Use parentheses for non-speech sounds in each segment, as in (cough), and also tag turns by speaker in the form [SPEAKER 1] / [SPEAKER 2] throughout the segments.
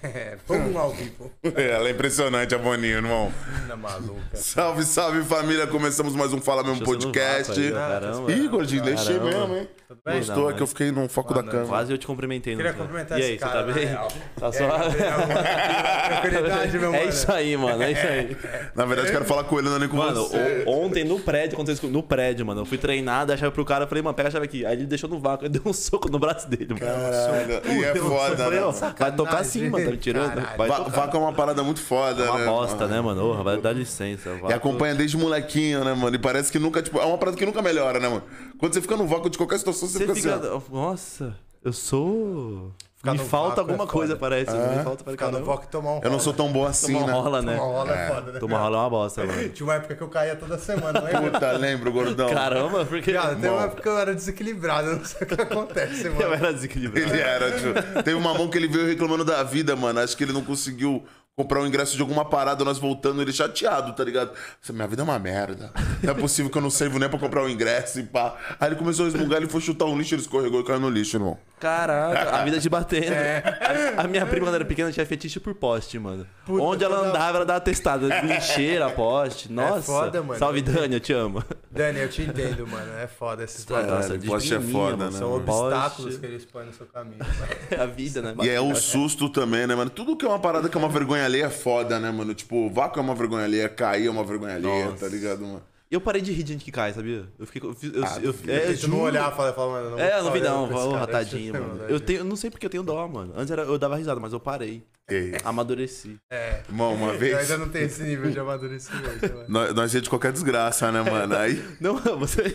[SPEAKER 1] É, vamos lá ao vivo.
[SPEAKER 2] Ela (laughs) é impressionante, a Boninho, irmão.
[SPEAKER 1] Menina maluca.
[SPEAKER 2] Salve, salve, família. Começamos mais um Fala Mesmo
[SPEAKER 3] Deixa eu ser
[SPEAKER 2] Podcast.
[SPEAKER 3] novato aí, ó, caramba.
[SPEAKER 2] Ih, gordinho, deixei
[SPEAKER 3] Caramba.
[SPEAKER 2] mesmo, hein?
[SPEAKER 1] bem?
[SPEAKER 2] Gostou? É que eu fiquei no foco da câmera.
[SPEAKER 3] Quase eu te cumprimentei. no
[SPEAKER 1] Queria
[SPEAKER 3] final.
[SPEAKER 1] cumprimentar
[SPEAKER 3] E
[SPEAKER 1] esse
[SPEAKER 3] aí,
[SPEAKER 1] cara, na
[SPEAKER 3] você tá bem?
[SPEAKER 1] real.
[SPEAKER 3] Tá
[SPEAKER 1] É, Gabriel, mano, tranquilidade, meu
[SPEAKER 3] suave? (laughs) É
[SPEAKER 1] mano.
[SPEAKER 3] isso aí, mano. É
[SPEAKER 1] (laughs)
[SPEAKER 3] isso aí.
[SPEAKER 2] Na verdade, eu quero falar com ele, não é nem com
[SPEAKER 3] Mano,
[SPEAKER 2] você.
[SPEAKER 3] o- ontem no prédio, aconteceu isso comigo, no prédio, mano, eu fui treinar, dei a chave pro cara, eu falei, mano, pega a chave aqui. Aí ele deixou no vácuo, (laughs) eu dei um soco no braço dele, mano.
[SPEAKER 2] Caralho,
[SPEAKER 3] (laughs)
[SPEAKER 2] e é
[SPEAKER 3] Eu
[SPEAKER 2] foda,
[SPEAKER 3] falei, ó,
[SPEAKER 2] né?
[SPEAKER 3] vai tocar sim, mano, tá me tirando?
[SPEAKER 1] Caralho.
[SPEAKER 3] Vai
[SPEAKER 2] Va-
[SPEAKER 3] tocar.
[SPEAKER 2] Vaca é uma parada muito foda,
[SPEAKER 3] É uma
[SPEAKER 2] né?
[SPEAKER 3] bosta,
[SPEAKER 2] mano?
[SPEAKER 3] né, mano? Ô, vai dar licença.
[SPEAKER 2] E
[SPEAKER 3] Vaca.
[SPEAKER 2] acompanha desde molequinho, né, mano? E parece que nunca, tipo, é uma parada que nunca melhora, né, mano? Quando você fica no vácuo de qualquer situação, você,
[SPEAKER 3] Você
[SPEAKER 2] fica,
[SPEAKER 3] fica.
[SPEAKER 2] assim. ó.
[SPEAKER 3] Nossa, eu sou.
[SPEAKER 1] Ficar
[SPEAKER 3] me
[SPEAKER 1] no
[SPEAKER 3] falta
[SPEAKER 1] vácuo é
[SPEAKER 3] alguma
[SPEAKER 1] foda.
[SPEAKER 3] coisa, parece. Me falta pra
[SPEAKER 1] Ficar no
[SPEAKER 3] caramba.
[SPEAKER 1] foco e tomar um
[SPEAKER 2] Eu não
[SPEAKER 1] rola.
[SPEAKER 2] sou tão bom assim,
[SPEAKER 3] Tomar
[SPEAKER 2] né?
[SPEAKER 3] uma rola, né?
[SPEAKER 1] Tomar rola é foda, né?
[SPEAKER 3] Tomar rola é uma
[SPEAKER 1] (laughs)
[SPEAKER 3] bosta, mano.
[SPEAKER 1] Tinha uma época que eu caía toda semana, não é?
[SPEAKER 2] Puta, lembro, Tá, gordão.
[SPEAKER 3] Caramba, porque.
[SPEAKER 1] Cara, (laughs) tem
[SPEAKER 2] Bom.
[SPEAKER 1] uma época que eu era desequilibrado, eu não sei o que acontece,
[SPEAKER 3] Eu
[SPEAKER 1] mano.
[SPEAKER 3] era desequilibrado.
[SPEAKER 2] Ele era, tipo, teve uma mão que ele veio reclamando da vida, mano. Acho que ele não conseguiu comprar o ingresso de alguma parada, nós voltando, ele chateado, tá ligado? Nossa, minha vida é uma merda. Não é possível que eu não sirvo nem pra comprar o ingresso e pá. Aí ele começou a resmungar, ele foi chutar um lixo, ele escorregou e caiu no lixo, irmão.
[SPEAKER 3] Caraca, a vida de batendo.
[SPEAKER 1] É.
[SPEAKER 3] A, a minha prima, quando era pequena, tinha fetiche por poste, mano. Onde ela
[SPEAKER 1] toda-
[SPEAKER 3] andava, ela
[SPEAKER 1] (laughs)
[SPEAKER 3] dava testada. Lixeira, poste. Nossa.
[SPEAKER 1] É foda, mano.
[SPEAKER 3] Salve, Dani, eu te amo.
[SPEAKER 1] Dani, eu te entendo, mano. É foda esses bagulhos.
[SPEAKER 3] Nossa,
[SPEAKER 2] Caralho, poste é
[SPEAKER 3] de
[SPEAKER 2] foda,
[SPEAKER 3] mano.
[SPEAKER 2] né,
[SPEAKER 1] São
[SPEAKER 2] mano?
[SPEAKER 3] Poste.
[SPEAKER 1] obstáculos que eles põem no seu caminho. mano.
[SPEAKER 3] É (laughs) a vida, né?
[SPEAKER 2] E é o susto também, né, mano? Tudo que é uma parada que é uma vergonha alheia é foda, né, mano? Tipo, o vácuo é uma vergonha alheia, cair é uma vergonha alheia,
[SPEAKER 3] Nossa.
[SPEAKER 2] tá ligado, mano?
[SPEAKER 3] Eu parei de rir de gente que cai, sabia? Eu fiquei. Eu, fiz- eu, eu, é, eu
[SPEAKER 1] Se tu não
[SPEAKER 3] juro.
[SPEAKER 1] olhar, fala, fala, mano. não
[SPEAKER 3] É, eu não
[SPEAKER 1] vou
[SPEAKER 3] vi
[SPEAKER 1] ficar
[SPEAKER 3] não,
[SPEAKER 1] olhando pra esse
[SPEAKER 3] ô,
[SPEAKER 1] cara, né?
[SPEAKER 3] ratadinho,
[SPEAKER 1] deixa eu-
[SPEAKER 3] mano. Eu, tenho, eu não sei porque eu tenho dó, mano. Antes era, eu dava risada, mas eu parei.
[SPEAKER 2] Ei,
[SPEAKER 3] Amadureci.
[SPEAKER 1] É.
[SPEAKER 2] irmão, uma
[SPEAKER 1] Eu
[SPEAKER 2] vez.
[SPEAKER 1] ainda
[SPEAKER 3] (laughs)
[SPEAKER 1] não tenho esse nível de amadurecimento, mano.
[SPEAKER 2] Nós, nós ia de qualquer desgraça, né, mano? Aí.
[SPEAKER 3] Não, (laughs) você.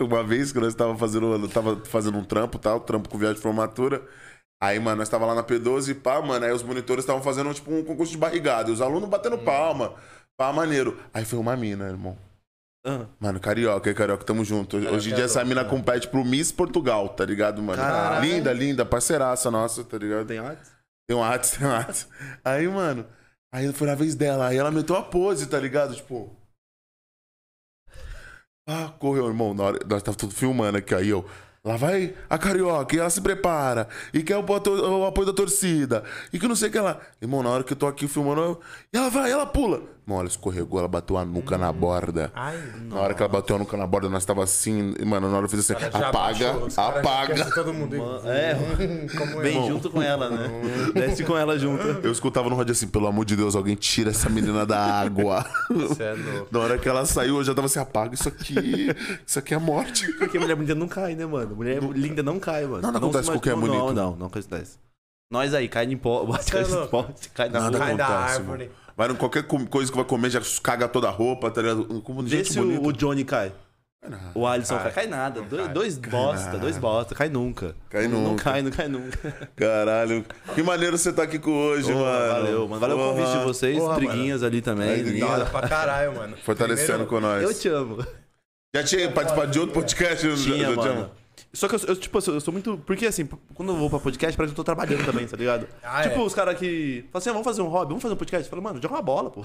[SPEAKER 2] Uma vez que nós tava fazendo, eu tava fazendo um trampo, tal, trampo com viagem de formatura. Aí, mano, nós tava lá na P12 e pá, mano, aí os monitores estavam fazendo tipo um concurso de barrigada, e os alunos batendo palma, pá, maneiro. Aí foi uma mina, irmão.
[SPEAKER 3] Ah,
[SPEAKER 2] Mano, carioca, e carioca, tamo junto. Hoje em dia essa mina compete pro Miss Portugal, tá ligado, mano?
[SPEAKER 3] Caralho.
[SPEAKER 2] Linda, linda, parceiraça nossa, tá ligado?
[SPEAKER 3] tem artes?
[SPEAKER 2] Tem um ato, (laughs) tem um ato. Aí, mano, aí foi na vez dela. Aí ela meteu a pose, tá ligado? Tipo. Ah, correu, irmão. Na hora, nós tava tudo filmando aqui, aí eu. Lá vai a carioca, e ela se prepara, e quer o, apo- o apoio da torcida, e que não sei o que ela. Irmão, na hora que eu tô aqui filmando, eu- e ela vai, ela pula. Irmão, ela escorregou, ela bateu a nuca na borda.
[SPEAKER 1] Ai,
[SPEAKER 2] Na hora que ela bateu a nuca na borda, nós tava assim, e, mano, na hora eu fiz assim,
[SPEAKER 1] cara, já
[SPEAKER 2] apaga,
[SPEAKER 1] baixou, os caras já
[SPEAKER 2] apaga.
[SPEAKER 1] esquecem Todo mundo.
[SPEAKER 3] É,
[SPEAKER 1] Hum, Como
[SPEAKER 3] vem
[SPEAKER 1] eu.
[SPEAKER 3] junto com ela, né? (laughs) Desce com ela junto.
[SPEAKER 2] Eu escutava no rádio assim, pelo amor de Deus, alguém tira essa menina da água. (laughs)
[SPEAKER 1] Você é louco.
[SPEAKER 2] Na hora que ela saiu, eu já tava assim, apaga isso aqui, isso aqui é morte.
[SPEAKER 3] Porque mulher bonita não cai, né, mano? Mulher linda não cai, mano.
[SPEAKER 2] Nada acontece
[SPEAKER 3] se
[SPEAKER 2] com quem é
[SPEAKER 3] machuca,
[SPEAKER 2] bonito.
[SPEAKER 3] Não, não, não acontece. Nós aí, cai em pó, (laughs) bate
[SPEAKER 1] Você é
[SPEAKER 3] cai em
[SPEAKER 1] louco.
[SPEAKER 3] pó, cai na
[SPEAKER 2] Nada
[SPEAKER 3] rua.
[SPEAKER 1] Cai da
[SPEAKER 2] acontece,
[SPEAKER 1] árvore.
[SPEAKER 2] mano. Vai em qualquer co- coisa que vai comer, já caga toda a roupa, tá ligado? Como gente
[SPEAKER 3] Vê se o,
[SPEAKER 2] bonita.
[SPEAKER 3] o Johnny cai. O Alisson cai.
[SPEAKER 1] Cai.
[SPEAKER 3] Cai, nada. Dois,
[SPEAKER 1] cai.
[SPEAKER 3] dois bosta, dois bosta. Cai nunca.
[SPEAKER 2] Cai
[SPEAKER 3] Não- Não
[SPEAKER 2] nunca.
[SPEAKER 3] cai, não cai nunca.
[SPEAKER 2] Caralho, que maneiro você tá aqui com hoje, (laughs)
[SPEAKER 3] Pô,
[SPEAKER 2] mano.
[SPEAKER 3] Valeu, mano. Valeu o
[SPEAKER 2] Porra.
[SPEAKER 3] convite de vocês.
[SPEAKER 1] Porra,
[SPEAKER 3] Triguinhas ali também.
[SPEAKER 2] Aí,
[SPEAKER 1] Da
[SPEAKER 3] Linda.
[SPEAKER 1] hora pra caralho, mano.
[SPEAKER 2] Fortalecendo
[SPEAKER 1] Primeiro-
[SPEAKER 2] com nós.
[SPEAKER 3] Eu te amo.
[SPEAKER 2] Já tinha participado de outro podcast? né, eu-
[SPEAKER 3] Tinha,
[SPEAKER 2] eu te
[SPEAKER 3] mano.
[SPEAKER 2] amo.
[SPEAKER 3] Só que eu, eu, tipo, eu sou muito. Porque assim, quando eu vou pra podcast, parece que eu tô trabalhando também, tá ligado?
[SPEAKER 1] Ah,
[SPEAKER 3] tipo,
[SPEAKER 1] é.
[SPEAKER 3] os caras que. Falam assim, ah, vamos fazer um hobby, vamos fazer um podcast. Eu falo, mano, joga uma bola, pô.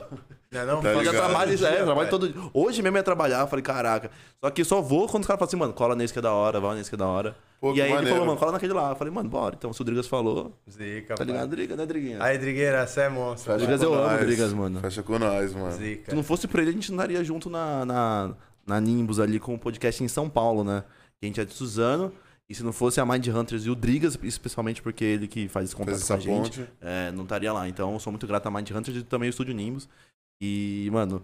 [SPEAKER 1] Não, é não,
[SPEAKER 2] Tá
[SPEAKER 1] Faz
[SPEAKER 3] Já
[SPEAKER 2] ligado.
[SPEAKER 3] trabalho,
[SPEAKER 1] dia,
[SPEAKER 3] é,
[SPEAKER 2] (laughs)
[SPEAKER 3] eu trabalho
[SPEAKER 1] né, velho.
[SPEAKER 3] todo dia. Hoje mesmo ia trabalhar, eu falei, caraca. Só que só vou quando os caras falam assim, mano, cola nesse que é da hora, vai nesse que é da hora.
[SPEAKER 2] Pô, que
[SPEAKER 3] e aí ele
[SPEAKER 2] maneiro.
[SPEAKER 3] falou, mano, cola naquele lá. Eu falei, mano, bora. Então, se o Drigas falou,
[SPEAKER 1] Zica,
[SPEAKER 3] tá ligado? Driga, né, Driguinha?
[SPEAKER 1] mano. Aí, Drigueira, você é monstro.
[SPEAKER 2] Fecha
[SPEAKER 1] mano.
[SPEAKER 3] Drigas,
[SPEAKER 2] com
[SPEAKER 3] eu amo
[SPEAKER 2] nós.
[SPEAKER 3] Drigas, mano.
[SPEAKER 2] Fecha com nós, mano.
[SPEAKER 3] Se
[SPEAKER 1] Zica.
[SPEAKER 3] não fosse por ele, a gente não estaria junto na, na, na Nimbus ali com o podcast em São Paulo, né? A gente é de Suzano. E se não fosse a Mind Hunters e o Drigas, especialmente porque é ele que faz esse contato
[SPEAKER 2] Fez
[SPEAKER 3] com a
[SPEAKER 2] essa
[SPEAKER 3] gente,
[SPEAKER 2] ponte.
[SPEAKER 3] é, não estaria lá. Então, eu sou muito grato a Mind Hunters e também o Estúdio Nimbus. E, mano,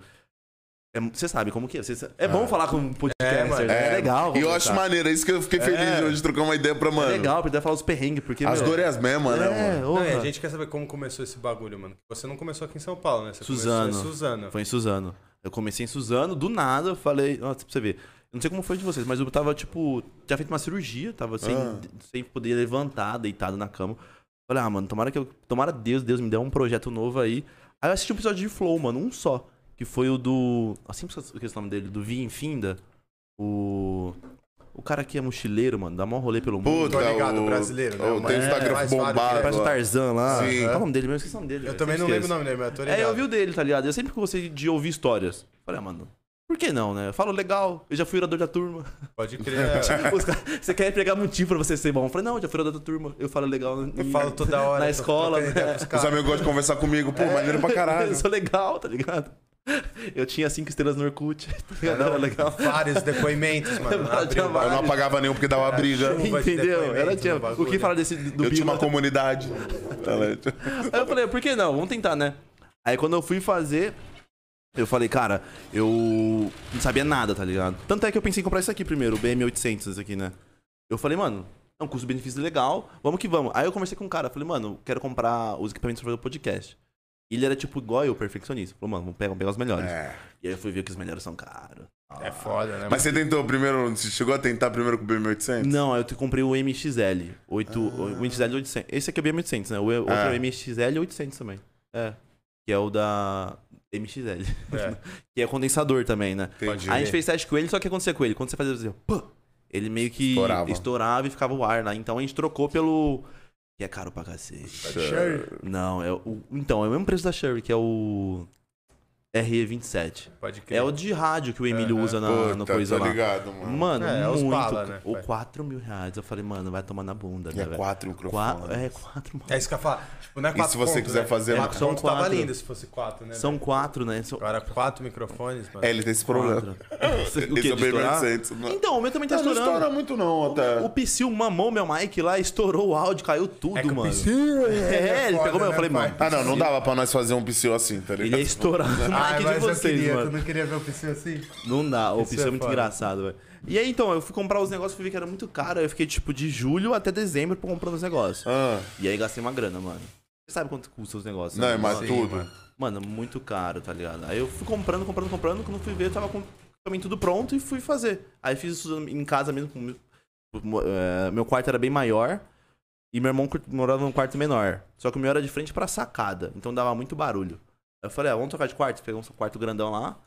[SPEAKER 3] você sabe como que é. cê sa- é bom falar com um podcaster,
[SPEAKER 1] É, mano.
[SPEAKER 3] né? É, legal.
[SPEAKER 2] Ah. E eu acho
[SPEAKER 3] conversar.
[SPEAKER 2] maneiro, é isso que eu fiquei feliz de hoje, trocar uma ideia pra, mano.
[SPEAKER 3] É legal, porque deve falar os perrengues, porque,
[SPEAKER 2] As
[SPEAKER 3] meu,
[SPEAKER 2] dores é as mesmas, né,
[SPEAKER 3] é,
[SPEAKER 2] mano?
[SPEAKER 1] Não, e a
[SPEAKER 3] honra.
[SPEAKER 1] gente quer saber como começou esse bagulho, mano. Você não começou aqui em São Paulo, né? Você
[SPEAKER 3] Suzano.
[SPEAKER 1] começou em Suzano.
[SPEAKER 3] Foi em Suzano. Eu comecei em Suzano, do nada, eu falei, ó, pra você ver. Eu não sei como foi de vocês, mas eu tava, tipo, tinha feito uma cirurgia, tava sem,
[SPEAKER 2] Ah.
[SPEAKER 3] sem poder levantar, deitado na cama. Falei, ah, mano, tomara que eu. Tomara Deus, Deus me dê um projeto novo aí. Aí eu assisti um episódio de Flow, mano, um só. Que foi o do. assim Eu sempre esqueço o nome dele, do Vim Finda. O. O cara que é mochileiro, mano, dá mó rolê pelo mundo.
[SPEAKER 2] Puta,
[SPEAKER 1] Tô ligado,
[SPEAKER 2] o...
[SPEAKER 1] brasileiro, né,
[SPEAKER 2] o-
[SPEAKER 1] mano?
[SPEAKER 2] Tem o
[SPEAKER 1] É,
[SPEAKER 2] Instagram
[SPEAKER 1] faz vários,
[SPEAKER 2] bombado.
[SPEAKER 1] né?
[SPEAKER 3] Parece um o
[SPEAKER 2] ó.
[SPEAKER 3] Tarzan lá.
[SPEAKER 2] Sim.
[SPEAKER 3] Qual é o nome dele mesmo? Eu esqueci o nome dele.
[SPEAKER 1] Eu
[SPEAKER 3] velho,
[SPEAKER 1] também
[SPEAKER 3] sempre
[SPEAKER 1] não lembro o
[SPEAKER 3] esqueço.
[SPEAKER 1] nome dele, mas eu tô Tá ligado.
[SPEAKER 3] É, eu vi o dele, tá ligado? Eu sempre gostei de ouvir histórias. Falei, ah, mano, Por que não, né? Eu falo legal, eu já fui orador
[SPEAKER 1] (laughs)
[SPEAKER 3] da turma.
[SPEAKER 1] Pode
[SPEAKER 3] (laughs)
[SPEAKER 1] crer. né,
[SPEAKER 3] Os caras, você quer pegar motivo pra você ser bom? Eu falei, não, eu já fui orador da turma. Eu falo legal.
[SPEAKER 1] Eu falo toda hora.
[SPEAKER 3] Na
[SPEAKER 1] tô
[SPEAKER 3] escola,
[SPEAKER 1] trocando ideia
[SPEAKER 3] né?
[SPEAKER 1] com os
[SPEAKER 2] Os
[SPEAKER 1] caras.
[SPEAKER 2] amigos gostam de conversar comigo,
[SPEAKER 3] É.
[SPEAKER 2] pô, maneiro pra caralho.
[SPEAKER 3] (laughs) Eu sou legal, tá ligado? Eu tinha cinco estrelas no Orkut, (laughs) tá ligado? Era
[SPEAKER 1] Não,
[SPEAKER 3] legal.
[SPEAKER 1] Vários depoimentos, É. mano.
[SPEAKER 3] Tinha
[SPEAKER 1] Abriu
[SPEAKER 2] Eu não apagava nenhum porque dava briga.
[SPEAKER 1] chuva. Curva de
[SPEAKER 3] Entendeu?
[SPEAKER 1] depoimento
[SPEAKER 3] Era
[SPEAKER 1] no
[SPEAKER 3] tinha. O que
[SPEAKER 1] bagulho.
[SPEAKER 3] falar desse (laughs) do
[SPEAKER 2] Eu tinha
[SPEAKER 3] Bima?
[SPEAKER 2] uma comunidade. Tá
[SPEAKER 3] Aí eu falei, por que não? Vamos tentar, né? Aí quando eu fui fazer, eu falei, cara, eu não sabia nada, tá ligado? Tanto é que eu pensei em comprar isso aqui primeiro, o BM800, esse aqui, né? Eu falei, mano, é um custo-benefício legal, vamos que vamos. Aí eu conversei com um cara, falei, mano, quero comprar os equipamentos pra fazer o podcast. E ele era tipo igual eu, perfeccionista. Falou, mano, vamos pegar, vamos pegar os melhores.
[SPEAKER 2] É.
[SPEAKER 3] E aí eu fui ver que os melhores são caros.
[SPEAKER 1] É foda, né?
[SPEAKER 2] Mas você tentou primeiro, você chegou a tentar primeiro com o BM800?
[SPEAKER 3] Não, eu te- comprei o MXL. 8, O MXL 800. Esse aqui é o BM800, né? O outro
[SPEAKER 2] Ah.
[SPEAKER 3] é o MXL 800 também. É. Que é o da MXL.
[SPEAKER 1] É.
[SPEAKER 3] (laughs) Que é condensador também, né?
[SPEAKER 2] Entendi.
[SPEAKER 3] Aí a gente fez teste com ele, só que acontecia com ele. Quando você fazia, você fazia, pã, ele meio que
[SPEAKER 2] Estourava.
[SPEAKER 3] estourava e ficava o ar lá. Então a gente trocou pelo. Que é caro pra cacete.
[SPEAKER 1] Sure.
[SPEAKER 3] Não, é o. Então, é o mesmo preço da Sherry, que é o. RE27.
[SPEAKER 1] Pode crer.
[SPEAKER 3] É o de rádio que o Emílio
[SPEAKER 1] Aham.
[SPEAKER 3] usa na, na
[SPEAKER 2] Puta,
[SPEAKER 3] coisa
[SPEAKER 2] tô
[SPEAKER 3] lá.
[SPEAKER 2] ligado, mano.
[SPEAKER 3] Mano,
[SPEAKER 1] É, é os
[SPEAKER 3] muito.
[SPEAKER 1] bala, né?
[SPEAKER 3] Ou
[SPEAKER 1] Vai.
[SPEAKER 3] 4 mil reais. Eu falei, mano, vai tomar na bunda,
[SPEAKER 2] E
[SPEAKER 3] né,
[SPEAKER 2] é
[SPEAKER 3] velho?
[SPEAKER 2] quatro
[SPEAKER 3] Qua-
[SPEAKER 2] microfones.
[SPEAKER 3] É, 4, mano.
[SPEAKER 1] É isso que eu ia falar. Tipo, não é
[SPEAKER 2] E
[SPEAKER 1] quatro
[SPEAKER 2] se você
[SPEAKER 1] conto,
[SPEAKER 2] quiser
[SPEAKER 1] né?
[SPEAKER 2] fazer- um, tá
[SPEAKER 1] Quatro
[SPEAKER 3] É, são
[SPEAKER 1] conto tava
[SPEAKER 3] quatro.
[SPEAKER 1] lindo se fosse quatro, né?
[SPEAKER 3] São
[SPEAKER 1] velho?
[SPEAKER 3] 4, né? São
[SPEAKER 1] Agora quatro microfones, mano.
[SPEAKER 2] É, ele tem esse problema.
[SPEAKER 3] quatro.
[SPEAKER 2] (laughs)
[SPEAKER 3] o quê,
[SPEAKER 2] Esse é
[SPEAKER 3] de
[SPEAKER 2] o
[SPEAKER 3] estourar?
[SPEAKER 2] BM800. não-
[SPEAKER 3] Então, o meu também tá
[SPEAKER 2] Não, não
[SPEAKER 3] estourando.
[SPEAKER 2] estoura muito não, até.
[SPEAKER 3] O Psyu mamou meu mic lá, estourou o áudio, caiu tudo,
[SPEAKER 1] É que o
[SPEAKER 3] mano.
[SPEAKER 1] Psyu
[SPEAKER 3] É, ele
[SPEAKER 1] foda,
[SPEAKER 3] pegou meu. Eu
[SPEAKER 1] né,
[SPEAKER 3] falei,
[SPEAKER 1] pai?
[SPEAKER 3] mano.
[SPEAKER 2] Ah, não, não dava pra nós fazer um psiu assim, tá
[SPEAKER 3] Ele é
[SPEAKER 2] ligado?
[SPEAKER 3] ia estourar o
[SPEAKER 2] ah,
[SPEAKER 1] Ai,
[SPEAKER 3] mic de
[SPEAKER 1] mas eu
[SPEAKER 3] vocês,
[SPEAKER 1] queria,
[SPEAKER 3] mano.
[SPEAKER 1] Eu não queria ver o PC assim.
[SPEAKER 3] Não dá, o
[SPEAKER 1] Isso
[SPEAKER 3] Psyu é,
[SPEAKER 1] é
[SPEAKER 3] muito
[SPEAKER 1] foda.
[SPEAKER 3] engraçado, velho. E aí, então, eu fui comprar os negócios, fui ver que era muito caro. aí Eu fiquei, tipo, de julho até dezembro pra comprando os negócios.
[SPEAKER 2] Ah,
[SPEAKER 3] E aí gastei uma grana, mano. Você sabe quanto custa os negócios?
[SPEAKER 2] não,
[SPEAKER 3] né?
[SPEAKER 2] é mais
[SPEAKER 3] Mano,
[SPEAKER 2] tudo.
[SPEAKER 1] mano.
[SPEAKER 3] Mano, muito caro, tá ligado? Aí eu fui comprando, comprando, comprando. Quando fui ver, eu tava com também tudo pronto e fui fazer. Aí fiz isso em casa mesmo. Com... mo- eh, Meu quarto era bem maior. E meu irmão cur- morava num quarto menor. Só que o meu era de frente pra sacada. Então dava muito barulho. Aí eu falei, ah, vamos trocar de quarto. Peguei um quarto grandão lá.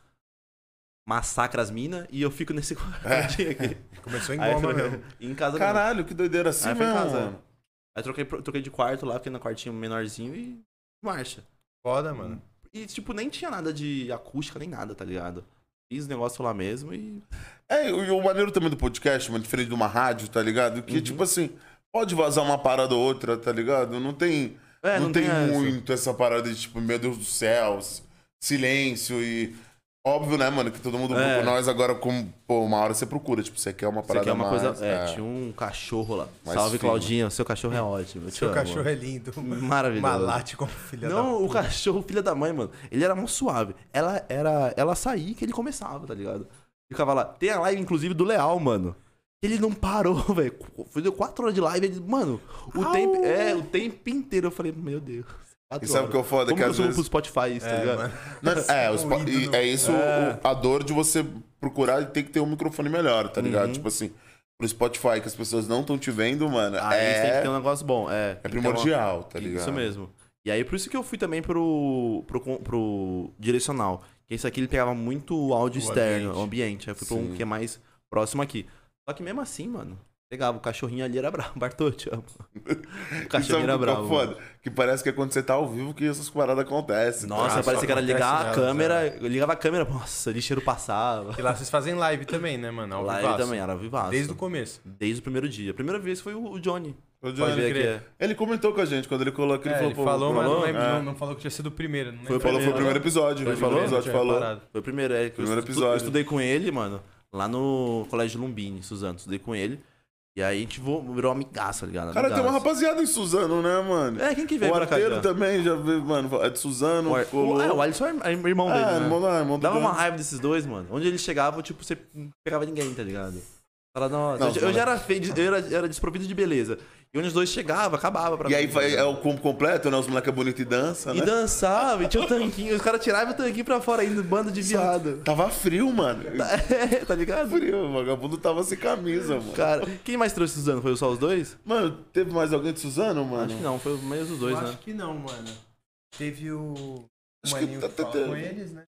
[SPEAKER 3] Massacra as minas e eu fico nesse (laughs) quartinho aqui.
[SPEAKER 1] Começou em
[SPEAKER 3] Aí eu
[SPEAKER 1] goma
[SPEAKER 3] falei,
[SPEAKER 1] mesmo.
[SPEAKER 3] em casa mesmo.
[SPEAKER 2] É, Caralho, que doideira assim,
[SPEAKER 3] Aí foi em
[SPEAKER 2] mesmo,
[SPEAKER 3] casa.
[SPEAKER 2] mano.
[SPEAKER 3] Aí troquei, pro- troquei de quarto lá, fiquei no quartinho menorzinho e marcha.
[SPEAKER 1] Foda, mano.
[SPEAKER 3] E, tipo, nem tinha nada de acústica, nem nada, tá ligado? Fiz o negócio lá mesmo e.
[SPEAKER 2] É, e o maneiro também do podcast, mano, diferente de uma rádio, tá ligado?
[SPEAKER 3] Uhum.
[SPEAKER 2] Que, tipo assim, pode vazar uma parada ou outra, tá ligado? Não tem.
[SPEAKER 3] É,
[SPEAKER 2] não,
[SPEAKER 3] não
[SPEAKER 2] tem,
[SPEAKER 3] tem essa.
[SPEAKER 2] muito essa parada de, tipo, meu Deus do céu, s- silêncio e. Óbvio, né, mano, que todo mundo.
[SPEAKER 3] É.
[SPEAKER 2] procura. Nós agora, como, pô, uma hora você procura, tipo, você quer uma
[SPEAKER 3] Isso
[SPEAKER 2] parada
[SPEAKER 3] aqui é uma
[SPEAKER 2] mais,
[SPEAKER 3] coisa. É,
[SPEAKER 2] é.
[SPEAKER 3] tinha um cachorro lá.
[SPEAKER 2] Mais
[SPEAKER 3] Salve,
[SPEAKER 2] fino.
[SPEAKER 3] Claudinha. Seu cachorro é ótimo. eu te
[SPEAKER 1] Seu
[SPEAKER 3] amo.
[SPEAKER 1] cachorro é lindo.
[SPEAKER 3] Maravilhoso.
[SPEAKER 1] Malate como filha da...
[SPEAKER 3] Não, o cachorro, filha da mãe, mano. Ele era mó suave. Ela era. Ela saía que ele começava, tá ligado? Ficava lá. Tem a live, inclusive, do Leal, mano. Ele não parou, (laughs) velho. Foi deu quatro horas de live. Ele, mano, o tempo. É, o tempo inteiro. Eu falei, meu Deus.
[SPEAKER 2] E sabe o que é o foda?
[SPEAKER 3] Como
[SPEAKER 2] Que
[SPEAKER 3] que eu
[SPEAKER 2] às
[SPEAKER 3] subo
[SPEAKER 2] vezes-
[SPEAKER 3] pro Spotify isso, tá ligado?
[SPEAKER 1] É, mano.
[SPEAKER 2] Não, é, o
[SPEAKER 1] um
[SPEAKER 2] spo- e
[SPEAKER 1] ídolo.
[SPEAKER 2] é isso o- a dor de você procurar e ter que ter um microfone melhor, tá ligado?
[SPEAKER 3] Uhum.
[SPEAKER 2] Tipo assim, pro Spotify que as pessoas não estão te vendo, mano,
[SPEAKER 3] Aí tem que
[SPEAKER 2] é,
[SPEAKER 3] ter um negócio bom, é.
[SPEAKER 2] é
[SPEAKER 3] Tem que ter uma-
[SPEAKER 2] primordial, tá ligado?
[SPEAKER 3] Isso mesmo. E aí por isso que eu fui também pro, pro, con- pro direcional. Que esse aqui ele pegava muito áudio
[SPEAKER 1] O
[SPEAKER 3] externo, o
[SPEAKER 1] ambiente.
[SPEAKER 3] ambiente. Aí eu fui pra um
[SPEAKER 2] Sim.
[SPEAKER 3] que é mais próximo aqui. Só que mesmo assim, mano, pegava o cachorrinho ali, era brabo. (laughs) Bartô, te amo.
[SPEAKER 2] E
[SPEAKER 3] O
[SPEAKER 2] sabe
[SPEAKER 3] cachorrinho
[SPEAKER 2] o
[SPEAKER 3] era
[SPEAKER 2] que é
[SPEAKER 3] brabo. mano.
[SPEAKER 2] foda? Que parece que é quando você tá ao vivo que essas paradas acontecem. tá
[SPEAKER 3] Nossa,
[SPEAKER 1] Ah, parece
[SPEAKER 2] ligado?
[SPEAKER 3] parecia que era ligar a
[SPEAKER 1] acontece nelas,
[SPEAKER 3] câmera. Eu ligava a câmera, nossa, lixeiro passava.
[SPEAKER 1] E lá vocês fazem live também, né, mano? Ao
[SPEAKER 3] Lá ele
[SPEAKER 1] vivaço.
[SPEAKER 3] também era vivaço.
[SPEAKER 1] Desde o começo.
[SPEAKER 3] Desde o primeiro dia. A primeira vez foi o o Johnny.
[SPEAKER 2] O
[SPEAKER 3] Pode
[SPEAKER 2] Johnny-
[SPEAKER 3] ver aqui. é.
[SPEAKER 2] Ele comentou com a gente quando ele colocou, ele
[SPEAKER 1] É,
[SPEAKER 2] falou,
[SPEAKER 1] ele
[SPEAKER 2] pô,
[SPEAKER 1] falou, mas não, lembro,
[SPEAKER 2] É.
[SPEAKER 1] não, não falou que tinha sido o primeiro. Não
[SPEAKER 3] Foi o
[SPEAKER 1] lembro.
[SPEAKER 2] Falou, foi o primeiro episódio.
[SPEAKER 3] Ele
[SPEAKER 2] o primeiro
[SPEAKER 3] falou?
[SPEAKER 2] episódio
[SPEAKER 1] Tinha
[SPEAKER 2] falou.
[SPEAKER 1] reparado.
[SPEAKER 3] Foi o primeiro, é. que eu
[SPEAKER 2] Primeiro
[SPEAKER 3] estu-
[SPEAKER 2] episódio.
[SPEAKER 3] Eu estudei com ele, mano, lá no Colégio Lumbini, Suzano. Estudei com ele. E aí a gente vo- virou amigaça, tá ligado?
[SPEAKER 2] Cara, tem uma
[SPEAKER 3] Amigaça.
[SPEAKER 2] rapaziada em Suzano, né, mano?
[SPEAKER 3] É, quem que veio
[SPEAKER 2] O
[SPEAKER 3] pra cá?
[SPEAKER 2] arteiro
[SPEAKER 3] já?
[SPEAKER 2] também já veio, mano. É de Suzano,
[SPEAKER 3] O, Ar-
[SPEAKER 2] colou.
[SPEAKER 3] o, é, o Alisson é irmão
[SPEAKER 2] É,
[SPEAKER 3] dele. né?
[SPEAKER 2] irmão da- irmão do
[SPEAKER 3] Dava uma
[SPEAKER 2] Johnny.
[SPEAKER 3] raiva desses dois, mano. Onde eles chegavam, tipo, você não pegava ninguém, tá ligado? Fala, nossa.
[SPEAKER 2] Não,
[SPEAKER 3] eu, já- eu já era feio, de- eu era, era desprovido de beleza. E onde os dois chegavam, acabava pra
[SPEAKER 2] E
[SPEAKER 3] mim. tá
[SPEAKER 2] aí vai- é o combo completo, né? Os moleques é bonito e dança,
[SPEAKER 3] E
[SPEAKER 2] né?
[SPEAKER 3] dançava, e tinha o tanquinho. Os caras tiravam o tanquinho pra fora ainda, bando de viado.
[SPEAKER 2] Tava frio, mano.
[SPEAKER 3] (laughs) É, tá ligado?
[SPEAKER 2] Frio, o vagabundo tava sem camisa, mano.
[SPEAKER 3] Cara, quem mais trouxe Suzano? Foi só os dois?
[SPEAKER 2] Mano, teve mais alguém de Suzano, mano?
[SPEAKER 3] Acho que não, foi meio os dois,
[SPEAKER 1] Eu
[SPEAKER 3] né?
[SPEAKER 1] acho que não, mano. Teve o.
[SPEAKER 2] Acho
[SPEAKER 1] o
[SPEAKER 2] que
[SPEAKER 1] maninho
[SPEAKER 2] tá-
[SPEAKER 1] que
[SPEAKER 2] tá-
[SPEAKER 1] fala
[SPEAKER 2] tá-
[SPEAKER 1] com eles, né?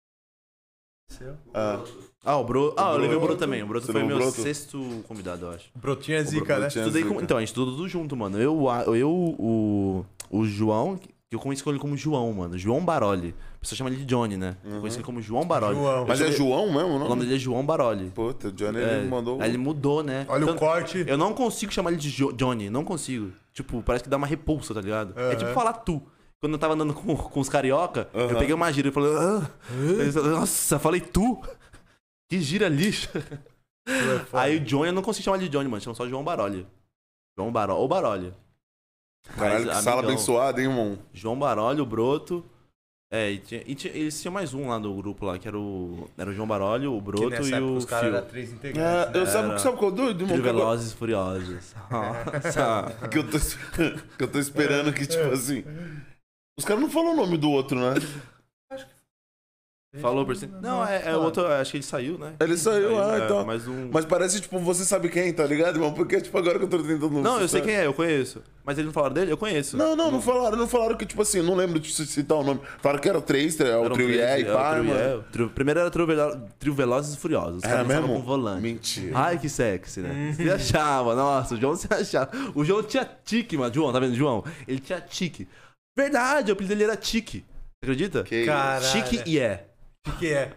[SPEAKER 1] Seu.
[SPEAKER 2] Ah,
[SPEAKER 3] Ah, o Broto. Ah, eu levei o Broto
[SPEAKER 2] Broto.
[SPEAKER 3] também. O Broto
[SPEAKER 2] Você
[SPEAKER 3] foi
[SPEAKER 2] levou
[SPEAKER 3] meu
[SPEAKER 2] o Broto?
[SPEAKER 3] sexto convidado, eu acho.
[SPEAKER 1] Brotinho é zica, né?
[SPEAKER 2] Brotinho.
[SPEAKER 3] Estudei
[SPEAKER 2] zica.
[SPEAKER 3] com... Então, a gente estudou tudo junto, mano. Eu, a- eu o, o João, Que eu conheço ele como João, mano. João Baroli. A pessoa chama ele de Johnny, né? Eu conheço ele como João Baroli.
[SPEAKER 1] João.
[SPEAKER 2] Mas é João mesmo,
[SPEAKER 3] O
[SPEAKER 2] não?
[SPEAKER 3] nome dele é João Baroli.
[SPEAKER 2] Puta, o Johnny
[SPEAKER 3] É,
[SPEAKER 2] ele mandou. um
[SPEAKER 3] Aí ele mudou, né?
[SPEAKER 1] Olha o
[SPEAKER 3] Tanto-
[SPEAKER 1] corte.
[SPEAKER 3] Eu não consigo chamar ele de Jo- Johnny, não consigo. Tipo, parece que dá uma repulsa, tá ligado? É tipo falar tu. Quando eu tava andando com, com os carioca, eu peguei uma gira e falei, "Ah." Eles falaram, nossa, falei tu? Que gira lixo. Aí o Johnny, eu não consigo chamar ele de Johnny, mano, chama só João Baroli. João Baroli, ou Baroli.
[SPEAKER 2] Caralho, que
[SPEAKER 3] Mas,
[SPEAKER 2] sala
[SPEAKER 3] amigão.
[SPEAKER 2] abençoada, hein, irmão?
[SPEAKER 3] João Baroli, o Broto. É, e, tinha, e tinha- eles tinham mais um lá no grupo lá, que era o, era o João Baroli, o
[SPEAKER 1] Que
[SPEAKER 3] Broto
[SPEAKER 1] nessa
[SPEAKER 3] e
[SPEAKER 1] época
[SPEAKER 3] o
[SPEAKER 1] os caras
[SPEAKER 3] Fio.
[SPEAKER 1] eram três integrantes. né?
[SPEAKER 2] É, eu sabe,
[SPEAKER 3] Era.
[SPEAKER 2] sabe qual é o doido, irmão?
[SPEAKER 3] Entre
[SPEAKER 2] Que agora-
[SPEAKER 3] Velozes
[SPEAKER 1] (laughs)
[SPEAKER 3] e Furiosos.
[SPEAKER 2] (laughs)
[SPEAKER 3] Nossa.
[SPEAKER 2] que eu tô, que eu tô esperando que, tipo assim. Os caras não falam o nome do outro, né?
[SPEAKER 3] Falou por cima. Não, é, é o outro. Acho que ele saiu, né?
[SPEAKER 2] Ele saiu, ah,
[SPEAKER 3] é,
[SPEAKER 2] então.
[SPEAKER 3] Mais um.
[SPEAKER 2] Mas parece, tipo, você sabe quem, tá ligado, irmão? Porque, tipo, agora que eu tô tentando.
[SPEAKER 3] Não, eu sei quem é, eu conheço. Mas eles não falaram dele? Eu conheço.
[SPEAKER 2] Não, não, não falaram, não falaram que, tipo assim, não lembro de c- citar o nome. Falaram que era o 3, é o
[SPEAKER 3] Eram
[SPEAKER 2] trio
[SPEAKER 3] três,
[SPEAKER 2] é e
[SPEAKER 3] era um o
[SPEAKER 2] pá,
[SPEAKER 3] trio
[SPEAKER 2] mano.
[SPEAKER 3] Yé, o trio- Primeiro era o trio, Velo- trio Velozes e Furiosos. os
[SPEAKER 2] Era
[SPEAKER 3] caras dançavam
[SPEAKER 2] mesmo?
[SPEAKER 3] Com volante.
[SPEAKER 2] Mentira.
[SPEAKER 3] Ai, que sexy, né? Se achava, nossa, o João se achava. O João tinha tique, mano. João, tá vendo, João? Ele tinha tique. Verdade, o apelido dele era tique. Você acredita?
[SPEAKER 2] Que-
[SPEAKER 1] Caralho.
[SPEAKER 3] Tique e é.
[SPEAKER 1] O que, que é?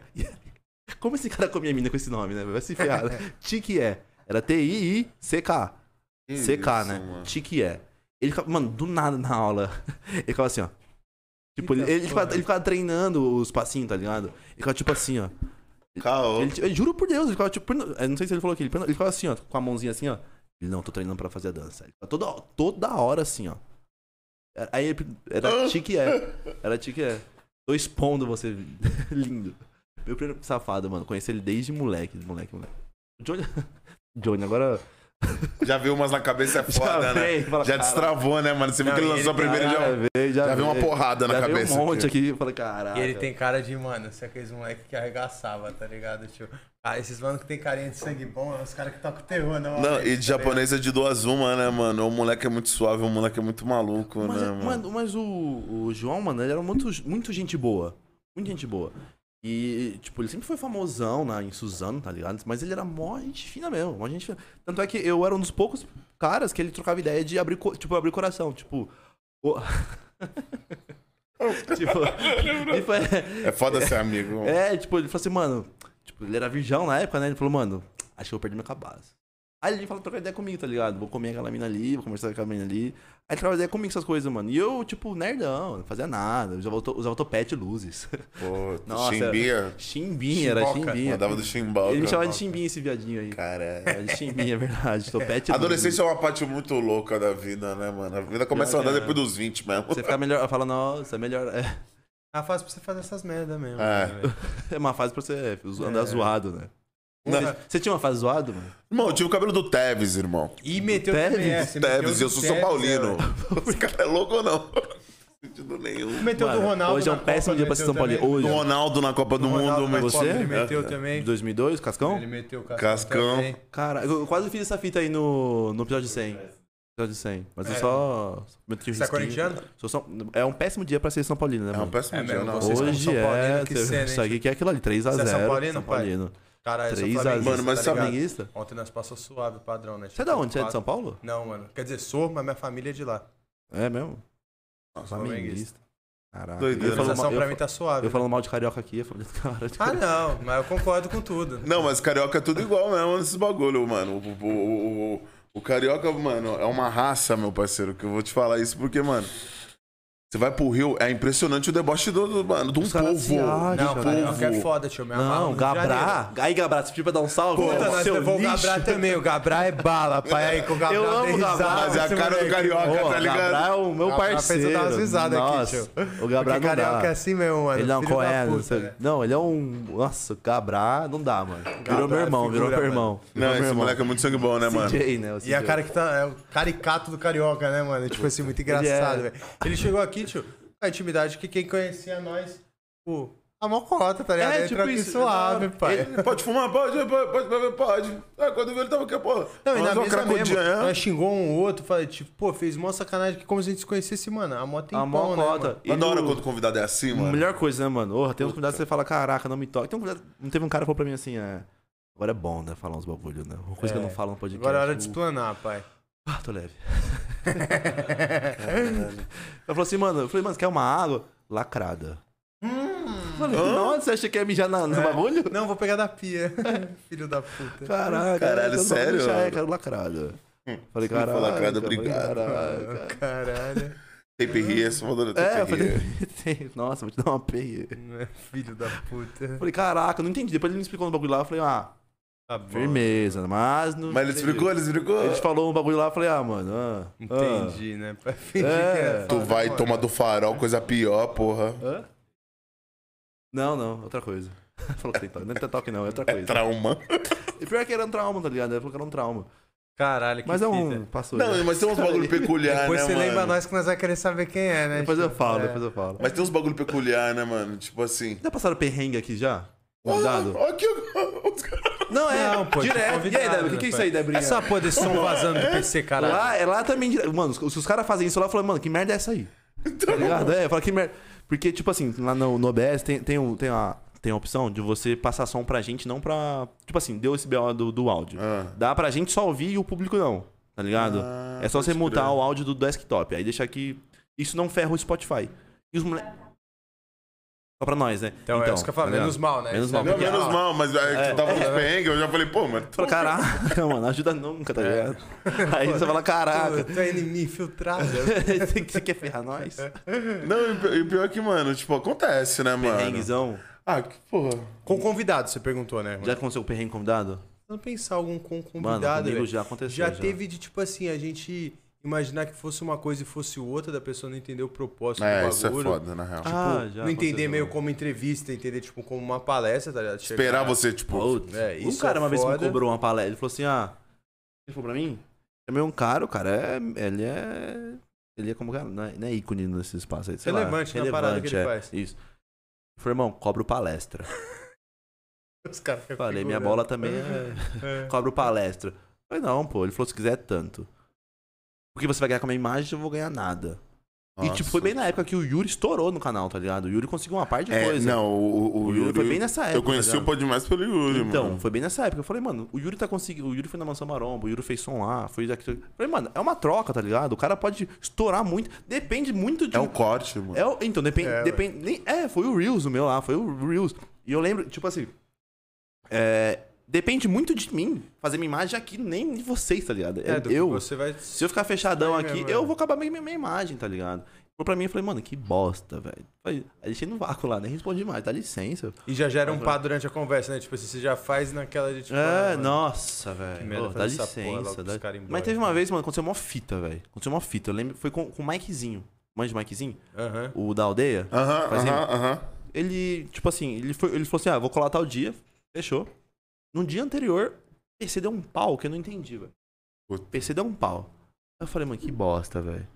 [SPEAKER 3] Como esse cara comia mina com esse nome, né? Vai se ferrar. né?
[SPEAKER 2] (laughs)
[SPEAKER 3] Tique é. Era T-I-I-C-K.
[SPEAKER 2] que
[SPEAKER 3] CK,
[SPEAKER 2] isso,
[SPEAKER 3] né?
[SPEAKER 2] mano.
[SPEAKER 3] Tique é. Ele ficava, mano, do nada na aula. (laughs) Ele ficava assim, ó. Tipo, ele,
[SPEAKER 1] Eita
[SPEAKER 3] ele, ficava,
[SPEAKER 1] porra.
[SPEAKER 3] ele ficava treinando os passinhos, tá ligado? Ele ficava tipo assim, ó.
[SPEAKER 2] Caô.
[SPEAKER 3] Ele, eu juro por Deus, ele ficava tipo. perna- Eu não sei se ele falou aqui. Ele, perna- ele ficava assim, ó, com a mãozinha assim, ó. Ele, não, tô treinando pra fazer a dança. Ele ficava toda, toda hora assim, ó. Era- Aí ele,
[SPEAKER 2] Ah.
[SPEAKER 3] era tique é. Era tique é. Tô expondo você, (laughs) lindo. Meu primeiro safado, mano. Conheci ele desde moleque, moleque, moleque. Johnny, (laughs) Johnny agora.
[SPEAKER 2] Já viu umas na cabeça é
[SPEAKER 3] (laughs)
[SPEAKER 2] foda, né?
[SPEAKER 3] vem, fala,
[SPEAKER 2] Já
[SPEAKER 3] "Caralho".
[SPEAKER 2] destravou, né, mano? Você viu
[SPEAKER 1] Não,
[SPEAKER 2] que ele
[SPEAKER 1] e
[SPEAKER 2] lançou a
[SPEAKER 1] ele-
[SPEAKER 2] primeira e já.
[SPEAKER 3] Cara, veio, já,
[SPEAKER 2] Já veio uma porrada na
[SPEAKER 3] já
[SPEAKER 2] cabeça.
[SPEAKER 3] Veio um monte
[SPEAKER 2] aqui.
[SPEAKER 3] aqui, eu falei, caralho.
[SPEAKER 1] E ele tem cara de, mano, se aqueles moleque que arregaçava, tá ligado? Tipo, ah, esses mano que tem carinha de sangue bom, é os caras que tocam terror, não.
[SPEAKER 2] Não, e de japonês é de duas uma, né, mano? O moleque é muito suave, o moleque é muito maluco,
[SPEAKER 3] Mas,
[SPEAKER 2] né,
[SPEAKER 3] é-
[SPEAKER 2] mano?
[SPEAKER 3] mano, mas o, o João, mano, ele era muito, muito gente boa. Muito gente boa. E, tipo, ele sempre foi famosão na, em Suzano, tá ligado? Mas ele era mó gente fina mesmo, mó gente fina. Tanto é que eu era um dos poucos caras que ele trocava ideia de abrir, co- tipo, abrir coração. Tipo. o- (laughs)
[SPEAKER 2] (laughs)
[SPEAKER 3] tipo, tipo, é-
[SPEAKER 2] É foda ser amigo.
[SPEAKER 3] É, tipo, ele falou assim, mano. Tipo, ele era virgão na época, né? Ele falou, mano, acho que eu perdi meu cabaço. Aí ele falou, troca ideia comigo, tá ligado? Vou comer aquela mina ali, vou conversar com aquela mina ali. Aí ele trocava ideia comigo essas coisas, mano. E eu, tipo, nerdão, não fazia nada. Eu Usava, auto- usava topete e luzes. (laughs)
[SPEAKER 2] Pô,
[SPEAKER 3] Nossa,
[SPEAKER 2] Chimbinha.
[SPEAKER 3] Chimbinha, era
[SPEAKER 1] Chimboca.
[SPEAKER 3] chimbinha.
[SPEAKER 2] Mandava do chimbal.
[SPEAKER 3] Ele me chamava de
[SPEAKER 2] chimbinha.
[SPEAKER 3] chimbinha, esse viadinho aí.
[SPEAKER 2] Cara.
[SPEAKER 3] Era de chimbinha, é verdade. Topete e
[SPEAKER 2] Adolescência é uma parte muito louca da vida, né, mano? A vida começa a andar
[SPEAKER 3] Pior que é.
[SPEAKER 2] depois dos 20 mesmo.
[SPEAKER 3] Você fica melhor, fala, nossa, melhor. É, (laughs)
[SPEAKER 1] Ah, faz pra você fazer essas merda mesmo. né,
[SPEAKER 2] É.
[SPEAKER 1] velho?
[SPEAKER 3] é uma fase pra você andar
[SPEAKER 1] É.
[SPEAKER 3] zoado, né?
[SPEAKER 2] Não.
[SPEAKER 3] Você, você tinha uma fase zoado, mano?
[SPEAKER 2] Irmão, eu tive o cabelo do Tevez, irmão.
[SPEAKER 1] E meteu
[SPEAKER 3] Tevez?
[SPEAKER 1] MS, meteu
[SPEAKER 2] Tevez,
[SPEAKER 1] do
[SPEAKER 2] eu sou
[SPEAKER 1] Tevez,
[SPEAKER 2] São Paulino.
[SPEAKER 1] né, velho?
[SPEAKER 2] Esse cara é louco ou não? Sentido nenhum.
[SPEAKER 1] Meteu do
[SPEAKER 3] Mano,
[SPEAKER 1] Ronaldo.
[SPEAKER 3] hoje é um
[SPEAKER 1] na
[SPEAKER 3] péssimo
[SPEAKER 1] Copa,
[SPEAKER 3] dia pra ser
[SPEAKER 1] meteu
[SPEAKER 3] São Paulino.
[SPEAKER 1] também.
[SPEAKER 2] O
[SPEAKER 3] Hoje,
[SPEAKER 2] Ronaldo na Copa do
[SPEAKER 1] Ronaldo
[SPEAKER 2] Mundo,
[SPEAKER 1] na
[SPEAKER 2] mas.
[SPEAKER 1] Copa,
[SPEAKER 3] você?
[SPEAKER 1] Ele meteu
[SPEAKER 2] É.
[SPEAKER 1] também.
[SPEAKER 3] de 2002, Cascão?
[SPEAKER 1] Ele meteu o
[SPEAKER 2] Cascão.
[SPEAKER 1] também. é
[SPEAKER 3] Cara, eu eu quase fiz essa fita aí no, no episódio 100. Episódio 100. Mas eu só. só meti
[SPEAKER 1] É.
[SPEAKER 3] o
[SPEAKER 1] Você é
[SPEAKER 3] risquinho.
[SPEAKER 1] corintiano?
[SPEAKER 3] Sou São- é um péssimo dia pra ser São Paulino, né?
[SPEAKER 2] É um
[SPEAKER 3] mano?
[SPEAKER 2] péssimo
[SPEAKER 1] É
[SPEAKER 2] dia,
[SPEAKER 1] mesmo,
[SPEAKER 2] não.
[SPEAKER 1] vocês como
[SPEAKER 3] Hoje
[SPEAKER 1] São Paulino,
[SPEAKER 3] é.
[SPEAKER 1] que
[SPEAKER 3] cê-
[SPEAKER 1] cena, hein?
[SPEAKER 3] isso aqui que é aquilo ali, 3x0.
[SPEAKER 1] Você é São
[SPEAKER 3] São
[SPEAKER 1] Paulino,
[SPEAKER 3] Paulino?
[SPEAKER 1] pai? Tá Cara, eu sou
[SPEAKER 3] 3 a
[SPEAKER 1] flamenguista,
[SPEAKER 2] Mano, mas
[SPEAKER 1] tá
[SPEAKER 2] sabe-
[SPEAKER 1] ligado?
[SPEAKER 3] Flamenguista?
[SPEAKER 1] Ontem nós passou suave, padrão, né?
[SPEAKER 3] Você é da onde? Você é de São Paulo?
[SPEAKER 1] Não, mano. Quer dizer, sou, mas minha família é de lá.
[SPEAKER 3] É mesmo?
[SPEAKER 1] Flamenguista.
[SPEAKER 3] Flamenguista. Caraca.
[SPEAKER 2] Doideira.
[SPEAKER 3] Eu falo,
[SPEAKER 1] Sensação
[SPEAKER 3] mal, eu,
[SPEAKER 1] pra mim tá
[SPEAKER 3] falo-
[SPEAKER 1] suave.
[SPEAKER 3] eu falo mal de carioca aqui, eu falo de (laughs) cara tipo, de
[SPEAKER 1] Ah,
[SPEAKER 3] carioca.
[SPEAKER 1] não, mas eu concordo com tudo.
[SPEAKER 2] Não, mas carioca é tudo igual mesmo, esses bagulho, mano. O, o- o- o- o carioca, mano, é uma raça, meu parceiro, que eu vou te falar isso, porque, mano. Você vai pro Rio, é impressionante o deboche do, do- mano, de um
[SPEAKER 3] Os caras se
[SPEAKER 2] povo.
[SPEAKER 3] acham,
[SPEAKER 2] de um
[SPEAKER 3] cara.
[SPEAKER 1] Não,
[SPEAKER 2] povo.
[SPEAKER 1] carioca é foda, tio. Meu
[SPEAKER 3] Não, Gabrá. Aí, Gabrá, se pedir pra dar um salve,
[SPEAKER 1] Puta, nós um
[SPEAKER 3] seu
[SPEAKER 1] levou o
[SPEAKER 3] lixo.
[SPEAKER 1] Gabrá também. O Gabrá é bala, pai. Aí, com o Gabrá
[SPEAKER 3] Eu amo
[SPEAKER 1] dei
[SPEAKER 3] o Gabrá.
[SPEAKER 1] risada,
[SPEAKER 2] Mas é a
[SPEAKER 1] esse
[SPEAKER 2] cara do
[SPEAKER 1] moleque.
[SPEAKER 2] carioca,
[SPEAKER 3] Ô,
[SPEAKER 2] tá ligado?
[SPEAKER 3] O Gabrá é o meu
[SPEAKER 1] Gabrá fez eu
[SPEAKER 3] parceiro.
[SPEAKER 1] dar umas risadas aqui,
[SPEAKER 3] Nossa,
[SPEAKER 1] tio.
[SPEAKER 3] O Gabrá
[SPEAKER 1] Porque
[SPEAKER 3] não dá.
[SPEAKER 1] carioca é assim mesmo, mano.
[SPEAKER 3] Ele não,
[SPEAKER 1] filho
[SPEAKER 3] qual
[SPEAKER 1] da
[SPEAKER 3] é?
[SPEAKER 1] puta,
[SPEAKER 3] Você-
[SPEAKER 1] né?
[SPEAKER 3] Não, ele é um. Nossa, o Gabrá não dá, mano. Virou meu
[SPEAKER 1] é
[SPEAKER 3] irmão, virou
[SPEAKER 1] figura,
[SPEAKER 3] meu irmão.
[SPEAKER 2] Não, esse
[SPEAKER 3] Virou meu
[SPEAKER 2] moleque é muito sangue bom, né, mano?
[SPEAKER 3] CJ, né? o
[SPEAKER 1] E a
[SPEAKER 3] CJ.
[SPEAKER 1] cara que tá. É o caricato do carioca, né, mano? Tipo assim,
[SPEAKER 3] (laughs)
[SPEAKER 1] muito engraçado,
[SPEAKER 3] é-
[SPEAKER 1] velho. Ele chegou aqui, tio, com a intimidade que quem conhecia nós, pô, a mocota, tá ligado?
[SPEAKER 3] É,
[SPEAKER 1] Ele
[SPEAKER 3] tipo
[SPEAKER 1] entrou aqui
[SPEAKER 3] isso,
[SPEAKER 1] suave,
[SPEAKER 3] não,
[SPEAKER 1] pai.
[SPEAKER 2] Pode fumar? Pode, pode, pode beber? Pode. Ah, quando eu vi ele tava aqui, pô.
[SPEAKER 1] Não, e na
[SPEAKER 2] Nós uma
[SPEAKER 1] mesa mesmo,
[SPEAKER 2] cracudinha, é.
[SPEAKER 1] nós xingou um outro, falei, tipo, pó, fez mó sacanagem, que como se a gente se conhecesse, mano, a moto tem
[SPEAKER 3] A maior É cota.
[SPEAKER 1] Né, mano?
[SPEAKER 3] E
[SPEAKER 2] Mas na
[SPEAKER 3] no-
[SPEAKER 2] hora quando o convidado é assim,
[SPEAKER 3] a
[SPEAKER 2] mano.
[SPEAKER 3] Melhor coisa, né, mano? Porra, tem uns convidados que você fala, caraca, não me toca. Tem um convidado... Não teve um cara que falou pra mim assim, é. Agora é bom, né? Falar uns bagulho, né? Uma coisa que eu não falo no podcast. (laughs)
[SPEAKER 1] Agora é hora de
[SPEAKER 3] O-
[SPEAKER 1] explanar, pai.
[SPEAKER 3] Ah, tô leve. (laughs) Ela falou assim, mano, eu falei, mano, você quer uma água? Lacrada. Hum, falei, nossa, você acha que é mijar na, no bagulho?
[SPEAKER 1] Não, vou pegar da pia. (laughs) Filho da puta.
[SPEAKER 3] Caraca,
[SPEAKER 2] Caralho,
[SPEAKER 3] eu não vou
[SPEAKER 2] sério,
[SPEAKER 3] mijar,
[SPEAKER 2] mano? Hum,
[SPEAKER 3] É, quero lacrada. Falei,
[SPEAKER 2] não for
[SPEAKER 3] caralho.
[SPEAKER 2] lacrada,
[SPEAKER 3] falei,
[SPEAKER 2] obrigado. (laughs)
[SPEAKER 3] caralho, cara.
[SPEAKER 1] Caralho. (laughs)
[SPEAKER 2] Tape here, só mandando
[SPEAKER 3] É, eu
[SPEAKER 2] tape
[SPEAKER 3] falei, (laughs)
[SPEAKER 2] here.
[SPEAKER 3] nossa, vou te dar uma peia.
[SPEAKER 1] Filho da puta.
[SPEAKER 3] Falei, caraca, eu não entendi. Depois ele me explicou um bagulho lá, eu falei, ah,
[SPEAKER 1] Tá bom.
[SPEAKER 3] firmeza, mas não.
[SPEAKER 2] Mas ele
[SPEAKER 3] entendi.
[SPEAKER 2] explicou, ele explicou.
[SPEAKER 3] Ele falou um bagulho lá, eu falei, ah, mano. Ah, ah.
[SPEAKER 1] Entendi, né? Pra fingir
[SPEAKER 3] É.
[SPEAKER 1] que é.
[SPEAKER 2] Tu
[SPEAKER 1] foda,
[SPEAKER 2] vai
[SPEAKER 1] mano.
[SPEAKER 2] tomar do farol, coisa pior, porra.
[SPEAKER 3] Hã? Não, não, outra coisa. (laughs) falou que tem toque. Não é toque, não, é outra
[SPEAKER 2] É
[SPEAKER 3] coisa.
[SPEAKER 2] trauma.
[SPEAKER 3] E pior que era um trauma, tá ligado? Ele falou que era um trauma.
[SPEAKER 1] Caralho, que
[SPEAKER 3] Mas é
[SPEAKER 1] fita.
[SPEAKER 3] um. Passou.
[SPEAKER 2] Não,
[SPEAKER 3] já.
[SPEAKER 2] mas tem uns bagulho peculiar,
[SPEAKER 1] Depois
[SPEAKER 2] né,
[SPEAKER 1] você
[SPEAKER 2] mano?
[SPEAKER 1] lembra nós que nós vai querer saber quem é, né?
[SPEAKER 3] Ah, Depois eu
[SPEAKER 1] Chico?
[SPEAKER 3] falo,
[SPEAKER 1] É.
[SPEAKER 3] depois eu falo.
[SPEAKER 2] Mas tem uns bagulho peculiar, né, mano? Tipo assim.
[SPEAKER 3] Já passaram perrengue aqui já? Convidado?
[SPEAKER 2] Olha aqui os caras.
[SPEAKER 3] Não, é.
[SPEAKER 1] Não, pô,
[SPEAKER 3] direto.
[SPEAKER 1] convidado,
[SPEAKER 3] e aí, Débora, o que, que é isso aí,
[SPEAKER 1] rapaz?
[SPEAKER 3] Debrinha?
[SPEAKER 1] Essa porra desse som vazando do PC, caralho.
[SPEAKER 3] Lá, é lá também. dire- Mano, se os, caras fazem isso lá, eu falo, mano, que merda é essa aí? Tá ligado? É, eu falo, que merda. Porque, tipo assim, lá no, no OBS tem, tem, um- tem, a, tem a opção de você passar som pra gente, não pra. Tipo assim, deu esse BO do, do áudio.
[SPEAKER 2] Ah.
[SPEAKER 3] Dá pra gente só ouvir e o público não, tá ligado?
[SPEAKER 2] Ah,
[SPEAKER 3] é só
[SPEAKER 2] pode
[SPEAKER 3] você mutar
[SPEAKER 2] crer.
[SPEAKER 3] o áudio do desktop. Aí deixa aqui. Isso não ferra o Spotify. E os mole... Só pra nós, né?
[SPEAKER 1] Então, é isso que eu falo,
[SPEAKER 3] tá ligado?
[SPEAKER 1] menos mal, né?
[SPEAKER 3] Menos
[SPEAKER 1] Isso é
[SPEAKER 3] mal.
[SPEAKER 2] Não,
[SPEAKER 1] Porque-
[SPEAKER 2] menos
[SPEAKER 1] Ah.
[SPEAKER 2] mal, mas aí
[SPEAKER 3] É.
[SPEAKER 2] que tu tava com os perrengues, eu já falei, pô, mano.
[SPEAKER 3] Fala, (laughs) caraca, mano, ajuda nunca,
[SPEAKER 1] É.
[SPEAKER 3] tá ligado? Aí você fala,
[SPEAKER 1] Tu,
[SPEAKER 3] caraca,
[SPEAKER 1] tu é inimigo infiltrado.
[SPEAKER 3] (laughs) você você quer ferrar nós?
[SPEAKER 1] É.
[SPEAKER 2] Não, e pi- e pior que, mano, tipo, acontece, né, mano?
[SPEAKER 3] Perrenguezão.
[SPEAKER 2] Ah, que porra.
[SPEAKER 1] Com convidado, você perguntou, né? irmão?
[SPEAKER 3] Já aconteceu com o perrengue convidado?
[SPEAKER 1] Não pensar algum com
[SPEAKER 3] Mano,
[SPEAKER 1] convidado,
[SPEAKER 3] comigo
[SPEAKER 1] velho.
[SPEAKER 3] já aconteceu.
[SPEAKER 1] Já teve de, tipo assim, a gente imaginar que fosse uma coisa e fosse outra, da pessoa não entender o propósito
[SPEAKER 2] É,
[SPEAKER 1] do
[SPEAKER 2] isso é
[SPEAKER 1] bagulho.
[SPEAKER 2] foda, na real.
[SPEAKER 3] Ah, já
[SPEAKER 1] Tipo, não entender
[SPEAKER 3] aconteceu.
[SPEAKER 1] meio como entrevista, entender, tipo, como uma palestra, tá ligado? Chegar-
[SPEAKER 2] Esperar você, tipo.
[SPEAKER 3] Putz,
[SPEAKER 1] É,
[SPEAKER 3] um
[SPEAKER 1] isso
[SPEAKER 3] cara
[SPEAKER 1] é
[SPEAKER 3] uma vez me
[SPEAKER 1] foda.
[SPEAKER 3] cobrou uma palestra, ele falou assim, ah, ele falou pra mim, chamei um cara, o cara é, ele é, ele é como cara, não é, não é ícone nesse espaço aí, sei lá.
[SPEAKER 1] Relevante na parada que ele
[SPEAKER 3] é,
[SPEAKER 1] faz.
[SPEAKER 3] Isso. Ele falou, irmão, cobro palestra.
[SPEAKER 1] (laughs) Os caras ficam
[SPEAKER 3] Falei, minha
[SPEAKER 1] figurando.
[SPEAKER 3] bola também é,
[SPEAKER 1] É.
[SPEAKER 3] (laughs) cobro palestra. Falei, não, pô, ele falou, se quiser é tanto. O que você vai ganhar com a minha imagem, eu não vou ganhar nada. E, tipo, foi bem na época que o Yuri estourou no canal, tá ligado? O Yuri conseguiu uma parte de
[SPEAKER 2] É,
[SPEAKER 3] coisa.
[SPEAKER 2] não, o, o,
[SPEAKER 3] né? O Yuri foi bem nessa época.
[SPEAKER 2] Eu conheci
[SPEAKER 3] tá
[SPEAKER 2] o
[SPEAKER 3] ligado?
[SPEAKER 2] Podmais pelo Yuri,
[SPEAKER 3] Então,
[SPEAKER 2] mano.
[SPEAKER 3] foi bem nessa época. Eu falei, mano, o Yuri tá conseguindo. O Yuri foi na Mansão Maromba, o Yuri fez som lá, foi daqui. Eu falei, mano, é uma troca, tá ligado? O cara pode estourar muito. Depende muito de.
[SPEAKER 2] É o corte, mano.
[SPEAKER 3] É o- então, depende.
[SPEAKER 1] É,
[SPEAKER 3] depende nem, é, foi o Reels o meu lá, foi o Reels. E eu lembro, tipo assim. é, depende muito de mim fazer minha imagem aqui, nem de vocês, tá ligado?
[SPEAKER 1] É, do que
[SPEAKER 3] eu.
[SPEAKER 1] você vai...
[SPEAKER 3] Se eu ficar fechadão
[SPEAKER 1] Aí
[SPEAKER 3] aqui,
[SPEAKER 1] mesmo,
[SPEAKER 3] eu
[SPEAKER 1] é.
[SPEAKER 3] vou acabar minha, minha imagem, tá ligado? Falou pra mim, eu falei, mano, que bosta, velho. Falei, Aí deixei no vácuo lá, nem respondi mais, dá licença.
[SPEAKER 1] E já gera um pá durante a conversa, né? Tipo assim, você já faz naquela de tipo. ah,
[SPEAKER 3] É,
[SPEAKER 1] mano,
[SPEAKER 3] nossa, velho.
[SPEAKER 1] merda
[SPEAKER 3] Ô, Dá
[SPEAKER 1] fazer essa porra logo
[SPEAKER 3] licença.
[SPEAKER 1] pros
[SPEAKER 3] Dá...
[SPEAKER 1] caras ir embora.
[SPEAKER 3] Mas teve uma vez, mano, aconteceu uma fita, velho. Aconteceu uma fita. Eu lembro, foi com, com o Mikezinho. Manja o Mikezinho?
[SPEAKER 1] Aham.
[SPEAKER 3] O da aldeia?
[SPEAKER 2] Aham,
[SPEAKER 3] Fazia-
[SPEAKER 2] aham, aham.
[SPEAKER 3] Ele, tipo assim, ele, foi, ele falou assim: ah, vou colar tal dia. Fechou. No dia anterior, o PC deu um pau que eu não entendi, velho. O
[SPEAKER 2] Puta.
[SPEAKER 3] PC deu um pau. Aí Eu falei, mano, que bosta, velho.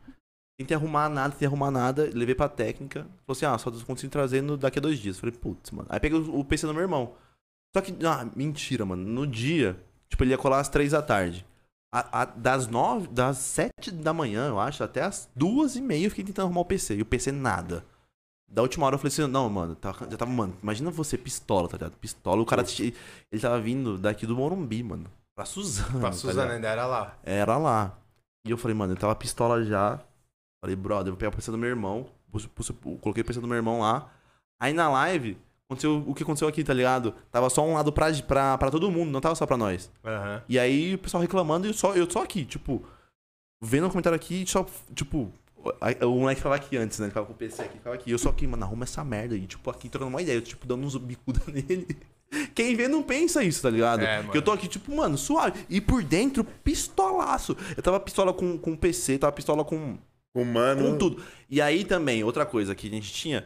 [SPEAKER 3] Tentei arrumar nada, tentei arrumar nada. Levei pra técnica. Falou assim: ah, só consigo trazer no- daqui a dois dias. Eu Falei, putz, mano. Aí peguei o, o PC do meu irmão. Só que, ah, mentira, mano. No dia, tipo, ele ia colar às três da tarde. A- a- das nove, das sete da manhã, eu acho, até as duas e meia eu fiquei tentando arrumar o PC. E o PC nada. Da última hora eu falei assim, não, mano, tá- já tava, mano, imagina você pistola, tá ligado? Pistola, o cara, che- ele tava vindo daqui do Morumbi, mano, pra Suzano.
[SPEAKER 1] Pra
[SPEAKER 3] tá
[SPEAKER 1] Suzana
[SPEAKER 3] ligado?
[SPEAKER 1] ainda era lá.
[SPEAKER 3] Era lá. E eu falei, mano, ele tava pistola já. Falei, brother, eu vou pegar o PC do meu irmão. Pus- pus- eu coloquei o PC do meu irmão lá. Aí na live, aconteceu o que aconteceu aqui, tá ligado? Tava só um lado pra, pra, pra todo mundo, não tava só pra nós.
[SPEAKER 1] Aham.
[SPEAKER 3] E aí o pessoal reclamando e eu só, eu só aqui, tipo, vendo um comentário aqui e só, tipo, a- o moleque ficava aqui antes, né? Ele ficava com o PC aqui, ficava aqui. Eu só aqui, mano, arruma essa merda aí, tipo, aqui trocando uma ideia, eu, tipo, dando uns bicuda (laughs) nele. Quem vê não pensa isso, tá ligado?
[SPEAKER 1] É,
[SPEAKER 3] Que
[SPEAKER 1] mano.
[SPEAKER 3] eu tô aqui, tipo, mano, suave. E por dentro, pistolaço. Eu tava pistola com, com PC, tava pistola com,
[SPEAKER 2] Humano.
[SPEAKER 3] com tudo. E aí também, outra coisa que a gente tinha,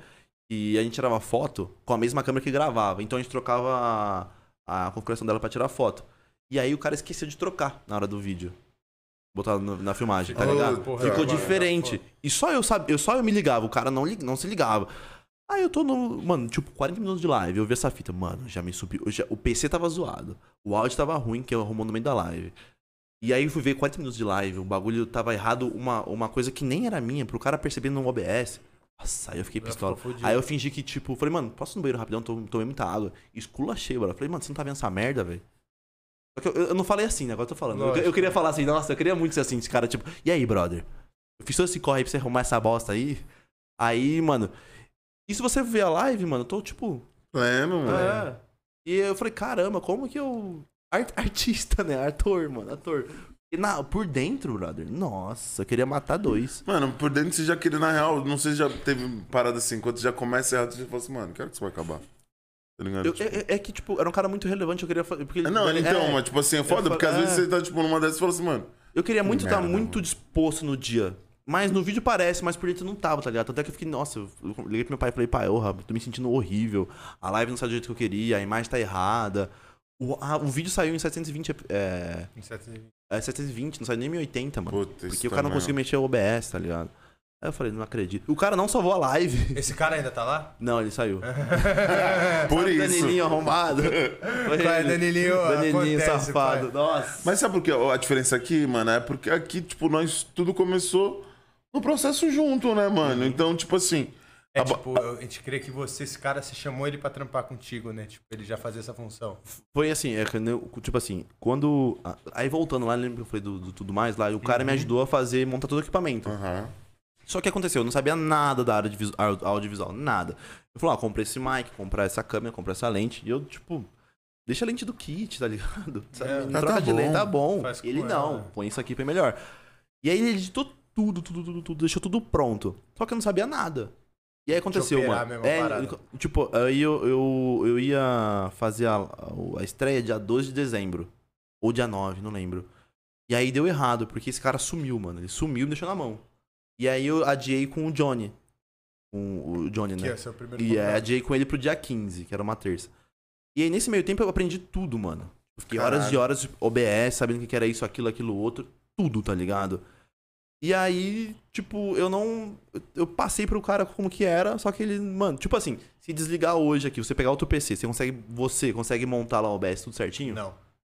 [SPEAKER 3] que a gente tirava foto com a mesma câmera que gravava. Então a gente trocava a, a configuração dela pra tirar foto. E aí o cara esqueceu de trocar na hora do vídeo. Botar no- na filmagem, tá
[SPEAKER 2] Oh,
[SPEAKER 3] ligado?
[SPEAKER 2] porra,
[SPEAKER 3] Ficou
[SPEAKER 2] agora,
[SPEAKER 3] diferente. E só eu sabia, eu só eu me ligava, o cara não, lig- não se ligava. Aí eu tô no. Mano, tipo, 40 minutos de live, eu vi essa fita. Mano, já me subiu. eu já- o PC tava zoado. O áudio tava ruim, que eu arrumou no meio da live. E aí eu fui ver 40 minutos de live, o bagulho tava errado, uma, uma coisa que nem era minha, pro cara perceber no OBS. Nossa, aí eu fiquei
[SPEAKER 1] Já
[SPEAKER 3] pistola.
[SPEAKER 1] ficou fudido.
[SPEAKER 3] Aí eu fingi que, tipo, falei, mano, posso ir no banheiro rapidão? Tô- Tomei muita água. Esculachei, bora. Falei, mano, você não tá vendo essa merda, velho? Só que eu, eu não falei assim, né? Agora eu tô falando. Eu- Eu,
[SPEAKER 1] Lógico.
[SPEAKER 3] queria falar assim, nossa, eu queria muito ser assim, esse cara, tipo, e aí, brother? Eu fiz todo esse corre aí pra você arrumar essa bosta aí. Aí, mano. E se você ver a live, mano, eu tô tipo.
[SPEAKER 2] Pleno, mano.
[SPEAKER 3] É. E eu falei, caramba, como que eu. Ar- (laughs) artista, né? Ator, mano, ator. E na, por dentro, brother, nossa, eu queria matar dois.
[SPEAKER 2] Mano, por dentro você já queria, na real, não sei se já teve parada assim, quando você já começa errado, você fala assim, mano, quero que isso vai acabar. Tá ligado?
[SPEAKER 3] Eu- é, é- é que, tipo, era um cara muito relevante, eu queria fazer. Porque ele-
[SPEAKER 2] Não,
[SPEAKER 3] ele-
[SPEAKER 2] então,
[SPEAKER 3] é,
[SPEAKER 2] mas tipo assim, é foda,
[SPEAKER 3] falo-
[SPEAKER 2] porque às
[SPEAKER 3] é.
[SPEAKER 2] vezes você tá, tipo, numa dessas e fala assim, mano,
[SPEAKER 3] Eu queria muito estar
[SPEAKER 2] merda,
[SPEAKER 3] muito
[SPEAKER 2] mano.
[SPEAKER 3] disposto no dia. Mas no vídeo parece, mas por dentro não tava, tá ligado? Até que eu fiquei, nossa, eu liguei pro meu pai e falei, pai, porra, tô me sentindo horrível. A live não sai do jeito que eu queria, a imagem tá errada. O, ah, o vídeo saiu em 720, é, é 720, não saiu nem 1080, mano.
[SPEAKER 2] puta, isso tá
[SPEAKER 3] porque o cara não
[SPEAKER 2] também,
[SPEAKER 3] conseguiu mexer o OBS, tá ligado? Aí eu falei, não acredito. O cara não salvou a live. (laughs)
[SPEAKER 1] Esse cara ainda tá lá? (laughs) É,
[SPEAKER 3] Não, ele saiu.
[SPEAKER 2] Por isso.
[SPEAKER 3] Danilinho arrombado.
[SPEAKER 2] (laughs)
[SPEAKER 3] Foi
[SPEAKER 1] Vai,
[SPEAKER 3] ele.
[SPEAKER 1] Danilinho,
[SPEAKER 3] Danilinho
[SPEAKER 1] acontece,
[SPEAKER 3] safado.
[SPEAKER 1] pai.
[SPEAKER 3] Nossa.
[SPEAKER 2] Mas sabe por que a diferença aqui, mano? É porque aqui, tipo, nós tudo começou no processo junto, né,
[SPEAKER 3] Uhum.
[SPEAKER 2] mano? Então, tipo assim.
[SPEAKER 1] É
[SPEAKER 3] Tá
[SPEAKER 2] a ba-
[SPEAKER 1] tipo, eu- a gente crê que você, esse cara, você chamou ele pra trampar contigo, né? Tipo, ele já fazia essa função.
[SPEAKER 3] Foi assim, é, que eu- tipo assim, quando. ah, Aí voltando lá, lembra que eu falei do, do tudo mais lá, e o cara me ajudou a fazer, montar todo o equipamento.
[SPEAKER 2] Aham.
[SPEAKER 3] Só que aconteceu, eu não sabia nada da área de visu- au- audiovisual, nada. Eu falei, ó, comprei esse mic, comprar essa câmera, comprar essa lente, e eu, tipo, deixa a lente do kit, tá (laughs) ligado? Sabe?
[SPEAKER 1] É,
[SPEAKER 3] Não
[SPEAKER 2] tá
[SPEAKER 3] troca de
[SPEAKER 2] bom.
[SPEAKER 3] lente, tá bom.
[SPEAKER 1] Faz com
[SPEAKER 3] Ele
[SPEAKER 1] ela. né?"
[SPEAKER 3] não, põe isso aqui pra melhor. E aí ele editou tudo, tudo, tudo, tudo, deixou tudo pronto. Só que eu não sabia nada. E aí aconteceu,
[SPEAKER 1] operar
[SPEAKER 3] mano.
[SPEAKER 1] mesmo a parada.
[SPEAKER 3] ele- tipo, aí eu, eu, eu ia fazer a, a estreia dia 12 de dezembro. Ou dia 9, não lembro. E aí deu errado, porque esse cara sumiu, mano. Ele sumiu e me deixou na mão. E aí eu adiei com o Johnny. Com o Johnny,
[SPEAKER 1] Que
[SPEAKER 3] né?
[SPEAKER 1] é o seu primeiro
[SPEAKER 3] E aí
[SPEAKER 1] contrato.
[SPEAKER 3] adiei com ele pro dia 15, que era uma terça. E aí nesse meio tempo eu aprendi tudo, mano. Eu Fiquei horas e
[SPEAKER 2] Caralho.
[SPEAKER 3] horas de OBS, sabendo o que que era isso, aquilo, aquilo, outro. Tudo, tá ligado? E aí, tipo, eu não. Eu passei pro cara como que era, só que ele, mano, tipo assim, se desligar hoje aqui, você pegar outro PC, você consegue. Você consegue montar lá o OBS tudo certinho?
[SPEAKER 1] Não.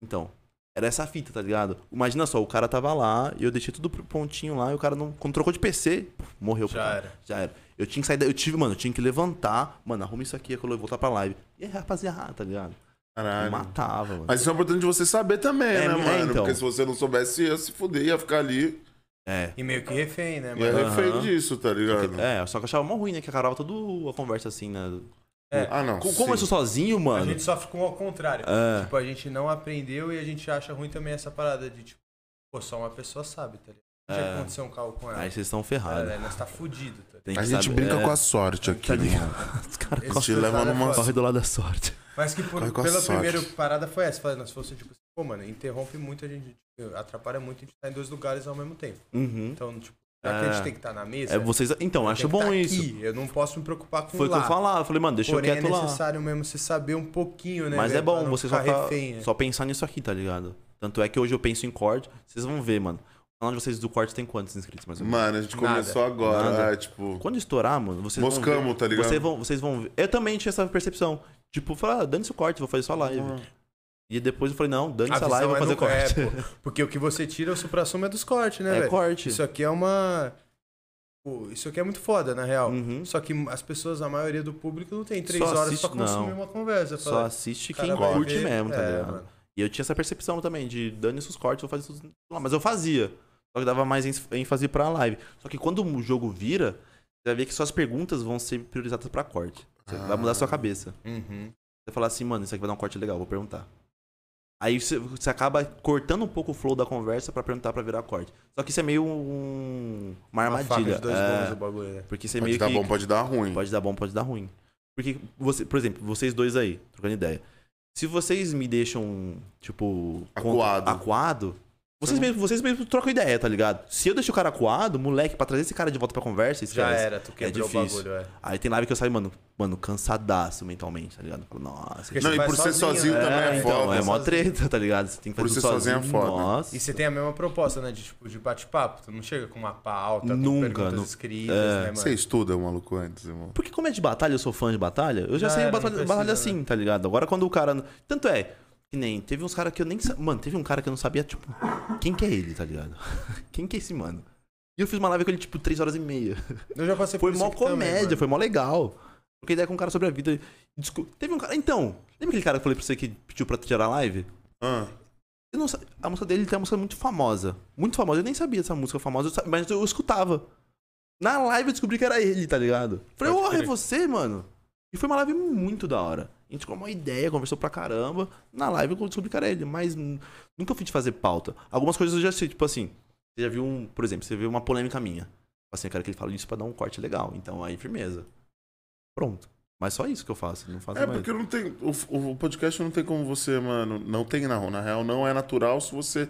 [SPEAKER 3] Então, era essa fita, tá ligado? Imagina só, o cara tava lá, eu deixei tudo pro pontinho lá, e o cara não. Quando trocou de PC, puf, morreu.
[SPEAKER 1] Já
[SPEAKER 3] cara.
[SPEAKER 1] era.
[SPEAKER 3] Já era. Eu tinha que sair da. Eu tive, mano, eu tinha que levantar. Mano, arruma isso aqui, eu vou voltar pra live. E aí, rapaziada, tá ligado? Eu
[SPEAKER 2] Caralho.
[SPEAKER 3] matava, mano.
[SPEAKER 2] Mas isso é importante de você saber também,
[SPEAKER 3] É,
[SPEAKER 2] né,
[SPEAKER 3] é,
[SPEAKER 2] mano?
[SPEAKER 3] então.
[SPEAKER 2] Porque se você não soubesse, ia se fuder, ia ficar ali.
[SPEAKER 3] É.
[SPEAKER 1] E meio que refém, né?
[SPEAKER 2] Ia
[SPEAKER 1] Mano?
[SPEAKER 3] Aham.
[SPEAKER 2] refém disso, tá ligado?
[SPEAKER 3] É, só que eu achava mó ruim, né? Que acabava toda a conversa assim, né?
[SPEAKER 2] Ah, não.
[SPEAKER 3] Co- Como eu
[SPEAKER 2] sim.
[SPEAKER 3] sou sozinho,
[SPEAKER 1] A
[SPEAKER 3] mano.
[SPEAKER 1] gente sofre com ao contrário.
[SPEAKER 3] É.
[SPEAKER 1] Tipo, a gente não aprendeu e a gente acha ruim também essa parada de, tipo, pô, só uma pessoa sabe, tá ligado? Não
[SPEAKER 3] É.
[SPEAKER 1] tinha que acontecer um carro com ela.
[SPEAKER 3] Aí vocês estão
[SPEAKER 1] Cara,
[SPEAKER 3] ferrados.
[SPEAKER 1] nós tá fudido, tá ligado?
[SPEAKER 3] Tem que
[SPEAKER 2] A gente
[SPEAKER 3] saber-
[SPEAKER 2] brinca
[SPEAKER 3] é,
[SPEAKER 2] com a sorte aqui, né,
[SPEAKER 3] Tá ligado?
[SPEAKER 2] mano.
[SPEAKER 3] Os caras
[SPEAKER 2] Eles te
[SPEAKER 3] correm-
[SPEAKER 2] levam
[SPEAKER 1] cara é
[SPEAKER 2] numa
[SPEAKER 1] foda.
[SPEAKER 3] correm do lado da sorte.
[SPEAKER 1] Mas que por,
[SPEAKER 2] Vai com a
[SPEAKER 1] pela
[SPEAKER 2] sorte.
[SPEAKER 1] primeira parada foi essa. Falei, nós fosse tipo, pô, mano, interrompe muito a gente, tipo, atrapalha muito a gente tá em dois lugares ao mesmo tempo.
[SPEAKER 3] Uhum.
[SPEAKER 1] Então, tipo, já que a
[SPEAKER 3] É.
[SPEAKER 1] gente tem que estar na mesa,
[SPEAKER 3] É, vocês... Então, eu
[SPEAKER 1] tem
[SPEAKER 3] acho
[SPEAKER 1] que
[SPEAKER 3] bom
[SPEAKER 1] tá
[SPEAKER 3] isso.
[SPEAKER 1] aqui. Eu não posso me preocupar com
[SPEAKER 3] Foi o que
[SPEAKER 1] lá.
[SPEAKER 3] eu falava. Eu falei, mano, deixa
[SPEAKER 1] Porém,
[SPEAKER 3] eu
[SPEAKER 1] é
[SPEAKER 3] quieto lá.
[SPEAKER 1] necessário mesmo você saber um pouquinho, né?
[SPEAKER 3] Mas é
[SPEAKER 1] velho, pra
[SPEAKER 3] bom
[SPEAKER 1] não
[SPEAKER 3] você só,
[SPEAKER 1] ficar
[SPEAKER 3] ficar-
[SPEAKER 1] refém, né?
[SPEAKER 3] só pensar nisso aqui, tá ligado? Tanto é que hoje eu penso em corte, vocês vão ver, mano. O canal de vocês do corte tem quantos inscritos mais ou menos?
[SPEAKER 2] Mano, a gente
[SPEAKER 1] Nada.
[SPEAKER 2] começou agora,
[SPEAKER 3] Nada.
[SPEAKER 2] é, tipo.
[SPEAKER 3] Quando estourar, mano, vocês vão
[SPEAKER 2] Moscamos,
[SPEAKER 3] ver.
[SPEAKER 2] tá ligado?
[SPEAKER 3] Vocês vão, vocês vão ver. Eu também tinha essa percepção. Tipo, falar, ah, dane-se o corte, vou fazer só live.
[SPEAKER 1] Uhum.
[SPEAKER 3] E depois eu falei, não,
[SPEAKER 1] A
[SPEAKER 3] dane-se a
[SPEAKER 1] visão
[SPEAKER 3] live, vou
[SPEAKER 1] é
[SPEAKER 3] fazer
[SPEAKER 1] no-
[SPEAKER 3] corte.
[SPEAKER 1] é, pô, porque o que você tira, o supra-sumo é dos cortes, né,
[SPEAKER 3] (laughs) É,
[SPEAKER 1] velho?
[SPEAKER 3] corte.
[SPEAKER 1] Isso aqui é uma... pô, Isso aqui é muito foda, na real.
[SPEAKER 3] Uhum.
[SPEAKER 1] Só que as pessoas, a maioria do público, não tem três
[SPEAKER 3] Só
[SPEAKER 1] horas
[SPEAKER 3] assiste-
[SPEAKER 1] pra consumir
[SPEAKER 3] não.
[SPEAKER 1] uma conversa.
[SPEAKER 3] Só
[SPEAKER 1] Fala,
[SPEAKER 3] assiste
[SPEAKER 1] cara
[SPEAKER 3] quem
[SPEAKER 1] vai
[SPEAKER 3] curte
[SPEAKER 1] ver-
[SPEAKER 3] mesmo, tá
[SPEAKER 1] é,
[SPEAKER 3] ligado?
[SPEAKER 1] mano.
[SPEAKER 3] E eu tinha essa percepção também de dane-se os cortes, vou fazer tudo lá. Mas eu fazia. Só que dava mais ênf- ênfase pra live. Só que quando o jogo vira, você vai ver que suas perguntas vão ser priorizadas pra corte. Você Vai mudar a
[SPEAKER 1] Ah.
[SPEAKER 3] sua cabeça.
[SPEAKER 1] Uhum.
[SPEAKER 3] Você vai falar assim, mano, isso aqui vai dar um corte legal, vou perguntar. Aí você, você acaba cortando um pouco o flow da conversa pra perguntar pra virar corte. Só que isso é meio um, uma
[SPEAKER 1] Uma faca
[SPEAKER 3] armadilha.
[SPEAKER 1] de dois
[SPEAKER 3] é,
[SPEAKER 1] gumes, o bagulho, né?
[SPEAKER 3] porque você
[SPEAKER 2] Pode
[SPEAKER 3] meio
[SPEAKER 2] dar
[SPEAKER 3] que
[SPEAKER 2] bom, pode dar ruim.
[SPEAKER 3] Pode dar bom, pode dar ruim. Porque, você, por exemplo, vocês dois aí, trocando ideia. Se vocês me deixam, tipo.
[SPEAKER 2] Acuado. Uhum.
[SPEAKER 3] acuado, vocês mesmos vocês mesmo trocam ideia, tá ligado? Se eu deixo o cara acuado, moleque, pra trazer esse cara de volta pra conversa, esquece.
[SPEAKER 1] Já era, tu quebrou o
[SPEAKER 3] difícil.
[SPEAKER 1] bagulho, é.
[SPEAKER 3] Aí tem live que eu saio, mano, mano, cansadaço mentalmente, tá ligado? Eu falo, Nossa,
[SPEAKER 1] Porque
[SPEAKER 3] que-
[SPEAKER 1] você
[SPEAKER 2] Não, e
[SPEAKER 1] vai
[SPEAKER 2] por ser sozinho
[SPEAKER 1] né?
[SPEAKER 2] também é
[SPEAKER 3] então,
[SPEAKER 2] foda.
[SPEAKER 3] é mó
[SPEAKER 1] sozinho.
[SPEAKER 3] treta, tá ligado? Você tem que
[SPEAKER 2] Por
[SPEAKER 3] fazer
[SPEAKER 2] ser
[SPEAKER 3] tudo sozinho.
[SPEAKER 2] sozinho é foda.
[SPEAKER 3] Nossa.
[SPEAKER 1] E você tem a mesma proposta, né? De tipo, de bate-papo. Tu não chega com uma pauta,
[SPEAKER 3] Nunca,
[SPEAKER 1] com perguntas
[SPEAKER 3] nu- É.
[SPEAKER 1] escritas, né, mano?
[SPEAKER 2] Você estuda, maluco, antes, irmão.
[SPEAKER 3] Porque como é de batalha, eu sou fã de batalha, eu já
[SPEAKER 1] Já
[SPEAKER 3] sei
[SPEAKER 1] era, não
[SPEAKER 3] batalha,
[SPEAKER 1] precisa,
[SPEAKER 3] batalha
[SPEAKER 1] né?
[SPEAKER 3] assim, tá ligado? Agora quando o cara. Tanto é, que nem. Teve uns caras que eu nem. sa- Mano, teve um cara que eu não sabia, tipo, quem que é ele, tá ligado? (laughs) Quem que é esse mano? E eu fiz uma live com ele, tipo, 3 horas e meia.
[SPEAKER 1] Eu já passei
[SPEAKER 3] Foi
[SPEAKER 1] por
[SPEAKER 3] mó
[SPEAKER 1] isso aqui também,
[SPEAKER 3] comédia,
[SPEAKER 1] mano.
[SPEAKER 3] foi mó legal. Troquei ideia com um cara sobre a vida. Discu- Teve um cara. Então, lembra aquele cara que eu falei pra você que pediu pra tirar a live?
[SPEAKER 2] Ah,
[SPEAKER 3] Eu não sa- a música dele tem uma música muito famosa. Muito famosa. Eu nem sabia dessa música famosa, eu sa- mas eu escutava. Na live eu descobri que era ele, tá ligado? Falei,
[SPEAKER 1] Pode
[SPEAKER 3] ô, é
[SPEAKER 1] crer.
[SPEAKER 3] você, mano. E foi uma live muito da hora. A gente ficou uma ideia, conversou pra caramba. Na live eu descobri que era ele, mas hum, nunca fui de fazer pauta. Algumas coisas eu já sei, tipo assim. Você já viu um, por exemplo, você viu uma polêmica minha. Assim, eu quero que ele fale isso pra dar um corte legal. Então aí, firmeza. Pronto. Mas só isso que eu faço, não faço
[SPEAKER 2] É,
[SPEAKER 3] mais.
[SPEAKER 2] porque não tem. O, o podcast não tem como você, mano. Não tem, na, na real, não é natural se você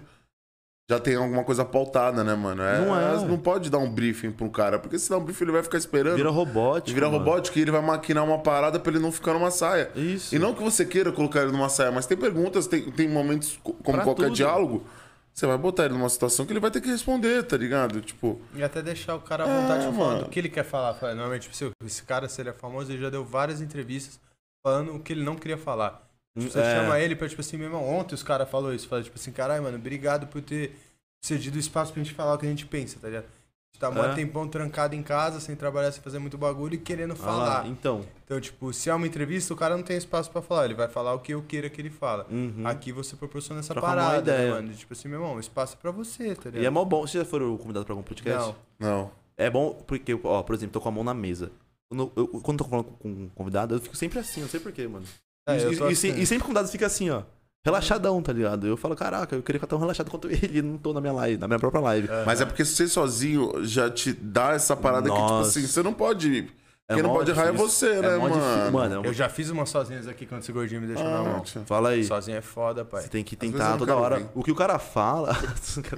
[SPEAKER 2] já tem alguma coisa pautada, né, mano?
[SPEAKER 3] Não é.
[SPEAKER 2] Não pode dar um briefing pra um cara, porque se dá um briefing ele vai ficar esperando.
[SPEAKER 3] Vira
[SPEAKER 2] Vira,
[SPEAKER 3] robótico. né? mano.
[SPEAKER 2] robótico e ele vai maquinar uma parada pra ele não ficar numa saia.
[SPEAKER 3] Isso.
[SPEAKER 2] E não que você queira colocar ele numa saia, mas tem perguntas, tem, tem momentos, co- como
[SPEAKER 3] Pra
[SPEAKER 2] qualquer
[SPEAKER 3] tudo.
[SPEAKER 2] diálogo, você vai botar ele numa situação que ele vai ter que responder, tá ligado? Tipo,
[SPEAKER 1] E até deixar o cara à vontade
[SPEAKER 2] É,
[SPEAKER 1] de falar
[SPEAKER 2] mano.
[SPEAKER 1] do que ele quer falar. Fala, Normalmente, tipo, se- esse cara, se ele é famoso, ele já deu várias entrevistas falando o que ele não queria falar. Tipo, você
[SPEAKER 3] É.
[SPEAKER 1] chama ele pra, tipo assim, meu irmão, ontem os caras falaram isso. Fala, tipo assim, caralho, mano, obrigado por ter cedido espaço pra gente falar o que a gente pensa, tá ligado? A gente tá mó
[SPEAKER 3] É.
[SPEAKER 1] tempão trancado em casa, sem trabalhar, sem fazer muito bagulho e querendo
[SPEAKER 3] Ah,
[SPEAKER 1] falar.
[SPEAKER 3] então.
[SPEAKER 1] Então, tipo, se é uma entrevista, o cara não tem espaço pra falar. Ele vai falar o que eu queira que ele fala.
[SPEAKER 3] Uhum.
[SPEAKER 1] Aqui você proporciona essa
[SPEAKER 3] Troca uma
[SPEAKER 1] parada, né,
[SPEAKER 3] ideia.
[SPEAKER 1] mano? Tipo assim, meu irmão, o espaço é pra você, tá ligado?
[SPEAKER 3] E é mó bom. Vocês já foram convidados pra algum podcast?
[SPEAKER 1] Não.
[SPEAKER 2] não.
[SPEAKER 3] É bom porque, ó, por exemplo, tô com a mão na mesa. Quando eu, eu- quando tô falando com um convidado, eu fico sempre assim, eu não sei porquê, mano.
[SPEAKER 1] É,
[SPEAKER 3] e,
[SPEAKER 1] eu
[SPEAKER 3] e-
[SPEAKER 1] tô
[SPEAKER 3] e se-
[SPEAKER 1] assim.
[SPEAKER 3] e sempre o convidado fica assim, ó. Relaxadão, tá ligado? Eu falo, caraca, eu queria ficar tão relaxado quanto ele, não tô na minha live, na minha própria live.
[SPEAKER 2] Mas é porque ser sozinho já te dá essa parada que, tipo
[SPEAKER 3] Nossa.
[SPEAKER 2] assim, você não pode.
[SPEAKER 3] É
[SPEAKER 2] Quem não
[SPEAKER 3] mó
[SPEAKER 2] pode errar é
[SPEAKER 3] difícil.
[SPEAKER 2] você, né,
[SPEAKER 3] mó difícil.
[SPEAKER 2] mano?
[SPEAKER 3] Mano, é um-
[SPEAKER 1] Eu já fiz umas sozinhas aqui quando esse gordinho me deixou na
[SPEAKER 2] Ah,
[SPEAKER 1] mão.
[SPEAKER 2] tia.
[SPEAKER 3] fala aí.
[SPEAKER 1] Sozinho é foda, pai.
[SPEAKER 3] Você tem que
[SPEAKER 2] vezes eu
[SPEAKER 3] tentar
[SPEAKER 2] não
[SPEAKER 3] toda
[SPEAKER 2] quero
[SPEAKER 3] hora.
[SPEAKER 2] ouvir.
[SPEAKER 3] O que o cara fala. (laughs)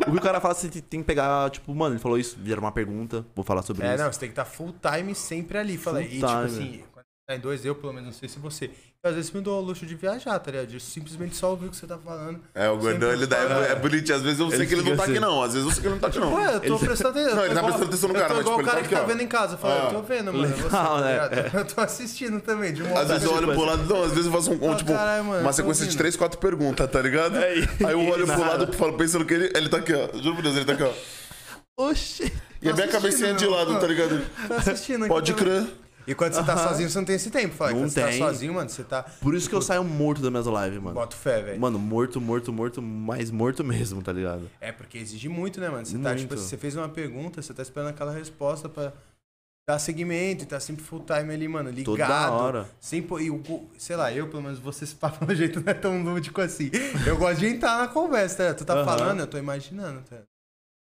[SPEAKER 3] o que o cara fala, você tem que pegar, tipo, mano, ele falou isso, vieram uma pergunta, vou falar sobre
[SPEAKER 1] É,
[SPEAKER 3] isso.
[SPEAKER 1] não, você tem que estar full time sempre ali. Fala, e tipo
[SPEAKER 3] time.
[SPEAKER 1] assim, quando tá em dois, eu pelo menos não sei se você. Eu, às vezes me dou o luxo de viajar, tá ligado? De simplesmente só ouvir o que você tá falando.
[SPEAKER 2] É, o gordão, ele dá, é, é bonitinho. Às vezes eu sei
[SPEAKER 3] Ele
[SPEAKER 2] que ele não
[SPEAKER 3] fica
[SPEAKER 2] tá aqui,
[SPEAKER 3] assim.
[SPEAKER 2] não. Às vezes eu sei que ele não tá aqui,
[SPEAKER 3] (laughs)
[SPEAKER 2] não.
[SPEAKER 1] Ué, eu tô prestando atenção.
[SPEAKER 2] Não, ele tá prestando atenção no cara,
[SPEAKER 1] Eu
[SPEAKER 2] mas,
[SPEAKER 1] tô igual
[SPEAKER 2] tipo,
[SPEAKER 1] o cara
[SPEAKER 2] ele tá
[SPEAKER 1] que tá
[SPEAKER 2] aqui, ó.
[SPEAKER 1] vendo em casa. Fala,
[SPEAKER 2] Ah.
[SPEAKER 1] eu tô vendo, mano. é você,
[SPEAKER 3] Legal,
[SPEAKER 1] tá
[SPEAKER 3] né?
[SPEAKER 1] ligado? (laughs) Eu tô assistindo também, de um
[SPEAKER 2] Às
[SPEAKER 3] tipo
[SPEAKER 2] vezes eu olho
[SPEAKER 3] assim.
[SPEAKER 2] pro lado, não, às vezes eu faço um, um,
[SPEAKER 1] Ah,
[SPEAKER 2] tipo,
[SPEAKER 1] caralho, mano,
[SPEAKER 2] uma
[SPEAKER 1] tô
[SPEAKER 2] sequência de
[SPEAKER 1] ouvindo.
[SPEAKER 2] três, quatro perguntas, tá ligado?
[SPEAKER 3] É, e-
[SPEAKER 2] Aí eu olho
[SPEAKER 3] e
[SPEAKER 2] pro
[SPEAKER 3] nada.
[SPEAKER 2] lado e falo, pensando que ele, ele tá aqui, ó. Juro por Deus, ele tá aqui, ó.
[SPEAKER 3] Oxi!
[SPEAKER 2] E a minha
[SPEAKER 1] assistindo,
[SPEAKER 2] cabecinha de
[SPEAKER 1] meu. Ah.
[SPEAKER 2] lado, tá ligado?
[SPEAKER 1] Tô assistindo aqui.
[SPEAKER 2] Pode
[SPEAKER 1] também.
[SPEAKER 2] crer.
[SPEAKER 1] E quando você tá sozinho, você não tem esse tempo, fala.
[SPEAKER 3] Não
[SPEAKER 1] Quando você tá
[SPEAKER 3] tem.
[SPEAKER 1] sozinho, mano, você tá.
[SPEAKER 3] Por isso que eu saio morto das minhas lives, mano.
[SPEAKER 1] Bota fé, velho.
[SPEAKER 3] Mano, morto, morto, morto, mais morto mesmo, tá ligado?
[SPEAKER 1] É, porque exige muito, né, mano? Você tá, tipo,
[SPEAKER 3] Muito.
[SPEAKER 1] assim, você fez uma pergunta, você tá esperando aquela resposta pra dar seguimento, e tá sempre full time ali, mano, ligado.
[SPEAKER 3] Toda hora.
[SPEAKER 1] Sempre, e o, o- sei lá, eu, pelo menos, você se papo (laughs) no jeito não é tão lúdico assim. Eu gosto de entrar na conversa, tá? ligado? Tu tá
[SPEAKER 3] Aham.
[SPEAKER 1] falando, eu tô imaginando, tá? ligado?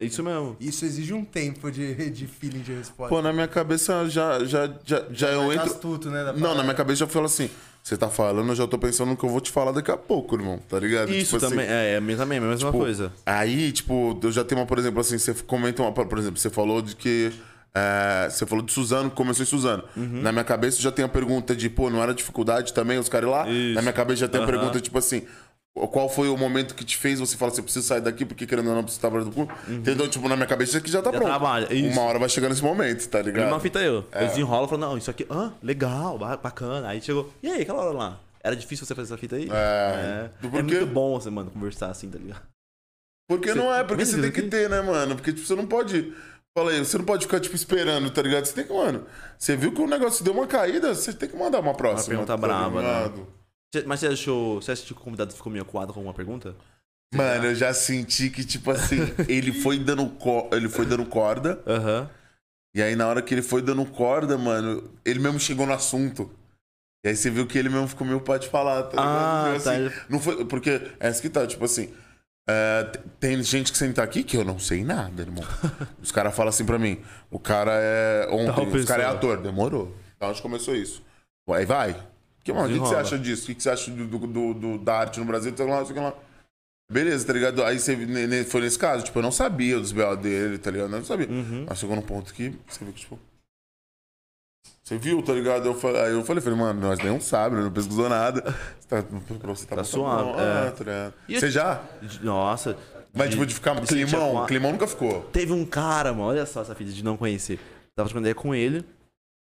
[SPEAKER 3] É Isso mesmo.
[SPEAKER 1] Isso exige um tempo de, de feeling de resposta.
[SPEAKER 2] Pô, na minha cabeça já, já, já, já eu
[SPEAKER 1] Mas
[SPEAKER 2] entro.
[SPEAKER 1] astuto, né? da
[SPEAKER 2] Não, na
[SPEAKER 1] parada.
[SPEAKER 2] minha cabeça já fala assim: você tá falando, eu já tô pensando no que eu vou te falar daqui a pouco, irmão, tá ligado?
[SPEAKER 3] Isso
[SPEAKER 2] Tipo assim,
[SPEAKER 3] também, é, é a mesma, a mesma
[SPEAKER 2] Pô,
[SPEAKER 3] coisa.
[SPEAKER 2] Aí, tipo, eu já tenho uma, por exemplo, assim, você comenta uma. Por exemplo, você falou de que. é, você falou de Suzano, começou em Suzano.
[SPEAKER 3] Uhum.
[SPEAKER 2] Na minha cabeça já tem a pergunta de, pô, não era dificuldade também os caras lá?
[SPEAKER 3] Isso.
[SPEAKER 2] Na minha cabeça já tem a
[SPEAKER 3] Aham.
[SPEAKER 2] pergunta, tipo assim. Qual foi o momento que te fez você falar assim, eu preciso sair daqui porque querendo ou não, eu preciso trabalhar do clube? Entendeu? Tipo, na minha cabeça que já tá pronto.
[SPEAKER 3] Uhum. trabalha, isso.
[SPEAKER 2] Uma hora vai chegar nesse momento, tá
[SPEAKER 3] É.
[SPEAKER 2] ligado?
[SPEAKER 3] Uma fita eu. Eu desenrolo e falo, não, isso aqui, hã? Legal, ba- bacana. Aí chegou, e aí, aquela hora lá? Era difícil você fazer essa fita aí?
[SPEAKER 2] É.
[SPEAKER 3] É,
[SPEAKER 2] Por
[SPEAKER 3] é
[SPEAKER 2] quê?
[SPEAKER 3] muito bom você, mano, conversar assim, tá ligado?
[SPEAKER 2] Porque não é, porque
[SPEAKER 3] Mesmo
[SPEAKER 2] você tem que
[SPEAKER 3] aqui?
[SPEAKER 2] ter, né, mano? Porque tipo, você não pode. Fala aí, você não pode ficar, tipo, esperando, tá ligado? Você tem que, mano. Você viu que o negócio deu uma caída, você tem que mandar uma próxima.
[SPEAKER 3] pergunta
[SPEAKER 2] tá
[SPEAKER 3] braba, né?
[SPEAKER 2] ligado?
[SPEAKER 3] Você- Mas você achou. Você assistiu que o convidado ficou meio coado com alguma pergunta?
[SPEAKER 2] Mano, eu já senti que, tipo assim, ele foi dando co- ele foi dando corda.
[SPEAKER 3] Aham.
[SPEAKER 2] E aí, na hora que ele foi dando corda, mano, ele mesmo chegou no assunto. E aí você viu que ele mesmo ficou meio pá de falar, tá ligado?
[SPEAKER 3] Ah,
[SPEAKER 2] Meio
[SPEAKER 3] tá.
[SPEAKER 2] assim, Não foi, porque é isso que tá, tipo assim. é, t- tem gente que senta aqui que eu não sei nada, irmão. Os caras falam assim pra mim: o cara é.
[SPEAKER 3] Tal
[SPEAKER 2] Ontem, os
[SPEAKER 3] pessoa.
[SPEAKER 2] cara é ator. Demorou. Da onde começou isso? Aí vai. Que, mano, o que, que você
[SPEAKER 3] Desenrola.
[SPEAKER 2] acha disso? O que, que você acha do, do- do- do- da arte no Brasil? Sei lá, sei lá. Beleza, tá ligado? Aí você ne- ne- foi nesse caso, tipo, eu não sabia dos BO dele, tá ligado? Eu não sabia.
[SPEAKER 3] Uhum.
[SPEAKER 2] Mas chegou num ponto que você viu que, tipo. Você viu, tá ligado? Eu falei, aí eu falei, falei, mano, nós nenhum sabe, né? não pesquisou nada. Você tá, você tá, botando
[SPEAKER 3] suave,
[SPEAKER 2] mão,
[SPEAKER 3] é.
[SPEAKER 2] ah, tá ligado?
[SPEAKER 3] E-
[SPEAKER 2] Você já?
[SPEAKER 3] De- Nossa.
[SPEAKER 2] Mas, tipo, de ficar
[SPEAKER 3] me sentir
[SPEAKER 2] climão,
[SPEAKER 3] acuado.
[SPEAKER 2] climão nunca ficou.
[SPEAKER 3] Teve um cara, mano, olha só essa fita de não conhecer. Tava trocando ideia com ele.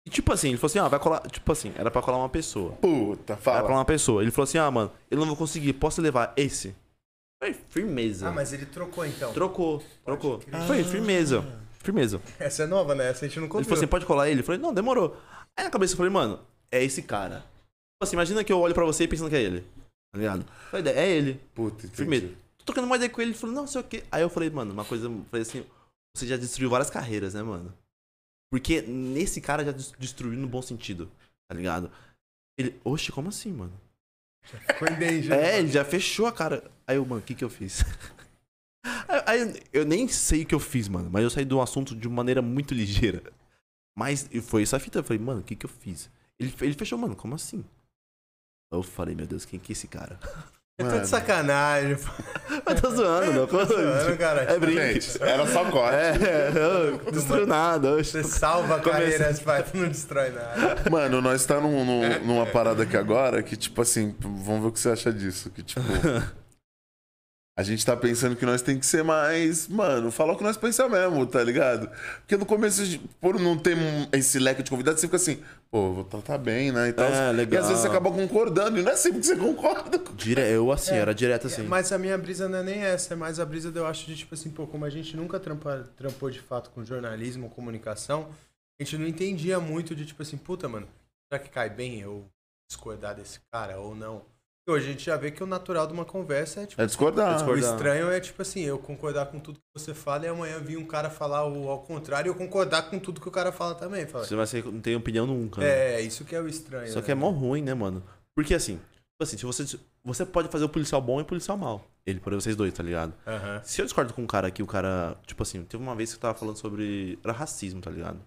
[SPEAKER 3] E tipo assim, ele falou assim, ó, vai colar. Tipo assim, era pra colar uma pessoa.
[SPEAKER 2] Puta,
[SPEAKER 3] Era pra
[SPEAKER 2] fala.
[SPEAKER 3] uma pessoa. Ele falou assim, ah, mano, eu não vou conseguir, posso levar esse? Foi firmeza.
[SPEAKER 1] Ah, mas Ah. ele trocou então.
[SPEAKER 3] Trocou, trocou. Foi firmeza. Firmeza.
[SPEAKER 1] Essa é nova, né? Essa a gente não
[SPEAKER 3] Ele
[SPEAKER 1] contou.
[SPEAKER 3] falou assim, pode colar ele? Eu falei, não, demorou. Aí na cabeça eu falei, mano, é esse cara. Tipo assim, imagina que eu olho pra você pensando que é ele. Tá ligado? Foi ideia, é ele.
[SPEAKER 2] Puta, entendi.
[SPEAKER 3] Primeiro. Tô tocando uma ideia com ele, ele falou, não, sei o quê. Aí eu falei, mano, uma coisa, eu falei assim, você já destruiu várias carreiras, né, mano? Porque nesse cara já des- destruiu no bom sentido, tá ligado? Ele, oxe, como assim, mano?
[SPEAKER 1] Ficou em danger.
[SPEAKER 3] É, ele já fechou a cara. Aí eu, mano, o que que eu fiz? (laughs) Aí- Aí eu nem sei o que eu fiz, mano, mas eu saí do assunto de maneira muito ligeira. Mas e foi essa fita, eu falei, mano, o que que eu fiz? Ele, ele fechou, mano, como assim? Eu falei, meu Deus, quem que é esse cara? (laughs)
[SPEAKER 1] Eu tô de sacanagem. (laughs) pô.
[SPEAKER 3] Eu tô zoando, não. Tô
[SPEAKER 1] zoando, caralho.
[SPEAKER 3] É brinque.
[SPEAKER 2] Gente, era só corte.
[SPEAKER 3] É, (laughs) eu não destruiu nada. eu-
[SPEAKER 1] Você salva carreiras, pai. Tu não destrói nada.
[SPEAKER 2] Mano, nós tá num- num- numa parada aqui agora que, tipo assim, p- vamos ver o que você acha disso. Que,
[SPEAKER 3] (laughs)
[SPEAKER 2] tipo. A gente tá pensando que nós tem que ser mais. Mano, falar o que nós pensamos mesmo, tá ligado? Porque no começo, de- por não ter um- esse leque de convidados, você fica assim, pô, vou tratar bem, né? E, tal.
[SPEAKER 3] É,
[SPEAKER 2] e
[SPEAKER 3] legal.
[SPEAKER 2] às vezes você acaba concordando, e não é sempre que você concorda.
[SPEAKER 3] Dire... Eu assim, era direto assim.
[SPEAKER 1] É. Mas a minha brisa não é nem essa. É mais a brisa de eu acho de, tipo assim, pô, como a gente nunca trampa- trampou de fato com jornalismo, comunicação, a gente não entendia muito de, tipo assim, puta, mano, será que cai bem eu discordar desse cara ou não? E hoje a gente já vê que o natural de uma conversa é, tipo,
[SPEAKER 2] É discordar.
[SPEAKER 3] É discordar.
[SPEAKER 1] O estranho é, tipo assim, eu concordar com tudo que você fala e amanhã vir um cara falar o, ao contrário e eu concordar com tudo que o cara fala também. Fala,
[SPEAKER 3] Você vai ser... não tem opinião nunca. né?
[SPEAKER 1] é, isso que é o estranho.
[SPEAKER 3] Só
[SPEAKER 1] né?
[SPEAKER 3] que é mó ruim, né, mano? Porque assim, tipo assim, se você. Você pode fazer o policial bom e o policial mal. Ele por vocês dois, tá ligado?
[SPEAKER 1] Aham.
[SPEAKER 3] Se eu discordo com um cara aqui, o cara. Tipo assim, teve uma vez que eu tava falando sobre. Era racismo, tá ligado?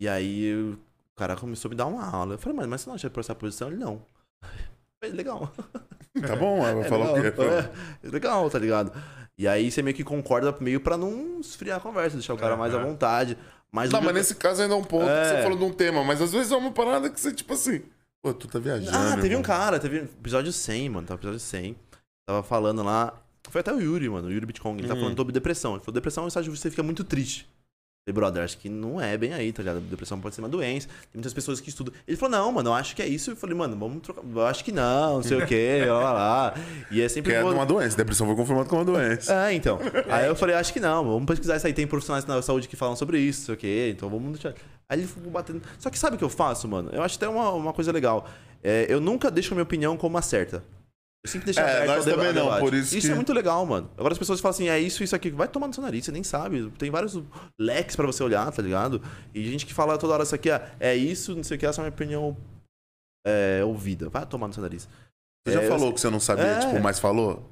[SPEAKER 3] E aí eu- o cara começou a me dar uma aula. Eu falei, mano, mas você não acha por essa posição? Ele não. (laughs) Foi legal.
[SPEAKER 2] Tá bom, ela vai
[SPEAKER 3] É
[SPEAKER 2] falar o quê?
[SPEAKER 3] legal, é, é legal, tá ligado? E aí você meio que concorda meio pra não esfriar a conversa, deixar o cara
[SPEAKER 2] É,
[SPEAKER 3] mais à
[SPEAKER 1] Aham.
[SPEAKER 3] vontade. Mas
[SPEAKER 2] Não,
[SPEAKER 3] hoje
[SPEAKER 2] mas
[SPEAKER 3] eu-
[SPEAKER 2] nesse caso ainda é um ponto que você
[SPEAKER 3] É.
[SPEAKER 2] falou de um tema, mas às vezes é uma parada que você, tipo assim, pô, tu tá viajando.
[SPEAKER 3] Ah, teve
[SPEAKER 2] irmão.
[SPEAKER 3] um cara, teve episódio 100, mano. Tava episódio 100. Tava falando lá. Foi até o Yuri, mano. O Yuri Bitcoin. Ele tá
[SPEAKER 2] Hum.
[SPEAKER 3] falando sobre depressão. Ele falou: depressão é um estágio que você fica muito triste. Eu Falei, brother, acho que não é bem aí, tá ligado? Depressão pode ser uma doença. Tem muitas pessoas que estudam. Ele falou: não, mano, eu acho que é isso. Eu falei: mano, vamos trocar. Eu acho que não, não sei o quê, lá, lá, lá. E é
[SPEAKER 2] Que
[SPEAKER 3] sempre.
[SPEAKER 2] é
[SPEAKER 3] bom-
[SPEAKER 2] uma doença. Depressão foi confirmada como uma doença.
[SPEAKER 3] é, então. Aí eu falei, acho que não, vamos pesquisar isso aí. Tem profissionais na saúde que falam sobre isso, sei o quê, então vamos deixar. Aí ele ficou batendo. Só que sabe o que eu faço, mano? Eu acho até uma, uma coisa legal. É, eu nunca deixo a minha opinião como uma certa. Eu sempre deixo
[SPEAKER 2] É,
[SPEAKER 3] aberto
[SPEAKER 2] nós
[SPEAKER 3] ao deba-
[SPEAKER 2] também
[SPEAKER 3] ao
[SPEAKER 2] não,
[SPEAKER 3] debate.
[SPEAKER 2] por isso
[SPEAKER 3] Isso
[SPEAKER 2] que-
[SPEAKER 3] é muito legal, mano. Agora as pessoas falam assim, é isso, isso aqui. Vai tomar no seu nariz, você nem sabe. Tem vários leques pra você olhar, tá ligado? E gente que fala toda hora isso aqui, ah, é isso, não sei o que, essa é a minha opinião é, ouvida. Vai tomar no seu nariz.
[SPEAKER 2] Você já
[SPEAKER 3] É, eu-
[SPEAKER 2] falou que você não sabia,
[SPEAKER 3] É.
[SPEAKER 2] tipo, mas falou?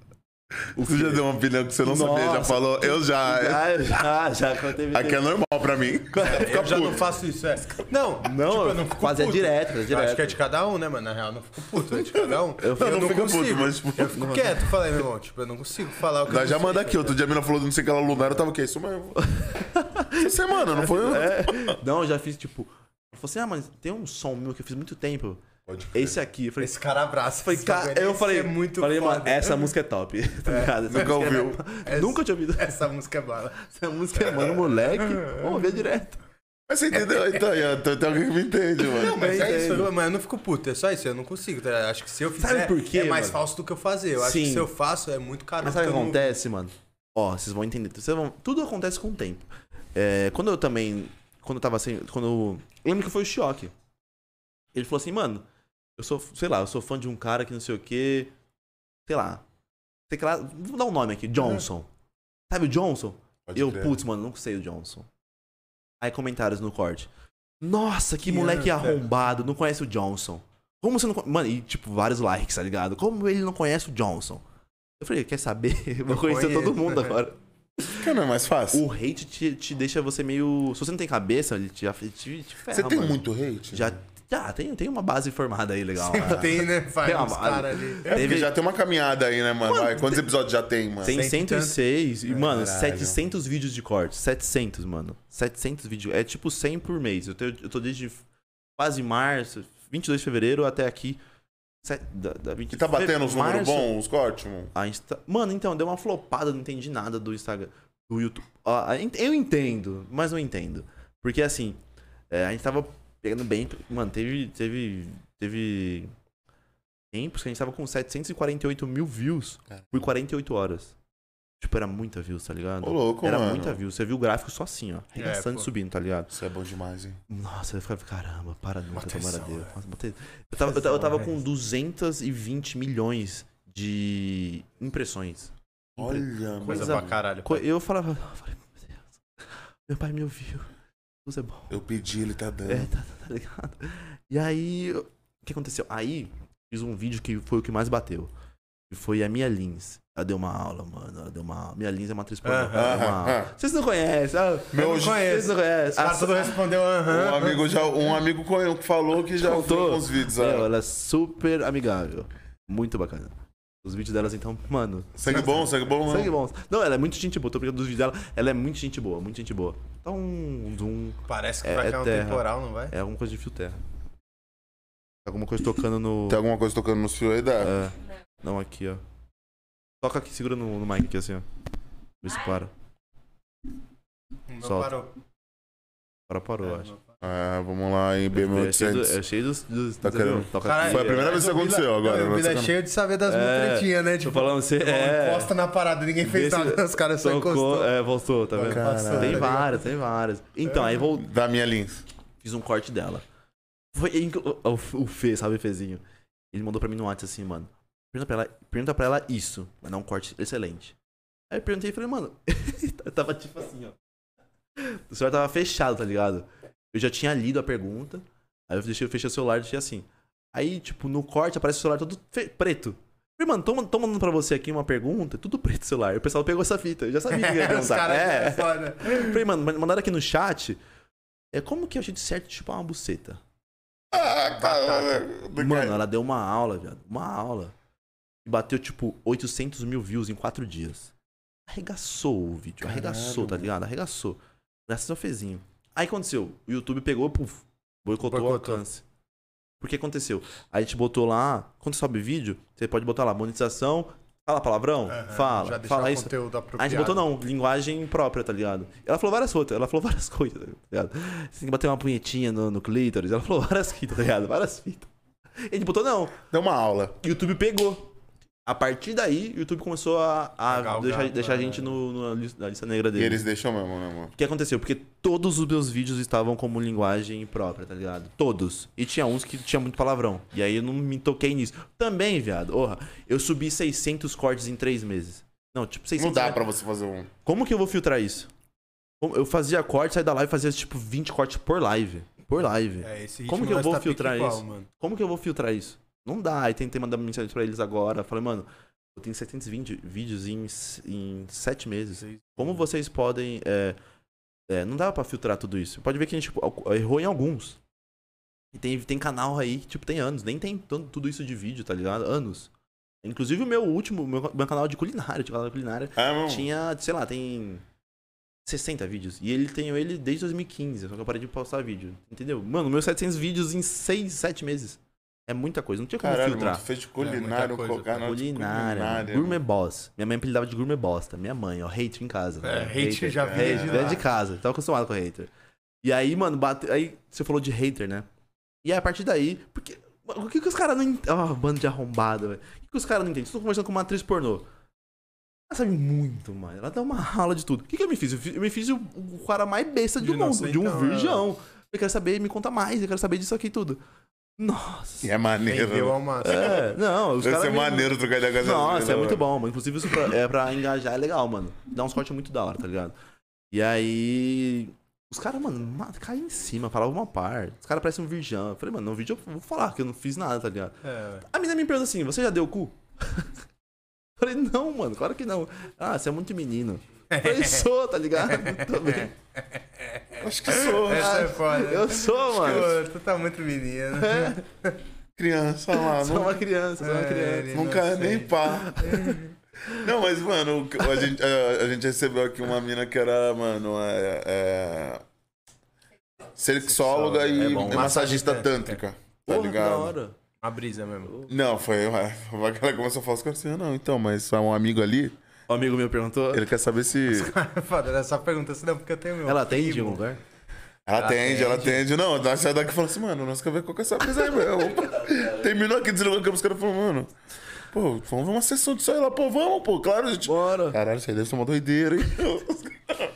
[SPEAKER 2] Você já deu uma opinião que você não sabia, já
[SPEAKER 3] Nossa.
[SPEAKER 2] falou? Eu já.
[SPEAKER 3] Ah, Já, já, já. quando
[SPEAKER 2] (laughs)
[SPEAKER 3] teve-
[SPEAKER 2] Aqui é normal pra
[SPEAKER 3] (laughs)
[SPEAKER 2] mim. Fica
[SPEAKER 1] Eu já não
[SPEAKER 2] puto.
[SPEAKER 1] faço isso, é. Não,
[SPEAKER 3] Não,
[SPEAKER 1] tipo, eu não
[SPEAKER 3] eu
[SPEAKER 1] fico
[SPEAKER 3] fazia
[SPEAKER 1] puto.
[SPEAKER 3] direto, fazia
[SPEAKER 1] Eu
[SPEAKER 3] direto.
[SPEAKER 1] Acho que é de cada um, né, mano? Na real, eu não fico puto, é de cada um.
[SPEAKER 3] (laughs) Eu- eu
[SPEAKER 2] não fico puto,
[SPEAKER 1] consigo.
[SPEAKER 2] mas, tipo,
[SPEAKER 1] Eu fico quieto, falei, meu irmão, tipo, eu não consigo falar o que eu
[SPEAKER 2] Nós já
[SPEAKER 1] não sei.
[SPEAKER 2] manda aqui. Outro dia a mina falou de não sei que ela lunar, eu tava o quê? Isso
[SPEAKER 3] (laughs)
[SPEAKER 2] mesmo. Essa semana, não foi?
[SPEAKER 3] É. Não, eu já fiz tipo. Eu falei assim, ah, mas tem um som meu que eu fiz muito tempo.
[SPEAKER 2] Pode crer.
[SPEAKER 3] Esse aqui. Eu falei,
[SPEAKER 1] Esse cara abraça.
[SPEAKER 3] falei,
[SPEAKER 1] esse
[SPEAKER 3] "Ca-
[SPEAKER 1] bagulho,
[SPEAKER 3] eu
[SPEAKER 1] esse
[SPEAKER 3] falei,
[SPEAKER 1] é muito
[SPEAKER 3] falei, mano,
[SPEAKER 1] foda.
[SPEAKER 3] essa música é top. (laughs) tá ligado? Essa
[SPEAKER 2] Nunca
[SPEAKER 3] música é-
[SPEAKER 2] ouviu.
[SPEAKER 1] Essa-
[SPEAKER 3] Nunca tinha
[SPEAKER 1] (laughs) (laughs)
[SPEAKER 3] ouvido.
[SPEAKER 1] Essa música é bala.
[SPEAKER 3] Essa música é, mano, moleque. (laughs) Vamos ouvir direto.
[SPEAKER 2] Mas você entendeu? Então, Ian, tem tem alguém que me entende, mano.
[SPEAKER 1] Não, mas
[SPEAKER 3] Eu
[SPEAKER 1] é isso,
[SPEAKER 3] entendo.
[SPEAKER 1] eu- mas eu não fico puto, é só isso, eu não consigo. tá ligado? Acho que se eu fizer,
[SPEAKER 3] Sabe por quê,
[SPEAKER 1] é mais
[SPEAKER 3] mano?
[SPEAKER 1] falso do que eu fazer. Eu acho que
[SPEAKER 3] Sim.
[SPEAKER 1] se eu faço, é muito caro.
[SPEAKER 3] Mas sabe o que
[SPEAKER 1] eu não-
[SPEAKER 3] acontece, mano? Ó, vocês vão entender. Vocês vão- Tudo acontece com o tempo. É, quando eu também. Quando eu tava assim. Quando eu... eu lembro que foi o choque. Ele falou assim, mano, eu sou, sei lá, eu sou fã de um cara que não sei o quê. Sei lá. Sei lá. Vou dar um nome aqui, Johnson. Sabe o Johnson?
[SPEAKER 2] Pode
[SPEAKER 3] Eu,
[SPEAKER 2] crer.
[SPEAKER 3] putz, mano, não sei o Johnson. Aí comentários no corte. Nossa, que
[SPEAKER 1] Ian,
[SPEAKER 3] moleque
[SPEAKER 1] velho.
[SPEAKER 3] arrombado, não conhece o Johnson. Como você não conhece. Mano, e tipo, vários likes, tá ligado? Como ele não conhece o Johnson? Eu falei, quer saber? (laughs) Vou conhecer
[SPEAKER 1] conheço.
[SPEAKER 3] todo mundo agora.
[SPEAKER 2] Que não é mais fácil.
[SPEAKER 3] (laughs) O hate te, te deixa você meio. Se você não tem cabeça, ele te, af- te, te ferra.
[SPEAKER 2] Você tem
[SPEAKER 3] Ah, mano.
[SPEAKER 2] muito hate? É
[SPEAKER 3] Já, já tem, tem uma base formada aí legal.
[SPEAKER 1] (laughs) Sempre
[SPEAKER 3] né?
[SPEAKER 1] tem, né? Vai
[SPEAKER 3] Tem
[SPEAKER 1] uns
[SPEAKER 3] uma-
[SPEAKER 1] caras ali.
[SPEAKER 2] É, porque
[SPEAKER 3] Teve-
[SPEAKER 2] já tem uma caminhada aí, né, mano? Vai, quantos episódios já tem, mano?
[SPEAKER 3] Tem
[SPEAKER 1] Cento e É,
[SPEAKER 3] 106 e, mano,
[SPEAKER 2] Caralho.
[SPEAKER 3] 700 vídeos de corte. 700, mano. 700 vídeos. É tipo 100 por mês. Eu, tenho, eu tô desde quase março, 22 de fevereiro até aqui. Set, da, da 20
[SPEAKER 2] E tá batendo uns números
[SPEAKER 3] março,
[SPEAKER 2] bons, uns cortes, mano?
[SPEAKER 3] a Insta- Mano, então, deu uma flopada, não entendi nada do Instagram, do YouTube. Ah, a- eu entendo, mas não entendo. Porque assim, é, a gente tava pegando bem. Mano, teve. Teve. Teve. Tempos que a gente tava com 748 mil views
[SPEAKER 2] Caramba.
[SPEAKER 3] por 48 horas. Tipo, era muita views, tá ligado?
[SPEAKER 2] Ô, louco,
[SPEAKER 3] era
[SPEAKER 2] mano.
[SPEAKER 3] muita views. Você viu o gráfico só assim, ó.
[SPEAKER 1] É,
[SPEAKER 3] Arregaçando
[SPEAKER 1] pô.
[SPEAKER 3] subindo, tá ligado?
[SPEAKER 2] Isso é bom demais, hein?
[SPEAKER 3] Nossa, eu ficava, caramba, para nunca,
[SPEAKER 2] Bota
[SPEAKER 3] tomara
[SPEAKER 2] atenção,
[SPEAKER 3] Deus.
[SPEAKER 2] velho.
[SPEAKER 3] Nossa, botei- Eu tava, eu tava, eu tava com 220 milhões de impressões. Impre-
[SPEAKER 2] Olha,
[SPEAKER 1] Coisa
[SPEAKER 2] mano.
[SPEAKER 3] Coisa-
[SPEAKER 1] pra caralho.
[SPEAKER 3] Co- Eu falava, eu falei, meu Deus, meu pai me ouviu. Deus é bom.
[SPEAKER 2] Eu pedi, ele tá dando.
[SPEAKER 3] É, tá, tá- tá ligado? E aí, o que aconteceu? Aí, fiz um vídeo que foi o que mais bateu. Que foi a Mia Lins. Ela deu uma aula, mano. Ela deu uma aula. Mia Lins é uma atriz pornô. Ela deu uma
[SPEAKER 2] Aham.
[SPEAKER 3] aula. Vocês não conhecem, ah,
[SPEAKER 2] Meu,
[SPEAKER 1] não
[SPEAKER 3] Vocês
[SPEAKER 1] conheço.
[SPEAKER 3] não
[SPEAKER 1] O
[SPEAKER 3] conhecem.
[SPEAKER 1] cara todo respondeu aham.
[SPEAKER 2] um amigo já, um amigo conheceu que falou que já viu uns vídeos.
[SPEAKER 3] Meu,
[SPEAKER 2] Ah.
[SPEAKER 3] ela é super amigável. Muito bacana. Os vídeos delas, então, mano.
[SPEAKER 2] Sangue bom, sangue bom,
[SPEAKER 3] Sangue
[SPEAKER 2] né?
[SPEAKER 3] bom. Não, ela é muito gente boa. Tô brincando dos vídeos dela. Ela é muito gente boa, muito gente boa. Tá um zoom.
[SPEAKER 1] Parece que
[SPEAKER 3] É-
[SPEAKER 1] vai
[SPEAKER 3] é
[SPEAKER 1] cair um
[SPEAKER 3] terra.
[SPEAKER 1] temporal, não vai?
[SPEAKER 3] É alguma coisa de fio terra. Alguma coisa tocando no.
[SPEAKER 2] Tem alguma coisa tocando nos fios aí, dá?
[SPEAKER 3] É. Não, aqui, ó. Toca aqui, segura no, no mic aqui assim, ó. Vê se para.
[SPEAKER 1] O meu
[SPEAKER 3] Solta.
[SPEAKER 1] parou.
[SPEAKER 3] Para, parou,
[SPEAKER 1] É,
[SPEAKER 3] acho.
[SPEAKER 1] meu parou.
[SPEAKER 2] É, vamos lá, em
[SPEAKER 3] É cheio, do, é
[SPEAKER 2] BM800.
[SPEAKER 3] cheio dos. dos
[SPEAKER 2] Tá
[SPEAKER 3] entendeu?
[SPEAKER 2] querendo.
[SPEAKER 3] Toca
[SPEAKER 1] Caralho,
[SPEAKER 3] aqui.
[SPEAKER 2] Foi a primeira
[SPEAKER 3] é.
[SPEAKER 2] vez que
[SPEAKER 1] Mas o
[SPEAKER 2] aconteceu
[SPEAKER 1] Bila-
[SPEAKER 2] agora,
[SPEAKER 1] não, O
[SPEAKER 2] vai
[SPEAKER 1] Bila é
[SPEAKER 2] sacando.
[SPEAKER 1] cheio de saber das
[SPEAKER 3] É,
[SPEAKER 1] mutretinhas, né?
[SPEAKER 3] Tô
[SPEAKER 1] Tipo,
[SPEAKER 3] falando, você. É.
[SPEAKER 1] encosta na parada, ninguém fez
[SPEAKER 3] Desse-
[SPEAKER 1] nada. Os caras só (laughs)
[SPEAKER 3] Tocou,
[SPEAKER 1] encostou.
[SPEAKER 3] é, voltou, tá vendo?
[SPEAKER 2] Caralho.
[SPEAKER 3] Tem várias, tem várias. Então, aí vou,
[SPEAKER 2] Da minha Lins.
[SPEAKER 3] fiz um corte dela. Foi inc- o, o- o Fê, sabe o Fezinho? Ele mandou pra mim no WhatsApp assim, mano. Pergunta pra ela, pergunta pra ela isso. Vai dar um corte excelente. Aí eu perguntei e falei, mano. (laughs) eu tava tipo assim, ó. O celular tava fechado, tá ligado? Eu já tinha lido a pergunta. Aí eu deixei, eu fechei o celular e deixei assim. Aí, tipo, no corte aparece o celular todo fe- preto. Eu Falei, mano, tô, man- tô mandando pra você aqui uma pergunta, é tudo preto o celular. E o pessoal pegou essa fita, eu já sabia o que eu ia
[SPEAKER 1] (laughs) Os
[SPEAKER 3] perguntar.
[SPEAKER 1] caras
[SPEAKER 3] É.
[SPEAKER 1] é foda.
[SPEAKER 3] Eu Falei, mano, mandaram aqui no chat. É como que a gente certo de chupar uma buceta?
[SPEAKER 2] Ah, cara.
[SPEAKER 3] Mano, ela deu uma aula, viado. Uma aula. E bateu, tipo, 800 mil views em quatro dias. Arregaçou o vídeo.
[SPEAKER 2] Caralho,
[SPEAKER 3] arregaçou, tá
[SPEAKER 2] mano.
[SPEAKER 3] ligado? Arregaçou. Graças ao Fezinho. Aí aconteceu. O YouTube pegou, puf, boicotou,
[SPEAKER 1] Boicotou.
[SPEAKER 3] o alcance. Por que aconteceu? A gente botou lá, quando sobe vídeo, você pode botar lá, monetização, fala palavrão,
[SPEAKER 1] Aham, já
[SPEAKER 3] fala,
[SPEAKER 1] deixar
[SPEAKER 3] fala
[SPEAKER 1] o
[SPEAKER 3] isso. Ah,
[SPEAKER 1] conteúdo
[SPEAKER 3] A gente
[SPEAKER 1] apropriado.
[SPEAKER 3] botou não, linguagem própria, tá ligado? Ela falou várias outras, ela falou (laughs) várias coisas, tá ligado? Você tem que bater uma punhetinha no, no clítoris, ela falou (laughs) várias fitas, tá ligado? Várias fitas. A gente botou não,
[SPEAKER 2] é. Deu uma aula.
[SPEAKER 3] YouTube pegou. A partir daí, o YouTube começou a, a
[SPEAKER 1] A galgar,
[SPEAKER 3] deixar, deixar a
[SPEAKER 1] né?
[SPEAKER 3] gente no, no- na lista- na lista
[SPEAKER 2] é.
[SPEAKER 3] negra
[SPEAKER 2] E
[SPEAKER 3] dele.
[SPEAKER 2] eles deixam mesmo, né, mano?
[SPEAKER 3] O que aconteceu? Porque todos os meus vídeos estavam como linguagem própria, tá ligado? Todos. E tinha uns que tinha muito palavrão. E aí eu não me toquei nisso. Também, viado. Orra, eu subi 600 cortes em 3 meses. Não, tipo 600.
[SPEAKER 2] Não dá
[SPEAKER 3] né?
[SPEAKER 2] pra você fazer um.
[SPEAKER 3] Como que eu vou filtrar isso? Como- Eu fazia corte, saí da live, fazia tipo 20 cortes por live. Por live.
[SPEAKER 1] É, esse
[SPEAKER 3] Como
[SPEAKER 1] ritmo
[SPEAKER 3] que eu
[SPEAKER 1] nós
[SPEAKER 3] vou
[SPEAKER 1] tá pique
[SPEAKER 3] filtrar
[SPEAKER 1] igual,
[SPEAKER 3] isso?
[SPEAKER 1] mano.
[SPEAKER 3] Como que eu vou filtrar isso? Não dá. Aí tentei mandar mensagem pra eles agora. Falei, mano, eu tenho 720 vídeos em, s- em 7 meses. Como vocês podem. é, é, não dava pra filtrar tudo isso. Pode ver que a gente tipo, al- errou em alguns. E tem, tem canal aí que, tipo, tem anos. Nem tem tanto, tudo isso de vídeo, tá ligado? Anos. Inclusive o meu último, meu, meu canal é de culinária, de canal de culinária,
[SPEAKER 2] É, mano.
[SPEAKER 3] tinha, sei lá, tem 60 vídeos. E ele tem ele desde 2015, só que eu parei de postar vídeo. Entendeu? Mano, meus 700 vídeos em 6, 7 meses. É muita coisa, não tinha como
[SPEAKER 2] Caralho, mano,
[SPEAKER 3] filtrar.
[SPEAKER 2] tu fez de
[SPEAKER 1] É,
[SPEAKER 2] culinária,
[SPEAKER 1] muita
[SPEAKER 2] um
[SPEAKER 1] coisa,
[SPEAKER 2] cocar na
[SPEAKER 3] Culinária, mano. é gourmet boss. Minha mãe apelidava de gourmet bosta. Minha mãe, ó, hater em casa.
[SPEAKER 1] É,
[SPEAKER 3] né?
[SPEAKER 1] hate já
[SPEAKER 2] É,
[SPEAKER 1] veio
[SPEAKER 3] Hater,
[SPEAKER 1] de
[SPEAKER 3] é
[SPEAKER 1] lá.
[SPEAKER 3] de casa, tava acostumado com hater. E aí, mano, bate... aí você falou de hater, né? E aí, a partir daí, porque o que, que os caras não entendem? Ó, bando de arrombado, velho. O que, que os caras não entendem? Estou conversando com uma atriz pornô. Ela sabe muito, mano. Ela dá uma aula de tudo. O que, que eu me fiz? Eu, fi- eu me fiz o, o cara mais besta do
[SPEAKER 1] De
[SPEAKER 3] mundo, de um
[SPEAKER 2] né?
[SPEAKER 1] inocentão,
[SPEAKER 3] virgão. Eu quero saber, me conta mais, eu quero saber disso aqui tudo. Nossa.
[SPEAKER 2] E é maneiro.
[SPEAKER 1] Vendeu
[SPEAKER 2] mano.
[SPEAKER 1] ao máximo.
[SPEAKER 3] É, não, os
[SPEAKER 2] Deve ser
[SPEAKER 3] caras. me-
[SPEAKER 2] maneiro trocar de casa.
[SPEAKER 3] nossa, é
[SPEAKER 2] né,
[SPEAKER 3] muito bom, mano. Inclusive, isso pra, é pra engajar, é legal, mano. Dá uns cortes muito da hora, tá ligado? E aí. Os caras, mano, ma- caem em cima, falavam uma par. Os caras parecem um virgão. Eu falei, mano, no vídeo eu vou falar que eu não fiz nada, tá ligado?
[SPEAKER 1] É,
[SPEAKER 3] A menina me pergunta assim: você já deu o cu? (laughs) Eu falei, não, mano, claro que não. Ah, você é muito menino. Eu falei, sou, tá ligado? (laughs) Também.
[SPEAKER 2] Acho que sou. né?
[SPEAKER 1] Essa é foda.
[SPEAKER 3] Eu sou, mano.
[SPEAKER 1] Pô, tu tá muito
[SPEAKER 3] (laughs)
[SPEAKER 1] menino.
[SPEAKER 2] Criança lá,
[SPEAKER 3] Sou
[SPEAKER 2] não
[SPEAKER 3] uma criança, sou uma
[SPEAKER 1] É,
[SPEAKER 3] criança.
[SPEAKER 1] ele-
[SPEAKER 2] Nunca
[SPEAKER 1] Não sei.
[SPEAKER 2] nem pá. (laughs) Não, mas, mano, o que- a gente, a, a gente recebeu aqui uma mina que era, mano, é, é, sexóloga e
[SPEAKER 3] É bom. é.
[SPEAKER 2] massagista
[SPEAKER 1] Massagista.
[SPEAKER 2] tântrica. Tá
[SPEAKER 3] Porra,
[SPEAKER 2] ligado?
[SPEAKER 3] da hora.
[SPEAKER 1] Uma brisa mesmo.
[SPEAKER 2] Não, foi. ué, Ela começou a falar os caras assim, não, então, mas é um amigo ali,
[SPEAKER 3] O amigo meu perguntou.
[SPEAKER 2] ele quer saber se.
[SPEAKER 1] (laughs) foda, era só pergunta se não, porque eu tenho é meu.
[SPEAKER 3] Ela atende em
[SPEAKER 1] primo.
[SPEAKER 3] um lugar?
[SPEAKER 2] Ela atende, ela atende. Não, ela (laughs) saiu daqui e falou assim, mano, nós quer ver qual que é essa brisa aí mesmo. Terminou aqui, desligou a câmera, os caras falaram, mano. Pô, vamos ver uma sessão disso aí lá, pô, vamos, pô, claro. a Gente...
[SPEAKER 3] Bora.
[SPEAKER 2] Caralho, isso aí deve ser uma doideira, hein? (laughs)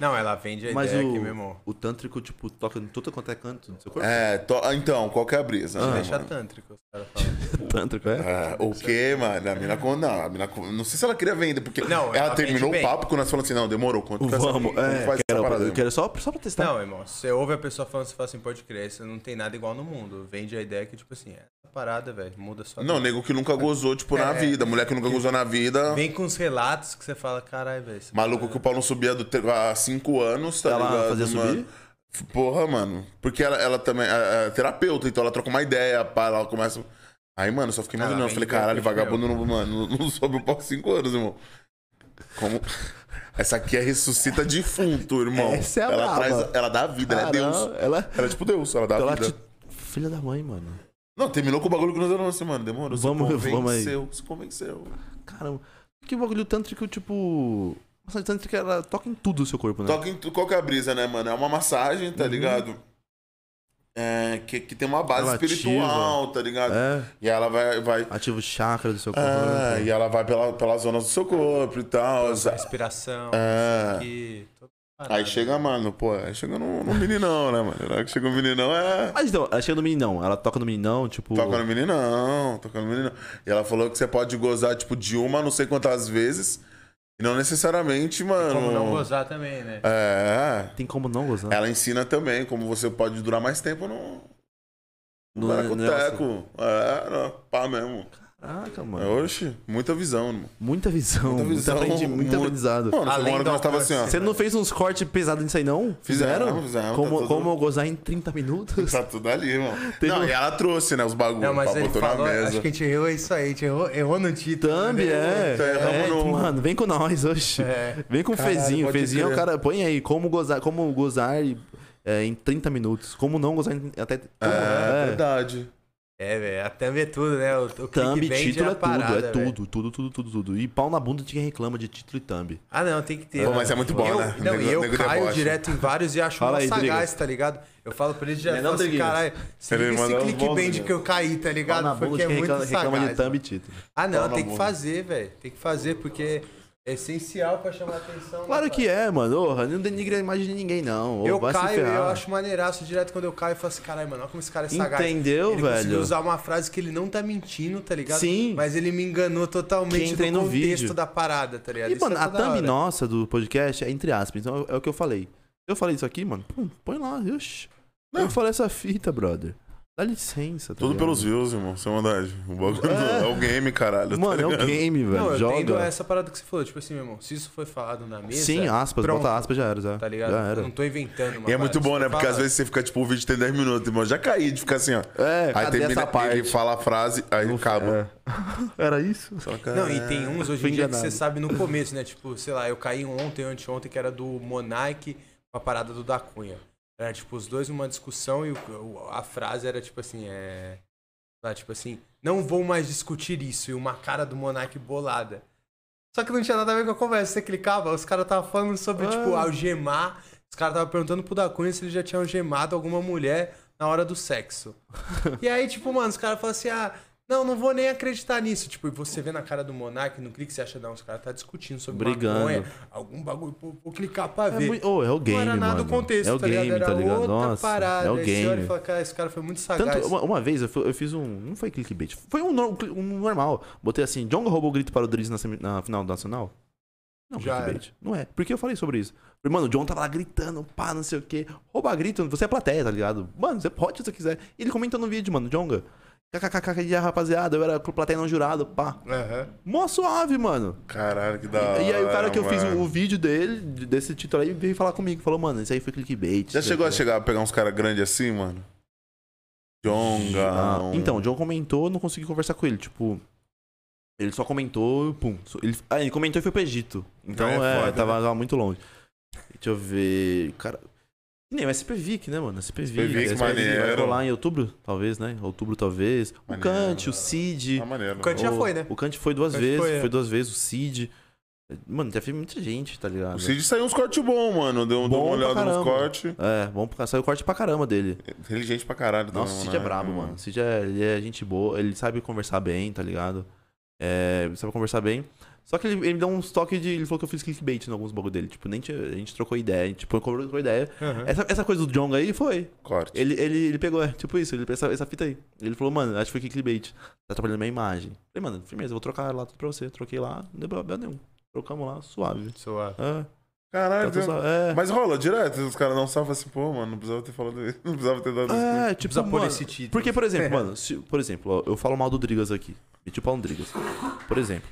[SPEAKER 1] Não, ela vende a
[SPEAKER 3] Mas
[SPEAKER 1] ideia aqui,
[SPEAKER 3] o,
[SPEAKER 1] meu irmão.
[SPEAKER 3] o tântrico, tipo, toca em tudo quanto é canto do seu corpo.
[SPEAKER 2] é, to- ah, então, qual que é a brisa? né,
[SPEAKER 1] Deixa
[SPEAKER 2] mano?
[SPEAKER 1] tântrico, os caras falam.
[SPEAKER 3] tântrico, é? (laughs)
[SPEAKER 2] Ah, o quê, mano? A mina. con- Não, a mina. con- Não sei se ela queria vender, porque
[SPEAKER 1] Não,
[SPEAKER 2] ela,
[SPEAKER 1] ela vende
[SPEAKER 2] terminou o
[SPEAKER 1] bem.
[SPEAKER 2] papo quando nós falamos assim: não, demorou. Quanto que essa-
[SPEAKER 3] Vamos,
[SPEAKER 2] como
[SPEAKER 3] é,
[SPEAKER 2] faz essa
[SPEAKER 3] quero,
[SPEAKER 2] parada,
[SPEAKER 3] eu quero só, só pra
[SPEAKER 2] Tá.
[SPEAKER 3] testar.
[SPEAKER 1] Não, irmão, se você ouve a pessoa falando, você fala assim, pode crer, isso não tem nada igual no mundo. Vende a ideia que, tipo assim, essa parada, velho, muda só.
[SPEAKER 2] Não, nego que nunca gozou, tipo,
[SPEAKER 3] É.
[SPEAKER 2] na vida. Mulher que nunca gozou na vida.
[SPEAKER 1] Vem com uns relatos que você fala, caralho, velho. essa
[SPEAKER 2] Maluco
[SPEAKER 1] parada-
[SPEAKER 2] que o pau não subia do tre- há cinco anos, tá
[SPEAKER 3] Ela é
[SPEAKER 2] ligado?
[SPEAKER 3] fazia
[SPEAKER 2] mano?
[SPEAKER 3] subir?
[SPEAKER 2] Porra, mano. Porque ela, ela também é, é terapeuta, então ela troca uma ideia, pá, ela começa. Aí, mano, eu só fiquei
[SPEAKER 1] Ela
[SPEAKER 2] imaginando.
[SPEAKER 1] vem
[SPEAKER 2] Eu falei,
[SPEAKER 1] de golpe
[SPEAKER 2] caralho,
[SPEAKER 1] de
[SPEAKER 2] vagabundo não, mano, não não sobe o pau há cinco anos, irmão. Como. Essa aqui é ressuscita defunto, irmão.
[SPEAKER 3] Essa é a
[SPEAKER 2] ela,
[SPEAKER 3] braba.
[SPEAKER 2] ela dá vida, ela é Deus.
[SPEAKER 3] Caramba, Ah, Ela,
[SPEAKER 2] Ela é tipo Deus, ela dá
[SPEAKER 3] Então ela
[SPEAKER 2] vida.
[SPEAKER 3] te... Filha da mãe, mano.
[SPEAKER 2] Não, terminou com o bagulho que nós falamos assim, mano. Demorou.
[SPEAKER 3] Vamos-
[SPEAKER 2] se
[SPEAKER 3] vamos
[SPEAKER 2] convenceu,
[SPEAKER 3] aí.
[SPEAKER 2] se convenceu.
[SPEAKER 3] Caramba. Que bagulho tântrico, tipo. Massagem tântrica, ela toca em tudo o seu corpo, né?
[SPEAKER 2] Toca em tu- qual que é a brisa, né, mano? É uma massagem,
[SPEAKER 3] Uhum.
[SPEAKER 2] tá ligado? É, que, que tem uma base
[SPEAKER 3] Ela
[SPEAKER 2] espiritual, tá ligado?
[SPEAKER 3] É.
[SPEAKER 2] E ela vai. vai
[SPEAKER 3] Ativa o chakra do seu corpo. né?
[SPEAKER 2] Ah, e ela vai pela, pelas zonas do seu corpo e tal.
[SPEAKER 1] Essa respiração,
[SPEAKER 2] É.
[SPEAKER 1] que...
[SPEAKER 2] Aí chega, mano, pô, aí chega no, no meninão, né, mano? Na hora que chega o meninão, é.
[SPEAKER 3] Mas então, ela chega no meninão. Ela toca no meninão, tipo.
[SPEAKER 2] Toca no meninão, toca no meninão. E ela falou que você pode gozar, tipo, de uma não sei quantas vezes. E não necessariamente, mano. um
[SPEAKER 1] Como não gozar também, né?
[SPEAKER 2] É.
[SPEAKER 3] Tem como não gozar?
[SPEAKER 2] Ela ensina também como você pode durar mais tempo no. No
[SPEAKER 3] No negócio.
[SPEAKER 2] Baracoteco. É, não, pá mesmo.
[SPEAKER 3] Caraca,
[SPEAKER 2] É,
[SPEAKER 3] mano.
[SPEAKER 2] Oxe, muita visão, irmão.
[SPEAKER 3] Ah, Muita visão.
[SPEAKER 2] Muita
[SPEAKER 3] Muita
[SPEAKER 2] visão,
[SPEAKER 3] aprendi, muito,
[SPEAKER 2] muito-
[SPEAKER 3] aprendizado.
[SPEAKER 2] Mano,
[SPEAKER 1] Além
[SPEAKER 2] uma hora que
[SPEAKER 1] do
[SPEAKER 2] nós tava assim,
[SPEAKER 1] alcance.
[SPEAKER 2] ó.
[SPEAKER 3] Você não fez uns cortes pesados nisso aí, não?
[SPEAKER 2] Fizeram, fizeram,
[SPEAKER 3] Como,
[SPEAKER 2] tá tudo-
[SPEAKER 3] como eu gozar em 30
[SPEAKER 2] (laughs)
[SPEAKER 3] minutos?
[SPEAKER 2] Tá tudo ali, irmão.
[SPEAKER 3] Teve
[SPEAKER 2] Não,
[SPEAKER 3] um-
[SPEAKER 2] e ela trouxe, né, os bagulhos.
[SPEAKER 1] Não, mas ele
[SPEAKER 2] botou na
[SPEAKER 1] falou,
[SPEAKER 2] mesa.
[SPEAKER 1] acho que a gente errou isso aí, a gente errou, errou no título.
[SPEAKER 3] (laughs)
[SPEAKER 1] né?
[SPEAKER 3] Thumb, é.
[SPEAKER 2] Tá errando
[SPEAKER 3] É,
[SPEAKER 2] no-
[SPEAKER 3] Mano, vem com nós hoje.
[SPEAKER 1] É.
[SPEAKER 3] Vem com o
[SPEAKER 2] Caralho,
[SPEAKER 3] Fezinho.
[SPEAKER 2] pode
[SPEAKER 3] Fezinho é o
[SPEAKER 2] crer.
[SPEAKER 3] cara. Põe aí, como gozar, como gozar é, em 30 minutos. Como não gozar em até. Como,
[SPEAKER 2] É,
[SPEAKER 3] é.
[SPEAKER 2] verdade.
[SPEAKER 1] É, velho, a thumb é tudo, né? O, o
[SPEAKER 3] Thumb,
[SPEAKER 1] clickbait
[SPEAKER 3] título
[SPEAKER 1] a
[SPEAKER 3] é tudo,
[SPEAKER 1] parada,
[SPEAKER 3] é
[SPEAKER 1] velho.
[SPEAKER 3] tudo, tudo, tudo, tudo, tudo. E pau na bunda de quem reclama de título e thumb.
[SPEAKER 1] Ah, não, tem que ter.
[SPEAKER 2] Pô,
[SPEAKER 1] né?
[SPEAKER 2] mas é muito bom,
[SPEAKER 1] eu,
[SPEAKER 2] né?
[SPEAKER 1] Não, e eu
[SPEAKER 2] Nego
[SPEAKER 1] caio
[SPEAKER 2] debocha.
[SPEAKER 1] direto em vários e acho uma
[SPEAKER 3] Fala aí,
[SPEAKER 1] sagaz, tá ligado? Eu falo pra eles
[SPEAKER 3] Não é
[SPEAKER 1] direto,
[SPEAKER 3] não,
[SPEAKER 1] falo assim,
[SPEAKER 3] Driguinhas?
[SPEAKER 1] caralho, se
[SPEAKER 2] Ele
[SPEAKER 1] liga esse
[SPEAKER 2] mandou uns bons,
[SPEAKER 1] clickbait
[SPEAKER 2] né?
[SPEAKER 1] que eu caí, tá
[SPEAKER 3] Pau na
[SPEAKER 1] ligado?
[SPEAKER 3] bunda
[SPEAKER 1] Porque
[SPEAKER 3] de
[SPEAKER 1] é
[SPEAKER 3] quem
[SPEAKER 1] muito
[SPEAKER 3] reclama, reclama de
[SPEAKER 1] sagaz.
[SPEAKER 3] thumb e título.
[SPEAKER 1] Ah,
[SPEAKER 2] Pau
[SPEAKER 1] não,
[SPEAKER 2] na
[SPEAKER 1] tem que
[SPEAKER 2] bunda.
[SPEAKER 1] fazer, velho. Tem que fazer, porque é essencial pra chamar atenção. né,
[SPEAKER 3] Claro
[SPEAKER 1] cara?
[SPEAKER 3] que é, mano. Ô, não denigra a imagem de ninguém, não. Ô,
[SPEAKER 1] Eu
[SPEAKER 3] vai se
[SPEAKER 1] caio e
[SPEAKER 3] ferrar.
[SPEAKER 1] eu acho maneiraço direto quando eu caio e falo assim, caralho, mano, olha como esse cara é sagaz.
[SPEAKER 3] Entendeu,
[SPEAKER 1] ele
[SPEAKER 3] velho?
[SPEAKER 1] conseguiu usar uma frase que ele não tá mentindo, tá ligado?
[SPEAKER 3] Sim.
[SPEAKER 1] Mas ele me enganou
[SPEAKER 3] Que
[SPEAKER 1] totalmente
[SPEAKER 3] entrei
[SPEAKER 1] no
[SPEAKER 3] no vídeo.
[SPEAKER 1] contexto da parada, tá ligado?
[SPEAKER 3] E,
[SPEAKER 1] Isso
[SPEAKER 3] mano,
[SPEAKER 1] é
[SPEAKER 3] a
[SPEAKER 1] toda
[SPEAKER 3] thumb
[SPEAKER 1] hora.
[SPEAKER 3] nossa do podcast é entre aspas, então é o que eu falei. Eu falei isso aqui, mano, pum, põe lá, oxi. Eu falei essa fita, brother. Dá licença, tá
[SPEAKER 2] Tudo
[SPEAKER 3] ligado?
[SPEAKER 2] pelos views, irmão. Sem maldade. O bagulho é, o game, caralho. tá
[SPEAKER 3] Mano, é
[SPEAKER 2] ligado?
[SPEAKER 3] o game, velho.
[SPEAKER 1] Não, eu entendo
[SPEAKER 3] Joga.
[SPEAKER 1] essa parada que você falou. Tipo assim, meu irmão, se isso foi falado na mesa.
[SPEAKER 3] Sim, aspas,
[SPEAKER 1] pronto,
[SPEAKER 3] bota aspas, já era, já.
[SPEAKER 1] Tá ligado?
[SPEAKER 3] Já
[SPEAKER 1] Eu
[SPEAKER 3] era.
[SPEAKER 1] não tô inventando uma
[SPEAKER 2] E é muito
[SPEAKER 1] parada,
[SPEAKER 2] bom, né?
[SPEAKER 1] isso
[SPEAKER 2] Porque
[SPEAKER 1] foi
[SPEAKER 2] às vezes você fica, tipo, o vídeo tem 10 minutos, irmão. Já caí de ficar assim, ó.
[SPEAKER 3] É,
[SPEAKER 2] Aí
[SPEAKER 3] cadê
[SPEAKER 2] termina,
[SPEAKER 3] essa parte?
[SPEAKER 2] ele fala a frase, aí acaba. (laughs)
[SPEAKER 3] É. era isso?
[SPEAKER 1] falado. Não, e tem uns hoje
[SPEAKER 3] Fui
[SPEAKER 1] em dia que
[SPEAKER 3] enganado.
[SPEAKER 1] você sabe no começo, né? Tipo, sei lá, eu caí ontem, anteontem, que era do Monark com a parada do Da Cunha. Era tipo, os dois numa discussão e o- o- a frase era tipo assim, é. Lá, tipo assim, não vou mais discutir isso. E uma cara do Monark bolada. Só que não tinha nada a ver com a conversa. Você clicava, os caras estavam falando sobre, tipo,
[SPEAKER 3] Ah.
[SPEAKER 1] algemar. Os caras estavam perguntando pro Da Cunha se ele já tinha algemado alguma mulher na hora do
[SPEAKER 3] (laughs)
[SPEAKER 1] sexo. e aí, tipo, mano, os caras falam assim, ah, não, não vou nem acreditar nisso. Tipo, e você vê na cara do Monark, no clique, você acha, não, os caras tá discutindo sobre
[SPEAKER 3] Brigando.
[SPEAKER 1] maconha, algum bagulho, vou, vou clicar pra
[SPEAKER 3] É,
[SPEAKER 1] ver.
[SPEAKER 3] muito- ô, é o game,
[SPEAKER 1] não era nada
[SPEAKER 3] mano.
[SPEAKER 1] o contexto,
[SPEAKER 3] é o
[SPEAKER 1] tá
[SPEAKER 3] game,
[SPEAKER 1] ligado? Era
[SPEAKER 3] tá ligado?
[SPEAKER 1] outra
[SPEAKER 3] Nossa,
[SPEAKER 1] parada.
[SPEAKER 3] é o
[SPEAKER 1] Aí você olha e
[SPEAKER 3] game.
[SPEAKER 1] fala, cara, esse cara foi muito sagaz.
[SPEAKER 3] Tanto, uma, uma vez eu, fu- eu fiz um. Não foi clickbait. Foi um, nor- um normal. Botei assim: Jonga roubou o grito para o Driz na, semi- na final do Nacional? Não,
[SPEAKER 1] Já
[SPEAKER 3] clickbait. Não é. Porque eu falei sobre isso. Falei, mano, o John tava lá gritando, pá, não sei o quê. Roubar grito, você é plateia, tá ligado? Mano, você pode se você quiser. E ele comentou no vídeo, mano, Jonga. KKKK, e aí, rapaziada, eu era plateia não jurado, pá.
[SPEAKER 1] Aham.
[SPEAKER 3] Mó suave, mano.
[SPEAKER 2] Caralho, que da hora.
[SPEAKER 3] e aí o cara que eu fiz
[SPEAKER 2] Ah, mano.
[SPEAKER 3] o, o vídeo dele, de- desse título aí, veio falar comigo. Falou, mano, isso aí foi clickbait.
[SPEAKER 2] Já
[SPEAKER 3] isso
[SPEAKER 2] chegou a
[SPEAKER 3] aqui é-
[SPEAKER 2] chegar a pegar uns caras grandes assim, mano? Jonga.
[SPEAKER 3] Ah, então, o John comentou, eu não consegui conversar com ele. Tipo, ele só comentou, pum. so- Ele, ah, ele comentou e foi pro Egito. Então,
[SPEAKER 2] É,
[SPEAKER 3] é,
[SPEAKER 2] foda,
[SPEAKER 3] tava, tava muito longe. Deixa eu ver. Cara. que Nem, o SPVIC, né, mano? SPVIC.
[SPEAKER 2] SPVIC,
[SPEAKER 3] vai
[SPEAKER 2] maneiro.
[SPEAKER 3] rolar em outubro, talvez, né? Outubro, talvez.
[SPEAKER 2] Maneiro.
[SPEAKER 3] O Kant, o Cid.
[SPEAKER 2] Tá maneiro.
[SPEAKER 1] O Kant já foi, né?
[SPEAKER 3] O Kant foi duas
[SPEAKER 1] Kant
[SPEAKER 3] vezes.
[SPEAKER 1] foi,
[SPEAKER 3] Foi,
[SPEAKER 1] é.
[SPEAKER 3] duas vezes, o Cid. Mano, já teve muita gente, tá ligado?
[SPEAKER 2] O Cid saiu uns cortes bons, mano. Deu, deu uma
[SPEAKER 3] Bom pra
[SPEAKER 2] olhada nos
[SPEAKER 3] caramba.
[SPEAKER 2] cortes.
[SPEAKER 3] É, bom, pra- saiu corte pra caramba dele.
[SPEAKER 2] Inteligente pra caralho.
[SPEAKER 3] Nossa, o
[SPEAKER 2] também,
[SPEAKER 3] Cid é
[SPEAKER 2] né?
[SPEAKER 3] brabo, mano. O Cid é, ele é gente boa, ele sabe conversar bem, tá ligado? É, precisava conversar bem. Só que ele, ele me deu uns toques de. Ele falou que eu fiz clickbait em alguns bagulho dele. Tipo, nem tinha- a gente trocou ideia. Tipo, trocou ideia.
[SPEAKER 1] Aham.
[SPEAKER 3] Essa, essa coisa do Jong aí foi.
[SPEAKER 2] Corte.
[SPEAKER 3] Ele, ele, ele pegou, é, tipo isso, ele, essa, essa fita aí. Ele falou, mano, acho que foi clickbait. Tá atrapalhando minha imagem. Falei, mano, firmeza, eu vou trocar lá tudo pra você. Troquei lá, não deu problema nenhum. Trocamos lá, suave.
[SPEAKER 1] Suave.
[SPEAKER 3] É,
[SPEAKER 2] Caralho,
[SPEAKER 3] tá tudo suave. É,
[SPEAKER 2] mas rola direto. Os caras não salvam assim, pô, mano, não precisava ter falado isso. Não precisava ter dado isso.
[SPEAKER 3] é, tipo,
[SPEAKER 1] né? Precisa pôr
[SPEAKER 3] mano,
[SPEAKER 1] esse título.
[SPEAKER 3] Porque, por exemplo,
[SPEAKER 1] É.
[SPEAKER 3] mano, se- por exemplo, ó, eu falo mal do Drigas aqui. Meti o pau no um Drigas. Por exemplo,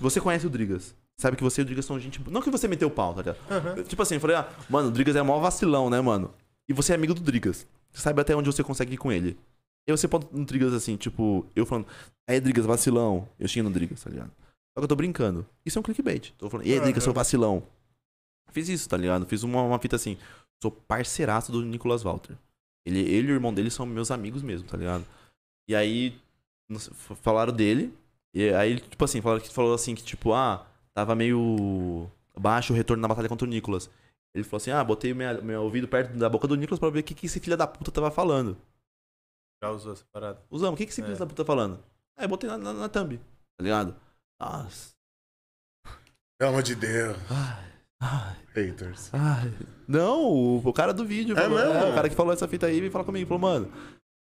[SPEAKER 3] você conhece o Drigas. Sabe que você e o Drigas são gente. boa. Não que você meteu o pau, tá ligado?
[SPEAKER 1] Aham.
[SPEAKER 3] Tipo assim, eu falei, ah, mano, o Drigas é mó vacilão, né, mano? E você é amigo do Drigas. Você sabe até onde você consegue ir com ele. E aí você pode no Drigas assim, tipo, eu falando, aí Drigas, vacilão. Eu xingo no Drigas, tá ligado? Só que eu tô brincando. Isso é um clickbait. Tô falando, e aí, Drigas, seu vacilão. Fiz isso, tá ligado? Fiz uma, uma fita assim. Sou parceiraço do Nicolas Walter. Ele, ele e o irmão dele são meus amigos mesmo, tá ligado? E aí, não sei, f- falaram dele. E aí, tipo assim, falaram que falou assim que, tipo, ah, tava meio baixo o retorno na batalha contra o Nicolas. Ele falou assim, ah, botei minha, meu ouvido perto da boca do Nicolas pra ver o que, que esse filho da puta tava falando.
[SPEAKER 1] Já usou essa parada.
[SPEAKER 3] Usamos, o que, que esse
[SPEAKER 1] É.
[SPEAKER 3] filho da puta tá falando? Ah, eu botei na, na, na thumb, tá ligado? Nossa.
[SPEAKER 2] Pelo amor de Deus.
[SPEAKER 3] Ai, ai,
[SPEAKER 2] Haters.
[SPEAKER 3] ai. Não, o, o cara do vídeo.
[SPEAKER 2] É
[SPEAKER 3] falou,
[SPEAKER 2] mesmo?
[SPEAKER 3] o cara que falou essa fita aí veio falar comigo. Falou, mano.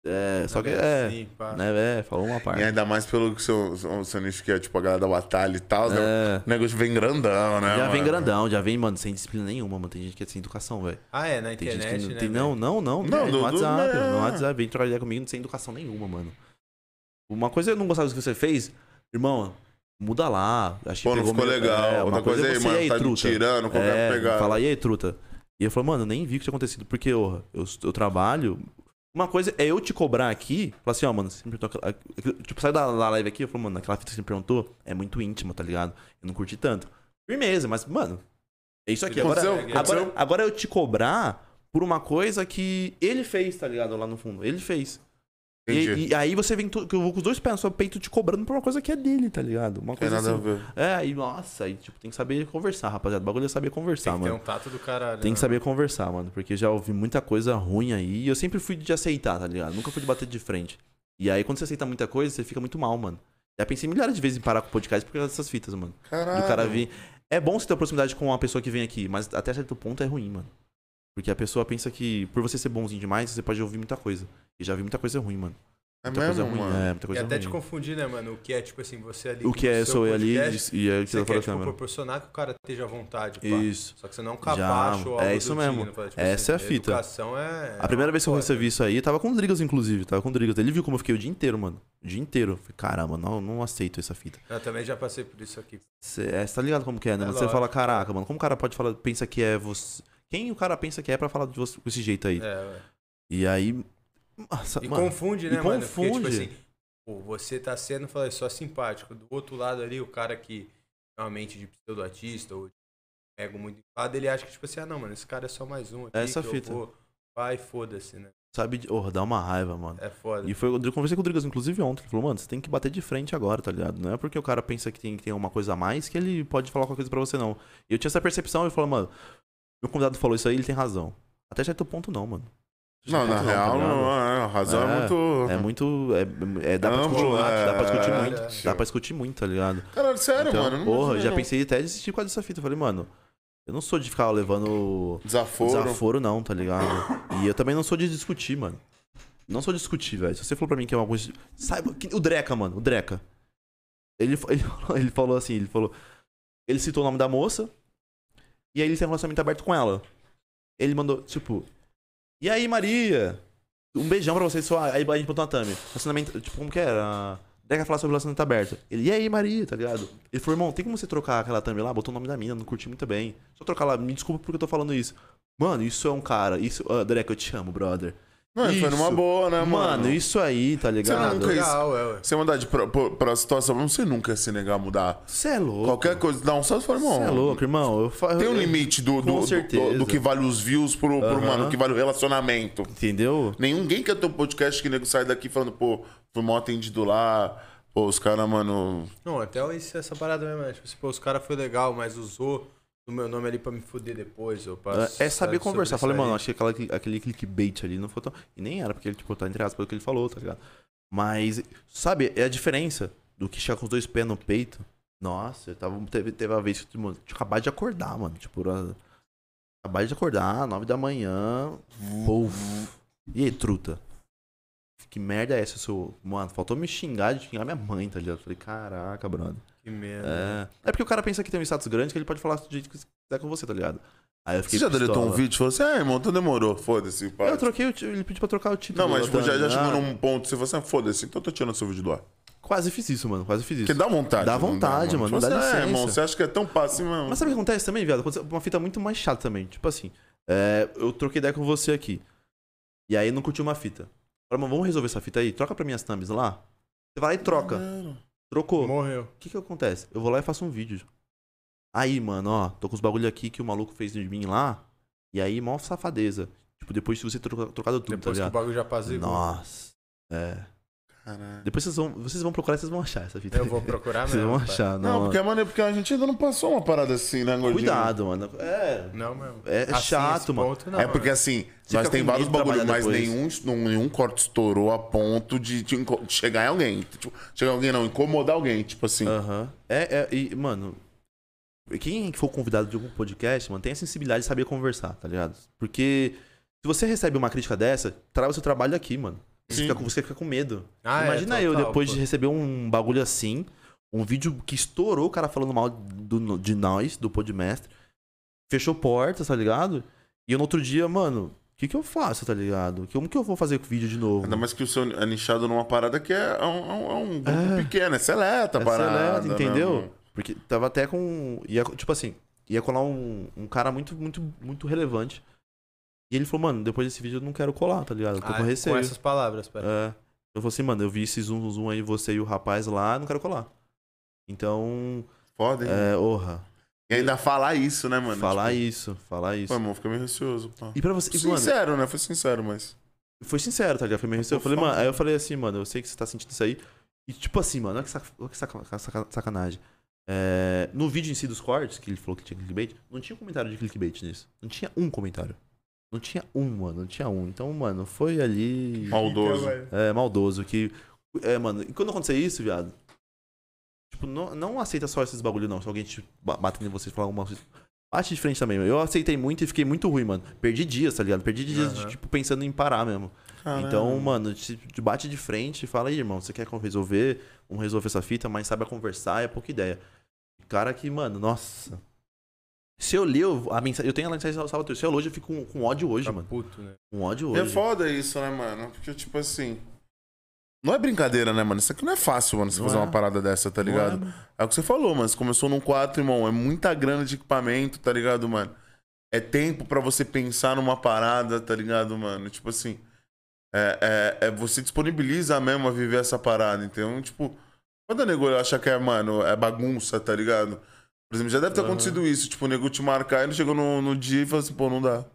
[SPEAKER 3] É, só que é.
[SPEAKER 2] assim,
[SPEAKER 1] Sim, pá.
[SPEAKER 3] Né, é, falou uma
[SPEAKER 2] E
[SPEAKER 3] parte.
[SPEAKER 2] ainda mais pelo que seu, seu, seu nicho que é, tipo, a galera da batalha e tal. né?
[SPEAKER 3] É.
[SPEAKER 2] O negócio vem grandão, né?
[SPEAKER 3] já vem
[SPEAKER 2] mano?
[SPEAKER 3] grandão, já vem, mano, sem disciplina nenhuma, mano. Tem gente que é sem educação, velho.
[SPEAKER 1] Ah, é, na
[SPEAKER 3] Tem
[SPEAKER 1] internet,
[SPEAKER 3] gente que
[SPEAKER 1] né?
[SPEAKER 3] não tem.
[SPEAKER 1] velho?
[SPEAKER 3] Não, não, não.
[SPEAKER 2] Não,
[SPEAKER 3] no
[SPEAKER 2] do- do-
[SPEAKER 3] WhatsApp,
[SPEAKER 2] né?
[SPEAKER 3] no WhatsApp. Vem trocar ideia comigo sem educação nenhuma, mano. Uma coisa eu não gostava do que você fez, irmão, muda lá. Achei
[SPEAKER 2] Pô, não
[SPEAKER 3] pegou
[SPEAKER 2] ficou
[SPEAKER 3] meio-
[SPEAKER 2] legal.
[SPEAKER 3] é, uma
[SPEAKER 2] Outra coisa,
[SPEAKER 3] é
[SPEAKER 2] aí,
[SPEAKER 3] você,
[SPEAKER 2] mano,
[SPEAKER 3] e aí,
[SPEAKER 2] tá
[SPEAKER 3] truta?
[SPEAKER 2] tirando qualquer
[SPEAKER 3] é,
[SPEAKER 2] pegada.
[SPEAKER 3] Falar, e aí, truta? E eu falo, mano, eu nem vi o que tinha acontecido, porque orra, eu, eu trabalho. Uma coisa é eu te cobrar aqui, falar assim, ó, mano, você me perguntou. aquela- aquilo- Tipo, sai da, da live aqui, eu falo, mano, aquela fita que você me perguntou é muito íntima, tá ligado? Eu não curti tanto. Firmeza, mas, mano, é isso aqui. Agora,
[SPEAKER 2] Aconteceu, aconteceu.
[SPEAKER 3] agora, agora eu te cobrar por uma coisa que ele fez, tá ligado? Lá no fundo. Ele fez.
[SPEAKER 2] Entendi.
[SPEAKER 3] E, e aí você vem tu- que eu vou com os dois pés no seu peito te cobrando por uma coisa que é dele, tá ligado? Uma
[SPEAKER 2] Tem
[SPEAKER 3] coisa
[SPEAKER 2] nada a
[SPEAKER 3] assim.
[SPEAKER 2] ver.
[SPEAKER 3] É, aí, nossa, aí, tipo, tem que saber conversar, rapaziada. O bagulho é saber conversar,
[SPEAKER 1] Tem que ter
[SPEAKER 3] mano.
[SPEAKER 1] um tato do caralho.
[SPEAKER 3] Tem
[SPEAKER 1] né?
[SPEAKER 3] que saber conversar, mano, porque já ouvi muita coisa ruim aí e eu sempre fui de aceitar, tá ligado? Nunca fui de bater de frente. E aí, quando você aceita muita coisa, você fica muito mal, mano. Já pensei milhares de vezes em parar com o podcast por causa dessas fitas, mano.
[SPEAKER 2] Caralho.
[SPEAKER 3] Do cara vir. É bom você ter proximidade com uma pessoa que vem aqui, mas até certo ponto é ruim, mano. Porque a pessoa pensa que por você ser bonzinho demais, você pode ouvir muita coisa. E já vi muita coisa ruim, mano.
[SPEAKER 2] É
[SPEAKER 3] Muita
[SPEAKER 2] mesmo,
[SPEAKER 3] coisa ruim.
[SPEAKER 2] mano.
[SPEAKER 3] É, muita
[SPEAKER 1] E
[SPEAKER 3] coisa
[SPEAKER 1] até te
[SPEAKER 3] ruim.
[SPEAKER 1] confundir, né, mano? O que é, tipo assim, você ali.
[SPEAKER 3] O que
[SPEAKER 1] no
[SPEAKER 3] é
[SPEAKER 1] seu
[SPEAKER 3] sou eu ali
[SPEAKER 1] podcast,
[SPEAKER 3] e é o que
[SPEAKER 1] Você
[SPEAKER 3] você tá
[SPEAKER 1] quer,
[SPEAKER 3] falando
[SPEAKER 1] tipo,
[SPEAKER 3] câmera.
[SPEAKER 1] proporcionar que o cara esteja à vontade, pá.
[SPEAKER 3] Isso.
[SPEAKER 1] Só que você não é um capacho
[SPEAKER 3] Já,
[SPEAKER 1] ou
[SPEAKER 3] é
[SPEAKER 1] algo
[SPEAKER 3] isso
[SPEAKER 1] do
[SPEAKER 3] mesmo.
[SPEAKER 1] digno, tá? Tipo
[SPEAKER 3] Essa é a fita.
[SPEAKER 1] Educação é...
[SPEAKER 3] A primeira vez que eu
[SPEAKER 1] Pô,
[SPEAKER 3] recebi isso aí, eu tava com o Drigas, inclusive. Tava com o Drigas. Ele viu como eu fiquei o dia inteiro, mano. O dia inteiro. Eu Falei, caramba, não, não aceito essa fita.
[SPEAKER 1] Eu também já passei por isso aqui.
[SPEAKER 3] Você é, cê tá ligado como que é, né?
[SPEAKER 1] É
[SPEAKER 3] mano? você
[SPEAKER 1] lógico.
[SPEAKER 3] fala, caraca, mano, como o cara pode falar, pensa que é você. Quem o cara pensa que é pra falar de você desse jeito aí?
[SPEAKER 1] É, ué.
[SPEAKER 3] E aí. Nossa,
[SPEAKER 1] e
[SPEAKER 3] mano.
[SPEAKER 1] confunde,
[SPEAKER 3] e
[SPEAKER 1] né, mano? Porque, tipo
[SPEAKER 3] confunde.
[SPEAKER 1] assim, pô, você tá sendo, fala, só simpático. Do outro lado ali, o cara que realmente de pseudo-artista ou de ego muito inflado, ele acha que, tipo assim, ah, não, mano, esse cara é só mais um aqui.
[SPEAKER 3] Essa
[SPEAKER 1] que
[SPEAKER 3] fita.
[SPEAKER 1] Eu vou... Vai, foda-se, né?
[SPEAKER 3] Sabe, de- oh, dá uma raiva, mano.
[SPEAKER 1] É foda.
[SPEAKER 3] E foi, eu conversei com o Drigas, inclusive, ontem. Ele falou, mano, você tem que bater de frente agora, tá ligado? Não é porque o cara pensa que tem, que tem uma coisa a mais que ele pode falar qualquer coisa pra você, não. E eu tinha essa percepção e eu falei, mano, meu convidado falou isso aí, ele tem razão. Até certo ponto, não, mano. Até
[SPEAKER 2] Não,
[SPEAKER 3] certo
[SPEAKER 2] na
[SPEAKER 3] ponto tá
[SPEAKER 2] real,
[SPEAKER 3] ligado?
[SPEAKER 2] não. é, A razão é,
[SPEAKER 3] É,
[SPEAKER 2] muito.
[SPEAKER 3] É muito. É, é- dá, pra
[SPEAKER 2] Amplo,
[SPEAKER 3] discutir muito, dá pra discutir
[SPEAKER 2] é.
[SPEAKER 3] muito. Dá pra discutir muito, tá ligado?
[SPEAKER 2] Caralho, sério,
[SPEAKER 3] então,
[SPEAKER 2] mano. eu não
[SPEAKER 3] porra, eu já
[SPEAKER 2] imaginei, não.
[SPEAKER 3] pensei até em desistir por causa dessa fita. Eu Falei, mano, eu não sou de ficar levando
[SPEAKER 2] Desaforo.
[SPEAKER 3] desaforo, não, tá ligado? E eu também não sou de discutir, mano. Não sou de discutir, velho. Se você falou pra mim que é uma coisa. Saiba. que- O Dreca, mano, o Dreca. Ele, fa- (laughs) ele, falou- ele falou assim, ele falou. Ele citou o nome da moça. E aí ele tem um relacionamento aberto com ela. Ele mandou, tipo. E aí, Maria? Um beijão pra vocês. Só, aí a gente botou na thumb. Relacionamento. Tipo, como que era? Dreca falar sobre relacionamento aberto. Ele, e aí, Maria, tá ligado? Ele falou, irmão, tem como você trocar aquela thumb lá? Botou o nome da mina, não curti muito bem. Só trocar lá, me desculpa porque eu tô falando isso. Mano, isso é um cara. Isso, ah, Dreca, eu te amo, brother.
[SPEAKER 2] Não, e foi numa
[SPEAKER 3] Isso.
[SPEAKER 2] boa, né,
[SPEAKER 3] Mano,
[SPEAKER 2] mano?
[SPEAKER 3] isso aí, tá
[SPEAKER 1] Ah,
[SPEAKER 3] ligado?
[SPEAKER 2] nunca-
[SPEAKER 1] natural, é, ué.
[SPEAKER 2] Você mandar de, pra, pra, pra situação, não sei nunca se negar a mudar.
[SPEAKER 3] Você é louco.
[SPEAKER 2] Qualquer coisa, dá um salto e fala,
[SPEAKER 3] Você é
[SPEAKER 2] irmão.
[SPEAKER 3] louco, irmão. Eu fa...
[SPEAKER 2] Tem um
[SPEAKER 3] eu-
[SPEAKER 2] limite do, do,
[SPEAKER 3] Com
[SPEAKER 2] do-
[SPEAKER 3] certeza.
[SPEAKER 2] do- do que vale os views pro, pro
[SPEAKER 3] Aham.
[SPEAKER 2] mano, que vale o relacionamento.
[SPEAKER 3] Entendeu?
[SPEAKER 2] Ninguém quer ter um podcast que o nego sai daqui falando, pô, foi mal atendido lá. Pô, os caras, mano.
[SPEAKER 1] Não, até esse- essa parada mesmo, né? Tipo, se, pô, os caras foi legal, mas usou o meu nome ali pra me fuder depois. Ou pra,
[SPEAKER 3] É é saber
[SPEAKER 1] sabe,
[SPEAKER 3] conversar.
[SPEAKER 1] sobre
[SPEAKER 3] Falei,
[SPEAKER 1] isso
[SPEAKER 3] mano,
[SPEAKER 1] aí.
[SPEAKER 3] acho que aquela, aquele clickbait ali não foi tão. E nem era, porque ele, tipo, tá entre aspas o que ele falou, tá ligado? Mas, sabe, é a diferença. do que chegar com os dois pés no peito. Nossa, eu tava, teve, teve uma vez que tipo, mano, eu tinha acabado de acordar, mano. Tipo, era- acabado de acordar, nove da manhã. Uf. E aí, truta? Que merda é essa, seu. Mano, faltou me xingar de xingar minha mãe, tá ligado? Eu falei, caraca, brother.
[SPEAKER 1] Que merda.
[SPEAKER 3] É. É porque o cara pensa que tem um status grande que ele pode falar do jeito que quiser com você, tá ligado? Aí eu
[SPEAKER 2] Você
[SPEAKER 3] fiquei.
[SPEAKER 2] já deletou
[SPEAKER 3] pistola.
[SPEAKER 2] um vídeo e falou assim, ah, irmão, então demorou, foda-se, pá.
[SPEAKER 3] Eu troquei, o ti- ele pediu pra trocar o título.
[SPEAKER 2] Não, mas tipo,
[SPEAKER 3] eu
[SPEAKER 2] já, já
[SPEAKER 3] também,
[SPEAKER 2] chegou
[SPEAKER 3] ah,
[SPEAKER 2] num ponto, que você falou assim, ah, foda-se, então eu tô tirando seu vídeo do ar.
[SPEAKER 3] Quase fiz isso, mano. Quase fiz isso.
[SPEAKER 2] Porque dá vontade.
[SPEAKER 3] Dá
[SPEAKER 2] não
[SPEAKER 3] vontade, mano,
[SPEAKER 2] Tipo
[SPEAKER 3] dá
[SPEAKER 2] assim,
[SPEAKER 3] licença.
[SPEAKER 2] É, irmão, você acha que é tão fácil, mano.
[SPEAKER 3] Mas sabe o que acontece também, viado? Aconteceu Uma fita muito mais chata também. Tipo assim, é, eu troquei ideia com você aqui. E aí não curtiu uma fita. Falei, mano, vamos resolver essa fita aí? Troca pra minhas thumbs lá. Você vai lá e troca.
[SPEAKER 2] Mano,
[SPEAKER 3] Trocou. O
[SPEAKER 1] Morreu.
[SPEAKER 3] que que acontece? Eu vou lá e faço um vídeo. Aí, mano, ó, tô com os bagulho aqui que o maluco fez de mim lá. E aí, mó safadeza. Tipo, depois se você trocar trocado tudo,
[SPEAKER 1] Depois que
[SPEAKER 3] tá
[SPEAKER 1] o
[SPEAKER 3] ligado?
[SPEAKER 1] bagulho já apazigou.
[SPEAKER 3] Nossa. É.
[SPEAKER 2] Caralho.
[SPEAKER 3] Depois vocês vão, vocês vão procurar, vocês vão achar essa fita.
[SPEAKER 1] Eu
[SPEAKER 3] (laughs)
[SPEAKER 1] vou procurar
[SPEAKER 3] Vocês
[SPEAKER 1] mesmo.
[SPEAKER 3] vão
[SPEAKER 1] pai.
[SPEAKER 3] achar, não.
[SPEAKER 2] Não, porque, mano, é porque a gente ainda não passou uma parada assim, né, Gordinho?
[SPEAKER 3] Cuidado, mano. É.
[SPEAKER 1] Não mesmo.
[SPEAKER 3] É chato,
[SPEAKER 1] esse
[SPEAKER 3] mano.
[SPEAKER 1] ponto, não,
[SPEAKER 2] é porque assim,
[SPEAKER 3] Você
[SPEAKER 2] nós
[SPEAKER 3] fica
[SPEAKER 2] tem
[SPEAKER 3] com
[SPEAKER 2] vários
[SPEAKER 3] medo de
[SPEAKER 2] bagulhos, mas
[SPEAKER 3] trabalhar
[SPEAKER 2] nenhum, nenhum corte estourou a ponto de, te inco- de chegar em alguém. Tipo, chegar em alguém não, incomodar alguém, tipo assim.
[SPEAKER 3] Aham. É, é, e, mano, quem for convidado de algum podcast, mano, tenha a sensibilidade de saber conversar, tá ligado? Porque se você recebe uma crítica dessa, trava o seu trabalho é aqui, mano. Você
[SPEAKER 2] Sim.
[SPEAKER 3] fica, com- você fica com medo.
[SPEAKER 1] Ah, é,
[SPEAKER 3] Imagina eu,
[SPEAKER 1] total,
[SPEAKER 3] depois
[SPEAKER 1] pô.
[SPEAKER 3] de receber um bagulho assim, um vídeo que estourou o cara falando mal do- de nós, do Podmestre, fechou portas, tá ligado? E eu, no outro dia, mano, o que que eu faço, tá ligado? Como que eu vou fazer com o vídeo de novo?
[SPEAKER 2] Ainda mais que o seu é nichado numa parada que é, é um, é um- é um grupo
[SPEAKER 3] É.
[SPEAKER 2] pequeno, é seleta a
[SPEAKER 3] É
[SPEAKER 2] parada.
[SPEAKER 3] seleta, entendeu?
[SPEAKER 2] né?
[SPEAKER 3] Porque tava até com. Ia, tipo assim, ia colar um, um cara muito, muito, muito relevante. E ele falou, mano, depois desse vídeo eu não quero colar, tá ligado? Eu tô
[SPEAKER 1] Ah,
[SPEAKER 3] com receio.
[SPEAKER 1] Com essas palavras, pera.
[SPEAKER 3] É. Eu falei assim, mano, eu vi esse zoom, zoom, zoom aí, você e o rapaz lá, não quero colar. Então,
[SPEAKER 2] Foda, hein?
[SPEAKER 3] é, orra,
[SPEAKER 2] E ainda falar isso, né, mano?
[SPEAKER 3] falar
[SPEAKER 2] tipo,
[SPEAKER 3] isso, falar isso.
[SPEAKER 2] Pô, irmão, fica meio receoso, pá.
[SPEAKER 3] E pra você, e, mano,
[SPEAKER 2] Sincero, né? Foi sincero, mas.
[SPEAKER 3] foi sincero, tá ligado? Foi meio receio. Eu falei, mano, aí eu falei assim, mano, eu sei que você tá sentindo isso aí. E tipo assim, mano, olha que, saca- olha que saca- saca- sacanagem. É, no vídeo em si dos cortes, que ele falou que tinha clickbait, não tinha um comentário de clickbait nisso. Não tinha um comentário. Não tinha um, mano, não tinha um. Então, mano, foi ali.
[SPEAKER 2] Maldoso.
[SPEAKER 1] Então,
[SPEAKER 3] É, maldoso. Que. É, mano, e quando acontecer isso, viado. Tipo, não, não aceita só esses bagulho, não. Se alguém te ba- bater em você e falar alguma coisa. Bate de frente também, mano. Eu aceitei muito e fiquei muito ruim, mano. Perdi dias, tá ligado? Perdi dias, de,
[SPEAKER 1] Aham.
[SPEAKER 3] tipo, pensando em parar mesmo.
[SPEAKER 2] Caralho.
[SPEAKER 3] Então, mano, te te bate de frente e fala aí, irmão, você quer resolver? Vamos resolver essa fita, mas sabe conversar, é pouca ideia. Cara que, mano, nossa. Se eu ler eu- a mensagem, eu tenho a mensagem salva teu, se eu ler hoje, eu fico com, com ódio hoje,
[SPEAKER 1] Tá
[SPEAKER 3] mano.
[SPEAKER 1] puto, né?
[SPEAKER 3] Com ódio
[SPEAKER 2] E
[SPEAKER 3] hoje.
[SPEAKER 2] É foda isso, né, mano? Porque, tipo assim. Não é brincadeira, né, mano? Isso aqui não é fácil, mano, você
[SPEAKER 3] Não
[SPEAKER 2] fazer
[SPEAKER 3] é.
[SPEAKER 2] uma parada dessa, tá
[SPEAKER 3] Não é,
[SPEAKER 2] ligado?
[SPEAKER 3] mano?
[SPEAKER 2] É, o que você falou, mano. Você começou num 4, irmão. É muita grana de equipamento, tá ligado, mano? É tempo pra você pensar numa parada, tá ligado, mano? Tipo assim. É, é, é você disponibiliza mesmo a viver essa parada. Então, tipo. Quando o nego acha que é, mano, é bagunça, tá ligado? Por exemplo, já deve ter
[SPEAKER 1] Aham.
[SPEAKER 2] acontecido isso. Tipo, o nego te marcar, ele chegou no, no dia e falou assim, pô, não dá.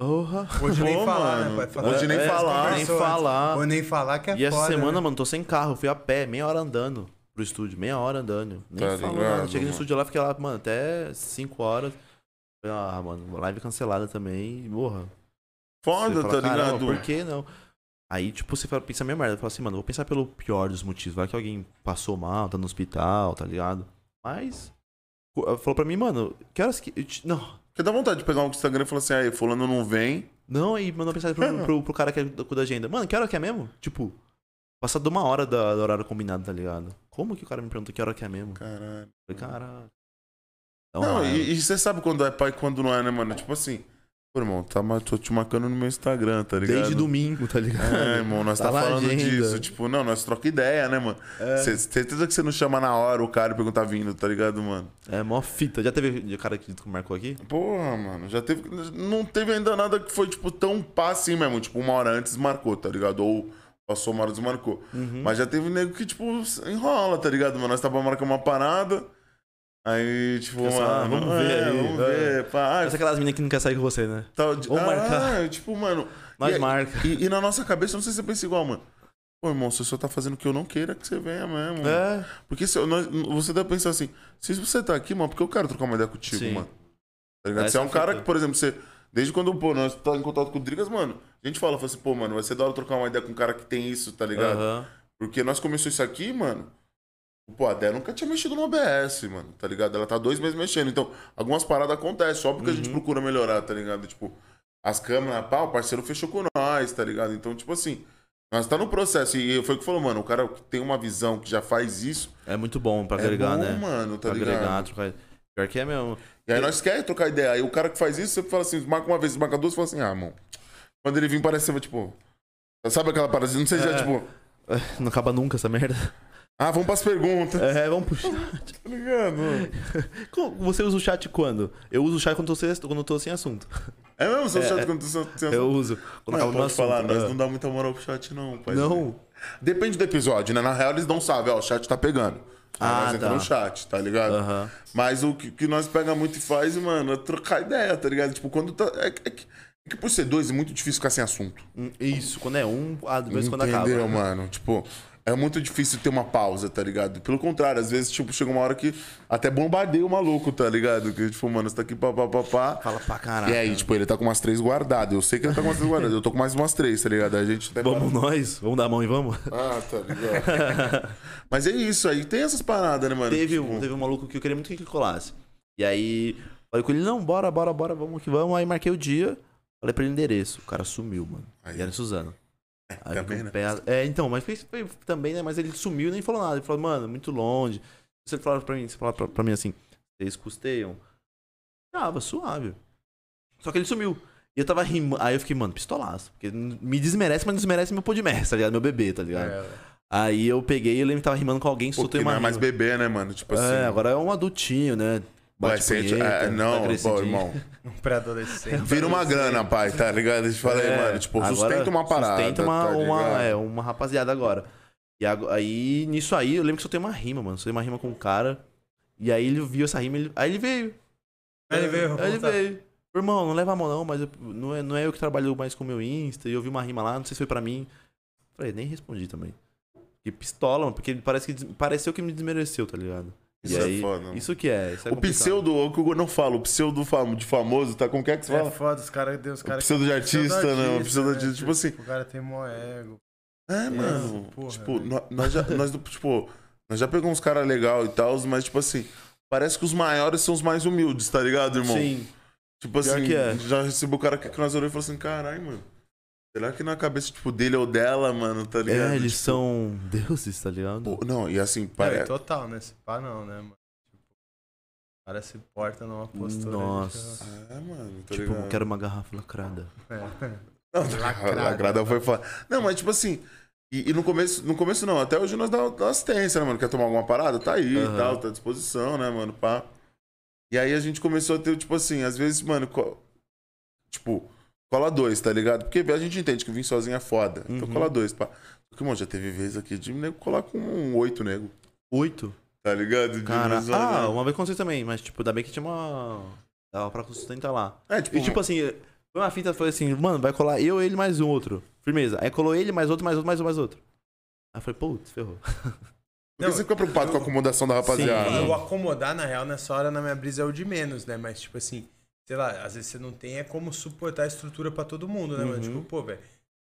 [SPEAKER 3] Porra.
[SPEAKER 1] Hoje nem
[SPEAKER 2] Pô,
[SPEAKER 1] falar,
[SPEAKER 2] mano.
[SPEAKER 1] né, pai? Fala-
[SPEAKER 2] Hoje nem
[SPEAKER 1] É,
[SPEAKER 2] falar.
[SPEAKER 1] conversou
[SPEAKER 3] Nem
[SPEAKER 1] antes.
[SPEAKER 3] falar.
[SPEAKER 1] Ou nem falar que é
[SPEAKER 3] E essa
[SPEAKER 1] foda,
[SPEAKER 3] semana,
[SPEAKER 1] né?
[SPEAKER 3] mano, tô sem carro, fui a pé, meia hora andando pro estúdio, meia hora andando. Nem
[SPEAKER 2] Tá
[SPEAKER 3] falo
[SPEAKER 2] ligado,
[SPEAKER 3] nada. Cheguei
[SPEAKER 2] mano.
[SPEAKER 3] no estúdio lá, fiquei lá, mano, até 5 horas. Falei, Ah, mano, live cancelada também, e, porra.
[SPEAKER 2] Foda,
[SPEAKER 3] Você fala,
[SPEAKER 2] tá
[SPEAKER 3] "Caramba,
[SPEAKER 2] ligado?
[SPEAKER 3] Por que não? Aí, tipo, você fala- pensa a minha merda. Fala assim, mano, vou pensar pelo pior dos motivos. Vai que alguém passou mal, tá no hospital, tá ligado? Mas. co- ela Falou pra mim, mano, que horas que. eu te- Não.
[SPEAKER 2] Porque dá vontade de pegar um Instagram e falar assim, aí, fulano não vem.
[SPEAKER 3] Não, aí mandou
[SPEAKER 2] (laughs)
[SPEAKER 3] mensagem pro, pro, pro cara que é do- da agenda. Mano, que hora que é mesmo? Tipo, passado uma hora da, do horário combinado, tá ligado? Como que o cara me perguntou que hora que é mesmo?
[SPEAKER 2] Caralho.
[SPEAKER 3] Falei, cara.
[SPEAKER 2] Não, e, e você sabe quando é pai e quando não é, né, mano? Tipo assim, pô, irmão, tá, ma- tô te marcando no meu Instagram, tá ligado?
[SPEAKER 3] Desde domingo, tá ligado?
[SPEAKER 2] É, irmão, nós tá,
[SPEAKER 3] na
[SPEAKER 2] falando
[SPEAKER 3] agenda.
[SPEAKER 2] disso. Tipo, não, nós troca ideia, né, mano?
[SPEAKER 3] É.
[SPEAKER 2] Cê- certeza que você não chama na hora o cara e perguntar vindo, tá ligado, mano?
[SPEAKER 3] É mó fita. Já teve cara que marcou aqui?
[SPEAKER 2] Porra, mano, já teve. Não teve ainda nada que foi, tipo, tão pá assim mesmo. Tipo, uma hora antes marcou, tá ligado? Ou passou uma hora desmarcou.
[SPEAKER 3] Uhum.
[SPEAKER 2] Mas já teve nego que, tipo, enrola, tá ligado, mano? Nós tava marcando uma parada. Aí, tipo,
[SPEAKER 3] Pensa, ah,
[SPEAKER 2] mano,
[SPEAKER 3] vamos ver
[SPEAKER 2] é,
[SPEAKER 3] aí,
[SPEAKER 2] Vamos
[SPEAKER 3] é.
[SPEAKER 2] ver. Pá, ah,
[SPEAKER 3] Mas aquelas meninas que não querem sair com você, né?
[SPEAKER 2] tal de-
[SPEAKER 3] vamos
[SPEAKER 2] ah,
[SPEAKER 3] marcar.
[SPEAKER 2] (laughs) tipo, mano.
[SPEAKER 3] Nós
[SPEAKER 2] e,
[SPEAKER 3] marca.
[SPEAKER 2] e, e na nossa cabeça, não sei se você pensa igual, mano. Pô, irmão, você só tá fazendo o que eu não queira que você venha mesmo. mano.
[SPEAKER 3] É.
[SPEAKER 2] Porque se eu- nós- você deve pensar assim, se você tá aqui, mano, porque eu quero trocar uma ideia contigo,
[SPEAKER 3] Sim.
[SPEAKER 2] mano. Tá ligado?
[SPEAKER 3] Essa
[SPEAKER 2] Você é um
[SPEAKER 3] é a
[SPEAKER 2] cara
[SPEAKER 3] fita.
[SPEAKER 2] que, por exemplo, você. Desde quando, pô, nós tá em contato com o Drigas, mano, a gente fala, fala assim, pô, mano, vai ser da hora trocar uma ideia com um cara que tem isso, tá ligado?
[SPEAKER 3] Aham.
[SPEAKER 2] Porque nós começamos isso aqui, mano. Pô, a Dé nunca tinha mexido no OBS, mano, tá ligado? Ela tá dois meses mexendo. Então, algumas paradas acontecem, só porque a
[SPEAKER 3] Uhum.
[SPEAKER 2] gente procura melhorar, tá ligado? Tipo, as câmeras, pá, o parceiro fechou com nós, tá ligado? Então, tipo assim, nós tá no processo. E foi o que falou, mano, o cara que tem uma visão, que já faz isso,
[SPEAKER 3] É muito bom pra
[SPEAKER 2] É
[SPEAKER 3] agregar,
[SPEAKER 2] bom,
[SPEAKER 3] né?
[SPEAKER 2] mano, tá
[SPEAKER 3] pra agregar,
[SPEAKER 2] ligado?
[SPEAKER 3] trocar. Pior que é mesmo.
[SPEAKER 2] E aí nós queremos trocar ideia. Aí o cara que faz isso, você fala assim, marca uma vez, marca duas, fala assim, ah, mano. Quando ele vir, parece que tipo. Sabe aquela parada? Não sei se
[SPEAKER 3] É.
[SPEAKER 2] já, tipo,
[SPEAKER 3] Não acaba nunca essa merda.
[SPEAKER 2] ah, vamos pras perguntas.
[SPEAKER 3] É, vamos puxar. (laughs)
[SPEAKER 2] Tá ligado?
[SPEAKER 3] Como- Você usa o chat quando? Eu uso o chat quando eu tô sem, quando eu tô sem assunto.
[SPEAKER 2] É mesmo, seu
[SPEAKER 3] É,
[SPEAKER 2] chat
[SPEAKER 3] é.
[SPEAKER 2] quando você. você-
[SPEAKER 3] Eu uso.
[SPEAKER 2] Não,
[SPEAKER 3] Quando acaba meu
[SPEAKER 2] pode
[SPEAKER 3] assunto.
[SPEAKER 2] falar, nós
[SPEAKER 3] é.
[SPEAKER 2] não dá muita moral pro chat, não, pai.
[SPEAKER 3] Não.
[SPEAKER 2] Depende do episódio, né? Na real, eles dão salve, ó, o chat tá pegando. Aí
[SPEAKER 3] Ah,
[SPEAKER 2] nós entra
[SPEAKER 3] tá.
[SPEAKER 2] no chat, tá ligado?
[SPEAKER 3] Aham.
[SPEAKER 2] Mas o que, que nós pega muito e faz, mano, é trocar ideia, tá ligado? Tipo, quando tá. É, que- é que, é que por ser dois é muito difícil ficar sem assunto.
[SPEAKER 3] Hum, Isso, quando é um, ah, depois quando acaba.
[SPEAKER 2] Entendeu, mano? Tipo, é muito difícil ter uma pausa, tá ligado? Pelo contrário, às vezes, tipo, chega uma hora que até bombardeia o maluco, tá ligado? Que, tipo, mano, você tá aqui pá, pá, pá, pá.
[SPEAKER 3] Fala pra caralho.
[SPEAKER 2] E aí, tipo, ele tá com umas três guardadas. Eu sei que ele tá com umas três guardadas. Eu tô com mais umas três, tá ligado? A gente até
[SPEAKER 3] Vamos nós? Vamos dar a mão e vamos?
[SPEAKER 2] (laughs) Ah, tá ligado. Mas é isso aí. Tem essas paradas, né, mano?
[SPEAKER 3] teve, um,
[SPEAKER 2] Tipo,
[SPEAKER 3] teve um maluco que eu queria muito que ele colasse. E aí, falei com ele, não, bora, bora, bora, vamos que vamos. Aí marquei o dia, falei pra ele o endereço. O cara sumiu, mano.
[SPEAKER 2] Aí.
[SPEAKER 3] E era em Suzano. Aí
[SPEAKER 2] também,
[SPEAKER 3] eu
[SPEAKER 2] né?
[SPEAKER 3] pé- É, então, mas fez, foi também, né? Mas ele sumiu e nem falou nada. Ele falou, mano, muito longe. Você falava pra mim, você falava pra, pra mim assim, vocês custeiam. Tava suave. Só que ele sumiu. E eu tava rindo. Aí eu fiquei, mano, pistolaço. Porque me desmerece, mas desmerece meu pô de mestre, tá ligado? Meu bebê, tá ligado?
[SPEAKER 1] É,
[SPEAKER 3] Aí eu peguei, eu lembro que tava rimando com alguém,
[SPEAKER 2] É. Pô, que
[SPEAKER 3] soltei
[SPEAKER 2] não
[SPEAKER 3] uma.
[SPEAKER 2] é mais
[SPEAKER 3] rima.
[SPEAKER 2] bebê, né, mano? Tipo assim.
[SPEAKER 3] É, agora é um adultinho, né?
[SPEAKER 2] vai
[SPEAKER 3] Bate
[SPEAKER 2] ser.
[SPEAKER 3] punheta, tá
[SPEAKER 2] é, não,
[SPEAKER 3] emagrecidinho.
[SPEAKER 2] pô, irmão.
[SPEAKER 1] Um pré-adolescente.
[SPEAKER 2] Vira uma grana, pai, tá ligado? A gente fala aí,
[SPEAKER 3] É,
[SPEAKER 2] mano. Tipo,
[SPEAKER 3] agora
[SPEAKER 2] sustenta uma parada.
[SPEAKER 3] Sustenta uma,
[SPEAKER 2] tá ligado?
[SPEAKER 3] uma, é, uma rapaziada agora. E ago- aí, nisso aí, eu lembro que só tem uma rima, mano. Só tem uma rima com um cara. E aí ele viu essa rima, ele- aí ele veio.
[SPEAKER 1] Aí ele veio,
[SPEAKER 3] Aí ele
[SPEAKER 1] voltar.
[SPEAKER 3] veio. Irmão, não leva a mão não, mas eu- não, é, não é eu que trabalho mais com o meu Insta. E eu vi uma rima lá, não sei se foi pra mim. Falei, nem respondi também. Que pistola, mano, porque ele parece que, des- pareceu que me desmereceu, tá ligado? E
[SPEAKER 2] Isso é
[SPEAKER 3] aí,
[SPEAKER 2] foda, mano.
[SPEAKER 3] Isso que é. Isso é
[SPEAKER 2] O
[SPEAKER 3] complicado.
[SPEAKER 2] pseudo, o que o Gordão fala, o pseudo fam- de famoso, tá com o que é que você
[SPEAKER 1] É
[SPEAKER 2] fala?
[SPEAKER 1] foda, os caras deu os caras.
[SPEAKER 2] Pseudo de artista, né? Pseudo de artista, tipo assim.
[SPEAKER 1] O cara tem mó ego.
[SPEAKER 2] É, mano.
[SPEAKER 1] porra,
[SPEAKER 2] tipo,
[SPEAKER 1] velho.
[SPEAKER 2] nó- nós já, nós, do- tipo, nós já pegamos uns caras legal e tal, mas, tipo assim, parece que os maiores são os mais humildes, tá ligado, irmão?
[SPEAKER 3] Sim.
[SPEAKER 2] Tipo
[SPEAKER 3] Pior
[SPEAKER 2] assim,
[SPEAKER 3] que é.
[SPEAKER 2] já recebeu o cara que que nós olhamos e falou assim, caralho, mano. Será que na cabeça, tipo, dele ou dela, mano, tá ligado?
[SPEAKER 3] É, eles
[SPEAKER 2] Tipo,
[SPEAKER 3] são deuses, tá ligado?
[SPEAKER 2] pô, Não, e assim,
[SPEAKER 1] Não, e
[SPEAKER 2] parece.
[SPEAKER 1] total, né? Se pá, não, né, mano? Tipo, o cara se porta numa postura. de-
[SPEAKER 3] Nossa.
[SPEAKER 2] É, mano, tá
[SPEAKER 3] tipo,
[SPEAKER 2] ligado?
[SPEAKER 3] eu quero uma garrafa lacrada.
[SPEAKER 1] (laughs) É.
[SPEAKER 2] Não, lacrada,
[SPEAKER 1] Lacrada.
[SPEAKER 2] foi foda. Não, mas tipo assim. E, e no começo, no começo não, até hoje nós dá, dá assistência, né, mano? Quer tomar alguma parada? Tá aí e
[SPEAKER 3] Aham.
[SPEAKER 2] tal, tá à disposição, né, mano? Pá. E aí a gente começou a ter, tipo assim, às vezes, mano, co- tipo, cola dois, tá ligado? Porque a gente entende que vir sozinho é foda. Então
[SPEAKER 3] Uhum.
[SPEAKER 2] cola dois, pá. Porque, mano, já teve vezes aqui de nego colar com um oito nego,
[SPEAKER 3] Oito?
[SPEAKER 2] tá ligado? De
[SPEAKER 3] Cara.
[SPEAKER 2] vez em quando,
[SPEAKER 3] Ah,
[SPEAKER 2] né?
[SPEAKER 3] uma vez com vocês também, mas tipo, ainda bem que tinha uma. Dava pra sustentar lá.
[SPEAKER 2] É, tipo,
[SPEAKER 3] E tipo assim, foi uma fita, foi assim, mano, vai colar eu, ele, mais um outro. Firmeza. Aí colou ele, mais outro, mais outro, mais outro, mais outro. Aí eu falei, putz, ferrou.
[SPEAKER 2] porque você fica preocupado com a acomodação da rapaziada.
[SPEAKER 3] Sim.
[SPEAKER 2] né?
[SPEAKER 1] O acomodar, na real, nessa hora, na minha brisa, é o de menos, né? Mas, tipo assim, sei lá, às vezes você não tem é como suportar a estrutura pra todo mundo, né, mano?
[SPEAKER 3] Uhum.
[SPEAKER 1] Tipo, pô, velho,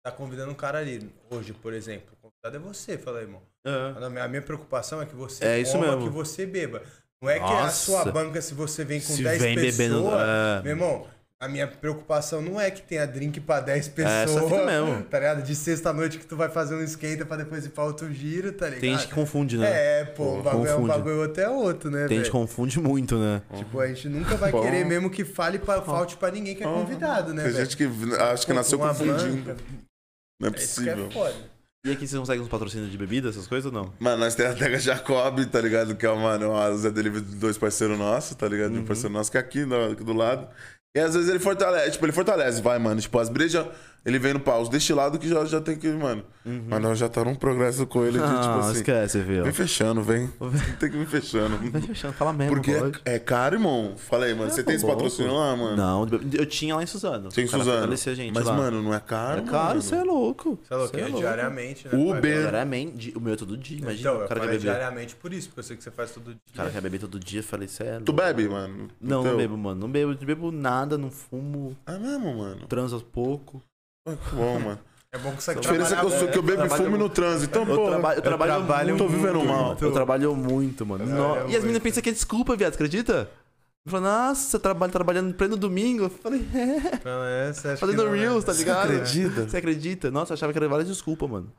[SPEAKER 1] tá convidando um cara ali, hoje, por exemplo. O convidado é você, falei, irmão.
[SPEAKER 3] É.
[SPEAKER 1] A minha- a minha preocupação é que você
[SPEAKER 3] É isso
[SPEAKER 1] coma,
[SPEAKER 3] mesmo.
[SPEAKER 1] que você beba. Não é que a
[SPEAKER 3] Nossa.
[SPEAKER 1] sua banca, se você vem com
[SPEAKER 3] Se
[SPEAKER 1] 10
[SPEAKER 3] vem
[SPEAKER 1] pessoas.
[SPEAKER 3] bebendo, é.
[SPEAKER 1] Meu irmão, a minha preocupação não é que tenha drink pra 10
[SPEAKER 3] É, essa
[SPEAKER 1] pessoas.
[SPEAKER 3] fita mesmo.
[SPEAKER 1] (laughs) Tá ligado? De sexta-noite que tu vai fazer um skater pra depois ir pra outro giro, tá ligado?
[SPEAKER 3] Tem gente que confunde, né?
[SPEAKER 1] É, pô, um bagulho é um
[SPEAKER 3] Confunde.
[SPEAKER 1] bagulho outro é outro, né,
[SPEAKER 3] Tem gente
[SPEAKER 1] velho?
[SPEAKER 3] que confunde muito, né?
[SPEAKER 1] Tipo, a gente nunca vai
[SPEAKER 2] Bom.
[SPEAKER 1] querer mesmo que fale pra, falte pra ninguém que é convidado, né,
[SPEAKER 2] Tem
[SPEAKER 1] velho?
[SPEAKER 2] gente que acho que nasceu
[SPEAKER 1] Uma
[SPEAKER 2] confundindo.
[SPEAKER 1] banca.
[SPEAKER 2] Não é
[SPEAKER 1] É Isso que
[SPEAKER 2] possível.
[SPEAKER 1] é foda.
[SPEAKER 3] E aqui vocês conseguem uns patrocínios de bebida, essas coisas ou não?
[SPEAKER 2] Mano, nós temos a Adega Jacob, tá ligado? Que é uma, uma Zé Delivery de dois parceiros nossos, tá ligado? De
[SPEAKER 3] Uhum.
[SPEAKER 2] um parceiro nosso que é aqui, do, aqui do lado. E às vezes ele fortalece, tipo, ele fortalece, vai, mano. Tipo, as brejas, ele vem no pau. Os destilado que já, já tem que, mano. Mas nós já tá num progresso com ele de,
[SPEAKER 3] Uhum. Ah,
[SPEAKER 2] tipo assim.
[SPEAKER 3] esquece, viu?
[SPEAKER 2] Vem fechando,
[SPEAKER 3] (laughs)
[SPEAKER 2] vem. tem que vir fechando.
[SPEAKER 3] Fala mesmo,
[SPEAKER 2] Porque
[SPEAKER 3] pode.
[SPEAKER 2] é, é caro, irmão. Falei, mano,
[SPEAKER 3] É,
[SPEAKER 2] você tem esse
[SPEAKER 3] louco.
[SPEAKER 2] patrocínio lá, mano?
[SPEAKER 3] Não, eu tinha lá em Suzano.
[SPEAKER 2] Tem
[SPEAKER 3] O cara
[SPEAKER 2] Suzano.
[SPEAKER 3] fortaleceu a gente
[SPEAKER 2] Mas,
[SPEAKER 3] lá.
[SPEAKER 2] mano, não é caro?
[SPEAKER 3] É caro,
[SPEAKER 2] mano.
[SPEAKER 3] você é louco.
[SPEAKER 1] Sei lá, o que é diariamente, né?
[SPEAKER 2] Uber.
[SPEAKER 1] pai?
[SPEAKER 3] Diariamente, di- o meu é todo dia, imagina.
[SPEAKER 1] Então,
[SPEAKER 3] o
[SPEAKER 1] eu
[SPEAKER 3] cara quer
[SPEAKER 1] falei
[SPEAKER 3] beber.
[SPEAKER 1] diariamente por isso, porque eu sei que você faz todo dia.
[SPEAKER 3] O cara quer beber todo dia, eu falei, você é louco.
[SPEAKER 2] Tu bebe, mano? Então,
[SPEAKER 3] Não,
[SPEAKER 2] Teu?
[SPEAKER 3] não bebo, mano. Não bebo, não bebo nada, não fumo,
[SPEAKER 2] É mesmo, mano.
[SPEAKER 3] transo pouco.
[SPEAKER 2] Ah, que bom, mano.
[SPEAKER 1] É bom que você né?
[SPEAKER 2] A diferença é que eu, sou, que eu bebo
[SPEAKER 3] Trabalha
[SPEAKER 2] fumo
[SPEAKER 3] muito.
[SPEAKER 2] no trânsito. Então,
[SPEAKER 3] Eu,
[SPEAKER 2] pô,
[SPEAKER 3] traba- eu trabalho,
[SPEAKER 2] não
[SPEAKER 3] muito.
[SPEAKER 2] tô vivendo mal.
[SPEAKER 3] Eu trabalho muito, mano. No-
[SPEAKER 1] trabalho
[SPEAKER 3] E as meninas
[SPEAKER 1] muito.
[SPEAKER 3] pensam que é desculpa, viado, acredita? Me falou, nossa, você trabalha trabalhando em pleno domingo. Eu falei, é,
[SPEAKER 1] Não, é, você acha que
[SPEAKER 3] fazendo
[SPEAKER 1] não é.
[SPEAKER 3] reels, tá ligado?
[SPEAKER 2] acredita?
[SPEAKER 3] Você acredita? Nossa, eu achava que era várias desculpas, mano.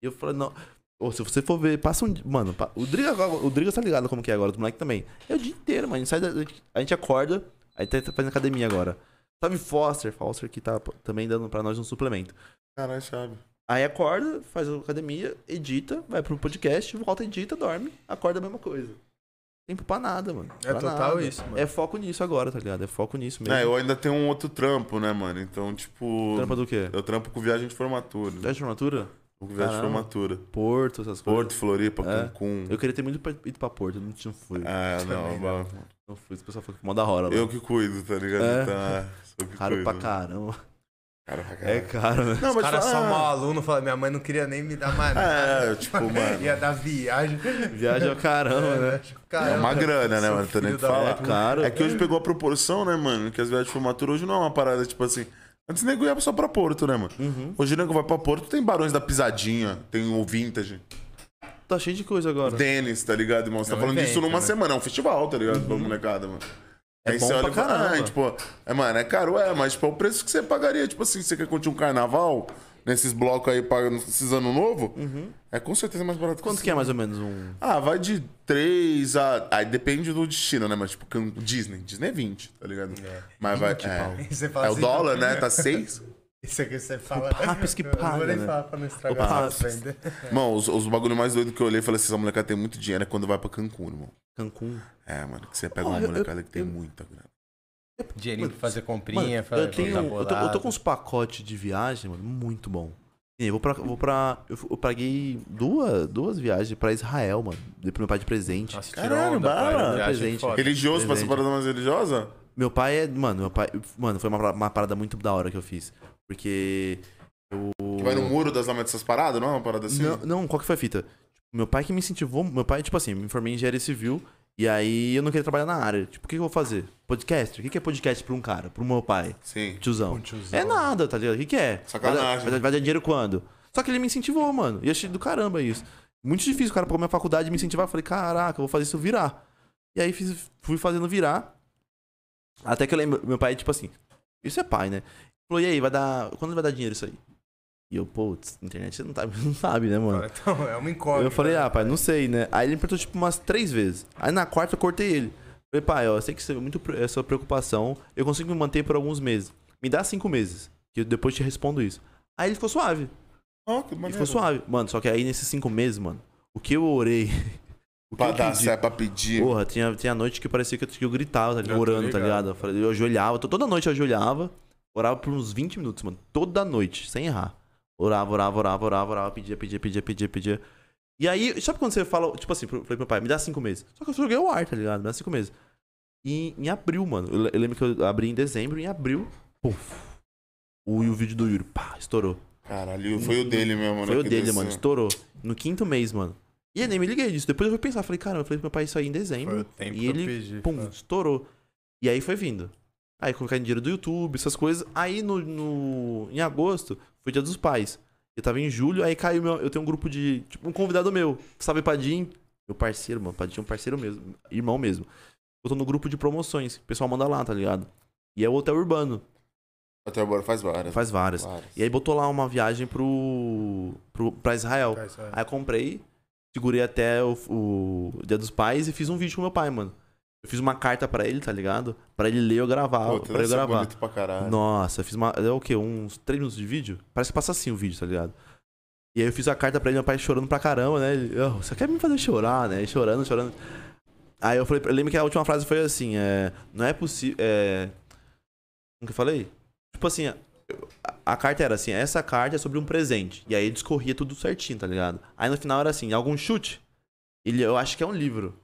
[SPEAKER 3] E eu falei, não. Ou se você for ver, passa um. di- Mano, pa- o Drigas, agora- o Drigas tá ligado como que é agora, os moleque também. É o dia inteiro, mano. A gente, sai da- a gente- a gente acorda, aí tá tá fazendo academia agora. Sabe Foster, Foster que tá pô, também dando pra nós um suplemento.
[SPEAKER 2] Caralho, chave.
[SPEAKER 3] Aí acorda, faz a academia, edita, vai pro podcast, volta, edita, dorme, acorda a mesma coisa. Tempo pra nada, mano.
[SPEAKER 1] É
[SPEAKER 3] Pra
[SPEAKER 1] total
[SPEAKER 3] nada.
[SPEAKER 1] isso, mano.
[SPEAKER 3] É foco nisso agora, tá ligado? É foco nisso mesmo.
[SPEAKER 2] É, eu ainda tenho um outro trampo, né, mano? Então, tipo.
[SPEAKER 3] Trampa do quê?
[SPEAKER 2] Eu trampo com viagem de formatura.
[SPEAKER 3] Já de formatura?
[SPEAKER 2] Com viagem de
[SPEAKER 3] Caramba.
[SPEAKER 2] formatura.
[SPEAKER 3] Porto, essas coisas.
[SPEAKER 2] Porto, Floripa,
[SPEAKER 3] É.
[SPEAKER 2] Cancún.
[SPEAKER 3] Eu queria ter muito pra- ido pra Porto, eu não tinha fui.
[SPEAKER 2] Ah, não,
[SPEAKER 1] Também não.
[SPEAKER 2] bom,
[SPEAKER 3] Não fui, o pessoal foi mó da hora lá.
[SPEAKER 2] Eu que cuido, tá ligado?
[SPEAKER 3] né? É.
[SPEAKER 2] Então, é, sou eu que
[SPEAKER 3] Caro
[SPEAKER 2] cuido.
[SPEAKER 3] pra caramba.
[SPEAKER 2] Caro pra caralho.
[SPEAKER 3] É caro,
[SPEAKER 2] (laughs)
[SPEAKER 3] né?
[SPEAKER 2] Não,
[SPEAKER 1] Os caras
[SPEAKER 2] fala-
[SPEAKER 1] são
[SPEAKER 2] ah,
[SPEAKER 1] mau um aluno, fala, minha mãe não queria nem me dar mais nada.
[SPEAKER 2] É,
[SPEAKER 1] (laughs)
[SPEAKER 2] tipo, mano.
[SPEAKER 1] Ia dar viagem. (laughs)
[SPEAKER 3] Viagem é o caramba, né?
[SPEAKER 2] É uma grana, né,
[SPEAKER 1] um seu
[SPEAKER 2] mano? Tô nem
[SPEAKER 1] filho
[SPEAKER 2] que
[SPEAKER 1] da
[SPEAKER 2] falar.
[SPEAKER 1] puta.
[SPEAKER 3] Caro.
[SPEAKER 2] É que hoje pegou a proporção, né, mano? Que as viagens de formatura hoje não é uma parada, tipo assim. Antes nego ia só pra Porto, né, mano?
[SPEAKER 3] Uhum.
[SPEAKER 2] Hoje nego vai pra Porto, tem Barões da Pisadinha, tem o Vintage,
[SPEAKER 3] Tá cheio de coisa agora.
[SPEAKER 2] Dennis, tá ligado, irmão? Você tá
[SPEAKER 1] É um
[SPEAKER 2] falando disso
[SPEAKER 1] evento,
[SPEAKER 2] numa
[SPEAKER 1] né?
[SPEAKER 2] semana, é um festival, tá ligado? Pra molecada, mano.
[SPEAKER 3] Uhum. É bom pra
[SPEAKER 2] e fala,
[SPEAKER 3] caramba.
[SPEAKER 2] "Ah, tipo, é, mano, é caro, é, mas tipo, é o preço que você pagaria, tipo assim, você quer curtir um carnaval nesses blocos aí, pagando esses ano novo, é com certeza mais barato
[SPEAKER 3] Uhum. Quanto
[SPEAKER 2] isso.
[SPEAKER 3] que é mais ou menos um.
[SPEAKER 2] Ah, vai de 3 a. Aí depende do destino, né? Mas tipo, can- Disney. Disney é 20, tá ligado? Mas vai. É,
[SPEAKER 1] Você fala
[SPEAKER 2] é o
[SPEAKER 1] assim,
[SPEAKER 2] dólar, né? Tá 6.
[SPEAKER 1] Isso aqui você fala. né?
[SPEAKER 3] papis que
[SPEAKER 1] Eu Não
[SPEAKER 3] paga,
[SPEAKER 1] vou
[SPEAKER 3] né?
[SPEAKER 1] nem falar pra não
[SPEAKER 3] O
[SPEAKER 1] estragar
[SPEAKER 3] papis.
[SPEAKER 1] essa venda.
[SPEAKER 2] Mano, os, os bagulho mais doido que eu olhei e falei assim: essa molecada tem muito dinheiro é quando vai pra Cancún, irmão.
[SPEAKER 3] Cancún.
[SPEAKER 2] É, mano, que você pega
[SPEAKER 3] Porra,
[SPEAKER 2] uma
[SPEAKER 3] eu-
[SPEAKER 2] molecada que tem
[SPEAKER 3] eu-
[SPEAKER 2] muita grana.
[SPEAKER 1] Dinheirinho pra fazer
[SPEAKER 3] Mano,
[SPEAKER 1] comprinha, pra
[SPEAKER 3] eu, tenho,
[SPEAKER 1] comprar
[SPEAKER 3] eu, tô, eu tô
[SPEAKER 1] bolado.
[SPEAKER 3] com uns pacotes de viagem, mano, muito bom. E Eu vou pra. Vou pra eu, fu- eu paguei duas, duas viagens pra Israel, mano. Dei pro meu pai de presente.
[SPEAKER 1] Nossa,
[SPEAKER 2] Caralho,
[SPEAKER 1] tirou onda, pai,
[SPEAKER 2] bala.
[SPEAKER 1] viagem é
[SPEAKER 3] Presente.
[SPEAKER 1] foda.
[SPEAKER 2] Religioso, pra essa
[SPEAKER 3] Presente.
[SPEAKER 2] parada mais religiosa?
[SPEAKER 3] Meu pai é. Mano, meu pai. Mano, foi uma, pra- uma parada muito da hora que eu fiz. Porque.
[SPEAKER 2] Que vai no muro das lamas dessas paradas, não é uma parada assim?
[SPEAKER 3] Não, não, qual que foi a fita? Tipo, Meu pai que me incentivou. Meu pai, tipo assim, me formei em engenharia civil. E aí eu não queria trabalhar na área. Tipo, o que que eu vou fazer? Podcast? O que que é podcast pra um cara? Pro meu pai?
[SPEAKER 2] Sim.
[SPEAKER 3] Tiozão.
[SPEAKER 1] Um tiozão.
[SPEAKER 3] É nada, tá ligado? O que, que é?
[SPEAKER 2] Sacanagem.
[SPEAKER 3] Vai, dar- vai, dar- vai dar dinheiro quando? Só que ele me incentivou, mano. E eu achei do caramba isso. Muito difícil o cara pagar minha faculdade e me incentivar. Eu falei, caraca, eu vou fazer isso virar. E aí fiz- fui fazendo virar. Até que eu lembro, meu pai, tipo assim, isso é pai, né? Falou, e aí, vai dar. Quando vai dar dinheiro isso aí? E eu, putz, internet você não sabe, (laughs) não sabe, né, mano?
[SPEAKER 1] Cara, Então, é uma incógnita.
[SPEAKER 3] Eu falei, ah, pai, não sei, né? Aí ele me perguntou, tipo, umas três vezes. Aí na quarta eu cortei ele. Falei, pai, ó, eu sei que isso é muito pre- essa preocupação. Eu consigo me manter por alguns meses. Me dá cinco meses, que eu depois te respondo isso. Aí ele ficou suave.
[SPEAKER 2] Ó, que
[SPEAKER 3] Ele
[SPEAKER 2] maneiro.
[SPEAKER 3] ficou tipo, suave. Mano, só que aí nesses cinco meses, mano, o que eu orei. (laughs) o que
[SPEAKER 2] Pra
[SPEAKER 3] eu
[SPEAKER 2] dar
[SPEAKER 3] pedi,
[SPEAKER 2] sé, pra pedir.
[SPEAKER 3] Porra, tinha, tinha noite que parecia que eu, que eu gritava, tá ligado?
[SPEAKER 1] Eu tô
[SPEAKER 3] Orando, tá
[SPEAKER 1] Ah, ligado.
[SPEAKER 3] ligado? Eu, falei, eu ajoelhava, to- toda noite eu ajoelhava, orava por uns 20 minutos, mano. Toda noite, sem errar. Orava, orava, orava, orava, orava, pedia, pedia, pedia, pedia, pedia. E aí, sabe quando você fala, tipo assim, pro- falei pro meu pai, me dá cinco meses. Só que eu joguei o ar, tá ligado? Me dá cinco meses. E em abril, mano, eu, le- eu lembro que eu abri em dezembro, em abril, puf. O, e o vídeo do Yuri, pá, estourou.
[SPEAKER 2] Caralho, foi o dele mesmo, né?
[SPEAKER 3] Foi o
[SPEAKER 2] que
[SPEAKER 3] dele,
[SPEAKER 2] desceu.
[SPEAKER 3] mano, estourou. No quinto mês, mano. E eu nem me liguei disso. Depois eu fui pensar, falei, caramba, eu falei pro meu pai isso aí em dezembro.
[SPEAKER 1] Foi o tempo
[SPEAKER 3] e
[SPEAKER 1] que Ah, eu
[SPEAKER 3] ele,
[SPEAKER 1] pedi,
[SPEAKER 3] pum,
[SPEAKER 1] cara.
[SPEAKER 3] estourou. E aí foi vindo. Aí colocar dinheiro do YouTube, essas coisas. Aí no, no- em agosto foi dia dos pais. Eu tava em julho, aí caiu meu, eu tenho um grupo de, tipo, um convidado meu, sabe Padim? Meu parceiro, mano, Padim é um parceiro mesmo, irmão mesmo. Eu tô no grupo de promoções, o pessoal manda lá, tá ligado? E é o hotel urbano,
[SPEAKER 2] Até agora faz várias.
[SPEAKER 3] faz várias.
[SPEAKER 2] várias.
[SPEAKER 3] E aí botou lá uma viagem pro, pro pra Israel.
[SPEAKER 1] Vai,
[SPEAKER 2] É.
[SPEAKER 1] sai.
[SPEAKER 3] Aí eu comprei, segurei até o, o Dia dos Pais e fiz um vídeo com meu pai, mano. Eu fiz uma carta pra ele, tá ligado? Pra ele ler eu gravar,
[SPEAKER 2] Pô,
[SPEAKER 3] pra
[SPEAKER 2] deve
[SPEAKER 3] eu
[SPEAKER 2] ser
[SPEAKER 3] gravar.
[SPEAKER 2] bonito pra caralho.
[SPEAKER 3] Nossa, eu fiz uma, é o quê? Uns 3 minutos de vídeo? Parece que passa assim o vídeo, tá ligado? E aí eu fiz a carta pra ele, meu pai chorando pra caramba, né? Ele, "Ah, você quer me fazer chorar, né? Chorando, chorando. Aí eu falei, pra- eu lembro que a última frase foi assim, é, não é possível, é, como que eu falei? Tipo assim, a, a carta era assim, essa carta é sobre um presente. E aí ele discorria tudo certinho, tá ligado? Aí no final era assim, algum chute? Ele, eu acho que é um livro.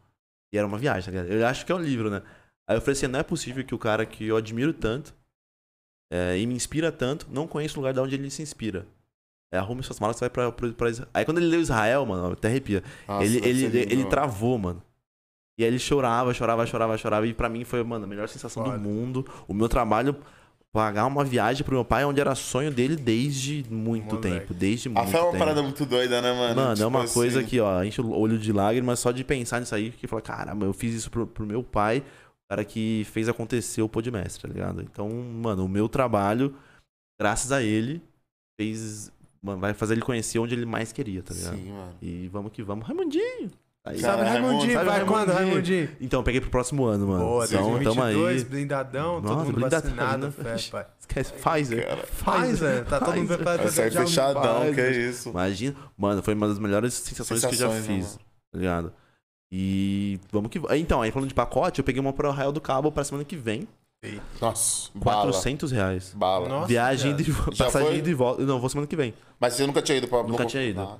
[SPEAKER 3] E era uma viagem, tá ligado? Eu acho que é um livro, né? Aí eu falei assim, não é possível que o cara que eu admiro tanto é, e me inspira tanto, não conheço o lugar de onde ele se inspira. É, arrume suas malas e vai pra, pra, pra Israel. Aí quando ele leu Israel, mano, até arrepia.
[SPEAKER 2] Nossa,
[SPEAKER 3] ele,
[SPEAKER 2] deve
[SPEAKER 3] ele,
[SPEAKER 2] ser
[SPEAKER 3] ele,
[SPEAKER 2] lindo, ó.
[SPEAKER 3] travou, mano. E aí ele chorava, chorava, chorava, chorava. E pra mim foi, mano, a melhor sensação
[SPEAKER 1] Foda.
[SPEAKER 3] do mundo. O meu trabalho pagar uma viagem pro meu pai, onde era sonho dele desde muito
[SPEAKER 1] Moleque.
[SPEAKER 3] tempo. Desde
[SPEAKER 2] A
[SPEAKER 3] muito
[SPEAKER 2] fé é uma
[SPEAKER 3] tempo.
[SPEAKER 2] parada muito doida, né, mano?
[SPEAKER 3] Mano, é
[SPEAKER 2] Tipo
[SPEAKER 3] uma coisa
[SPEAKER 2] assim,
[SPEAKER 3] que, ó, enche o olho de lágrimas só de pensar nisso aí, que fala, caramba, eu fiz isso pro, pro meu pai, o cara que fez acontecer o Podmestre, tá ligado? Então, mano, o meu trabalho, graças a ele, fez. Mano, vai fazer ele conhecer onde ele mais queria, tá ligado?
[SPEAKER 2] Sim, mano.
[SPEAKER 3] E vamos que vamos, Raimundinho! Tá aí.
[SPEAKER 2] Cara,
[SPEAKER 1] Sabe, Raimundinho,
[SPEAKER 2] Raimundo,
[SPEAKER 1] vai
[SPEAKER 3] sabe,
[SPEAKER 1] quando,
[SPEAKER 3] Raimundinho?
[SPEAKER 1] Raimundinho?
[SPEAKER 3] Então, eu peguei pro próximo ano, mano.
[SPEAKER 1] Boa,
[SPEAKER 3] então, tamo aí.
[SPEAKER 1] 2022, blindadão, todo
[SPEAKER 3] Nossa,
[SPEAKER 1] mundo
[SPEAKER 3] blindadão,
[SPEAKER 1] vacinado,
[SPEAKER 3] né?
[SPEAKER 1] fé, (laughs) pai.
[SPEAKER 3] Esquece, Pfizer.
[SPEAKER 2] Cara.
[SPEAKER 1] Faz,
[SPEAKER 3] Pfizer.
[SPEAKER 1] né? Tá todo mundo
[SPEAKER 3] Pfizer.
[SPEAKER 1] preparado um
[SPEAKER 2] Vai É sair
[SPEAKER 1] já-
[SPEAKER 2] fechadão,
[SPEAKER 3] faz,
[SPEAKER 2] que é
[SPEAKER 3] né?
[SPEAKER 2] isso.
[SPEAKER 3] Imagina. Mano, foi uma das melhores sensações, que eu
[SPEAKER 2] Sensações,
[SPEAKER 3] já
[SPEAKER 2] né,
[SPEAKER 3] fiz.
[SPEAKER 2] mano?
[SPEAKER 3] tá ligado? E vamos que. Então, aí falando de pacote, eu peguei uma pro Arraial do Cabo pra semana que vem.
[SPEAKER 2] Nossa, bala.
[SPEAKER 3] 400 reais.
[SPEAKER 2] Bala.
[SPEAKER 1] Nossa,
[SPEAKER 3] Viagem
[SPEAKER 1] viado.
[SPEAKER 3] de volta.
[SPEAKER 2] Já foi?
[SPEAKER 3] Passagem de volta. Não, vou semana que vem.
[SPEAKER 2] Mas você nunca tinha ido pra...
[SPEAKER 3] Nunca tinha ido.
[SPEAKER 2] Ah,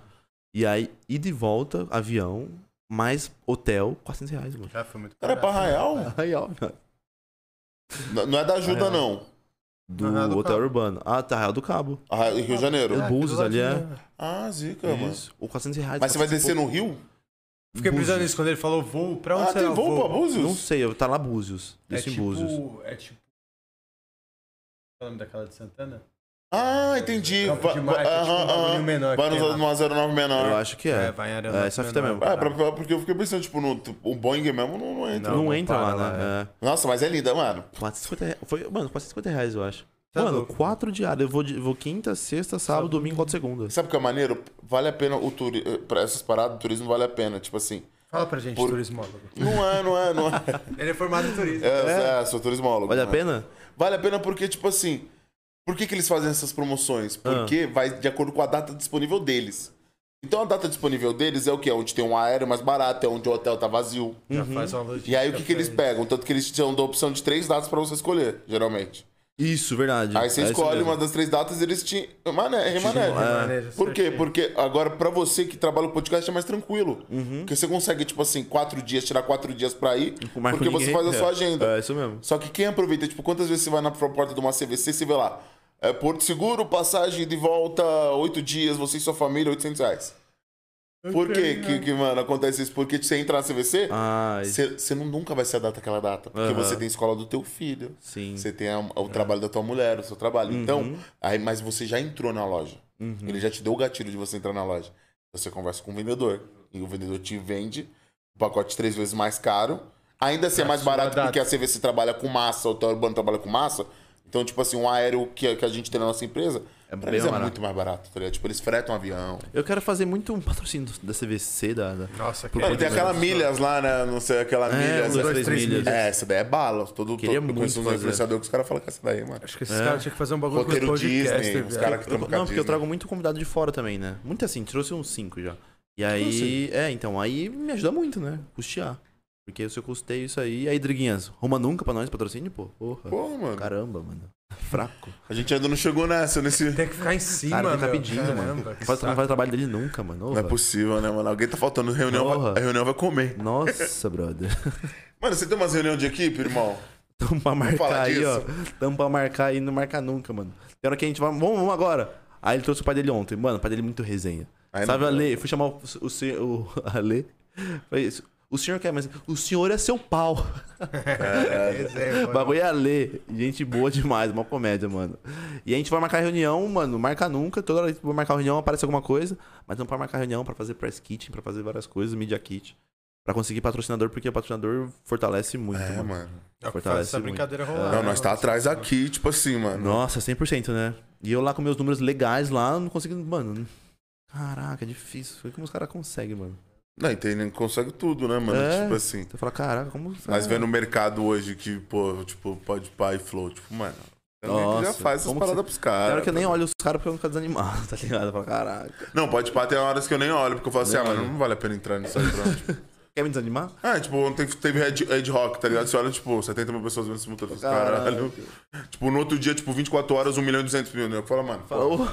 [SPEAKER 3] E aí, ida e volta, avião, mais hotel, 400 reais, mano.
[SPEAKER 1] Já foi muito
[SPEAKER 2] Cara, é pra
[SPEAKER 1] barato.
[SPEAKER 2] Arraial?
[SPEAKER 3] Arraial, cara.
[SPEAKER 2] N- Não é da ajuda,
[SPEAKER 3] Arraial.
[SPEAKER 2] não.
[SPEAKER 3] Do
[SPEAKER 1] Arraial do
[SPEAKER 3] Hotel
[SPEAKER 1] Cabo.
[SPEAKER 3] Urbano. Ah, tá, Arraial do Cabo.
[SPEAKER 2] Arraial, Rio de Janeiro.
[SPEAKER 3] Eu- Búzios ali é-
[SPEAKER 1] né?
[SPEAKER 2] Ah, zica, mano.
[SPEAKER 3] Isso. O 400 reais.
[SPEAKER 2] Mas você vai
[SPEAKER 3] 400
[SPEAKER 2] descer
[SPEAKER 3] e
[SPEAKER 2] no Rio?
[SPEAKER 3] pouco.
[SPEAKER 1] Fiquei pensando
[SPEAKER 3] Búzios.
[SPEAKER 1] nisso quando ele falou voo. Pra onde
[SPEAKER 2] Ah,
[SPEAKER 1] será
[SPEAKER 2] tem
[SPEAKER 1] o
[SPEAKER 2] voo pra Búzios?
[SPEAKER 3] Não sei, eu tá lá Búzios.
[SPEAKER 1] É
[SPEAKER 3] Desço em
[SPEAKER 1] tipo,
[SPEAKER 3] Búzios.
[SPEAKER 1] é tipo... Qual é o nome daquela de Santana?
[SPEAKER 2] Ah, entendi.
[SPEAKER 1] Campo de
[SPEAKER 2] Va-
[SPEAKER 1] Marte,
[SPEAKER 2] aham,
[SPEAKER 1] tipo um
[SPEAKER 2] aham.
[SPEAKER 1] bagulho menor
[SPEAKER 2] Vai
[SPEAKER 1] que
[SPEAKER 2] nos
[SPEAKER 1] tem lá.
[SPEAKER 2] numa 09 menor.
[SPEAKER 3] Eu acho que
[SPEAKER 1] vai
[SPEAKER 3] é.
[SPEAKER 1] em né?
[SPEAKER 3] É,
[SPEAKER 1] aeronave
[SPEAKER 3] essa fita
[SPEAKER 1] menor,
[SPEAKER 3] mesmo.
[SPEAKER 2] Ah,
[SPEAKER 1] barato.
[SPEAKER 2] pra- pra- porque eu fiquei pensando, tipo, no, tipo, um Boeing mesmo não, não entra.
[SPEAKER 3] Não,
[SPEAKER 1] não
[SPEAKER 3] entra
[SPEAKER 1] para
[SPEAKER 3] lá,
[SPEAKER 1] lá,
[SPEAKER 3] né?
[SPEAKER 2] Nossa, mas é linda, mano.
[SPEAKER 3] É. 450 reais. Foi, mano, 450 reais, eu acho.
[SPEAKER 1] Tá
[SPEAKER 3] mano,
[SPEAKER 1] louco.
[SPEAKER 3] quatro diários. Eu vou, de- vou quinta, sexta, sábado, domingo, quatro segundas.
[SPEAKER 2] Sabe o que é maneiro? Vale a pena o turismo. Pra essas paradas, o turismo vale a pena. Tipo assim.
[SPEAKER 1] Fala pra gente,
[SPEAKER 2] Por-
[SPEAKER 1] turismólogo.
[SPEAKER 2] Não é, não é, não (laughs) é.
[SPEAKER 1] Ele é formado em turismo.
[SPEAKER 2] É, é. sou turismólogo.
[SPEAKER 3] Vale a
[SPEAKER 2] né?
[SPEAKER 3] pena?
[SPEAKER 2] Vale a pena porque, tipo assim. Por que, que eles fazem essas promoções? Porque vai de acordo com a data disponível deles. Então a data disponível deles é o quê? É onde tem um aéreo mais barato, é onde o hotel tá vazio.
[SPEAKER 1] Já faz uma logística.
[SPEAKER 2] E aí o que, que eles
[SPEAKER 1] pra
[SPEAKER 2] pegam? Tanto que eles te dão a opção de três datas pra você escolher, geralmente.
[SPEAKER 3] Isso, verdade.
[SPEAKER 2] Aí você
[SPEAKER 3] É isso
[SPEAKER 2] escolhe
[SPEAKER 3] mesmo.
[SPEAKER 2] uma das três datas e eles te mané, remanejam.
[SPEAKER 1] ele. Maneiro,
[SPEAKER 2] Por quê?
[SPEAKER 1] certinho.
[SPEAKER 2] Porque agora, pra você que trabalha o podcast, é mais tranquilo.
[SPEAKER 3] Uhum.
[SPEAKER 2] Porque você consegue, tipo assim, quatro dias, tirar quatro dias pra ir,
[SPEAKER 3] Marco
[SPEAKER 2] porque você
[SPEAKER 3] ninguém-
[SPEAKER 2] faz a
[SPEAKER 3] é.
[SPEAKER 2] sua agenda.
[SPEAKER 3] É, isso mesmo.
[SPEAKER 2] Só que quem aproveita, tipo, quantas vezes você vai na porta de uma CVC, você vê lá, é, Porto Seguro, passagem de volta, oito dias, você e sua família, 800 reais. Por
[SPEAKER 1] Ok,
[SPEAKER 2] quê que,
[SPEAKER 1] né?
[SPEAKER 2] que, mano, acontece isso? Porque você entra na CVC,
[SPEAKER 3] Ai,
[SPEAKER 2] você, você não- nunca vai ser a data aquela data. Porque
[SPEAKER 3] Ah, Aham.
[SPEAKER 2] você tem escola do teu filho.
[SPEAKER 3] sim. É. Uhum.
[SPEAKER 2] Você tem a- o trabalho da tua mulher, o seu trabalho. Então, aí, mas você já entrou na loja. Ele já te deu o gatilho de você entrar na loja. Você conversa com o vendedor. E o vendedor te vende o pacote três vezes mais caro. Ainda assim é
[SPEAKER 1] Pra
[SPEAKER 2] mais
[SPEAKER 1] sua
[SPEAKER 2] barato
[SPEAKER 1] data.
[SPEAKER 2] porque a CVC trabalha com massa, o Hotel Urbano trabalha com massa. Então, tipo assim, um aéreo que, que a gente tem na nossa empresa,
[SPEAKER 3] É
[SPEAKER 2] pra
[SPEAKER 3] bem
[SPEAKER 2] eles é
[SPEAKER 3] barato.
[SPEAKER 2] muito mais barato, tá ligado? Tipo, eles fretam um avião.
[SPEAKER 3] Eu quero fazer muito um patrocínio da CVC, da. da-
[SPEAKER 1] Nossa,
[SPEAKER 3] Por
[SPEAKER 1] cara.
[SPEAKER 2] Mano, tem aquela milhas lá, né? Não sei, aquela
[SPEAKER 3] É, um,
[SPEAKER 2] milhas.
[SPEAKER 3] dois, três
[SPEAKER 1] três
[SPEAKER 3] milhas.
[SPEAKER 2] É, essa daí é bala. Todo, todo
[SPEAKER 3] Queria
[SPEAKER 2] eu conheço
[SPEAKER 3] muito
[SPEAKER 2] uns
[SPEAKER 3] fazer.
[SPEAKER 2] influenciadores que os caras falam com essa daí, mano.
[SPEAKER 1] Acho que esses caras tinham que fazer um bagulho com
[SPEAKER 2] Roteiro
[SPEAKER 1] os podcaster,
[SPEAKER 2] Disney, os
[SPEAKER 1] velho.
[SPEAKER 2] caras que
[SPEAKER 3] Eu-
[SPEAKER 2] estão
[SPEAKER 3] não, porque eu trago muito convidado de fora também, né? Muito assim, trouxe uns cinco já. E
[SPEAKER 2] assim?
[SPEAKER 3] aí, é, então, aí me ajuda muito, né? Custear. Porque se eu custeio isso aí. Aí, Driguinhas, Roma nunca pra nós, patrocínio, pô. Porra.
[SPEAKER 2] Pô, mano.
[SPEAKER 3] Caramba, mano. (laughs) Fraco.
[SPEAKER 2] A gente ainda não chegou nessa, nesse.
[SPEAKER 1] Tem que ficar em cima,
[SPEAKER 3] Cara,
[SPEAKER 1] meu.
[SPEAKER 2] tá
[SPEAKER 3] fica pedindo, mano.
[SPEAKER 1] Caramba, que
[SPEAKER 3] Faz- Não
[SPEAKER 1] saco.
[SPEAKER 3] faz o trabalho dele nunca, mano. Ô,
[SPEAKER 2] Não é
[SPEAKER 3] velho.
[SPEAKER 2] possível, né, mano? Alguém tá faltando reunião,
[SPEAKER 3] Porra.
[SPEAKER 2] vai- a reunião vai comer.
[SPEAKER 3] Nossa,
[SPEAKER 2] (laughs)
[SPEAKER 3] brother.
[SPEAKER 2] Mano, você tem umas reuniões de equipe, irmão?
[SPEAKER 3] Tamo pra
[SPEAKER 2] falar
[SPEAKER 3] marcar aí,
[SPEAKER 2] disso.
[SPEAKER 3] ó. Tamo pra marcar aí, não marca nunca, mano. Tem hora que a gente vai. Vamos, vamos agora. Aí ele trouxe o pai dele ontem. Mano, o pai dele é muito resenha.
[SPEAKER 2] Aí
[SPEAKER 3] Sabe,
[SPEAKER 2] não-
[SPEAKER 3] Ale? Eu fui chamar o, o, sen- o Ale. Falei, o senhor quer, mas o senhor é seu pau.
[SPEAKER 1] Esse
[SPEAKER 2] (laughs)
[SPEAKER 1] é,
[SPEAKER 3] O
[SPEAKER 1] mano.
[SPEAKER 3] bagulho é Ale. Gente boa demais, uma comédia, mano. E a gente vai marcar reunião, mano. Marca nunca. Toda hora que vai marcar reunião aparece alguma coisa. Mas não pra marcar reunião, pra fazer press kit, pra fazer várias coisas, media kit. Pra conseguir patrocinador, porque o patrocinador fortalece muito,
[SPEAKER 2] É,
[SPEAKER 3] mano.
[SPEAKER 2] mano.
[SPEAKER 1] É o que faz
[SPEAKER 2] assim,
[SPEAKER 3] Fortalece
[SPEAKER 1] essa
[SPEAKER 3] muito.
[SPEAKER 1] brincadeira rolar.
[SPEAKER 2] Não,
[SPEAKER 1] né,
[SPEAKER 2] nós tá
[SPEAKER 1] mano?
[SPEAKER 2] atrás aqui, tipo assim, mano.
[SPEAKER 3] Nossa, 100%, né? E eu lá com meus números legais lá, não consigo. Mano. Caraca, é difícil. Foi como os caras conseguem, mano.
[SPEAKER 2] Não, e tem, nem consegue tudo, né, mano?
[SPEAKER 3] É.
[SPEAKER 2] Tipo assim.
[SPEAKER 3] Você fala, caraca, como. os
[SPEAKER 2] Mas
[SPEAKER 3] caras-
[SPEAKER 2] vendo o mercado hoje que, pô, tipo, pode pai e flow, tipo, mano. Nossa, já
[SPEAKER 3] Nossa,
[SPEAKER 2] faz essas
[SPEAKER 3] como que
[SPEAKER 2] paradas pros
[SPEAKER 3] Tem
[SPEAKER 2] caras.
[SPEAKER 3] hora que eu
[SPEAKER 2] tá
[SPEAKER 3] nem
[SPEAKER 2] ligado?
[SPEAKER 3] olho os caras porque eu fico desanimado, (laughs) tá ligado? Eu falo, caraca.
[SPEAKER 2] Não, pode pá, tem horas que eu nem olho, porque eu falo assim,
[SPEAKER 3] Nem
[SPEAKER 2] ah, mano,
[SPEAKER 3] olho.
[SPEAKER 2] não vale a pena entrar nisso aí, pronto.
[SPEAKER 3] (laughs)
[SPEAKER 2] Tipo,
[SPEAKER 3] Quer me desanimar?
[SPEAKER 2] ah, tipo, ontem teve Red, Red Rock, tá ligado? Você olha, tipo, 70 mil pessoas vendo esse motor. Caralho. Tipo, no outro dia, tipo, 24 horas, 1 milhão e 200 mil, né? Eu falo, mano, pô,
[SPEAKER 3] Falou.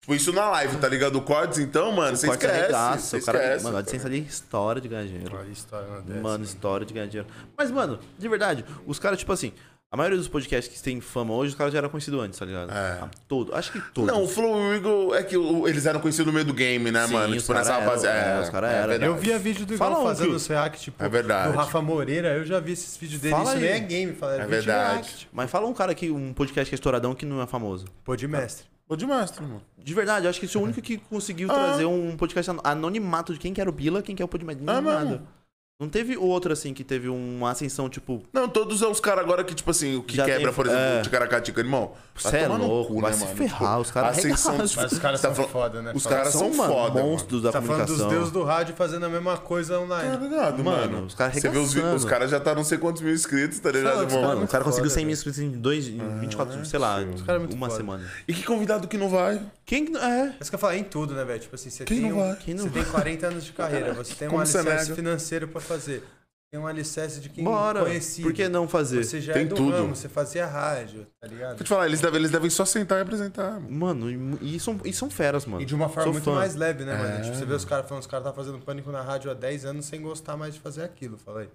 [SPEAKER 2] Tipo, isso na live, tá ligado? O Cortes, então, mano, você
[SPEAKER 3] Corta
[SPEAKER 2] esquece.
[SPEAKER 3] arregaça,
[SPEAKER 2] você
[SPEAKER 3] é o cara.
[SPEAKER 2] esquece,
[SPEAKER 3] mano, a
[SPEAKER 2] tá
[SPEAKER 3] licença ali história de ganhar dinheiro.
[SPEAKER 1] Olha a história uma dessa,
[SPEAKER 3] Mano, história de ganhar dinheiro. Mas, mano, de verdade, os caras, tipo assim, A maioria dos podcasts que tem fama hoje, os caras já eram conhecidos antes, tá ligado?
[SPEAKER 2] É.
[SPEAKER 3] Ah, Todo. Acho que todos.
[SPEAKER 2] Não, o Flow e o Eagle é que o- eles eram conhecidos no meio do game, né,
[SPEAKER 3] Sim,
[SPEAKER 2] mano?
[SPEAKER 3] os
[SPEAKER 2] Tipo,
[SPEAKER 3] cara
[SPEAKER 2] nessa
[SPEAKER 3] era,
[SPEAKER 2] base.
[SPEAKER 3] é,
[SPEAKER 2] É,
[SPEAKER 3] os cara
[SPEAKER 2] é
[SPEAKER 3] era.
[SPEAKER 2] verdade.
[SPEAKER 1] Eu via vídeo do
[SPEAKER 3] Fala
[SPEAKER 1] Igor
[SPEAKER 3] um,
[SPEAKER 1] fazendo
[SPEAKER 3] Cru.
[SPEAKER 1] os react, tipo,
[SPEAKER 2] É verdade.
[SPEAKER 1] do Rafa Moreira, eu já vi esses vídeos dele,
[SPEAKER 3] Fala
[SPEAKER 1] isso nem
[SPEAKER 3] aí.
[SPEAKER 1] é game, fala,
[SPEAKER 2] É
[SPEAKER 1] vídeo
[SPEAKER 2] verdade.
[SPEAKER 1] react. tipo,
[SPEAKER 3] Mas fala um cara que, um podcast que é estouradão que não é famoso.
[SPEAKER 1] Pô, de mestre.
[SPEAKER 2] Pô, de mestre, mano.
[SPEAKER 3] De verdade, eu acho que esse é o único que
[SPEAKER 2] Ah.
[SPEAKER 3] conseguiu trazer um podcast an- anonimato de quem que era o Bila, quem que é o Podmed.
[SPEAKER 2] É mesmo.
[SPEAKER 3] Nada. Não teve outro, assim, que teve uma ascensão, tipo,
[SPEAKER 2] Não, todos são os caras agora que, tipo assim, o que
[SPEAKER 3] Já tem-
[SPEAKER 2] quebra, por exemplo,
[SPEAKER 3] é.
[SPEAKER 2] o Ticaracatica, irmão. vai
[SPEAKER 3] Cê é
[SPEAKER 2] tomar no né,
[SPEAKER 3] louco, vai se ferrar, os é caras
[SPEAKER 2] a ascensão-
[SPEAKER 3] arregaçam.
[SPEAKER 1] Mas os caras
[SPEAKER 2] Tipo, assim, Tá
[SPEAKER 1] são
[SPEAKER 2] falando-
[SPEAKER 1] foda, né?
[SPEAKER 2] Os
[SPEAKER 1] Fala-
[SPEAKER 2] caras são,
[SPEAKER 3] mano,
[SPEAKER 2] foda, mano.
[SPEAKER 3] monstros da
[SPEAKER 1] Tá falando dos
[SPEAKER 3] comunicação.
[SPEAKER 1] deuses do rádio fazendo a mesma coisa online.
[SPEAKER 2] Tá ligado,
[SPEAKER 3] Mano,
[SPEAKER 2] mano?
[SPEAKER 3] os caras
[SPEAKER 2] Você vê os, vi-
[SPEAKER 3] arregaçando.
[SPEAKER 2] os caras já tá não sei quantos mil inscritos, tá
[SPEAKER 1] Não,
[SPEAKER 2] ligado,
[SPEAKER 1] os
[SPEAKER 2] irmão?
[SPEAKER 1] caras-
[SPEAKER 3] Mano, o cara conseguiu
[SPEAKER 1] Foda,
[SPEAKER 3] 100 mil inscritos em, dois, em 24, sei lá,
[SPEAKER 1] caras é muito
[SPEAKER 3] uma
[SPEAKER 1] foda.
[SPEAKER 3] semana.
[SPEAKER 2] E que convidado que não vai?
[SPEAKER 3] Quem que não- é?
[SPEAKER 1] Mas que eu falo, é em tudo, né, velho? Tipo assim, você
[SPEAKER 2] Quem
[SPEAKER 1] tem,
[SPEAKER 2] não
[SPEAKER 1] um-
[SPEAKER 2] vai?
[SPEAKER 3] Quem não
[SPEAKER 1] você tem 40 anos de carreira, você tem um
[SPEAKER 2] Como você
[SPEAKER 1] alicerce
[SPEAKER 2] nega?
[SPEAKER 1] financeiro pra fazer. Tem um alicerce de quem
[SPEAKER 3] Bora.
[SPEAKER 1] conhecia.
[SPEAKER 3] Por que não fazer?
[SPEAKER 1] Você já é
[SPEAKER 2] Tem
[SPEAKER 1] do
[SPEAKER 2] tudo.
[SPEAKER 1] ramo, você fazia rádio, tá
[SPEAKER 2] Vou
[SPEAKER 1] ligado?
[SPEAKER 2] te falar, eles devem, eles devem só sentar e apresentar. mano.
[SPEAKER 3] Mano, e, e são, e são feras, mano.
[SPEAKER 1] E de uma forma
[SPEAKER 3] Sou
[SPEAKER 1] muito
[SPEAKER 3] fã. É.
[SPEAKER 1] mais leve, né, mano? Tipo, você vê os caras falando, os caras tá fazendo pânico na rádio há 10 anos sem gostar mais de fazer aquilo, falei.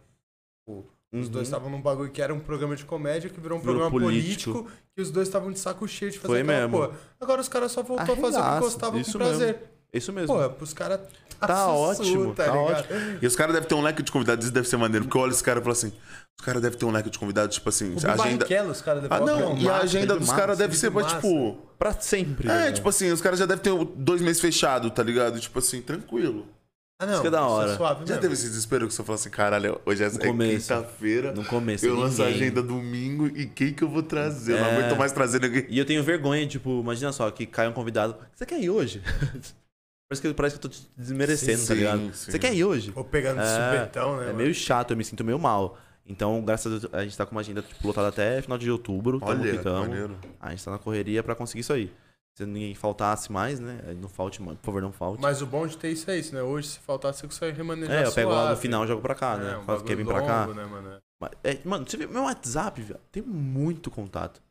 [SPEAKER 1] Os dois estavam num bagulho que era um programa de comédia que virou um
[SPEAKER 3] Uhum. Virou
[SPEAKER 1] programa
[SPEAKER 3] político.
[SPEAKER 1] político, que os dois estavam de saco cheio de fazer
[SPEAKER 3] Foi
[SPEAKER 1] aquela
[SPEAKER 3] mesmo.
[SPEAKER 1] porra. Agora os caras só voltou a fazer o que
[SPEAKER 3] Arregaça,
[SPEAKER 1] gostavam
[SPEAKER 3] isso
[SPEAKER 1] com prazer.
[SPEAKER 3] mesmo. Isso mesmo.
[SPEAKER 1] Porra, pros caras
[SPEAKER 3] Tá ótimo, tá
[SPEAKER 1] ótimo.
[SPEAKER 2] E os caras devem ter um leque de convidados, isso deve ser maneiro. Porque olha esse cara e fala assim: os caras devem ter um leque de convidados, tipo assim,
[SPEAKER 1] O
[SPEAKER 2] a agenda.
[SPEAKER 1] Barrichello, os caras
[SPEAKER 2] Ah, não, e a
[SPEAKER 3] Massa,
[SPEAKER 2] agenda
[SPEAKER 3] Pedro
[SPEAKER 2] dos
[SPEAKER 3] Massa,
[SPEAKER 2] caras deve ser,
[SPEAKER 1] Pedro
[SPEAKER 2] mas, tipo.
[SPEAKER 3] Pra sempre.
[SPEAKER 2] É,
[SPEAKER 3] né?
[SPEAKER 2] tipo assim, os caras já devem ter dois meses fechado, tá ligado? Tipo assim, tranquilo.
[SPEAKER 1] Ah, não.
[SPEAKER 3] que é da
[SPEAKER 1] isso
[SPEAKER 3] hora.
[SPEAKER 1] suave
[SPEAKER 2] Já
[SPEAKER 1] mesmo.
[SPEAKER 2] teve esse desespero que você fala assim, caralho, hoje é, é
[SPEAKER 3] começo.
[SPEAKER 2] quinta-feira.
[SPEAKER 3] No começo,
[SPEAKER 2] Eu lanço a
[SPEAKER 3] ninguém.
[SPEAKER 2] agenda domingo e quem que eu vou trazer? Eu Não
[SPEAKER 3] É.
[SPEAKER 2] aguento mais trazer ninguém.
[SPEAKER 3] E eu tenho vergonha, tipo, imagina só, que cai um convidado. Você quer ir hoje? (laughs) parece, que, parece que eu tô te desmerecendo,
[SPEAKER 2] Sim,
[SPEAKER 3] tá
[SPEAKER 2] sim,
[SPEAKER 3] ligado?
[SPEAKER 2] sim.
[SPEAKER 3] Você quer ir hoje?
[SPEAKER 1] Ou pegando
[SPEAKER 3] É,
[SPEAKER 1] supetão, né?
[SPEAKER 3] É
[SPEAKER 1] mano?
[SPEAKER 3] meio chato, eu me sinto meio mal. Então, graças a Deus, a gente tá com uma agenda tipo, lotada até final de outubro. tamo
[SPEAKER 2] Olha,
[SPEAKER 3] que tamo.
[SPEAKER 2] maneiro.
[SPEAKER 3] A gente tá na correria pra conseguir isso aí. Se ninguém faltasse mais, né? Não falte, mano. Por favor, não falte.
[SPEAKER 1] Mas o bom de ter isso é isso, né? Hoje, se faltar, você consegue remanejar
[SPEAKER 3] é, eu pego lá no
[SPEAKER 1] suave.
[SPEAKER 3] final e jogo pra cá, né?
[SPEAKER 1] É, um
[SPEAKER 3] Fala que quer vir
[SPEAKER 1] bagulho
[SPEAKER 3] pra cá.
[SPEAKER 1] longo, né, mano?
[SPEAKER 3] Mas, é, mano, você vê meu WhatsApp, velho, tem muito contato.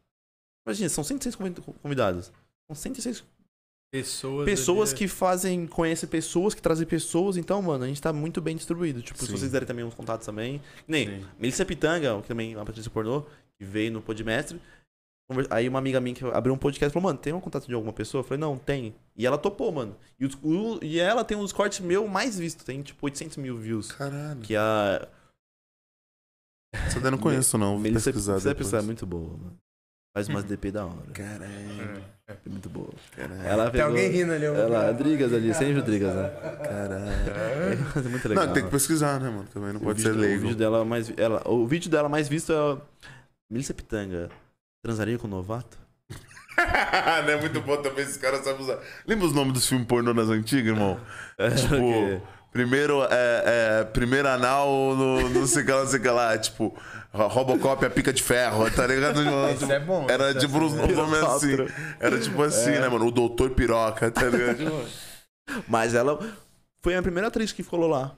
[SPEAKER 3] Imagina, são 106 convid- convidados. São 106
[SPEAKER 1] Pessoas,
[SPEAKER 3] pessoas
[SPEAKER 1] ali-
[SPEAKER 3] que fazem, conhecem pessoas, que trazem pessoas. Então, mano, a gente tá muito bem distribuído. Tipo, se
[SPEAKER 2] Sim.
[SPEAKER 3] vocês derem também uns contatos também. Que Nem,
[SPEAKER 2] Sim.
[SPEAKER 3] Melissa Pitanga, que também é uma Patrícia Pornô, que veio no Podmestre. Conver- Aí uma amiga minha que abriu um podcast falou, mano, tem um contato de alguma pessoa? Eu falei, não, tem. E ela topou, mano. E, os- o- e ela tem um dos cortes meu mais visto, tem tipo 800 mil views.
[SPEAKER 2] Caralho.
[SPEAKER 3] Que é a
[SPEAKER 2] Essa daí eu não conheço, não. Vou
[SPEAKER 3] Melissa
[SPEAKER 2] pesquisar
[SPEAKER 3] Melissa
[SPEAKER 2] depois.
[SPEAKER 3] Pitanga é muito boa, mano. Faz umas DP da hora.
[SPEAKER 2] Caralho,
[SPEAKER 3] É muito boa.
[SPEAKER 2] caralho.
[SPEAKER 3] Ela
[SPEAKER 1] Tem
[SPEAKER 3] pegou...
[SPEAKER 1] alguém rindo ali. eu-
[SPEAKER 3] Ela, Rodrigues ali, sem Rodrigues, né?
[SPEAKER 2] Caralho.
[SPEAKER 3] É muito legal.
[SPEAKER 2] Não, tem que pesquisar, né, mano? Também não
[SPEAKER 3] O
[SPEAKER 2] pode
[SPEAKER 3] vídeo-
[SPEAKER 2] ser
[SPEAKER 3] O
[SPEAKER 2] leigo.
[SPEAKER 3] vídeo dela mais, ela, o vídeo dela mais visto é Melissa Pitanga. Transaria com o novato?
[SPEAKER 2] (laughs) não é muito bom também esses caras sabem usar. Lembra os nomes dos filmes pornô nas antigas,
[SPEAKER 3] (laughs)
[SPEAKER 2] irmão?
[SPEAKER 3] É, porque-
[SPEAKER 2] tipo, primeiro é, é, primeiro anal no, no sei que lá, não sei que lá. Tipo, Robocop é pica de ferro, tá
[SPEAKER 3] (laughs)
[SPEAKER 2] ligado?
[SPEAKER 1] Isso é bom.
[SPEAKER 2] Era
[SPEAKER 1] isso é
[SPEAKER 2] tipo uns
[SPEAKER 1] assim, né?
[SPEAKER 2] nomes assim. Era tipo assim, né, mano? O doutor piroca, tá
[SPEAKER 3] (laughs)
[SPEAKER 1] é
[SPEAKER 2] ligado?
[SPEAKER 3] Mas ela foi a primeira atriz que falou lá.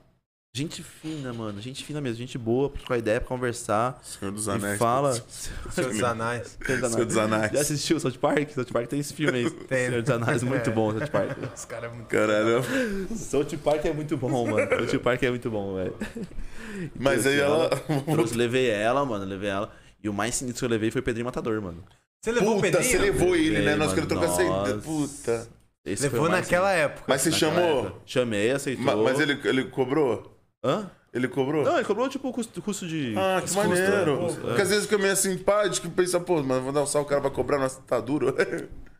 [SPEAKER 3] Gente fina, mano. Gente fina mesmo. Gente boa, pra trocar ideia, pra conversar.
[SPEAKER 2] Senhor dos
[SPEAKER 3] e
[SPEAKER 2] Anéis.
[SPEAKER 3] fala. (laughs)
[SPEAKER 1] Senhor dos Anais.
[SPEAKER 2] Senhor dos Anéis.
[SPEAKER 3] Já assistiu o South Park? South Park tem esse filme aí.
[SPEAKER 1] Tem.
[SPEAKER 3] Senhor dos Anéis, muito
[SPEAKER 1] É.
[SPEAKER 3] bom, South Park.
[SPEAKER 1] Os caras é muito...
[SPEAKER 2] Caralho.
[SPEAKER 3] South Park é muito bom, mano. South Park é muito bom, velho.
[SPEAKER 2] Mas aí ela. (laughs)
[SPEAKER 3] Trouxe, levei ela, mano, levei ela. E o mais sinistro que eu levei foi o Pedrinho Matador, mano.
[SPEAKER 1] Você levou o
[SPEAKER 2] Puta, você
[SPEAKER 1] Pedrinho?
[SPEAKER 2] levou ele, né? Nós
[SPEAKER 3] Levei,
[SPEAKER 2] queremos trocar essa ideia.
[SPEAKER 3] mano,
[SPEAKER 2] Puta.
[SPEAKER 3] Esse foi o
[SPEAKER 1] Levou
[SPEAKER 3] mais um.
[SPEAKER 1] naquela época.
[SPEAKER 2] Mas você
[SPEAKER 3] sinistro. Naquela
[SPEAKER 2] chamou.
[SPEAKER 3] época. Chamei, aceitou.
[SPEAKER 2] Ma- Mas ele, ele cobrou?
[SPEAKER 3] Hã?
[SPEAKER 2] Ele cobrou?
[SPEAKER 3] Não, ele cobrou, tipo, o custo, custo né? de...
[SPEAKER 2] Ah, que maneiro. Porque às vezes fica meio assim, simpático e pensa, pô, mas vou dar um salve, o cara vai cobrar, nossa, tá duro. (laughs)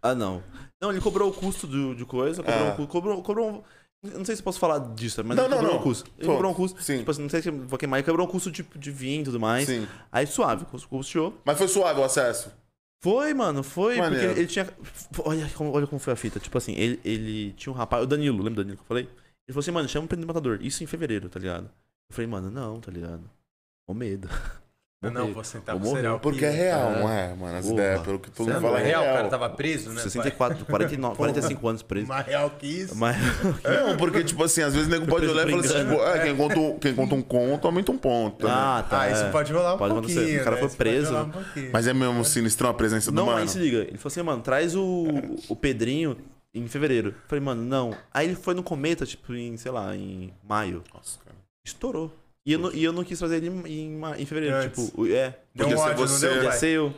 [SPEAKER 3] Ah, não. Não, ele cobrou o custo do, de coisa, cobrou,
[SPEAKER 2] Ah.
[SPEAKER 3] um cu- cobrou, cobrou um... eu Não sei se posso falar disso, mas
[SPEAKER 2] Não,
[SPEAKER 3] ele
[SPEAKER 2] não,
[SPEAKER 3] cobrou
[SPEAKER 2] não.
[SPEAKER 3] um custo. Ele
[SPEAKER 2] Pô,
[SPEAKER 3] cobrou um custo,
[SPEAKER 2] sim.
[SPEAKER 3] tipo assim, não sei se vou queimar, ele cobrou um custo de, de vinho e tudo mais.
[SPEAKER 2] Sim.
[SPEAKER 3] Aí suave, cus- custeou.
[SPEAKER 2] Mas foi suave o acesso.
[SPEAKER 3] Foi, mano, foi,
[SPEAKER 2] Maneiro.
[SPEAKER 3] porque ele tinha... f- Olha como, olha como foi a fita, tipo assim, ele, ele tinha um rapaz, o Danilo, lembra o Danilo que eu falei? Ele falou assim, mano, chama o Pedro Matador, isso em fevereiro, tá ligado? Eu falei, mano, não, tá ligado? Com medo.
[SPEAKER 1] Eu Não,
[SPEAKER 3] morrer.
[SPEAKER 1] vou sentar
[SPEAKER 3] Vou
[SPEAKER 1] pro
[SPEAKER 3] morrer,
[SPEAKER 1] cereal.
[SPEAKER 2] Porque é real,
[SPEAKER 3] É.
[SPEAKER 2] não é, mano? As
[SPEAKER 3] Porra.
[SPEAKER 2] ideias, pelo que todo
[SPEAKER 1] Não,
[SPEAKER 2] mundo fala, é real.
[SPEAKER 1] o
[SPEAKER 3] tá
[SPEAKER 1] cara tava preso, né?
[SPEAKER 3] 64, 49, 45 anos preso.
[SPEAKER 1] Mais real que isso.
[SPEAKER 3] Mas...
[SPEAKER 2] Não, porque, tipo assim, às vezes o nego pode
[SPEAKER 3] Preso
[SPEAKER 2] olhar e
[SPEAKER 3] por
[SPEAKER 2] falar assim,
[SPEAKER 3] engano.
[SPEAKER 2] tipo, é, quem conta, um, quem conta um conto aumenta um ponto. né?
[SPEAKER 3] Ah, tá.
[SPEAKER 1] Ah, isso
[SPEAKER 3] é.
[SPEAKER 1] pode rolar um
[SPEAKER 3] Pode acontecer.
[SPEAKER 1] pouquinho.
[SPEAKER 3] O cara
[SPEAKER 1] né?
[SPEAKER 3] foi
[SPEAKER 1] Isso pode
[SPEAKER 3] preso.
[SPEAKER 1] rolar um pouquinho.
[SPEAKER 2] Mas é mesmo sinistrão a presença do
[SPEAKER 3] Não,
[SPEAKER 2] mano.
[SPEAKER 3] aí se liga. Ele falou assim, mano, traz o, o Pedrinho em fevereiro. Eu falei, mano, não. Aí ele foi no Cometa, tipo, em, sei lá, em maio.
[SPEAKER 2] Nossa, cara.
[SPEAKER 3] Estourou. E eu, não, e eu não quis fazer ele em, ma- em fevereiro,
[SPEAKER 1] Antes.
[SPEAKER 3] tipo, é.
[SPEAKER 1] Deu
[SPEAKER 2] Podia
[SPEAKER 1] um
[SPEAKER 2] ser
[SPEAKER 1] ódio,
[SPEAKER 2] você.
[SPEAKER 1] não deu,
[SPEAKER 3] Ia
[SPEAKER 1] pai?
[SPEAKER 3] ser eu.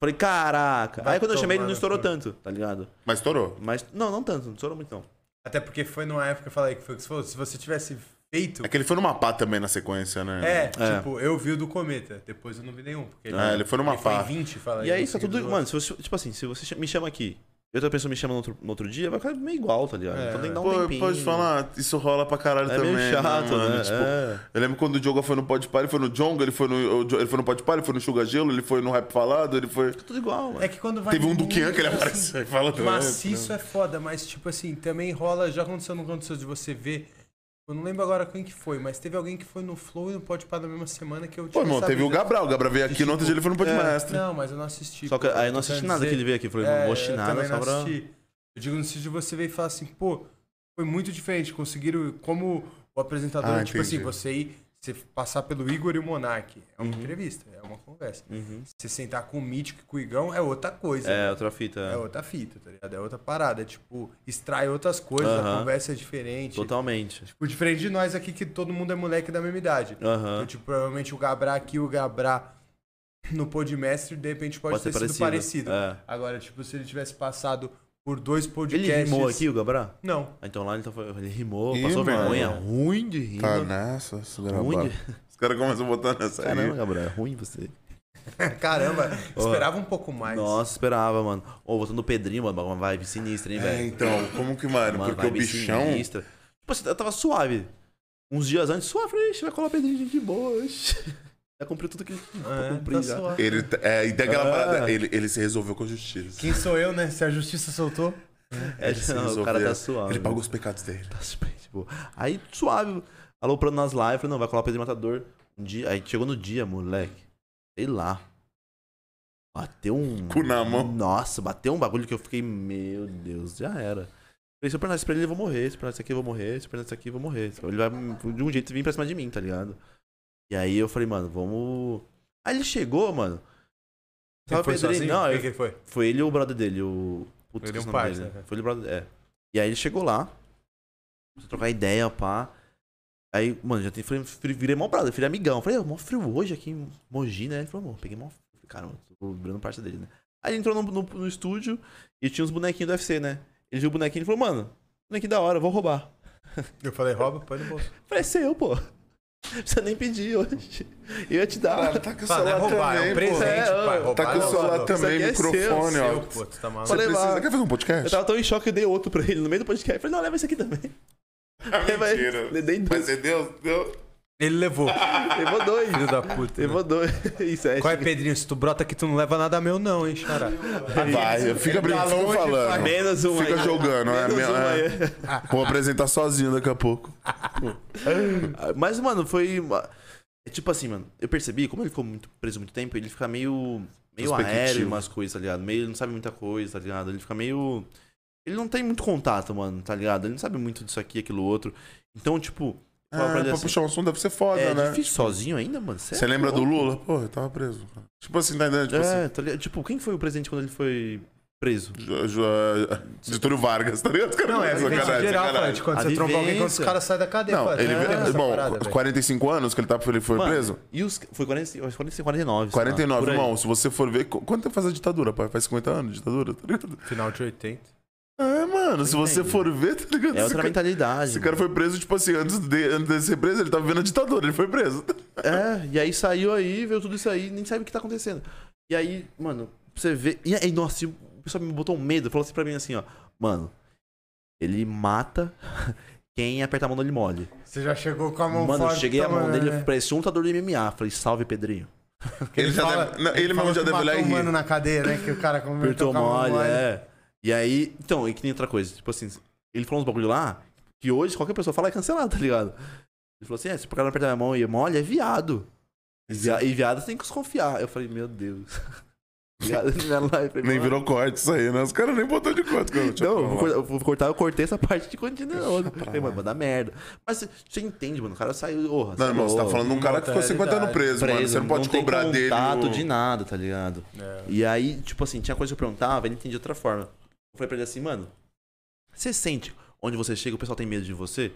[SPEAKER 3] Falei, caraca.
[SPEAKER 1] Vai
[SPEAKER 3] Aí quando eu chamei ele
[SPEAKER 1] tomar
[SPEAKER 3] não
[SPEAKER 1] no
[SPEAKER 3] estourou
[SPEAKER 1] cu.
[SPEAKER 3] tanto, tá ligado?
[SPEAKER 2] Mas estourou.
[SPEAKER 3] Mas, não, não tanto, não estourou muito não.
[SPEAKER 1] Até porque foi numa época, eu falei que foi o que você falou, se você tivesse feito...
[SPEAKER 2] É que ele foi numa pá também na sequência, né?
[SPEAKER 1] É, tipo, eu vi o do Cometa, depois eu não vi nenhum. Porque
[SPEAKER 2] É, ele foi numa
[SPEAKER 1] ele foi em
[SPEAKER 2] farra.
[SPEAKER 1] 20, fala
[SPEAKER 3] E aí, isso é tudo.
[SPEAKER 1] conseguiu-
[SPEAKER 3] Mano, se você, tipo assim, se você cha- me chama aqui e outra pessoa me chama no outro, no outro dia, vai ficar meio igual, tá ligado?
[SPEAKER 1] É.
[SPEAKER 3] Então tem que dar um
[SPEAKER 2] Pô,
[SPEAKER 3] tempinho.
[SPEAKER 2] eu posso te falar, isso rola pra caralho
[SPEAKER 3] É
[SPEAKER 2] também.
[SPEAKER 3] meio chato,
[SPEAKER 2] né, mano?
[SPEAKER 3] né?
[SPEAKER 2] Tipo,
[SPEAKER 3] É.
[SPEAKER 2] Eu lembro quando o Diogo foi no Pode Par, ele foi no Jonga, ele foi no, o Jo- ele foi no Pode Par, ele foi no Sugar Gelo, ele foi no Rap Falado, ele foi.
[SPEAKER 3] Tudo igual, mano.
[SPEAKER 1] É que quando vai
[SPEAKER 2] Teve um do
[SPEAKER 1] muito,
[SPEAKER 2] Kian que ele
[SPEAKER 1] assim,
[SPEAKER 2] apareceu e né? fala também.
[SPEAKER 1] (laughs) Maciço é foda, mas tipo assim, também rola, já aconteceu, não aconteceu de você ver. Eu não lembro agora quem que foi, mas teve alguém que foi no Flow e no Pode Par na mesma semana que eu tipo,
[SPEAKER 2] Pô, irmão, teve o Gabriel. O Gabriel veio aqui no outro dia ele foi no Pode Mestre.
[SPEAKER 1] É. Não, mas eu não assisti.
[SPEAKER 3] Só que aí eu não assisti nada que ele veio aqui. Falei, não vou assistir nada,
[SPEAKER 1] é, eu
[SPEAKER 3] só pra.
[SPEAKER 1] Eu digo no sentido de você ver e falar assim, pô, foi muito diferente. Conseguiram, como o apresentador,
[SPEAKER 2] Ah,
[SPEAKER 1] tipo
[SPEAKER 2] entendi.
[SPEAKER 1] assim, você ir, você passar pelo Igor e o Monark. É uma entrevista, é uma conversa.
[SPEAKER 3] Uhum.
[SPEAKER 1] Você sentar com o Mítico e com o Igão é outra coisa.
[SPEAKER 3] É, outra fita.
[SPEAKER 1] É outra fita, tá ligado? É outra parada. É tipo, extrai outras coisas, a
[SPEAKER 3] Aham.
[SPEAKER 1] conversa é diferente.
[SPEAKER 3] Totalmente.
[SPEAKER 1] Tipo, diferente de nós aqui, que todo mundo é moleque da mesma idade.
[SPEAKER 3] Aham.
[SPEAKER 1] Então, tipo, provavelmente o Gabrá aqui, o Gabrá no Podmestre, de repente pode,
[SPEAKER 3] Pode
[SPEAKER 1] ter
[SPEAKER 3] ser
[SPEAKER 1] sido parecido.
[SPEAKER 3] parecido. É.
[SPEAKER 1] Agora, tipo, se ele tivesse passado por dois
[SPEAKER 3] Ele
[SPEAKER 1] podcasts...
[SPEAKER 3] rimou aqui, o Gabriel?
[SPEAKER 1] Não. (laughs)
[SPEAKER 3] Ah, Então lá ele, tá- ele rimou,
[SPEAKER 2] Ih,
[SPEAKER 3] passou
[SPEAKER 2] mano.
[SPEAKER 3] vergonha. Ruim de rir.
[SPEAKER 2] Tá
[SPEAKER 3] mano.
[SPEAKER 2] nessa, se
[SPEAKER 3] Ruim
[SPEAKER 2] gravar. (laughs)
[SPEAKER 3] de...
[SPEAKER 2] Os caras começam a botar nessa aí.
[SPEAKER 3] Caramba, Gabriel, é ruim você.
[SPEAKER 1] Caramba, esperava um pouco mais.
[SPEAKER 3] Nossa, esperava, mano. Ou voltando o Pedrinho, mano, uma vibe sinistra, hein,
[SPEAKER 2] É,
[SPEAKER 3] velho?
[SPEAKER 2] então, como que, mano?
[SPEAKER 3] Uma
[SPEAKER 2] Porque o
[SPEAKER 3] vibe
[SPEAKER 2] bichão.
[SPEAKER 3] sinistra. Tipo assim, eu tava suave. Uns dias antes, suave, falei, "Ixi, vai colar o Pedrinho gente, de boa. ixi." (laughs) Já cumpriu tudo que ele tinha pra
[SPEAKER 1] É,
[SPEAKER 3] cumprir
[SPEAKER 1] tá
[SPEAKER 3] já.
[SPEAKER 1] suave.
[SPEAKER 2] Ele, tá- é, e tem aquela
[SPEAKER 3] Ah.
[SPEAKER 2] parada, ele, ele se resolveu com a justiça.
[SPEAKER 1] Quem sou eu, né? Se a justiça soltou...
[SPEAKER 3] É,
[SPEAKER 2] Ele se
[SPEAKER 3] não, (laughs) o
[SPEAKER 2] resolveu.
[SPEAKER 3] cara tá suave.
[SPEAKER 2] Ele pagou os pecados dele.
[SPEAKER 3] (laughs) Tá super, tipo, Aí, suave. Aloprando nas lives, falei, não, vai colar o Pedrinho Matador. Um dia, aí chegou no dia, moleque. Sei lá. Bateu um.
[SPEAKER 2] Cu na mão.
[SPEAKER 3] Nossa, bateu um bagulho que eu fiquei, meu Deus, já era. Falei, se eu perguntar isso pra ele, eu vou morrer. Se eu perguntar isso aqui, eu vou morrer. Se eu perguntar isso aqui, eu vou morrer. Ele vai, de um jeito, vir pra cima de mim, tá ligado? E aí eu falei, mano, vamos. Aí ele chegou, mano. Tava
[SPEAKER 1] Ele foi
[SPEAKER 3] Pedrinho-
[SPEAKER 1] sozinho?
[SPEAKER 3] Não,
[SPEAKER 1] Quem
[SPEAKER 3] eu-
[SPEAKER 1] que foi?
[SPEAKER 3] foi ele ou o brother dele, o. Putz,
[SPEAKER 1] Ele é
[SPEAKER 3] esqueci
[SPEAKER 1] um
[SPEAKER 3] o nome
[SPEAKER 1] parça,
[SPEAKER 3] dele.
[SPEAKER 1] né?
[SPEAKER 3] Foi ele o brother. É. E aí ele chegou lá. Começou a trocar ideia, pá. Aí, mano, já tem, falei, virei mó brother, virei amigão. Falei, "Ô, mó frio hoje aqui em Mogi, né? Ele falou, mano, peguei mó frio. Falei, Caramba, tô virando parte dele, né? Aí ele entrou no, no- no estúdio e tinha uns bonequinhos do UFC, né? Ele viu o bonequinho e falou, mano, bonequinho da hora, vou roubar.
[SPEAKER 1] Eu falei, rouba, põe no bolso.
[SPEAKER 3] Falei, é seu, pô. (laughs) Não precisa nem pedir hoje. Eu ia te dar.
[SPEAKER 2] Caralho, tá com o
[SPEAKER 1] Fala, é
[SPEAKER 2] celular
[SPEAKER 1] roubar, é um
[SPEAKER 2] também, pô.
[SPEAKER 1] presente, pai.
[SPEAKER 3] É, tá
[SPEAKER 1] Roubar
[SPEAKER 2] Tá com
[SPEAKER 1] é
[SPEAKER 2] o
[SPEAKER 1] um
[SPEAKER 2] celular
[SPEAKER 1] valor.
[SPEAKER 2] também,
[SPEAKER 3] aqui é seu,
[SPEAKER 2] microfone, ó.
[SPEAKER 1] Seu, pô, tu tá maluco.
[SPEAKER 2] Você
[SPEAKER 3] Falei
[SPEAKER 2] precisa...
[SPEAKER 3] lá.
[SPEAKER 2] Quer fazer um podcast?
[SPEAKER 3] Eu tava tão em choque que eu dei outro pra ele no meio do podcast. Eu falei, não, leva esse aqui também.
[SPEAKER 1] É
[SPEAKER 2] Ah,
[SPEAKER 3] Vai-
[SPEAKER 2] mentira.
[SPEAKER 3] Dei- dei
[SPEAKER 2] Mas é
[SPEAKER 3] dois.
[SPEAKER 2] você deu, deu.
[SPEAKER 1] Ele levou.
[SPEAKER 3] Levou dois.
[SPEAKER 1] Filho da puta. né?
[SPEAKER 3] Levou dois. (laughs) Isso é.
[SPEAKER 1] Qual é, Pedrinho? Se tu brota aqui, tu não leva nada meu, não, hein, xará? tá
[SPEAKER 2] Vai, fica brincando,
[SPEAKER 1] longe,
[SPEAKER 2] fica falando.
[SPEAKER 3] Menos um
[SPEAKER 2] Fica
[SPEAKER 3] aí.
[SPEAKER 2] jogando, é,
[SPEAKER 3] Menos
[SPEAKER 2] minha-
[SPEAKER 3] um aí.
[SPEAKER 2] Vou apresentar sozinho daqui a pouco. É,
[SPEAKER 3] Mas, mano, foi. uma- É tipo assim, mano. Eu percebi, como ele ficou muito preso muito tempo, ele fica meio. Meio
[SPEAKER 2] Introspectivo.
[SPEAKER 3] aéreo em umas coisas, tá ligado? Meio. Ele não sabe muita coisa, tá ligado? Ele fica meio. Ele não tem muito contato, mano, tá ligado? Ele não sabe muito disso aqui, aquilo outro. Então, tipo. eu falo
[SPEAKER 2] Ah,
[SPEAKER 3] pra ele
[SPEAKER 2] pra
[SPEAKER 3] assim,
[SPEAKER 2] puxar um som deve ser foda,
[SPEAKER 3] é
[SPEAKER 2] né?
[SPEAKER 3] difícil sozinho ainda, mano? Cê é
[SPEAKER 2] Você lembra do
[SPEAKER 3] louco.
[SPEAKER 2] Lula? Pô, eu tava preso. cara. Tipo assim, tá entendendo? Tipo
[SPEAKER 3] É, tá ligado? Tipo, quem foi o presidente quando ele foi preso?
[SPEAKER 2] assim, Ju- Ju- Getúlio Vargas, tá ligado? Os caras
[SPEAKER 1] Não, é a
[SPEAKER 2] começam,
[SPEAKER 1] vivência
[SPEAKER 2] caralho,
[SPEAKER 1] geral, cara.
[SPEAKER 2] sacanagem.
[SPEAKER 1] de Quando
[SPEAKER 3] A
[SPEAKER 1] você tromba alguém, quando os
[SPEAKER 3] vivência.
[SPEAKER 1] caras saem da cadeia.
[SPEAKER 2] Não,
[SPEAKER 1] fala,
[SPEAKER 2] ele
[SPEAKER 1] "Ah,
[SPEAKER 2] veio.
[SPEAKER 1] essa
[SPEAKER 2] irmão,
[SPEAKER 1] parada, velho."
[SPEAKER 2] 45 anos que ele, tá, ele foi
[SPEAKER 3] Mano,
[SPEAKER 2] preso?
[SPEAKER 3] E os. Foi 40, acho que 45, 49. sei lá, por
[SPEAKER 2] 49,
[SPEAKER 3] aí.
[SPEAKER 2] irmão. Se você for ver. qu- Quanto tempo faz a ditadura, pai? Faz 50 anos de ditadura, tá ligado?
[SPEAKER 1] Final de 80.
[SPEAKER 2] É, mano, se você
[SPEAKER 3] entendo.
[SPEAKER 2] for ver, tá ligado?
[SPEAKER 3] É
[SPEAKER 2] Esse
[SPEAKER 3] outra
[SPEAKER 2] cara-
[SPEAKER 3] mentalidade.
[SPEAKER 2] Esse cara foi preso, tipo assim, antes de, antes de ser preso, ele tava vivendo a ditadura, ele foi preso.
[SPEAKER 3] É, e aí saiu aí, veio tudo isso aí, nem sabe o que tá acontecendo. E aí, mano, você vê. E aí, nossa, e o pessoal me botou um medo, falou assim pra mim assim, ó. Mano, ele mata (laughs) quem aperta a mão dele mole.
[SPEAKER 1] Você já chegou com a mão
[SPEAKER 3] Mano, eu
[SPEAKER 1] forte.
[SPEAKER 3] cheguei a mão
[SPEAKER 1] mano,
[SPEAKER 3] dele,
[SPEAKER 1] né?
[SPEAKER 3] parecia um lutador de MMA. Falei, salve, Pedrinho.
[SPEAKER 2] Ele já
[SPEAKER 1] fala-
[SPEAKER 2] deve- não, ele
[SPEAKER 1] ele
[SPEAKER 2] mesmo
[SPEAKER 1] fala
[SPEAKER 2] já
[SPEAKER 1] que
[SPEAKER 2] deve
[SPEAKER 1] matou
[SPEAKER 2] olhar e
[SPEAKER 1] um
[SPEAKER 2] rir.
[SPEAKER 1] mano na cadeia, né? Que o cara
[SPEAKER 3] Apertou
[SPEAKER 1] comentou com a mão
[SPEAKER 3] mole,
[SPEAKER 1] mole.
[SPEAKER 3] é. E aí, então, e que nem outra coisa, tipo assim, ele falou uns bagulho lá, que hoje qualquer pessoa fala é cancelado, (laughs) tá ligado? Ele falou assim, é, se o cara não apertar a mão e é mole, é viado. E via- E viado tem que desconfiar. Eu falei, meu Deus. (laughs) Viado na minha live. falei,
[SPEAKER 2] Nem
[SPEAKER 3] "Mano,
[SPEAKER 2] virou corte isso aí, né? Os caras nem botou de corte. é Cara. Deixa eu
[SPEAKER 3] Não, eu
[SPEAKER 2] falar.
[SPEAKER 3] vou cortar- eu vou cortar, eu cortei essa parte de continuidade.
[SPEAKER 2] pra
[SPEAKER 3] Falei,
[SPEAKER 2] lá.
[SPEAKER 3] mano, vai dar merda. Mas você- você entende, mano, o cara saiu. Porra,
[SPEAKER 2] Não, irmão, você tá falando de um cara que ficou 50 anos preso, mano. Você não pode
[SPEAKER 3] tem
[SPEAKER 2] cobrar dele.
[SPEAKER 3] contato
[SPEAKER 2] o-
[SPEAKER 3] de nada, tá ligado?
[SPEAKER 1] É.
[SPEAKER 3] E aí, tipo assim, tinha coisa que eu perguntava, ele entendia de outra forma. Eu falei pra ele assim, mano, você sente onde você chega, o pessoal tem medo de você?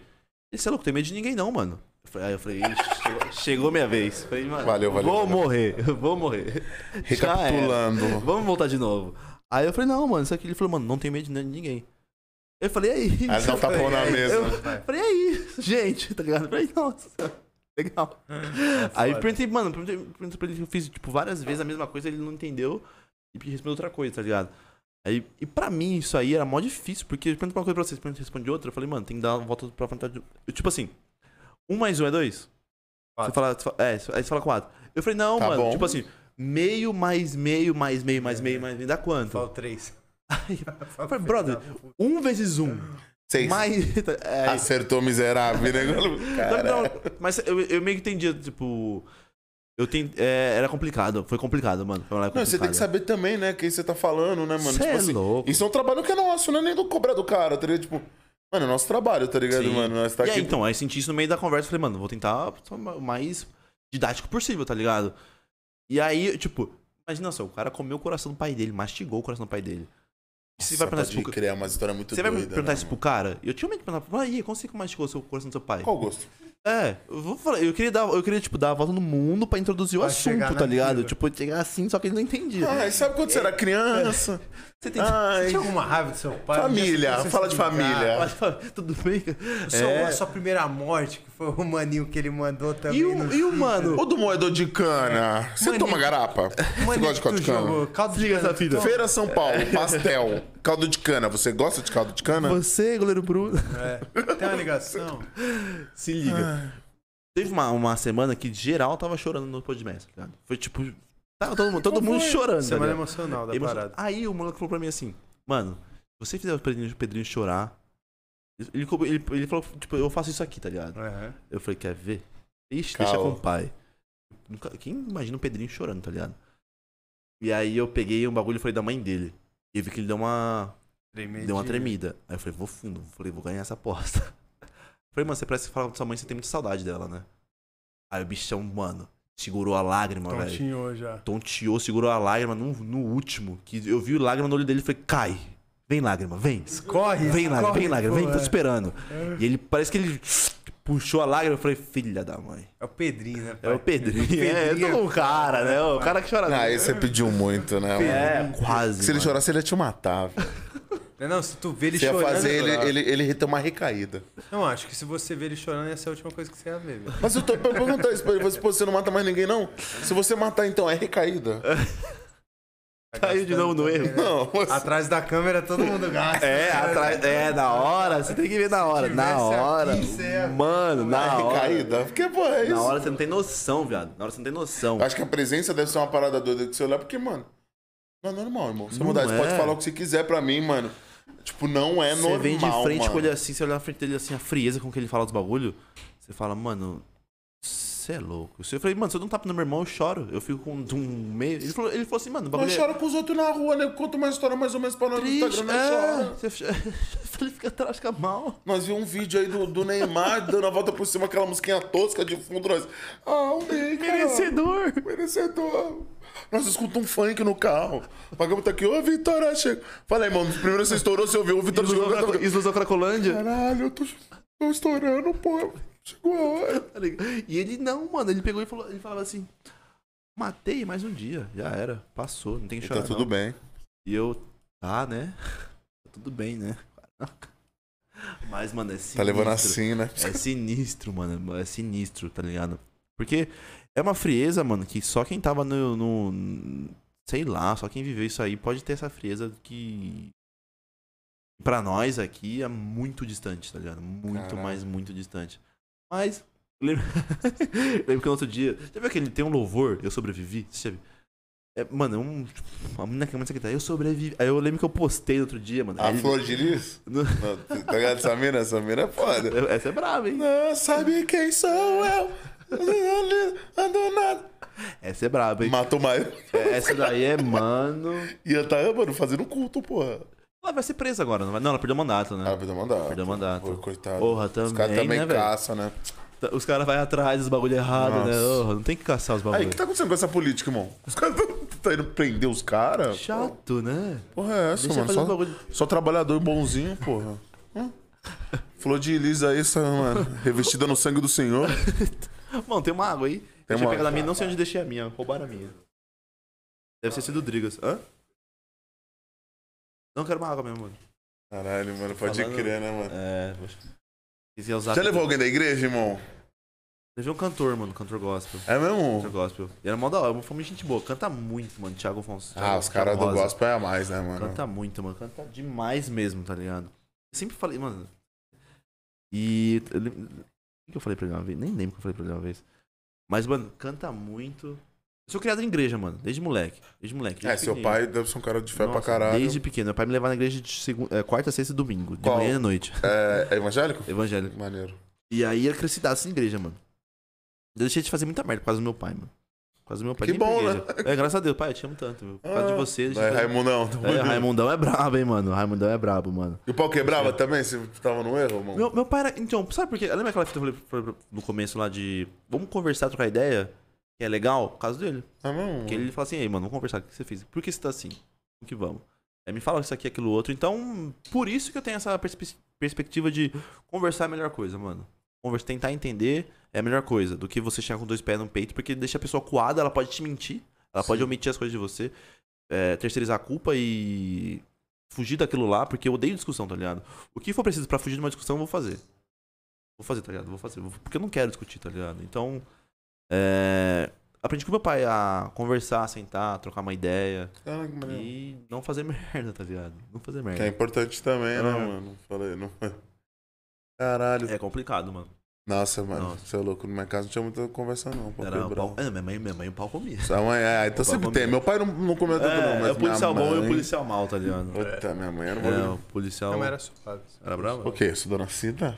[SPEAKER 3] Ele, você é louco, tem medo de ninguém não, mano. Eu falei- Aí eu falei, "Ixi, chegou, chegou minha vez. Falei, mano,
[SPEAKER 2] Valeu, valeu,
[SPEAKER 3] vou
[SPEAKER 2] valeu.
[SPEAKER 3] morrer, (laughs) vou morrer. Já é. era.
[SPEAKER 2] Recapitulando.
[SPEAKER 3] Vamos voltar de novo. Aí eu falei, não, mano, isso aqui. Ele falou, mano, não tem medo de ninguém. Eu falei, e aí?
[SPEAKER 2] Ah, dá um
[SPEAKER 3] Eu falei,
[SPEAKER 2] tapão na
[SPEAKER 3] "E aí?"
[SPEAKER 2] mesa.
[SPEAKER 3] Eu falei, e aí? (laughs) Gente, tá ligado? Eu falei, nossa, legal. Aí
[SPEAKER 1] Ah, tá foda.
[SPEAKER 3] perguntei, mano, perguntei, perguntei pra ele, eu fiz, tipo, várias vezes a mesma coisa, ele não entendeu e respondeu outra coisa, tá ligado? Aí, e pra mim isso aí era mó difícil, porque eu pergunto uma coisa pra vocês, pergunto responde outra, eu falei, mano, tem que dar uma volta pra frente. de- Eu, tipo assim, um mais um é dois? Você
[SPEAKER 1] Quatro.
[SPEAKER 3] fala, você fala- é, você- aí você fala quatro. Eu falei, não,
[SPEAKER 2] Tá
[SPEAKER 3] mano,
[SPEAKER 2] bom.
[SPEAKER 3] tipo assim, meio mais meio mais meio mais meio mais meio, dá quanto?
[SPEAKER 1] Fala três. (laughs)
[SPEAKER 3] Aí, eu falei, brother,
[SPEAKER 1] tá
[SPEAKER 3] um vezes um,
[SPEAKER 2] Seis.
[SPEAKER 3] mais... (laughs) É,
[SPEAKER 1] Assim,
[SPEAKER 2] Acertou miserável, né?
[SPEAKER 3] não,
[SPEAKER 2] Cara,
[SPEAKER 3] não, mas eu, eu meio que entendia, tipo. Eu ten... é, era complicado, foi complicado, mano. Foi uma live
[SPEAKER 2] Não, você tem que
[SPEAKER 3] complicada.
[SPEAKER 2] saber também, né? Quem você tá falando, né, mano?
[SPEAKER 3] Cê é louco.
[SPEAKER 2] Isso é um trabalho que é nosso, não é nem do cobrar do cara, tá ligado? Tipo, mano, é nosso trabalho, tá ligado,
[SPEAKER 3] Sim.
[SPEAKER 2] mano? Nós tá
[SPEAKER 3] e aí,
[SPEAKER 2] aqui.
[SPEAKER 3] então, aí senti isso no meio da conversa, falei, mano, vou tentar ser o mais didático possível, tá ligado? E aí, tipo, imagina só, o cara comeu o coração do pai dele, mastigou o coração do pai dele. E você vai perguntar isso
[SPEAKER 2] tá de
[SPEAKER 3] pro...
[SPEAKER 2] criar uma história muito
[SPEAKER 3] Você vai
[SPEAKER 2] doida.
[SPEAKER 3] perguntar
[SPEAKER 2] né,
[SPEAKER 3] isso pro
[SPEAKER 2] mano?
[SPEAKER 3] cara? Eu tinha medo de perguntar, ah, e aí, como você que mastigou o seu- o coração do seu pai?
[SPEAKER 2] Qual o
[SPEAKER 3] (laughs)
[SPEAKER 2] gosto?
[SPEAKER 3] É, eu vou falar, eu queria dar, eu queria, tipo, dar a volta no mundo pra introduzir o
[SPEAKER 1] Pra chegar
[SPEAKER 3] assunto, tá
[SPEAKER 1] naquilo.
[SPEAKER 3] ligado? Tipo, chegar assim, só que ele não entendia.
[SPEAKER 2] Ai, Ah, sabe quando você era criança?
[SPEAKER 3] Você tem
[SPEAKER 1] Você
[SPEAKER 2] Ai,
[SPEAKER 1] tinha alguma raiva do seu pai?
[SPEAKER 2] família,
[SPEAKER 1] Você
[SPEAKER 2] fala de
[SPEAKER 1] se ligar.
[SPEAKER 2] família.
[SPEAKER 3] (laughs) Tudo bem?
[SPEAKER 1] Sua,
[SPEAKER 3] É.
[SPEAKER 1] sua primeira morte, que foi o maninho que ele mandou também.
[SPEAKER 3] E o,
[SPEAKER 1] no-
[SPEAKER 3] e o mano?
[SPEAKER 2] Ou do moedor de cana. Você
[SPEAKER 1] Mano,
[SPEAKER 2] toma
[SPEAKER 1] e-
[SPEAKER 2] garapa? Você
[SPEAKER 1] Maninho
[SPEAKER 2] gosta
[SPEAKER 1] que tu
[SPEAKER 2] de caldo de cana?
[SPEAKER 1] jogou, Caldo de
[SPEAKER 3] Desliga
[SPEAKER 1] cana.
[SPEAKER 3] essa fita.
[SPEAKER 1] Toma.
[SPEAKER 2] Feira São Paulo, pastel, caldo de cana. Você gosta de caldo de cana?
[SPEAKER 3] Você, goleiro Bruno.
[SPEAKER 1] É. Tem uma ligação?
[SPEAKER 3] (laughs) Se liga.
[SPEAKER 1] Ah.
[SPEAKER 3] Teve uma, uma semana que geral tava chorando no podcast, cara. Foi tipo. Tava todo, mundo- todo mundo chorando. tá
[SPEAKER 1] Semana
[SPEAKER 3] ligado?
[SPEAKER 1] emocional da
[SPEAKER 3] Emocionado.
[SPEAKER 1] parada.
[SPEAKER 3] Aí o maluco falou pra mim assim, mano, se você fizer o Pedrinho, o Pedrinho chorar. Ele, co- ele, ele falou, tipo, eu faço isso aqui, tá ligado?
[SPEAKER 1] Aham.
[SPEAKER 3] Eu falei, quer ver? Ixi,
[SPEAKER 2] Calma.
[SPEAKER 3] deixa com o pai. Nunca- Quem imagina o Pedrinho chorando, tá ligado? E aí eu peguei um bagulho e falei da mãe dele. E eu vi que ele deu uma,
[SPEAKER 1] Tremidinha.
[SPEAKER 3] deu uma tremida. Aí eu falei, vou fundo. Falei, vou ganhar essa aposta. (laughs) Falei, mano, você parece que fala com sua mãe, você tem muita saudade dela, né? Aí o bichão, mano, segurou a lágrima, velho.
[SPEAKER 1] Tontinho já.
[SPEAKER 3] Tonteou, segurou a lágrima no, no último. Que eu vi lágrima no olho dele e falei, cai. Vem lágrima, vem.
[SPEAKER 1] Corre, (laughs)
[SPEAKER 3] Vem lágrima,
[SPEAKER 1] corre,
[SPEAKER 3] vem lágrima, vem,
[SPEAKER 1] pô,
[SPEAKER 3] tô
[SPEAKER 1] é.
[SPEAKER 3] esperando. E ele, parece que ele puxou a lágrima. Eu falei, filha da mãe.
[SPEAKER 1] É o Pedrinho, né?
[SPEAKER 3] É
[SPEAKER 1] pai?
[SPEAKER 3] o Pedrinho. (laughs) É,
[SPEAKER 1] Pedrinho.
[SPEAKER 3] eu tô com o cara, né? O cara que chora.
[SPEAKER 2] Ah, esse você pediu muito, né? mano?
[SPEAKER 3] é,
[SPEAKER 1] um
[SPEAKER 3] quase.
[SPEAKER 2] Se ele
[SPEAKER 3] mano.
[SPEAKER 2] chorasse, ele ia te matar, velho.
[SPEAKER 1] Não, não, se tu vê ele
[SPEAKER 2] Você ia
[SPEAKER 1] chorando...
[SPEAKER 2] fazer ele,
[SPEAKER 1] chorava.
[SPEAKER 2] ele, ele, ter uma recaída.
[SPEAKER 1] Não, acho que se você vê ele chorando, ia ser a última coisa que você ia ver, velho.
[SPEAKER 2] Mas eu tô pra perguntar isso pra ele. Você, pô, você não mata mais ninguém, não? Se você matar, então, é recaída?
[SPEAKER 3] Caiu de novo no erro.
[SPEAKER 2] Não, você...
[SPEAKER 1] Atrás da câmera, todo mundo gasta.
[SPEAKER 3] É, atrás. É, na hora. Você tem que ver na hora. Na
[SPEAKER 1] tivesse
[SPEAKER 3] hora.
[SPEAKER 1] aqui, você ia-
[SPEAKER 3] Mano, na
[SPEAKER 2] é
[SPEAKER 3] hora.
[SPEAKER 2] recaída? Porque, pô, é isso.
[SPEAKER 3] Na hora você não tem noção, viado. Na hora você não tem noção.
[SPEAKER 2] Acho que a presença deve ser uma parada doida de você olhar, porque, mano, não é normal, irmão. Você
[SPEAKER 3] Não
[SPEAKER 2] mudar, você
[SPEAKER 3] é.
[SPEAKER 2] pode falar o que você quiser pra mim, mano. Tipo, não é
[SPEAKER 3] Você
[SPEAKER 2] normal.
[SPEAKER 3] vem de frente
[SPEAKER 2] mano.
[SPEAKER 3] com ele assim, você olha na frente dele assim, a frieza com que ele fala dos bagulho. Você fala, mano, você é louco. Eu falei, mano, se eu dou um tapa no meu irmão, eu choro. Eu fico com um meio. Ele falou, ele falou assim, mano, o bagulho.
[SPEAKER 2] Nós
[SPEAKER 3] é-
[SPEAKER 2] chora com os outros na rua, né? Conta uma história mais ou menos pra nós no
[SPEAKER 3] triste.
[SPEAKER 2] Instagram, nós
[SPEAKER 3] É.
[SPEAKER 2] chora.
[SPEAKER 3] Você fica- Ele fica atrás, fica mal.
[SPEAKER 2] Nós vimos um vídeo aí do, do Neymar dando a volta por cima, aquela musiquinha tosca de fundo, nós... Ah, o Ney, cara.
[SPEAKER 3] Merecedor.
[SPEAKER 2] Merecedor. Nós escutamos um funk no carro. O vagabundo tá aqui, ô, Vitória, chega. Falei, mano, primeiro você estourou, você ouviu, o Vitória chegou...
[SPEAKER 3] Ilusão,
[SPEAKER 2] cantando.
[SPEAKER 3] Craco- Ilusão Cracolândia.
[SPEAKER 2] Caralho, eu tô, tô estourando, pô. Chegou a hora.
[SPEAKER 3] Tá ligado? E ele não, mano. Ele pegou e falou, ele falava assim: Matei mais um dia. Já era. Passou. Não tem que chorar.
[SPEAKER 2] Tá tudo
[SPEAKER 3] não.
[SPEAKER 2] bem.
[SPEAKER 3] E eu, tá, né? (laughs) Tá tudo bem, né? (laughs) Mas, mano, é sinistro.
[SPEAKER 2] Tá levando assim, né?
[SPEAKER 3] É sinistro, mano. É sinistro, tá ligado? Porque é uma frieza, mano, que só quem tava no. no- sei lá, só quem viveu isso aí pode ter essa frieza que. Pra nós aqui é muito distante, tá ligado? Muito
[SPEAKER 2] Caralho.
[SPEAKER 3] mais, muito distante. Mas. eu Lembro... eu (laughs) lembro que no outro dia. Já viu aquele. Tem um louvor, eu sobrevivi? Você já viu? É, mano, é um. A menina que é uma secretária, eu sobrevivi. Aí eu lembro que eu postei no outro dia, mano.
[SPEAKER 2] A
[SPEAKER 3] Aí ele-
[SPEAKER 2] flor de lis?
[SPEAKER 3] (laughs) No-
[SPEAKER 2] Não, Tá ligado essa mina? Essa mina é foda.
[SPEAKER 3] Essa é brava, hein?
[SPEAKER 2] Não sabe quem sou eu. Ando nada.
[SPEAKER 3] Essa é braba, hein?
[SPEAKER 2] Matou mais.
[SPEAKER 3] Essa daí é, mano.
[SPEAKER 2] E ela tá, mano, fazendo culto, porra.
[SPEAKER 3] Ela vai ser presa agora, não vai? Não, ela perdeu o mandato, né?
[SPEAKER 2] Ah, perdeu o mandato.
[SPEAKER 3] Perdeu o mandato.
[SPEAKER 2] Pô, coitado.
[SPEAKER 3] tá. Porra,
[SPEAKER 2] Os caras
[SPEAKER 3] também,
[SPEAKER 2] também
[SPEAKER 3] né, velho?
[SPEAKER 2] caçam, né?
[SPEAKER 3] Tá- Os caras vão atrás dos bagulho errado, né?
[SPEAKER 2] Nossa.
[SPEAKER 3] Porra, não tem que caçar os
[SPEAKER 2] Aí, o
[SPEAKER 3] bagulho.
[SPEAKER 2] que tá acontecendo com essa política, irmão? Os caras tão- (laughs) tá indo prender os caras?
[SPEAKER 3] Chato, né?
[SPEAKER 2] Porra, é essa,
[SPEAKER 3] Deixa eu
[SPEAKER 2] mano?
[SPEAKER 3] fazer um
[SPEAKER 2] Só,
[SPEAKER 3] bagulho.
[SPEAKER 2] só trabalhador bonzinho, porra. Hã? Falou Hum? de Elisa aí, essa,
[SPEAKER 3] (laughs)
[SPEAKER 2] mano. Revestida no sangue do Senhor.
[SPEAKER 3] Mano, tem uma água aí.
[SPEAKER 2] Tem
[SPEAKER 3] deixa
[SPEAKER 2] uma-
[SPEAKER 3] eu pegar da minha, não sei onde deixei a minha. Roubaram a minha. Deve ter sido Drigas. Hã? Não quero uma água mesmo, mano.
[SPEAKER 2] Caralho, mano, pode
[SPEAKER 3] Falando-
[SPEAKER 2] crer, né, mano?
[SPEAKER 3] É, poxa. Quiser usar.
[SPEAKER 2] Já levou alguém da igreja, irmão?
[SPEAKER 3] Levei um cantor, mano, cantor gospel.
[SPEAKER 2] É mesmo?
[SPEAKER 3] Cantor gospel. E era mó da hora, foi uma gente boa. Canta muito, mano. Thiago Fonseca.
[SPEAKER 2] Ah, os caras do gospel é a mais, né, mano?
[SPEAKER 3] Canta muito, mano. Canta demais mesmo, tá ligado? Eu sempre falei, mano. E. eu lem- O que eu falei pra ele uma vez? Nem lembro o que eu falei pra ele uma vez. Mas, mano, canta muito. Eu sou criado em igreja, mano. Desde moleque. Desde moleque.
[SPEAKER 2] É,
[SPEAKER 3] desde
[SPEAKER 2] seu
[SPEAKER 3] pequenininho.
[SPEAKER 2] pai deve ser um cara de fé pra
[SPEAKER 3] tá né? Nossa,
[SPEAKER 2] caralho.
[SPEAKER 3] Desde pequeno. Meu pai me levava na igreja de segun- é, quarta, sexta e domingo. De
[SPEAKER 2] Qual?
[SPEAKER 3] manhã e à noite. (laughs)
[SPEAKER 2] É, é evangélico?
[SPEAKER 3] Evangélico.
[SPEAKER 2] Maneiro.
[SPEAKER 3] E aí eu cresci dado sem igreja, mano. Eu deixei de fazer muita merda por causa do meu pai, mano. Por causa do meu pai.
[SPEAKER 2] Que
[SPEAKER 3] nem pra
[SPEAKER 2] bom, né?
[SPEAKER 3] igreja. É, graças a Deus, pai, eu te amo tanto. Meu. Por causa de você, eu deixei
[SPEAKER 2] É,
[SPEAKER 3] de fazer-
[SPEAKER 2] Raimundão. tamo
[SPEAKER 3] É,
[SPEAKER 2] junto.
[SPEAKER 3] Raimundão é brabo, hein, mano. Raimundão é brabo, mano.
[SPEAKER 2] E o pau quebrava também? Você tava no erro, mano?
[SPEAKER 3] Meu, meu pai era. Então, sabe por quê? Lembra aquela fita que eu falei pra- pra- no começo lá de. Vamos conversar, trocar ideia? Que é legal? Por causa dele.
[SPEAKER 2] É mesmo?
[SPEAKER 3] Porque ele fala assim, ei, mano, vamos conversar. O que você fez? Por que você tá assim? O que vamos? É, me fala isso aqui, aquilo outro. Então, por isso que eu tenho essa perspe- perspectiva de conversar é a melhor coisa, mano. Conversar, tentar entender é a melhor coisa do que você chegar com dois pés no peito, porque deixa a pessoa coada, ela pode te mentir, ela pode
[SPEAKER 2] Sim.
[SPEAKER 3] omitir as coisas de você, é, terceirizar a culpa e fugir daquilo lá, porque eu odeio discussão, tá ligado? O que for preciso pra fugir de uma discussão, eu vou fazer. Vou fazer, tá ligado? Vou fazer. vou- Porque eu não quero discutir, tá ligado? Então, é, aprendi com meu pai a conversar, sentar, trocar uma ideia
[SPEAKER 2] Caraca, que maneiro.
[SPEAKER 3] e não fazer (laughs) merda, tá ligado? Não fazer
[SPEAKER 2] Que é
[SPEAKER 3] merda.
[SPEAKER 2] importante também, né,
[SPEAKER 3] Ah.
[SPEAKER 2] mano? Falei, não. Caralho.
[SPEAKER 3] É complicado, mano.
[SPEAKER 2] Nossa, mano,
[SPEAKER 3] Nossa.
[SPEAKER 2] você é louco. Na minha casa não tinha muita conversa, não. Pau
[SPEAKER 3] Era o
[SPEAKER 2] quebrava.
[SPEAKER 3] pau... é, minha, mãe, minha mãe o pau comia.
[SPEAKER 2] Sua mãe, é, então
[SPEAKER 3] O pau
[SPEAKER 2] sempre
[SPEAKER 3] comia.
[SPEAKER 2] tem. Meu pai não, não comeu tanto, não,
[SPEAKER 3] É,
[SPEAKER 2] mas.
[SPEAKER 3] é o policial
[SPEAKER 2] minha
[SPEAKER 3] bom e o
[SPEAKER 2] mãe-
[SPEAKER 3] policial mal, tá ligado?
[SPEAKER 2] Puta, minha mãe era um
[SPEAKER 3] É, o
[SPEAKER 2] bagulho.
[SPEAKER 3] policial.
[SPEAKER 1] Não
[SPEAKER 3] Era,
[SPEAKER 1] era suave. assim.
[SPEAKER 3] bravo?
[SPEAKER 2] O quê? Sou dona Cida?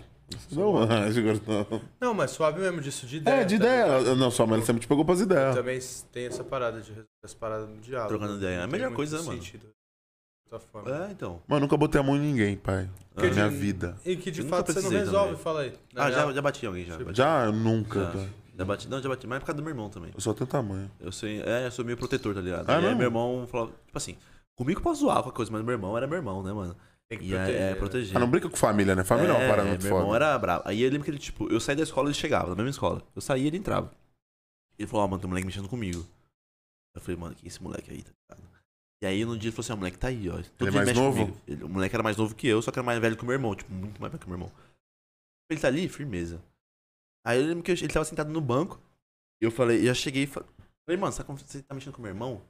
[SPEAKER 2] Sou um anjo, gordão.
[SPEAKER 1] Não, mas suave mesmo, disso de ideia.
[SPEAKER 2] É, de
[SPEAKER 1] tá
[SPEAKER 2] ideia.
[SPEAKER 1] ligado?
[SPEAKER 2] Não, sua mãe sempre te pegou pras ideias.
[SPEAKER 1] Também tem essa parada de resolver as paradas no diálogo.
[SPEAKER 3] Trocando ideia. É a
[SPEAKER 1] Não tem
[SPEAKER 3] melhor
[SPEAKER 1] muito
[SPEAKER 3] coisa, né, mano?
[SPEAKER 1] sentido, de outra forma.
[SPEAKER 3] É, então.
[SPEAKER 2] Mano, nunca botei a mão em ninguém, pai.
[SPEAKER 1] Porque
[SPEAKER 2] Na
[SPEAKER 1] de-
[SPEAKER 2] minha vida.
[SPEAKER 1] E que de
[SPEAKER 3] Eu nunca
[SPEAKER 1] fato você não
[SPEAKER 3] precisei
[SPEAKER 1] resolve,
[SPEAKER 3] também.
[SPEAKER 1] fala aí. é Na
[SPEAKER 3] Ah, já,
[SPEAKER 1] real,
[SPEAKER 3] já bati em alguém já.
[SPEAKER 2] Já? Nunca.
[SPEAKER 3] Já,
[SPEAKER 2] pai.
[SPEAKER 3] já bati. Não, já bati, mas é por causa do meu irmão também.
[SPEAKER 2] Eu só tenho tamanho.
[SPEAKER 3] Eu sei, é, eu sou meio protetor, tá ligado?
[SPEAKER 2] Ah,
[SPEAKER 3] e aí
[SPEAKER 2] não?
[SPEAKER 3] meu irmão falava, tipo assim, comigo eu posso zoar qualquer coisa, mas meu irmão era meu irmão, né, mano?
[SPEAKER 1] tem que
[SPEAKER 3] E aí, é,
[SPEAKER 1] proteger.
[SPEAKER 3] proteger.
[SPEAKER 2] Ah, não brinca com família, né? Família é uma parada
[SPEAKER 3] meu
[SPEAKER 2] muito
[SPEAKER 3] irmão
[SPEAKER 2] foda.
[SPEAKER 3] era bravo. Aí eu lembro que ele, tipo, eu saí da escola e ele chegava, da mesma escola. Eu saía e ele entrava. Ele falou, ó, mano, tem um moleque mexendo comigo. Eu falei, mano, quem é esse moleque aí, tá ligado? E aí no dia ele falou assim, ó, o moleque tá aí, ó. Todo dia
[SPEAKER 2] é mais
[SPEAKER 3] mexe
[SPEAKER 2] novo?
[SPEAKER 3] comigo. Ele- o moleque era mais novo que eu, só que era mais velho que o meu irmão, tipo, muito mais velho que o meu irmão. Ele tá ali, firmeza. Aí eu lembro que eu- ele tava sentado no banco. Eu falei, já cheguei e fa- falei, mano, sabe como você tá mexendo com meu irmão?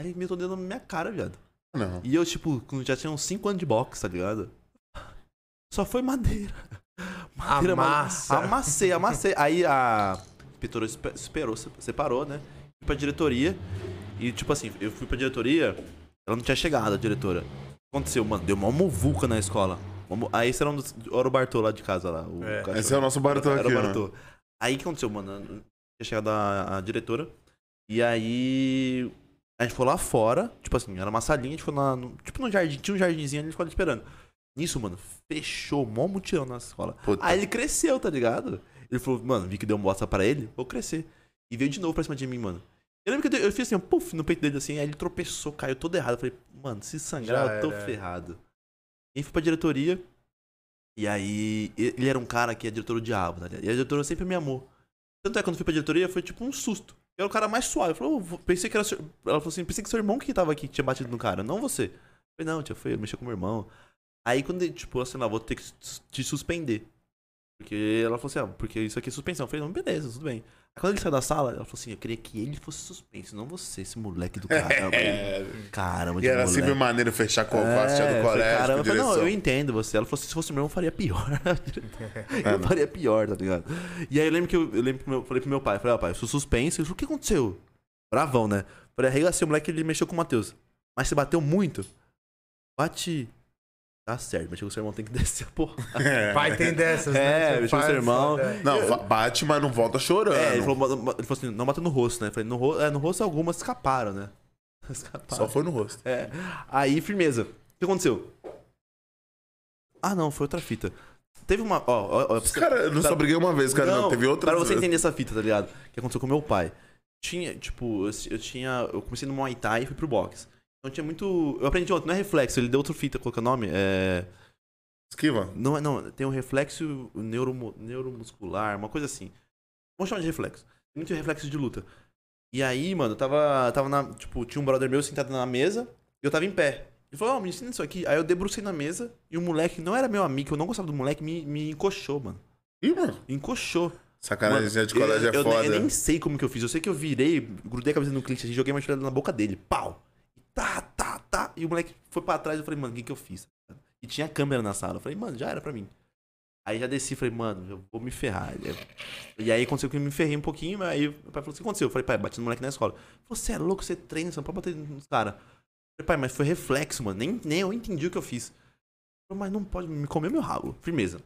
[SPEAKER 3] Aí ele me dando na minha cara, viado. (laughs)
[SPEAKER 2] Não.
[SPEAKER 3] E eu, tipo, quando já tinha uns 5 anos de boxe, tá ligado? Só foi madeira. (laughs) Madeira, mano.
[SPEAKER 1] Amassa.
[SPEAKER 3] Amassei, amassei. Aí a inspetora espe- esperou, se- separou, né? Fui pra diretoria. E, tipo assim, eu fui pra diretoria, ela não tinha chegado, a diretora. O que aconteceu, mano? Deu uma muvuca na escola. Uma mu- Aí esse era, um dos, era o Bartô lá de casa, lá. O
[SPEAKER 1] É.
[SPEAKER 3] cachorro.
[SPEAKER 2] Esse é o nosso baratão
[SPEAKER 3] Era
[SPEAKER 2] aqui,
[SPEAKER 3] o
[SPEAKER 2] né?
[SPEAKER 3] Bartô. Aí o que aconteceu, mano? Eu Tinha chegado a, a diretora. E aí. A gente foi lá fora, tipo assim, era uma salinha, a gente foi lá. no- tipo, no jardim, tinha um jardinzinho, a gente ficou ali esperando. Nisso, mano, fechou mó mutirão na escola.
[SPEAKER 2] Puta.
[SPEAKER 3] Aí ele cresceu, tá ligado? Ele falou, mano, vi que deu um bosta pra ele, vou crescer. E veio de novo pra cima de mim, mano. Eu lembro que eu, dei- eu fiz assim, um puff no peito dele assim, aí ele tropeçou, caiu todo errado. Eu falei, mano, se sangrar,
[SPEAKER 1] Já
[SPEAKER 3] eu tô
[SPEAKER 1] era.
[SPEAKER 3] ferrado. E fui pra diretoria. E aí, e- ele era um cara que é diretor do diabo, tá ligado? E a diretora sempre me amou. Tanto é que quando eu fui pra diretoria, foi tipo um susto. Eu era o cara mais suave. Eu falei, "Ô, vou- pensei que era seu... Ela falou assim, pensei que seu irmão que tava aqui, que tinha batido no cara, não você. Eu falei, não, tia, foi eu, mexi com meu irmão. Aí quando ele, tipo, assim, lá, vou ter que s- te suspender. Porque ela falou assim, ah, porque isso aqui é suspensão. Eu falei, não, beleza, tudo bem. Aí quando ele saiu da sala, ela falou assim, eu queria que ele fosse suspenso, não você, esse moleque
[SPEAKER 2] (laughs)
[SPEAKER 3] do caramba.
[SPEAKER 2] É.
[SPEAKER 3] Caramba, de
[SPEAKER 2] E era assim,
[SPEAKER 3] moleque.
[SPEAKER 2] sempre maneiro fechar com o alface,
[SPEAKER 3] É,
[SPEAKER 2] do
[SPEAKER 3] eu falei,
[SPEAKER 2] colégio,
[SPEAKER 3] caramba,
[SPEAKER 2] com
[SPEAKER 3] eu falei, não,
[SPEAKER 2] direção.
[SPEAKER 3] eu entendo você. Ela falou assim, se fosse meu, eu faria pior. (laughs)
[SPEAKER 2] É,
[SPEAKER 3] eu
[SPEAKER 2] né?
[SPEAKER 3] faria pior, tá ligado? E aí eu lembro que eu, eu lembro que eu falei pro meu pai, eu falei, ó pai, eu sou suspenso. Ele falou, o que aconteceu? Bravão, né? Eu Falei, arregacei o moleque, ele mexeu com o Matheus. Mas você bateu muito? Bati. Tá certo, mexeu com o seu irmão, tem que (laughs) descer a porra.
[SPEAKER 2] (laughs) É.
[SPEAKER 1] Pai tem dessas,
[SPEAKER 3] (laughs) É,
[SPEAKER 1] né?
[SPEAKER 3] mexeu com seu irmão.
[SPEAKER 2] Não, va- bate, mas não volta chorando.
[SPEAKER 3] É, ele falou, "Ma- ma- ele falou assim, não bateu no rosto, né? Eu Falei, no, ro é, no rosto algumas escaparam, né? (laughs) Escaparam.
[SPEAKER 2] Só foi no rosto.
[SPEAKER 3] É. Aí, firmeza. O que aconteceu? Ah, não, foi outra fita. Teve uma. Ó, ó, ó, pra você-
[SPEAKER 2] Cara, eu não
[SPEAKER 3] pra-
[SPEAKER 2] só briguei uma vez, cara. Não, teve outra
[SPEAKER 3] Pra você entender essa fita, tá ligado? O que aconteceu com meu pai. Tinha, tipo, eu, eu tinha. Eu comecei no Muay Thai e fui pro box. Então tinha muito. Eu aprendi ontem, não é reflexo, ele deu outra fita, qual que é o nome? É.
[SPEAKER 2] Esquiva.
[SPEAKER 3] Não, é- não, tem um reflexo neuromu- neuromuscular, uma coisa assim. Vamos chamar de reflexo. Tem muito reflexo de luta. E aí, mano, eu tava, tava na. Tipo, tinha um brother meu sentado na mesa e eu tava em pé. Ele falou, ó, me ensina isso aqui. Aí eu debrucei na mesa e o moleque, não era meu amigo, eu não gostava do moleque, me, me encoxou, mano.
[SPEAKER 2] Ih, mano.
[SPEAKER 3] Encoxou.
[SPEAKER 2] Sacanagem de
[SPEAKER 3] Mano,
[SPEAKER 2] colégio
[SPEAKER 3] eu,
[SPEAKER 2] é
[SPEAKER 3] eu ne-
[SPEAKER 2] foda.
[SPEAKER 3] Eu, nem sei como que eu fiz. Eu sei que eu virei, grudei a cabeça no cliente, assim, joguei uma estilhada na boca dele. Pau! Tá, tá, tá. E o moleque foi pra trás. Eu falei, mano, o que que eu fiz? E tinha câmera na sala. Eu falei, mano, já era pra mim. Aí já desci, falei, mano, eu vou me ferrar. é, E aí aconteceu que eu me ferrei um pouquinho, mas aí o pai falou, o que aconteceu? Eu falei, pai, bati no moleque na escola. Ele falou, você é louco, você treina, você não pode bater nos caras. Falei, pai, mas foi reflexo, mano. Nem, nem eu entendi o que eu fiz. Ele falou, mas não pode, me comer meu rabo. Firmeza.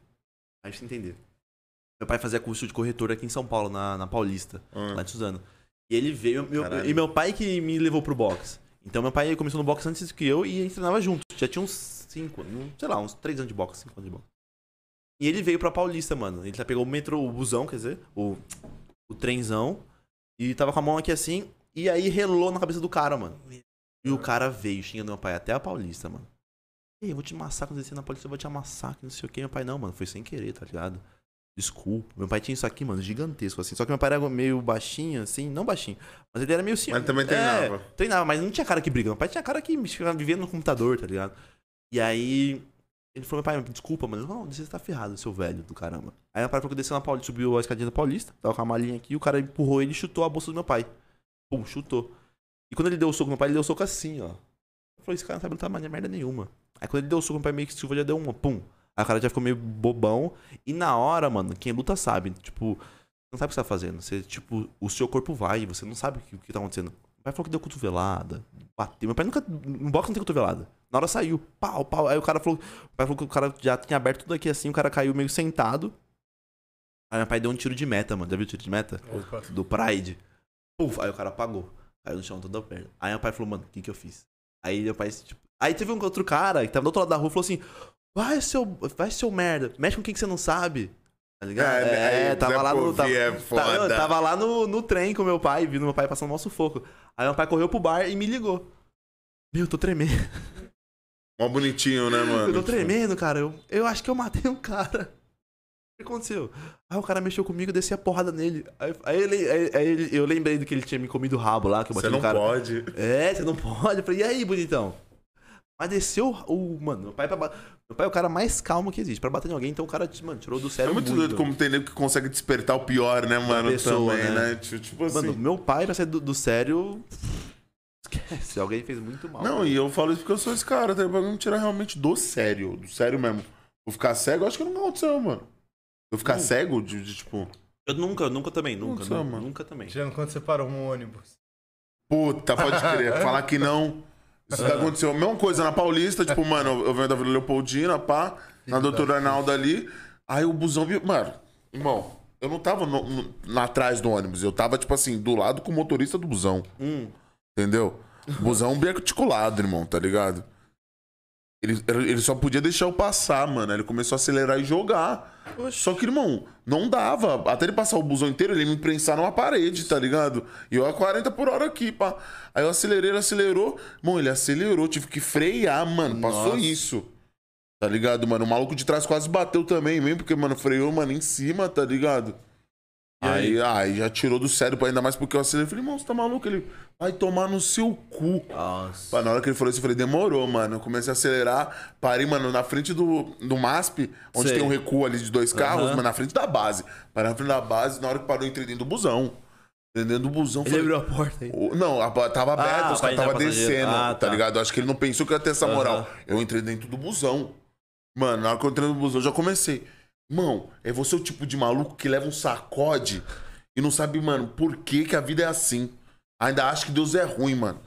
[SPEAKER 3] Aí você entender. Meu pai fazia curso de corretor aqui em São Paulo, na, na Paulista,
[SPEAKER 2] Ah.
[SPEAKER 3] lá de Suzano. E ele veio, meu-
[SPEAKER 2] Caralho.
[SPEAKER 3] e meu pai que me levou pro boxe. Então meu pai começou no boxe antes que eu e a gente treinava junto. Já tinha uns 5, sei lá, uns 3 anos de boxe, 5 anos de boxe. E ele veio pra Paulista, mano. Ele já pegou o metrô, o busão, quer dizer, o, o trenzão, e tava com a mão aqui assim, e aí relou na cabeça do cara, mano. E o cara veio xingando meu pai até a Paulista, mano. Ei, eu vou te amassar quando descer na Paulista, eu vou te amassar, que não sei o que. Meu pai, não, mano, foi sem querer, tá ligado? Desculpa. Meu pai tinha isso aqui, mano, gigantesco, assim. Só que meu pai era meio baixinho, assim, não baixinho, mas ele era meio ciúme.
[SPEAKER 2] Mas também treinava.
[SPEAKER 3] É, treinava, mas não tinha cara que briga. Meu pai tinha cara que ficava vivendo no computador, tá ligado? E aí, ele falou, meu pai, desculpa, mano. Eu falei, Não, você tá ferrado, seu velho do caramba. Aí meu pai falou que desceu na Paulista, subiu a escadinha da Paulista, tava com a malinha aqui, o cara empurrou ele e chutou a bolsa do meu pai. Pum, chutou. E quando ele deu o soco no meu pai, ele deu o soco assim, ó. Eu falei, esse cara não sabe lutar mais merda nenhuma. Aí quando ele deu o soco no meu pai, meio que Silva já deu uma, pum. Aí o cara já ficou meio bobão. E na hora, mano, quem luta sabe, tipo, não sabe o que você tá fazendo. Você, tipo, o seu corpo vai, você não sabe o que, o que tá acontecendo. Meu pai falou que deu cotovelada, bateu. Meu pai nunca. No boxe não tem cotovelada. Na hora saiu, pau, pau. Aí o cara falou. O pai falou que o cara já tinha aberto tudo aqui assim, o cara caiu meio sentado. Aí meu pai deu um tiro de meta, mano. Já viu o tiro de meta?
[SPEAKER 1] Opa.
[SPEAKER 3] Do Pride. Puf, aí o cara apagou. Caiu no chão toda a perna. Aí meu pai falou, mano, o que que eu fiz? Aí meu pai, tipo. Aí teve um outro cara que tava do outro lado da rua falou assim: vai seu, vai seu merda, mexe com quem que você não sabe. Tá ligado?
[SPEAKER 2] É,
[SPEAKER 3] É,
[SPEAKER 2] aí,
[SPEAKER 3] tava
[SPEAKER 2] Zé
[SPEAKER 3] lá no.
[SPEAKER 2] Povi
[SPEAKER 3] Tava,
[SPEAKER 2] é
[SPEAKER 3] tá-
[SPEAKER 2] foda.
[SPEAKER 3] tava lá no, no trem com meu pai, vindo meu pai passando mal sufoco. Aí meu pai correu pro bar e me ligou. Meu, eu tô tremendo. (laughs)
[SPEAKER 2] Mó bonitinho, né, mano?
[SPEAKER 3] Eu tô tremendo, cara. Eu, eu acho que eu matei um cara. O que aconteceu? Aí o cara mexeu comigo, eu desci a porrada nele. Aí, aí ele- aí- aí ele- eu lembrei do que ele tinha me comido o rabo lá, que eu bati
[SPEAKER 2] Você
[SPEAKER 3] no
[SPEAKER 2] não
[SPEAKER 3] cara.
[SPEAKER 2] pode.
[SPEAKER 3] É, você não (laughs) pode. Eu falei, e aí, bonitão? Mas desceu o. Mano, meu pai, pra, ba- meu pai é o cara mais calmo que existe. Pra bater em alguém, então o cara, mano, tirou do
[SPEAKER 2] É
[SPEAKER 3] sério.
[SPEAKER 2] muito doido como tem nego que consegue despertar o pior, né, mano?
[SPEAKER 3] pessoa,
[SPEAKER 2] também,
[SPEAKER 3] né?
[SPEAKER 2] né? Tipo, tipo assim.
[SPEAKER 3] Mano, meu pai, pra sair do, do sério. Esquece. Alguém fez muito mal.
[SPEAKER 2] Não, e eu falo isso porque eu sou esse cara, tá? Pra não tirar realmente do sério, do sério mesmo. Vou ficar cego, eu acho que nunca aconteceu, mano. Eu ficar cego de, de, tipo,
[SPEAKER 3] Eu nunca, nunca também, nunca.
[SPEAKER 2] Nossa,
[SPEAKER 3] nu-
[SPEAKER 2] mano.
[SPEAKER 3] nunca também.
[SPEAKER 1] Tirando quando você parou um ônibus.
[SPEAKER 2] puta, pode crer, falar que não. Isso já aconteceu. Mesma coisa na Paulista, tipo, mano, eu venho da Vila Leopoldina, pá, na Doutora Arnaldo ali. Aí o busão viu. Mano, irmão, eu não tava no- no- na atrás do ônibus, eu tava, tipo assim, do lado com o motorista do busão.
[SPEAKER 3] Hum.
[SPEAKER 2] Entendeu? Busão bem articulado, irmão, tá ligado? Ele, ele só podia deixar eu passar, mano. Ele começou a acelerar e jogar. Só que, irmão, não dava. Até ele passar o busão inteiro, ele ia me prensar numa parede, tá ligado? E eu a 40 por hora aqui, pá. Aí eu acelerei, ele acelerou. Irmão, ele acelerou, tive que frear, mano. Passou
[SPEAKER 3] Nossa.
[SPEAKER 2] isso. Tá ligado, mano? O maluco de trás quase bateu também, mesmo, porque, mano, freou, mano, em cima, tá ligado?
[SPEAKER 3] E
[SPEAKER 2] Aí, aí já tirou do sério, pô, ainda mais porque eu acelerei. Falei, irmão, você tá maluco? Ele vai tomar no seu cu.
[SPEAKER 3] Nossa.
[SPEAKER 2] Pá, na hora que ele falou isso, eu falei, demorou, mano. Eu comecei a acelerar, parei, mano, na frente do, do MASP, onde
[SPEAKER 3] Sei.
[SPEAKER 2] tem um recuo ali de dois carros,
[SPEAKER 3] Aham.
[SPEAKER 2] mano, na frente da base. Parei na frente da base, na hora que parou, eu entrei dentro do busão. Entrei dentro do busão,
[SPEAKER 3] Ele
[SPEAKER 2] falei,
[SPEAKER 3] abriu a porta aí.
[SPEAKER 2] o- Não, a, tava aberta,
[SPEAKER 3] Ah,
[SPEAKER 2] os
[SPEAKER 3] pra
[SPEAKER 2] caras
[SPEAKER 3] entrar
[SPEAKER 2] tava
[SPEAKER 3] passageiro.
[SPEAKER 2] descendo,
[SPEAKER 3] Ah,
[SPEAKER 2] tá
[SPEAKER 3] tá.
[SPEAKER 2] ligado? Acho que ele não pensou que eu ia ter essa moral.
[SPEAKER 3] Aham.
[SPEAKER 2] Eu entrei dentro do busão. Mano, na hora que eu entrei no busão, eu já comecei. Mão, é você o tipo de maluco que leva um sacode e não sabe, mano, por que, que a vida é assim. Ainda acha que Deus é ruim, mano.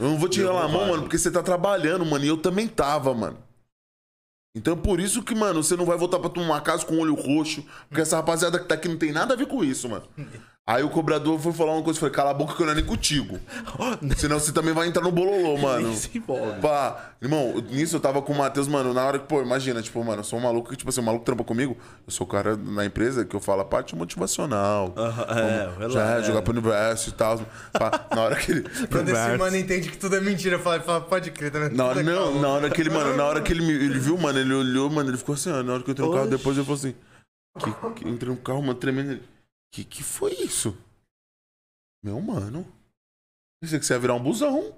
[SPEAKER 2] Eu não vou
[SPEAKER 3] é
[SPEAKER 2] tirar a mão, mano, porque você tá trabalhando, mano, e eu também tava, mano. Então é por isso que, mano, você não vai voltar pra tomar casa com o olho roxo, porque essa rapaziada que tá aqui não tem nada a ver com isso, mano. Aí o cobrador foi falar uma coisa, falei, cala a boca que eu não é nem
[SPEAKER 3] (laughs)
[SPEAKER 2] contigo. Senão você também vai entrar no bololô, mano.
[SPEAKER 3] Nem se envolve.
[SPEAKER 2] Pá, irmão, nisso eu tava com o Matheus, mano, na hora que, pô, imagina, tipo, mano, eu sou um maluco que, tipo assim, o maluco trampa comigo, eu sou o cara na empresa que eu falo a parte motivacional.
[SPEAKER 3] é,
[SPEAKER 2] Vamos,
[SPEAKER 3] relaxa,
[SPEAKER 2] já,
[SPEAKER 3] é.
[SPEAKER 2] jogar pro universo e tal. Pá, na hora
[SPEAKER 3] (laughs)
[SPEAKER 2] que ele.
[SPEAKER 1] Quando esse
[SPEAKER 3] Conversa.
[SPEAKER 1] mano entende que tudo é mentira, fala, fala pode crer, tá vendo?
[SPEAKER 2] Na hora,
[SPEAKER 1] Tudo é
[SPEAKER 2] não,
[SPEAKER 1] caô.
[SPEAKER 2] na hora que ele, mano, na hora que ele, me- ele viu, mano, ele olhou, mano, ele ficou assim, ó, na hora que eu entrei no carro,
[SPEAKER 3] Oxi.
[SPEAKER 2] depois ele falou assim, que, que, entrei no carro, mano, tremendo, ele, que que foi isso? Meu mano, pensei que você ia virar um busão.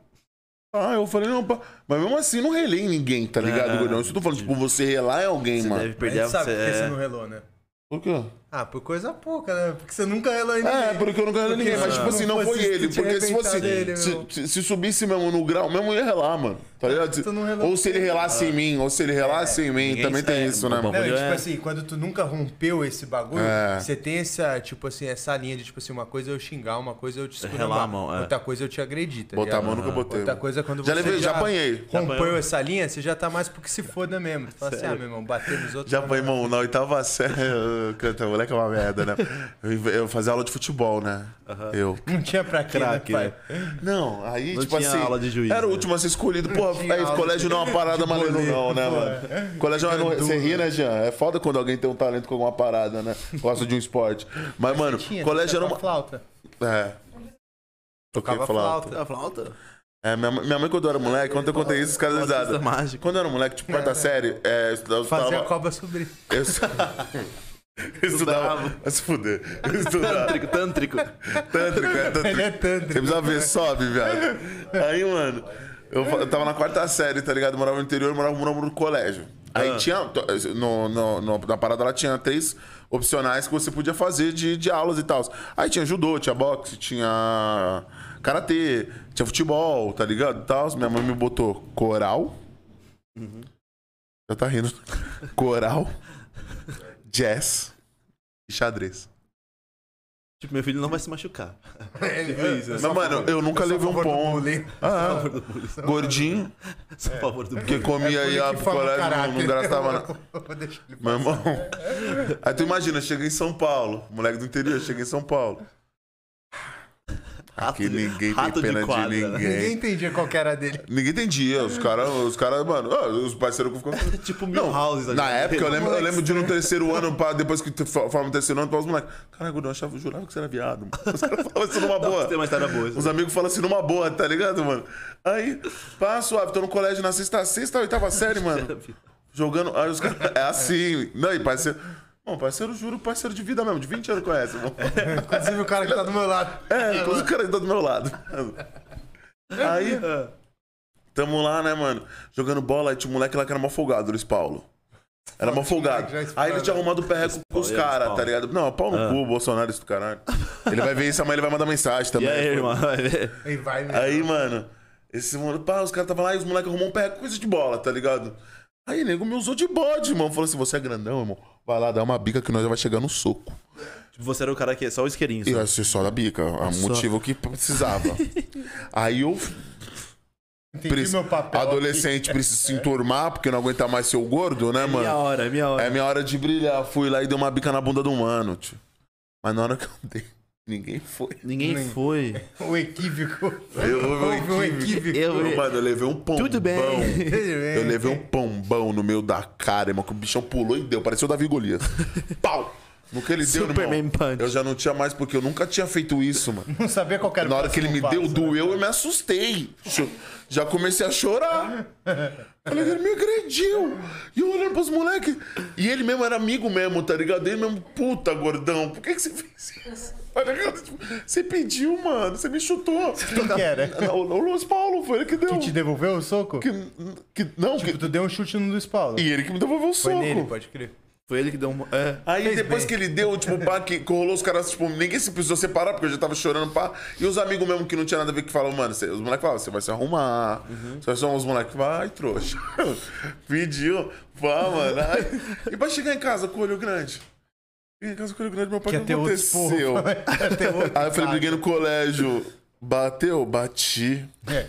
[SPEAKER 2] Ah, eu falei, não, pá, mas mesmo assim não relei em ninguém, tá ligado,
[SPEAKER 3] É.
[SPEAKER 2] Gordão? Isso eu tô falando, tipo, você relar em alguém,
[SPEAKER 3] Você
[SPEAKER 2] mano.
[SPEAKER 3] deve
[SPEAKER 1] A gente
[SPEAKER 3] perder a
[SPEAKER 1] sabe por que você
[SPEAKER 2] é.
[SPEAKER 3] você-
[SPEAKER 1] não relou, né?
[SPEAKER 2] Por quê?
[SPEAKER 1] Ah, por coisa pouca, né? Porque você nunca relou em ninguém.
[SPEAKER 2] É, porque eu não ganhei
[SPEAKER 1] Porque
[SPEAKER 2] ninguém, mas
[SPEAKER 1] se
[SPEAKER 2] tipo assim, não
[SPEAKER 1] fosse
[SPEAKER 2] foi ele.
[SPEAKER 1] te
[SPEAKER 2] Porque se
[SPEAKER 1] arrebentar
[SPEAKER 2] fosse. assim,
[SPEAKER 1] dele,
[SPEAKER 2] se,
[SPEAKER 1] meu.
[SPEAKER 2] se- se subisse mesmo no grau, mesmo eu ia relar, mano. Tá ligado? Se-
[SPEAKER 1] Tu não relou
[SPEAKER 2] ou se ele
[SPEAKER 1] com ele,
[SPEAKER 2] relasse em mim, ou se ele relasse em mim,
[SPEAKER 3] ninguém
[SPEAKER 2] também tem
[SPEAKER 3] é
[SPEAKER 2] isso, né,
[SPEAKER 3] bom,
[SPEAKER 1] Não,
[SPEAKER 2] mano?
[SPEAKER 1] e,
[SPEAKER 3] bagulho
[SPEAKER 1] tipo
[SPEAKER 3] é-
[SPEAKER 1] assim, quando tu nunca rompeu esse bagulho,
[SPEAKER 2] É.
[SPEAKER 1] você tem essa, tipo assim, essa linha de, tipo assim, uma coisa é eu xingar, uma coisa é eu te esculhambar,
[SPEAKER 3] Relar a mão, é.
[SPEAKER 1] outra coisa é eu te agredir, tá
[SPEAKER 2] Botar a
[SPEAKER 1] ligado?
[SPEAKER 2] mão no que eu botei.
[SPEAKER 1] Outra coisa é quando
[SPEAKER 2] Já
[SPEAKER 1] você
[SPEAKER 2] levei- já apanhei. Já
[SPEAKER 1] rompeu
[SPEAKER 3] apanhou.
[SPEAKER 1] essa linha, você já tá mais porque se foda mesmo. Tu fala assim, ah, meu irmão, bater nos outros...
[SPEAKER 2] Já foi, irmão, na oitava série, (laughs) eu- canta, moleque é uma merda, né? Eu, eu fazia aula de futebol, né? Eu.
[SPEAKER 1] Não (laughs) tinha pra quê,
[SPEAKER 3] Craque,
[SPEAKER 1] né,
[SPEAKER 3] né?
[SPEAKER 1] pai?
[SPEAKER 2] Não, aí,
[SPEAKER 3] Não
[SPEAKER 2] tipo
[SPEAKER 3] tinha
[SPEAKER 2] assim.
[SPEAKER 3] aula de juiz,
[SPEAKER 2] era o
[SPEAKER 3] né?
[SPEAKER 2] último a ser escolhido. Porra,
[SPEAKER 1] tinha
[SPEAKER 2] aí,
[SPEAKER 1] aula
[SPEAKER 2] colégio não é uma parada maneira, não, né, mano? Colégio é uma- Você ri, né, Jean? É foda quando alguém tem um talento com alguma parada, né? Gosta de um esporte. Mas, mano,
[SPEAKER 1] Tinha, tinha
[SPEAKER 2] colégio era
[SPEAKER 1] pra
[SPEAKER 2] uma.
[SPEAKER 1] flauta.
[SPEAKER 2] É.
[SPEAKER 1] Tocava
[SPEAKER 2] Toquei flauta.
[SPEAKER 1] flauta.
[SPEAKER 3] A flauta?
[SPEAKER 2] É, minha, mãe- minha mãe, quando eu era moleque, quando eu contei isso, os caras
[SPEAKER 3] Flauta é
[SPEAKER 2] risaram.
[SPEAKER 3] mágica.
[SPEAKER 2] Quando eu era moleque, tipo, quarta série, é, eu estudava.
[SPEAKER 1] Fazia a cobra (laughs) subir.
[SPEAKER 2] Eu (laughs) estu- eu estudava. Vai se fuder. Eu estudava.
[SPEAKER 3] Tântrico, (laughs) tântrico.
[SPEAKER 2] Tântrico, é (laughs) tântrico.
[SPEAKER 1] Ele é tântrico.
[SPEAKER 2] Você precisa ver, sobe, viado. (laughs) Aí, mano, eu, fa- eu tava na quarta série, tá ligado? Eu morava no interior, eu morava, morava no colégio. Aí tinha. to- No, no- no- na parada lá tinha três opcionais que você podia fazer de, de aulas e tal. Aí tinha judô, tinha boxe, tinha karatê, tinha futebol, tá ligado? Tal. Minha mãe me botou coral. Uhum. Já tá rindo. Coral, jazz e xadrez.
[SPEAKER 3] Tipo, meu filho não vai se machucar. (laughs)
[SPEAKER 2] Mas, mano, eu nunca levei um pão. Ah, gordinho,
[SPEAKER 3] Só a favor do É
[SPEAKER 2] que
[SPEAKER 1] é
[SPEAKER 2] comia aí a colégio não, não gastava
[SPEAKER 3] (laughs)
[SPEAKER 2] nada.
[SPEAKER 1] (laughs) nada.
[SPEAKER 2] Meu irmão. Aí tu imagina, eu cheguei em São Paulo, moleque do interior, eu cheguei em São Paulo.
[SPEAKER 3] rato
[SPEAKER 2] Que
[SPEAKER 3] de-
[SPEAKER 2] ninguém tem
[SPEAKER 3] rato de
[SPEAKER 2] pena de
[SPEAKER 3] quadra, né?
[SPEAKER 1] Ninguém
[SPEAKER 2] ninguém.
[SPEAKER 1] entendia qual que era a dele.
[SPEAKER 2] Ninguém entendia, os caras, os caras, mano, ah, os parceiros que
[SPEAKER 3] (laughs)
[SPEAKER 2] ficam.
[SPEAKER 3] Tipo Milhouse. tá
[SPEAKER 2] Na
[SPEAKER 3] ligado?
[SPEAKER 2] época, eu lembro, eu
[SPEAKER 3] Moleque,
[SPEAKER 2] lembro de no terceiro ano, pra, depois que tu fa- forma o terceiro ano, para os moleques. Caraca, eu achava, eu jurava que você era viado. mano." Os caras falavam isso numa boa.
[SPEAKER 3] Tem uma história boa.
[SPEAKER 2] Os amigos falam assim numa boa, tá ligado, mano? Aí, pá, suave, tô no colégio na sexta, sexta, oitava série, mano. Jogando. Aí os caras. É assim. Não, e parceiro. Bom, parceiro, juro, parceiro de vida mesmo, de 20 anos
[SPEAKER 1] (laughs)
[SPEAKER 2] conhece, mano.
[SPEAKER 1] Inclusive o cara que tá do meu lado.
[SPEAKER 2] É, todos os caras estão do meu lado. mano. Aí, tamo lá, né, mano? Jogando bola, aí tinha um moleque lá que era mal folgado, Luiz Paulo. Era mal folgado.
[SPEAKER 1] moleque já né? espalha.
[SPEAKER 2] Aí ele tinha arrumado o perreco com os
[SPEAKER 3] Paulo, e aí, Luiz
[SPEAKER 2] caras,
[SPEAKER 3] Paulo?
[SPEAKER 2] tá ligado? Não, pau no
[SPEAKER 3] Ah.
[SPEAKER 2] cu, Bolsonaro, isso do caralho. Ele vai ver isso, amanhã ele vai mandar mensagem
[SPEAKER 3] E
[SPEAKER 2] também.
[SPEAKER 3] aí,
[SPEAKER 2] Pô,
[SPEAKER 3] irmão? Vai ver.
[SPEAKER 1] Aí vai, né?
[SPEAKER 2] Aí, mano, esse mano, pá, os caras estavam lá e os moleques arrumou um pé coisa de bola, tá ligado? Aí, nego, me usou de bode, irmão. Falou assim: você é grandão, irmão. Vai lá, dá uma bica que nós já vai chegar no soco.
[SPEAKER 3] (laughs) Tipo, você era o cara que é só o isqueirinho.
[SPEAKER 2] E
[SPEAKER 3] só.
[SPEAKER 2] eu achei só da bica, é o motivo que
[SPEAKER 3] (laughs)
[SPEAKER 2] precisava. Aí eu,
[SPEAKER 1] Entendi
[SPEAKER 2] preci-
[SPEAKER 1] meu papel.
[SPEAKER 2] adolescente, preciso se enturmar, porque não aguenta mais ser o gordo, né,
[SPEAKER 3] É Minha
[SPEAKER 2] mano?
[SPEAKER 3] hora, minha hora.
[SPEAKER 2] É minha hora de brilhar. Fui lá e dei uma bica na bunda do mano, tio. Mas na hora que eu dei, ninguém foi.
[SPEAKER 3] Ninguém
[SPEAKER 1] Nem-
[SPEAKER 3] foi.
[SPEAKER 1] O equívoco.
[SPEAKER 2] Eu- eu-
[SPEAKER 1] Houve um equívoco.
[SPEAKER 3] Eu-
[SPEAKER 2] Mano, eu levei um pombão.
[SPEAKER 3] Tudo bem.
[SPEAKER 2] Eu levei um pombão no meio da cara, irmão, que o bichão pulou e deu. Pareceu o
[SPEAKER 1] (laughs)
[SPEAKER 2] Davi Golias. Pau! No que ele deu,
[SPEAKER 3] Superman
[SPEAKER 2] irmão,
[SPEAKER 3] punch.
[SPEAKER 2] eu já não tinha mais, porque eu nunca tinha feito isso, mano.
[SPEAKER 1] Não sabia qual que era o
[SPEAKER 2] Na hora que ele me
[SPEAKER 1] próximo
[SPEAKER 2] deu,
[SPEAKER 1] passo, né?
[SPEAKER 2] doeu, eu me assustei. Cho- Já comecei a chorar. Falei, ele me agrediu. E eu olhando pros moleques. E ele mesmo era amigo mesmo, tá ligado? Ele mesmo, puta, gordão, por que, que você fez isso? Tá ligado? Tipo, Você pediu, mano, você me chutou.
[SPEAKER 1] Quem que era?
[SPEAKER 2] O, o Luiz Paulo foi ele que deu.
[SPEAKER 1] Quem te devolveu o soco?
[SPEAKER 2] Que, que- não, que-
[SPEAKER 1] Tu deu um chute no Luiz Paulo.
[SPEAKER 2] e ele que me devolveu o
[SPEAKER 1] Foi
[SPEAKER 2] soco.
[SPEAKER 1] nele, pode crer.
[SPEAKER 3] Foi ele que deu um. É.
[SPEAKER 2] Aí
[SPEAKER 1] Fez
[SPEAKER 2] depois
[SPEAKER 1] bem.
[SPEAKER 2] que ele deu, tipo, pá, que que rolou os caras, tipo, ninguém se precisou separar, porque eu já tava chorando, pá. E os amigos mesmo que não tinha nada a ver que falam, mano, cê- os moleques falavam, você vai se arrumar.
[SPEAKER 1] Uhum.
[SPEAKER 2] Só são os moleques, vai, trouxa. (laughs) Pediu, pá, mano. Aí- e pra chegar em casa com o olho grande. Cheguei Em casa com o olho grande, meu pai,
[SPEAKER 1] Quer
[SPEAKER 2] o que
[SPEAKER 1] ter outro
[SPEAKER 2] aconteceu?
[SPEAKER 1] esporro. (laughs)
[SPEAKER 2] (laughs)
[SPEAKER 1] Quer ter outro
[SPEAKER 2] Aí eu falei,
[SPEAKER 1] saco.
[SPEAKER 2] briguei no colégio. Bateu, bati.
[SPEAKER 1] É.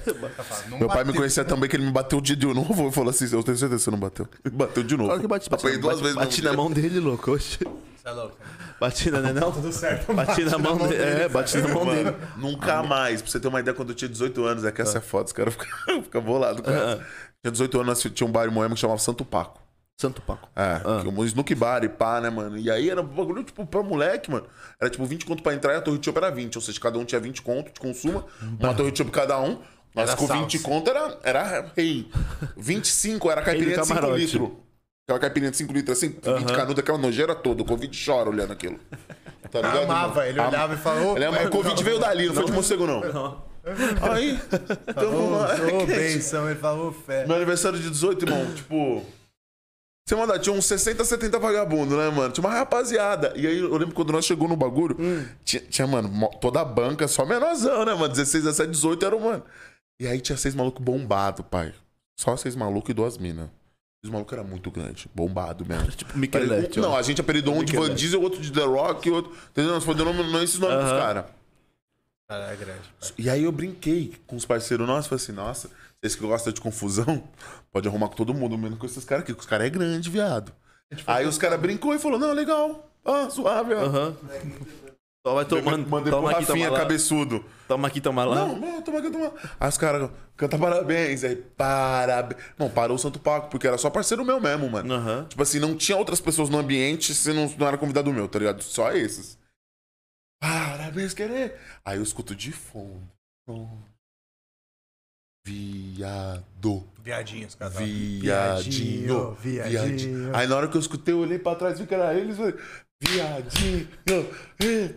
[SPEAKER 1] Não
[SPEAKER 2] Meu pai me
[SPEAKER 1] bateu.
[SPEAKER 2] conhecia também que ele me bateu de, de novo. Eu falei assim, eu tenho certeza que você não bateu. (laughs) Bateu de novo.
[SPEAKER 3] Claro que bati, bati,
[SPEAKER 2] Apanhei duas
[SPEAKER 3] bati,
[SPEAKER 2] vezes no
[SPEAKER 3] bati na
[SPEAKER 2] dia.
[SPEAKER 3] mão dele, louco. Oxe.
[SPEAKER 1] Você é louco?
[SPEAKER 3] Bati na, né, não?
[SPEAKER 1] Tudo certo.
[SPEAKER 3] Bati na mão dele. É, bati na mão
[SPEAKER 2] (laughs)
[SPEAKER 3] dele.
[SPEAKER 2] Mano, nunca
[SPEAKER 1] Ah.
[SPEAKER 2] mais. Pra você ter uma ideia, quando eu tinha 18 anos, é que essa é foda, os caras (laughs) ficam fica bolados com essa. Tinha 18 anos, nós tinha um bar em Moema que chamava Santo Paco.
[SPEAKER 3] Santo Paco.
[SPEAKER 2] É,
[SPEAKER 1] Ah.
[SPEAKER 2] que um snook bar e pá, né, mano? E aí era um bagulho, tipo, pra moleque, mano. Era tipo 20 conto pra entrar e a torre de chopp era 20. Ou seja, cada um tinha 20 conto de consuma, uma torre de chopp cada um. Mas
[SPEAKER 1] Era
[SPEAKER 2] com 20
[SPEAKER 1] salsa.
[SPEAKER 2] conto era, era rei. 25 era
[SPEAKER 3] Rei
[SPEAKER 2] caipirinha
[SPEAKER 3] do
[SPEAKER 2] de 5
[SPEAKER 3] camarote.
[SPEAKER 2] litros. Aquela caipirinha de 5 litros, assim, 20 canudo, aquela nojeira toda. O Covid chora olhando aquilo. Tá ligado,
[SPEAKER 1] Amava,
[SPEAKER 2] mano?
[SPEAKER 1] ele olhava e falou.
[SPEAKER 2] Ele ama-
[SPEAKER 1] "Ô,
[SPEAKER 2] o Covid veio dali, não foi de morcego, não. Aí, tamo lá.
[SPEAKER 1] Ô, benção, ele falou fé.
[SPEAKER 2] Meu aniversário de 18, irmão, tipo. Você manda, tinha uns 60, 70 vagabundo, né, mano? Tinha uma rapaziada. E aí eu lembro quando nós chegou no bagulho, tinha, tinha, mano, mó- toda a banca, só menorzão, né, mano? 16, 17, 18 era, mano. E aí tinha seis malucos bombado, pai. Só seis malucos e duas minas. Os malucos eram muito grandes, bombado mesmo.
[SPEAKER 3] Tipo Michelete.
[SPEAKER 2] não,
[SPEAKER 3] ó.
[SPEAKER 2] a gente apelidou um de Van Diesel, outro de The Rock, outro. Entendeu? Nós podemos não esses nomes dos
[SPEAKER 3] Aham.
[SPEAKER 2] caras.
[SPEAKER 1] Cara, é grande. pai.
[SPEAKER 2] E aí eu brinquei com os parceiros nossos, falei assim, nossa, vocês que gostam de confusão, (laughs) pode arrumar com todo mundo, menos com esses caras aqui, que os caras é grande, viado. Aí os caras brincou e falou, não, legal, ah, suave, ó.
[SPEAKER 3] Aham. Só vai tomando.
[SPEAKER 2] Mandei pro
[SPEAKER 3] toma aqui, toma
[SPEAKER 2] Rafinha,
[SPEAKER 3] lá.
[SPEAKER 2] cabeçudo.
[SPEAKER 3] Toma aqui, toma lá.
[SPEAKER 2] Não, não, toma aqui, toma. Aí os caras, canta parabéns, aí parabéns. Não, parou o Santo Paco, porque era só parceiro meu mesmo, mano.
[SPEAKER 3] Aham.
[SPEAKER 2] Tipo assim, não tinha outras pessoas no ambiente se não, não era convidado meu, tá ligado? Só esses. Parabéns, querer. Aí eu escuto de fundo. fundo. Viado.
[SPEAKER 1] Viadinho, os caras.
[SPEAKER 2] Viadinho.
[SPEAKER 1] Viadinho, viadinho.
[SPEAKER 2] Aí na hora que eu escutei, eu olhei pra trás vi que era eles. Falei, viadinho. eh, eh.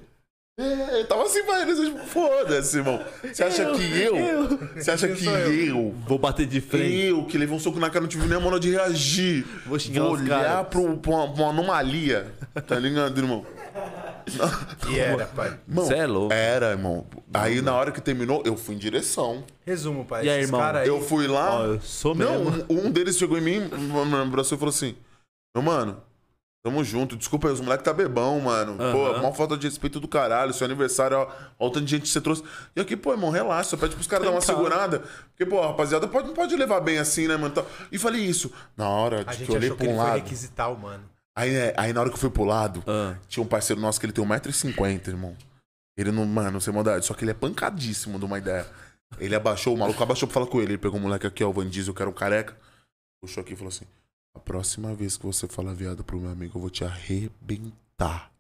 [SPEAKER 2] Eu tava assim pra eles. eu, Tipo, foda-se, irmão. Você acha que eu? Você acha
[SPEAKER 1] Eu
[SPEAKER 2] que
[SPEAKER 1] sou eu.
[SPEAKER 2] eu?
[SPEAKER 3] Vou bater de frente.
[SPEAKER 2] Eu que levei um soco na cara, não tive nem a moral de reagir.
[SPEAKER 3] Vou xingar os
[SPEAKER 2] olhar
[SPEAKER 3] caras.
[SPEAKER 2] pro, pra, uma, pra uma anomalia. Tá ligado, irmão?
[SPEAKER 1] E era, pai.
[SPEAKER 2] Mano,
[SPEAKER 3] Cê é louco.
[SPEAKER 2] Era, irmão. Aí na hora que terminou, eu fui em direção.
[SPEAKER 1] Resumo, pai.
[SPEAKER 3] E aí,
[SPEAKER 1] esses
[SPEAKER 3] irmão?
[SPEAKER 1] cara aí-
[SPEAKER 2] Eu fui lá.
[SPEAKER 3] Ó, eu sou
[SPEAKER 2] Não,
[SPEAKER 3] mesmo.
[SPEAKER 2] um, um deles chegou em mim, me abraçou e falou assim: Meu mano, tamo junto, desculpa aí, os moleques tá bebão, mano. Pô,
[SPEAKER 3] Aham.
[SPEAKER 2] maior falta de respeito do caralho, seu aniversário, ó, ó o tanto de gente que você trouxe. E aqui, pô, irmão, relaxa, só pede pros caras dar uma
[SPEAKER 3] Então.
[SPEAKER 2] segurada. Porque, pô, a rapaziada, pode, não pode levar bem assim, né, mano? tal. E falei isso. Na hora
[SPEAKER 1] A
[SPEAKER 2] de que
[SPEAKER 1] gente
[SPEAKER 2] eu olhei
[SPEAKER 1] achou que
[SPEAKER 2] pra
[SPEAKER 1] ele
[SPEAKER 2] um
[SPEAKER 1] foi
[SPEAKER 2] lado.
[SPEAKER 1] requisitar o mano.
[SPEAKER 2] Aí, é, aí na hora que eu fui pro lado,
[SPEAKER 3] Ah.
[SPEAKER 2] tinha um parceiro nosso que ele tem 1,50m, irmão. Ele não, mano, sem maldade, só que ele é pancadíssimo de uma ideia. Ele abaixou, o maluco abaixou pra falar com ele. Ele pegou o moleque aqui, ó, o Van Diesel, que era um careca. Puxou aqui e falou assim: A próxima vez que você falar viado pro meu amigo, eu vou te arrebentar.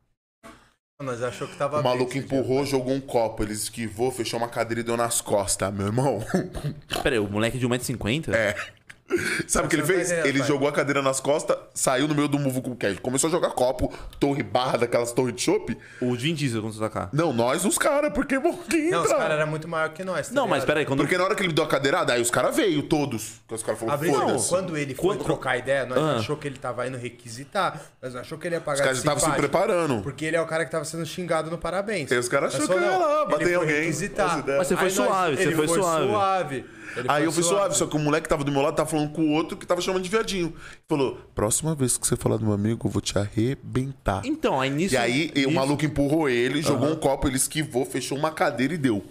[SPEAKER 1] Nós achou que tava
[SPEAKER 2] O maluco
[SPEAKER 1] bem esse
[SPEAKER 2] empurrou, jogou um copo, ele esquivou, fechou uma cadeira e deu nas costas, meu irmão. (laughs)
[SPEAKER 3] Pera aí, o moleque de 1,50m?
[SPEAKER 2] É. Sabe o que ele fez?
[SPEAKER 1] Essa é a
[SPEAKER 2] Ele
[SPEAKER 1] pai.
[SPEAKER 2] jogou a cadeira nas costas, saiu no meio do muvu com cash. Começou a jogar copo, torre barra daquelas torres de chope.
[SPEAKER 3] O Vin Diesel quando você tá tacar.
[SPEAKER 2] Não, nós os caras, porque irmão, quem
[SPEAKER 1] dia. Não, os
[SPEAKER 2] entra?
[SPEAKER 1] caras eram muito maior que nós. tá
[SPEAKER 3] Não, mas
[SPEAKER 1] ligado?
[SPEAKER 3] pera aí, quando.
[SPEAKER 2] é. Porque na hora que ele deu a cadeirada, aí os caras veio, todos. Porque os caras
[SPEAKER 1] A
[SPEAKER 2] falaram,
[SPEAKER 1] brisa,
[SPEAKER 2] foda-se.
[SPEAKER 1] quando ele foi
[SPEAKER 3] Quando-
[SPEAKER 1] trocar ideia, nós
[SPEAKER 3] Ah.
[SPEAKER 1] achou que ele tava indo requisitar, nós achou que ele ia pagar
[SPEAKER 2] Os caras
[SPEAKER 1] de
[SPEAKER 2] estavam se
[SPEAKER 1] simpático,
[SPEAKER 2] preparando.
[SPEAKER 1] Porque ele é o cara que tava sendo xingado no parabéns.
[SPEAKER 2] E os caras
[SPEAKER 1] Nós
[SPEAKER 2] achou que
[SPEAKER 1] falou,
[SPEAKER 2] eu ia lá,
[SPEAKER 1] ele
[SPEAKER 2] bater em
[SPEAKER 1] foi
[SPEAKER 2] alguém, as
[SPEAKER 1] Requisitar.
[SPEAKER 2] ideias.
[SPEAKER 3] Mas você foi
[SPEAKER 1] Aí nós-
[SPEAKER 3] suave, você
[SPEAKER 1] ele
[SPEAKER 3] foi suave.
[SPEAKER 1] Ele
[SPEAKER 2] Aí
[SPEAKER 1] foi
[SPEAKER 2] eu fui suave, só que o moleque que tava do meu lado tava falando com o outro que tava chamando de viadinho. Falou, próxima vez que você falar do meu amigo, eu vou te arrebentar.
[SPEAKER 3] Então, aí nisso.
[SPEAKER 2] E aí
[SPEAKER 3] nisso-
[SPEAKER 2] o maluco empurrou ele, jogou um copo, ele esquivou, fechou uma cadeira e deu.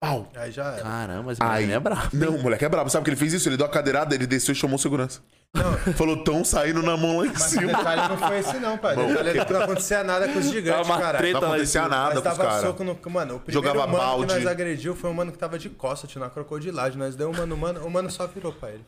[SPEAKER 2] Pau.
[SPEAKER 1] Aí já era.
[SPEAKER 3] Caramba, esse
[SPEAKER 2] Aí,
[SPEAKER 3] moleque é brabo.
[SPEAKER 2] Não, o moleque é brabo. Sabe o que ele fez isso? Ele deu a cadeirada, ele desceu e chamou o segurança. (laughs) Falou, tão saindo na mão lá em
[SPEAKER 1] Mas o
[SPEAKER 2] cima.
[SPEAKER 1] detalhe não foi esse não, pai. O detalhe é que não acontecia nada com os gigantes,
[SPEAKER 3] Tava uma
[SPEAKER 1] cara.
[SPEAKER 3] treta
[SPEAKER 2] Não acontecia nada
[SPEAKER 1] Nós
[SPEAKER 2] com os
[SPEAKER 1] dava
[SPEAKER 2] caras.
[SPEAKER 1] soco no. Mano, o primeiro
[SPEAKER 2] Jogava
[SPEAKER 1] mano
[SPEAKER 2] balde.
[SPEAKER 1] que nós agrediu foi um mano que tava de costa, tio, na crocodilagem. Nós deu um mano, mano, o mano só virou pra ele.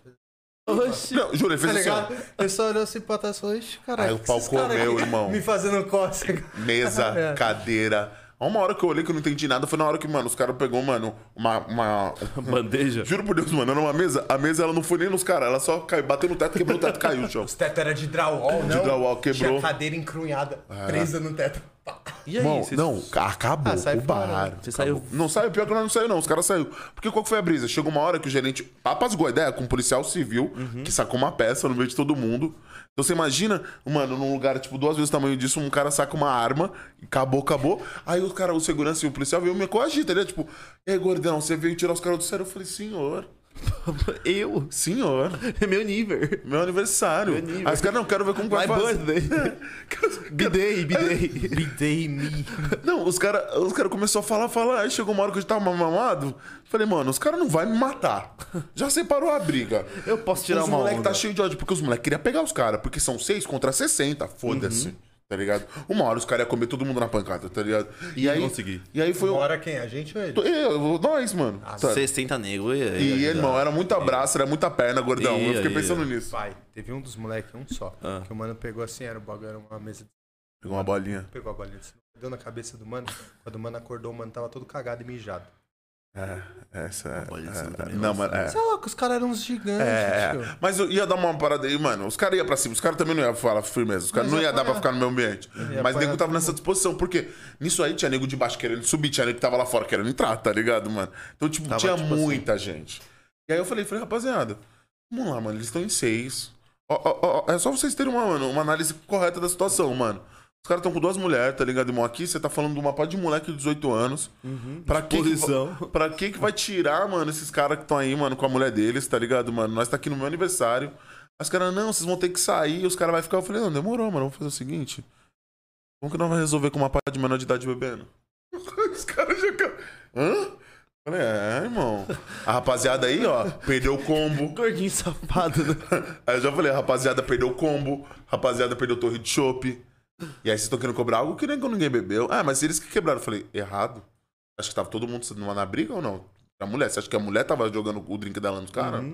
[SPEAKER 3] Oxi.
[SPEAKER 2] Não, juro, ele
[SPEAKER 1] Tá
[SPEAKER 2] fez assim, ó.
[SPEAKER 1] ligado? Ele só olhou assim pra trás e falou, ixi, caralho.
[SPEAKER 2] Aí o
[SPEAKER 1] que
[SPEAKER 2] pau
[SPEAKER 1] esses caras
[SPEAKER 2] comeu,
[SPEAKER 1] aqui
[SPEAKER 2] irmão.
[SPEAKER 1] Me fazendo cócega.
[SPEAKER 2] Mesa,
[SPEAKER 1] É.
[SPEAKER 2] cadeira. Há Uma hora que eu olhei que eu não entendi nada, foi na hora que, mano, os caras pegou, mano, uma, uma-
[SPEAKER 3] Bandeja.
[SPEAKER 2] Juro por Deus, mano, era uma mesa. A mesa ela não foi nem nos caras, ela só caiu, bateu no teto, quebrou o teto, caiu, chão.
[SPEAKER 1] Os teto era de drywall, não?
[SPEAKER 2] drywall, quebrou. É.
[SPEAKER 1] Tinha cadeira encrunhada, presa no teto. Pá.
[SPEAKER 3] E aí,
[SPEAKER 2] Bom,
[SPEAKER 3] vocês-
[SPEAKER 2] não, acabou
[SPEAKER 1] Ah, sai
[SPEAKER 2] o
[SPEAKER 1] fora,
[SPEAKER 2] bar.
[SPEAKER 1] né?
[SPEAKER 3] Você
[SPEAKER 2] Acabou.
[SPEAKER 3] saiu-
[SPEAKER 2] Não saiu, pior que nós não saiu, não. Os caras saíram. Porque qual que foi a brisa? Chegou uma hora que o gerente apazigou a ideia com um policial civil que sacou uma peça no meio de todo mundo. Então você imagina, mano, num lugar tipo duas vezes o tamanho disso, um cara saca uma arma, e acabou, acabou. Aí o cara, o segurança e o policial veio me coagir, tá ligado? Tipo, ei, gordão, você veio tirar os caras do sério? Eu falei, senhor,
[SPEAKER 3] Eu?
[SPEAKER 2] senhor,
[SPEAKER 3] É meu nível.
[SPEAKER 2] meu aniversário. Aí os caras, não, quero ver como vai
[SPEAKER 3] My
[SPEAKER 2] fazer.
[SPEAKER 3] birthday.
[SPEAKER 2] (laughs)
[SPEAKER 3] Bidei, bidei. (laughs)
[SPEAKER 1] Bidei me.
[SPEAKER 2] Não, os caras os cara começaram a falar, falar. Aí chegou uma hora que eu já tava mamado. Falei, mano, os caras não vão me matar. Já separou a briga.
[SPEAKER 3] Eu posso tirar
[SPEAKER 2] os
[SPEAKER 3] uma
[SPEAKER 2] moleque
[SPEAKER 3] onda.
[SPEAKER 2] tá cheio de ódio, porque os moleque queria pegar os caras, porque são seis contra 60, foda-se. tá ligado? Uma hora os caras iam comer todo mundo na pancada, tá ligado? E, aí,
[SPEAKER 3] consegui.
[SPEAKER 2] E aí foi o.
[SPEAKER 1] Bora quem? A gente ou ele?
[SPEAKER 2] Eu, nós, mano. tá.
[SPEAKER 3] 60 nego. E,
[SPEAKER 2] E, irmão, era muito abraço, era muita perna, gordão.
[SPEAKER 3] Ia,
[SPEAKER 2] eu fiquei
[SPEAKER 3] ia.
[SPEAKER 2] pensando nisso.
[SPEAKER 1] Pai, teve um dos moleques, um só,
[SPEAKER 3] Ah.
[SPEAKER 1] que o mano pegou assim, era o bagulho, era uma mesa de
[SPEAKER 2] Pegou uma bolinha.
[SPEAKER 1] pegou a bolinha de sinuca, deu na cabeça do mano. Quando o mano acordou, o mano tava todo cagado e mijado.
[SPEAKER 2] É, essa é.
[SPEAKER 3] bolinha de
[SPEAKER 2] é,
[SPEAKER 3] sinuca
[SPEAKER 2] é.
[SPEAKER 3] também,
[SPEAKER 2] não,
[SPEAKER 3] nossa.
[SPEAKER 2] mano, é.
[SPEAKER 1] Sei lá, que os caras eram uns gigantes,
[SPEAKER 2] É,
[SPEAKER 1] tio.
[SPEAKER 2] mas eu ia dar uma parada aí, mano. Os caras iam pra cima, os caras também não iam falar firmeza, os caras
[SPEAKER 1] Mas
[SPEAKER 2] não
[SPEAKER 1] ia
[SPEAKER 2] iam dar pra
[SPEAKER 1] apanhar.
[SPEAKER 2] ficar no meu ambiente.
[SPEAKER 1] Ia
[SPEAKER 2] Mas
[SPEAKER 1] apanhar
[SPEAKER 2] nego tava nessa disposição, porque nisso aí tinha nego de baixo querendo subir, tinha nego que tava lá fora querendo entrar, tá ligado, mano? Então, tipo,
[SPEAKER 3] Tava,
[SPEAKER 2] tinha
[SPEAKER 3] tipo assim.
[SPEAKER 2] muita gente. E aí eu falei, falei, rapaziada, vamos lá, mano, eles estão em seis. Ó, ó, ó, é só vocês terem uma, mano, uma análise correta da situação, mano. Os caras estão com duas mulheres, tá ligado, irmão? Aqui você tá falando de uma pá de moleque de 18 anos. pra que que
[SPEAKER 3] disposição.
[SPEAKER 2] Pra que que vai tirar, mano, esses caras que estão aí, mano, com a mulher deles, tá ligado, mano? Nós tá aqui no meu aniversário. Aí Os caras, não, vocês vão ter que sair. Os caras vão ficar. Eu falei, não, demorou, mano. Vamos fazer o seguinte. Como que nós vamos resolver com uma parte de menor de idade bebendo? (laughs) Os caras já. ca- Hã? Eu Falei, é, irmão. A rapaziada aí, ó, perdeu o combo. (laughs)
[SPEAKER 3] Um Gordinho safado. né?
[SPEAKER 2] Aí eu já falei, a rapaziada perdeu o combo, a rapaziada perdeu o torre de chopp. E aí vocês estão querendo cobrar algo que nem que ninguém bebeu. Ah, mas eles que quebraram. Eu falei, errado. Acho que tava todo mundo numa- na briga ou não? A mulher, você acha que a mulher tava jogando o drink dela nos caras?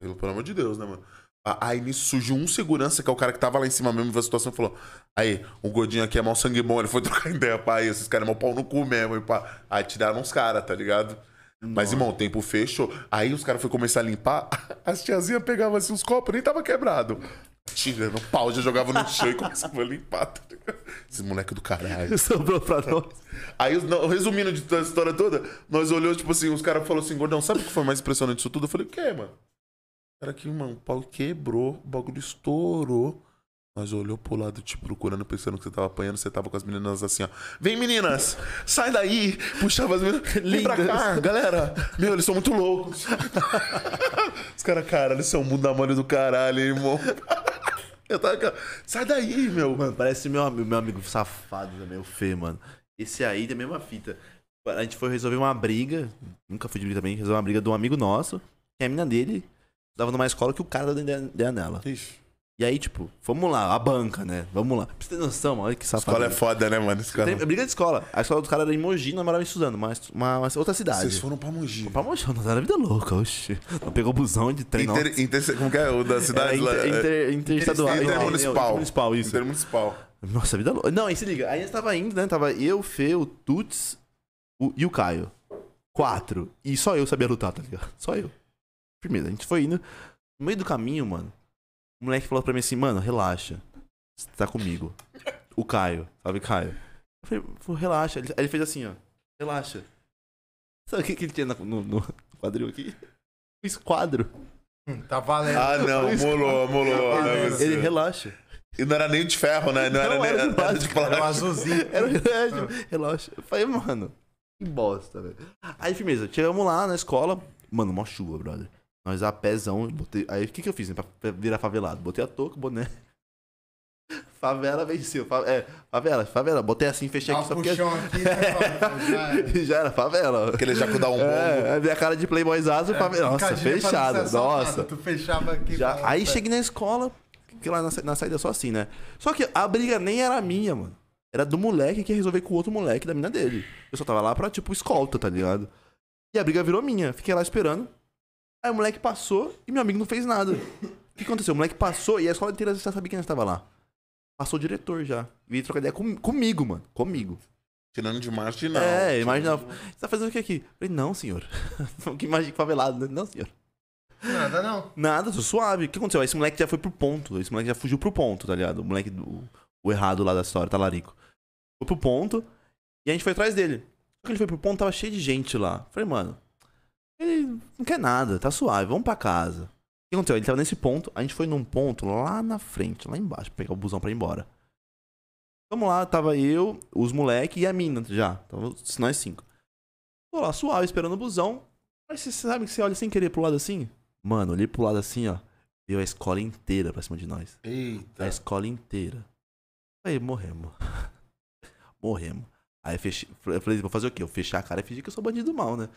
[SPEAKER 2] Pelo, pelo amor de Deus, né, mano? A- Aí nisso surgiu um segurança, que é o cara que tava lá em cima mesmo, viu a situação e falou: Aí, o gordinho aqui é mau sangue bom, ele foi (laughs) trocar ideia, pá, aí, esses caras é mau pau no cu mesmo, e pá. Aí tiraram os caras, tá ligado? Mas, irmão, o tempo fechou. Aí os caras foram começar a limpar, (laughs) as tiazinhas pegavam assim os copos, nem tava quebrado. Tirando pau, já jogava no chão e (laughs) começava a limpar, tá ligado? Esse moleque do caralho.
[SPEAKER 3] Sobrou pra nós.
[SPEAKER 2] Aí, os- não, resumindo de toda a história toda, nós olhamos, tipo assim, os caras falaram assim, gordão, sabe o que foi mais impressionante disso tudo? Eu falei, o que, mano? Cara, que, mano, o pau quebrou, o bagulho estourou. Nós olhou pro lado, te procurando, pensando que você tava apanhando, você tava com as meninas assim, ó. Vem, meninas! Sai daí! Puxava as meninas. Vem pra
[SPEAKER 3] Lindas.
[SPEAKER 2] cá, galera! Meu, eles são muito loucos. os caras, cara, eles são muito da mano do caralho, hein, irmão. Eu tava, cara, sai daí, meu.
[SPEAKER 3] Mano, parece meu amigo, meu amigo safado também, o Fê, mano. Esse aí da mesma fita. A gente foi resolver uma briga, nunca fui de briga também, resolver uma briga de um amigo nosso, que a mina dele estudava numa escola que o cara da ideia nela.
[SPEAKER 2] Ixi.
[SPEAKER 3] E aí, tipo, vamos lá, a banca, né? Vamos lá. Pra você ter noção, mano, olha que safado.
[SPEAKER 2] Escola é foda, né, mano? Esse cara.
[SPEAKER 3] Tá Tem- é briga de escola. A escola dos caras era em Mogi, nós morava em Suzano, mas uma, uma outra cidade.
[SPEAKER 2] Vocês foram pra Mogi.
[SPEAKER 3] Pra Mogi, nós era vida louca, oxi. Não pegou busão de trem, não.
[SPEAKER 2] Inter, inter- como que é o da
[SPEAKER 3] Era
[SPEAKER 2] cidade lá?
[SPEAKER 3] inter, inter, interestadual.
[SPEAKER 2] Inter- intermunicipal.
[SPEAKER 3] Intermunicipal, isso.
[SPEAKER 2] Intermunicipal.
[SPEAKER 3] Nossa, vida louca. Não, aí se liga. Aí nós tava indo, né? Tava eu, Fê, o Tuts o- e o Caio. Quatro. E só eu sabia lutar, tá ligado? Só eu. Firmeza. A gente foi indo. No meio do caminho, mano, o moleque falou pra mim assim, mano, relaxa. Você tá comigo. O Caio. Sabe, Caio? Eu falei, "Pô, relaxa. Ele, aí ele fez assim, ó. Relaxa. Sabe o que, que ele tinha na- no, no quadril aqui? Um esquadro. Um
[SPEAKER 1] Hum, Tá valendo.
[SPEAKER 2] Ah, não, molou, molou. né,
[SPEAKER 1] Ele-
[SPEAKER 2] você.
[SPEAKER 3] Ele relaxa.
[SPEAKER 2] E não era nem de ferro, né? Não era
[SPEAKER 3] Não,
[SPEAKER 2] nem (laughs)
[SPEAKER 3] era de plástico, né?
[SPEAKER 1] Era um
[SPEAKER 2] plástico.
[SPEAKER 1] azulzinho.
[SPEAKER 3] (laughs)
[SPEAKER 1] Ah.
[SPEAKER 3] Era verdade, relaxa. Eu falei, mano, que bosta, velho. Aí, firmeza, chegamos lá na escola, mano, mó chuva, brother. Nós a pézão, eu botei. Aí, o que que eu fiz, né, pra pra virar favelado? Botei a touca, boné. (laughs) Favela venceu. fa- É, favela, favela. Botei assim, fechei
[SPEAKER 1] Dá
[SPEAKER 3] aqui
[SPEAKER 1] um
[SPEAKER 3] só porque. (laughs)
[SPEAKER 1] puxão aqui, né, Paulo? Já era.
[SPEAKER 3] Já era favela.
[SPEAKER 2] Aquele jacudá um bombo.
[SPEAKER 1] (laughs)
[SPEAKER 3] É, a minha cara de playboyzaço,
[SPEAKER 1] É,
[SPEAKER 3] favela. Nossa,
[SPEAKER 1] Cadinho pra não
[SPEAKER 3] fechado.
[SPEAKER 1] ser assaltado,
[SPEAKER 3] Nossa.
[SPEAKER 1] Tu fechava aqui.
[SPEAKER 3] Já-
[SPEAKER 1] falava,
[SPEAKER 3] aí
[SPEAKER 1] "Pera".
[SPEAKER 3] cheguei na escola, que lá na, sa- na saída é só assim, né? Só que a briga nem era minha, mano. Era do moleque que ia resolver com o outro moleque da mina dele. Eu só tava lá pra, tipo, escolta, tá ligado? E a briga virou minha. Fiquei lá esperando. Aí o moleque passou e meu amigo não fez nada. O que aconteceu? O moleque passou e a escola inteira já sabia quem estava lá. Passou o diretor já. Veio trocar ideia com- comigo, mano. Comigo.
[SPEAKER 2] Tirando de marcha e não.
[SPEAKER 3] É, imagina. Você tá fazendo o que aqui? Falei, não, senhor. (laughs) que imagem que favelado, né? Não, senhor.
[SPEAKER 1] Nada não.
[SPEAKER 3] Nada, tô suave. O que aconteceu? Esse moleque já foi pro ponto. Esse moleque já fugiu pro ponto, tá ligado? O moleque do. O errado lá da história, talarico. Foi pro ponto e a gente foi atrás dele. Só que ele foi pro ponto, tava cheio de gente lá. Falei, mano, ele não quer nada, tá suave, vamos pra casa. O que aconteceu? Ele tava nesse ponto, a gente foi num ponto lá na frente, lá embaixo, pra pegar o busão pra ir embora. Vamos lá, tava eu, os moleques e a mina já. Tava os- nós cinco. Tô lá, suave, esperando o busão. Mas você sabe que você olha sem querer pro lado assim? Mano, olhei pro lado assim, ó. Veio a escola inteira pra cima de nós.
[SPEAKER 1] Tá.
[SPEAKER 3] A
[SPEAKER 2] Eita.
[SPEAKER 3] escola inteira. Aí, morremos. (laughs) morremos. Aí fechei, eu falei, vou fazer o quê? Eu fechar a cara e fingir que eu sou bandido mal, né?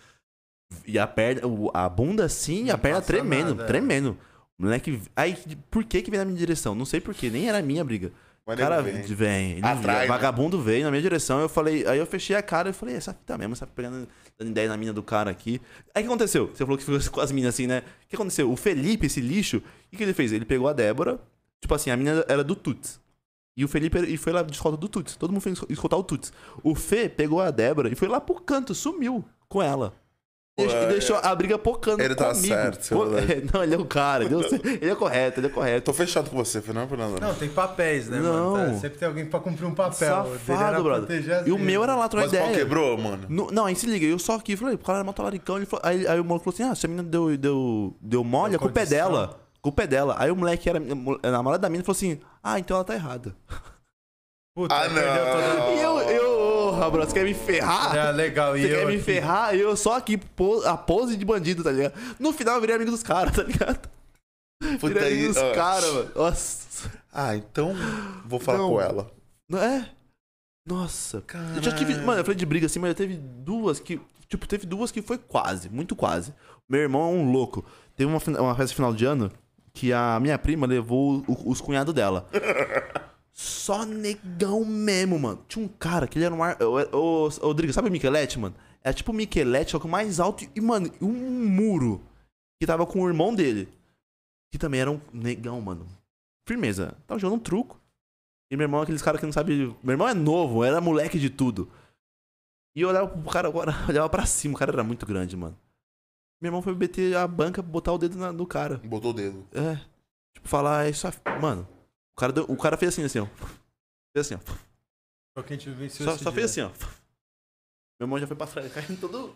[SPEAKER 3] E a perna, o- a bunda assim, e a
[SPEAKER 1] Não
[SPEAKER 3] perna
[SPEAKER 1] passa
[SPEAKER 3] tremendo,
[SPEAKER 1] nada, é.
[SPEAKER 3] tremendo. O Moleque, aí, por que que veio na minha direção? Não sei por quê, nem era minha briga.
[SPEAKER 2] Mas nego
[SPEAKER 3] cara
[SPEAKER 2] vem.
[SPEAKER 3] vem, ele
[SPEAKER 2] Atrai,
[SPEAKER 3] veio,
[SPEAKER 2] né?
[SPEAKER 3] vagabundo veio na minha direção, eu falei, aí eu fechei a cara e falei, essa fita mesmo, essa pegando dando ideia na mina do cara aqui. Aí o que aconteceu? Você falou que ficou com as minas assim, né? O que aconteceu? O Felipe, esse lixo, o que, que ele fez? Ele pegou a Débora, tipo assim, a mina era do Tuts. E o Felipe era- e foi lá de escolta do Tuts. Todo mundo foi escutar o Tuts. O Fê pegou a Débora e foi lá pro canto, sumiu com ela.
[SPEAKER 2] Pô,
[SPEAKER 3] Deix-
[SPEAKER 2] é-
[SPEAKER 3] deixou a briga pocando
[SPEAKER 2] Ele tá
[SPEAKER 3] comigo.
[SPEAKER 2] certo, seu
[SPEAKER 3] Pô, (laughs)
[SPEAKER 2] moleque.
[SPEAKER 3] Não, ele é o (laughs) cara. deu certo. Ele é correto, ele é correto.
[SPEAKER 2] Tô fechado com você, Fernando. Fernando.
[SPEAKER 1] Não, tem papéis, né,
[SPEAKER 3] Não.
[SPEAKER 1] mano? Tá- Sempre tem alguém pra cumprir um papel. O dele era
[SPEAKER 3] Safado,
[SPEAKER 1] proteger
[SPEAKER 3] brother.
[SPEAKER 1] as
[SPEAKER 3] E o
[SPEAKER 1] minas.
[SPEAKER 3] meu era lá atrás
[SPEAKER 2] Mas o pau
[SPEAKER 3] ideia.
[SPEAKER 2] quebrou, mano.
[SPEAKER 3] No- não, aí se liga, eu só aqui falei, o cara era mó talaricão. Ele falou, aí, aí o maluco falou assim: ah, se a menina deu, deu, deu mole,
[SPEAKER 1] Deu
[SPEAKER 3] a culpa é
[SPEAKER 1] condição.
[SPEAKER 3] dela. A culpa é dela. Aí o moleque era a namorada da mina falou assim: ah, então ela tá errada.
[SPEAKER 1] Puta,
[SPEAKER 2] Ah,
[SPEAKER 1] aí perdeu
[SPEAKER 2] não.
[SPEAKER 1] toda-
[SPEAKER 3] (laughs) E eu, eu, ô, bro, você quer me ferrar?
[SPEAKER 1] É, legal, e
[SPEAKER 3] Você quer
[SPEAKER 1] eu
[SPEAKER 3] me
[SPEAKER 1] aqui?
[SPEAKER 3] ferrar? E eu só aqui, po- a pose de bandido, tá ligado? No final eu virei amigo dos caras, tá ligado?
[SPEAKER 2] Puta
[SPEAKER 3] Virei
[SPEAKER 2] aí.
[SPEAKER 3] amigo
[SPEAKER 2] ó.
[SPEAKER 3] dos caras, mano. Nossa.
[SPEAKER 2] Ah, então vou falar
[SPEAKER 3] Não.
[SPEAKER 2] com ela.
[SPEAKER 3] Não é? Nossa. Eu já tive.
[SPEAKER 2] Caralho.
[SPEAKER 3] Mano, eu falei de briga assim, mas eu teve duas que. Tipo, teve duas que foi quase, muito quase. Meu irmão é um louco. Teve uma, fina- uma festa final de ano que a minha prima levou o- os cunhados dela. Só negão mesmo, mano. Tinha um cara que ele era um. Ar... Ô, ô, ô, Rodrigo, sabe o Miquelete, mano? É tipo o Miquelete, só que o mais alto. E, mano, um muro que tava com o irmão dele. Que também era um negão, mano. Firmeza. Tava jogando um truco. E meu irmão é aqueles caras que não sabe. Meu irmão é novo, era moleque de tudo. E eu olhava pro cara agora, (laughs) olhava pra cima, o cara era muito grande, mano. Meu irmão foi meter a banca, botar o dedo na- no cara.
[SPEAKER 2] Botou o dedo.
[SPEAKER 3] É. Tipo, falar, é isso. aí." Mano, o cara, deu- o cara fez assim, assim, ó. Fez assim, ó.
[SPEAKER 1] Só quem te venceu
[SPEAKER 3] Só,
[SPEAKER 1] esse
[SPEAKER 3] só
[SPEAKER 1] dia.
[SPEAKER 3] fez assim, ó. Meu irmão já foi pra frente, (laughs) caindo todo.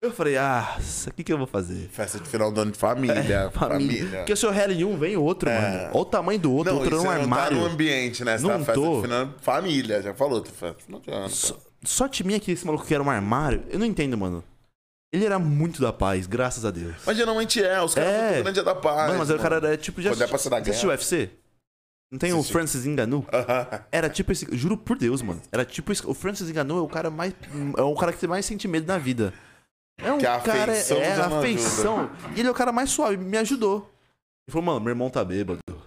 [SPEAKER 3] Eu falei, ah, isso aqui que eu vou fazer.
[SPEAKER 2] Festa de final do ano de família.
[SPEAKER 3] É, família.
[SPEAKER 2] família.
[SPEAKER 3] Porque se eu relo em um, vem outro,
[SPEAKER 2] É.
[SPEAKER 3] mano. Olha o tamanho do outro,
[SPEAKER 2] e
[SPEAKER 3] outro era um
[SPEAKER 2] você não tá
[SPEAKER 3] armário.
[SPEAKER 2] no ambiente, né? Você tá
[SPEAKER 3] Não
[SPEAKER 2] festa
[SPEAKER 3] tô.
[SPEAKER 2] de final família, já falou. tu Festa de final de ano.
[SPEAKER 3] Só, só de mim aqui, esse maluco que era um armário, eu não entendo, mano. Ele era muito da paz, graças a Deus.
[SPEAKER 2] Mas geralmente é, os caras
[SPEAKER 3] É.
[SPEAKER 2] são tudo grande é da paz.
[SPEAKER 3] mano, mas o cara era tipo. Já
[SPEAKER 2] Quando é pra se dar
[SPEAKER 3] Você assistiu
[SPEAKER 2] guerra.
[SPEAKER 3] UFC? Não tem o
[SPEAKER 2] Assisti.
[SPEAKER 3] Francis Ngannou? Era tipo esse. Juro por Deus, mano. Era tipo esse. O Francis Ngannou é o cara mais. É o cara que você mais sente medo na vida. É um
[SPEAKER 2] Que a
[SPEAKER 3] cara.
[SPEAKER 2] afeição
[SPEAKER 3] É,
[SPEAKER 2] já não
[SPEAKER 3] afeição. E ele é o cara mais suave, me ajudou. Ele falou, mano, meu irmão tá bêbado. Vou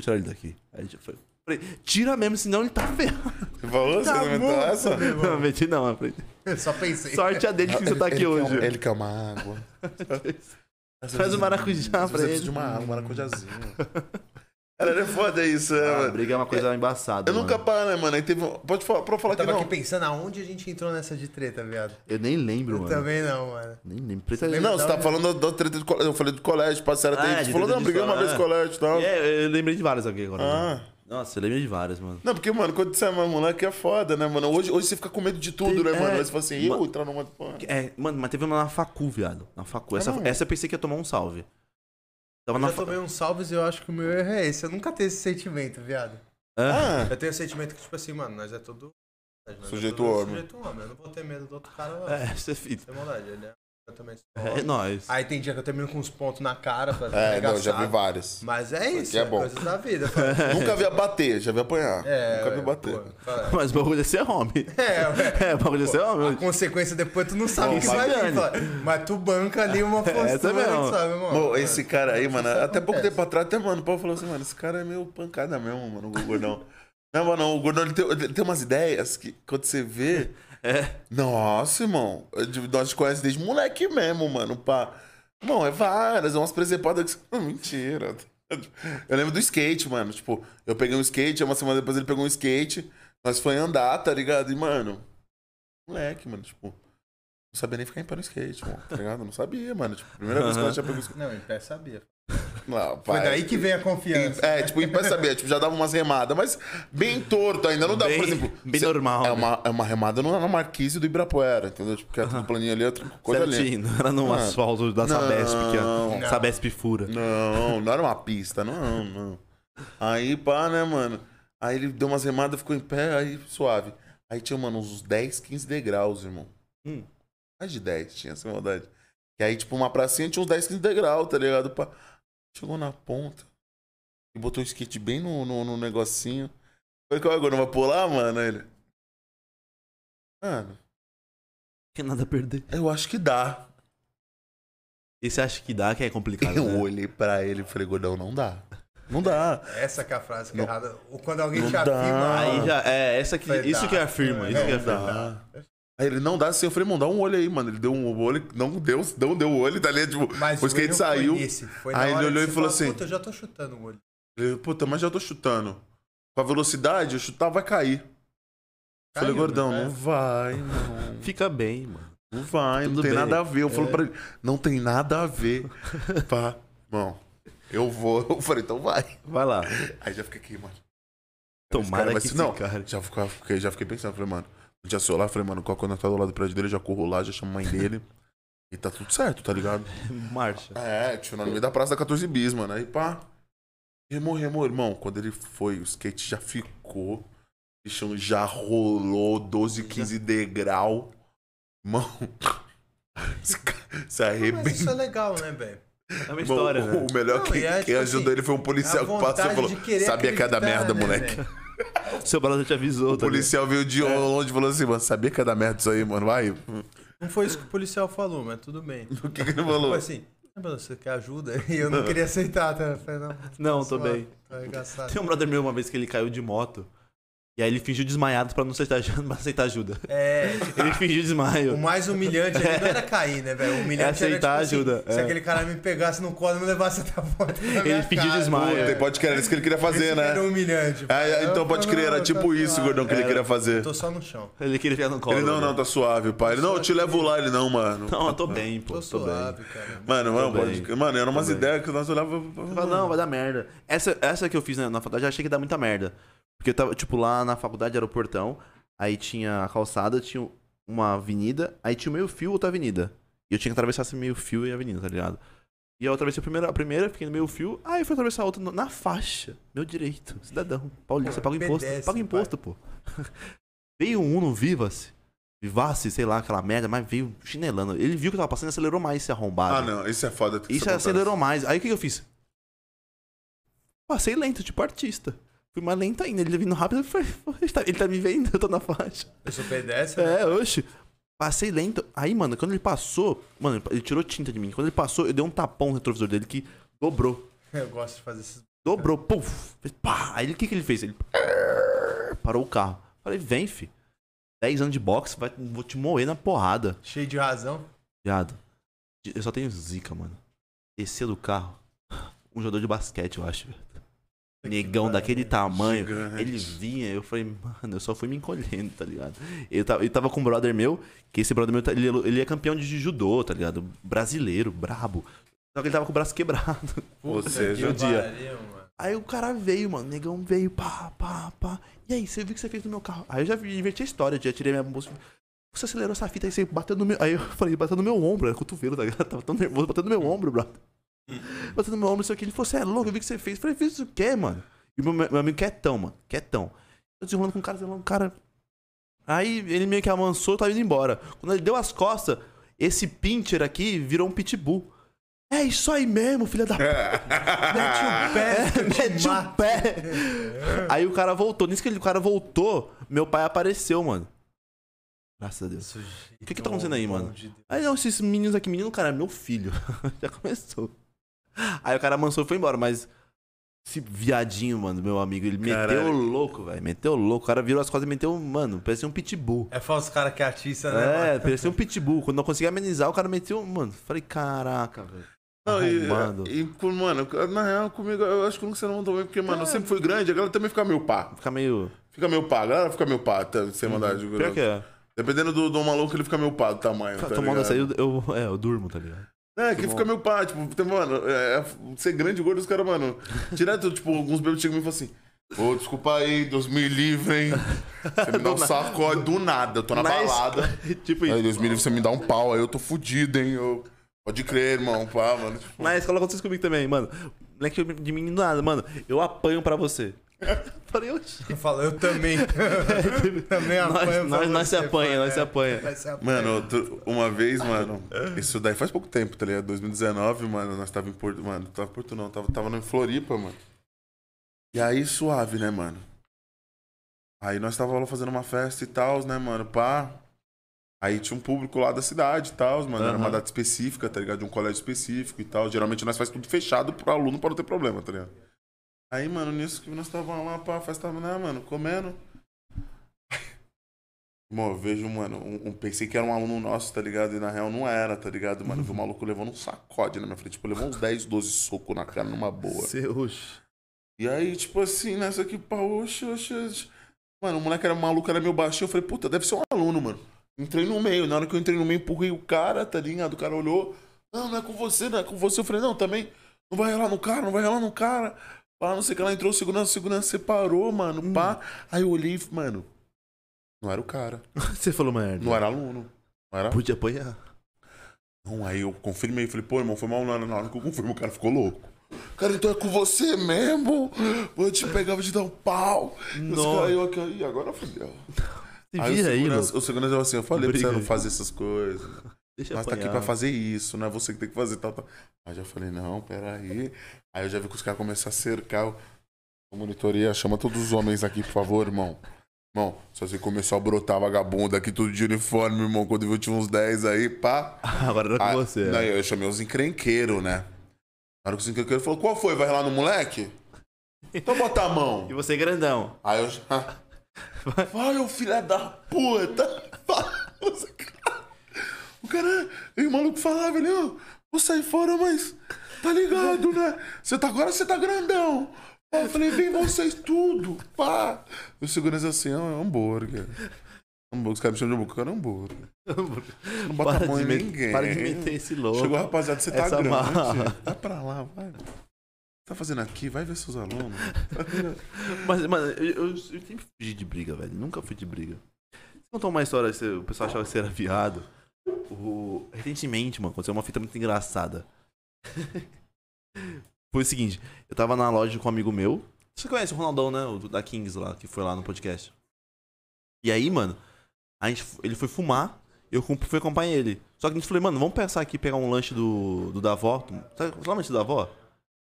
[SPEAKER 3] tirar ele daqui. Aí já foi. Falei, tira mesmo, senão ele tá ferrado.
[SPEAKER 2] Você falou?
[SPEAKER 1] Tá
[SPEAKER 2] você inventou
[SPEAKER 1] bom.
[SPEAKER 2] essa?
[SPEAKER 3] (laughs) Não, menti não. eu Falei,
[SPEAKER 1] Só pensei.
[SPEAKER 3] sorte a dele que você tá aqui
[SPEAKER 2] Ele quer um-
[SPEAKER 3] hoje.
[SPEAKER 2] ele é um- quer uma
[SPEAKER 3] (laughs)
[SPEAKER 2] água.
[SPEAKER 1] um
[SPEAKER 3] Faz o maracujá pra
[SPEAKER 2] Você precisa de
[SPEAKER 3] ele.
[SPEAKER 2] uma água, um
[SPEAKER 3] (laughs)
[SPEAKER 2] maracujazinho. Cara, é foda isso, né,
[SPEAKER 3] Ah,
[SPEAKER 2] mano?
[SPEAKER 3] briga é uma coisa embaçada.
[SPEAKER 2] Eu nunca
[SPEAKER 3] mano.
[SPEAKER 2] paro, né, mano? Aí teve. um- Pode falar, pode falar
[SPEAKER 1] Eu
[SPEAKER 2] que
[SPEAKER 1] tava
[SPEAKER 2] não.
[SPEAKER 1] aqui pensando aonde a gente entrou nessa de treta, viado.
[SPEAKER 3] Eu nem lembro,
[SPEAKER 1] Eu
[SPEAKER 3] mano.
[SPEAKER 1] também não, mano.
[SPEAKER 3] Nem lembro. Preta...
[SPEAKER 2] Não, você tá falando da da treta de colégio. Eu falei do colégio, parceiro.
[SPEAKER 3] um- Ah,
[SPEAKER 2] Ah,
[SPEAKER 3] de
[SPEAKER 2] você falou, não,
[SPEAKER 3] treta de
[SPEAKER 2] briguei uma
[SPEAKER 3] escola,
[SPEAKER 2] vez de
[SPEAKER 3] é.
[SPEAKER 2] colégio e tal.
[SPEAKER 3] É, eu lembrei de várias aqui agora.
[SPEAKER 2] Ah.
[SPEAKER 3] mano. Nossa, eu lembrei de várias, mano.
[SPEAKER 2] Não, porque, mano, quando você é mais moleque é foda, né, mano? Hoje, hoje você fica com medo de tudo, né,
[SPEAKER 3] Tem-
[SPEAKER 2] mano?
[SPEAKER 3] é.
[SPEAKER 2] Aí você fala assim, eu
[SPEAKER 3] Ma-
[SPEAKER 2] entrar numa. pô.
[SPEAKER 3] É, mano, mas teve uma na facu, viado. Na facu. Essa,
[SPEAKER 2] não.
[SPEAKER 3] essa eu pensei que ia tomar um salve. Tava
[SPEAKER 1] Eu
[SPEAKER 3] na
[SPEAKER 1] já
[SPEAKER 3] facu.
[SPEAKER 1] tomei um- uns salves e eu acho que o meu erro é esse. Eu nunca tenho esse sentimento, viado.
[SPEAKER 2] Ah,
[SPEAKER 1] Eu tenho o sentimento que, tipo assim, mano, nós é todo. nós é
[SPEAKER 2] Sujeito
[SPEAKER 1] todo
[SPEAKER 2] homem.
[SPEAKER 1] Sujeito homem. Eu não vou ter medo do outro cara, não.
[SPEAKER 3] É, (laughs) você fica.
[SPEAKER 1] Sem maldade, ele é. Eu também sou
[SPEAKER 3] É,
[SPEAKER 1] homem.
[SPEAKER 3] nóis.
[SPEAKER 1] Aí tem dia que eu termino com uns pontos na cara pra
[SPEAKER 2] é, não,
[SPEAKER 1] arregaçar.
[SPEAKER 2] já vi vários.
[SPEAKER 1] Mas é isso,
[SPEAKER 2] é
[SPEAKER 1] é,
[SPEAKER 2] bom.
[SPEAKER 1] coisa da vida.
[SPEAKER 2] (laughs)
[SPEAKER 1] fala.
[SPEAKER 2] Nunca vi a bater, já vi apanhar.
[SPEAKER 1] É,
[SPEAKER 2] Nunca vi
[SPEAKER 1] ué,
[SPEAKER 2] bater.
[SPEAKER 1] pô, fala.
[SPEAKER 3] Mas o bagulho é ser homem.
[SPEAKER 1] É, ué.
[SPEAKER 3] É, o bagulho é ser
[SPEAKER 1] A
[SPEAKER 3] homem.
[SPEAKER 1] consequência depois tu não sabe o que
[SPEAKER 3] Isso
[SPEAKER 1] vai vir.
[SPEAKER 3] dane.
[SPEAKER 1] fala. Mas tu banca ali uma força,
[SPEAKER 3] (laughs) Essa é mesmo.
[SPEAKER 1] sabe, mano?
[SPEAKER 2] Mano, esse cara aí, mano, até pouco
[SPEAKER 1] acontece.
[SPEAKER 2] tempo atrás, até, mano, o Paulo falou assim, mano, esse cara é meio pancada mesmo, mano, o Gordão. (laughs) Não, mano, o Gordão, ele tem, ele tem umas ideias que quando você vê...
[SPEAKER 3] É.
[SPEAKER 2] Nossa, irmão, é de- nós te conhecemos desde moleque mesmo, mano, pá. Irmão, é várias, é umas presepadas que... você- (laughs) Hum, mentira. Eu lembro do skate, mano, tipo, eu peguei um skate, uma semana depois ele pegou um skate, nós foi andar, tá ligado? E, mano, moleque, mano, tipo... Não sabia nem ficar em pé no skate, mano, tá ligado? Não sabia, mano. Tipo, primeira vez que eu já pegou skate.
[SPEAKER 1] Não, em pé sabia.
[SPEAKER 2] Não,
[SPEAKER 1] Foi
[SPEAKER 2] pai.
[SPEAKER 1] daí que vem a confiança.
[SPEAKER 2] É, tipo, em pé sabia, tipo, já dava umas remadas, mas bem torto ainda, não dá,
[SPEAKER 3] Bem-
[SPEAKER 2] por exemplo.
[SPEAKER 3] bem
[SPEAKER 2] cê-
[SPEAKER 3] normal,
[SPEAKER 2] É
[SPEAKER 3] né?
[SPEAKER 2] uma, é uma remada não é na Marquise do Ibirapuera, entendeu? Tipo, que é tudo planinho ali, outra coisa ali.
[SPEAKER 3] Certinho. (laughs) Era num
[SPEAKER 2] Ah.
[SPEAKER 3] asfalto da
[SPEAKER 2] Não.
[SPEAKER 3] Sabesp, que é.
[SPEAKER 2] Não.
[SPEAKER 3] Sabesp fura.
[SPEAKER 2] Não, não era uma pista, não, não. Aí, pá, né, mano? Aí ele deu umas remadas, ficou em pé, aí suave. Aí tinha, mano, uns 10, 15 degraus, irmão.
[SPEAKER 3] Hum.
[SPEAKER 2] Mais de 10 tinha, sem maldade. E aí, tipo, uma pracinha tinha uns 10, 15 degraus, tá ligado? Pá. Chegou na ponta e botou o skate bem no, no, no negocinho. Falei, qual é agora? Não vai pular, mano? Aí Ele. Mano,
[SPEAKER 3] Tem nada a perder.
[SPEAKER 2] eu acho que dá.
[SPEAKER 3] E você acha que dá, que é complicado.
[SPEAKER 2] eu
[SPEAKER 3] né?
[SPEAKER 2] olhei pra ele e falei, Gordão, não dá. Não dá.
[SPEAKER 1] Essa que é a frase que é errada. Ou Quando alguém
[SPEAKER 2] Não
[SPEAKER 1] te
[SPEAKER 2] dá.
[SPEAKER 1] afirma. ah,
[SPEAKER 3] Aí já, é, essa que,
[SPEAKER 1] Vai
[SPEAKER 3] isso
[SPEAKER 1] dar.
[SPEAKER 3] que afirma, isso
[SPEAKER 1] É,
[SPEAKER 3] que
[SPEAKER 2] Não
[SPEAKER 3] afirma.
[SPEAKER 2] dá. Ah. Aí ele não dá assim, eu falei, mano, dá um olho aí, mano. Ele deu um olho, não deu, não deu o olho, tá ali, tipo, o
[SPEAKER 1] o
[SPEAKER 2] skate
[SPEAKER 1] erro foi
[SPEAKER 2] saiu.
[SPEAKER 1] nesse, foi na
[SPEAKER 2] Aí ele
[SPEAKER 1] hora que
[SPEAKER 2] olhou e
[SPEAKER 1] você
[SPEAKER 2] falou
[SPEAKER 1] fala,
[SPEAKER 2] assim,
[SPEAKER 1] Puta, eu já tô chutando o olho.
[SPEAKER 2] Falei, Puta, mas já tô chutando. Com a velocidade, eu chutar vai cair. falei,
[SPEAKER 1] Caiu,
[SPEAKER 2] gordão,
[SPEAKER 1] né?
[SPEAKER 2] não vai, não.
[SPEAKER 3] Fica bem, mano.
[SPEAKER 2] Não vai,
[SPEAKER 3] Tudo
[SPEAKER 2] não tem
[SPEAKER 3] bem.
[SPEAKER 2] nada a ver. Eu
[SPEAKER 1] É.
[SPEAKER 2] falo pra ele, não tem nada a
[SPEAKER 3] (laughs)
[SPEAKER 2] ver. Pá, bom, eu vou. Eu falei, então vai.
[SPEAKER 3] Vai lá.
[SPEAKER 2] Aí já fica aqui, mano.
[SPEAKER 3] Tomara
[SPEAKER 2] Cara, mas
[SPEAKER 3] que
[SPEAKER 2] se não,
[SPEAKER 3] fique, cara.
[SPEAKER 2] já fica- fiquei, já fiquei pensando, falei, mano, eu já sou lá, falei, mano, qual quando eu tá do lado do prédio dele, eu já corro lá, já chamo a mãe dele. e tá tudo certo, tá ligado?
[SPEAKER 3] (laughs) Marcha.
[SPEAKER 2] É, tipo, no meio da praça da 14 bis, mano. Aí pá. Remou, remou, irmão. Quando ele foi, o skate já ficou. O bichão já rolou 12, 15 degrau. Irmão. (laughs) Esse cara se
[SPEAKER 1] Mas isso é
[SPEAKER 2] arrebentou.
[SPEAKER 1] legal, né, velho?
[SPEAKER 3] É uma história,
[SPEAKER 2] Irmão,
[SPEAKER 3] né?
[SPEAKER 2] O melhor
[SPEAKER 1] Não,
[SPEAKER 2] que,
[SPEAKER 1] e é,
[SPEAKER 2] quem
[SPEAKER 1] tipo
[SPEAKER 2] ajudou
[SPEAKER 1] assim,
[SPEAKER 2] ele foi um policial
[SPEAKER 1] A
[SPEAKER 2] que passou
[SPEAKER 1] vontade
[SPEAKER 2] e falou:
[SPEAKER 1] de querer
[SPEAKER 2] Sabia que ia dar
[SPEAKER 1] acreditar,
[SPEAKER 2] merda,
[SPEAKER 1] né,
[SPEAKER 2] moleque.
[SPEAKER 1] velho? É.
[SPEAKER 3] Seu brother te avisou,
[SPEAKER 2] O
[SPEAKER 3] tá ligado?
[SPEAKER 2] policial veio de longe e falou assim: Mano, sabia que ia dar merda isso aí, mano? Vai. O
[SPEAKER 1] Não foi isso que o policial falou, mas tudo bem.
[SPEAKER 2] que, que ele
[SPEAKER 1] Tipo
[SPEAKER 2] falou? É.
[SPEAKER 1] assim, "Ah, mano, você quer ajuda? (laughs) E eu não queria aceitar, tá? Eu falei, não,
[SPEAKER 3] Não,
[SPEAKER 1] tá
[SPEAKER 3] tô
[SPEAKER 1] suave,
[SPEAKER 3] bem.
[SPEAKER 1] Tá arregaçado.
[SPEAKER 3] Tem um brother meu uma vez que ele caiu de moto. E aí ele fingiu desmaiado pra não aceitar, (laughs) pra aceitar ajuda.
[SPEAKER 1] É,
[SPEAKER 3] Ele fingiu
[SPEAKER 1] o
[SPEAKER 3] desmaio.
[SPEAKER 1] mais humilhante ali não era cair, né, velho? O humilhante
[SPEAKER 3] É aceitar
[SPEAKER 1] era, tipo, assim,
[SPEAKER 3] ajuda,
[SPEAKER 1] se
[SPEAKER 3] é.
[SPEAKER 1] aquele cara me pegasse no colo e me levasse até a porta da minha
[SPEAKER 3] pediu
[SPEAKER 1] casa.
[SPEAKER 3] desmaio.
[SPEAKER 2] Puta, pode crer, era isso que ele queria
[SPEAKER 1] Esse
[SPEAKER 2] fazer,
[SPEAKER 1] que
[SPEAKER 2] né?
[SPEAKER 1] Era humilhante.
[SPEAKER 2] Ah,
[SPEAKER 1] Eu
[SPEAKER 2] então pode
[SPEAKER 1] falei,
[SPEAKER 2] crer, era
[SPEAKER 1] "Não,
[SPEAKER 2] tipo
[SPEAKER 1] tá
[SPEAKER 2] isso,
[SPEAKER 1] suave."
[SPEAKER 2] gordão, que ele
[SPEAKER 3] Era.
[SPEAKER 2] queria fazer.
[SPEAKER 1] Tô só no chão.
[SPEAKER 3] Ele queria ficar no colo.
[SPEAKER 2] Ele, não,
[SPEAKER 3] né?
[SPEAKER 2] não, tá suave, pai. Ele, não, eu te levo lá. Ele, não, mano.
[SPEAKER 3] Não, eu tô bem, pô.
[SPEAKER 1] Tô,
[SPEAKER 3] Tô, bem.
[SPEAKER 1] suave, cara.
[SPEAKER 2] Mano, mano,
[SPEAKER 3] Tô
[SPEAKER 2] pode...
[SPEAKER 3] bem.
[SPEAKER 2] mano, eram umas
[SPEAKER 3] Tô bem.
[SPEAKER 2] ideias que nós olhávamos.
[SPEAKER 3] Eu falo, não, vai dar merda. Essa, essa que eu fiz na, na faculdade, eu achei que ia dar muita merda. Porque eu tava, tipo, lá na faculdade era o portão, aí tinha a calçada, tinha uma avenida, aí tinha o meio fio e outra avenida. E eu tinha que atravessar esse meio fio e a avenida, tá ligado? E eu atravessei a primeira, a primeira fiquei no meio fio, aí eu fui atravessar a outra no- na faixa. Meu direito, cidadão. Paulista, paga imposto.
[SPEAKER 1] pedestre,
[SPEAKER 3] Paga imposto, pô. (laughs) Veio um no Vivace. Vivace, sei lá, aquela merda, mas veio chinelando. Ele viu que eu tava passando e acelerou mais esse arrombado.
[SPEAKER 2] Ah, não, isso é foda. tem que
[SPEAKER 3] Isso
[SPEAKER 2] ser contado.
[SPEAKER 3] acelerou mais. Aí o que, que eu fiz? Passei lento, tipo artista. Fui mais lento ainda. Ele tá vindo rápido, eu falei, (laughs) "Pô, ele tá, ele tá me vendo, eu tô na faixa.
[SPEAKER 1] Eu sou pedestre, né?
[SPEAKER 3] (laughs) É, oxe. Passei lento. Aí, mano, quando ele passou, mano, ele tirou tinta de mim. Quando ele passou, eu dei um tapão no retrovisor dele que dobrou.
[SPEAKER 1] Eu gosto de fazer esses...
[SPEAKER 3] Dobrou, puf. Fez Pá. Aí o que, que ele fez? Ele parou o carro. Falei, vem, fi. 10 anos de boxe, vai, vou te moer na porrada.
[SPEAKER 1] Cheio de razão.
[SPEAKER 3] Viado, eu só tenho zica, mano. Descer do carro, (sighs) um jogador de basquete, eu acho. Negão daquele tamanho.
[SPEAKER 2] Gigante.
[SPEAKER 3] Ele vinha, eu falei, mano, eu só fui me encolhendo, tá ligado? Ele tava, ele tava com um brother meu, que esse brother meu, tá- ele, ele é campeão de judô, tá ligado? Brasileiro, brabo. Só que ele tava com o braço quebrado.
[SPEAKER 2] Ou seja,
[SPEAKER 3] o um dia.
[SPEAKER 1] pariu, mano.
[SPEAKER 3] Aí o cara veio, mano, o negão veio, pá, pá, pá. E aí, você viu o que você fez no meu carro? Aí eu já vi- inverti a história, já tirei minha bolsa. Você acelerou essa fita aí, você bateu no meu. Aí eu falei, bateu no meu ombro, era cotovelo, tá ligado? (laughs) Tava tão nervoso, bateu no meu ombro, brother. Bateu no meu ombro, isso aqui. Ele falou, você é louco, eu vi o que você fez. Eu falei, fiz o quê, mano? E o meu, meu amigo quietão, mano, quietão. Eu desenrolando com o cara, desenrolando com o cara. Aí ele meio que amansou, tava indo embora. Quando ele deu as costas, esse pincher aqui virou um pitbull. É isso aí mesmo, filha da Mete
[SPEAKER 1] Ah.
[SPEAKER 3] o
[SPEAKER 1] É,
[SPEAKER 3] pé, (laughs) mete o
[SPEAKER 1] mato.
[SPEAKER 3] pé. Aí o cara voltou. Nisso que ele- o cara voltou, meu pai apareceu, mano. Graças a Deus.
[SPEAKER 1] O
[SPEAKER 3] que que tá acontecendo aí, mano? Aí não, esses meninos aqui, menino, cara, é meu filho. (laughs) Já começou. Aí o cara amansou e foi embora, mas. Esse viadinho, mano, meu amigo, ele meteu
[SPEAKER 2] Caralho.
[SPEAKER 3] o louco, velho. Meteu o louco. O cara virou as costas e meteu, mano, parecia um pitbull.
[SPEAKER 1] É falso cara que é artista, né?
[SPEAKER 3] É,
[SPEAKER 1] mano?
[SPEAKER 3] parecia um pitbull. Quando não conseguia amenizar, o cara meteu, mano. Falei, caraca, velho.
[SPEAKER 2] (laughs) Não, e-
[SPEAKER 3] Arrombado.
[SPEAKER 2] e, com- mano, na real, comigo, eu acho que eu nunca se mandou bem, porque, mano, eu sempre fui grande, a galera também fica meio pá.
[SPEAKER 3] Fica meio.
[SPEAKER 2] Fica meio pá, a galera fica meio pá, tá, sem mandar. digo,
[SPEAKER 3] Pior que é.
[SPEAKER 2] Dependendo do, do maluco, ele fica meio pá do tamanho. Tá
[SPEAKER 3] Tomando
[SPEAKER 2] ligado?
[SPEAKER 3] essa aí, eu, eu- é, eu durmo, tá ligado?
[SPEAKER 2] É, que fica meio pá, tipo, tem, mano, é, é ser grande e gordo, os caras, mano, direto, tipo, alguns bebês chegam e me falam assim, ô, desculpa aí, Deus me livre, hein, você me dá um sacode (laughs) do nada, eu tô na (laughs)
[SPEAKER 3] Mas-
[SPEAKER 2] balada,
[SPEAKER 3] (laughs) tipo
[SPEAKER 2] aí,
[SPEAKER 3] isso.
[SPEAKER 2] Deus me livre, você me dá um pau, aí eu tô fudido, hein, eu... pode crer, irmão, pá, mano, tipo,
[SPEAKER 3] Na escola aconteceu isso comigo também, mano. Moleque de mim do nada, mano. Eu apanho
[SPEAKER 2] (laughs)
[SPEAKER 3] pra você. Falei, oxi.
[SPEAKER 1] Eu falo, eu
[SPEAKER 3] (laughs)
[SPEAKER 1] também. (laughs) também apanho
[SPEAKER 3] Nós,
[SPEAKER 1] pra
[SPEAKER 3] nós, nós se
[SPEAKER 1] você,
[SPEAKER 3] apanha, nós se
[SPEAKER 1] é.
[SPEAKER 3] apanha.
[SPEAKER 1] Nós se apanha.
[SPEAKER 2] Mano, outro- uma vez, mano, isso daí faz pouco tempo, tá ligado? 2019, mano, nós tava em Porto, mano, tava em Porto não, tava, tava em Floripa, mano. E aí, suave, né, mano? Aí nós tava lá fazendo uma festa e tal, né, mano, pá. Aí tinha um público lá da cidade e tal, mano, era uma
[SPEAKER 3] Aham.
[SPEAKER 2] data específica, tá ligado? De um colégio específico e tal. Geralmente nós faz tudo fechado pro aluno pra não ter problema, tá ligado? Aí, mano, nisso que nós tava lá, pá, a festa tava lá, mano, comendo. (laughs) Mano, eu vejo, mano, um, um- pensei que era um aluno nosso, tá ligado? E na real não era, tá ligado? Mano, eu vi o maluco levando um sacode na minha frente. Tipo, levou uns 10, 12 socos na cara numa boa.
[SPEAKER 3] Seus.
[SPEAKER 2] E aí, tipo assim, nessa aqui, pau, oxe, oxe, oxe. Mano, o moleque era maluco, era meio baixinho. Eu falei, puta, deve ser um aluno, mano. Entrei no meio. Na hora que eu entrei no meio, empurrei o cara, tá ligado? O cara olhou. Não, não é com você, não é com você. Eu falei, não, também. Não vai relar no cara, não vai relar no cara. Pá, não sei o que lá. Entrou o segurança, o segurança separou, mano, pá. Aí eu olhei, e, mano. Não era o cara.
[SPEAKER 3] (laughs) Você falou merda.
[SPEAKER 2] Não era aluno. Não era
[SPEAKER 3] Pude apanhar.
[SPEAKER 2] não, aí eu confirmei, falei, pô, irmão, foi mal na hora, na hora que eu confirmo, o cara ficou louco. Cara, então é com você mesmo? Vou te pegar, vou te dar um pau.
[SPEAKER 3] Nossa.
[SPEAKER 2] Nossa. Aí eu aqui, "Ih, agora fudeu.
[SPEAKER 3] Se
[SPEAKER 2] Aí o
[SPEAKER 3] vira aí,
[SPEAKER 2] segurança,
[SPEAKER 3] mano.
[SPEAKER 2] o segurança falou assim, eu falei pra
[SPEAKER 3] Briga
[SPEAKER 2] você não
[SPEAKER 3] aí.
[SPEAKER 2] fazer essas coisas.
[SPEAKER 3] Deixa eu
[SPEAKER 2] Nós tá aqui
[SPEAKER 3] apanhar.
[SPEAKER 2] pra fazer isso, não é você que tem que fazer tal, tal. Aí eu já falei, não, peraí. Aí eu já vi que os caras começaram a cercar. Eu, "Ô, monitoria, chama todos os homens aqui, por favor, irmão. Irmão, só você começou a brotar vagabundo aqui, tudo de uniforme, irmão. Quando eu tinha uns 10 aí, pá.
[SPEAKER 3] Agora era (laughs) com
[SPEAKER 2] Ah,
[SPEAKER 3] você. é.
[SPEAKER 2] Não, eu chamei os encrenqueiros, né? Na hora que os encrenqueiros falou, qual foi? Vai lá no moleque? Então bota a mão.
[SPEAKER 3] E você é grandão.
[SPEAKER 2] Aí eu já. Vai, ô filha da puta! (laughs) O cara. E o maluco falava, ele, ó, vou sair fora, mas. Tá ligado, né? Você tá agora, você tá grandão. Aí eu falei, vem vocês tudo, pá. E o segurança assim, ó, é um hambúrguer. Hambúrguer, os caras me chamam de hambúrguer, cara, é hambúrguer. Não (laughs) bota
[SPEAKER 3] Para
[SPEAKER 2] a mão
[SPEAKER 3] de,
[SPEAKER 2] em
[SPEAKER 3] met-
[SPEAKER 2] ninguém.
[SPEAKER 3] para de meter esse louco.
[SPEAKER 2] Chegou, rapaziada, você tá
[SPEAKER 3] Essa
[SPEAKER 2] grande.
[SPEAKER 3] marra.
[SPEAKER 2] Vai pra lá, vai. O que Tá fazendo aqui? Vai ver seus alunos.
[SPEAKER 3] Mas, mano, eu, eu- eu sempre fugi de briga, velho. Nunca fui de briga. Você contou uma história, que você- o pessoal achava que você era viado. O- Recentemente, mano, aconteceu uma fita muito engraçada. (laughs) foi o seguinte, eu tava na loja com um amigo meu. Você conhece o Ronaldão, né? O do- da Kings lá, que foi lá no podcast. E aí, mano, a gente, f- ele foi fumar, eu com- fui acompanhar ele. Só que a gente falou, mano, vamos pensar aqui, pegar um lanche do, do Davó. Sabe sabe o lanche do Davó?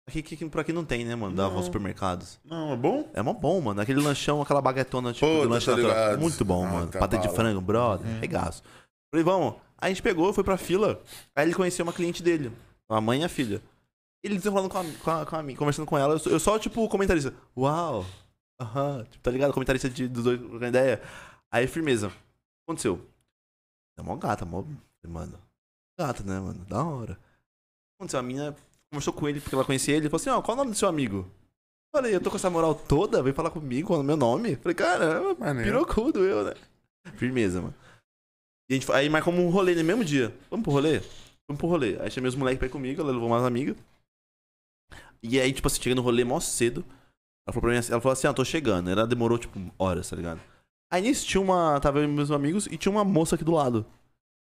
[SPEAKER 3] Aqui, aqui, pra quem não tem, né, mano? Davó
[SPEAKER 2] Não.
[SPEAKER 3] Supermercados.
[SPEAKER 2] Não, é bom?
[SPEAKER 3] É mó bom, mano. Aquele lanchão, aquela baguetona tipo
[SPEAKER 2] Pô,
[SPEAKER 3] de
[SPEAKER 2] tá
[SPEAKER 3] lanche natural.
[SPEAKER 2] ligado.
[SPEAKER 3] Muito bom,
[SPEAKER 2] Ah,
[SPEAKER 3] mano.
[SPEAKER 2] tá
[SPEAKER 3] Patê de
[SPEAKER 2] bala.
[SPEAKER 3] frango, brother. Regaço. Falei, vamos. Aí a gente pegou, foi pra fila. Aí ele conheceu uma cliente dele. A mãe e a filha. Ele desenrolando com a, com a, com a mim, conversando com ela. Eu só, eu só, tipo, comentarista. Uau. Aham. Tipo, tá ligado? Comentarista de, dos dois, com ideia. Aí, firmeza. O que aconteceu? É mó gata, mó... Mano. Gata, né, mano? Da hora. O que aconteceu? A mina conversou com ele, porque ela conhecia ele. Falou assim, ó, qual o nome do seu amigo? Falei, eu tô com essa moral toda, vem falar comigo, o meu nome. Falei, caramba,
[SPEAKER 2] Maneiro.
[SPEAKER 3] pirocudo eu, né? Firmeza, mano. E a gente, foi- aí marcamos um rolê no mesmo dia. Vamos pro rolê? Vamos pro rolê. Aí chamei os moleques pra ir comigo, ela levou mais amiga. E aí, tipo assim, cheguei no rolê mó cedo. Ela falou pra mim assim, ela falou assim, ah, tô chegando. Ela demorou, tipo, horas, tá ligado? Aí nisso tinha uma. Tava eu e meus amigos e tinha uma moça aqui do lado.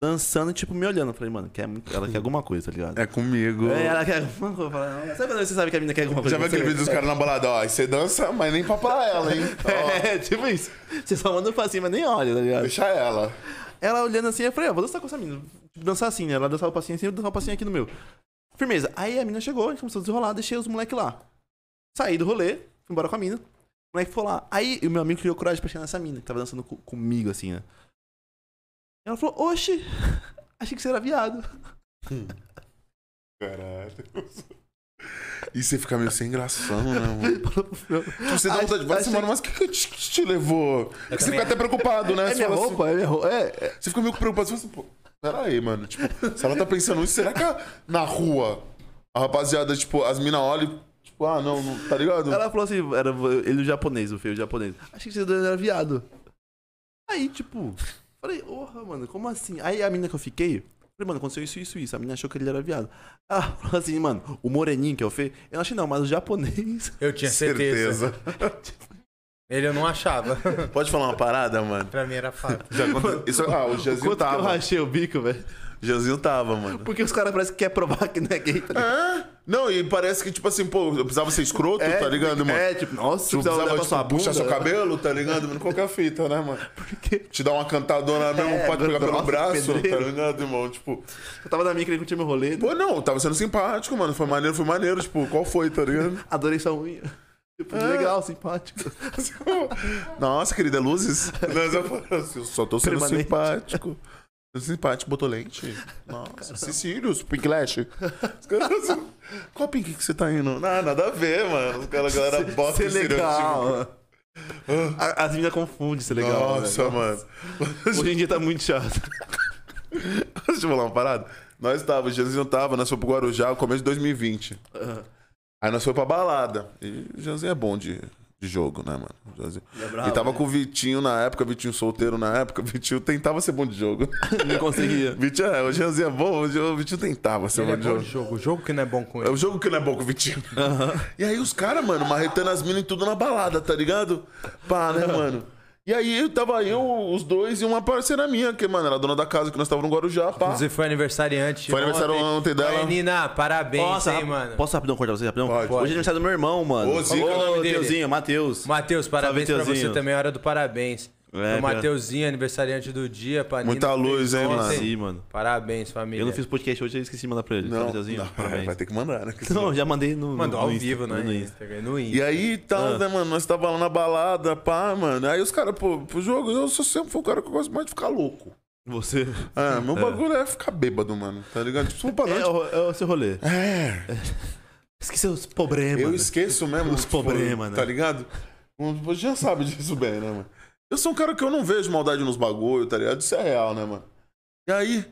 [SPEAKER 3] Dançando, tipo, me olhando. Eu falei, mano, quer muito. Ela quer alguma coisa, tá ligado?
[SPEAKER 2] É comigo.
[SPEAKER 3] É, ela quer alguma coisa. Eu falei, "Não, Sabe quando você sabe que a mina quer alguma
[SPEAKER 2] Já
[SPEAKER 3] coisa?
[SPEAKER 2] viu aquele
[SPEAKER 3] Você-
[SPEAKER 2] vídeo dos caras na balada? Ó, aí você dança, mas nem pra pra ela, hein? Ó,
[SPEAKER 3] (laughs) É, tipo isso. Você só manda pra cima, nem olha, tá ligado?
[SPEAKER 2] deixa ela.
[SPEAKER 3] Ela olhando assim, eu falei, ó, vou dançar com essa mina. Tipo, dançar assim, né? Ela dançava o passinho assim, eu dançava o passinho aqui no meu. Firmeza. Aí a mina chegou, a gente começou a desenrolar, deixei os moleques lá. Saí do rolê, fui embora com a mina. O moleque foi lá. Aí o meu amigo criou coragem pra chegar nessa mina, que tava dançando co- comigo, assim, né? E ela falou, oxe, (laughs) achei que você era viado. (laughs) Hum.
[SPEAKER 2] Caralho. E você fica meio sem gração, né, mano?
[SPEAKER 3] Falou pro meu-
[SPEAKER 2] Você dá
[SPEAKER 3] Ai,
[SPEAKER 2] vontade de falar assim,
[SPEAKER 3] achei-
[SPEAKER 2] mano, mas o que, que te, que te levou? Porque você
[SPEAKER 4] também-
[SPEAKER 2] fica até preocupado, né?
[SPEAKER 3] É
[SPEAKER 2] Você
[SPEAKER 3] minha
[SPEAKER 2] fala assim-
[SPEAKER 3] roupa, é minha roupa. É, é.
[SPEAKER 2] você fica meio preocupado. Você fala assim, pô, peraí, mano. Tipo, se ela tá pensando isso, será que a- na rua a rapaziada, tipo, as minas olham e, tipo, ah, não, não tá ligado?
[SPEAKER 3] Ela falou assim, era ele o japonês, o feio é japonês. Achei que você era viado. Aí, tipo, falei, porra, mano, como assim? Aí a mina que eu fiquei, falei, mano, aconteceu isso, isso, isso. A mina achou que ele era viado. Ela (laughs) falou assim, mano, o moreninho que é o feio, eu não achei não, mas o japonês. (laughs)
[SPEAKER 1] Eu tinha certeza. Ele eu não achava. (laughs)
[SPEAKER 2] Pode falar uma parada, mano?
[SPEAKER 1] pra mim era fato.
[SPEAKER 2] Já aconteceu. Isso, ah, o Jeanzinho
[SPEAKER 3] Quanto que eu
[SPEAKER 2] tava.
[SPEAKER 3] rachei o bico, velho?
[SPEAKER 2] Jeanzinho tava, mano.
[SPEAKER 3] Porque os caras parecem que quer provar que não é gay, tá ligado?
[SPEAKER 2] É? Não, e parece que, tipo assim, pô, eu precisava ser escroto, tá ligado, mano?
[SPEAKER 3] É, tipo, nossa,
[SPEAKER 2] Tu
[SPEAKER 3] você precisava levar
[SPEAKER 2] puxar
[SPEAKER 3] sua bunda. é. né?
[SPEAKER 2] seu cabelo, tá ligado? Mano, qualquer fita, né, mano?
[SPEAKER 3] Porque
[SPEAKER 2] Te dar uma cantadona mesmo,
[SPEAKER 3] É,
[SPEAKER 2] pode pegar pelo
[SPEAKER 3] grossa,
[SPEAKER 2] braço,
[SPEAKER 3] pedreiro.
[SPEAKER 2] tá ligado, irmão? Tipo,
[SPEAKER 3] (laughs) eu tava na minha querendo curtir meu rolê, né?
[SPEAKER 2] pô, não, tava sendo simpático, mano. Foi maneiro, foi maneiro. Tipo, qual foi, tá ligado?
[SPEAKER 3] adorei sua unha. Tipo,
[SPEAKER 2] É.
[SPEAKER 3] legal, simpático. (laughs)
[SPEAKER 2] Nossa, querida, luzes? Não, eu só- eu só tô sendo
[SPEAKER 3] Permanente.
[SPEAKER 2] simpático. Simpático, botou lente. Nossa, Cecílio, Pink Lash. Os caras, assim, Qual pink que você tá indo? Ah, nada a ver, mano. Os caras, a galera bota
[SPEAKER 3] Ser
[SPEAKER 2] esse estereotipo.
[SPEAKER 3] é legal. Ah. A- As meninas confundem ser legal.
[SPEAKER 2] Nossa,
[SPEAKER 3] velho.
[SPEAKER 2] mano.
[SPEAKER 3] Hoje em dia tá muito chato.
[SPEAKER 2] (laughs) Deixa eu falar uma parada. Nós tava, o Janzinho tava, nós fomos pro Guarujá no começo de 2020. Aí nós fomos pra balada. E o Janzinho é bom de, de jogo, né, mano? O Janzinho-
[SPEAKER 3] é bravo,
[SPEAKER 2] e tava
[SPEAKER 3] né?
[SPEAKER 2] com o Vitinho na época, Vitinho solteiro na época. (laughs) Vitinho tentava ser bom de jogo.
[SPEAKER 3] Não conseguia.
[SPEAKER 2] Vitinho, é, o Janzinho é bom, o Jan- o Vitinho tentava ser
[SPEAKER 1] Ele
[SPEAKER 2] bom
[SPEAKER 1] é
[SPEAKER 2] de
[SPEAKER 1] bom
[SPEAKER 2] jogo.
[SPEAKER 1] de jogo. O jogo que não é bom com
[SPEAKER 2] É
[SPEAKER 1] ele.
[SPEAKER 2] o jogo que não é bom com o Vitinho. E aí os caras, mano, marretando as minas e tudo na balada, tá ligado? Pá, né, mano? E aí eu tava eu, os dois e uma parceira minha, que, mano, era a dona da casa, que nós tava no Guarujá, pá.
[SPEAKER 1] Inclusive foi aniversariante.
[SPEAKER 2] Foi aniversário ontem dela.
[SPEAKER 1] Oi, Nina, parabéns,
[SPEAKER 3] Nossa,
[SPEAKER 1] hein, mano. é
[SPEAKER 3] posso rapidão cortar você rapidão?
[SPEAKER 2] Pode.
[SPEAKER 3] Hoje é aniversário do meu irmão, mano.
[SPEAKER 2] Ô, Zica. Qual
[SPEAKER 1] o nome
[SPEAKER 3] Ô,
[SPEAKER 1] dele?
[SPEAKER 3] Teuzinho, Matheus.
[SPEAKER 1] Matheus, parabéus pra
[SPEAKER 3] Mateuzinho.
[SPEAKER 1] você também, hora do parabéns.
[SPEAKER 3] É,
[SPEAKER 1] o Mateuzinho, aniversariante do dia, pra Nina,
[SPEAKER 2] Muita luz,
[SPEAKER 1] fez
[SPEAKER 2] hein, mano?
[SPEAKER 1] ontem.
[SPEAKER 3] Sim, mano.
[SPEAKER 1] Parabéns, família.
[SPEAKER 3] Eu não fiz podcast hoje, eu esqueci de mandar pra ele.
[SPEAKER 2] Não,
[SPEAKER 3] Teuzinho,
[SPEAKER 2] não, (laughs) é,
[SPEAKER 3] parabéns.
[SPEAKER 2] vai ter que mandar, né? que senão-
[SPEAKER 3] (laughs) Não, já mandei no.
[SPEAKER 1] Mandou
[SPEAKER 3] no
[SPEAKER 1] ao
[SPEAKER 3] Insta,
[SPEAKER 1] vivo, né?
[SPEAKER 3] no
[SPEAKER 1] No
[SPEAKER 3] Insta.
[SPEAKER 1] Instagram, no
[SPEAKER 2] E
[SPEAKER 1] Insta.
[SPEAKER 2] aí e
[SPEAKER 3] Ah.
[SPEAKER 2] tal, né, mano? Nós tava lá na balada, pá, mano. Aí os caras, pô, pro jogo, eu sou sempre fui o cara que eu gosto mais de ficar louco.
[SPEAKER 3] Você.
[SPEAKER 2] É, meu bagulho é ficar bêbado, mano, tá ligado? Tipo, pra
[SPEAKER 3] (laughs) É,
[SPEAKER 2] noite.
[SPEAKER 3] o, é o seu rolê.
[SPEAKER 2] É,
[SPEAKER 3] Esqueceu os problemas.
[SPEAKER 2] eu
[SPEAKER 3] né?
[SPEAKER 2] esqueço mesmo.
[SPEAKER 3] Os
[SPEAKER 2] tipo,
[SPEAKER 3] problema, né?
[SPEAKER 2] Tá ligado? Um, Você já sabe disso bem, né, mano? Eu sou um cara que eu não vejo maldade nos bagulho, tá ligado? Isso é real, né, mano? E aí,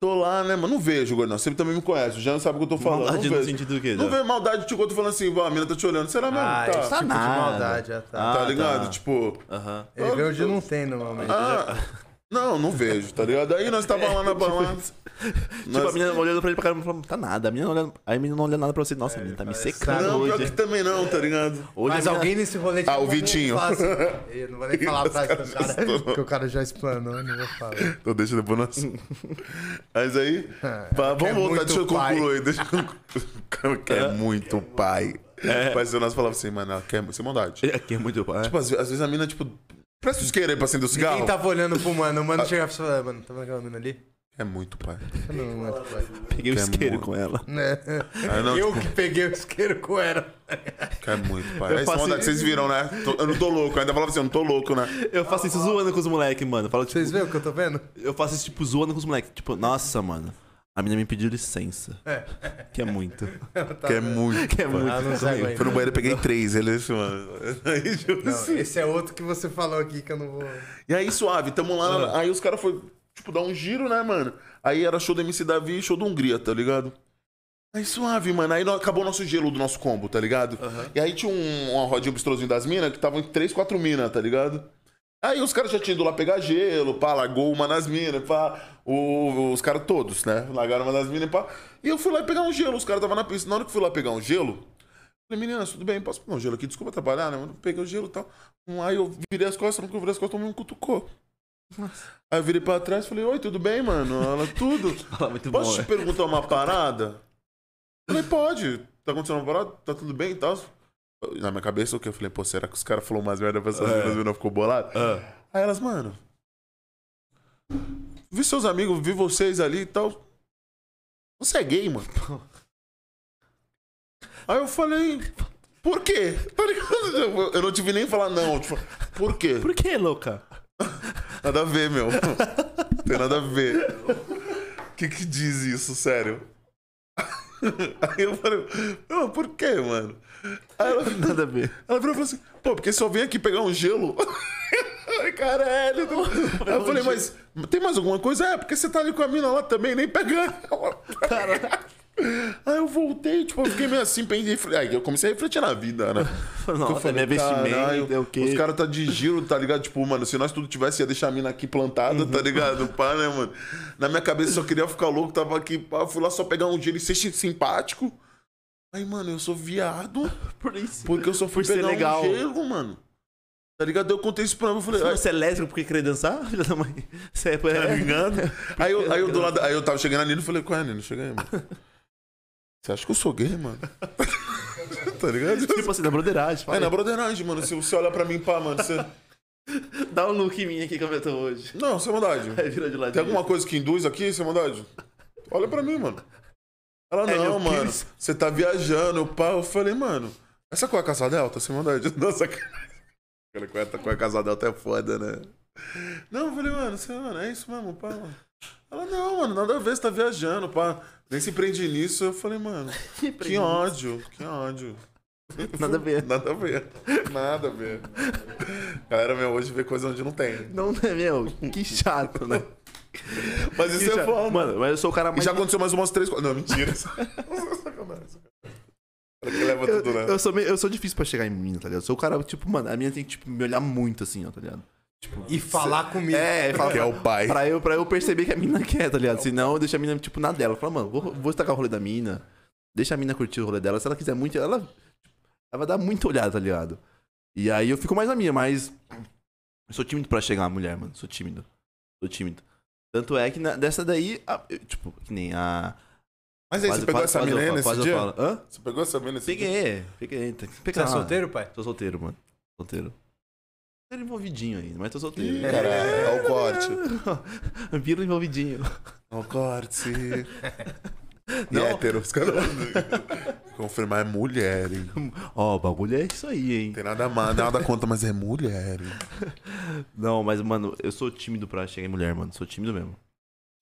[SPEAKER 2] tô lá, né, mano? Não vejo, Gordão. Sempre também me conhece. O Jean sabe o que eu tô falando.
[SPEAKER 3] Maldade
[SPEAKER 2] não
[SPEAKER 3] no
[SPEAKER 2] vejo.
[SPEAKER 3] sentido do quê?
[SPEAKER 2] Não
[SPEAKER 3] Jean?
[SPEAKER 2] vejo maldade, tipo, eu tô falando assim, ó, a mina tá te olhando. Será mesmo?
[SPEAKER 1] Ah,
[SPEAKER 2] tá.
[SPEAKER 1] esse tipo
[SPEAKER 3] nada.
[SPEAKER 1] de maldade, já tá.
[SPEAKER 3] Ah,
[SPEAKER 2] tá ligado?
[SPEAKER 3] tá.
[SPEAKER 2] Tipo.
[SPEAKER 3] Aham.
[SPEAKER 1] Ele veio onde não tem normalmente.
[SPEAKER 2] Ah, não, não vejo, tá ligado? Aí nós tava
[SPEAKER 3] (laughs)
[SPEAKER 2] lá na balada.
[SPEAKER 3] Tipo,
[SPEAKER 2] Nós-
[SPEAKER 3] a menina olhando pra ele pra caramba e falando, tá nada. A menina olhando. Aí a menina não olhando nada pra você. Nossa,
[SPEAKER 1] É,
[SPEAKER 3] a menina tá me secando
[SPEAKER 2] Não, pior
[SPEAKER 3] hoje.
[SPEAKER 2] que também não, tá ligado?
[SPEAKER 3] Hoje
[SPEAKER 1] Mas
[SPEAKER 3] a menina-
[SPEAKER 1] alguém nesse rolê tinha
[SPEAKER 2] Ah, o
[SPEAKER 1] como
[SPEAKER 2] Vitinho. (laughs)
[SPEAKER 1] fácil. Eu não vou nem falar
[SPEAKER 2] Os
[SPEAKER 1] pra
[SPEAKER 2] caras
[SPEAKER 1] esse
[SPEAKER 2] já
[SPEAKER 1] cara,
[SPEAKER 2] (laughs) estão-
[SPEAKER 1] porque o cara já explanou, não vou falar.
[SPEAKER 2] Então deixa depois
[SPEAKER 3] (laughs)
[SPEAKER 2] nós. Mas aí.
[SPEAKER 1] É,
[SPEAKER 2] pá,
[SPEAKER 1] quer
[SPEAKER 2] vamos voltar,
[SPEAKER 1] muito
[SPEAKER 2] deixa eu
[SPEAKER 1] pai.
[SPEAKER 2] concluir. Deixa eu concluir.
[SPEAKER 3] É.
[SPEAKER 2] Quer muito pai. Mas nós falava assim, mano, ela quer sem maldade.
[SPEAKER 3] (laughs) Aqui é muito.
[SPEAKER 2] Tipo, às ve- às vezes a mina, tipo, presta os querer pra acender o cigarro.
[SPEAKER 1] Quem tava olhando pro mano, o
[SPEAKER 2] Ah.
[SPEAKER 1] mano chegava e falava, mano, tá vendo aquela mina ali?
[SPEAKER 2] É muito pai.
[SPEAKER 1] Eu Não, mano, vai.
[SPEAKER 3] Peguei o
[SPEAKER 2] Quer
[SPEAKER 3] isqueiro
[SPEAKER 2] muito.
[SPEAKER 3] com ela.
[SPEAKER 2] (laughs)
[SPEAKER 1] Né?
[SPEAKER 2] Ah, não,
[SPEAKER 1] (laughs) eu
[SPEAKER 2] tipo-
[SPEAKER 1] que peguei o isqueiro com era.
[SPEAKER 2] Quer muito pai. Aí,
[SPEAKER 3] Eu
[SPEAKER 2] sem
[SPEAKER 3] faço
[SPEAKER 2] maldade,
[SPEAKER 3] isso.
[SPEAKER 2] vocês viram, né? Tô- Eu não tô louco. Eu ainda falava assim, eu não tô louco, né?
[SPEAKER 3] Eu faço isso zoando com os moleques, mano. Eu, falo, tipo,
[SPEAKER 1] Vocês veem o que eu tô vendo?
[SPEAKER 3] eu faço isso, tipo, zoando com os moleques. Tipo, nossa, mano. A menina me pediu licença. Que é muito.
[SPEAKER 1] (laughs)
[SPEAKER 2] Quer muito.
[SPEAKER 3] (laughs) Que é muito.
[SPEAKER 1] tá Ah, não se
[SPEAKER 3] também.
[SPEAKER 2] Foi
[SPEAKER 1] aguenta.
[SPEAKER 2] no banheiro, eu peguei três. Ele disse, mano. (laughs) Aí, tipo,
[SPEAKER 1] Não, esse é outro que você falou aqui que eu não vou.
[SPEAKER 2] E aí, suave, tamo lá. Aí os caras foram, tipo, dar um giro, né, mano? Aí era show do MC Davi e show do Hungria, tá ligado? Aí suave, mano. Aí no- acabou o nosso gelo do nosso combo, tá ligado? E aí tinha um, uma rodinha um bistrozinho das minas que tava em três, quatro minas, tá ligado? Aí os caras já tinham ido lá pegar gelo, pá, lagou uma nas minas, pá. O- os caras todos, né? Lagaram uma nas minas, pá. E eu fui lá pegar um gelo, os caras tava na pista. Na hora que eu fui lá pegar um gelo, Falei, meninas, tudo bem, posso pegar um gelo aqui? Desculpa atrapalhar, né? mano? Peguei o gelo e tal. Hum, Aí eu virei as costas, não que eu virei as costas, todo mundo me cutucou. Aí eu virei pra trás e falei, oi, tudo bem, mano? Ela, tudo.
[SPEAKER 3] Fala muito bom,
[SPEAKER 2] Posso te
[SPEAKER 3] é.
[SPEAKER 2] perguntar
[SPEAKER 3] (laughs)
[SPEAKER 2] uma parada? Falei, pode. Tá acontecendo uma parada? Tá tudo bem e tal? Na minha cabeça, o que? Eu falei, pô, será que os caras falaram umas merda pra essas
[SPEAKER 3] É.
[SPEAKER 2] meninas e não ficou bolado?
[SPEAKER 3] Ah,
[SPEAKER 2] Aí elas, mano. Vi seus amigos, vi vocês ali e tal. Você é gay,
[SPEAKER 3] (laughs)
[SPEAKER 2] mano. Aí eu falei, por quê? Tá ligado? Eu- Eu não tive nem falar não. Tipo, por quê?
[SPEAKER 3] Por que, louca?
[SPEAKER 2] Nada a ver, meu. Tem nada a ver. O que que diz isso, sério? Aí eu falei, não, por quê, mano? Aí ela,
[SPEAKER 3] (laughs) Nada a ver.
[SPEAKER 2] ela virou e falou assim, pô, porque só vim aqui pegar um gelo. (laughs) Ai, Caralho. Tô... Aí
[SPEAKER 3] um
[SPEAKER 2] eu falei, mas tem mais alguma coisa? É, porque você tá ali com a mina lá também, nem pegando.
[SPEAKER 3] Caralho.
[SPEAKER 2] Aí eu voltei, tipo, eu fiquei meio assim, pensei, falei, aí eu comecei a refletir na vida, né?
[SPEAKER 3] Nossa, minha vestimenta, é o quê?
[SPEAKER 2] Os caras tá de giro, tá ligado? Tipo, mano, se nós tudo tivesse, ia deixar a mina aqui plantada,
[SPEAKER 3] Uhum.
[SPEAKER 2] tá ligado? Pá, né, mano? Na minha cabeça eu só queria ficar louco, tava aqui, pá, fui lá só pegar um giro e ser simpático. Aí, mano, eu sou viado.
[SPEAKER 3] Por isso.
[SPEAKER 2] Porque eu só fui
[SPEAKER 3] Por ser
[SPEAKER 2] pegar
[SPEAKER 3] legal.
[SPEAKER 2] um gelo, mano. Tá ligado? Eu contei isso pra ela, eu falei...
[SPEAKER 3] Você
[SPEAKER 2] "Ai, tá
[SPEAKER 3] é lésbico porque queria dançar, (laughs) filha da mãe? Você é... Tá (laughs)
[SPEAKER 2] ligado? Aí, eu, aí eu do lado... Aí eu tava chegando a Nino e falei, qual é, Nino? Chega aí, mano. Você acha que eu sou gay, mano? (laughs) tá ligado?
[SPEAKER 3] (laughs) Tipo assim, na broderagem.
[SPEAKER 2] Aí
[SPEAKER 3] fala.
[SPEAKER 2] na broderagem, mano, se você olhar pra mim, pá, mano, você...
[SPEAKER 3] Dá um look em mim aqui que eu tô hoje. (laughs)
[SPEAKER 2] Não, sem maldade.
[SPEAKER 3] Aí vira de lado.
[SPEAKER 2] Tem alguma coisa que induz aqui, sem maldade? Olha pra mim, mano. Ela,
[SPEAKER 3] É,
[SPEAKER 2] não,
[SPEAKER 3] meu
[SPEAKER 2] mano,
[SPEAKER 3] pênis.
[SPEAKER 2] você tá viajando, pá. Eu falei, mano, essa qual é a casa delta, sem maldade? (laughs) Nossa, cara, qual é, qual é a casa delta é foda, né? Não, eu falei, mano, você, mano, é isso mesmo, pá, mano. Ela, não, mano, nada a ver, você tá viajando, pá. Nem se prende nisso. Eu falei,
[SPEAKER 3] (laughs)
[SPEAKER 2] mano, que ódio, que ódio.
[SPEAKER 3] Nada a ver.
[SPEAKER 2] Nada a ver. Nada a ver. Galera, meu, hoje vê coisa onde não tem.
[SPEAKER 3] Não, né, meu? Que chato, né?
[SPEAKER 2] Mas
[SPEAKER 3] Que
[SPEAKER 2] isso é
[SPEAKER 3] chato.
[SPEAKER 2] foda.
[SPEAKER 3] Mano, mas eu sou o cara
[SPEAKER 2] E
[SPEAKER 3] mais.
[SPEAKER 2] já aconteceu mais umas três. co- Não, (laughs) mentira. Sacanagem, sacanagem. Ela que leva
[SPEAKER 3] eu,
[SPEAKER 2] tudo, né?
[SPEAKER 3] eu sou meio- eu sou difícil pra chegar em mina, tá ligado? Eu sou o cara, tipo, mano, a mina tem que tipo, me olhar muito assim, ó, tá ligado?
[SPEAKER 1] E falar comigo.
[SPEAKER 3] É, fala,
[SPEAKER 2] Que é o pai.
[SPEAKER 3] Pra eu, pra eu perceber que a mina quer, tá ligado? Senão eu deixo a mina, tipo, na dela. Fala, mano, vou, vou estacar o rolê da mina. Deixa a mina curtir o rolê dela. Se ela quiser muito, ela, ela vai dar muita olhada, tá ligado? E aí eu fico mais na minha, mas. Eu sou tímido pra chegar na mulher, mano. Sou tímido. Sou tímido. Tanto é que na- dessa daí, a- eu, tipo, que nem a.
[SPEAKER 2] Mas aí, você pegou essa
[SPEAKER 3] eu
[SPEAKER 2] mina aí
[SPEAKER 3] falo-
[SPEAKER 2] nesse
[SPEAKER 3] eu
[SPEAKER 2] dia?
[SPEAKER 3] falo. Hã?
[SPEAKER 2] Você pegou essa mina nesse dia?
[SPEAKER 3] Peguei, peguei. Tá,
[SPEAKER 1] Você é solteiro, pai?
[SPEAKER 3] Tô solteiro, mano. Solteiro. Tô envolvidinho ainda, mas tô solteiro.
[SPEAKER 2] Ih, caralho, olha o corte.
[SPEAKER 3] (laughs) Vira envolvidinho.
[SPEAKER 2] Não (laughs) corte.
[SPEAKER 3] Não.
[SPEAKER 2] Não. Hétero, os caras. Confirmar é mulher, hein?
[SPEAKER 3] Ó, o bagulho é isso aí, hein?
[SPEAKER 2] Não tem nada, ma- nada contra, mas é mulher. hein?
[SPEAKER 3] Não, mas, mano, eu sou tímido pra chegar em mulher, mano. Sou tímido mesmo.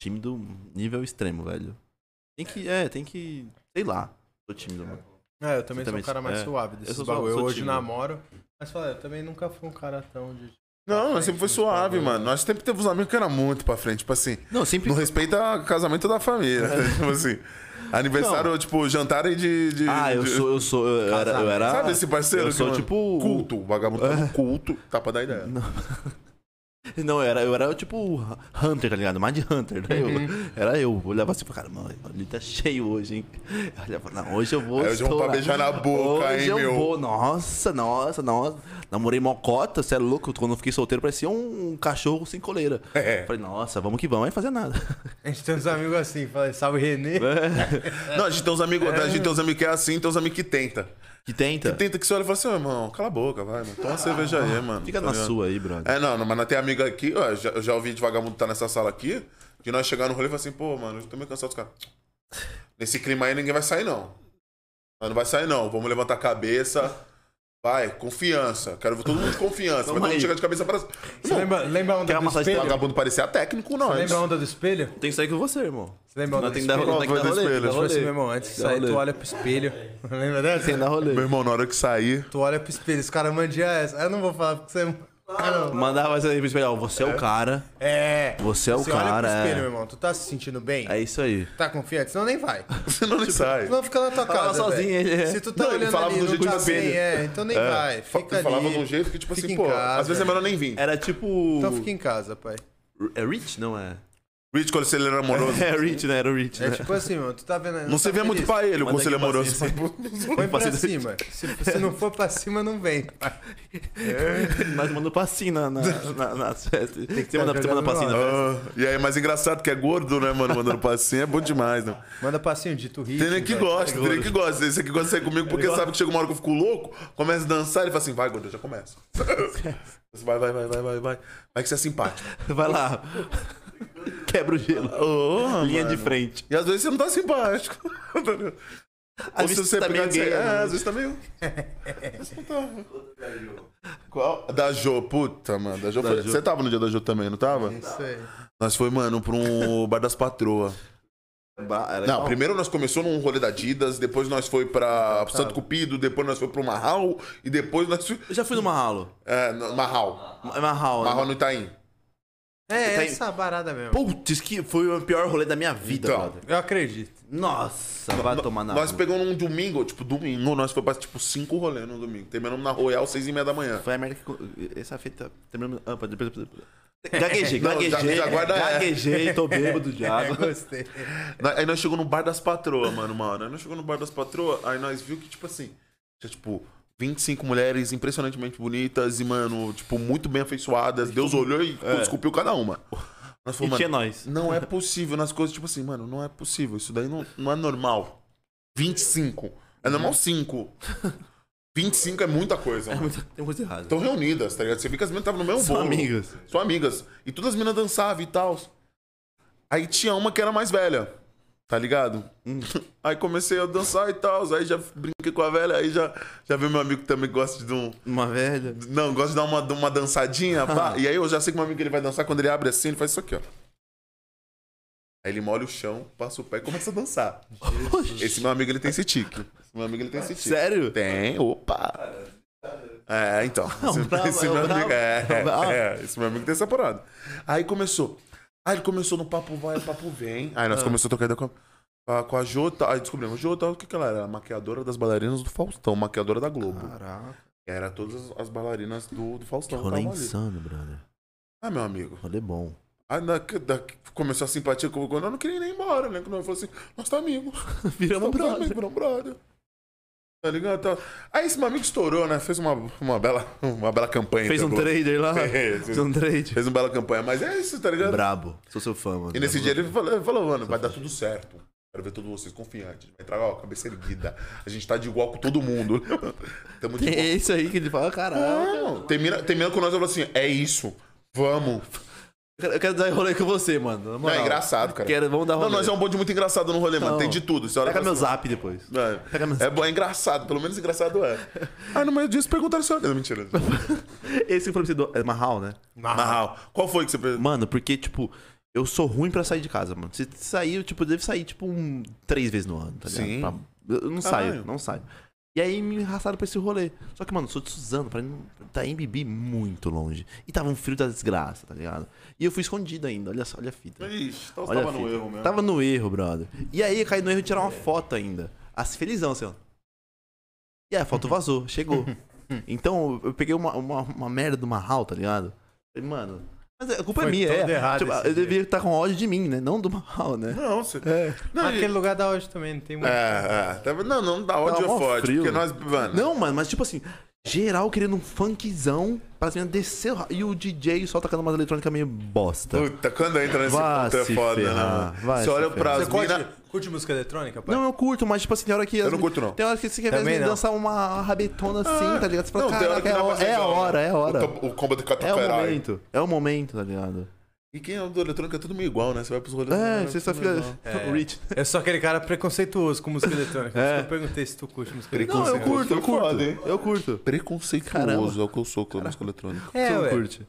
[SPEAKER 3] Tímido nível extremo, velho. Tem que, é, tem que. Sei lá. Sou tímido, mano.
[SPEAKER 1] É, eu também
[SPEAKER 3] Você
[SPEAKER 1] sou um
[SPEAKER 3] também-
[SPEAKER 1] cara mais
[SPEAKER 3] é.
[SPEAKER 1] suave desse
[SPEAKER 3] Eu sou-
[SPEAKER 1] bagulho.
[SPEAKER 3] sou
[SPEAKER 1] eu hoje
[SPEAKER 3] tímido.
[SPEAKER 1] namoro, mas fala, eu também nunca fui um cara tão de.
[SPEAKER 2] Não,
[SPEAKER 1] Pra
[SPEAKER 2] nós sempre foi
[SPEAKER 1] frente,
[SPEAKER 2] suave,
[SPEAKER 1] né?
[SPEAKER 2] mano. Nós sempre teve uns amigos que era muito pra frente. Tipo assim,
[SPEAKER 3] Não, sempre.
[SPEAKER 2] não respeita casamento da família. (laughs) tipo assim, aniversário, tipo, jantar e de. de-
[SPEAKER 3] Ah, eu
[SPEAKER 2] de-
[SPEAKER 3] sou, eu sou. Eu era. Eu era
[SPEAKER 2] Sabe esse parceiro?
[SPEAKER 3] Eu sou,
[SPEAKER 2] que, mano,
[SPEAKER 3] tipo,
[SPEAKER 2] Culto. O vagabundo tá no culto. Tá pra dar ideia.
[SPEAKER 3] Não. Não, eu era, eu era tipo Hunter, tá ligado? Mind Hunter, né? Eu, era eu. Olhava assim pra cara, mano, ele tá cheio hoje, hein? Eu olhava, não, hoje eu vou.
[SPEAKER 2] Aí hoje eu vou pra beijar
[SPEAKER 3] estourar.
[SPEAKER 2] na boca,
[SPEAKER 3] hoje
[SPEAKER 2] hein,
[SPEAKER 3] eu
[SPEAKER 2] meu?
[SPEAKER 3] vou. Nossa, nossa, nossa. Namorei mocota, você é louco? Quando eu fiquei solteiro, parecia um, um cachorro sem coleira.
[SPEAKER 2] É.
[SPEAKER 3] Falei, nossa, vamos que vamos, aí fazer nada.
[SPEAKER 1] A gente tem uns amigos assim, fala, salve Renê.
[SPEAKER 3] É?
[SPEAKER 2] É. Não, a gente tem uns amigos. A gente tem uns amigos que é assim, tem uns amigos (laughs) que tenta.
[SPEAKER 3] Que tenta.
[SPEAKER 2] Tenta que você olha e fala assim, ô irmão, cala a boca, vai, mano. Toma uma cerveja aí, mano.
[SPEAKER 3] Fica
[SPEAKER 2] tá
[SPEAKER 3] na
[SPEAKER 2] ligado?
[SPEAKER 3] sua aí, brother.
[SPEAKER 2] É, não, não, mas não tem amiga aqui, ó, eu já, eu já ouvi de vagabundo que tá nessa sala aqui, de nós chegar no rolê e falar assim, pô, mano, eu tô meio cansado dos caras. Nesse clima aí ninguém vai sair, não. Mas não vai sair, não. Vamos levantar a cabeça. Vai, confiança. Quero ver todo mundo de confiança. Vai
[SPEAKER 3] Vamos
[SPEAKER 2] todo
[SPEAKER 3] aí.
[SPEAKER 2] mundo chegar de cabeça pra cima.
[SPEAKER 1] Você lembra, lembra a
[SPEAKER 3] Quer
[SPEAKER 1] onda
[SPEAKER 3] uma
[SPEAKER 1] do
[SPEAKER 3] massagem
[SPEAKER 1] espelho?
[SPEAKER 2] Vagabundo parecia técnico, não. é
[SPEAKER 1] Você
[SPEAKER 2] antes.
[SPEAKER 1] lembra a onda do espelho?
[SPEAKER 3] Tem que sair com você, irmão.
[SPEAKER 1] Você lembra a onda
[SPEAKER 3] Não
[SPEAKER 1] do
[SPEAKER 3] tem que dar
[SPEAKER 1] espelho?
[SPEAKER 2] Qual
[SPEAKER 3] tem que
[SPEAKER 2] foi
[SPEAKER 3] dar
[SPEAKER 2] do
[SPEAKER 3] rolê.
[SPEAKER 2] espelho?
[SPEAKER 3] tem que dar
[SPEAKER 2] Tipo
[SPEAKER 1] Tipo assim, meu
[SPEAKER 3] rolê.
[SPEAKER 1] irmão, antes de
[SPEAKER 3] Dá
[SPEAKER 1] sair,
[SPEAKER 3] rolê.
[SPEAKER 1] tu olha pro espelho. (laughs) Lembra
[SPEAKER 3] Tem que
[SPEAKER 1] dessa?
[SPEAKER 3] dar rolê.
[SPEAKER 2] Meu irmão, na hora que sair. (laughs)
[SPEAKER 1] Tu olha pro espelho, os caras mandam essa. Ah, Eu não vou falar porque você. Ah, não.
[SPEAKER 3] Mandava essa aí pro espelho, ó, você é o cara.
[SPEAKER 1] É.
[SPEAKER 3] Você é o
[SPEAKER 1] Você
[SPEAKER 3] cara,
[SPEAKER 1] olha pro espelho,
[SPEAKER 3] é.
[SPEAKER 1] meu irmão. Tu tá se sentindo bem?
[SPEAKER 3] É isso aí.
[SPEAKER 1] Tá confiante? Senão nem vai.
[SPEAKER 2] Senão
[SPEAKER 3] Tipo,
[SPEAKER 2] nem sai.
[SPEAKER 1] Senão fica na tua
[SPEAKER 3] Fala
[SPEAKER 1] casa.
[SPEAKER 3] sozinho,
[SPEAKER 1] velho.
[SPEAKER 3] ele é.
[SPEAKER 1] Se tu tá
[SPEAKER 2] Não, ele
[SPEAKER 1] olhando
[SPEAKER 2] falava
[SPEAKER 1] ali,
[SPEAKER 2] do
[SPEAKER 1] não
[SPEAKER 2] jeito
[SPEAKER 1] tá
[SPEAKER 2] do
[SPEAKER 1] bem,
[SPEAKER 2] espelho.
[SPEAKER 1] é. Então nem vai.
[SPEAKER 2] Fa-
[SPEAKER 1] Fica ali.
[SPEAKER 2] falava de um jeito que, tipo
[SPEAKER 1] Fica
[SPEAKER 2] assim,
[SPEAKER 1] em
[SPEAKER 2] pô,
[SPEAKER 1] casa.
[SPEAKER 2] às vezes é melhor nem vir.
[SPEAKER 3] Era tipo.
[SPEAKER 1] Então fica em casa, pai.
[SPEAKER 3] É Rich?
[SPEAKER 2] (laughs)
[SPEAKER 3] Não é.
[SPEAKER 2] Rich, quando ele era amoroso.
[SPEAKER 3] É Rich, né? Era o Rich.
[SPEAKER 1] É
[SPEAKER 3] né?
[SPEAKER 1] tipo assim, mano, tu tá vendo.
[SPEAKER 2] Não
[SPEAKER 1] tá
[SPEAKER 2] servia muito
[SPEAKER 1] feliz.
[SPEAKER 2] pra ele o
[SPEAKER 3] Manda
[SPEAKER 2] conselho
[SPEAKER 3] aqui, um
[SPEAKER 2] amoroso.
[SPEAKER 1] Põe pra
[SPEAKER 3] paciência.
[SPEAKER 1] cima. Se, se não for pra cima, não vem. pai.
[SPEAKER 3] Nós mandamos passinho
[SPEAKER 2] (laughs)
[SPEAKER 3] na, na, na, nas festas. Você manda, você manda
[SPEAKER 1] jogando
[SPEAKER 3] passinho na festa.
[SPEAKER 2] Ah, e aí, mas engraçado que é gordo, né, mano? Mandando passinho é bom demais, né?
[SPEAKER 1] Manda passinho, dito ritmo.
[SPEAKER 2] Tem nem que
[SPEAKER 1] velho.
[SPEAKER 2] gosta, tem nem que gosta. Esse aqui gosta de sair comigo porque sabe que chega uma hora que eu fico louco, começa a dançar, ele fala assim, vai, gordo, eu já começa. (laughs) Vai, vai, vai, vai, vai, vai. Vai que você é simpático.
[SPEAKER 3] Vai lá. Quebra o gelo.
[SPEAKER 2] Ô,
[SPEAKER 3] Linha
[SPEAKER 2] mano.
[SPEAKER 3] de frente.
[SPEAKER 2] E às vezes você não tá simpático. (laughs) Ou
[SPEAKER 3] Às
[SPEAKER 2] se
[SPEAKER 3] vezes
[SPEAKER 2] você
[SPEAKER 3] tá meio
[SPEAKER 2] pegar de-
[SPEAKER 3] gay,
[SPEAKER 2] é,
[SPEAKER 3] né?
[SPEAKER 2] às vezes tá meio. Às vezes não tá. Qual? Da Jo, puta, mano. Da Jo
[SPEAKER 3] Da
[SPEAKER 2] foi-
[SPEAKER 3] Jo.
[SPEAKER 2] Você tava no dia da Jo também, não tava?
[SPEAKER 1] Isso aí.
[SPEAKER 2] Nós foi, mano, pra um bar das patroas.
[SPEAKER 3] Ba- era-
[SPEAKER 2] Não, primeiro nós começou num rolê da Adidas, depois nós foi pra Santo Cupido, depois nós foi pro Marral e depois nós fui...
[SPEAKER 3] Eu já fui no Mahalo.
[SPEAKER 2] É, no- Marral.
[SPEAKER 3] Ma- Mahalo.
[SPEAKER 2] Marral no Itaim.
[SPEAKER 1] É,
[SPEAKER 3] Tá em-
[SPEAKER 1] essa barada mesmo.
[SPEAKER 3] Putz, que foi o pior rolê da minha vida,
[SPEAKER 2] Então.
[SPEAKER 3] brother.
[SPEAKER 1] Eu acredito.
[SPEAKER 2] (laughs)
[SPEAKER 3] Nossa, vai tomar na
[SPEAKER 2] Nós
[SPEAKER 3] rua.
[SPEAKER 2] pegamos num domingo, tipo, domingo, nós foi pra, tipo, cinco rolês no domingo. Terminamos na Royal, seis e meia da manhã.
[SPEAKER 3] Foi a merda que. co- Essa fita. terminou- Ah, pode- depois- depois-
[SPEAKER 2] (laughs)
[SPEAKER 3] Gaguejei,
[SPEAKER 2] Não, já-
[SPEAKER 3] gaguejei.
[SPEAKER 2] já guarda essa.
[SPEAKER 3] Gaguejei, tô bêbado
[SPEAKER 2] (laughs)
[SPEAKER 3] já.
[SPEAKER 1] É, gostei.
[SPEAKER 2] Na- Aí nós chegamos no bar das patroas, mano, uma hora. Aí nós chegamos no bar das patroas, aí nós viu que, tipo assim, tinha, tipo, 25 mulheres impressionantemente bonitas e, mano, tipo, muito bem afeiçoadas. Deus olhou e esculpiu cada uma. Nós
[SPEAKER 3] E
[SPEAKER 2] falamos,
[SPEAKER 3] tinha
[SPEAKER 2] mano,
[SPEAKER 3] nós.
[SPEAKER 2] não é possível nas coisas, tipo assim, mano, não é possível. Isso daí não, não é normal. 25. É normal 5. 25 é muita coisa.
[SPEAKER 3] É
[SPEAKER 2] mano.
[SPEAKER 3] muita- Tem coisa errada.
[SPEAKER 2] Estão reunidas, tá ligado? Você viu que as meninas estavam no mesmo
[SPEAKER 3] São
[SPEAKER 2] bolo.
[SPEAKER 3] amigas.
[SPEAKER 2] São amigas. E todas as meninas dançavam e tal. Aí tinha uma que era mais velha, tá ligado?
[SPEAKER 3] Hum.
[SPEAKER 2] Aí comecei a dançar e tal. Aí já brinquei com a velha. Aí já, já vi meu amigo que também gosta de um.
[SPEAKER 3] Uma velha.
[SPEAKER 2] Não, gosta de dar uma, uma
[SPEAKER 3] (laughs)
[SPEAKER 2] um dançadinha. pá. E aí eu já sei que meu amigo ele vai dançar. Quando ele abre assim, ele faz isso aqui, ó. Aí ele molha o chão, passa o pé e começa a dançar. Esse meu amigo, ele tem esse tique. Esse meu amigo, ele tem esse tique.
[SPEAKER 3] Sério?
[SPEAKER 2] Tem, opa! É, então. esse,
[SPEAKER 3] bravo,
[SPEAKER 2] esse
[SPEAKER 3] é um
[SPEAKER 2] meu
[SPEAKER 3] bravo,
[SPEAKER 2] amigo, é,
[SPEAKER 3] é um bravo.
[SPEAKER 2] é, esse meu amigo tem essa parada. Aí começou. Aí ele começou no papo vai, papo vem. Aí
[SPEAKER 3] Ah.
[SPEAKER 2] nós começamos a tocar ideia com a, com a Jô, tá, aí descobrimos, Jô, tá, o que que ela era? A maquiadora das bailarinas do Faustão, maquiadora da Globo.
[SPEAKER 3] Caraca.
[SPEAKER 2] Era todas as bailarinas do, do
[SPEAKER 3] Ah. Que
[SPEAKER 2] Faustão.
[SPEAKER 3] rolê
[SPEAKER 2] estavam ali.
[SPEAKER 3] insano, brother.
[SPEAKER 2] Ah, meu amigo.
[SPEAKER 3] Rolê bom.
[SPEAKER 2] Aí na- da- começou a simpatia com o eu não queria ir nem embora, né? Quando eu falei assim, nós tá amigo.
[SPEAKER 3] Viramos um
[SPEAKER 2] Tá
[SPEAKER 3] brother.
[SPEAKER 2] amigo, virou brother. Tá ligado? Tá- Aí esse meu amigo estourou, né? Fez uma, uma, bela, uma bela campanha.
[SPEAKER 3] Fez um
[SPEAKER 2] entregou.
[SPEAKER 3] trader
[SPEAKER 2] (laughs)
[SPEAKER 3] lá.
[SPEAKER 2] Fez.
[SPEAKER 3] Fez um trade.
[SPEAKER 2] Fez uma bela campanha, mas é isso, tá ligado?
[SPEAKER 3] um Brabo. Sou seu fã, mano.
[SPEAKER 2] E nesse dia ele falou, ele falou, mano, vai dar tudo certo. Quero ver todos vocês confiantes. Vai entrar, ó, cabeça erguida. A gente tá de igual com todo mundo. (laughs) Tamo
[SPEAKER 3] (laughs)
[SPEAKER 2] de igual.
[SPEAKER 3] É isso aí que ele fala, caralho.
[SPEAKER 2] Não, termina, termina com nós e fala assim, é isso. Vamos.
[SPEAKER 3] Eu quero dar rolê com você, mano. Na
[SPEAKER 2] Não,
[SPEAKER 3] moral.
[SPEAKER 2] é engraçado, cara.
[SPEAKER 3] Quero, vamos dar rolê.
[SPEAKER 2] Não, nós é um bonde muito engraçado no rolê, mano.
[SPEAKER 3] Não.
[SPEAKER 2] Tem de tudo. Você olha
[SPEAKER 3] Pega
[SPEAKER 2] pra
[SPEAKER 3] meu zap depois.
[SPEAKER 2] É.
[SPEAKER 3] Pega meu
[SPEAKER 2] É, bom, é engraçado, pelo menos engraçado
[SPEAKER 3] (laughs)
[SPEAKER 2] é. Ah, no meio disso perguntaram se eu. Não, mentira.
[SPEAKER 3] Esse que foi pra você do... É Marral, né?
[SPEAKER 2] Marral, qual foi que você perguntou?
[SPEAKER 3] Mano, porque, tipo, eu sou ruim pra sair de casa, mano. Se sair, eu, tipo, devo sair, tipo, um- três vezes no ano, tá ligado?
[SPEAKER 2] Sim.
[SPEAKER 3] Pra- Eu não
[SPEAKER 2] Caralho.
[SPEAKER 3] saio, não saio. E aí me arrastaram pra esse rolê. Só que, mano, eu sou de Suzano, pra mim tá MBB muito longe. E tava um frio da desgraça, tá ligado? E eu fui escondido ainda, olha só, olha a fita.
[SPEAKER 2] Ixi, então você
[SPEAKER 3] Olha Tá-
[SPEAKER 2] tava
[SPEAKER 3] a
[SPEAKER 2] no
[SPEAKER 3] fita.
[SPEAKER 2] erro mesmo.
[SPEAKER 3] Tava no erro, brother. E aí eu caí no erro de tirar uma foto ainda. As felizão, assim, ó. E aí a foto vazou, chegou.
[SPEAKER 2] (laughs)
[SPEAKER 3] Então eu peguei uma, uma, uma merda do Marral, tá ligado? Falei, mano. Mas a culpa
[SPEAKER 1] Foi
[SPEAKER 3] é minha,
[SPEAKER 1] todo
[SPEAKER 3] é.
[SPEAKER 1] errado
[SPEAKER 3] Tipo,
[SPEAKER 1] esse
[SPEAKER 3] eu
[SPEAKER 1] dia.
[SPEAKER 3] devia estar com ódio de mim, né? Não do Marral, né?
[SPEAKER 2] Não, você.
[SPEAKER 3] É.
[SPEAKER 2] Não,
[SPEAKER 1] Mas
[SPEAKER 2] ele-
[SPEAKER 1] aquele lugar da hoje também, não tem muito.
[SPEAKER 2] É, é. Tava- Não, não dá
[SPEAKER 3] Tava
[SPEAKER 2] ódio
[SPEAKER 3] Tá mó
[SPEAKER 2] é forte.
[SPEAKER 3] frio.
[SPEAKER 2] Porque nós. Mano,
[SPEAKER 3] Não, mano, mas tipo assim, geral querendo um funkzão pra cima descer. o ra- E o DJ só tacando umas eletrônicas meio bosta.
[SPEAKER 2] Puta, quando entra nesse
[SPEAKER 3] Vai
[SPEAKER 2] ponto é
[SPEAKER 3] se
[SPEAKER 2] foda, né,
[SPEAKER 3] ferrar,
[SPEAKER 2] mano?
[SPEAKER 3] vai
[SPEAKER 2] Você
[SPEAKER 3] se
[SPEAKER 2] olha
[SPEAKER 3] ferrar.
[SPEAKER 2] pras
[SPEAKER 1] Você curte,
[SPEAKER 2] minas.
[SPEAKER 1] curte música eletrônica, pai?
[SPEAKER 3] Não, eu curto, mas tipo assim, tem hora que. as
[SPEAKER 2] não
[SPEAKER 3] mi-
[SPEAKER 2] curto, não. Ah.
[SPEAKER 3] Tem hora que você quer
[SPEAKER 1] Também
[SPEAKER 3] ver
[SPEAKER 1] não.
[SPEAKER 3] dançar uma rabetona assim, tá ligado? Você fala,
[SPEAKER 2] Não, tem hora
[SPEAKER 3] caraca,
[SPEAKER 2] que
[SPEAKER 3] é,
[SPEAKER 2] dá
[SPEAKER 3] a
[SPEAKER 2] pra
[SPEAKER 3] hora-
[SPEAKER 2] fazer
[SPEAKER 3] é a
[SPEAKER 2] já,
[SPEAKER 3] hora, é a
[SPEAKER 2] O,
[SPEAKER 3] hora.
[SPEAKER 2] to- o combo de
[SPEAKER 3] É o
[SPEAKER 2] Cataferai.
[SPEAKER 3] momento. É o momento, tá ligado?
[SPEAKER 2] e quem é do eletrônico é tudo meio igual, né? Você vai pros rolês.
[SPEAKER 3] É,
[SPEAKER 2] né?
[SPEAKER 3] você só
[SPEAKER 2] Tudo
[SPEAKER 3] fica.
[SPEAKER 2] igual.
[SPEAKER 1] É.
[SPEAKER 3] (laughs) Rich.
[SPEAKER 1] Eu sou aquele cara preconceituoso com música eletrônica. Por isso
[SPEAKER 3] É.
[SPEAKER 1] que eu perguntei se tu curte música
[SPEAKER 2] Não,
[SPEAKER 3] Não,
[SPEAKER 1] eletrônica.
[SPEAKER 3] eu curto, eu
[SPEAKER 2] Foi foda, hein?
[SPEAKER 3] curto. Eu curto.
[SPEAKER 2] Preconceituoso
[SPEAKER 3] Caramba.
[SPEAKER 2] é o que eu sou com a música eletrônica.
[SPEAKER 1] É,
[SPEAKER 3] Você não
[SPEAKER 1] ué.
[SPEAKER 3] curte.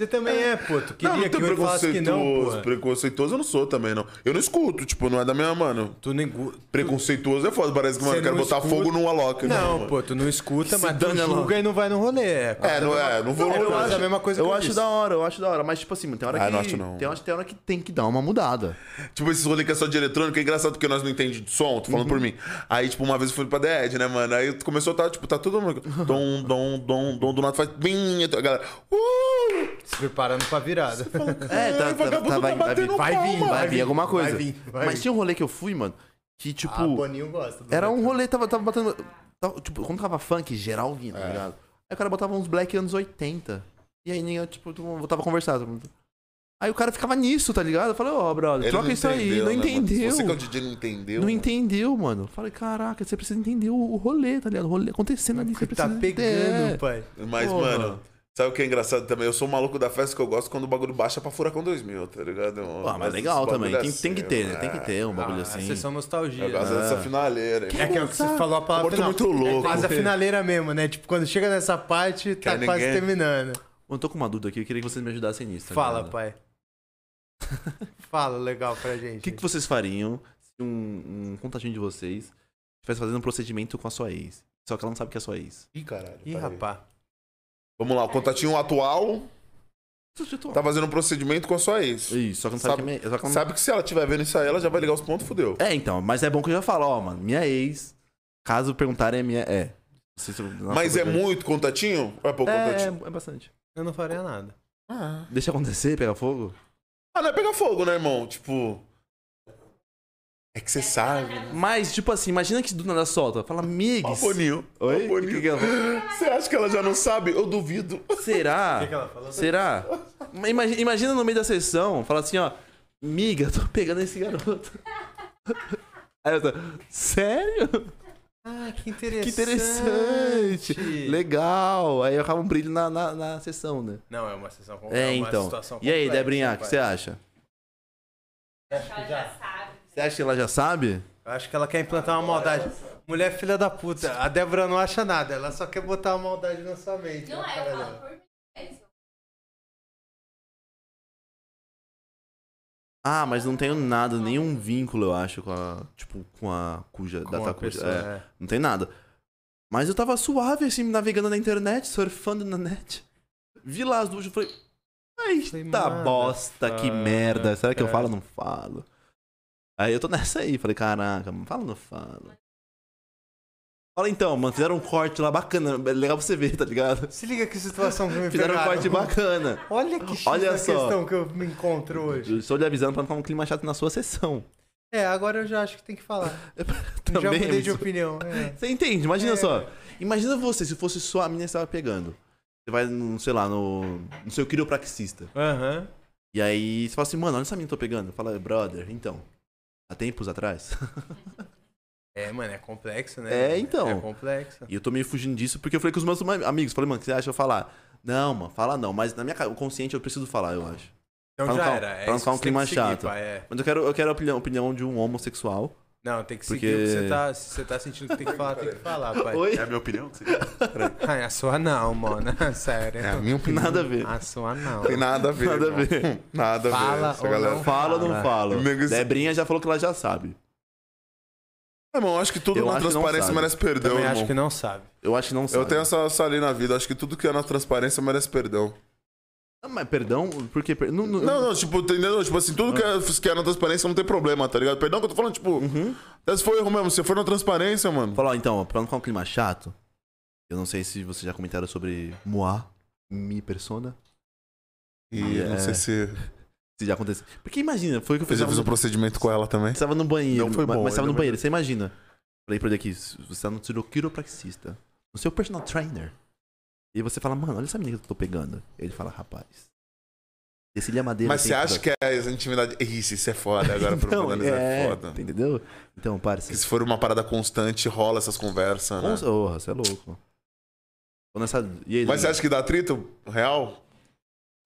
[SPEAKER 1] Você também é, pô. Tu queria
[SPEAKER 2] não, não
[SPEAKER 1] que
[SPEAKER 2] tem
[SPEAKER 1] eu falasse que não,
[SPEAKER 2] preconceituoso.
[SPEAKER 1] pô.
[SPEAKER 2] preconceituoso eu não sou também, não. Eu não escuto, tipo, não é da minha, mano.
[SPEAKER 1] Tu nego...
[SPEAKER 2] Preconceituoso é foda, parece que, mano,
[SPEAKER 1] Você
[SPEAKER 2] eu quero
[SPEAKER 1] não
[SPEAKER 2] botar
[SPEAKER 1] escuta-
[SPEAKER 2] fogo num Alok.
[SPEAKER 1] Não,
[SPEAKER 2] né,
[SPEAKER 1] pô, tu não escuta, mas tu
[SPEAKER 3] dane a
[SPEAKER 1] julga e não vai no rolê. É,
[SPEAKER 2] mano? É, não é, não vou.
[SPEAKER 1] Não, eu acho a mesma coisa que
[SPEAKER 3] Eu
[SPEAKER 1] eu
[SPEAKER 3] acho
[SPEAKER 1] disse.
[SPEAKER 3] da hora, eu acho da hora. Mas, tipo assim, mano, tem hora que.
[SPEAKER 2] Ah, não acho não.
[SPEAKER 3] Tem, hora, tem hora que tem que dar uma mudada.
[SPEAKER 2] Tipo, esses rolê que é só de eletrônica, é engraçado porque nós não entendemos de som, tô falando por mim. Aí, tipo, uma vez eu fui pra The Edge, né, mano? Aí começou a tá, tipo, tá todo mundo. Dom, dom, dom, dom, do nada faz. Bim, a galera. Uh!
[SPEAKER 1] Se preparando pra virada.
[SPEAKER 3] É, tá,
[SPEAKER 2] Caralho,
[SPEAKER 3] tá, tá,
[SPEAKER 2] vagabundo tá
[SPEAKER 3] vai, vai vir.
[SPEAKER 2] batendo
[SPEAKER 3] Vai
[SPEAKER 2] palma.
[SPEAKER 3] vir, vai vir alguma
[SPEAKER 1] vai
[SPEAKER 3] coisa.
[SPEAKER 1] vir, vai
[SPEAKER 3] Mas
[SPEAKER 1] vir.
[SPEAKER 3] tinha um rolê que eu fui, mano, que tipo.
[SPEAKER 1] (laughs) Ah, o Boninho gosta. do
[SPEAKER 3] Era um
[SPEAKER 1] eletrônico.
[SPEAKER 3] rolê, tava, tava batendo. tava, tipo, quando tava funk, geral vinha, tá ligado? Aí o cara botava uns black anos 80. E aí, ninguém, tipo, todo mundo tava conversando. todo mundo- Aí o cara ficava nisso, tá ligado? Eu falei, ó, brother,
[SPEAKER 2] Ele
[SPEAKER 3] troca isso aí.
[SPEAKER 2] entendeu,
[SPEAKER 3] Não
[SPEAKER 2] né, mano?
[SPEAKER 3] entendeu.
[SPEAKER 2] Você que é o DJ não entendeu. né?
[SPEAKER 3] Não entendeu, mano. Eu Falei, caraca, você precisa entender o, o rolê, tá ligado? O rolê acontecendo ali, você É.
[SPEAKER 1] Tá
[SPEAKER 3] precisa
[SPEAKER 1] pegando,
[SPEAKER 3] entender.
[SPEAKER 1] pai.
[SPEAKER 2] Mas,
[SPEAKER 3] Porra.
[SPEAKER 2] mano, sabe o que é engraçado também? Eu sou o maluco da festa que eu gosto quando o bagulho baixa pra Furacão 2000, tá ligado?
[SPEAKER 3] Pô, mas legal também.
[SPEAKER 2] é
[SPEAKER 3] Tem, tem que ter, né? Tem que Ah. ter um bagulho
[SPEAKER 1] assim, Ah,
[SPEAKER 3] assim.
[SPEAKER 1] vocês são nostalgia.
[SPEAKER 2] assim, Eu gosto
[SPEAKER 1] né?
[SPEAKER 2] dessa finaleira. hein?
[SPEAKER 1] É que é o que você falou a palavra
[SPEAKER 2] Morto muito louco.
[SPEAKER 1] É quase a finaleira mesmo, né? Tipo, quando chega nessa parte, tá
[SPEAKER 2] Cara,
[SPEAKER 1] quase
[SPEAKER 2] ninguém-
[SPEAKER 1] terminando.
[SPEAKER 3] Mano, eu tô com uma dúvida aqui, eu queria que vocês me ajudassem nisso. tá
[SPEAKER 1] Fala,
[SPEAKER 3] ligado?
[SPEAKER 1] pai. Fala legal pra gente.
[SPEAKER 3] O que, que vocês fariam se um, um contatinho de vocês estivesse fazendo um procedimento com a sua ex? Só que ela não sabe que é sua ex.
[SPEAKER 2] Ih, caralho.
[SPEAKER 1] Ih,
[SPEAKER 2] peraí.
[SPEAKER 1] rapá.
[SPEAKER 2] Vamos lá, o contatinho atual tá fazendo um procedimento com a sua ex.
[SPEAKER 3] Isso, só que não sabe,
[SPEAKER 2] Sabe-
[SPEAKER 3] que é minha- só que ela não-
[SPEAKER 2] Sabe que se ela tiver vendo isso aí, ela já vai ligar os pontos, fudeu.
[SPEAKER 3] É, então, mas é bom que eu já falo, ó, mano, minha ex, caso perguntarem, é minha. É. Não sei se eu- não
[SPEAKER 2] Mas
[SPEAKER 3] sei
[SPEAKER 2] é
[SPEAKER 3] se eu-
[SPEAKER 2] muito contatinho? Ou é pouco
[SPEAKER 3] É,
[SPEAKER 2] contatinho?
[SPEAKER 3] é, é bastante.
[SPEAKER 1] Eu não faria nada.
[SPEAKER 2] Ah.
[SPEAKER 3] Deixa acontecer, pegar fogo?
[SPEAKER 2] Ah, não é pegar fogo, né, irmão? Tipo. É que você sabe. né?
[SPEAKER 3] Mas, tipo assim, imagina que do nada solta. Fala,
[SPEAKER 2] Ó, o
[SPEAKER 3] migs.
[SPEAKER 2] Boninho. Ó, o
[SPEAKER 3] Oi?
[SPEAKER 2] Boninho.
[SPEAKER 3] Que é? que ela falou?
[SPEAKER 2] Você acha que ela já não sabe? Eu duvido.
[SPEAKER 1] (laughs)
[SPEAKER 3] Será?
[SPEAKER 1] ela falou?
[SPEAKER 3] Será? Ima- Imagina, no meio da sessão, fala assim, ó. Miga, tô pegando esse garoto. (laughs) Aí eu tô, sério?
[SPEAKER 1] Ah, que interessante.
[SPEAKER 3] Que interessante. Legal. Aí acaba um brilho na, na, na sessão, né?
[SPEAKER 1] Não, é uma sessão com-
[SPEAKER 3] É,
[SPEAKER 1] uma
[SPEAKER 3] então.
[SPEAKER 1] situação
[SPEAKER 3] E aí,
[SPEAKER 1] complexa,
[SPEAKER 3] Debrinha,
[SPEAKER 1] né,
[SPEAKER 3] o que
[SPEAKER 1] pai?
[SPEAKER 3] você acha?
[SPEAKER 1] Acho que já-
[SPEAKER 3] Você acha que ela já sabe?
[SPEAKER 1] Eu Acho que ela quer implantar uma maldade. Mulher é filha da puta. A Débora não acha nada. Ela só quer botar uma maldade na sua mente.
[SPEAKER 4] Não
[SPEAKER 1] na
[SPEAKER 4] é,
[SPEAKER 1] cara
[SPEAKER 4] eu
[SPEAKER 1] dela.
[SPEAKER 4] falo por mim. É isso.
[SPEAKER 3] Ah, mas não tenho nada, nenhum vínculo, eu acho, com a. Tipo, com a cuja.
[SPEAKER 1] com
[SPEAKER 3] data
[SPEAKER 1] a
[SPEAKER 3] cuja.
[SPEAKER 1] pessoa,
[SPEAKER 3] É,
[SPEAKER 1] é.
[SPEAKER 3] Não tem nada. Mas eu tava suave, assim, navegando na internet, surfando na net. Vi lá as duas e falei.
[SPEAKER 1] Falei,
[SPEAKER 3] Eita
[SPEAKER 1] mano,
[SPEAKER 3] bosta, que
[SPEAKER 1] cara,
[SPEAKER 3] merda. Será que eu
[SPEAKER 1] é.
[SPEAKER 3] falo ou não falo? Aí eu tô nessa aí, falei, caraca, mano, fala ou não falo? Fala então, mano, fizeram um corte lá bacana, é legal pra você ver, tá ligado?
[SPEAKER 1] Se liga que situação que me
[SPEAKER 3] Fizeram um
[SPEAKER 1] pegaram.
[SPEAKER 3] corte bacana.
[SPEAKER 1] Olha
[SPEAKER 3] (laughs)
[SPEAKER 1] que X
[SPEAKER 3] Olha
[SPEAKER 1] da
[SPEAKER 3] só.
[SPEAKER 1] questão que eu me encontro hoje.
[SPEAKER 3] Eu Estou lhe avisando pra não ficar um clima chato na sua sessão.
[SPEAKER 1] É, agora eu já acho que tem que falar.
[SPEAKER 3] Também
[SPEAKER 1] já
[SPEAKER 3] (laughs) é
[SPEAKER 1] mudei de
[SPEAKER 3] isso.
[SPEAKER 1] opinião. é.
[SPEAKER 3] Você entende? Imagina
[SPEAKER 1] É.
[SPEAKER 3] só. Imagina você, se fosse só a menina que você tava pegando. Você vai, no, sei lá, no, no seu quiropraxista.
[SPEAKER 1] Aham.
[SPEAKER 3] E aí você fala assim, mano, olha essa menina que eu tô pegando. Fala, brother, então. Há tempos atrás. (laughs)
[SPEAKER 1] É, mano, é complexo, né?
[SPEAKER 3] É, então.
[SPEAKER 1] É complexo.
[SPEAKER 3] e eu tô meio fugindo disso porque eu falei com os meus ma- amigos. Falei, mano, o que você acha? Eu falar. Não, mano, fala não. Mas na minha ca- consciente eu preciso falar, eu acho.
[SPEAKER 1] Então
[SPEAKER 3] Pra não
[SPEAKER 1] já
[SPEAKER 3] ficar-
[SPEAKER 1] era. É
[SPEAKER 3] pra não
[SPEAKER 1] isso
[SPEAKER 3] ficar um
[SPEAKER 1] que você tem
[SPEAKER 3] clima
[SPEAKER 1] que seguir,
[SPEAKER 3] chato.
[SPEAKER 1] pai, é.
[SPEAKER 3] Mas eu quero, eu quero a opinião, opinião de um homossexual.
[SPEAKER 1] Não, tem que seguir
[SPEAKER 3] Porque-
[SPEAKER 1] o que você tá. Se você tá sentindo que tem que falar, tem que falar, pai.
[SPEAKER 3] Oi?
[SPEAKER 2] É a minha opinião?
[SPEAKER 1] Ai, a sua não, mano. (laughs) Sério.
[SPEAKER 2] É a minha opinião.
[SPEAKER 3] Nada a ver.
[SPEAKER 1] A sua não.
[SPEAKER 2] Tem nada a ver.
[SPEAKER 3] Nada a
[SPEAKER 2] irmão.
[SPEAKER 3] ver.
[SPEAKER 2] Nada a ver.
[SPEAKER 1] Fala
[SPEAKER 2] essa
[SPEAKER 1] ou
[SPEAKER 2] galera.
[SPEAKER 1] não
[SPEAKER 3] Fala ou não
[SPEAKER 1] Ah,
[SPEAKER 3] fala?
[SPEAKER 2] amigo, isso-
[SPEAKER 3] Debrinha já falou que ela já sabe.
[SPEAKER 2] É, Irmão, acho que tudo
[SPEAKER 3] Eu
[SPEAKER 2] na
[SPEAKER 3] acho que não
[SPEAKER 2] transparência
[SPEAKER 3] sabe.
[SPEAKER 2] merece perdão,
[SPEAKER 1] Também
[SPEAKER 2] irmão.
[SPEAKER 1] acho que não sabe.
[SPEAKER 3] Eu acho que não sabe.
[SPEAKER 2] Eu tenho essa, essa lei na vida. Acho que tudo que é na transparência merece perdão.
[SPEAKER 3] Ah, mas perdão? Por que? Per... Não, não,
[SPEAKER 2] Não, não, tipo, entendeu? Tipo assim, tudo que é, que é na transparência não tem problema, tá ligado? Perdão que eu tô falando, tipo,
[SPEAKER 3] Uhum.
[SPEAKER 2] até se foi erro mesmo, se for na transparência, mano.
[SPEAKER 3] Falar, ó, então, ó, pra não ficar um clima chato, eu não sei se vocês já comentaram sobre moi, mi persona,
[SPEAKER 2] E
[SPEAKER 3] Ah,
[SPEAKER 2] eu não
[SPEAKER 3] é.
[SPEAKER 2] sei se.
[SPEAKER 3] se já aconteceu. Porque imagina, foi o que eu
[SPEAKER 2] Você
[SPEAKER 3] fiz.
[SPEAKER 2] já
[SPEAKER 3] Eu
[SPEAKER 2] fez um
[SPEAKER 3] tava
[SPEAKER 2] procedimento com ela também?
[SPEAKER 3] no- tava no banheiro,
[SPEAKER 2] Não foi
[SPEAKER 3] ma-
[SPEAKER 2] bom,
[SPEAKER 3] mas tava no
[SPEAKER 2] ainda
[SPEAKER 3] banheiro, você imagina. Falei pra ele aqui, s- você tá no seu quiropraxista, no seu personal trainer, e você fala, mano, olha essa menina que eu tô pegando. Ele fala, rapaz, decilha madeira.
[SPEAKER 2] Mas você
[SPEAKER 3] tem
[SPEAKER 2] acha que é essa intimidade. Isso, isso é foda agora pra
[SPEAKER 3] (laughs) Então,
[SPEAKER 2] humanizar, é,
[SPEAKER 3] é,
[SPEAKER 2] foda.
[SPEAKER 3] entendeu? Então,
[SPEAKER 2] Que
[SPEAKER 3] parça,
[SPEAKER 2] se for uma parada constante, rola essas conversas, né?
[SPEAKER 3] com- porra, você é louco. Tô nessa... E aí,
[SPEAKER 2] Mas você
[SPEAKER 3] Daniel?
[SPEAKER 2] acha que dá atrito real?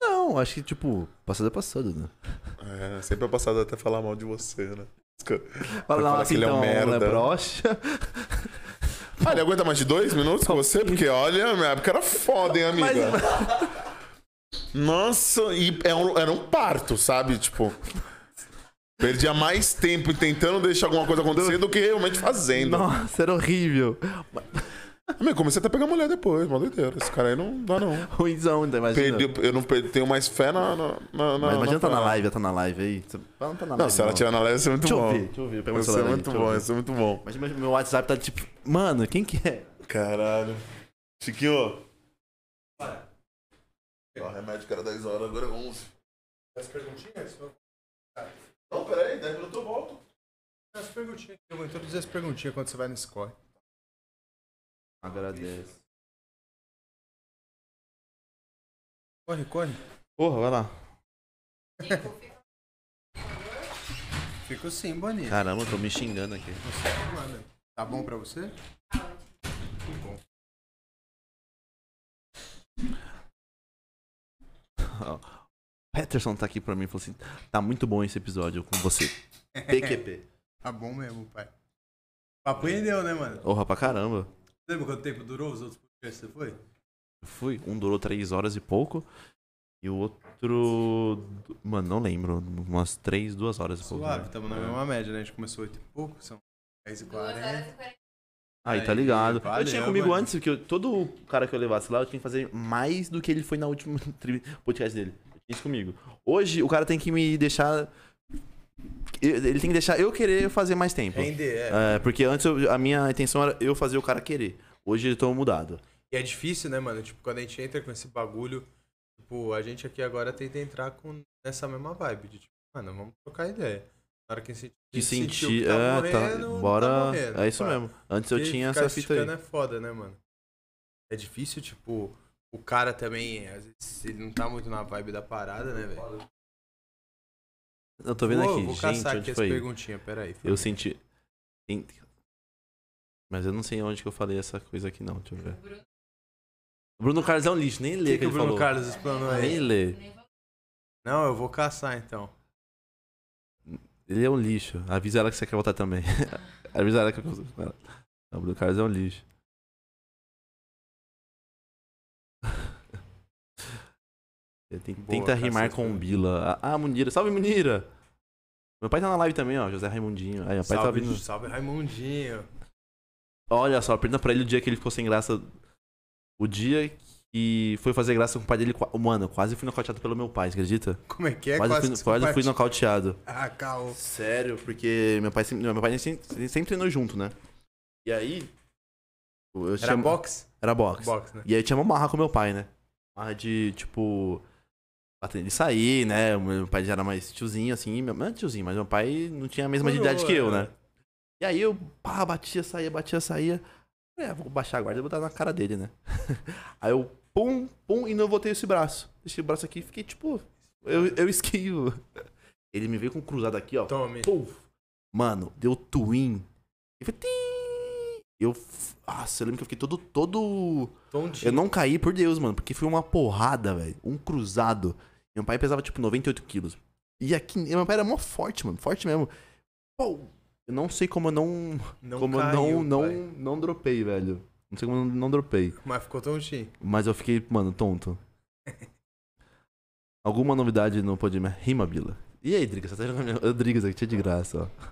[SPEAKER 3] Não, acho que, tipo, passado é passado, né?
[SPEAKER 2] É, sempre é passado até falar mal de você, né?
[SPEAKER 3] Fala,
[SPEAKER 2] Vai falar
[SPEAKER 3] nossa,
[SPEAKER 2] que ele é um
[SPEAKER 3] então,
[SPEAKER 2] merda.
[SPEAKER 3] né,
[SPEAKER 2] (laughs)
[SPEAKER 3] broxa.
[SPEAKER 2] Ah, ele aguenta mais de dois minutos com você? Porque, olha, minha época era foda, hein, amiga? Nossa, e é um- era um parto, sabe? Tipo. Perdia mais tempo tentando deixar alguma coisa acontecer do que realmente fazendo.
[SPEAKER 3] Nossa, era horrível.
[SPEAKER 2] Amigo, comecei até a pegar mulher depois, mó doideira. Esse cara aí não dá, não.
[SPEAKER 3] Ruizão, então, imagina.
[SPEAKER 2] Perdi- eu não perdi- tenho mais fé na. na, na- na-
[SPEAKER 3] Mas imagina
[SPEAKER 2] na
[SPEAKER 3] tá na
[SPEAKER 2] parada.
[SPEAKER 3] live, ela tá na live aí. Você fala, não tá na live.
[SPEAKER 2] Não, se ela tiver na live, isso é muito
[SPEAKER 3] Deixa eu
[SPEAKER 2] bom.
[SPEAKER 3] ver, deixa eu ver. Pega o
[SPEAKER 2] Isso é
[SPEAKER 3] celular aí,
[SPEAKER 2] muito
[SPEAKER 3] deixa eu
[SPEAKER 2] bom,
[SPEAKER 3] ver.
[SPEAKER 2] isso é muito bom.
[SPEAKER 3] Mas meu WhatsApp tá tipo, mano, quem que é?
[SPEAKER 2] Caralho. Chiquinho. Ó, remédio que era 10 horas, agora é 11.
[SPEAKER 1] As perguntinhas?
[SPEAKER 2] Não, peraí, 10 minutos eu volto.
[SPEAKER 1] As perguntinhas. Eu vou em todas as perguntinhas quando você vai no score.
[SPEAKER 3] Agradeço.
[SPEAKER 1] Corre, corre.
[SPEAKER 3] Porra, vai lá.
[SPEAKER 1] Fico sim, assim, Boninho.
[SPEAKER 3] Caramba, eu tô me xingando aqui.
[SPEAKER 1] Tá bom pra você?
[SPEAKER 3] Ó, Peterson tá aqui pra mim e falou assim: tá muito bom esse episódio com
[SPEAKER 2] (laughs)
[SPEAKER 3] você. PQP.
[SPEAKER 1] (laughs) Tá bom mesmo, pai. Papo rendeu, né, mano?
[SPEAKER 3] Porra, pra caramba.
[SPEAKER 1] Lembra quanto tempo durou os outros podcasts que você foi?
[SPEAKER 3] Eu fui. Um durou três horas e pouco. E o outro. Mano, não lembro. Umas três, duas horas e pouco.
[SPEAKER 1] Suave,
[SPEAKER 2] tá
[SPEAKER 1] tamo
[SPEAKER 3] né?
[SPEAKER 1] na
[SPEAKER 3] É.
[SPEAKER 1] mesma média, né? A gente começou 8 e pouco, são 10 e 40.
[SPEAKER 3] Aí, tá
[SPEAKER 1] Aí,
[SPEAKER 3] ligado. eu
[SPEAKER 1] valeu,
[SPEAKER 3] tinha comigo
[SPEAKER 1] mano.
[SPEAKER 3] antes, porque eu- todo cara que eu levasse lá, eu tinha que fazer mais do que ele foi na última (laughs) tri- podcast dele. Eu tinha isso comigo. Hoje, o cara tem que me deixar. eu- Ele tem que deixar eu querer fazer mais tempo.
[SPEAKER 1] Render, é.
[SPEAKER 3] É, porque antes eu- a minha intenção era eu fazer o cara querer. Hoje eu tô mudado.
[SPEAKER 1] E é difícil, né, mano? Tipo, quando a gente entra com esse bagulho, tipo, a gente aqui agora tenta entrar com nessa mesma vibe. De, tipo, mano, vamos trocar ideia. Na hora que a gente
[SPEAKER 3] Que
[SPEAKER 1] sentiu
[SPEAKER 3] senti.
[SPEAKER 1] que tá
[SPEAKER 3] é, tá.
[SPEAKER 1] morrendo, não tá
[SPEAKER 3] Bora.
[SPEAKER 1] morrendo,
[SPEAKER 3] é isso
[SPEAKER 1] pá.
[SPEAKER 3] mesmo. Antes eu
[SPEAKER 1] E
[SPEAKER 3] tinha
[SPEAKER 1] ficar
[SPEAKER 3] essa fita aí.
[SPEAKER 1] esticando é foda, né, mano? É difícil, tipo, o cara também, às vezes, ele não tá muito na vibe da parada, né, velho?
[SPEAKER 3] Eu tô vendo
[SPEAKER 1] Vou-
[SPEAKER 3] aqui.
[SPEAKER 1] Vou
[SPEAKER 3] Gente,
[SPEAKER 1] caçar aqui
[SPEAKER 3] onde
[SPEAKER 1] essa
[SPEAKER 3] foi?
[SPEAKER 1] perguntinha, peraí.
[SPEAKER 3] Eu senti. tem- Mas eu não sei onde que eu falei essa coisa aqui, não. Deixa eu ver. Bruno Carlos é um lixo, nem lê
[SPEAKER 1] O
[SPEAKER 3] que,
[SPEAKER 1] que, que o
[SPEAKER 3] ele
[SPEAKER 1] Bruno
[SPEAKER 3] falou.
[SPEAKER 1] Carlos é? explanou
[SPEAKER 3] Nem
[SPEAKER 1] aí?
[SPEAKER 3] lê.
[SPEAKER 1] Não, eu vou caçar, então.
[SPEAKER 3] Ele é um lixo. Avisa ela que você quer voltar também. (laughs) Avisa ela que eu Não, o Bruno Carlos é um lixo. (laughs) Ele tem-
[SPEAKER 1] Boa,
[SPEAKER 3] tenta
[SPEAKER 1] caça
[SPEAKER 3] rimar
[SPEAKER 1] essa
[SPEAKER 3] com
[SPEAKER 1] daí.
[SPEAKER 3] Bila. Ah, Munira. Salve, Munira! Meu pai tá na live também, ó, José Raimundinho. Aí, meu pai tá
[SPEAKER 1] salve,
[SPEAKER 3] vindo.
[SPEAKER 1] salve, Raimundinho.
[SPEAKER 3] Olha só, pergunta pra ele o dia que ele ficou sem graça. O dia que foi fazer graça com o pai dele. qua- Mano, quase fui nocauteado pelo meu pai, você acredita?
[SPEAKER 1] Como é que é?
[SPEAKER 3] quase
[SPEAKER 1] que
[SPEAKER 3] fui,
[SPEAKER 1] você
[SPEAKER 3] quase fui
[SPEAKER 1] parte-
[SPEAKER 3] nocauteado.
[SPEAKER 1] Ah, caô.
[SPEAKER 3] Sério, porque meu pai sempre, meu pai sempre, sempre treinou junto, né? E aí. Eu
[SPEAKER 1] Era
[SPEAKER 3] tinha-
[SPEAKER 1] box?
[SPEAKER 3] Era boxe.
[SPEAKER 1] Box, né?
[SPEAKER 3] E aí tinha uma marra com meu pai, né? Marra de, tipo. Bater ele sair, né? O Meu pai já era mais tiozinho, assim. Meu, não é tiozinho, mas meu pai não tinha a mesma
[SPEAKER 1] Coroa,
[SPEAKER 3] idade que eu,
[SPEAKER 1] né?
[SPEAKER 3] né? E aí eu, pá, batia, saía, batia, saía. É, vou baixar a guarda e botar na cara dele, né? (laughs) aí eu, pum, pum, e não voltei esse braço. Deixei o braço aqui e fiquei, tipo, eu, eu esquivo. (laughs) Ele me veio com um cruzado aqui, ó.
[SPEAKER 1] Tome.
[SPEAKER 3] Puf. Mano, deu twin. E foi tim. Eu. f- Nossa, eu lembro que eu fiquei todo. todo...
[SPEAKER 1] Tontinho.
[SPEAKER 3] Eu não caí, por Deus, mano, porque foi uma porrada, velho. Um cruzado. Meu pai pesava, tipo, 98 quilos. E aqui, meu pai era mó forte, mano. Forte mesmo. Pô, eu não sei como eu não.
[SPEAKER 1] Não
[SPEAKER 3] como eu
[SPEAKER 1] caiu,
[SPEAKER 3] não, não,
[SPEAKER 1] pai.
[SPEAKER 3] não dropei, velho. Não sei como eu não dropei.
[SPEAKER 1] Mas ficou tontinho.
[SPEAKER 3] Mas eu fiquei, mano,
[SPEAKER 1] (laughs)
[SPEAKER 3] tonto. Alguma novidade no Podimé? Rima, Bila. E aí, Drigas? Você tá jogando Rodrigues aqui, tinha de graça, ó.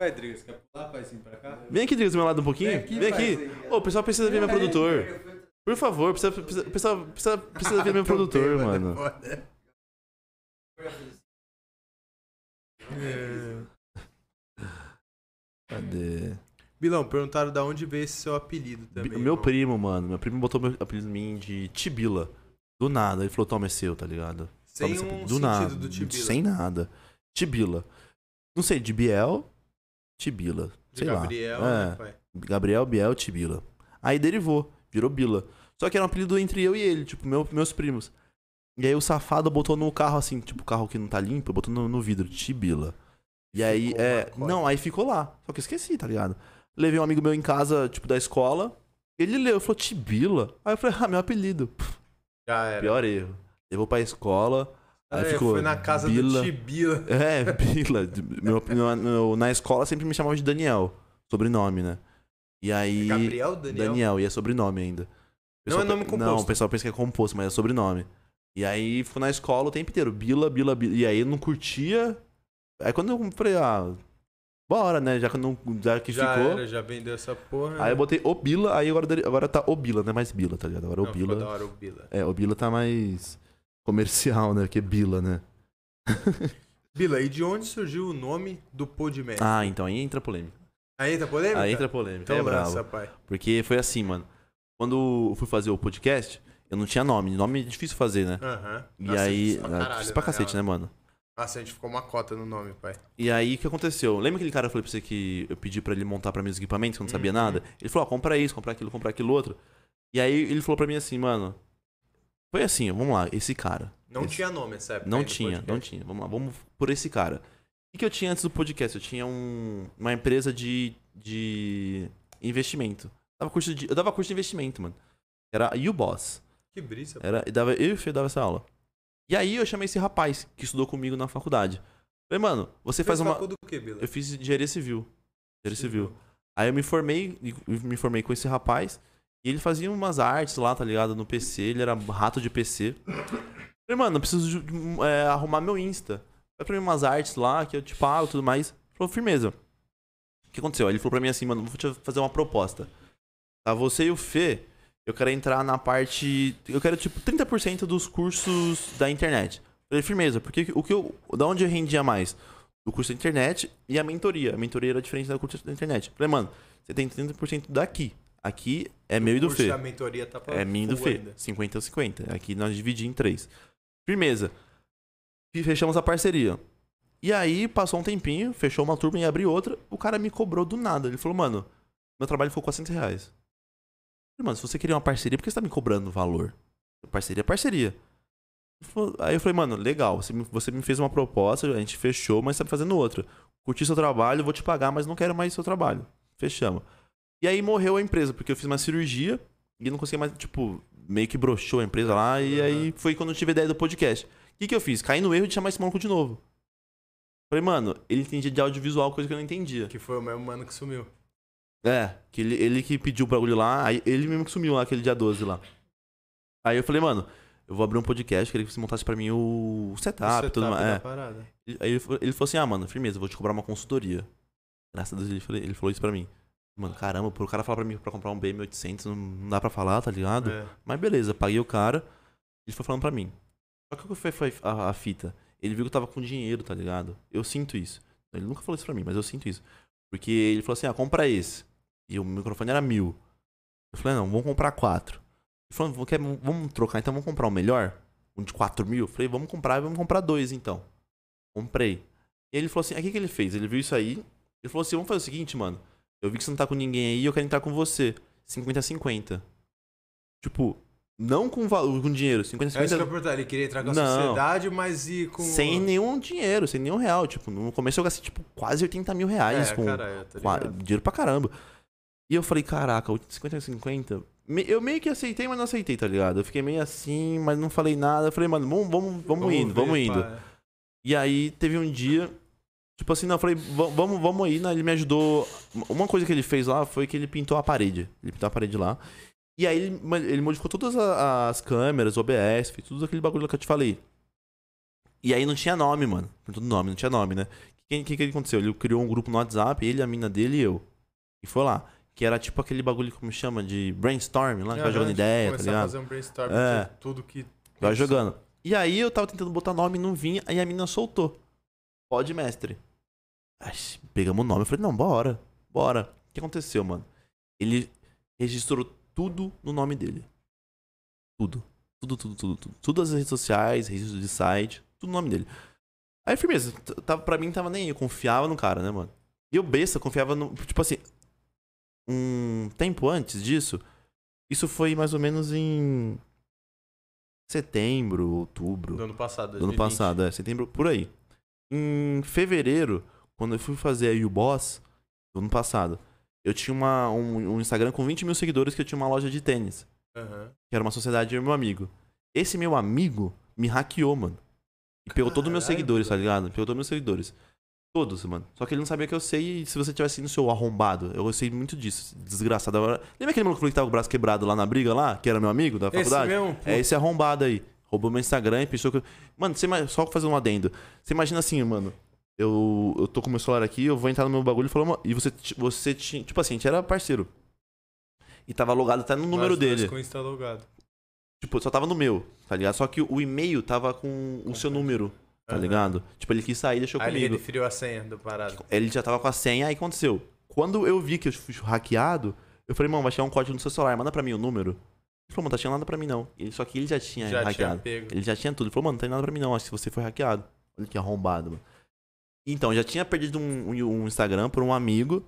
[SPEAKER 1] Vai, Drigas, quer pular, paizinho, pra cá?
[SPEAKER 3] Vem aqui, Drigas, do meu lado um pouquinho. Vem aqui. Ô, o pessoal precisa ver meu produtor. Por favor, precisa, precisa, precisa, precisa,
[SPEAKER 1] (laughs)
[SPEAKER 3] precisa ver meu
[SPEAKER 1] Tô
[SPEAKER 3] produtor,
[SPEAKER 1] bêbado,
[SPEAKER 3] mano.
[SPEAKER 1] né? foda. É.
[SPEAKER 3] Cadê?
[SPEAKER 1] Bilão, perguntaram da onde veio esse seu apelido também.
[SPEAKER 3] Bi- meu
[SPEAKER 1] irmão.
[SPEAKER 3] primo, mano. Meu primo botou meu apelido em mim de Tibila. Do nada. Ele falou, toma, é seu, tá ligado?
[SPEAKER 1] Sem
[SPEAKER 3] Toma esse
[SPEAKER 1] um
[SPEAKER 3] apelido.
[SPEAKER 1] sentido
[SPEAKER 3] nada.
[SPEAKER 1] do Tibila.
[SPEAKER 3] Sem nada. Tibila. Não sei, de Biel, Tibila.
[SPEAKER 1] De
[SPEAKER 3] sei lá.
[SPEAKER 1] Gabriel,
[SPEAKER 3] É.
[SPEAKER 1] né, pai?
[SPEAKER 3] Gabriel, Biel, Tibila. Aí derivou, virou Bila. Só que era um apelido entre eu e ele, tipo, meu- meus primos. E aí o safado botou no carro assim, tipo, o carro que não tá limpo, botou no, no vidro, Tibila. E aí,
[SPEAKER 1] Ficou
[SPEAKER 3] é.
[SPEAKER 1] uma coisa.
[SPEAKER 3] Não, aí ficou lá. Só que eu esqueci, tá ligado? Levei um amigo meu em casa, tipo, da escola. Ele leu, falou, Tibila. Aí eu falei, ah, meu apelido. Pff,
[SPEAKER 1] Já era.
[SPEAKER 3] pior erro. Levou pra escola. (laughs) Aí
[SPEAKER 1] É,
[SPEAKER 3] ficou.
[SPEAKER 1] foi na casa
[SPEAKER 3] Bila.
[SPEAKER 1] do Tibila.
[SPEAKER 3] É, Bila. Meu- meu- meu- na escola sempre me chamava de Daniel. Sobrenome, né? E aí.
[SPEAKER 1] É Gabriel Daniel.
[SPEAKER 3] Daniel, e é sobrenome ainda. O
[SPEAKER 1] Não é
[SPEAKER 3] pessoal
[SPEAKER 1] nome
[SPEAKER 3] pe-
[SPEAKER 1] composto.
[SPEAKER 3] Não, o pessoal pensa que é composto, mas é sobrenome. E aí ficou na escola o tempo inteiro, Bila, Bila, Bila. E aí eu não curtia. Aí quando eu falei, ah, bora, né? Já que, não, já que
[SPEAKER 1] já
[SPEAKER 3] ficou.
[SPEAKER 1] era, já vendeu essa porra.
[SPEAKER 3] Aí
[SPEAKER 1] né?
[SPEAKER 3] eu botei o Bila, aí agora, agora tá o Bila, não é mais Bila, tá ligado? Agora é
[SPEAKER 1] Não,
[SPEAKER 3] o
[SPEAKER 1] ficou da
[SPEAKER 3] Bila.
[SPEAKER 1] hora o Bila.
[SPEAKER 3] É, o Bila tá mais comercial, né? Que Bila, né?
[SPEAKER 1] (laughs) Bila, e de onde surgiu o nome do Podman?
[SPEAKER 3] ah, então aí entra polêmica.
[SPEAKER 1] Aí entra polêmica?
[SPEAKER 3] Aí entra polêmica.
[SPEAKER 1] Então
[SPEAKER 3] Então é bravo.
[SPEAKER 1] lança, pai.
[SPEAKER 3] Porque foi assim, mano. Quando eu fui fazer o podcast, eu não tinha nome. Nome é difícil fazer, né?
[SPEAKER 1] Aham.
[SPEAKER 3] E
[SPEAKER 1] Nossa,
[SPEAKER 3] aí.
[SPEAKER 1] difícil
[SPEAKER 3] ah, difícil pra
[SPEAKER 1] na
[SPEAKER 3] cacete,
[SPEAKER 1] real.
[SPEAKER 3] né, mano?
[SPEAKER 1] Nossa, a gente ficou uma cota no nome, pai.
[SPEAKER 3] E aí, o que aconteceu? Lembra aquele cara que eu falei pra você que eu pedi pra ele montar pra mim os equipamentos, que eu não sabia
[SPEAKER 1] Uhum.
[SPEAKER 3] nada? Ele falou, ó, compra isso, compra aquilo, compra aquilo outro. E aí, ele falou pra mim assim, mano... Foi assim, ó, vamos lá, esse cara.
[SPEAKER 1] Não
[SPEAKER 3] Esse-
[SPEAKER 1] tinha nome essa época.
[SPEAKER 3] Não
[SPEAKER 1] aí do
[SPEAKER 3] tinha,
[SPEAKER 1] podcast.
[SPEAKER 3] não tinha. Vamos lá, vamos por esse cara. O que que eu tinha antes do podcast? Eu tinha um- uma empresa de, de investimento. Dava curso de, eu dava curso de investimento, mano. Era a U-Boss.
[SPEAKER 1] Que brisa, pai.
[SPEAKER 3] Era, e dava, eu e o Fê dava essa aula. E aí eu chamei esse rapaz que estudou comigo na faculdade. Falei, mano, você faz
[SPEAKER 1] Fez
[SPEAKER 3] uma.
[SPEAKER 1] facu do quê, Bila?
[SPEAKER 3] Eu fiz engenharia civil. Engenharia civil. Aí eu me formei, e- e me formei com esse rapaz. E ele fazia umas artes lá, tá ligado? No PC, ele era rato de PC. Falei, mano, eu preciso de- de- é, arrumar meu Insta. Vai pra mim umas artes lá, que eu te pago e tudo mais. Ele Falou, firmeza. O que aconteceu? Ele falou pra mim assim, mano, vou te fazer uma proposta. Tá, você e o Fê, eu quero entrar na parte. Eu quero, tipo, 30% dos cursos da internet. Falei, firmeza, porque o que eu. Da onde eu rendia mais? Do curso da internet e a mentoria. A mentoria era diferente da curso da internet. Falei, mano, você tem 30% daqui. Aqui é meu e do
[SPEAKER 1] O curso
[SPEAKER 3] Fê.
[SPEAKER 1] da mentoria tá pra
[SPEAKER 3] É mim do
[SPEAKER 1] full
[SPEAKER 3] Fê.
[SPEAKER 1] ainda.
[SPEAKER 3] 50 ou 50. Aqui nós dividimos em três. Firmeza. E fechamos a parceria. E aí, passou um tempinho, fechou uma turma e abriu outra. O cara me cobrou do nada. Ele falou, mano, meu trabalho ficou 400 reais. Eu falei, mano, se você queria uma parceria, por que você tá me cobrando valor? Parceria é parceria. Ele falou- Aí eu falei, mano, legal, você me, você me fez uma proposta, a gente fechou, mas tá me fazendo outra. Curti seu trabalho, vou te pagar, mas não quero mais seu trabalho. Fechamos. E aí morreu a empresa, porque eu fiz uma cirurgia e não consegui mais, tipo, meio que broxou a empresa lá. E
[SPEAKER 1] Aham.
[SPEAKER 3] aí foi quando eu tive a ideia do podcast. O que, que eu fiz? Caí no erro de chamar esse maluco de novo. Falei, mano, ele entendia de audiovisual, coisa que eu não entendia.
[SPEAKER 1] Que foi o mesmo mano que sumiu.
[SPEAKER 3] É, que ele, ele que pediu o bagulho lá, aí ele mesmo que sumiu lá aquele dia 12 lá. Aí eu falei, mano, eu eu vou abrir um podcast, queria que você montasse pra mim o setup,
[SPEAKER 1] Isso é
[SPEAKER 3] tudo
[SPEAKER 1] tapa
[SPEAKER 3] mais.
[SPEAKER 1] da
[SPEAKER 3] É.
[SPEAKER 1] parada.
[SPEAKER 3] E- Aí ele, fa- ele falou assim, ah, mano, firmeza, eu vou te cobrar uma consultoria. Graças a Deus ele, falou- ele falou isso pra mim. Mano, caramba, pro cara falar pra mim pra comprar um BM800, não, não dá pra falar, tá ligado?
[SPEAKER 1] É.
[SPEAKER 3] Mas beleza, paguei o cara, ele foi falando pra mim. Só que o que foi, foi a, a fita? Ele viu que eu tava com dinheiro, tá ligado? Eu sinto isso. Ele nunca falou isso pra mim, mas eu sinto isso. Porque ele falou assim, ah, compra esse. E o microfone era mil. Eu falei, "Ah, não, vamos comprar quatro. Ele falou, "Vou- quer- vamos trocar, então vamos comprar o melhor? Um de quatro mil? Eu falei, vamos comprar, vamos comprar dois então. Comprei. E ele falou assim, aí o que, que ele fez? Ele viu isso aí, ele falou assim, vamos fazer o seguinte, mano. Eu vi que você não tá com ninguém aí, eu quero entrar com você. 50-50. Tipo, não com, valor, com
[SPEAKER 1] É
[SPEAKER 3] dinheiro,
[SPEAKER 1] isso que eu
[SPEAKER 3] 50-50
[SPEAKER 1] perguntar, ele queria entrar com a
[SPEAKER 3] Não.
[SPEAKER 1] sociedade, mas e com...
[SPEAKER 3] sem nenhum dinheiro, sem nenhum real. Tipo, no começo eu gastei, tipo, quase 80 mil reais
[SPEAKER 1] é,
[SPEAKER 3] com,
[SPEAKER 1] caralho, tá
[SPEAKER 3] tipo, qua-
[SPEAKER 1] ligado?
[SPEAKER 3] dinheiro pra caramba. E eu falei, caraca, 50 50? Me- Eu meio que aceitei, mas não aceitei, tá ligado? Eu fiquei meio assim, mas não falei nada. Eu falei, mano, vamos, vamos, vamos indo,
[SPEAKER 1] ver,
[SPEAKER 3] vamos indo.
[SPEAKER 1] pá.
[SPEAKER 3] E aí teve um dia, tipo assim, não, eu falei, "Va- vamos, vamos aí, né? Ele me ajudou. Uma coisa que ele fez lá foi que ele pintou a parede. Ele pintou a parede lá. E aí ele, ma- ele modificou todas a- as câmeras, OBS, fez tudo aquele bagulho lá que eu te falei. E aí não tinha nome, mano. Tudo nome, não tinha nome, né? O que, que, que aconteceu? Ele criou um grupo no WhatsApp, ele, a mina dele e eu. E foi lá. Que era tipo aquele bagulho, como chama, de brainstorm lá, que vai
[SPEAKER 1] Aham,
[SPEAKER 3] jogando
[SPEAKER 1] tipo,
[SPEAKER 3] ideia, tá
[SPEAKER 1] começar a
[SPEAKER 3] ligado?
[SPEAKER 1] fazer um brainstorm
[SPEAKER 3] É.
[SPEAKER 1] de tudo que...
[SPEAKER 3] Vai jogando. E aí eu tava tentando botar nome e não vinha, aí a menina soltou. Pode, mestre. Ai, pegamos o nome, eu falei, não, bora, bora. O que aconteceu, mano? Ele registrou tudo no nome dele. Tudo. Tudo, tudo, tudo, tudo. Todas as redes sociais, registro de site, tudo no nome dele. Aí, firmeza, t- tava, pra mim tava nem aí, eu confiava no cara, né, mano? E eu, besta, confiava no. Tipo assim, um tempo antes disso, isso foi mais ou menos em setembro, outubro
[SPEAKER 1] Do ano passado.
[SPEAKER 3] do ano
[SPEAKER 1] 2020.
[SPEAKER 3] passado, é, setembro, por aí. Em fevereiro, quando eu fui fazer a U-Boss, do ano passado, eu tinha uma, um, um Instagram com 20 mil seguidores que eu tinha uma loja de tênis,
[SPEAKER 1] Aham.
[SPEAKER 3] que era uma sociedade e meu amigo. Esse meu amigo me hackeou, mano. E pegou todos os meus
[SPEAKER 1] Caralho,
[SPEAKER 3] seguidores, tá
[SPEAKER 1] velho.
[SPEAKER 3] ligado? Pegou todos os meus seguidores. Todos, mano. Só que ele não sabia que eu sei e se você tivesse no seu arrombado. Eu sei muito disso, desgraçado. Agora, lembra aquele maluco que falou que tava com o braço quebrado lá na briga lá, que era meu amigo da
[SPEAKER 1] Esse
[SPEAKER 3] faculdade?
[SPEAKER 1] mesmo?
[SPEAKER 3] É esse arrombado aí. Roubou meu Instagram e pensou que. eu- Mano, você ima- só fazer um adendo. Você imagina assim, mano. Eu, eu tô com meu celular aqui, eu vou entrar no meu bagulho e falou. "Mano", E você, ti- você tinha. Tipo assim, a gente era parceiro. E tava logado até no número
[SPEAKER 1] Nós dois
[SPEAKER 3] dele.
[SPEAKER 1] Com o Insta logado.
[SPEAKER 3] Tipo, só tava no meu, tá ligado? Só que o e-mail tava com o seu número, tá
[SPEAKER 1] Aham.
[SPEAKER 3] ligado? Tipo, ele quis sair e deixou
[SPEAKER 1] Aí ele
[SPEAKER 3] comigo.
[SPEAKER 1] referiu a senha do parado.
[SPEAKER 3] Ele já tava com a senha, aí aconteceu. Quando eu vi que eu fui hackeado, eu falei, mano, vai chegar um código no seu celular, manda pra mim o número. Ele falou, mano, tá chegando nada pra mim não. Ele, só que ele já tinha
[SPEAKER 1] Já tinha
[SPEAKER 3] hackeado.
[SPEAKER 1] pego.
[SPEAKER 3] Ele já tinha tudo. Ele falou, mano, não tem nada pra mim não. Acho que você foi hackeado. Olha que arrombado, mano. Então, já tinha perdido um, um- um Instagram por um amigo.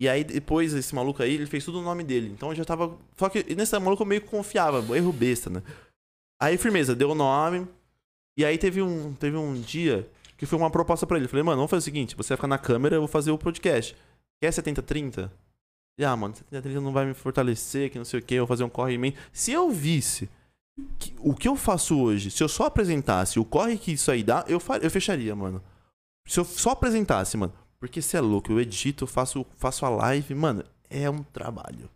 [SPEAKER 3] E aí, depois, esse maluco aí, ele fez tudo no nome dele. Então, eu já tava... Só que nesse maluco eu meio que confiava. Erro besta, né? Aí, firmeza. Deu o nome. E aí, teve um, teve um dia que foi uma proposta pra ele. Eu falei, mano, vamos fazer o seguinte. Você vai ficar na câmera, eu vou fazer o podcast. Quer 70-30? Ele, ah, mano, 70-30 não vai me fortalecer, que não sei o quê. Eu vou fazer um corre em mim. Se eu visse que- o que eu faço hoje, se eu só apresentasse o corre que isso aí dá, eu, fa- eu fecharia, mano. Se eu só apresentasse, mano. Porque você é louco, eu edito, eu faço, faço a live, mano, é um trabalho.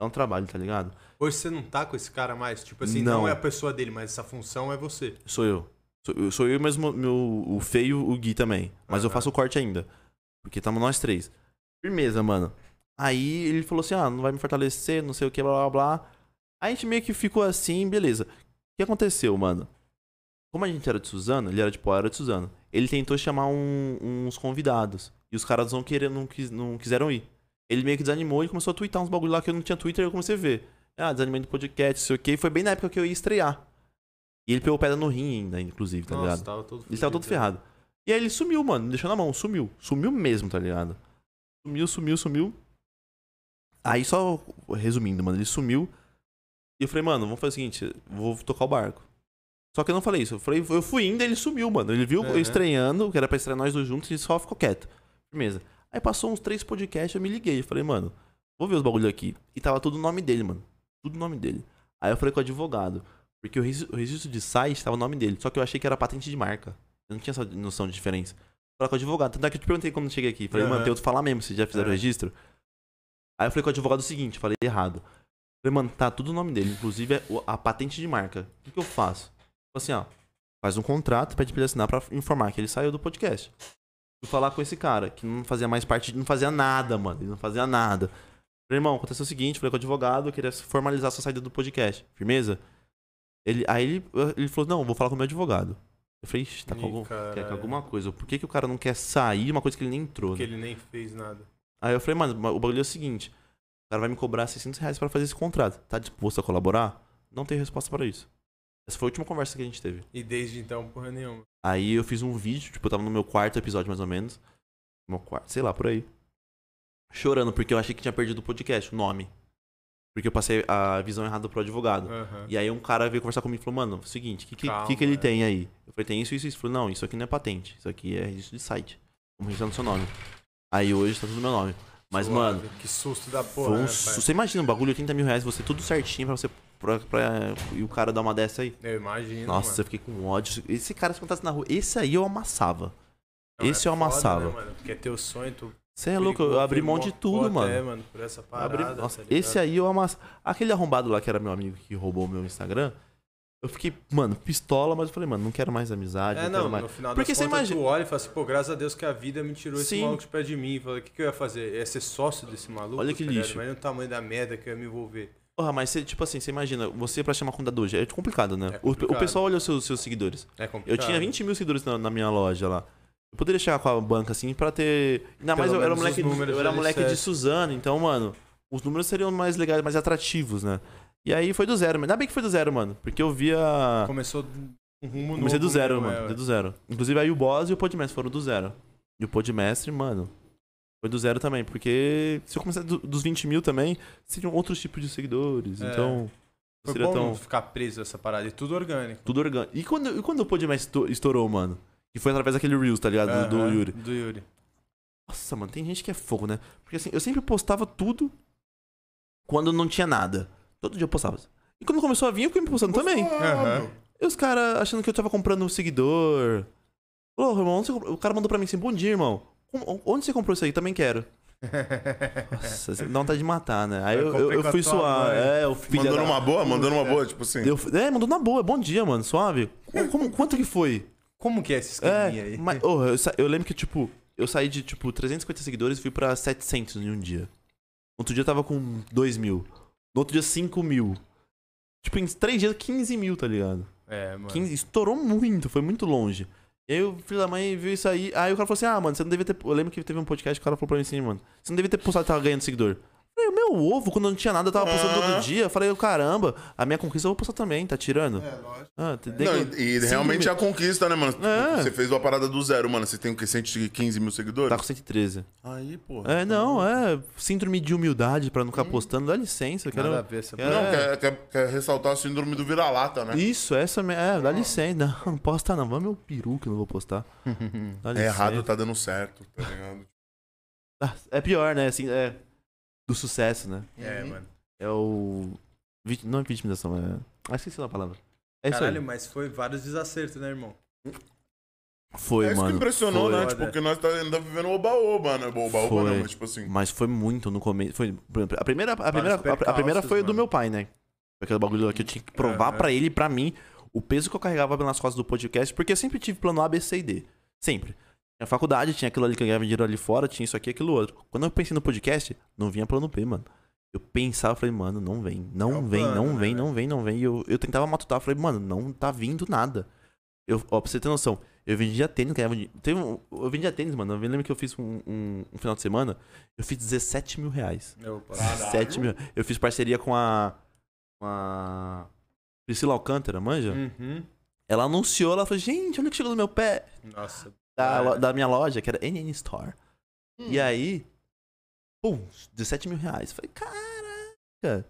[SPEAKER 3] É um trabalho, tá ligado?
[SPEAKER 1] Hoje você não tá com esse cara mais? Tipo assim,
[SPEAKER 3] Não. Tá
[SPEAKER 1] não, é a pessoa dele, mas essa função é você.
[SPEAKER 3] Sou eu. Sou eu, sou eu e mais mo- meu, o feio, o Gui também. Mas eu
[SPEAKER 1] Aham.
[SPEAKER 3] faço o corte ainda. Porque estamos nós três. Firmeza, mano. Aí ele falou assim: ah, não vai me fortalecer, não sei o que, blá blá blá. Aí a gente meio que ficou assim, beleza. O que aconteceu, mano? Como a gente era de Suzano, ele era de Poá, era de Suzano. Ele tentou chamar um- uns convidados. E os caras não, querer, não, quis- não quiseram ir. Ele meio que desanimou e começou a twittar uns bagulho lá que eu não tinha Twitter e eu comecei a ver. Ah, desanimei do podcast, não sei o que. Foi bem na época que eu ia estrear. E ele pegou pedra no rim ainda, inclusive, tá ligado?
[SPEAKER 1] Nossa, tava todo
[SPEAKER 3] Ele tava todo ferrado. E aí ele sumiu, mano. Deixou na mão, sumiu. Sumiu mesmo, tá ligado? Sumiu, sumiu, sumiu. Aí só resumindo, mano, ele sumiu. E eu falei, mano, vamos fazer o seguinte, vou tocar o barco. Só que eu não falei isso. Eu falei, eu fui indo, ele sumiu, mano. Ele viu eu
[SPEAKER 1] Uhum.
[SPEAKER 3] estreando, que era pra estrear nós dois juntos, e só ficou quieto. Firmeza. Aí passou uns três podcasts, eu me liguei. Eu falei, mano, vou ver os bagulho aqui. E tava tudo o nome dele, mano. Tudo o nome dele. Aí eu falei com o advogado. Porque o regis- o registro de site tava o nome dele. Só que eu achei que era patente de marca. Eu não tinha essa noção de diferença. Falei com o advogado. Tanto é que eu te perguntei quando eu cheguei aqui. Falei,
[SPEAKER 1] Aham.
[SPEAKER 3] mano, tem outro falar mesmo, vocês já fizeram o
[SPEAKER 1] É.
[SPEAKER 3] registro? Aí eu falei com o advogado o seguinte, falei errado. Falei, mano, tá tudo o nome dele. Inclusive é o- a patente de marca. O que, que eu faço? Tipo assim, ó. Faz um contrato, pede pra ele assinar pra informar que ele saiu do podcast. Fui falar com esse cara, que não fazia mais parte, não fazia nada, mano. Ele não fazia nada. Falei, irmão, aconteceu o seguinte, falei com o advogado, eu queria formalizar sua saída do podcast. Firmeza? Ele, aí ele, ele falou, não, eu vou falar com o meu advogado. Eu falei, ixi, tá com,
[SPEAKER 1] Ih,
[SPEAKER 3] algum, quer,
[SPEAKER 1] caralho.
[SPEAKER 3] com alguma coisa. Por que, que o cara não quer sair de uma coisa que ele nem entrou? né?
[SPEAKER 1] Porque ele nem fez nada.
[SPEAKER 3] Aí eu falei, mano, o bagulho é o seguinte: o cara vai me cobrar 600 reais pra fazer esse contrato. Tá disposto a colaborar? Não tem resposta pra isso. Essa foi a última conversa que a gente teve.
[SPEAKER 1] E desde então, porra nenhuma.
[SPEAKER 3] Aí eu fiz um vídeo, tipo, eu tava no meu quarto episódio mais ou menos. Meu quarto, sei lá, por aí. Chorando, porque eu achei que tinha perdido o podcast, o nome. Porque eu passei a visão errada pro advogado.
[SPEAKER 1] Aham.
[SPEAKER 3] E aí um cara veio conversar comigo e falou, mano, seguinte, o que, que,
[SPEAKER 1] Calma,
[SPEAKER 3] que que ele
[SPEAKER 1] é.
[SPEAKER 3] tem aí? Eu falei, tem isso, isso, isso. Ele falou, não, isso aqui não é patente, isso aqui é registro de site. Vamos registrar no seu nome. Aí hoje tá tudo no meu nome. Mas,
[SPEAKER 1] Suave.
[SPEAKER 3] mano,
[SPEAKER 1] Que susto da porra.
[SPEAKER 3] foi um
[SPEAKER 1] né,
[SPEAKER 3] su-
[SPEAKER 1] pai?
[SPEAKER 3] você imagina um bagulho, 80 mil reais, você tudo certinho pra você. Pra, pra- e o cara dar uma dessa aí.
[SPEAKER 1] Eu imagino.
[SPEAKER 3] Nossa,
[SPEAKER 1] mano.
[SPEAKER 3] eu fiquei com ódio. Esse cara, se contasse na rua, esse aí eu amassava.
[SPEAKER 1] Não,
[SPEAKER 3] esse eu
[SPEAKER 1] foda,
[SPEAKER 3] amassava.
[SPEAKER 1] né, mano? Porque é teu sonho, tu.
[SPEAKER 3] Você é louco, eu
[SPEAKER 1] brigou,
[SPEAKER 3] abri mão de
[SPEAKER 1] firmou
[SPEAKER 3] tudo,
[SPEAKER 1] até,
[SPEAKER 3] mano.
[SPEAKER 1] é, Por essa
[SPEAKER 3] Eu abri-
[SPEAKER 1] parada.
[SPEAKER 3] Nossa,
[SPEAKER 1] tá ligado?
[SPEAKER 3] esse é aí eu amasso. Aquele arrombado lá que era meu amigo que roubou meu Instagram, eu fiquei, mano, pistola, mas eu falei, mano, não quero mais amizade,
[SPEAKER 1] É,
[SPEAKER 3] não, quero
[SPEAKER 1] não,
[SPEAKER 3] mais.
[SPEAKER 1] no final
[SPEAKER 3] Porque
[SPEAKER 1] das
[SPEAKER 3] você
[SPEAKER 1] contas,
[SPEAKER 3] imagina-
[SPEAKER 1] tu olha e fala assim, pô, graças a Deus que a vida me tirou esse
[SPEAKER 3] Sim.
[SPEAKER 1] maluco de pé de mim. Fala, o que, que eu ia fazer? Ia ser sócio desse maluco?
[SPEAKER 3] Olha que
[SPEAKER 1] tá ligado?
[SPEAKER 3] lixo.
[SPEAKER 1] Imagina o tamanho da merda que eu ia me envolver.
[SPEAKER 3] Porra, mas você, tipo assim, você imagina, você pra chamar convidado hoje, é complicado, né?
[SPEAKER 1] É
[SPEAKER 3] O- O,
[SPEAKER 1] complicado.
[SPEAKER 3] pessoal olha os seus, seus seguidores.
[SPEAKER 1] É
[SPEAKER 3] Eu
[SPEAKER 1] complicado.
[SPEAKER 3] tinha 20 mil seguidores na, na minha loja lá. Eu poderia chegar com a banca assim pra ter. Ainda mais
[SPEAKER 1] Pelo
[SPEAKER 3] eu era
[SPEAKER 1] menos
[SPEAKER 3] moleque,
[SPEAKER 1] os números
[SPEAKER 3] eu era
[SPEAKER 1] ali
[SPEAKER 3] moleque de
[SPEAKER 1] certo.
[SPEAKER 3] Suzano, então, mano, os números seriam mais legais, mais atrativos, né? E aí foi do zero, mas ainda bem que foi do zero, mano. Porque eu via.
[SPEAKER 1] Começou um rumo
[SPEAKER 3] Comecei do
[SPEAKER 1] novo,
[SPEAKER 3] zero,
[SPEAKER 1] né,
[SPEAKER 3] mano.
[SPEAKER 1] ué?
[SPEAKER 3] comecei do zero. Inclusive aí o boss e o podmestre foram do zero. E o podmestre, mano, foi do zero também. Porque se eu começar do- dos 20 mil também, seriam outros tipos de seguidores.
[SPEAKER 1] É.
[SPEAKER 3] Então. não
[SPEAKER 1] Foi
[SPEAKER 3] seria
[SPEAKER 1] bom
[SPEAKER 3] tão.
[SPEAKER 1] não ficar preso a essa parada. E tudo orgânico.
[SPEAKER 3] Tudo orgânico. E quando, e quando o podmestre esto- estourou, mano? Que foi através daquele Reels, tá ligado? Do-
[SPEAKER 1] Aham,
[SPEAKER 3] do Yuri.
[SPEAKER 1] Do Yuri.
[SPEAKER 3] Nossa, mano, tem gente que é fogo, né? Porque assim, eu sempre postava tudo quando não tinha nada. Todo dia eu postava. E quando começou a vir, eu fiquei me postando também. (laughs)
[SPEAKER 1] Aham.
[SPEAKER 3] E os caras achando que eu tava comprando um seguidor. Falou, irmão, onde você comprou?" o cara mandou pra mim assim, bom dia, irmão. Com- Onde você comprou isso aí? Também quero. Nossa, você dá vontade de matar, né? Aí
[SPEAKER 1] Eu
[SPEAKER 3] eu,
[SPEAKER 1] comprei
[SPEAKER 3] eu, eu
[SPEAKER 1] com É. a
[SPEAKER 3] fui
[SPEAKER 1] tua
[SPEAKER 3] suar.
[SPEAKER 1] mãe.
[SPEAKER 3] É, o filho
[SPEAKER 2] Mandou
[SPEAKER 3] da-
[SPEAKER 2] numa boa, mandou numa boa, tipo assim.
[SPEAKER 3] Eu, é, mandou na boa. Bom dia, mano. Suave. Como- como- quanto que foi?
[SPEAKER 1] Como que é esse
[SPEAKER 3] É,
[SPEAKER 1] esqueminha aí?
[SPEAKER 3] mas, ô, eu, sa- eu lembro que, tipo, eu saí de, tipo, 350 seguidores e fui pra 700 em um dia. Outro dia eu tava com 2 mil. No outro dia, 5 mil. Tipo, em 3 dias, 15 mil, tá ligado?
[SPEAKER 1] (laughs) É, mano.
[SPEAKER 3] 15, estourou muito, foi muito longe. E aí o filho da mãe viu isso aí, aí o cara falou assim, ah, mano, você não devia ter... Eu lembro que teve um podcast que o cara falou pra mim assim, mano, você não devia ter postado que tava ganhando seguidor. Eu falei, o meu ovo, quando não tinha nada, eu tava postando
[SPEAKER 2] Ah.
[SPEAKER 3] todo dia. Eu falei, caramba, a minha conquista eu vou postar também, tá tirando? É, lógico. Ah, tem tem
[SPEAKER 2] Não,
[SPEAKER 3] que-
[SPEAKER 2] e, e
[SPEAKER 3] cinco
[SPEAKER 2] realmente
[SPEAKER 3] mil-
[SPEAKER 2] é a conquista, né, mano?
[SPEAKER 3] É.
[SPEAKER 2] Você fez uma parada do zero, mano. Você tem o que? 115 mil seguidores?
[SPEAKER 3] Tá com 113.
[SPEAKER 2] Aí, pô. tá
[SPEAKER 3] É, não, é síndrome de humildade pra não ficar
[SPEAKER 1] Hum.
[SPEAKER 3] postando. Dá licença, eu quero.
[SPEAKER 1] Nada a ver essa
[SPEAKER 3] quero- (laughs)
[SPEAKER 2] Não,
[SPEAKER 3] é.
[SPEAKER 2] quer, quer- quer ressaltar a síndrome do vira-lata, né?
[SPEAKER 3] Isso, essa me- é, dá licença. Não, (laughs) não posta não. Vai meu peru que eu não vou postar. Dá
[SPEAKER 2] É
[SPEAKER 3] licença.
[SPEAKER 2] errado, tá dando certo, tá ligado?
[SPEAKER 3] Ah, É pior, né? Assim, é do sucesso, né?
[SPEAKER 1] É, mano.
[SPEAKER 3] É o vit- não é vitimização, é. Ah, esqueci a palavra. É isso
[SPEAKER 1] Caralho,
[SPEAKER 3] aí.
[SPEAKER 1] mas foi vários desacertos, né, irmão?
[SPEAKER 3] Foi,
[SPEAKER 2] é isso
[SPEAKER 3] mano.
[SPEAKER 2] que impressionou,
[SPEAKER 3] foi.
[SPEAKER 2] né? Tipo, porque nós tá ainda vivendo oba-oba, né? Oba-oba
[SPEAKER 3] Foi.
[SPEAKER 2] não, mas tipo assim.
[SPEAKER 3] Mas foi muito no começo. Foi, por exemplo, a primeira, a primeira, a, a
[SPEAKER 1] percalços,
[SPEAKER 3] primeira foi do
[SPEAKER 1] mano.
[SPEAKER 3] meu pai, né? Foi Aquele bagulho lá que eu tinha que provar
[SPEAKER 1] Aham.
[SPEAKER 3] pra ele e pra mim o peso que eu carregava nas costas do podcast, porque eu sempre tive plano A, B, C e D. Sempre. Tinha faculdade, tinha aquilo ali que eu ganhava dinheiro ali fora, tinha isso aqui, aquilo outro. Quando eu pensei no podcast, não vinha plano B, mano. Eu pensava, falei, mano, não vem, não
[SPEAKER 1] É o
[SPEAKER 3] vem, não
[SPEAKER 1] plano, né,
[SPEAKER 3] vem,
[SPEAKER 1] velho?
[SPEAKER 3] não vem, não vem. E eu, eu tentava matutar, falei, mano, não tá vindo nada. Eu, ó, pra você ter noção, eu vendia tênis, ganhava dinheiro. Teve um- Eu vendia tênis, mano. Eu lembro que eu fiz um, um- um final de semana, eu fiz 17 mil reais.
[SPEAKER 1] Opa.
[SPEAKER 3] 17 mil. Eu fiz parceria com a. Com a. Priscila Alcântara, manja?
[SPEAKER 1] Uhum.
[SPEAKER 3] Ela anunciou, ela falou, gente, olha o que chegou no meu pé.
[SPEAKER 1] Nossa.
[SPEAKER 3] Da,
[SPEAKER 1] Caralho.
[SPEAKER 3] lo- da minha loja, que era NN Store. E aí. Pum, 17 mil reais. Falei, caraca.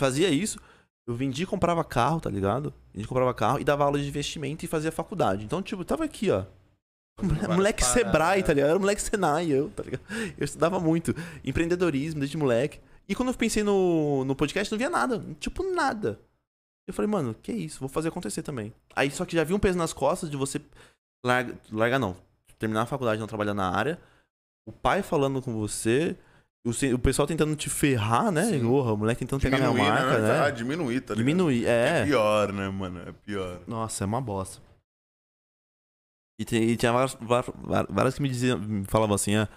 [SPEAKER 3] Fazia isso. Eu vendia e comprava carro, tá ligado? Vendia e comprava carro e dava aula de investimento e fazia faculdade. Então, tipo, tava aqui, ó. Mole-
[SPEAKER 1] várias
[SPEAKER 3] Moleque
[SPEAKER 1] paradas,
[SPEAKER 2] é.
[SPEAKER 3] Sebrae,
[SPEAKER 1] né?
[SPEAKER 3] tá ligado? Era moleque Senai, eu, tá ligado? Eu estudava muito. Empreendedorismo desde moleque. E quando eu pensei no, no podcast, não via nada. Tipo, nada. Eu falei, mano, que é isso? Vou fazer acontecer também. Aí só que já vi um peso nas costas de você larga, larga não. Terminar a faculdade, não trabalhar na área. O pai falando com você. o, se- o pessoal tentando te ferrar, né? Porra, o moleque tentando pegar minha
[SPEAKER 2] Diminuir,
[SPEAKER 3] marca,
[SPEAKER 2] né? Ah,
[SPEAKER 3] né?
[SPEAKER 2] diminuir, tá ligado?
[SPEAKER 3] Diminuir,
[SPEAKER 2] É
[SPEAKER 3] é.
[SPEAKER 2] pior, né, mano? É pior.
[SPEAKER 3] Nossa, é uma bosta. E, tem- e tinha várias, var- var- várias que me diziam, me falavam assim, ah,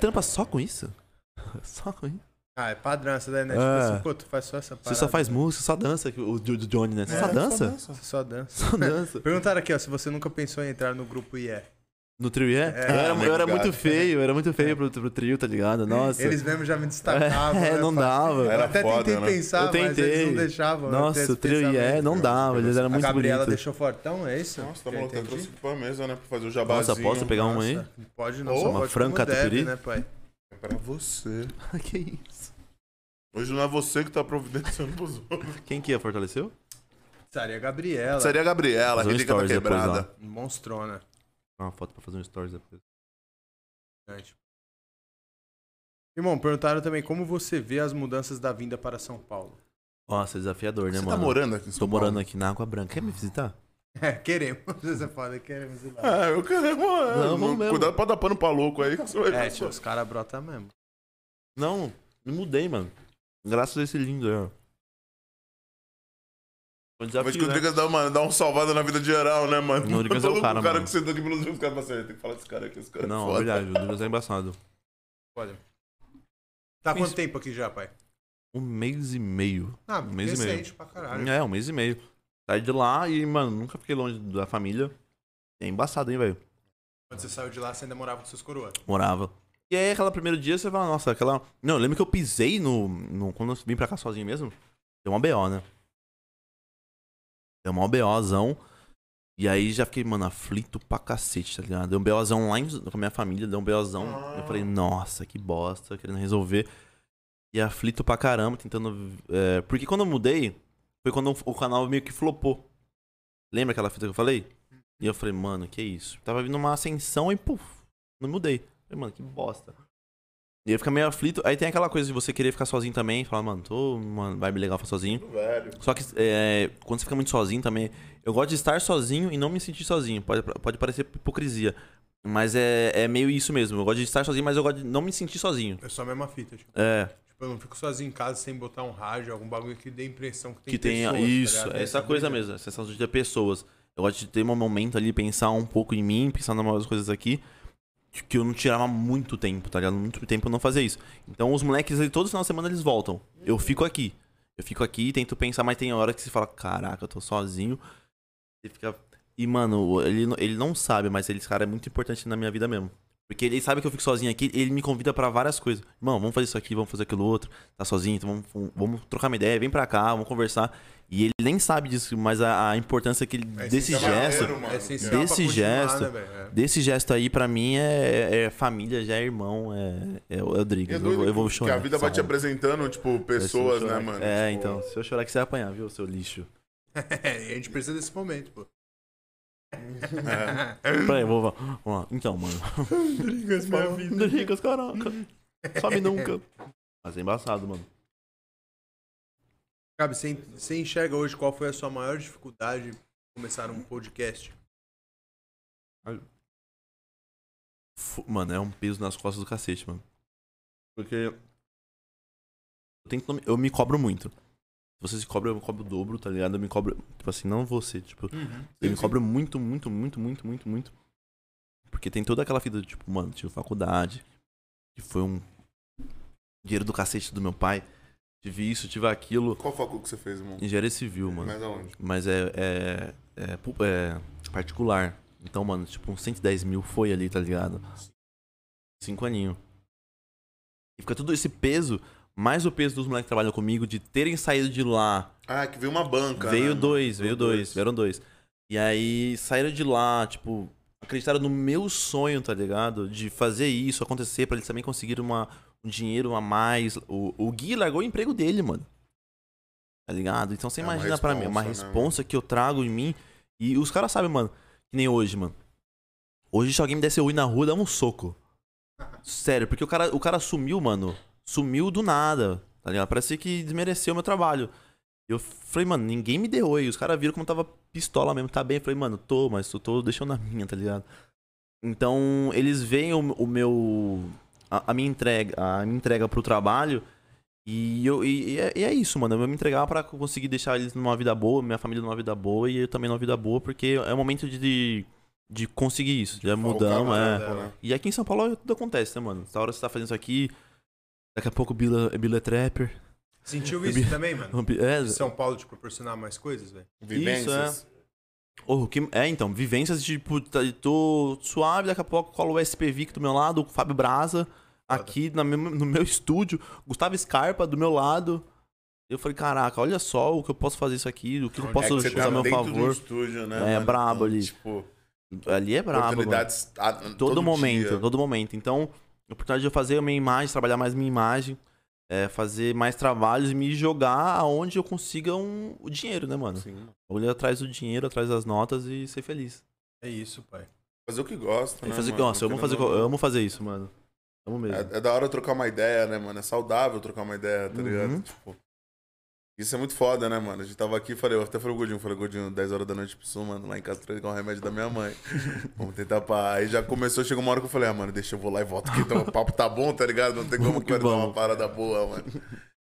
[SPEAKER 3] trampa só com isso? (laughs) Só com isso?
[SPEAKER 1] Ah, é padrão essa daí, né?
[SPEAKER 3] É.
[SPEAKER 1] Tipo assim, pô, tu faz só essa
[SPEAKER 3] Você
[SPEAKER 1] parada.
[SPEAKER 3] só faz música, só dança, que o do do Johnny, né? Você
[SPEAKER 2] É,
[SPEAKER 3] só dança?
[SPEAKER 1] Você só dança.
[SPEAKER 3] Só dança.
[SPEAKER 1] Perguntaram aqui, ó, se você nunca pensou em entrar no grupo IE.
[SPEAKER 3] No trio
[SPEAKER 1] É,
[SPEAKER 3] é? eu era, eu era
[SPEAKER 2] obrigado.
[SPEAKER 3] muito feio, eu era muito feio pro, pro trio, tá ligado? Nossa.
[SPEAKER 1] Eles mesmo já me destacavam.
[SPEAKER 3] É,
[SPEAKER 1] né,
[SPEAKER 3] (laughs) não
[SPEAKER 1] pá?
[SPEAKER 3] dava.
[SPEAKER 1] Eu
[SPEAKER 2] Era
[SPEAKER 1] até
[SPEAKER 2] foda,
[SPEAKER 1] tentei
[SPEAKER 2] né?
[SPEAKER 1] pensar,
[SPEAKER 3] Eu
[SPEAKER 1] mas eles
[SPEAKER 3] tentei.
[SPEAKER 1] não deixavam. né? eu ter
[SPEAKER 3] Nossa,
[SPEAKER 1] esse
[SPEAKER 3] o trio IE
[SPEAKER 1] pensamento.
[SPEAKER 3] não dava, eles eram
[SPEAKER 1] A
[SPEAKER 3] muito
[SPEAKER 1] Gabriela
[SPEAKER 3] bonitos.
[SPEAKER 1] deixou fortão, é isso?
[SPEAKER 2] Nossa, tá
[SPEAKER 1] Que eu
[SPEAKER 2] maluco, eu
[SPEAKER 1] entendi?
[SPEAKER 2] trouxe aqui pra mesa, né? Pra fazer o jabazinho.
[SPEAKER 3] Nossa, posso pegar uma aí?
[SPEAKER 1] Nossa, Pode não,
[SPEAKER 2] Ou
[SPEAKER 1] só
[SPEAKER 2] uma
[SPEAKER 1] pode
[SPEAKER 3] franca
[SPEAKER 1] como deve,
[SPEAKER 3] catupiry?
[SPEAKER 1] né, pai?
[SPEAKER 2] É pra você.
[SPEAKER 3] que isso?
[SPEAKER 2] Hoje não é você que tá providenciando pros outros.
[SPEAKER 3] Quem que ia fortaleceu?
[SPEAKER 1] Seria a Gabriela,
[SPEAKER 2] Seria a Gabriela,
[SPEAKER 3] Fazer um
[SPEAKER 2] que tá
[SPEAKER 3] stories depois,
[SPEAKER 2] quebrada.
[SPEAKER 1] monstrona.
[SPEAKER 3] Uma foto pra fazer um stories depois.
[SPEAKER 1] Gigante. né, tipo. Irmão, perguntaram também como você vê as mudanças da vinda para São Paulo. (laughs)
[SPEAKER 3] Nossa, desafiador, né,
[SPEAKER 2] Você
[SPEAKER 3] mano?
[SPEAKER 2] tá morando aqui em São
[SPEAKER 3] Tô morando
[SPEAKER 2] Paulo?
[SPEAKER 3] aqui na Água Branca. Quer me visitar?
[SPEAKER 1] É, queremos. (laughs) Você fala, queremos ir lá.
[SPEAKER 2] Ah, eu quero morar.
[SPEAKER 3] Não, vamos mesmo.
[SPEAKER 2] Cuidado pra dar pano pra louco aí que você vai
[SPEAKER 1] É,
[SPEAKER 2] ver
[SPEAKER 1] tio, os caras brotam mesmo.
[SPEAKER 3] Não, me mudei, mano. Graças a esse lindo aí, ó. Foi um
[SPEAKER 2] só. Mas que
[SPEAKER 3] desafio,
[SPEAKER 2] o
[SPEAKER 3] né?
[SPEAKER 2] Rodrigues dá uma, dá uma salvada na vida geral, né, mano?
[SPEAKER 3] O Rodrigues é o
[SPEAKER 2] Todo
[SPEAKER 3] cara,
[SPEAKER 2] cara
[SPEAKER 3] mano.
[SPEAKER 2] que senta aqui pelos dias, os caras falam assim, tem que falar desse cara aqui, esse cara é
[SPEAKER 3] Não,
[SPEAKER 2] foda.
[SPEAKER 3] verdade, o Deus é embaçado.
[SPEAKER 1] Olha. Tá há
[SPEAKER 3] Com
[SPEAKER 1] quanto
[SPEAKER 3] isso-
[SPEAKER 1] tempo aqui já, pai?
[SPEAKER 3] Um mês e meio.
[SPEAKER 1] Ah,
[SPEAKER 3] Um mês e meio.
[SPEAKER 1] recente pra caralho.
[SPEAKER 3] É, um mês e meio. Saí de lá e, mano, nunca fiquei longe da família. É embaçado, hein, velho?
[SPEAKER 1] Quando você saiu de lá, você ainda morava com seus coroas.
[SPEAKER 3] Morava. E aí, aquela primeiro dia, você fala, nossa, aquela. Não, eu lembro que eu pisei no. no- Quando eu vim pra cá sozinho mesmo, deu uma BO, né? Deu uma BOzão. E aí já fiquei, mano, aflito pra cacete, tá ligado? Deu um BOzão lá em- com a minha família, deu um BOzão. Eu falei, nossa, que bosta, querendo resolver. E aflito pra caramba, tentando. é, Porque quando eu mudei, foi quando o canal meio que flopou. Lembra aquela fita que eu falei? E eu falei, mano, que isso? Tava vindo uma ascensão e, puf, não mudei. Falei, mano, que bosta. E aí fica meio aflito. Aí tem aquela coisa de você querer ficar sozinho também. Falar, mano, tô mano, vibe legal ficar sozinho.
[SPEAKER 2] Velho.
[SPEAKER 3] Só que é, quando você fica muito sozinho também. Eu gosto de estar sozinho e não me sentir sozinho. Pode, pode parecer hipocrisia. Mas é, é meio isso mesmo. Eu gosto de estar sozinho, mas eu gosto de não me sentir sozinho.
[SPEAKER 1] Eu sou a mesma fita, tio.
[SPEAKER 3] É,
[SPEAKER 1] Tipo, eu não fico sozinho em casa sem botar um rádio, algum bagulho que dê a impressão que tem
[SPEAKER 3] que tem.
[SPEAKER 1] pessoas, tá
[SPEAKER 3] isso,
[SPEAKER 1] ligado? Uhum.
[SPEAKER 3] é essa coisa
[SPEAKER 1] brisa.
[SPEAKER 3] mesmo. A sensação de ter pessoas. Eu gosto de ter um momento ali, pensar um pouco em mim, pensar em umas coisas aqui. Que eu não tirava muito tempo, tá ligado? Muito tempo eu não fazia isso. Então os moleques, eles- todo final de semana eles voltam.
[SPEAKER 1] Uhum.
[SPEAKER 3] Eu fico aqui. Eu fico aqui e tento pensar, mas tem hora que você fala, caraca, eu tô sozinho. Você fica. E, mano, ele, não- ele não sabe, mas ele, esse cara é muito importante na minha vida mesmo. Porque ele sabe que eu fico sozinho aqui, ele me convida pra várias coisas. Irmão, vamos fazer isso aqui, vamos fazer aquilo outro. Tá sozinho, então vamos, vamos trocar uma ideia, vem pra cá, vamos conversar. E ele nem sabe disso, mas a, a importância que ele,
[SPEAKER 1] É
[SPEAKER 3] desse
[SPEAKER 1] essencial,
[SPEAKER 3] gesto.
[SPEAKER 1] né, mano? É essencial pra
[SPEAKER 3] desse
[SPEAKER 1] continuar,
[SPEAKER 3] gesto,
[SPEAKER 1] né, velho? É.
[SPEAKER 3] Desse gesto aí, pra mim, é, é família, já é irmão, é, é, o- é o
[SPEAKER 2] E
[SPEAKER 3] Driggs.
[SPEAKER 2] é
[SPEAKER 3] Eu,
[SPEAKER 2] doido
[SPEAKER 3] vou- eu vou né?
[SPEAKER 2] que
[SPEAKER 3] chorar.
[SPEAKER 2] a vida vai te
[SPEAKER 3] sabe?
[SPEAKER 2] apresentando, tipo,
[SPEAKER 3] Se eu
[SPEAKER 2] pessoas, né,
[SPEAKER 3] chorar-
[SPEAKER 2] mano?
[SPEAKER 3] um É,
[SPEAKER 2] Tipo,
[SPEAKER 3] então. Se eu chorar que você vai apanhar, viu, seu lixo.
[SPEAKER 1] É. (laughs) a gente precisa desse momento, pô.
[SPEAKER 3] É.
[SPEAKER 1] (laughs)
[SPEAKER 3] Peraí, vou, vamos lá. Então, mano.
[SPEAKER 1] Brigas, minha vida.
[SPEAKER 3] Driggs, caraca. Sobe nunca. Mas é embaçado, mano.
[SPEAKER 1] Cabe, você en- você enxerga hoje qual foi a sua maior dificuldade de começar um podcast?
[SPEAKER 3] Fu- Mano, é um peso nas costas do cacete, mano. Porque. Eu, tento, eu me cobro muito. Se você se cobra, eu me cobro o dobro, tá ligado? Eu me cobro. Tipo assim, não você. Tipo, eu me cobro muito, muito, muito, muito, muito, muito. Porque tem toda aquela vida, tipo, mano, tive faculdade. Que foi um. Dinheiro do cacete do meu pai. Tive isso, tive aquilo.
[SPEAKER 2] Qual facu que você fez, irmão?
[SPEAKER 3] Engenharia civil, mano.
[SPEAKER 2] Mas aonde?
[SPEAKER 3] Mas é, é, é, pu- é particular. Então, mano, tipo, uns 110 mil foi ali, tá ligado? Cinco aninhos. E fica tudo esse peso, mais o peso dos moleques que trabalham comigo, de terem saído de lá.
[SPEAKER 2] Ah, que veio uma banca. né,
[SPEAKER 3] veio
[SPEAKER 2] mano?
[SPEAKER 3] dois, veio dois,
[SPEAKER 2] dois.
[SPEAKER 3] vieram dois. E aí saíram de lá, tipo, acreditaram no meu sonho, tá ligado? De fazer isso acontecer, pra eles também conseguirem uma, um dinheiro a mais. O, o Gui largou o emprego dele, mano. Tá ligado? Então você
[SPEAKER 2] É uma
[SPEAKER 3] imagina pra mim, uma
[SPEAKER 2] responsa, né,
[SPEAKER 3] responsa que eu trago em mim. E os caras sabem, mano, que nem hoje, mano. Hoje, se alguém me desse oi na rua, dá um soco. Sério, porque o cara, o cara sumiu, mano. Sumiu do nada, tá ligado? Parecia que desmereceu meu trabalho. Eu falei, mano, ninguém me deu oi. Os caras viram como eu tava pistola mesmo, tá bem. Eu falei, mano, tô, mas eu tô deixando na minha, tá ligado? Então, eles veem o, o meu. a, a minha entrega, a minha entrega pro trabalho. E, eu, e, e é, e é isso, mano. Eu me entregava pra conseguir deixar eles numa vida boa, minha família numa vida boa e eu também numa vida boa, porque é o momento de, de, de conseguir isso. Já mudamos, é. E aqui em São Paulo tudo acontece, né, mano? Essa hora você tá fazendo isso aqui, daqui a pouco o Bila, Bila é trapper. (laughs)
[SPEAKER 1] Sentiu isso também, mano?
[SPEAKER 3] É,
[SPEAKER 1] São Paulo te proporcionar mais coisas, velho?
[SPEAKER 2] Vivências.
[SPEAKER 3] oh, que- é, então, vivências de, tipo, tá- tô suave, daqui a pouco colo o SP Vic do meu lado, o Fábio Braza, aqui na mesma- no meu (laughs) estúdio, Gustavo Scarpa do meu lado. Eu falei, caraca, olha só o que eu posso fazer isso aqui, o que eu
[SPEAKER 1] É
[SPEAKER 3] posso
[SPEAKER 2] que você
[SPEAKER 3] usar
[SPEAKER 2] tá
[SPEAKER 3] a meu
[SPEAKER 2] dentro de um
[SPEAKER 3] favor.
[SPEAKER 2] estúdio, né?
[SPEAKER 3] É,
[SPEAKER 2] mano?
[SPEAKER 3] brabo ali.
[SPEAKER 2] Tipo,
[SPEAKER 3] Ali é brabo, mano.
[SPEAKER 2] oportunidades a- todo,
[SPEAKER 3] todo, momento,
[SPEAKER 2] dia.
[SPEAKER 3] todo momento. Então, a oportunidade de eu fazer a minha imagem, trabalhar mais minha imagem, é, fazer mais trabalhos e me jogar aonde eu consiga um, o dinheiro, né, mano?
[SPEAKER 2] Sim.
[SPEAKER 3] Olhar atrás do dinheiro, atrás das notas e ser feliz.
[SPEAKER 1] É isso, pai.
[SPEAKER 2] Fazer o que gosta,
[SPEAKER 3] E
[SPEAKER 2] né,
[SPEAKER 3] fazer,
[SPEAKER 2] mano?
[SPEAKER 3] nossa, eu amo fazer,
[SPEAKER 2] Querendo ou
[SPEAKER 3] eu
[SPEAKER 2] não.
[SPEAKER 3] amo fazer isso, mano. Amo mesmo.
[SPEAKER 2] É, é da hora trocar uma ideia, né, mano? É saudável trocar uma ideia, tá
[SPEAKER 3] Uhum.
[SPEAKER 2] ligado? Tipo, isso é muito foda, né, mano? A gente tava aqui, falei, eu até falei o Godinho, falei, Godinho, 10 horas da noite pro sul, mano, lá em casa trocar um remédio da minha
[SPEAKER 3] (laughs)
[SPEAKER 2] mãe. Vamos tentar pá. Aí já começou, chegou uma hora que eu falei, ah, mano, deixa eu vou lá e volto aqui, então o papo tá bom, tá ligado? Não tem como
[SPEAKER 3] Vamos (laughs) que
[SPEAKER 2] guardar uma
[SPEAKER 3] vamos.
[SPEAKER 2] parada boa, mano.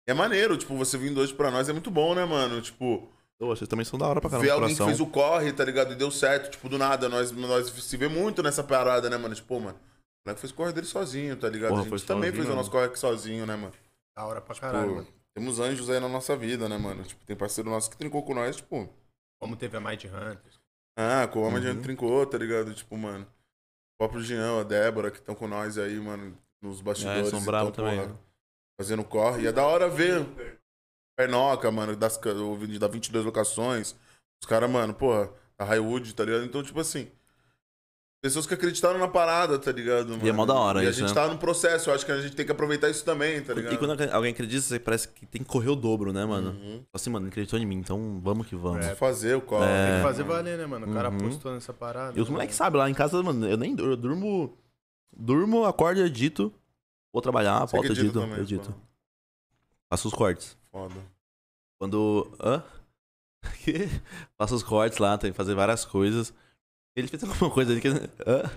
[SPEAKER 2] É maneiro, tipo, você vindo hoje pra nós é muito bom, né, mano? Tipo,
[SPEAKER 3] Eu acho que também são da hora pra
[SPEAKER 2] ver
[SPEAKER 3] caramba.
[SPEAKER 2] alguém que
[SPEAKER 3] coração.
[SPEAKER 2] fez o corre, tá ligado? E deu certo, tipo, do nada. Nós, nós se vê muito nessa parada, né, mano? Tipo, pô, mano, o moleque fez o corre dele sozinho, tá ligado?
[SPEAKER 3] Porra,
[SPEAKER 2] a
[SPEAKER 3] foi
[SPEAKER 2] gente também
[SPEAKER 3] sozinho,
[SPEAKER 2] fez o
[SPEAKER 3] mano.
[SPEAKER 2] nosso corre aqui sozinho, né, mano?
[SPEAKER 1] Da hora
[SPEAKER 3] Tipo
[SPEAKER 1] pra
[SPEAKER 2] Pô,
[SPEAKER 1] caralho, mano.
[SPEAKER 2] temos anjos aí na nossa vida, né, mano? Tipo, tem parceiro nosso que trincou com nós, tipo.
[SPEAKER 1] Como teve a Mind Hunter.
[SPEAKER 2] Ah, com o Homem de
[SPEAKER 3] Uhum.
[SPEAKER 2] trincou, tá ligado? Tipo, mano. O próprio Jean, a Débora, que estão com nós aí, mano, nos bastidores.
[SPEAKER 3] É, são
[SPEAKER 2] e
[SPEAKER 3] bravos
[SPEAKER 2] tão,
[SPEAKER 3] também.
[SPEAKER 2] porra, Fazendo corre. E é da hora ver. Pernoca, mano, das, ca- o vídeo da 22 locações. Os caras, mano, porra, a Highwood, tá ligado? Então, tipo assim. Pessoas que acreditaram na parada, tá ligado? Mano?
[SPEAKER 3] é mó da hora
[SPEAKER 2] E a
[SPEAKER 3] isso,
[SPEAKER 2] gente
[SPEAKER 3] né?
[SPEAKER 2] tá no processo, eu acho que a gente tem que aproveitar isso também, tá ligado?
[SPEAKER 3] E quando alguém acredita, você parece que tem que correr o dobro, né, mano?
[SPEAKER 2] Uhum.
[SPEAKER 3] Assim, mano, ele acreditou em mim, então vamos que vamos.
[SPEAKER 1] É.
[SPEAKER 2] Fazer o corre.
[SPEAKER 3] É.
[SPEAKER 1] Tem que
[SPEAKER 2] né,
[SPEAKER 1] fazer
[SPEAKER 2] mano?
[SPEAKER 1] valer, né, mano? O cara
[SPEAKER 3] Uhum.
[SPEAKER 1] apostou nessa parada.
[SPEAKER 3] E os
[SPEAKER 1] né,
[SPEAKER 3] moleques
[SPEAKER 1] mano?
[SPEAKER 3] sabem, lá em casa, mano, eu nem dur- eu durmo. Durmo, acordo, edito. Vou trabalhar,
[SPEAKER 2] Você
[SPEAKER 3] volto,
[SPEAKER 2] acredita
[SPEAKER 3] edito,
[SPEAKER 2] também, tipo,
[SPEAKER 3] edito.
[SPEAKER 2] pô.
[SPEAKER 3] Faço os cortes.
[SPEAKER 2] Foda.
[SPEAKER 3] Quando. Hã? (laughs) Que? Faço os cortes lá, tem que fazer várias coisas. Ele fez alguma coisa ali que. Hã?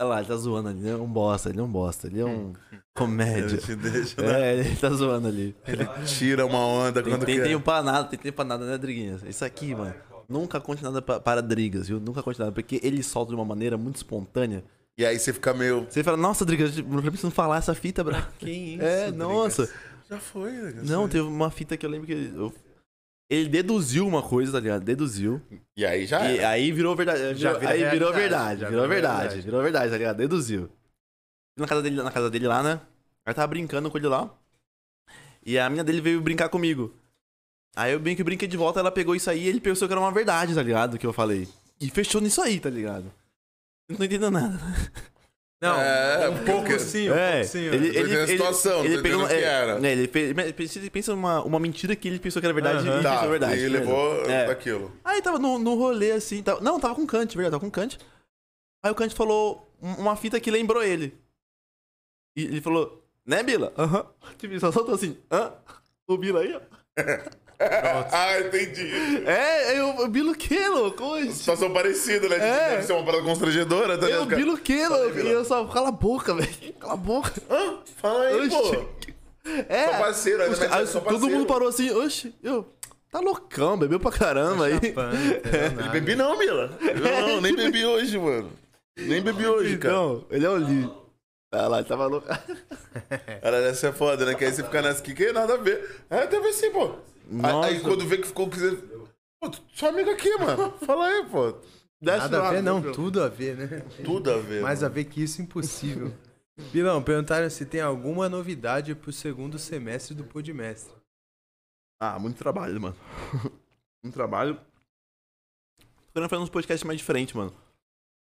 [SPEAKER 3] Olha lá, ele tá zoando ali. Ele é um bosta, ele é um bosta, ele é (laughs) um
[SPEAKER 2] Eu
[SPEAKER 3] comédia.
[SPEAKER 2] te deixo, né?
[SPEAKER 3] É, ele tá zoando ali.
[SPEAKER 2] Ele tira uma onda
[SPEAKER 3] Tem,
[SPEAKER 2] quando
[SPEAKER 3] tem um-
[SPEAKER 2] quer.
[SPEAKER 3] tempo pra nada, tem tempo pra nada, né, Driguinhas? Isso aqui, mano. Nunca conte nada pra- para Drigas, viu? Nunca conte nada, porque ele solta de uma maneira muito espontânea.
[SPEAKER 2] E aí você fica meio.
[SPEAKER 3] Você fala, nossa, Drigas, eu não preciso falar essa fita, (laughs) bra.
[SPEAKER 1] Quem isso? tá
[SPEAKER 3] É,
[SPEAKER 1] Rodrigues?
[SPEAKER 3] nossa.
[SPEAKER 2] Já foi, né?
[SPEAKER 3] Não, teve uma fita que eu lembro que. eu- Ele deduziu uma coisa, tá ligado? Deduziu.
[SPEAKER 2] E aí já.
[SPEAKER 3] E
[SPEAKER 2] era.
[SPEAKER 3] aí virou verdade.
[SPEAKER 1] Já vira
[SPEAKER 3] aí virou
[SPEAKER 1] realidade,
[SPEAKER 3] verdade.
[SPEAKER 1] já
[SPEAKER 3] Virou
[SPEAKER 1] vira
[SPEAKER 3] verdade,
[SPEAKER 1] verdade.
[SPEAKER 3] Virou verdade, tá ligado? Deduziu. Na casa dele, na casa dele lá, né? Aí eu tava brincando com ele lá. E a mina dele veio brincar comigo. Aí eu brinco e brinquei de volta, ela pegou isso aí e ele pensou que era uma verdade, tá ligado? Que eu falei. E fechou nisso aí, tá ligado? Não tô entendendo nada.
[SPEAKER 2] (laughs)
[SPEAKER 1] Não,
[SPEAKER 2] É,
[SPEAKER 1] um
[SPEAKER 2] porque-
[SPEAKER 1] pouco sim, um
[SPEAKER 3] É,
[SPEAKER 1] pouco sim.
[SPEAKER 3] ele,
[SPEAKER 1] mano.
[SPEAKER 2] assim, tô
[SPEAKER 3] ele,
[SPEAKER 2] entendendo a
[SPEAKER 3] ele,
[SPEAKER 2] situação, não tô
[SPEAKER 3] ele
[SPEAKER 2] entendendo
[SPEAKER 3] pegou uma,
[SPEAKER 2] o que era.
[SPEAKER 3] é, ele pe- mas pensa- pensa uma, uma mentira que ele pensou que era verdade
[SPEAKER 1] Aham.
[SPEAKER 3] e
[SPEAKER 2] Tá,
[SPEAKER 3] pensou é verdade.
[SPEAKER 2] e
[SPEAKER 3] beleza?
[SPEAKER 2] levou
[SPEAKER 3] É.
[SPEAKER 2] daquilo.
[SPEAKER 3] Aí tava no, no rolê assim. Tava... Não, tava com o Kant, verdade, tava com o Kant. Aí o Kant falou um- uma fita que lembrou ele. E ele falou, né, Bila? Aham. (laughs) Tipo, só soltou assim, hã? O Bila aí, ó.
[SPEAKER 1] É,
[SPEAKER 2] ah, entendi.
[SPEAKER 3] É, eu, o Bilo que, louco?
[SPEAKER 2] Situação parecida, né?
[SPEAKER 3] É.
[SPEAKER 2] Deve ser uma parada constrangedora, tá
[SPEAKER 3] Eu,
[SPEAKER 2] ligado?
[SPEAKER 3] Bilo que, louco?
[SPEAKER 2] Bila.
[SPEAKER 3] E eu só, cala a boca, velho. (laughs) Cala a boca.
[SPEAKER 2] Hã? Fala aí, pô.
[SPEAKER 3] Oxi. É.
[SPEAKER 2] Sou parceiro, ainda
[SPEAKER 3] Os-
[SPEAKER 2] mais
[SPEAKER 3] aí
[SPEAKER 2] eu sou
[SPEAKER 3] Todo
[SPEAKER 2] parceiro.
[SPEAKER 3] mundo parou assim, oxe, eu. Tá loucão, bebeu pra caramba é
[SPEAKER 2] É
[SPEAKER 3] aí. (laughs)
[SPEAKER 1] Chapando, não entendeu nada.
[SPEAKER 2] Bebi não, Mila. Eu não, nem bebi hoje, mano. Nem bebi hoje, cara.
[SPEAKER 3] Então, ele é o Lee. Ah lá, ele tava louco.
[SPEAKER 2] Cara, essa é foda, né? Que aí você fica nessa aqui, que nada a ver. É, teve assim, pô. Aí- Aí,
[SPEAKER 3] Nossa.
[SPEAKER 2] quando vê que ficou... que você- Pô, sua amiga aqui,
[SPEAKER 1] (laughs)
[SPEAKER 2] mano. Fala aí, pô.
[SPEAKER 3] Desce
[SPEAKER 1] Nada
[SPEAKER 3] lá,
[SPEAKER 1] a ver, não.
[SPEAKER 3] meu.
[SPEAKER 1] Tudo a ver, né?
[SPEAKER 2] Tudo a ver.
[SPEAKER 1] Mais
[SPEAKER 2] mano.
[SPEAKER 1] a ver que isso, é impossível. Bilão, perguntaram se tem alguma novidade pro segundo semestre do Podmestre.
[SPEAKER 3] Ah, muito trabalho, mano. (laughs) muito trabalho. Tô querendo fazer uns podcasts mais diferentes, mano.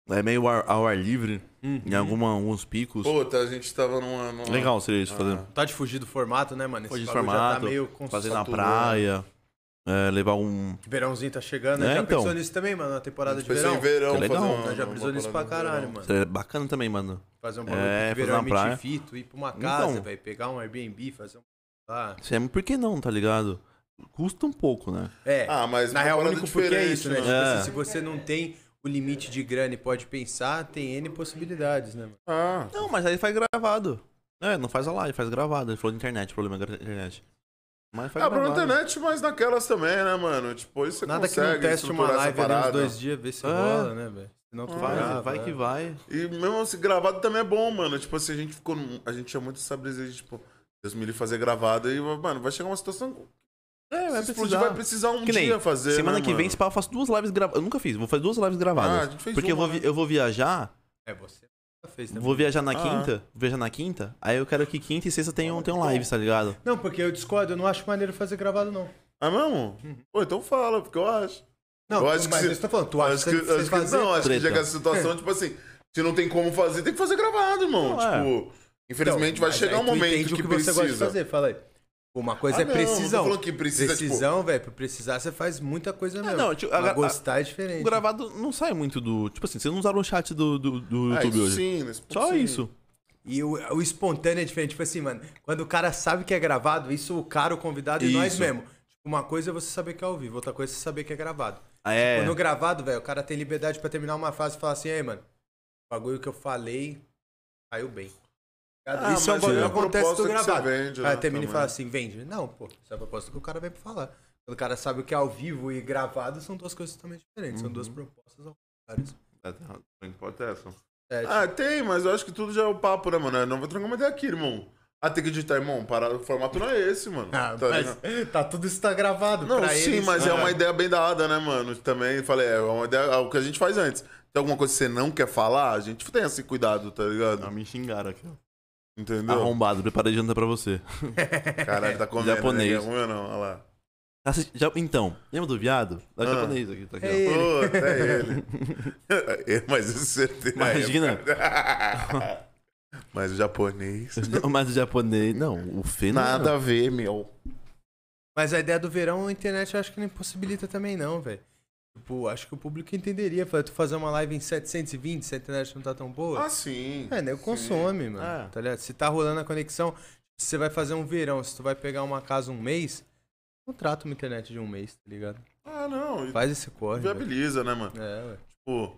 [SPEAKER 3] É meio ar- ao ar livre, em alguma, alguns
[SPEAKER 1] é-
[SPEAKER 3] picos.
[SPEAKER 2] Pô, tá, a gente tava numa... numa-
[SPEAKER 3] Legal seria isso, fazer,
[SPEAKER 2] Ah.
[SPEAKER 1] Tá de fugir do formato, né, mano? Esse
[SPEAKER 3] Fugir do
[SPEAKER 1] bagulho Já
[SPEAKER 3] formato,
[SPEAKER 1] tá meio cons-
[SPEAKER 3] fazer na
[SPEAKER 1] saturou.
[SPEAKER 3] praia, é, levar um...
[SPEAKER 1] Verãozinho tá chegando, né?
[SPEAKER 3] É,
[SPEAKER 1] já
[SPEAKER 3] então.
[SPEAKER 1] pensou nisso também, mano? Na
[SPEAKER 2] A
[SPEAKER 1] temporada
[SPEAKER 2] gente
[SPEAKER 1] de verão.
[SPEAKER 2] pensou em verão.
[SPEAKER 3] Que legal.
[SPEAKER 2] fazer uma-
[SPEAKER 1] Nós já
[SPEAKER 2] uma
[SPEAKER 1] brisou nisso pra
[SPEAKER 2] parada de verão.
[SPEAKER 1] caralho, mano.
[SPEAKER 3] Seria bacana também, mano.
[SPEAKER 1] Fazer um bagulho
[SPEAKER 3] É,
[SPEAKER 1] de
[SPEAKER 3] fazer
[SPEAKER 1] verão,
[SPEAKER 3] uma praia.
[SPEAKER 1] emitir fito, ir pra uma
[SPEAKER 3] Então.
[SPEAKER 1] casa, velho. Pegar um Airbnb, fazer um... Ah,
[SPEAKER 3] Isso é, por que não, tá ligado? Custa um pouco, né?
[SPEAKER 1] é,
[SPEAKER 2] Ah, mas
[SPEAKER 1] na
[SPEAKER 2] uma
[SPEAKER 1] real, o
[SPEAKER 2] parada
[SPEAKER 1] único porquê é
[SPEAKER 2] diferente,
[SPEAKER 1] isso, né?
[SPEAKER 2] mano.
[SPEAKER 1] Tipo
[SPEAKER 3] É.
[SPEAKER 1] assim, se você não tem o limite de grana e pode pensar, tem N possibilidades, né, mano?
[SPEAKER 2] Ah,
[SPEAKER 3] Não, mas aí faz gravado. É, não faz a live, faz gravado. Ele falou de internet, o problema é gra- internet. Mas faz
[SPEAKER 2] ah
[SPEAKER 3] gravado.
[SPEAKER 2] problema na internet, mas naquelas também, né, mano? Tipo, aí você
[SPEAKER 1] Nada que
[SPEAKER 2] consegue
[SPEAKER 1] não teste uma
[SPEAKER 2] estruturar essa
[SPEAKER 1] live ali uns
[SPEAKER 2] parada.
[SPEAKER 1] dois dias, ver se
[SPEAKER 3] É.
[SPEAKER 1] rola, né, velho? Senão tu
[SPEAKER 3] Vai,
[SPEAKER 1] grava,
[SPEAKER 3] vai
[SPEAKER 1] é.
[SPEAKER 3] que vai.
[SPEAKER 2] E mesmo assim, gravado também é bom, mano. Tipo assim, a gente ficou. num- A gente tinha muito essa brisa de, tipo, Deus me livre fazer gravado e, mano, vai chegar uma situação. que
[SPEAKER 3] É,
[SPEAKER 2] se explodir, vai precisar um
[SPEAKER 3] Que nem,
[SPEAKER 2] dia fazer.
[SPEAKER 3] Semana
[SPEAKER 2] né,
[SPEAKER 3] que vem,
[SPEAKER 2] mano?
[SPEAKER 3] se pá, eu faço duas lives gravadas. Eu nunca fiz, vou fazer duas lives
[SPEAKER 2] Ah, a
[SPEAKER 3] gravadas.
[SPEAKER 2] gente fez
[SPEAKER 3] porque eu
[SPEAKER 2] uma,
[SPEAKER 3] vou, vi-
[SPEAKER 2] né?
[SPEAKER 3] eu vou viajar,
[SPEAKER 1] É, você fez né, também.
[SPEAKER 3] vou viajar na
[SPEAKER 2] Ah.
[SPEAKER 3] quinta, vou viajar na quinta, aí eu quero que quinta e sexta tenham, tenham lives, tá ligado?
[SPEAKER 1] Não, porque eu discordo, eu não acho maneiro fazer gravado, não.
[SPEAKER 2] Ah, mesmo? Pô, então fala, porque eu acho.
[SPEAKER 1] Uhum. Não,
[SPEAKER 2] Eu acho que
[SPEAKER 1] mas
[SPEAKER 2] se-
[SPEAKER 1] eu tô falando, tu acha
[SPEAKER 2] Acho que,
[SPEAKER 1] que, você
[SPEAKER 2] acho que
[SPEAKER 1] fazer... É.
[SPEAKER 2] não, acho que
[SPEAKER 3] Treta.
[SPEAKER 2] já que essa situação, tipo assim, se não tem como fazer, tem que fazer gravado, irmão.
[SPEAKER 3] Não, é.
[SPEAKER 2] tipo, infelizmente
[SPEAKER 1] Então,
[SPEAKER 2] vai
[SPEAKER 1] mas
[SPEAKER 2] chegar
[SPEAKER 1] aí
[SPEAKER 2] um
[SPEAKER 1] tu
[SPEAKER 2] momento
[SPEAKER 1] entende
[SPEAKER 2] que,
[SPEAKER 1] o que
[SPEAKER 2] precisa.
[SPEAKER 1] você gosta de fazer, fala aí. Uma coisa
[SPEAKER 2] Ah,
[SPEAKER 1] é
[SPEAKER 2] não,
[SPEAKER 1] precisão.
[SPEAKER 2] não tô falando que precisa, tipo- Ah,
[SPEAKER 1] precisão, velho, pra precisar você faz muita coisa mesmo.
[SPEAKER 3] não, tipo,
[SPEAKER 1] Pra
[SPEAKER 3] a- a-
[SPEAKER 1] gostar é diferente.
[SPEAKER 3] O gravado não sai muito do. Tipo assim, vocês não usaram o chat do, do, do
[SPEAKER 2] Ah,
[SPEAKER 3] YouTube
[SPEAKER 2] isso
[SPEAKER 3] hoje.
[SPEAKER 2] sim, nesse ponto
[SPEAKER 3] Só
[SPEAKER 2] sim.
[SPEAKER 3] isso.
[SPEAKER 1] E o, o espontâneo é diferente. Tipo assim, mano, quando o cara sabe que é gravado, isso o cara, o convidado e nós
[SPEAKER 3] Isso.
[SPEAKER 1] mesmo. Tipo, uma coisa é você saber que é ao vivo, outra coisa é você saber que é gravado.
[SPEAKER 2] Tipo,
[SPEAKER 3] É.
[SPEAKER 1] Quando gravado, velho, o cara tem liberdade pra terminar uma frase e falar assim, aí, mano, o bagulho que eu falei caiu bem.
[SPEAKER 2] Ah,
[SPEAKER 1] Isso é um
[SPEAKER 2] mas
[SPEAKER 1] bagulho
[SPEAKER 2] é
[SPEAKER 1] que
[SPEAKER 2] a
[SPEAKER 1] acontece
[SPEAKER 2] proposta
[SPEAKER 1] do
[SPEAKER 2] que você
[SPEAKER 1] gravado.
[SPEAKER 2] vende,
[SPEAKER 1] o cara
[SPEAKER 2] né,
[SPEAKER 1] termina e
[SPEAKER 2] também.
[SPEAKER 1] fala assim, vende. Não, pô, isso é a proposta que o cara vem pra falar. Quando o cara sabe o que é ao vivo e gravado, são duas coisas totalmente diferentes. São
[SPEAKER 2] Uhum.
[SPEAKER 1] duas propostas ao contrário.
[SPEAKER 2] Pode ter É, essa.
[SPEAKER 1] É, tipo,
[SPEAKER 2] Ah, tem, mas eu acho que tudo já é o papo, né, mano? Não vou trocar uma ideia aqui, irmão. Ah, tem que editar, irmão. Parado, o formato não é esse, mano.
[SPEAKER 1] ah,
[SPEAKER 2] Tá
[SPEAKER 1] mas
[SPEAKER 2] ligado?
[SPEAKER 1] tá, tudo isso tá gravado.
[SPEAKER 2] Não,
[SPEAKER 1] pra
[SPEAKER 2] sim,
[SPEAKER 1] eles,
[SPEAKER 2] mas é
[SPEAKER 1] né?
[SPEAKER 2] uma ideia bem dada, né, mano? Também falei, é uma ideia. É o que a gente faz antes. Tem alguma coisa que você não quer falar, a gente tem esse cuidado, tá
[SPEAKER 3] Ah,
[SPEAKER 2] ligado?
[SPEAKER 3] me xingaram aqui, ó.
[SPEAKER 2] Entendeu?
[SPEAKER 3] Arrombado, preparei jantar pra você.
[SPEAKER 2] Caralho,
[SPEAKER 1] (laughs)
[SPEAKER 2] tá comendo. né?
[SPEAKER 3] Japonês.
[SPEAKER 2] Quer comer ou não? Olha lá.
[SPEAKER 3] Tá assisti- já- então, lembra do viado? É o
[SPEAKER 2] Ah.
[SPEAKER 3] japonês aqui, tá aqui, ó.
[SPEAKER 1] Ei. Ele.
[SPEAKER 2] Pô, até
[SPEAKER 1] (laughs)
[SPEAKER 2] ele. É, Mas isso certeza.
[SPEAKER 3] Imagina.
[SPEAKER 2] (laughs) Mas o japonês.
[SPEAKER 3] (laughs) Mas o japonês. Não, o Fê não-
[SPEAKER 2] Nada a ver, meu.
[SPEAKER 1] Mas a ideia do verão, a internet eu acho que não impossibilita também, não, velho. Tipo, acho que o público entenderia. Fala, tu fazer uma live em 720, se a internet não tá tão boa.
[SPEAKER 2] Ah, sim.
[SPEAKER 1] é, nego consome, mano.
[SPEAKER 3] Ah.
[SPEAKER 1] Tá ligado? Se tá rolando a conexão, se você vai fazer um verão, se tu vai pegar uma casa um mês, contrata uma internet de um mês, tá ligado?
[SPEAKER 2] Ah, não. e
[SPEAKER 1] Faz esse corre. velho.
[SPEAKER 2] Viabiliza, né, mano?
[SPEAKER 1] É, ué.
[SPEAKER 2] Tipo,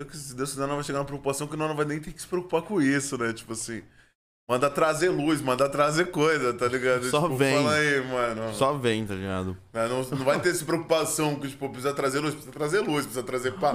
[SPEAKER 2] eu que se Deus quiser, não vai chegar uma preocupação que nós não vai nem ter que se preocupar com isso, né? Tipo assim. Manda trazer luz, manda trazer coisa, tá ligado?
[SPEAKER 3] Só
[SPEAKER 2] tipo,
[SPEAKER 3] vem.
[SPEAKER 2] Fala aí, mano.
[SPEAKER 3] Só vem, tá ligado?
[SPEAKER 2] Né, Não, não vai ter essa preocupação que, tipo, precisa trazer luz, precisa trazer luz, precisa trazer
[SPEAKER 3] (laughs)
[SPEAKER 2] pá.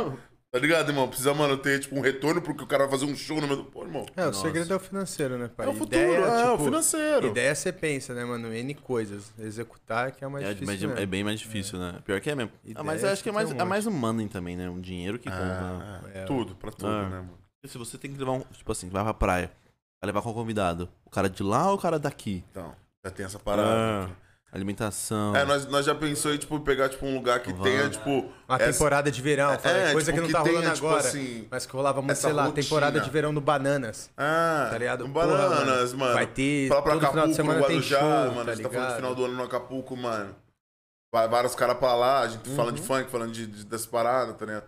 [SPEAKER 2] Tá ligado, irmão? Precisa, mano, ter, tipo, um retorno porque o cara vai fazer um show no meu. Pô, irmão.
[SPEAKER 1] É, o
[SPEAKER 3] Nossa.
[SPEAKER 1] segredo é o financeiro, né, pai?
[SPEAKER 2] É o futuro,
[SPEAKER 1] Ideia,
[SPEAKER 2] é,
[SPEAKER 1] tipo,
[SPEAKER 2] o financeiro.
[SPEAKER 1] Ideia você pensa, né, mano? N coisas. Executar que é o mais
[SPEAKER 3] É,
[SPEAKER 1] difícil.
[SPEAKER 3] mas
[SPEAKER 1] mesmo.
[SPEAKER 3] é bem mais difícil, né? Pior que é mesmo. Ah,
[SPEAKER 1] Ideia,
[SPEAKER 3] mas eu acho que é mais,
[SPEAKER 1] tem um
[SPEAKER 3] é mais humano também, né? Um dinheiro que conta. né?
[SPEAKER 2] Ah,
[SPEAKER 1] É.
[SPEAKER 2] Tudo, pra tudo,
[SPEAKER 3] Ah.
[SPEAKER 2] né, mano?
[SPEAKER 3] Se você tem que levar um. Tipo assim, vai pra praia. Vai levar qual convidado? O cara de lá ou o cara daqui?
[SPEAKER 2] Então, já tem essa parada.
[SPEAKER 3] Ah, alimentação.
[SPEAKER 2] É, nós, nós já pensou em, tipo, pegar, tipo, um lugar que
[SPEAKER 3] Van.
[SPEAKER 2] tenha, tipo.
[SPEAKER 1] Uma
[SPEAKER 2] essa-
[SPEAKER 1] temporada de verão, fala,
[SPEAKER 2] É,
[SPEAKER 1] coisa
[SPEAKER 2] tipo,
[SPEAKER 1] que
[SPEAKER 2] que
[SPEAKER 1] não tá
[SPEAKER 2] tenha,
[SPEAKER 1] rolando
[SPEAKER 2] tipo,
[SPEAKER 1] agora.
[SPEAKER 2] assim,
[SPEAKER 1] mas que rolava muito,
[SPEAKER 2] essa
[SPEAKER 1] sei lá,
[SPEAKER 2] rotina.
[SPEAKER 1] temporada de verão no Bananas.
[SPEAKER 2] Ah,
[SPEAKER 1] Tá ligado?
[SPEAKER 2] um
[SPEAKER 1] Porra,
[SPEAKER 2] Bananas,
[SPEAKER 1] mano,
[SPEAKER 2] mano.
[SPEAKER 1] vai ter-
[SPEAKER 2] Fala pra
[SPEAKER 1] todo final de
[SPEAKER 2] Acapulco,
[SPEAKER 1] semana
[SPEAKER 2] no
[SPEAKER 1] tem
[SPEAKER 2] Guarujá,
[SPEAKER 1] show,
[SPEAKER 2] mano.
[SPEAKER 1] tá
[SPEAKER 2] a gente tá falando
[SPEAKER 1] ligado?
[SPEAKER 2] de final do ano no Acapulco, mano. Vai vários caras pra lá, a gente falando de funk, falando de, de, dessa parada, tá ligado?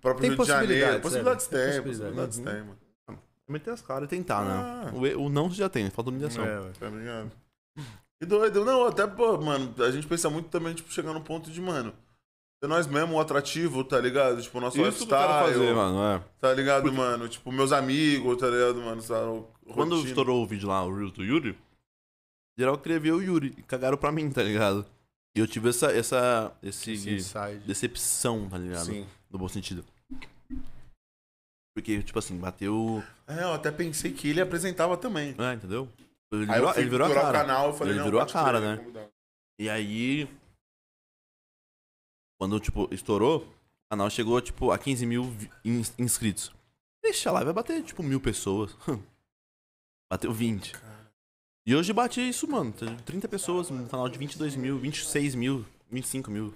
[SPEAKER 2] Próprio
[SPEAKER 1] Uhum. Tem
[SPEAKER 2] Rio de Janeiro.
[SPEAKER 1] possibilidades,
[SPEAKER 2] Possibilidades
[SPEAKER 1] né, velho?
[SPEAKER 2] tem,
[SPEAKER 1] Tem possibilidades.
[SPEAKER 2] possibilidades tem, mano.
[SPEAKER 3] meter as caras e tentar,
[SPEAKER 2] Ah.
[SPEAKER 3] né? O, e- o não já tem, falta humilhação.
[SPEAKER 1] É, ué.
[SPEAKER 2] Tá ligado? E doido, não, até, pô, mano, a gente pensa muito também, tipo, chegar no ponto de, mano, ser nós mesmo o atrativo, tá ligado? Tipo, o nosso
[SPEAKER 3] Isso que eu quero
[SPEAKER 2] lifestyle,
[SPEAKER 3] fazer, mano. É.
[SPEAKER 2] tá ligado, mano? Tipo, meus amigos, tá ligado, mano? Sabe,
[SPEAKER 3] Quando
[SPEAKER 2] rotina.
[SPEAKER 3] estourou o vídeo lá, o Reels do Yuri, geral queria ver o Yuri. e Cagaram pra mim, tá ligado? E eu tive essa. essa esse,
[SPEAKER 1] Esse inside.
[SPEAKER 3] decepção, tá ligado?
[SPEAKER 2] Sim.
[SPEAKER 3] No bom sentido. Porque, tipo assim, bateu.
[SPEAKER 2] É, eu até pensei que ele apresentava também.
[SPEAKER 3] É, entendeu? Ele
[SPEAKER 2] Aí
[SPEAKER 3] virou,
[SPEAKER 2] eu fui
[SPEAKER 3] ele virou a
[SPEAKER 2] procurar
[SPEAKER 3] cara.
[SPEAKER 2] o canal, eu falei,
[SPEAKER 3] Ele
[SPEAKER 2] não,
[SPEAKER 3] virou a
[SPEAKER 2] pode
[SPEAKER 3] cara,
[SPEAKER 2] crer,
[SPEAKER 3] né?
[SPEAKER 2] vamos dar.
[SPEAKER 3] E aí. Quando, tipo, estourou, o canal chegou, tipo, a 15 mil vi- ins- inscritos. Deixa lá, vai bater, tipo, mil pessoas. (laughs) Bateu 20. E hoje bate isso, mano. tem 30 pessoas, um canal de 22 mil, 26 mil, 25 mil.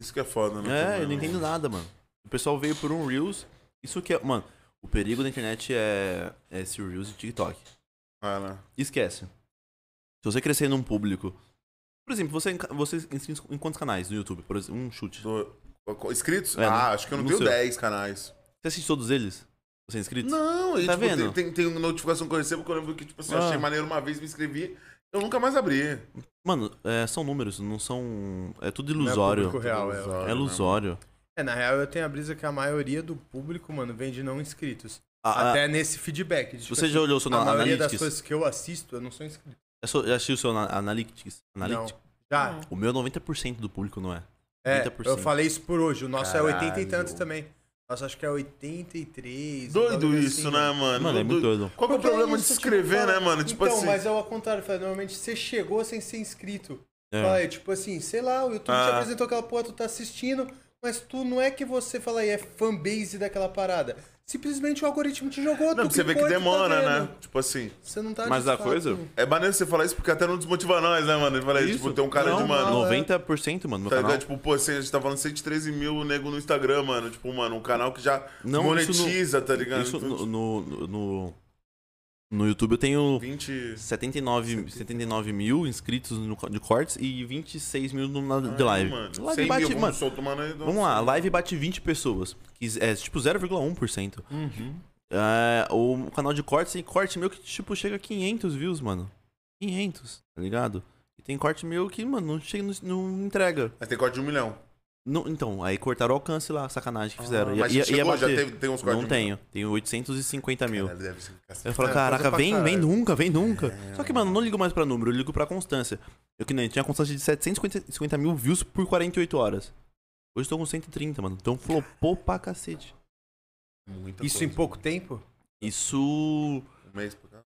[SPEAKER 2] Isso que é foda, né?
[SPEAKER 3] É,
[SPEAKER 2] também,
[SPEAKER 3] eu não
[SPEAKER 2] né?
[SPEAKER 3] entendo nada, mano. O pessoal veio por um Reels. Isso que é. Mano, o perigo da internet é, é esse Reels e TikTok.
[SPEAKER 2] Ah, né?
[SPEAKER 3] Esquece. Se você crescer num público. Por exemplo, você, é você inscrito em quantos canais no YouTube? Por exemplo, um chute.
[SPEAKER 2] Do- Inscritos?
[SPEAKER 3] É,
[SPEAKER 2] ah,
[SPEAKER 3] né?
[SPEAKER 2] acho que eu não
[SPEAKER 3] No
[SPEAKER 2] tenho
[SPEAKER 3] seu.
[SPEAKER 2] 10 canais.
[SPEAKER 3] Você assiste todos eles? Você é inscrito?
[SPEAKER 2] Não, e
[SPEAKER 3] Tá
[SPEAKER 2] tipo,
[SPEAKER 3] vendo?
[SPEAKER 2] Tem, tem, tem uma notificação que eu recebo que eu lembro que, tipo assim, eu
[SPEAKER 3] Ah.
[SPEAKER 2] achei maneiro uma vez, me inscrevi, eu nunca mais abri.
[SPEAKER 3] Mano, é, são números, não são. É tudo
[SPEAKER 1] Não é
[SPEAKER 3] ilusório.
[SPEAKER 1] público real, é.
[SPEAKER 3] é ilusório.
[SPEAKER 1] É, na real, eu tenho a brisa que a maioria do público, mano, vem de não inscritos.
[SPEAKER 3] Ah,
[SPEAKER 1] Até nesse feedback. de,
[SPEAKER 3] Se
[SPEAKER 1] tipo
[SPEAKER 3] você
[SPEAKER 1] assim,
[SPEAKER 3] já olhou o seu
[SPEAKER 1] a maioria das
[SPEAKER 3] Analytics,
[SPEAKER 1] coisas que eu assisto, eu não sou inscrito.
[SPEAKER 3] já sou- já assistiu o seu ana- Analytics? Analytics?
[SPEAKER 1] Não. Já.
[SPEAKER 3] O meu é 90% do público não é.
[SPEAKER 1] É,
[SPEAKER 3] 30%.
[SPEAKER 1] eu falei isso por hoje. O nosso é 80 e
[SPEAKER 2] Caralho.
[SPEAKER 1] tantos também. Nosso acho que é
[SPEAKER 3] é
[SPEAKER 1] 83. um
[SPEAKER 2] Doido
[SPEAKER 1] bagulho
[SPEAKER 2] isso,
[SPEAKER 1] assim,
[SPEAKER 2] né, mano?
[SPEAKER 3] Mano, é muito doido.
[SPEAKER 2] Qual que é o
[SPEAKER 1] Porque
[SPEAKER 2] problema de
[SPEAKER 1] isso,
[SPEAKER 2] se
[SPEAKER 1] tipo,
[SPEAKER 2] inscrever,
[SPEAKER 1] fala-
[SPEAKER 2] né, mano? Tipo
[SPEAKER 1] então,
[SPEAKER 2] assim.
[SPEAKER 1] mas é o ao contrário, fala, normalmente você chegou sem ser inscrito.
[SPEAKER 3] É.
[SPEAKER 1] Fala, é tipo assim, sei lá, o YouTube te
[SPEAKER 2] Ah.
[SPEAKER 1] apresentou aquela porra, tu tá assistindo, mas tu não é que você fala aí, é fanbase daquela parada. Simplesmente o algoritmo te jogou,
[SPEAKER 2] Não,
[SPEAKER 1] tu
[SPEAKER 2] você vê que
[SPEAKER 1] clicou e tu tá
[SPEAKER 2] demora,
[SPEAKER 1] vendo.
[SPEAKER 2] né? Tipo assim.
[SPEAKER 1] Você não tá
[SPEAKER 4] Mas
[SPEAKER 1] de
[SPEAKER 4] a
[SPEAKER 1] fato-
[SPEAKER 4] coisa-
[SPEAKER 2] É maneiro você falar isso porque até não desmotiva nós, né, mano? Ele fala aí,
[SPEAKER 3] É Isso.
[SPEAKER 2] tipo, tem um cara de,
[SPEAKER 3] Não, é.
[SPEAKER 2] mano.
[SPEAKER 3] 90%, mano, meu
[SPEAKER 2] Tá
[SPEAKER 3] canal.
[SPEAKER 2] ligado? Tipo, pô, assim, a gente tá falando 113 mil nego no Instagram, mano. Tipo, mano, um canal que já
[SPEAKER 3] Não,
[SPEAKER 2] monetiza, tá ligado?
[SPEAKER 3] Isso
[SPEAKER 2] Então,
[SPEAKER 3] no,
[SPEAKER 2] tipo,
[SPEAKER 3] no, no, no YouTube eu tenho
[SPEAKER 2] 20.
[SPEAKER 3] 79, 79 mil inscritos no, de cortes e 26 mil no, na, de live.
[SPEAKER 2] Mano,
[SPEAKER 3] live
[SPEAKER 2] 100
[SPEAKER 3] bate,
[SPEAKER 2] mil,
[SPEAKER 3] mano,
[SPEAKER 2] vamos, solta, mano, aí, um
[SPEAKER 3] vamos lá, a live bate 20 pessoas. que é tipo 0,1%. É, o canal de cortes tem corte meu que tipo chega a 500 views, mano. 500, tá ligado? E tem corte meu que, mano, não chega, não, não entrega.
[SPEAKER 2] Mas tem corte de um milhão.
[SPEAKER 3] Não- então, aí cortaram o alcance lá, sacanagem que fizeram.
[SPEAKER 2] Ah, mas
[SPEAKER 3] ia,
[SPEAKER 2] chegou, já
[SPEAKER 3] é bater.
[SPEAKER 2] teve- tem uns cortes
[SPEAKER 3] Não
[SPEAKER 2] de um
[SPEAKER 3] tenho, tenho 850 mil.
[SPEAKER 2] Caralho, deve ser
[SPEAKER 3] Eu
[SPEAKER 2] cacete.
[SPEAKER 3] falo,
[SPEAKER 1] É,
[SPEAKER 3] caraca,
[SPEAKER 1] coisa pra
[SPEAKER 3] vem, vem
[SPEAKER 1] caralho.
[SPEAKER 3] nunca, vem nunca. Só que, mano, eu não ligo mais pra número, eu ligo pra constância. Eu que nem tinha constância de 750 mil views por 48 horas. Hoje eu tô com 130, mano. Então flopou pra cacete.
[SPEAKER 2] Muita
[SPEAKER 1] Isso em
[SPEAKER 2] coisa.
[SPEAKER 1] pouco tempo?
[SPEAKER 3] Isso
[SPEAKER 2] Um mês pra cá.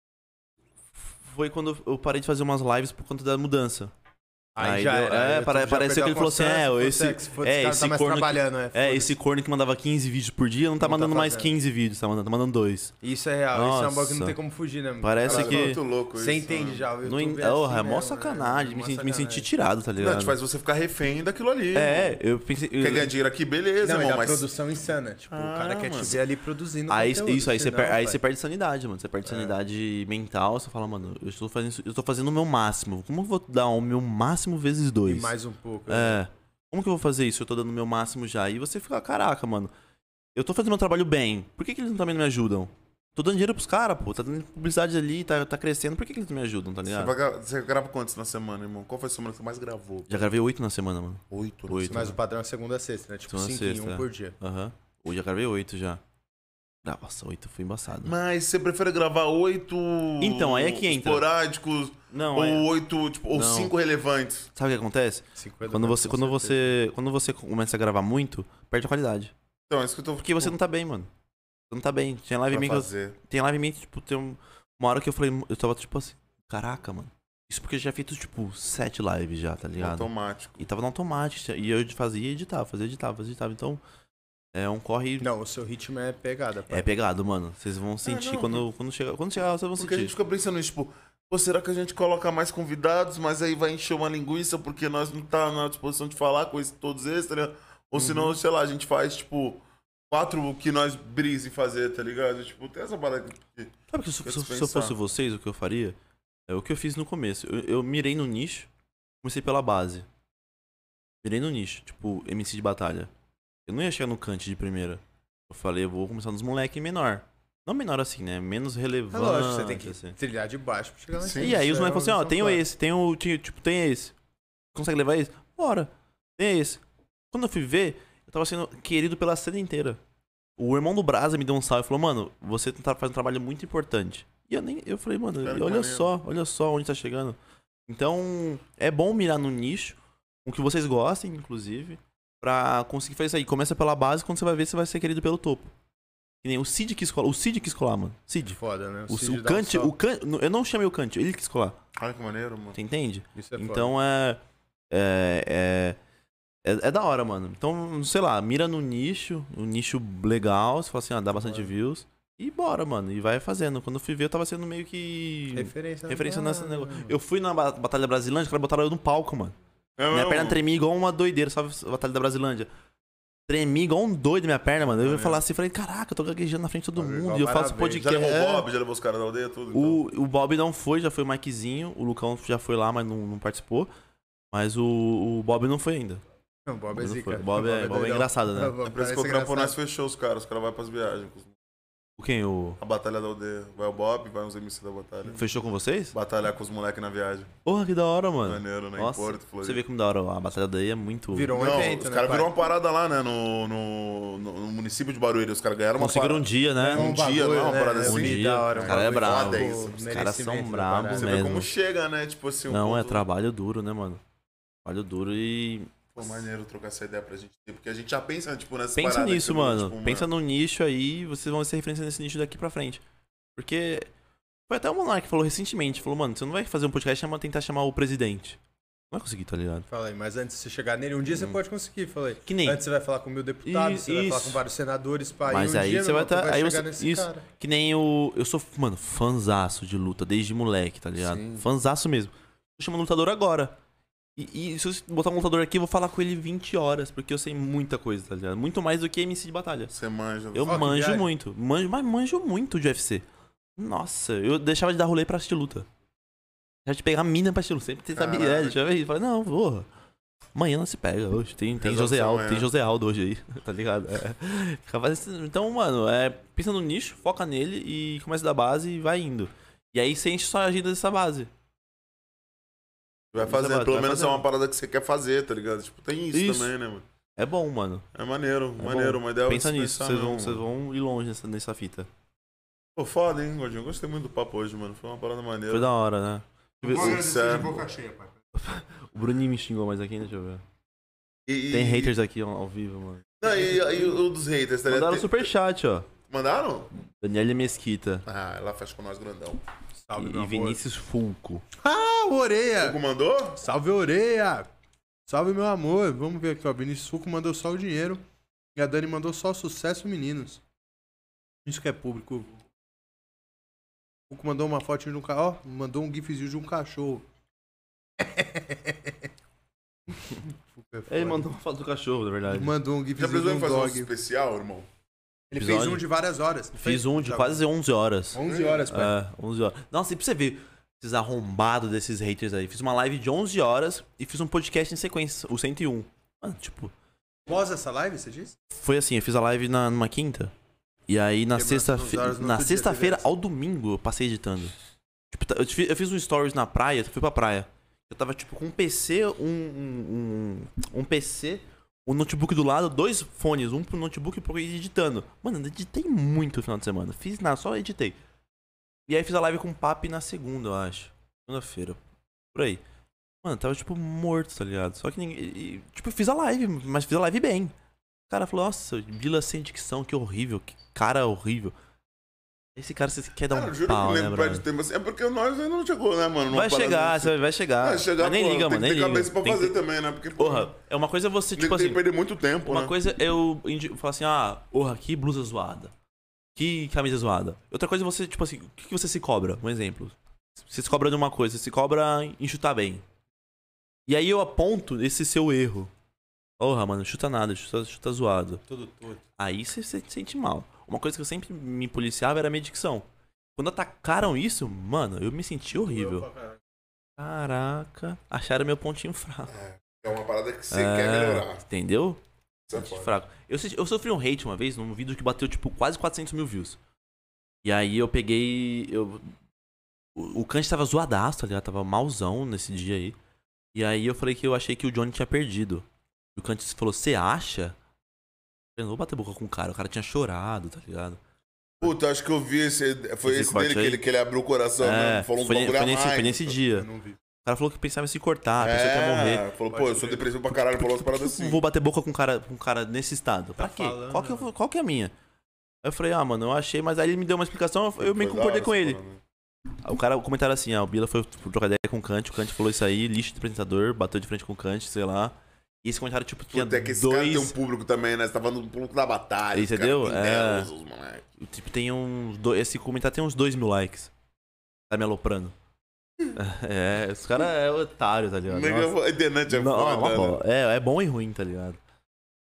[SPEAKER 3] foi quando eu parei de fazer umas lives por conta da mudança. Aí deu- é,
[SPEAKER 1] aí tu
[SPEAKER 3] pare-
[SPEAKER 1] já
[SPEAKER 3] pareceu
[SPEAKER 1] perdeu
[SPEAKER 3] que ele
[SPEAKER 1] a
[SPEAKER 3] falou assim,
[SPEAKER 1] constância,
[SPEAKER 3] é,
[SPEAKER 1] foda-se,
[SPEAKER 3] esse-
[SPEAKER 1] se foda-se,
[SPEAKER 3] é,
[SPEAKER 1] o cara
[SPEAKER 3] esse
[SPEAKER 1] tá mais
[SPEAKER 3] corno que-
[SPEAKER 1] trabalhando, é.
[SPEAKER 3] É,
[SPEAKER 1] foda-se.
[SPEAKER 3] esse corno que mandava 15 vídeos por dia não tá
[SPEAKER 1] Não tá
[SPEAKER 3] mandando mais
[SPEAKER 1] fazendo.
[SPEAKER 3] 15 vídeos, tá mandando, tá mandando dois.
[SPEAKER 1] Isso é real, isso é um bagulho que
[SPEAKER 3] Nossa.
[SPEAKER 1] não tem como fugir, né? mano?
[SPEAKER 3] Parece
[SPEAKER 1] Caralho,
[SPEAKER 3] que-
[SPEAKER 2] é muito louco isso.
[SPEAKER 1] Você entende
[SPEAKER 2] mano.
[SPEAKER 1] já, o
[SPEAKER 3] Não,
[SPEAKER 1] YouTube
[SPEAKER 3] é, oh,
[SPEAKER 1] assim
[SPEAKER 3] é mó
[SPEAKER 1] mesmo, né?
[SPEAKER 3] sacanagem,
[SPEAKER 1] É
[SPEAKER 3] me,
[SPEAKER 1] mó
[SPEAKER 3] senti- me senti
[SPEAKER 1] sacanagem.
[SPEAKER 3] tirado, tá ligado?
[SPEAKER 2] Não, te faz você ficar refém daquilo ali.
[SPEAKER 3] É,
[SPEAKER 1] né?
[SPEAKER 3] eu pensei.
[SPEAKER 2] Quer ganhar dinheiro aqui, beleza,
[SPEAKER 1] Não, é
[SPEAKER 2] irmão,
[SPEAKER 1] da
[SPEAKER 2] mas.
[SPEAKER 3] tá
[SPEAKER 1] produção insana. Tipo, o cara
[SPEAKER 2] Ah,
[SPEAKER 1] quer
[SPEAKER 2] mano.
[SPEAKER 1] te ver ali produzindo.
[SPEAKER 3] Aí,
[SPEAKER 1] conteúdo, assim, né?
[SPEAKER 3] isso, aí, você,
[SPEAKER 1] senão,
[SPEAKER 3] per- aí
[SPEAKER 1] pai.
[SPEAKER 3] você perde sanidade, mano. Você
[SPEAKER 1] É.
[SPEAKER 3] perde sanidade mental. Você fala, mano, eu estou fazendo, isso- eu estou fazendo o meu máximo. Como eu vou dar o meu máximo vezes
[SPEAKER 1] E
[SPEAKER 3] dois?
[SPEAKER 1] mais um pouco. né?
[SPEAKER 3] É. Como que eu vou fazer isso? Eu tô dando o meu máximo já. E você fica, caraca, mano, eu tô fazendo meu trabalho bem. Por que, que eles não- também não me ajudam? Tô dando dinheiro pros caras, pô. Tá dando publicidade ali, tá, tá crescendo. Por que, que eles não me ajudam, tá
[SPEAKER 2] Você,
[SPEAKER 3] ligado?
[SPEAKER 2] vai gra- você grava quantos na semana, irmão? Qual foi a semana que você mais gravou?
[SPEAKER 3] Já gravei oito na semana, mano.
[SPEAKER 2] Oito. né?
[SPEAKER 3] Oito.
[SPEAKER 1] Mas o padrão é segunda a sexta, né? Tipo,
[SPEAKER 3] Segunda a
[SPEAKER 1] 5 em
[SPEAKER 3] sexta, é.
[SPEAKER 1] um por dia.
[SPEAKER 3] Aham. Hoje já gravei oito já. Ah, Nossa, oito foi embaçado.
[SPEAKER 2] Mas você prefere gravar oito.
[SPEAKER 3] Então, aí é que entra.
[SPEAKER 2] Esporádicos,
[SPEAKER 3] Não,
[SPEAKER 2] ou
[SPEAKER 3] é-
[SPEAKER 2] oito, tipo, ou
[SPEAKER 3] Não.
[SPEAKER 2] cinco relevantes.
[SPEAKER 3] Sabe o que acontece?
[SPEAKER 1] Cinquenta
[SPEAKER 3] Quando
[SPEAKER 1] gramas,
[SPEAKER 3] você,
[SPEAKER 1] com
[SPEAKER 3] quando,
[SPEAKER 1] certeza.
[SPEAKER 3] você, quando você começa a gravar muito, perde a qualidade.
[SPEAKER 2] Então, é isso que eu tô.
[SPEAKER 3] Porque você não tá bem, mano. Você não tá bem. Tinha live minha que eu-
[SPEAKER 2] fazer. é
[SPEAKER 3] tem live minha que, tipo, tem um- uma hora que eu falei, eu tava tipo assim, caraca, mano. Isso porque eu já feito, tipo, sete lives já, tá ligado?
[SPEAKER 2] Automático.
[SPEAKER 3] E tava no automático. E eu fazia e editava, fazia e editava, fazia e editava. Então, é um corre.
[SPEAKER 1] Não, o seu ritmo é pegada, pai.
[SPEAKER 3] É pegado, mano. Vocês vão sentir
[SPEAKER 2] Ah, não,
[SPEAKER 3] quando, quando chegar. Quando chegar, vocês vão
[SPEAKER 2] Porque a gente
[SPEAKER 3] sentir.
[SPEAKER 2] fica pensando nisso, tipo, pô, será que a gente coloca mais convidados, mas aí vai encher uma linguiça porque nós não tá na disposição de falar com esse- todos esses, tá ligado? Ou
[SPEAKER 3] Uhum.
[SPEAKER 2] senão, sei lá, a gente faz, tipo, quatro que nós brise fazer, tá ligado? Tipo, tem essa parada que.
[SPEAKER 3] Sabe que se,
[SPEAKER 2] Fica
[SPEAKER 3] se- se eu
[SPEAKER 2] dispensado.
[SPEAKER 3] fosse vocês, o que eu faria? É o que eu fiz no começo. Eu, eu mirei no nicho, comecei pela base. Mirei no nicho, tipo, MC de batalha. Eu não ia chegar no cante de primeira. Eu falei, eu vou começar nos moleque menor. Não menor assim, né? Menos relevante.
[SPEAKER 1] É lógico, você tem que
[SPEAKER 3] assim.
[SPEAKER 1] trilhar de baixo pra chegar lá em
[SPEAKER 2] Sim.
[SPEAKER 1] cima.
[SPEAKER 3] E aí os
[SPEAKER 1] Isso é
[SPEAKER 3] moleques falam assim, ó,
[SPEAKER 1] uma
[SPEAKER 3] tenho
[SPEAKER 1] visão
[SPEAKER 3] esse, tenho, tinha- tipo, tem esse. Consegue levar esse? Bora. Tem esse. Quando eu fui ver, eu tava sendo querido pela cena inteira. O irmão do Brasa me deu um salve e falou, mano, você tá fazendo um trabalho muito importante. E eu nem. Eu falei, mano,
[SPEAKER 2] Cara, que
[SPEAKER 3] olha
[SPEAKER 2] maneiro.
[SPEAKER 3] só, olha só onde tá chegando. Então, é bom mirar no nicho, o que vocês gostem, inclusive, pra conseguir fazer isso aí. Começa pela base, quando você vai ver, você vai ser querido pelo topo. Que nem o Cid quis colar. O Cid quis colar, mano. Cid.
[SPEAKER 1] Foda, né?
[SPEAKER 3] O,
[SPEAKER 1] Cid dá
[SPEAKER 3] o
[SPEAKER 1] um
[SPEAKER 3] Kant,
[SPEAKER 1] salve.
[SPEAKER 3] o Kant, eu não chamei o Kant, ele quis colar.
[SPEAKER 2] Olha que maneiro, mano.
[SPEAKER 3] Você entende?
[SPEAKER 1] Isso é foda.
[SPEAKER 3] então é é, é. é. É da hora, mano. Então, sei lá, mira no nicho, um nicho legal, você fala assim, ah, dá bastante
[SPEAKER 1] Bora.
[SPEAKER 3] views. E bora, mano. E vai fazendo. Quando eu fui ver, eu tava sendo meio que.
[SPEAKER 1] Referência.
[SPEAKER 3] Referência
[SPEAKER 1] Ah,
[SPEAKER 3] nesse negócio. Eu fui na ba- Batalha Brasilândia, os caras botaram eu no palco, mano.
[SPEAKER 2] É
[SPEAKER 3] Minha
[SPEAKER 2] mesmo?
[SPEAKER 3] perna tremia igual uma doideira, sabe? a Batalha da Brasilândia. Tremi igual um doido minha perna,
[SPEAKER 1] Tá
[SPEAKER 3] mano. Eu ia
[SPEAKER 2] mesmo?
[SPEAKER 3] falar assim, falei, caraca, eu tô gaguejando na frente de todo
[SPEAKER 1] Olha,
[SPEAKER 3] mundo.
[SPEAKER 1] Tá igual
[SPEAKER 3] E eu faço
[SPEAKER 1] parabéns.
[SPEAKER 2] Já
[SPEAKER 3] podcast.
[SPEAKER 2] levou o
[SPEAKER 3] É.
[SPEAKER 2] Bob, já levou os caras da aldeia, tudo.
[SPEAKER 1] Uh,
[SPEAKER 2] então.
[SPEAKER 3] O, o Bob não foi, já foi o Mikezinho, o Lucão já foi lá, mas não, não participou. Mas o, o Bob não foi ainda.
[SPEAKER 1] Não, Bob é
[SPEAKER 3] Não
[SPEAKER 1] zica.
[SPEAKER 3] foi. Bob é- Bob é
[SPEAKER 1] doidão.
[SPEAKER 3] engraçado,
[SPEAKER 1] Bob
[SPEAKER 2] É
[SPEAKER 3] né?
[SPEAKER 2] por isso
[SPEAKER 1] parece
[SPEAKER 2] que o trampo
[SPEAKER 1] engraçado.
[SPEAKER 2] nós fechou os caras, os caras vão pras viagens.
[SPEAKER 3] O quem? O.
[SPEAKER 2] A batalha da aldeia. Vai o Bob, vai uns MC da batalha.
[SPEAKER 3] Fechou com vocês?
[SPEAKER 2] Batalhar com os moleques na viagem.
[SPEAKER 3] Porra, que da hora, mano.
[SPEAKER 2] Maneiro, né? Em
[SPEAKER 3] Nossa,
[SPEAKER 2] Porto, Floripa.
[SPEAKER 3] você vê como da hora a batalha daí é muito.
[SPEAKER 1] Virou um
[SPEAKER 2] Não,
[SPEAKER 1] evento,
[SPEAKER 2] os
[SPEAKER 1] né,
[SPEAKER 2] caras
[SPEAKER 1] pai?
[SPEAKER 2] viram uma parada lá, né? No, no, no- no município de Barueri. Os caras ganharam uma
[SPEAKER 3] Conseguiram um
[SPEAKER 2] parada.
[SPEAKER 3] dia,
[SPEAKER 1] É
[SPEAKER 3] né?
[SPEAKER 2] um dia, não, uma parada assim.
[SPEAKER 1] Um
[SPEAKER 3] Um
[SPEAKER 1] dia,
[SPEAKER 3] dia,
[SPEAKER 1] da hora.
[SPEAKER 3] os caras é
[SPEAKER 2] bagulho
[SPEAKER 3] bravo.
[SPEAKER 2] foda isso.
[SPEAKER 3] Os caras são
[SPEAKER 1] Merecimento da
[SPEAKER 3] bravos
[SPEAKER 1] parada.
[SPEAKER 2] Você vê como
[SPEAKER 3] um mesmo.
[SPEAKER 2] chega, né? Tipo assim, um
[SPEAKER 3] Não, é
[SPEAKER 2] ponto-
[SPEAKER 3] trabalho duro, né, mano? Trabalho duro e.
[SPEAKER 2] Pô, maneiro trocar essa ideia pra gente ter, porque a gente já pensa, tipo, nessa
[SPEAKER 3] Pensa
[SPEAKER 2] parada
[SPEAKER 3] nisso,
[SPEAKER 2] que,
[SPEAKER 3] mano.
[SPEAKER 2] tipo,
[SPEAKER 3] Pensa no nicho aí, vocês vão ser referência nesse nicho daqui pra frente. Porque. Foi até o Monark que falou recentemente, falou, mano, você não vai fazer um podcast chama, tentar chamar o presidente. Não vai conseguir, tá ligado?
[SPEAKER 1] Falei, mas antes de você chegar nele, um dia você pode conseguir, falei.
[SPEAKER 3] Hum. Que nem.
[SPEAKER 1] Antes você vai falar com mil deputados,
[SPEAKER 3] Isso,
[SPEAKER 1] você vai falar
[SPEAKER 3] isso.
[SPEAKER 1] com vários senadores, pai.
[SPEAKER 3] Mas
[SPEAKER 1] um
[SPEAKER 3] aí
[SPEAKER 1] dia,
[SPEAKER 3] você
[SPEAKER 1] meu irmão,
[SPEAKER 3] vai estar.
[SPEAKER 1] tu vai
[SPEAKER 3] aí
[SPEAKER 1] chegar
[SPEAKER 3] você.
[SPEAKER 1] nesse
[SPEAKER 3] isso.
[SPEAKER 1] cara.
[SPEAKER 3] Que nem o. Eu sou, mano, fanzaço de luta desde moleque, tá ligado?
[SPEAKER 2] Sim.
[SPEAKER 3] Fanzaço mesmo. Tô chamando lutador agora. E, e se eu botar um lutador aqui, eu vou falar com ele 20 horas, porque eu sei muita coisa, tá ligado? Muito mais do que MC de batalha.
[SPEAKER 2] Você manja.
[SPEAKER 3] Eu
[SPEAKER 1] Ó, que
[SPEAKER 3] manjo
[SPEAKER 1] viagem.
[SPEAKER 3] muito. Manjo, mas manjo muito de UFC. Nossa, eu deixava de dar rolê pra assistir luta. Deixava de pegar mina pra assistir luta. Sempre tentava
[SPEAKER 2] Caralho.
[SPEAKER 3] é, deixava aí. Falei, não, porra. Amanhã não se pega. Hoje tem, tem
[SPEAKER 2] Resolução
[SPEAKER 3] José Aldo,
[SPEAKER 2] amanhã.
[SPEAKER 3] tem José Aldo hoje aí, (laughs) tá ligado? É. Ficava assim, Então, mano, é, pensa no nicho, foca nele e começa da base e vai indo. E aí você enche sua agenda dessa base.
[SPEAKER 2] Vai
[SPEAKER 3] Pensa,
[SPEAKER 2] fazer,
[SPEAKER 3] mano,
[SPEAKER 2] pelo
[SPEAKER 3] vai
[SPEAKER 2] menos é
[SPEAKER 3] fazendo.
[SPEAKER 2] uma parada que você quer fazer, tá ligado? Tipo, tem isso,
[SPEAKER 3] Isso.
[SPEAKER 2] também, né, mano?
[SPEAKER 3] É bom, mano.
[SPEAKER 2] É maneiro,
[SPEAKER 3] É
[SPEAKER 2] maneiro,
[SPEAKER 3] bom.
[SPEAKER 2] uma ideia
[SPEAKER 3] Pensa
[SPEAKER 2] de se
[SPEAKER 3] nisso,
[SPEAKER 2] pensar
[SPEAKER 3] vocês vão,
[SPEAKER 2] mesmo,
[SPEAKER 3] vocês
[SPEAKER 2] mano.
[SPEAKER 3] vão ir longe nessa, nessa fita.
[SPEAKER 2] Pô, foda, hein, Gordinho? Gostei muito do papo hoje, mano. Foi uma parada maneira.
[SPEAKER 3] Foi da hora, né? Deixa eu ver-
[SPEAKER 2] agradecer de boca
[SPEAKER 1] cheia, pai.
[SPEAKER 3] O Bruninho me xingou mais aqui, deixa eu ver.
[SPEAKER 2] E- e-
[SPEAKER 3] Tem haters aqui ao, ao vivo, mano.
[SPEAKER 2] Não, e, e o dos haters, tá ligado?
[SPEAKER 3] Mandaram
[SPEAKER 2] Tem-
[SPEAKER 3] superchat, ó.
[SPEAKER 2] Mandaram?
[SPEAKER 3] Daniele Mesquita
[SPEAKER 2] Ah, ela faz com nós grandão.
[SPEAKER 1] Salve,
[SPEAKER 3] e, e Vinícius Fulco.
[SPEAKER 1] Ah, o Oreia!
[SPEAKER 3] É.
[SPEAKER 2] Hugo mandou?
[SPEAKER 1] Salve, Oreia! Salve, meu amor. Vamos ver aqui, ó. Vinícius Fuco mandou só o dinheiro. E a Dani mandou só sucesso, meninos. Isso que é público. Fuco mandou uma fotinho de um cachorro. Ó, mandou um gifzinho de um cachorro. (laughs) Fuco é
[SPEAKER 3] Ele
[SPEAKER 1] foda.
[SPEAKER 3] mandou uma foto do cachorro, na verdade.
[SPEAKER 1] Mandou um
[SPEAKER 2] Já
[SPEAKER 1] gifzinho de
[SPEAKER 2] precisou
[SPEAKER 1] um
[SPEAKER 2] fazer um
[SPEAKER 1] dog.
[SPEAKER 2] especial, irmão?
[SPEAKER 1] Ele fez
[SPEAKER 3] episódio?
[SPEAKER 1] um de várias horas. não
[SPEAKER 3] Fiz
[SPEAKER 1] fez?
[SPEAKER 3] um de
[SPEAKER 1] Tá.
[SPEAKER 3] quase 11 horas.
[SPEAKER 1] 11 horas, pai.
[SPEAKER 3] É, 11 horas. Nossa, e pra você ver esses arrombados desses haters aí. Fiz uma live de 11 horas e fiz um podcast em sequência, o 101. Mano, tipo,
[SPEAKER 1] Após essa live, você disse?
[SPEAKER 3] foi assim, eu fiz a live na, numa quinta. E aí na
[SPEAKER 1] Quebrou essas
[SPEAKER 3] sexta-feira,
[SPEAKER 1] horas no
[SPEAKER 3] na
[SPEAKER 1] outro dia,
[SPEAKER 3] sexta-feira
[SPEAKER 1] beleza.
[SPEAKER 3] ao domingo eu passei editando. Tipo, tá- eu fi- eu fiz um stories na praia, eu fui pra praia. Eu tava tipo com um PC, um um, um, um PC, um notebook do lado, dois fones, um pro notebook e pro editando. Mano, eu editei muito no final de semana. Fiz nada, só editei. E aí fiz a live com o Papi na segunda, eu acho. Segunda-feira. Por aí. Mano, eu tava tipo morto, tá ligado? Só que ninguém. e- e, tipo, eu fiz a live, mas fiz a live bem. O cara falou, nossa, Vila sem dicção, que horrível, que cara horrível. Esse cara, você quer dar
[SPEAKER 2] Cara,
[SPEAKER 3] um
[SPEAKER 2] eu juro
[SPEAKER 3] pau,
[SPEAKER 2] que eu
[SPEAKER 3] né,
[SPEAKER 2] lembro
[SPEAKER 3] brother?
[SPEAKER 2] de tempo assim. É porque nós ainda não chegou, né, mano? Numa
[SPEAKER 3] Vai
[SPEAKER 2] parada
[SPEAKER 3] chegar,
[SPEAKER 2] assim.
[SPEAKER 3] você vai chegar.
[SPEAKER 2] Vai chegar,
[SPEAKER 3] Mas nem
[SPEAKER 2] pô,
[SPEAKER 3] liga,
[SPEAKER 2] tem
[SPEAKER 3] mano,
[SPEAKER 2] que
[SPEAKER 3] nem
[SPEAKER 2] ter
[SPEAKER 3] liga.
[SPEAKER 2] cabeça pra
[SPEAKER 3] Tem que
[SPEAKER 2] fazer
[SPEAKER 3] ter-
[SPEAKER 2] também, né? Porque, pô,
[SPEAKER 3] Porra, é uma coisa você,
[SPEAKER 2] tem
[SPEAKER 3] tipo
[SPEAKER 2] que
[SPEAKER 3] assim,
[SPEAKER 2] perder muito tempo,
[SPEAKER 3] uma
[SPEAKER 2] né?
[SPEAKER 3] coisa eu indi- falar assim, ah, porra, que blusa zoada. Que camisa zoada. Outra coisa é você, tipo assim, o que que você se cobra? Um exemplo. Você se cobra de uma coisa, você se cobra em chutar bem. E aí eu aponto esse seu erro. Porra, mano, chuta nada, chuta, chuta zoado.
[SPEAKER 1] Tudo torto.
[SPEAKER 3] Aí você se sente mal. Uma coisa que eu sempre me policiava era a minha dicção. Quando atacaram isso, mano, eu me senti horrível. Caraca, acharam meu pontinho fraco.
[SPEAKER 2] É uma parada que você quer melhorar.
[SPEAKER 3] Entendeu?
[SPEAKER 2] Isso é
[SPEAKER 3] Senti
[SPEAKER 2] foda.
[SPEAKER 3] Tá fraco. Eu, senti- eu sofri um hate uma vez num vídeo que bateu, tipo, quase 400 mil views. E aí eu peguei. Eu, o, o Kant tava zoadaço, tá ligado? Tava malzão nesse dia aí. E aí eu falei que eu achei que o Johnny tinha perdido. E o Kant falou: Você acha? Eu não vou bater boca com o cara. O cara tinha chorado, tá ligado?
[SPEAKER 2] Puta, acho que eu vi esse. Foi
[SPEAKER 3] Esse
[SPEAKER 2] esse,
[SPEAKER 3] corte
[SPEAKER 2] dele que
[SPEAKER 3] aí?
[SPEAKER 2] ele, que ele abriu o coração,
[SPEAKER 3] É,
[SPEAKER 2] né? Falou um
[SPEAKER 3] foi, ne-
[SPEAKER 2] bagulho
[SPEAKER 3] foi
[SPEAKER 2] a
[SPEAKER 3] nesse,
[SPEAKER 2] mais. tá
[SPEAKER 3] foi nesse dia.
[SPEAKER 1] Eu não vi.
[SPEAKER 3] O cara falou que pensava em se cortar, pensou que ia morrer.
[SPEAKER 2] É, falou, pô, eu sou depressivo pra caralho, falou umas
[SPEAKER 3] Por que
[SPEAKER 2] paradas
[SPEAKER 3] que eu
[SPEAKER 2] assim.
[SPEAKER 3] vou bater boca com um cara, com um cara nesse estado? Pra
[SPEAKER 1] Tá
[SPEAKER 3] quê?
[SPEAKER 1] falando,
[SPEAKER 3] qual, que eu
[SPEAKER 1] né?
[SPEAKER 3] vou- qual que é a minha? Aí Eu falei, ah, mano, eu achei, mas aí ele me deu uma explicação, eu- eu me
[SPEAKER 2] Foi da
[SPEAKER 3] concordei
[SPEAKER 2] hora né?
[SPEAKER 3] com
[SPEAKER 2] essa
[SPEAKER 3] ele.
[SPEAKER 2] parada.
[SPEAKER 3] Aí O cara comentaram assim, ah, o Bila foi trocar ideia com o Kant, o Kant falou isso aí, lixo de apresentador, bateu de frente com o Kant, sei lá. E esse comentário, tipo, tinha
[SPEAKER 2] Puta, é que esse cara tem um
[SPEAKER 3] dois...
[SPEAKER 2] público também, né? Você tá falando do público da batalha.
[SPEAKER 3] Aí,
[SPEAKER 2] esse cara
[SPEAKER 3] entendeu?
[SPEAKER 2] tem
[SPEAKER 3] É.
[SPEAKER 2] delas, os moleques.
[SPEAKER 3] Tipo, tem uns... dois- Esse comentário tem uns dois mil likes. Tá me aloprando. (laughs) é, esse cara é otário, tá ligado?
[SPEAKER 2] Como é que
[SPEAKER 3] Nossa.
[SPEAKER 2] eu vou- A internet é
[SPEAKER 3] Não,
[SPEAKER 2] foda,
[SPEAKER 3] uma
[SPEAKER 2] né?
[SPEAKER 3] bola. É, é bom e ruim, tá ligado?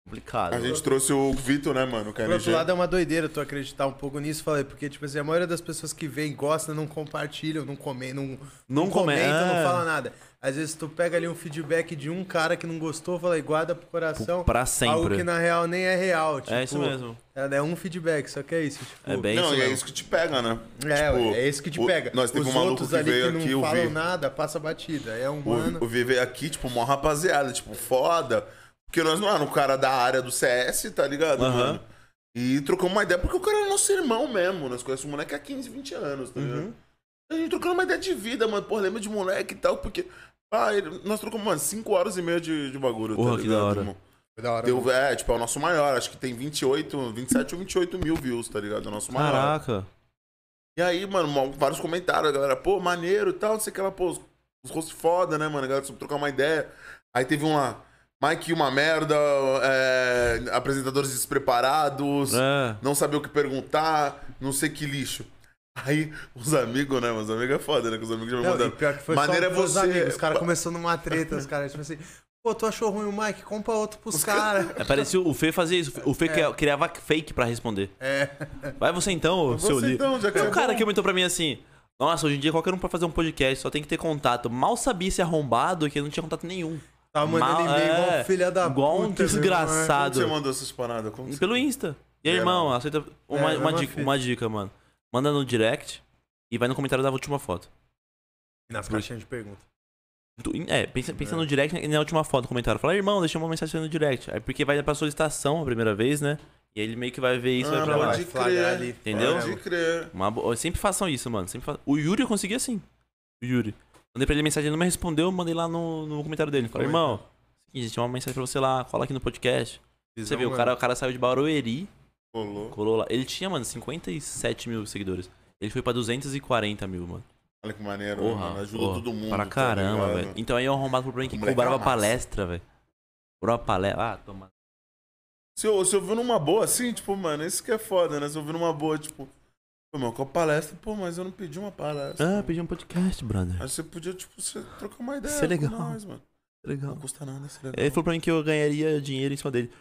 [SPEAKER 3] Complicado.
[SPEAKER 2] A gente trouxe o Vitor, né, mano? O
[SPEAKER 1] Por outro
[SPEAKER 2] KNG.
[SPEAKER 1] lado, é uma doideira tu acreditar um pouco nisso, falei, porque, tipo assim, a maioria das pessoas que vêm, gostam, não compartilham, não comem, não,
[SPEAKER 3] Não come-
[SPEAKER 1] comentam,
[SPEAKER 3] é.
[SPEAKER 1] não fala nada. Às vezes tu pega ali um feedback de um cara que não gostou, fala, e guarda pro coração.
[SPEAKER 3] Pra
[SPEAKER 1] Algo
[SPEAKER 3] sempre.
[SPEAKER 1] que na real nem é real. Tipo,
[SPEAKER 3] É isso mesmo.
[SPEAKER 1] É um feedback, só que é isso. Tipo,
[SPEAKER 3] É bem
[SPEAKER 2] Não,
[SPEAKER 3] isso
[SPEAKER 2] e é
[SPEAKER 3] mesmo.
[SPEAKER 2] isso que te pega, né?
[SPEAKER 1] É,
[SPEAKER 2] Tipo,
[SPEAKER 1] é esse que te
[SPEAKER 2] o-
[SPEAKER 1] pega.
[SPEAKER 2] Nós teve
[SPEAKER 1] Os
[SPEAKER 2] um maluco
[SPEAKER 1] outros
[SPEAKER 2] que
[SPEAKER 1] ali
[SPEAKER 2] veio
[SPEAKER 1] que não
[SPEAKER 2] aqui, o
[SPEAKER 1] falam
[SPEAKER 2] Vi.
[SPEAKER 1] nada, passa batida. É humano.
[SPEAKER 2] O, o Vi veio aqui, tipo, mó rapaziada, tipo, foda. Porque nós não era um cara da área do CS, tá ligado,
[SPEAKER 3] Aham.
[SPEAKER 2] mano? E trocamos uma ideia, porque o cara é nosso irmão mesmo. Nós conhecemos o moleque há 15, 20 anos, tá
[SPEAKER 3] Uhum.
[SPEAKER 2] ligado? A gente trocando uma ideia de vida, mano. Pô, lembra de moleque e tal, porque. Ah, ele- nós trocamos, mano, 5 horas e meia de, de bagulho,
[SPEAKER 3] Porra,
[SPEAKER 2] tá
[SPEAKER 3] que
[SPEAKER 2] ligado,
[SPEAKER 3] da hora.
[SPEAKER 2] irmão?
[SPEAKER 1] Da hora. né?
[SPEAKER 2] Deu, é, tipo, é o nosso maior. Acho que tem 28, 27 ou 28 mil views, tá ligado? É o nosso maior.
[SPEAKER 3] Caraca.
[SPEAKER 2] E aí, mano, mal- vários comentários, a galera, pô, maneiro e tal, não sei o que lá, pô, os, os rostos foda, né, mano? A galera soube trocar uma ideia. Aí teve um lá, Mike, uma merda, é, apresentadores despreparados,
[SPEAKER 3] É.
[SPEAKER 2] não sabia o que perguntar, não sei que lixo. Aí, os amigos, né, os amigos é foda, né, que os amigos já me
[SPEAKER 1] Não, e
[SPEAKER 2] mandaram.
[SPEAKER 1] pior que foi
[SPEAKER 2] Maneira
[SPEAKER 1] só
[SPEAKER 2] é
[SPEAKER 1] pros
[SPEAKER 2] você.
[SPEAKER 1] amigos. Os caras
[SPEAKER 2] Pa-
[SPEAKER 1] começou numa treta,
[SPEAKER 2] (laughs)
[SPEAKER 1] os caras, tipo assim, pô, tu achou ruim o Mike? Compra outro pros caras.
[SPEAKER 2] (laughs)
[SPEAKER 3] É, parecia o Fê fazia isso. O Fê cria- criava fake pra responder.
[SPEAKER 1] É.
[SPEAKER 3] Vai você então,
[SPEAKER 2] Você
[SPEAKER 3] seu líder.
[SPEAKER 2] então, já que
[SPEAKER 3] Tem
[SPEAKER 2] é
[SPEAKER 3] um cara
[SPEAKER 2] bom.
[SPEAKER 3] que comentou pra mim assim: Nossa, hoje em dia qualquer um pode fazer um podcast, só tem que ter contato. Mal sabia se arrombado que não tinha contato nenhum.
[SPEAKER 1] Tá mandando
[SPEAKER 3] Mal-
[SPEAKER 1] e-mail igual
[SPEAKER 3] é,
[SPEAKER 1] um filho da
[SPEAKER 3] Igual um
[SPEAKER 1] puta, né? meu
[SPEAKER 2] Como que você
[SPEAKER 3] desgraçado.
[SPEAKER 2] mandou essas paradas? Como que você-
[SPEAKER 3] Pelo Insta. E aí,
[SPEAKER 2] É,
[SPEAKER 3] irmão, aceita uma,
[SPEAKER 1] É,
[SPEAKER 3] uma
[SPEAKER 1] mesma
[SPEAKER 3] dica,
[SPEAKER 1] fita.
[SPEAKER 3] uma dica, mano. Manda no direct e vai no comentário da última foto.
[SPEAKER 1] irmão. Nas caixinhas de pergunta.
[SPEAKER 3] Tu- É, pensa, pensa no direct e na última foto, comentário. Fala, irmão, deixa uma mensagem no direct. Aí porque vai pra solicitação a primeira vez, né? E aí ele meio que vai ver isso e
[SPEAKER 2] Ah,
[SPEAKER 3] vai pra lá.
[SPEAKER 2] pode
[SPEAKER 1] flagrar
[SPEAKER 2] crer.
[SPEAKER 3] Entendeu?
[SPEAKER 2] Pode crer.
[SPEAKER 3] Uma bo- Sempre façam isso, mano. Sempre fa- O Yuri eu consegui assim. O Yuri. Mandei pra ele mensagem, ele não me respondeu, mandei lá no, no comentário dele. Falei, irmão, é seguinte, tinha uma mensagem pra você lá, cola aqui no podcast. Você
[SPEAKER 1] Visão,
[SPEAKER 3] viu, o
[SPEAKER 1] mano.
[SPEAKER 3] cara, o cara saiu de Barueri,
[SPEAKER 2] Colou.
[SPEAKER 3] colou lá. Ele tinha, mano, 57 mil seguidores. Ele foi pra 240 mil, mano.
[SPEAKER 2] Olha que maneiro, né,
[SPEAKER 3] Porra,
[SPEAKER 2] mano. Ajudou
[SPEAKER 3] porra,
[SPEAKER 2] todo mundo.
[SPEAKER 3] Para
[SPEAKER 2] tá
[SPEAKER 3] caramba,
[SPEAKER 2] ligado?
[SPEAKER 3] velho. Então aí é um arrombado pro Brain que
[SPEAKER 2] Moleque é
[SPEAKER 3] cobrava
[SPEAKER 2] uma massa.
[SPEAKER 3] palestra, velho. Cobrava palestra. Ah, toma.
[SPEAKER 2] Se eu, se eu vi numa boa assim, tipo, mano, isso que é foda, né? Se eu vi numa boa, tipo, pô, meu, qual palestra? Pô, mas eu não pedi uma palestra.
[SPEAKER 3] Ah, pedi um podcast, brother.
[SPEAKER 2] Acho que você podia, tipo, você trocar uma ideia.
[SPEAKER 3] Isso é legal.
[SPEAKER 2] com nós, mano. Não
[SPEAKER 3] Legal.
[SPEAKER 2] custa nada, isso é legal.
[SPEAKER 3] Ele falou pra mim que eu ganharia dinheiro em cima dele.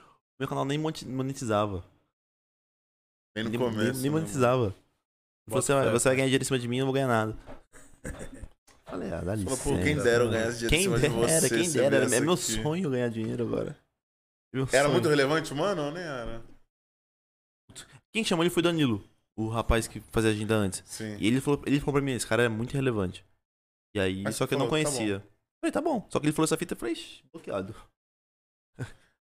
[SPEAKER 3] Meu canal nem monti- monetizava.
[SPEAKER 2] Bem no
[SPEAKER 3] nem, nem-
[SPEAKER 2] começo. né,
[SPEAKER 3] nem monetizava.
[SPEAKER 1] Bota
[SPEAKER 3] Você,
[SPEAKER 1] fé,
[SPEAKER 3] você vai ganhar dinheiro em cima de mim, eu não vou
[SPEAKER 2] (laughs)
[SPEAKER 3] ganhar nada. Falei, ah, dá
[SPEAKER 2] mano?
[SPEAKER 3] licença.
[SPEAKER 2] Falou, pô, quem dera eu
[SPEAKER 3] mano.
[SPEAKER 2] ganhasse dinheiro em
[SPEAKER 3] Quem
[SPEAKER 2] cima de
[SPEAKER 3] dera,
[SPEAKER 2] você.
[SPEAKER 3] quem
[SPEAKER 2] você
[SPEAKER 3] dera.
[SPEAKER 2] viesse
[SPEAKER 3] É meu
[SPEAKER 2] aqui.
[SPEAKER 3] sonho ganhar dinheiro agora. Meu
[SPEAKER 2] Era
[SPEAKER 3] sonho.
[SPEAKER 2] muito relevante, mano, ou nem era?
[SPEAKER 3] Quem chamou ele foi Danilo, o rapaz que fazia agenda antes.
[SPEAKER 2] Sim.
[SPEAKER 3] E ele falou, ele falou pra mim, esse cara é muito relevante. E aí,
[SPEAKER 2] Mas
[SPEAKER 3] só que eu não
[SPEAKER 2] falou, tá
[SPEAKER 3] conhecia. falei, tá bom. Só que ele falou essa fita, eu falei, "Ixi, bloqueado.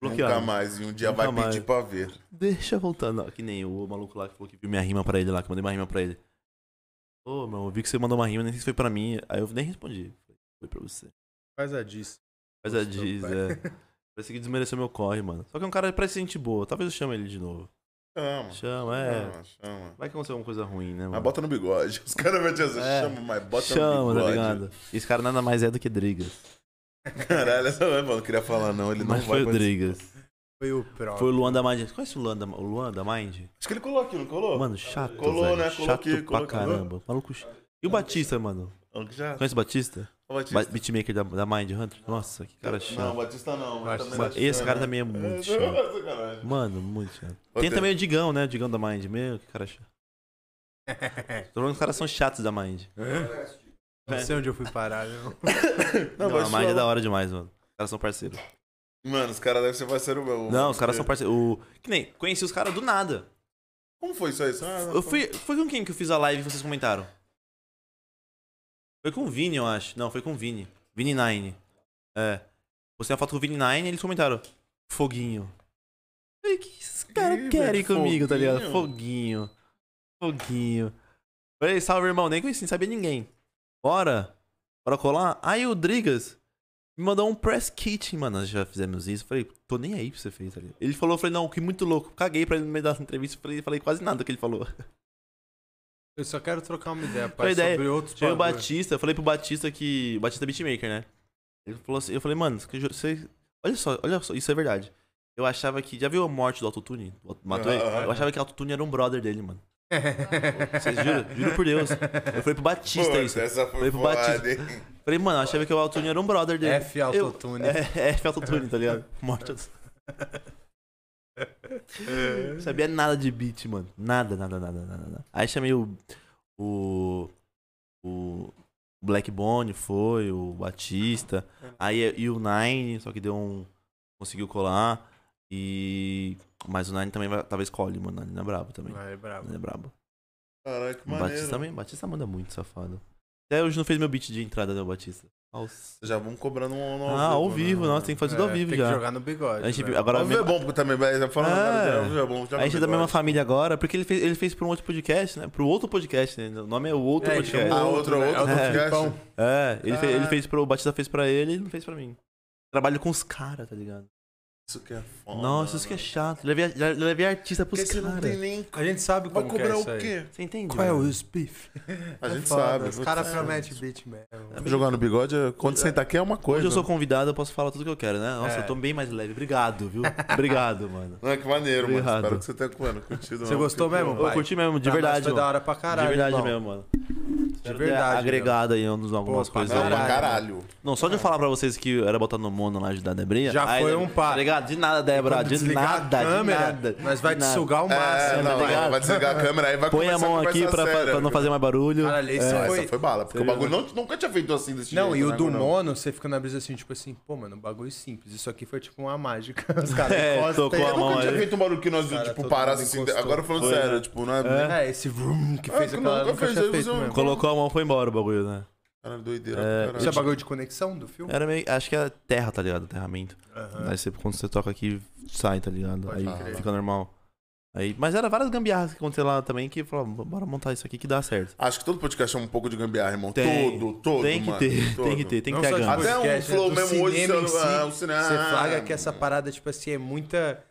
[SPEAKER 2] Nunca
[SPEAKER 3] bloqueado.
[SPEAKER 2] mais, e um dia
[SPEAKER 3] Nunca
[SPEAKER 2] vai pedir
[SPEAKER 3] mais.
[SPEAKER 2] pra ver.
[SPEAKER 3] Deixa voltando. Que nem o maluco lá que falou que viu minha rima pra ele lá, que eu mandei uma rima pra ele. Ô, meu, eu vi que você mandou uma rima, nem sei se foi pra mim. Aí eu nem respondi. Foi pra você.
[SPEAKER 1] Faz a disso.
[SPEAKER 3] Mas é
[SPEAKER 1] Nossa,
[SPEAKER 3] diz,
[SPEAKER 1] pai.
[SPEAKER 2] (laughs)
[SPEAKER 3] é. Parece que desmereceu meu corre, mano. Só que é um cara parece gente boa. Talvez eu chame ele de novo.
[SPEAKER 2] Chama.
[SPEAKER 3] Chama, é.
[SPEAKER 2] Chama, chama.
[SPEAKER 3] Vai que aconteceu alguma coisa ruim, né, mano?
[SPEAKER 2] Mas bota no bigode. (laughs) Os caras vão te dizer,
[SPEAKER 3] É.
[SPEAKER 2] chama, mas bota no
[SPEAKER 3] Chama, tá
[SPEAKER 2] bigode.
[SPEAKER 3] ligado? Esse cara nada mais é do que Drigas.
[SPEAKER 2] Caralho, essa mano, não queria falar não, ele
[SPEAKER 3] Mas
[SPEAKER 2] não vai
[SPEAKER 3] foi o
[SPEAKER 2] participar.
[SPEAKER 3] Drigas.
[SPEAKER 1] Foi o próprio.
[SPEAKER 3] Foi o Luan da Mind. Conhece o Luan da, o Luan da Mind?
[SPEAKER 2] Acho que ele colou aqui, não colou?
[SPEAKER 3] Mano, chato,
[SPEAKER 2] Colou,
[SPEAKER 3] velho.
[SPEAKER 2] né? Colou
[SPEAKER 3] chato
[SPEAKER 2] aqui, colou
[SPEAKER 3] pra
[SPEAKER 2] aqui.
[SPEAKER 3] caramba. Maluco ch- E o Batista, mano?
[SPEAKER 2] Não, É um que já.
[SPEAKER 3] Conhece o Batista?
[SPEAKER 2] O Batista.
[SPEAKER 3] Ba- Beatmaker da, da Mind Hunter? Nossa, que cara
[SPEAKER 2] Não, o
[SPEAKER 3] chato.
[SPEAKER 2] Batista não. mas também
[SPEAKER 3] Mano,
[SPEAKER 2] tá
[SPEAKER 3] esse
[SPEAKER 2] chato,
[SPEAKER 3] cara
[SPEAKER 2] né?
[SPEAKER 3] também é muito
[SPEAKER 2] É,
[SPEAKER 3] chato.
[SPEAKER 2] sacanagem.
[SPEAKER 3] Mano, muito chato.
[SPEAKER 2] Ô,
[SPEAKER 3] Tem
[SPEAKER 2] Deus.
[SPEAKER 3] também o Digão, né? O Digão da Mind. Meu, que
[SPEAKER 2] (laughs)
[SPEAKER 3] cara chato. Tô falando que os caras são chatos da Mind.
[SPEAKER 1] Não sei onde eu fui parar, não.
[SPEAKER 2] Não,
[SPEAKER 3] Não,
[SPEAKER 2] mas
[SPEAKER 3] a Mind é
[SPEAKER 2] fala-
[SPEAKER 3] da hora demais, mano. Os caras são parceiros.
[SPEAKER 2] Mano, os caras devem ser parceiro meu.
[SPEAKER 3] Não, os caras são parceiros. O... Que nem, conheci os caras do nada.
[SPEAKER 2] Como foi isso aí? Ah,
[SPEAKER 3] Eu fui. Foi com quem que eu fiz a live e vocês comentaram? Foi com o Vini, eu acho. Não, foi com o Vini. Vini Nine. É. Postei a foto com o Vini Nine e eles comentaram. Foguinho. Falei, o que esses
[SPEAKER 2] Ih,
[SPEAKER 3] caras querem
[SPEAKER 2] velho,
[SPEAKER 3] comigo, tá ligado?
[SPEAKER 2] foguinho.
[SPEAKER 3] Foguinho. Foguinho. Falei, salve, irmão. Nem conheci, não sabia ninguém. Bora. Bora colar. Aí o Drigas me mandou um press kit, mano. Nós já fizemos isso. Falei, tô nem aí pra você fez, tá ligado? Ele falou, eu falei, não, que muito louco. Caguei pra ele no meio da entrevista. Falei, falei quase nada do que ele falou.
[SPEAKER 1] Eu só quero trocar uma ideia, pai,
[SPEAKER 3] ideia.
[SPEAKER 1] sobre outros
[SPEAKER 3] Foi o
[SPEAKER 1] bagulho.
[SPEAKER 3] Batista, eu falei pro Batista que. O Batista é beatmaker, né? Ele falou assim, eu falei, mano, você- você- olha só, olha só, isso é verdade. Eu achava que. Já viu a morte do Autotune? Do Auto- Matuê?
[SPEAKER 2] Aham.
[SPEAKER 3] Eu achava que o Autotune era um brother dele, mano. Vocês juram? Juro
[SPEAKER 1] (laughs)
[SPEAKER 3] por Deus. Eu falei pro Batista
[SPEAKER 2] Pô,
[SPEAKER 3] isso.
[SPEAKER 2] Essa foi
[SPEAKER 3] Falei pro Batista.
[SPEAKER 2] foda, hein?
[SPEAKER 3] Falei, mano, eu achava que o (laughs) Autotune era um brother dele.
[SPEAKER 1] F autotune.
[SPEAKER 3] Eu, é, F Autotune, tá ligado? Morte.
[SPEAKER 1] É.
[SPEAKER 3] Não sabia nada de beat, mano. Nada, nada, nada, nada. nada. Aí chamei o. O. O. Black Bone foi, o Batista. Aí e o Nine, só que deu um. Conseguiu colar. E. Mas o Nine também vai, talvez colhe, mano. O Nine é brabo também.
[SPEAKER 1] Vai,
[SPEAKER 3] O
[SPEAKER 1] bravo.
[SPEAKER 3] Nine é brabo.
[SPEAKER 2] Caraca, que
[SPEAKER 3] O
[SPEAKER 2] maneiro.
[SPEAKER 3] Batista também. o Batista manda muito, safado. Até hoje não fez meu beat de entrada, né, o Batista? Nossa.
[SPEAKER 2] Já vamos cobrando um um
[SPEAKER 3] Ah, ao vivo,
[SPEAKER 2] né?
[SPEAKER 3] nossa, tem que fazer tudo ao
[SPEAKER 1] É,
[SPEAKER 3] vivo
[SPEAKER 1] tem que
[SPEAKER 3] já.
[SPEAKER 1] jogar né? no bigode.
[SPEAKER 3] A gente,
[SPEAKER 1] velho.
[SPEAKER 3] agora,
[SPEAKER 2] Ao vivo é bom, porque também, vai falando,
[SPEAKER 3] É.
[SPEAKER 2] cara, ao vivo é bom.
[SPEAKER 1] Tá
[SPEAKER 2] joga
[SPEAKER 3] a gente é da
[SPEAKER 2] no
[SPEAKER 3] mesma
[SPEAKER 2] bigode.
[SPEAKER 3] família agora, porque ele fez, ele fez pra um outro podcast, né? Pro outro podcast, né? O nome é o outro
[SPEAKER 1] É, Ah.
[SPEAKER 3] podcast.
[SPEAKER 1] chama
[SPEAKER 2] Ah, outro,
[SPEAKER 1] né?
[SPEAKER 2] outro
[SPEAKER 3] É.
[SPEAKER 2] podcast.
[SPEAKER 3] É, ele, fez, ele
[SPEAKER 2] Caraca.
[SPEAKER 3] fez pro. O Batista fez pra ele e não fez pra mim. Trabalho com os caras, tá ligado?
[SPEAKER 2] Isso que é foda.
[SPEAKER 3] Nossa, isso que é chato. Levei, já levei artista pros
[SPEAKER 2] Porque você não tem
[SPEAKER 3] caras.
[SPEAKER 2] nem.
[SPEAKER 1] A gente sabe
[SPEAKER 2] Vai
[SPEAKER 1] como que é
[SPEAKER 2] cobrar
[SPEAKER 1] isso
[SPEAKER 2] o
[SPEAKER 1] aí.
[SPEAKER 2] quê? É
[SPEAKER 3] Você entende?
[SPEAKER 1] Qual é
[SPEAKER 3] mano?
[SPEAKER 1] o spiff? É
[SPEAKER 2] A gente sabe.
[SPEAKER 1] Os caras prometem beat mesmo.
[SPEAKER 3] Tá
[SPEAKER 2] Jogar no bigode, é- quando sentar aqui é uma coisa.
[SPEAKER 3] Hoje eu sou convidado, eu posso falar tudo que eu quero, né?
[SPEAKER 1] É.
[SPEAKER 3] Nossa, eu tô bem mais leve. Obrigado,
[SPEAKER 1] (laughs)
[SPEAKER 3] viu? Obrigado, mano.
[SPEAKER 2] Não, que maneiro, mano.
[SPEAKER 3] Obrigado.
[SPEAKER 2] Espero que você tenha mano, curtido.
[SPEAKER 1] Você
[SPEAKER 2] mano,
[SPEAKER 1] gostou
[SPEAKER 2] porque,
[SPEAKER 1] mesmo?
[SPEAKER 2] pô,
[SPEAKER 3] Eu
[SPEAKER 1] Vai.
[SPEAKER 3] curti mesmo, de
[SPEAKER 1] Pra nós
[SPEAKER 3] verdade.
[SPEAKER 1] Foi
[SPEAKER 3] mano.
[SPEAKER 1] da hora pra caralho.
[SPEAKER 3] de verdade
[SPEAKER 1] irmão.
[SPEAKER 3] mesmo, mano. Espero ter
[SPEAKER 1] verdade,
[SPEAKER 3] Agregado aí em algumas
[SPEAKER 1] Pô, pra
[SPEAKER 3] coisas.
[SPEAKER 2] Não, pra
[SPEAKER 3] aí.
[SPEAKER 2] caralho.
[SPEAKER 3] Não, só de eu falar pra vocês que eu era botar no mono lá ajudar a Debrinha.
[SPEAKER 1] É. Já
[SPEAKER 3] aí,
[SPEAKER 1] foi
[SPEAKER 3] né,
[SPEAKER 1] um par.
[SPEAKER 3] Tá ligado? De nada, Débora.
[SPEAKER 1] Quando
[SPEAKER 3] De
[SPEAKER 1] desligar a
[SPEAKER 3] nada,
[SPEAKER 1] câmera,
[SPEAKER 3] de nada.
[SPEAKER 1] Nós vai
[SPEAKER 3] de
[SPEAKER 1] te
[SPEAKER 3] nada.
[SPEAKER 1] sugar o máximo.
[SPEAKER 2] É,
[SPEAKER 1] tá
[SPEAKER 2] não,
[SPEAKER 1] ligado?
[SPEAKER 2] vai desligar a câmera aí, vai
[SPEAKER 3] Põe a
[SPEAKER 2] começar
[SPEAKER 3] mão
[SPEAKER 2] conversa
[SPEAKER 3] aqui pra, pra-
[SPEAKER 2] séria,
[SPEAKER 3] pra não
[SPEAKER 2] velho.
[SPEAKER 3] fazer mais barulho.
[SPEAKER 1] Caralho, esse
[SPEAKER 3] É.
[SPEAKER 2] Não,
[SPEAKER 1] foi-
[SPEAKER 2] essa foi bala, porque o
[SPEAKER 3] Sério.
[SPEAKER 2] bagulho não, nunca tinha feito assim desse
[SPEAKER 1] é, Não, e
[SPEAKER 2] jeito.
[SPEAKER 1] o
[SPEAKER 2] né,
[SPEAKER 1] do
[SPEAKER 2] mano?
[SPEAKER 1] mono, você fica na brisa assim, tipo assim, pô, mano, um bagulho simples. Isso aqui foi tipo uma
[SPEAKER 3] (laughs)
[SPEAKER 1] mágica. Os caras
[SPEAKER 3] É,
[SPEAKER 1] encostam
[SPEAKER 3] tocou
[SPEAKER 1] e-
[SPEAKER 3] a
[SPEAKER 2] Eu nunca
[SPEAKER 3] mão
[SPEAKER 2] tinha
[SPEAKER 3] aí.
[SPEAKER 2] feito um barulho que nós,
[SPEAKER 1] Cara,
[SPEAKER 2] tipo,
[SPEAKER 1] todo
[SPEAKER 2] parasse
[SPEAKER 1] mundo
[SPEAKER 2] assim.
[SPEAKER 1] encostou.
[SPEAKER 2] Agora falando
[SPEAKER 3] Foi,
[SPEAKER 2] sério,
[SPEAKER 3] né?
[SPEAKER 2] tipo, não é.
[SPEAKER 1] É, esse vroom que
[SPEAKER 2] É,
[SPEAKER 1] fez
[SPEAKER 2] que
[SPEAKER 1] aquela.
[SPEAKER 2] nunca
[SPEAKER 1] Nunca
[SPEAKER 2] fez,
[SPEAKER 1] tinha
[SPEAKER 2] aí
[SPEAKER 1] feito
[SPEAKER 2] você-
[SPEAKER 1] mesmo.
[SPEAKER 3] Colocou a mão foi embora o bagulho, né?
[SPEAKER 2] Caralho, doideira.
[SPEAKER 3] É,
[SPEAKER 2] pra
[SPEAKER 1] Isso é
[SPEAKER 2] caralho.
[SPEAKER 1] bagulho de conexão do filme?
[SPEAKER 3] Era meio. Acho que era terra, tá ligado? Terramento.
[SPEAKER 1] É.
[SPEAKER 3] Aí você, quando você toca aqui, sai, tá ligado?
[SPEAKER 1] Pode
[SPEAKER 3] Aí
[SPEAKER 2] crer.
[SPEAKER 3] fica normal. Aí, mas era várias gambiarras que aconteceram lá também que falou, bora montar isso aqui que dá certo.
[SPEAKER 2] Acho que todo podcast é um pouco de gambiarra, irmão.
[SPEAKER 3] Tem.
[SPEAKER 2] todo, todo.
[SPEAKER 3] tem que
[SPEAKER 2] mano,
[SPEAKER 3] ter, (laughs)
[SPEAKER 2] todo.
[SPEAKER 3] tem que ter, tem
[SPEAKER 1] Não
[SPEAKER 3] que ter a
[SPEAKER 1] só tipo, de
[SPEAKER 3] gama.
[SPEAKER 2] Até um
[SPEAKER 1] podcast,
[SPEAKER 2] flow
[SPEAKER 1] do
[SPEAKER 2] mesmo hoje,
[SPEAKER 1] cinema em
[SPEAKER 2] sei lá,
[SPEAKER 1] si,
[SPEAKER 2] o cinema.
[SPEAKER 1] Você flaga que essa parada, tipo assim, é muita,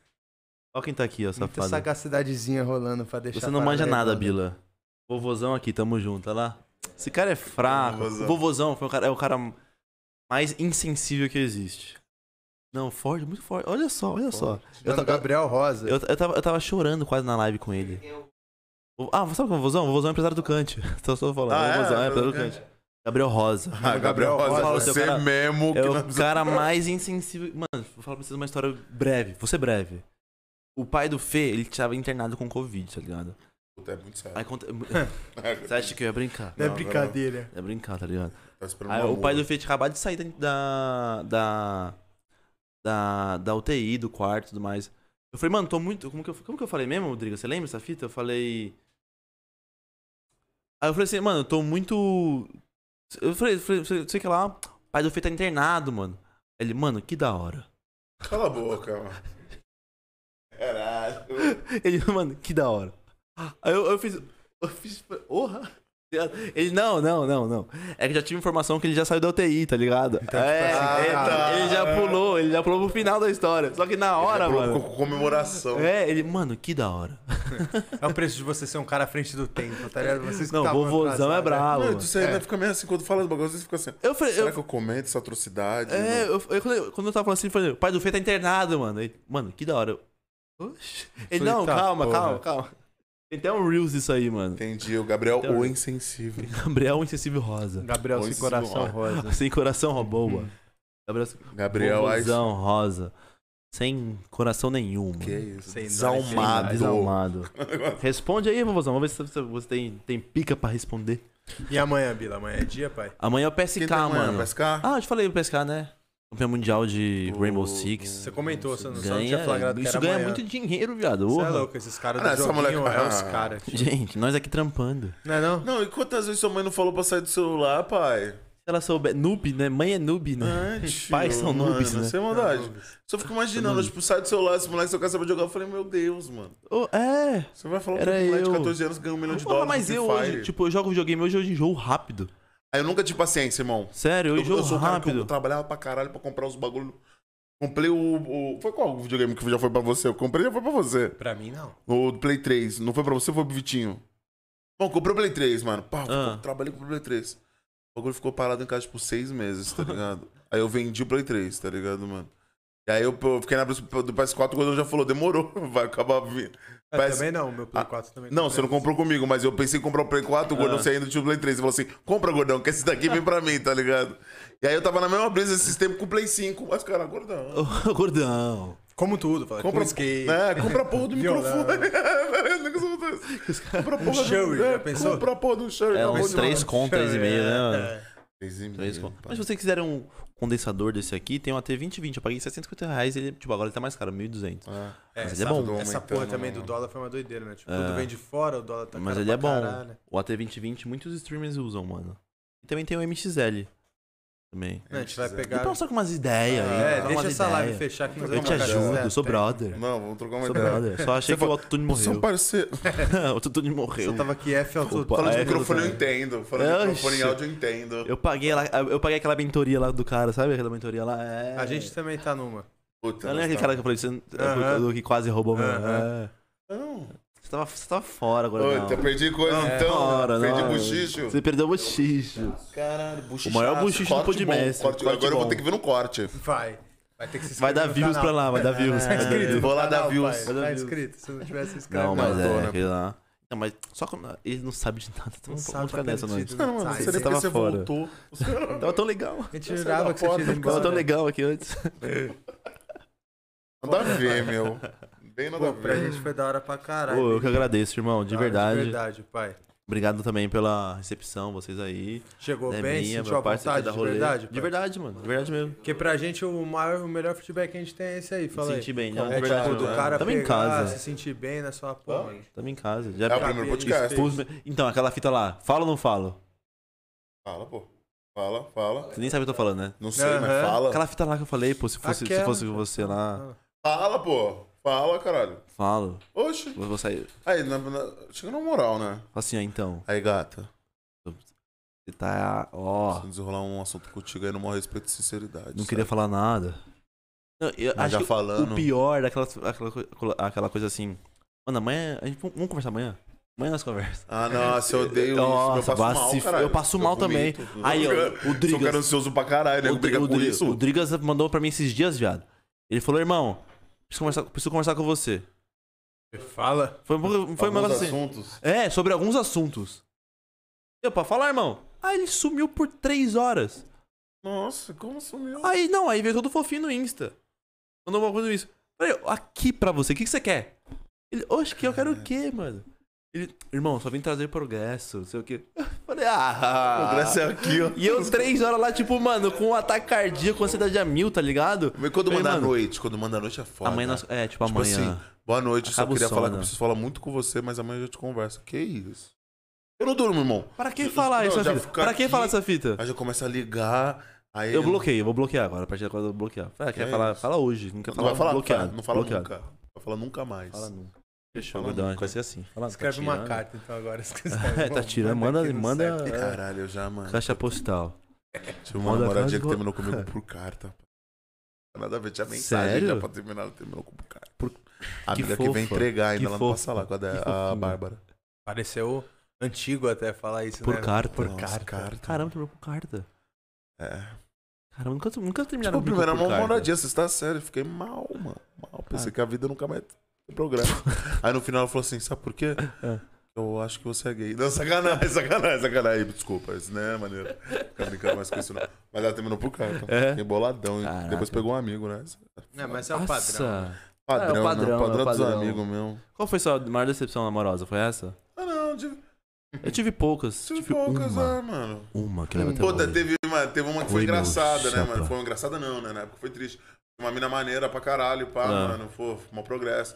[SPEAKER 3] Olha quem tá aqui, ó,
[SPEAKER 1] muita
[SPEAKER 3] safado.
[SPEAKER 1] sagacidadezinha rolando pra deixar.
[SPEAKER 3] Você não
[SPEAKER 1] a parada
[SPEAKER 3] manja nada,
[SPEAKER 1] redonda.
[SPEAKER 3] Bila. Vovozão aqui, tamo junto, olha lá. Esse cara é fraco.
[SPEAKER 2] Vovozão.
[SPEAKER 3] O Vovozão foi o cara, é o cara mais insensível que existe. Não, forte, muito forte. Olha só, olha só. Eu,
[SPEAKER 1] Mano,
[SPEAKER 3] ta-
[SPEAKER 1] Gabriel Rosa.
[SPEAKER 3] eu, eu tava, eu tava chorando quase na live com ele. O- Ah, sabe qual é o Vovozão? O Vovozão é empresário do Kant. (laughs) Tô só falando.
[SPEAKER 2] Ah, é?
[SPEAKER 3] Vovozão é, empresário do
[SPEAKER 2] Empresário do
[SPEAKER 3] Kant. Gabriel Rosa.
[SPEAKER 2] Ah, Gabriel Rosa,
[SPEAKER 3] Fala, seu
[SPEAKER 2] você
[SPEAKER 3] cara-
[SPEAKER 2] mesmo. que
[SPEAKER 3] É
[SPEAKER 2] nós-
[SPEAKER 3] o cara mais insensível. Mano, vou falar pra vocês uma história breve. Vou ser breve. O pai do Fê, ele tava internado com Covid, tá ligado?
[SPEAKER 2] Puta, é muito sério.
[SPEAKER 3] Aí conta. (laughs) Você acha que eu ia brincar?
[SPEAKER 1] Não é
[SPEAKER 2] Não,
[SPEAKER 1] brincadeira.
[SPEAKER 3] É brincar, tá ligado?
[SPEAKER 2] Tá esperando
[SPEAKER 3] Aí
[SPEAKER 2] um
[SPEAKER 3] o pai do
[SPEAKER 2] amor.
[SPEAKER 3] Fê tinha acabado de sair da. da. da, da UTI, do quarto e tudo mais. Eu falei, mano, tô muito. Como que, eu, como que eu falei mesmo, Rodrigo? Você lembra essa fita? Eu falei. Aí eu falei assim, mano, eu tô muito. Eu falei, eu falei sei sei que lá, o pai do Fê tá internado, mano. Ele, mano, que da hora.
[SPEAKER 2] Cala a boca, mano. Caralho.
[SPEAKER 3] (laughs) Ele, mano, que da hora. Aí eu, eu fiz. Eu fiz. Porra! Ele, não, não, não, não. É que já tive informação que ele já saiu da UTI, tá ligado? é,
[SPEAKER 2] tipo assim,
[SPEAKER 3] é,
[SPEAKER 2] ah, tá.
[SPEAKER 3] ele já pulou, ele já pulou pro final da história. Só que na hora,
[SPEAKER 2] Pro-
[SPEAKER 3] mano.
[SPEAKER 2] com- Comemoração.
[SPEAKER 3] É, ele, mano, que da hora.
[SPEAKER 1] É o preço de você ser um cara à frente do tempo, tá ligado? Você
[SPEAKER 3] Não,
[SPEAKER 1] escutava
[SPEAKER 3] vovôzão é
[SPEAKER 1] atrasado, né?
[SPEAKER 3] brabo.
[SPEAKER 2] Mano,
[SPEAKER 3] mano.
[SPEAKER 2] você ainda fica meio assim, quando fala do bagulho, você fica assim,
[SPEAKER 3] Eu falei,
[SPEAKER 2] será que
[SPEAKER 3] eu,
[SPEAKER 2] eu comento essa atrocidade?
[SPEAKER 3] é, eu, eu falei- quando eu tava falando assim, eu falei, o pai do Fê tá internado, mano. Ele, mano, que da hora. Eu, Oxi. Ele, não,
[SPEAKER 1] Eita
[SPEAKER 3] calma,
[SPEAKER 1] porra.
[SPEAKER 3] calma, calma. Tem até um Reels isso aí, mano.
[SPEAKER 2] Entendi, o Gabriel,
[SPEAKER 3] Então-
[SPEAKER 2] o insensível.
[SPEAKER 3] Gabriel Insensível Rosa.
[SPEAKER 1] né? Gabriel
[SPEAKER 2] Pois
[SPEAKER 1] sem
[SPEAKER 3] é.
[SPEAKER 1] coração
[SPEAKER 2] não.
[SPEAKER 1] rosa.
[SPEAKER 3] Sem coração
[SPEAKER 1] Uhum.
[SPEAKER 3] roboa. Gabriel
[SPEAKER 2] Gabriel, ai,
[SPEAKER 3] Vovozão rosa. Sem coração nenhum.
[SPEAKER 2] que é isso.
[SPEAKER 1] Sem dó,
[SPEAKER 2] Desalmado.
[SPEAKER 1] sem
[SPEAKER 2] (laughs)
[SPEAKER 3] Desalmado. Responde aí, vovozão. Vamos ver se você- você tem, tem pica pra responder.
[SPEAKER 1] E amanhã, Bila? Amanhã é dia, pai?
[SPEAKER 3] Amanhã é o
[SPEAKER 2] Quem
[SPEAKER 3] PSK,
[SPEAKER 2] tem amanhã?
[SPEAKER 3] mano.
[SPEAKER 2] PSK?
[SPEAKER 3] Ah, eu te falei do PSK, né? Campeão mundial de Rainbow Six.
[SPEAKER 1] Você comentou, você não, só não
[SPEAKER 3] Ganha, é.
[SPEAKER 1] tinha flagrado que
[SPEAKER 3] isso
[SPEAKER 1] era
[SPEAKER 3] ganha
[SPEAKER 1] amanhã.
[SPEAKER 3] muito dinheiro, viado.
[SPEAKER 1] Você é
[SPEAKER 3] Porra.
[SPEAKER 1] louco, esses caras
[SPEAKER 2] Ah, não,
[SPEAKER 1] do
[SPEAKER 2] essa
[SPEAKER 1] joguinho
[SPEAKER 2] moleque-
[SPEAKER 3] tá-
[SPEAKER 1] é os
[SPEAKER 2] Ah.
[SPEAKER 1] caras. tio.
[SPEAKER 3] (laughs) Gente, nós aqui trampando.
[SPEAKER 1] Não é não?
[SPEAKER 2] Não, e quantas vezes sua mãe não falou pra sair do celular,
[SPEAKER 3] (laughs)
[SPEAKER 2] pai?
[SPEAKER 3] Se ela souber. Noob, né? Mãe é noob, né?
[SPEAKER 2] Ah, tio,
[SPEAKER 3] Pais são
[SPEAKER 2] mano,
[SPEAKER 3] noobs, né?
[SPEAKER 2] Sem maldade. Só fico imaginando, tipo, sai do celular, esse moleque só quer saber jogar. Eu falei, meu Deus, mano.
[SPEAKER 3] Oh, é.
[SPEAKER 2] Você vai falar
[SPEAKER 3] Era
[SPEAKER 2] que um moleque
[SPEAKER 3] eu.
[SPEAKER 2] de 14 anos ganha um milhão de
[SPEAKER 3] Porra,
[SPEAKER 2] dólares.
[SPEAKER 3] mas
[SPEAKER 2] no
[SPEAKER 3] eu
[SPEAKER 2] Free
[SPEAKER 3] hoje,
[SPEAKER 2] Fire.
[SPEAKER 3] tipo, eu jogo videogame hoje, eu enjoo rápido.
[SPEAKER 2] Aí eu nunca tive paciência, irmão.
[SPEAKER 3] Sério, eu,
[SPEAKER 2] Eu,
[SPEAKER 3] enjoo
[SPEAKER 2] eu sou o cara que eu
[SPEAKER 3] rápido.
[SPEAKER 2] trabalhava pra caralho pra comprar os bagulho. Comprei o, o- Foi qual o videogame que já foi pra você? Eu comprei já foi pra você.
[SPEAKER 1] Pra mim, não.
[SPEAKER 2] O do Play 3. Não foi pra você, foi pro Vitinho. Bom, comprei o Play 3, mano. Pá, ficou-
[SPEAKER 3] Ah.
[SPEAKER 2] trabalhei com o Play 3. O bagulho ficou parado em casa por seis meses,
[SPEAKER 3] (laughs)
[SPEAKER 2] tá ligado? aí eu vendi o Play 3, tá ligado, mano? E aí eu, eu fiquei na brisa do PS4, o Godão já falou, demorou, (laughs) vai acabar vindo.
[SPEAKER 1] Eu
[SPEAKER 2] Parece-
[SPEAKER 1] também não, meu Play
[SPEAKER 2] Ah,
[SPEAKER 1] 4 também.
[SPEAKER 2] Não, você não comprou comigo, mas eu pensei em comprar o Play 4, o Gordão
[SPEAKER 3] Ah.
[SPEAKER 2] você ainda tinha o Play 3. Você falou assim, compra, Gordão, que esse daqui vem pra mim, tá
[SPEAKER 3] (laughs)
[SPEAKER 2] ligado? E aí eu tava na mesma brisa esses tempos com o Play 5. Mas, cara, Gordão...
[SPEAKER 3] Ô, gordão.
[SPEAKER 1] Como tudo, fala.
[SPEAKER 2] Compra,
[SPEAKER 1] com skate.
[SPEAKER 3] né?
[SPEAKER 2] É, compra a
[SPEAKER 1] (laughs)
[SPEAKER 2] porra do
[SPEAKER 1] Violão.
[SPEAKER 2] microfone. Eu nunca sou desse. (laughs) compra a porra do
[SPEAKER 1] Sherry, já pensou?
[SPEAKER 2] Compra a porra do tá Sherry.
[SPEAKER 3] É,
[SPEAKER 2] não,
[SPEAKER 3] uns
[SPEAKER 2] vou
[SPEAKER 3] três
[SPEAKER 2] demais.
[SPEAKER 3] com, três e meio, né? mano?
[SPEAKER 1] É.
[SPEAKER 2] Três e meio,
[SPEAKER 3] Três com.
[SPEAKER 2] pá.
[SPEAKER 3] Mas se você quiser um condensador desse aqui, tem um AT 2020. Eu paguei 650 reais ele, tipo, agora ele tá mais caro, 1.200.
[SPEAKER 2] Ah,
[SPEAKER 1] É,
[SPEAKER 3] Mas
[SPEAKER 1] essa,
[SPEAKER 3] ele é bom.
[SPEAKER 2] Tudo
[SPEAKER 1] essa
[SPEAKER 2] aumentando,
[SPEAKER 1] porra também
[SPEAKER 2] né?
[SPEAKER 1] do dólar foi uma doideira, né? Tipo,
[SPEAKER 3] É.
[SPEAKER 1] tudo vem de fora, o dólar tá
[SPEAKER 3] Mas
[SPEAKER 1] caro
[SPEAKER 3] ele é
[SPEAKER 1] pra
[SPEAKER 3] bom.
[SPEAKER 1] caralho.
[SPEAKER 3] O AT 2020 muitos streamers usam, mano. E também tem o MXL. Também.
[SPEAKER 1] Não, né, a gente vai
[SPEAKER 2] precisa.
[SPEAKER 3] E
[SPEAKER 1] pegar.
[SPEAKER 3] pra só com umas ideias aí.
[SPEAKER 1] É,
[SPEAKER 3] trocar
[SPEAKER 1] deixa
[SPEAKER 3] umas
[SPEAKER 1] essa live
[SPEAKER 3] ideias.
[SPEAKER 1] fechar que nós
[SPEAKER 2] Eu
[SPEAKER 3] Eu
[SPEAKER 1] vamos
[SPEAKER 3] te
[SPEAKER 1] marcar de
[SPEAKER 3] ajudo,
[SPEAKER 1] zero.
[SPEAKER 3] eu sou
[SPEAKER 1] Tem.
[SPEAKER 3] brother.
[SPEAKER 2] Não, vamos trocar uma
[SPEAKER 3] Sou
[SPEAKER 2] ideia.
[SPEAKER 3] brother. Só achei
[SPEAKER 2] Você
[SPEAKER 3] que o
[SPEAKER 2] fa-
[SPEAKER 3] autotune
[SPEAKER 2] Sou
[SPEAKER 3] morreu.
[SPEAKER 2] parceiro.
[SPEAKER 3] (laughs) o autotune morreu.
[SPEAKER 1] Eu tava aqui, F, eu tô falando
[SPEAKER 3] Opa,
[SPEAKER 2] Falando
[SPEAKER 1] de
[SPEAKER 2] de
[SPEAKER 3] é,
[SPEAKER 2] microfone eu
[SPEAKER 3] tudo
[SPEAKER 2] entendo. Falando de
[SPEAKER 3] Oxi.
[SPEAKER 2] microfone e áudio eu entendo.
[SPEAKER 3] Eu paguei, lá, eu paguei aquela mentoria lá do cara, sabe? Aquela mentoria lá. É...
[SPEAKER 1] A gente também tá numa.
[SPEAKER 2] Puta, tá
[SPEAKER 3] Eu lembro
[SPEAKER 2] nós
[SPEAKER 3] aquele cara que eu falei, você é
[SPEAKER 1] Aham.
[SPEAKER 3] do que quase roubou meu.
[SPEAKER 1] Aham.
[SPEAKER 3] É.
[SPEAKER 2] Não.
[SPEAKER 3] Você, tava, você tava fora agora. não.
[SPEAKER 2] Puta, perdi coisa
[SPEAKER 1] Não,
[SPEAKER 2] então.
[SPEAKER 3] Fora,
[SPEAKER 2] perdi
[SPEAKER 3] não.
[SPEAKER 2] bochicho.
[SPEAKER 3] Você perdeu o bochicho.
[SPEAKER 2] Caralho, bochicho.
[SPEAKER 3] O maior bochicho do Podmestre, corte
[SPEAKER 2] Agora eu vou
[SPEAKER 3] bom.
[SPEAKER 2] ter que ver no corte.
[SPEAKER 1] Vai. Vai ter que se
[SPEAKER 3] Vai
[SPEAKER 1] inscrever
[SPEAKER 3] dar
[SPEAKER 1] no
[SPEAKER 3] views
[SPEAKER 1] canal.
[SPEAKER 3] pra lá, vai dar views.
[SPEAKER 1] Tá inscrito.
[SPEAKER 2] Vou
[SPEAKER 1] no
[SPEAKER 2] lá dar
[SPEAKER 1] canal,
[SPEAKER 2] views.
[SPEAKER 1] pai.
[SPEAKER 3] Vai dar
[SPEAKER 1] Tá
[SPEAKER 3] views.
[SPEAKER 1] inscrito. Se não tivesse inscrito,
[SPEAKER 3] Não, mas
[SPEAKER 2] Não, tô,
[SPEAKER 3] é,
[SPEAKER 2] né?
[SPEAKER 3] aquele lá. Não, mas só quando ele não sabe de nada,
[SPEAKER 1] Não
[SPEAKER 3] então não
[SPEAKER 1] sabe,
[SPEAKER 3] pode ficar
[SPEAKER 1] tá
[SPEAKER 3] nessa, não.
[SPEAKER 1] perdido.
[SPEAKER 2] Não, mano,
[SPEAKER 1] Sai,
[SPEAKER 2] seria
[SPEAKER 3] você tava
[SPEAKER 2] porque você
[SPEAKER 3] fora.
[SPEAKER 2] voltou.
[SPEAKER 3] Tava tão legal.
[SPEAKER 1] A gente
[SPEAKER 2] Sai da
[SPEAKER 1] jurava que você tinha
[SPEAKER 2] porta,
[SPEAKER 1] ido
[SPEAKER 3] Tava
[SPEAKER 1] embora.
[SPEAKER 3] tão legal aqui antes.
[SPEAKER 2] É. Nada a ver, meu. Bem nada a
[SPEAKER 1] Pô, pra
[SPEAKER 2] ver. É
[SPEAKER 1] gente foi da hora pra caralho.
[SPEAKER 3] Pô, eu que
[SPEAKER 1] Da hora
[SPEAKER 3] agradeço, irmão, de
[SPEAKER 1] De
[SPEAKER 3] verdade.
[SPEAKER 1] verdade, pai.
[SPEAKER 3] Obrigado também pela recepção, vocês aí.
[SPEAKER 1] Chegou
[SPEAKER 3] É
[SPEAKER 1] bem,
[SPEAKER 3] minha,
[SPEAKER 1] sentiu a
[SPEAKER 3] meu parceiro aqui
[SPEAKER 1] vontade,
[SPEAKER 3] da
[SPEAKER 1] de
[SPEAKER 3] rolê.
[SPEAKER 1] verdade.
[SPEAKER 3] De
[SPEAKER 1] pai?
[SPEAKER 3] verdade, mano. De verdade mesmo.
[SPEAKER 1] Porque pra gente o, maior, o melhor feedback que a gente tem é esse aí. Fala aí.
[SPEAKER 3] Senti bem, né?
[SPEAKER 1] É
[SPEAKER 3] De verdade,
[SPEAKER 1] tipo, do
[SPEAKER 3] mano.
[SPEAKER 1] cara
[SPEAKER 3] Tamo
[SPEAKER 1] pegar,
[SPEAKER 3] em casa.
[SPEAKER 1] se sentir bem na sua porra. mano.
[SPEAKER 3] Tamo em casa. Já
[SPEAKER 2] É o primeiro
[SPEAKER 1] Cabelo
[SPEAKER 2] podcast.
[SPEAKER 1] espelho.
[SPEAKER 3] expus... Então, aquela fita lá, fala ou não falo?
[SPEAKER 2] Fala, pô. Fala, fala.
[SPEAKER 3] Você nem sabe o que eu tô falando, né?
[SPEAKER 2] Não sei, mas
[SPEAKER 1] Aham.
[SPEAKER 2] fala.
[SPEAKER 3] Aquela fita lá que eu falei, pô, se fosse, se
[SPEAKER 1] Aquela.
[SPEAKER 3] fosse você lá,
[SPEAKER 2] Fala, pô. Fala, caralho.
[SPEAKER 3] falo.
[SPEAKER 2] Oxe.
[SPEAKER 3] Vou, vou sair.
[SPEAKER 2] Aí, na, na- chega na moral, né?
[SPEAKER 3] Assim, ó, então.
[SPEAKER 2] Aí, gata.
[SPEAKER 3] Você tá. Ó.
[SPEAKER 2] Se desenrolar um assunto contigo aí, no maior respeito e sinceridade.
[SPEAKER 3] Não queria
[SPEAKER 2] sabe?
[SPEAKER 3] falar nada. Não, eu
[SPEAKER 2] Mas
[SPEAKER 3] acho
[SPEAKER 2] já
[SPEAKER 3] que
[SPEAKER 2] falando.
[SPEAKER 3] o pior daquela aquela, co- aquela coisa assim. Mano, amanhã. A gente, vamos vamos conversar amanhã? Amanhã nós Então, conversamos.
[SPEAKER 2] Ah, nossa, eu odeio
[SPEAKER 3] Nossa,
[SPEAKER 2] isso. Eu passo
[SPEAKER 3] vai se
[SPEAKER 2] mal,
[SPEAKER 3] f-
[SPEAKER 2] caralho.
[SPEAKER 3] eu passo mal também.
[SPEAKER 2] vomito.
[SPEAKER 3] Aí, ó, o
[SPEAKER 2] Sou um cara
[SPEAKER 3] Drigas.
[SPEAKER 2] ansioso pra caralho, né?
[SPEAKER 3] O,
[SPEAKER 2] Eu
[SPEAKER 3] Dri-
[SPEAKER 2] brigar
[SPEAKER 3] o,
[SPEAKER 2] com
[SPEAKER 3] Dri- o
[SPEAKER 2] isso.
[SPEAKER 3] Drigas mandou pra mim esses dias, viado. Ele falou, irmão, preciso conversar, preciso conversar com você.
[SPEAKER 1] Fala.
[SPEAKER 3] Foi, um pouco- foi um
[SPEAKER 2] Alguns
[SPEAKER 3] negócio assim.
[SPEAKER 2] assuntos.
[SPEAKER 3] É, sobre alguns assuntos. Eu, pra falar, irmão. Aí ele sumiu por três horas.
[SPEAKER 2] Nossa, como sumiu?
[SPEAKER 3] Aí, não, aí veio todo fofinho no Insta. Mandou uma coisa no Insta. Falei, aqui pra você, o que, que você quer? Ele, oxe, que eu quero o quê, mano? Ele, irmão, só vim trazer progresso, não sei o quê. (laughs) Falei, ah.
[SPEAKER 2] Progresso é aqui, ó.
[SPEAKER 3] E eu três horas lá, tipo, mano, com um ataque cardíaco, com ansiedade a mil, tá ligado?
[SPEAKER 2] Mas quando
[SPEAKER 3] Falei,
[SPEAKER 2] manda à
[SPEAKER 3] mano,
[SPEAKER 2] noite, quando manda à noite é foda.
[SPEAKER 3] Amanhã nós. É, tipo,
[SPEAKER 2] Tipo
[SPEAKER 3] amanhã.
[SPEAKER 2] assim, boa noite, só
[SPEAKER 3] Acaba o
[SPEAKER 2] queria falar
[SPEAKER 3] sono.
[SPEAKER 2] que eu preciso falar muito com você, mas amanhã eu já te converso. Que isso? Eu não durmo, irmão.
[SPEAKER 3] Pra que
[SPEAKER 2] eu-
[SPEAKER 3] falar
[SPEAKER 2] não,
[SPEAKER 3] essa
[SPEAKER 2] já
[SPEAKER 3] fita?
[SPEAKER 2] ficar
[SPEAKER 3] Pra que
[SPEAKER 2] aqui-
[SPEAKER 3] falar essa fita?
[SPEAKER 2] Aí já começa a ligar, aí...
[SPEAKER 3] Eu bloqueei, eu vou bloquear agora. A partir de agora eu vou bloquear. Fala, quer
[SPEAKER 2] um- É
[SPEAKER 3] falar?
[SPEAKER 2] isso.
[SPEAKER 3] Fala hoje. Não quer
[SPEAKER 2] Não
[SPEAKER 3] falar?
[SPEAKER 2] vai falar,
[SPEAKER 3] bloqueado.
[SPEAKER 2] cara, não fala
[SPEAKER 3] bloqueado.
[SPEAKER 2] nunca. Vai falar nunca mais.
[SPEAKER 3] Fala nunca. Fechou,
[SPEAKER 2] Fala
[SPEAKER 3] Gordão.
[SPEAKER 2] nunca.
[SPEAKER 3] Vai ser assim. Fala, tá
[SPEAKER 1] Escreve uma
[SPEAKER 3] tirando.
[SPEAKER 1] carta, então, agora. (laughs)
[SPEAKER 3] (laughs) É, tá tirando. Manda, manda é,
[SPEAKER 2] Caralho, eu já, mano.
[SPEAKER 3] caixa postal.
[SPEAKER 2] Tive uma
[SPEAKER 3] Manda
[SPEAKER 2] namoradinha
[SPEAKER 3] atrás
[SPEAKER 2] que
[SPEAKER 3] do-
[SPEAKER 2] terminou comigo por carta. (laughs) Nada a ver, tinha mensagem
[SPEAKER 3] Sério?
[SPEAKER 2] já pra terminar, ela terminou com carta.
[SPEAKER 3] Por-
[SPEAKER 2] A
[SPEAKER 3] Que
[SPEAKER 2] amiga que vem
[SPEAKER 3] fofa,
[SPEAKER 2] entregar ainda,
[SPEAKER 3] que
[SPEAKER 2] ela
[SPEAKER 3] fofa,
[SPEAKER 2] não passa lá com a,
[SPEAKER 3] que
[SPEAKER 2] da,
[SPEAKER 3] fofinha.
[SPEAKER 2] a Bárbara.
[SPEAKER 1] Pareceu antigo até falar isso,
[SPEAKER 3] Por
[SPEAKER 1] né?
[SPEAKER 3] carta.
[SPEAKER 1] Por
[SPEAKER 2] Nossa,
[SPEAKER 1] carta.
[SPEAKER 3] Caramba, terminou com carta.
[SPEAKER 2] É.
[SPEAKER 3] Caramba, nunca, nunca terminaram
[SPEAKER 2] Tipo,
[SPEAKER 3] comigo
[SPEAKER 2] primeiro é
[SPEAKER 3] por
[SPEAKER 2] uma
[SPEAKER 3] carta. Ah.
[SPEAKER 2] moradinha, você está sério. Eu Fiquei mal, mano. Mal. Pensei que a vida nunca mais tem progresso. Aí no final ela falou assim: sabe por quê?
[SPEAKER 3] (laughs) É.
[SPEAKER 2] Eu acho que você é gay. Não, sacanagem, sacanagem, sacanagem. Desculpa, isso não é maneiro. Ficar brincando mais com isso, não.
[SPEAKER 1] É,
[SPEAKER 2] Mas ela terminou por
[SPEAKER 1] então.
[SPEAKER 2] carta.
[SPEAKER 3] É?
[SPEAKER 2] Fiquei boladão.
[SPEAKER 3] Caraca.
[SPEAKER 2] E depois pegou um amigo, né?
[SPEAKER 1] É, mas é o padrão.
[SPEAKER 3] Nossa.
[SPEAKER 2] Padrão,
[SPEAKER 3] É, é
[SPEAKER 2] né?
[SPEAKER 3] o padrão,
[SPEAKER 2] padrão,
[SPEAKER 3] é o
[SPEAKER 2] dos
[SPEAKER 3] padrão.
[SPEAKER 2] amigos meu.
[SPEAKER 3] Qual foi sua maior decepção amorosa? Foi essa?
[SPEAKER 2] Ah, não, tive,
[SPEAKER 3] Eu tive poucas.
[SPEAKER 2] tive
[SPEAKER 3] tive
[SPEAKER 2] poucas,
[SPEAKER 3] uma.
[SPEAKER 2] ah, mano.
[SPEAKER 3] Uma que leva até
[SPEAKER 2] Puta,
[SPEAKER 3] hoje.
[SPEAKER 2] teve uma, teve uma que foi
[SPEAKER 3] Oi, meu
[SPEAKER 2] engraçada, né,
[SPEAKER 3] chapa.
[SPEAKER 2] mano? Foi uma engraçada não, né? Na época foi triste. Uma mina maneira pra caralho, pá,
[SPEAKER 3] Ah.
[SPEAKER 2] mano. Foi, foi um progresso.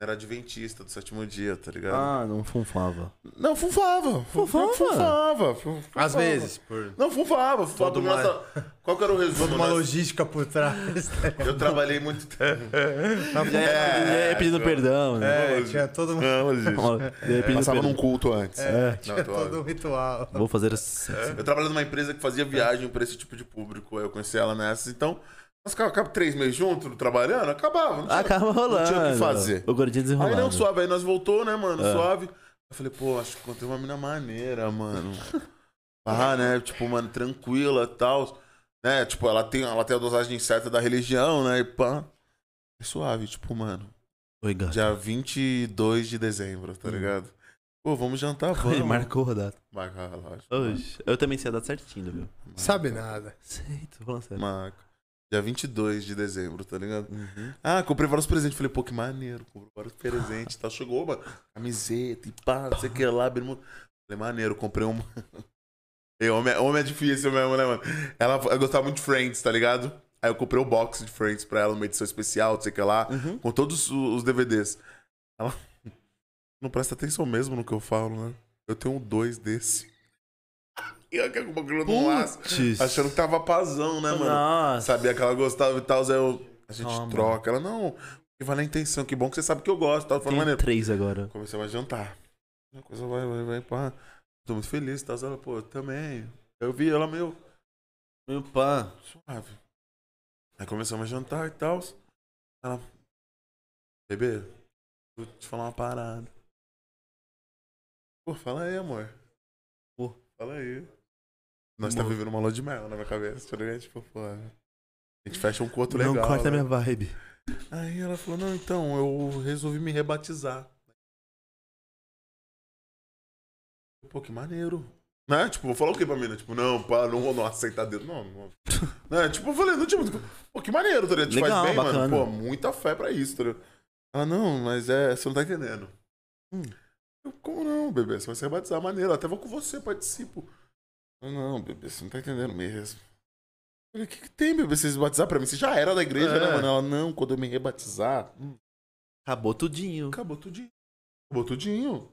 [SPEAKER 2] Era adventista do sétimo dia, tá ligado?
[SPEAKER 3] Ah, não funfava.
[SPEAKER 2] Não, funfava.
[SPEAKER 3] Funfava?
[SPEAKER 2] Funfava. fun-
[SPEAKER 1] Às
[SPEAKER 2] funfava.
[SPEAKER 1] vezes, por
[SPEAKER 2] Não, funfava. funfava
[SPEAKER 1] Todo
[SPEAKER 2] nossa- Qual que era o
[SPEAKER 1] toda
[SPEAKER 2] resumo?
[SPEAKER 1] uma
[SPEAKER 2] Nós-
[SPEAKER 1] logística por trás. (laughs) né?
[SPEAKER 2] Eu trabalhei muito tempo.
[SPEAKER 3] Já
[SPEAKER 2] É,
[SPEAKER 3] ia, já ia pedindo perdão, né?
[SPEAKER 1] É, tinha todo um,
[SPEAKER 2] Não, gente.
[SPEAKER 3] Já ia pedindo
[SPEAKER 2] Passava
[SPEAKER 3] perdão.
[SPEAKER 2] num culto antes.
[SPEAKER 3] É.
[SPEAKER 2] Não,
[SPEAKER 1] tinha (laughs)
[SPEAKER 2] tô-
[SPEAKER 1] todo um ritual.
[SPEAKER 3] Vou fazer assim.
[SPEAKER 2] Eu trabalhava numa empresa que fazia viagem pra esse tipo de público. Eu conheci ela nessa. Então, nós ficávamos três meses juntos, trabalhando, acabava. Não tinha-
[SPEAKER 3] Acaba rolando.
[SPEAKER 2] tinha o que fazer.
[SPEAKER 3] O gordinho
[SPEAKER 2] Aí
[SPEAKER 3] desenrolando.
[SPEAKER 2] não, suave. Aí nós voltou, né, mano?
[SPEAKER 3] É.
[SPEAKER 2] Suave. Eu falei, pô, acho que encontrei uma mina maneira, mano. Ah, né? Tipo, mano, tranquila e tal. Né? Tipo, ela tem, ela tem a dosagem certa da religião, né? E pá. É suave, tipo, mano.
[SPEAKER 3] Oi, gato.
[SPEAKER 2] Dia 22 de dezembro, tá ligado? Pô, vamos jantar,
[SPEAKER 3] (laughs) Ele
[SPEAKER 2] vamos.
[SPEAKER 3] marcou a data.
[SPEAKER 2] Marca relógio.
[SPEAKER 3] Oxe, eu também sei a data certinho, viu?
[SPEAKER 1] Sabe né, nada.
[SPEAKER 3] Sei, tô falando sério.
[SPEAKER 2] Marca. Dia 22 de dezembro, tá ligado? Ah, comprei vários presentes. Falei, pô, que maneiro. Comprei vários presentes e tal. Chegou, mano. Camiseta e pá, não sei o que lá. Bermuda. Falei, maneiro, comprei uma. (laughs) Ei, homem, é- homem é difícil mesmo, né, mano? Ela, ela gostava muito de Friends, tá ligado? Aí eu comprei o box de Friends pra ela, uma edição especial, não sei o que lá, com todos o- os DVDs. Ela (laughs) não presta atenção mesmo no que eu falo, né? Eu tenho dois desse. (laughs) E eu que o bagulho não assa.
[SPEAKER 5] Putz.
[SPEAKER 2] Achando que tava pazão, né, mano?
[SPEAKER 3] Nossa.
[SPEAKER 2] Sabia que ela gostava e tal, aí eu. A gente
[SPEAKER 3] Toma.
[SPEAKER 2] troca. Ela, não, que vale a intenção, que bom que você sabe que eu gosto. e Tal, Eu falei,
[SPEAKER 5] Tem
[SPEAKER 2] maneiro.
[SPEAKER 5] três agora.
[SPEAKER 2] Comecei a jantar. A coisa vai, vai, vai, pá. Tô muito feliz, tá? Ela, pô, eu também. Eu vi ela meio
[SPEAKER 5] Meu pá.
[SPEAKER 2] suave. Aí começamos a jantar e tal. Ela, bebê, vou te falar uma parada. Pô, fala aí, amor. Pô, fala aí. Nós tá
[SPEAKER 5] Amor.
[SPEAKER 2] vivendo uma lua de mel na minha cabeça, tá ligado? Tipo, pô, a gente fecha um com o outro
[SPEAKER 5] Não
[SPEAKER 2] legal.
[SPEAKER 5] corta
[SPEAKER 2] né?
[SPEAKER 5] minha vibe.
[SPEAKER 2] Aí ela falou, não, então, eu resolvi me rebatizar. Pô, que maneiro. Né? Tipo, vou falar o que pra mina? Tipo, não, pá, não vou não aceitar dedo. Não, não. (laughs) né? Tipo, eu falei, não, tipo, pô, que maneiro, tá ligado? Te
[SPEAKER 5] Legal,
[SPEAKER 2] faz bem,
[SPEAKER 5] bacana.
[SPEAKER 2] mano. Pô, muita fé pra isso, tá ligado? Ela, não, mas é, você não tá entendendo.
[SPEAKER 5] Hum.
[SPEAKER 2] Eu, como não, bebê? Você vai se rebatizar, maneiro. Eu Até vou com você, participo. Eu, não, bebê, você não tá entendendo mesmo. Eu Falei, o que, que tem, bebê? Você se batizar pra mim? Você já era da igreja,
[SPEAKER 5] É.
[SPEAKER 2] né, mano? Ela, não, quando eu me rebatizar,
[SPEAKER 5] Acabou tudinho.
[SPEAKER 2] Acabou tudinho. Acabou tudinho.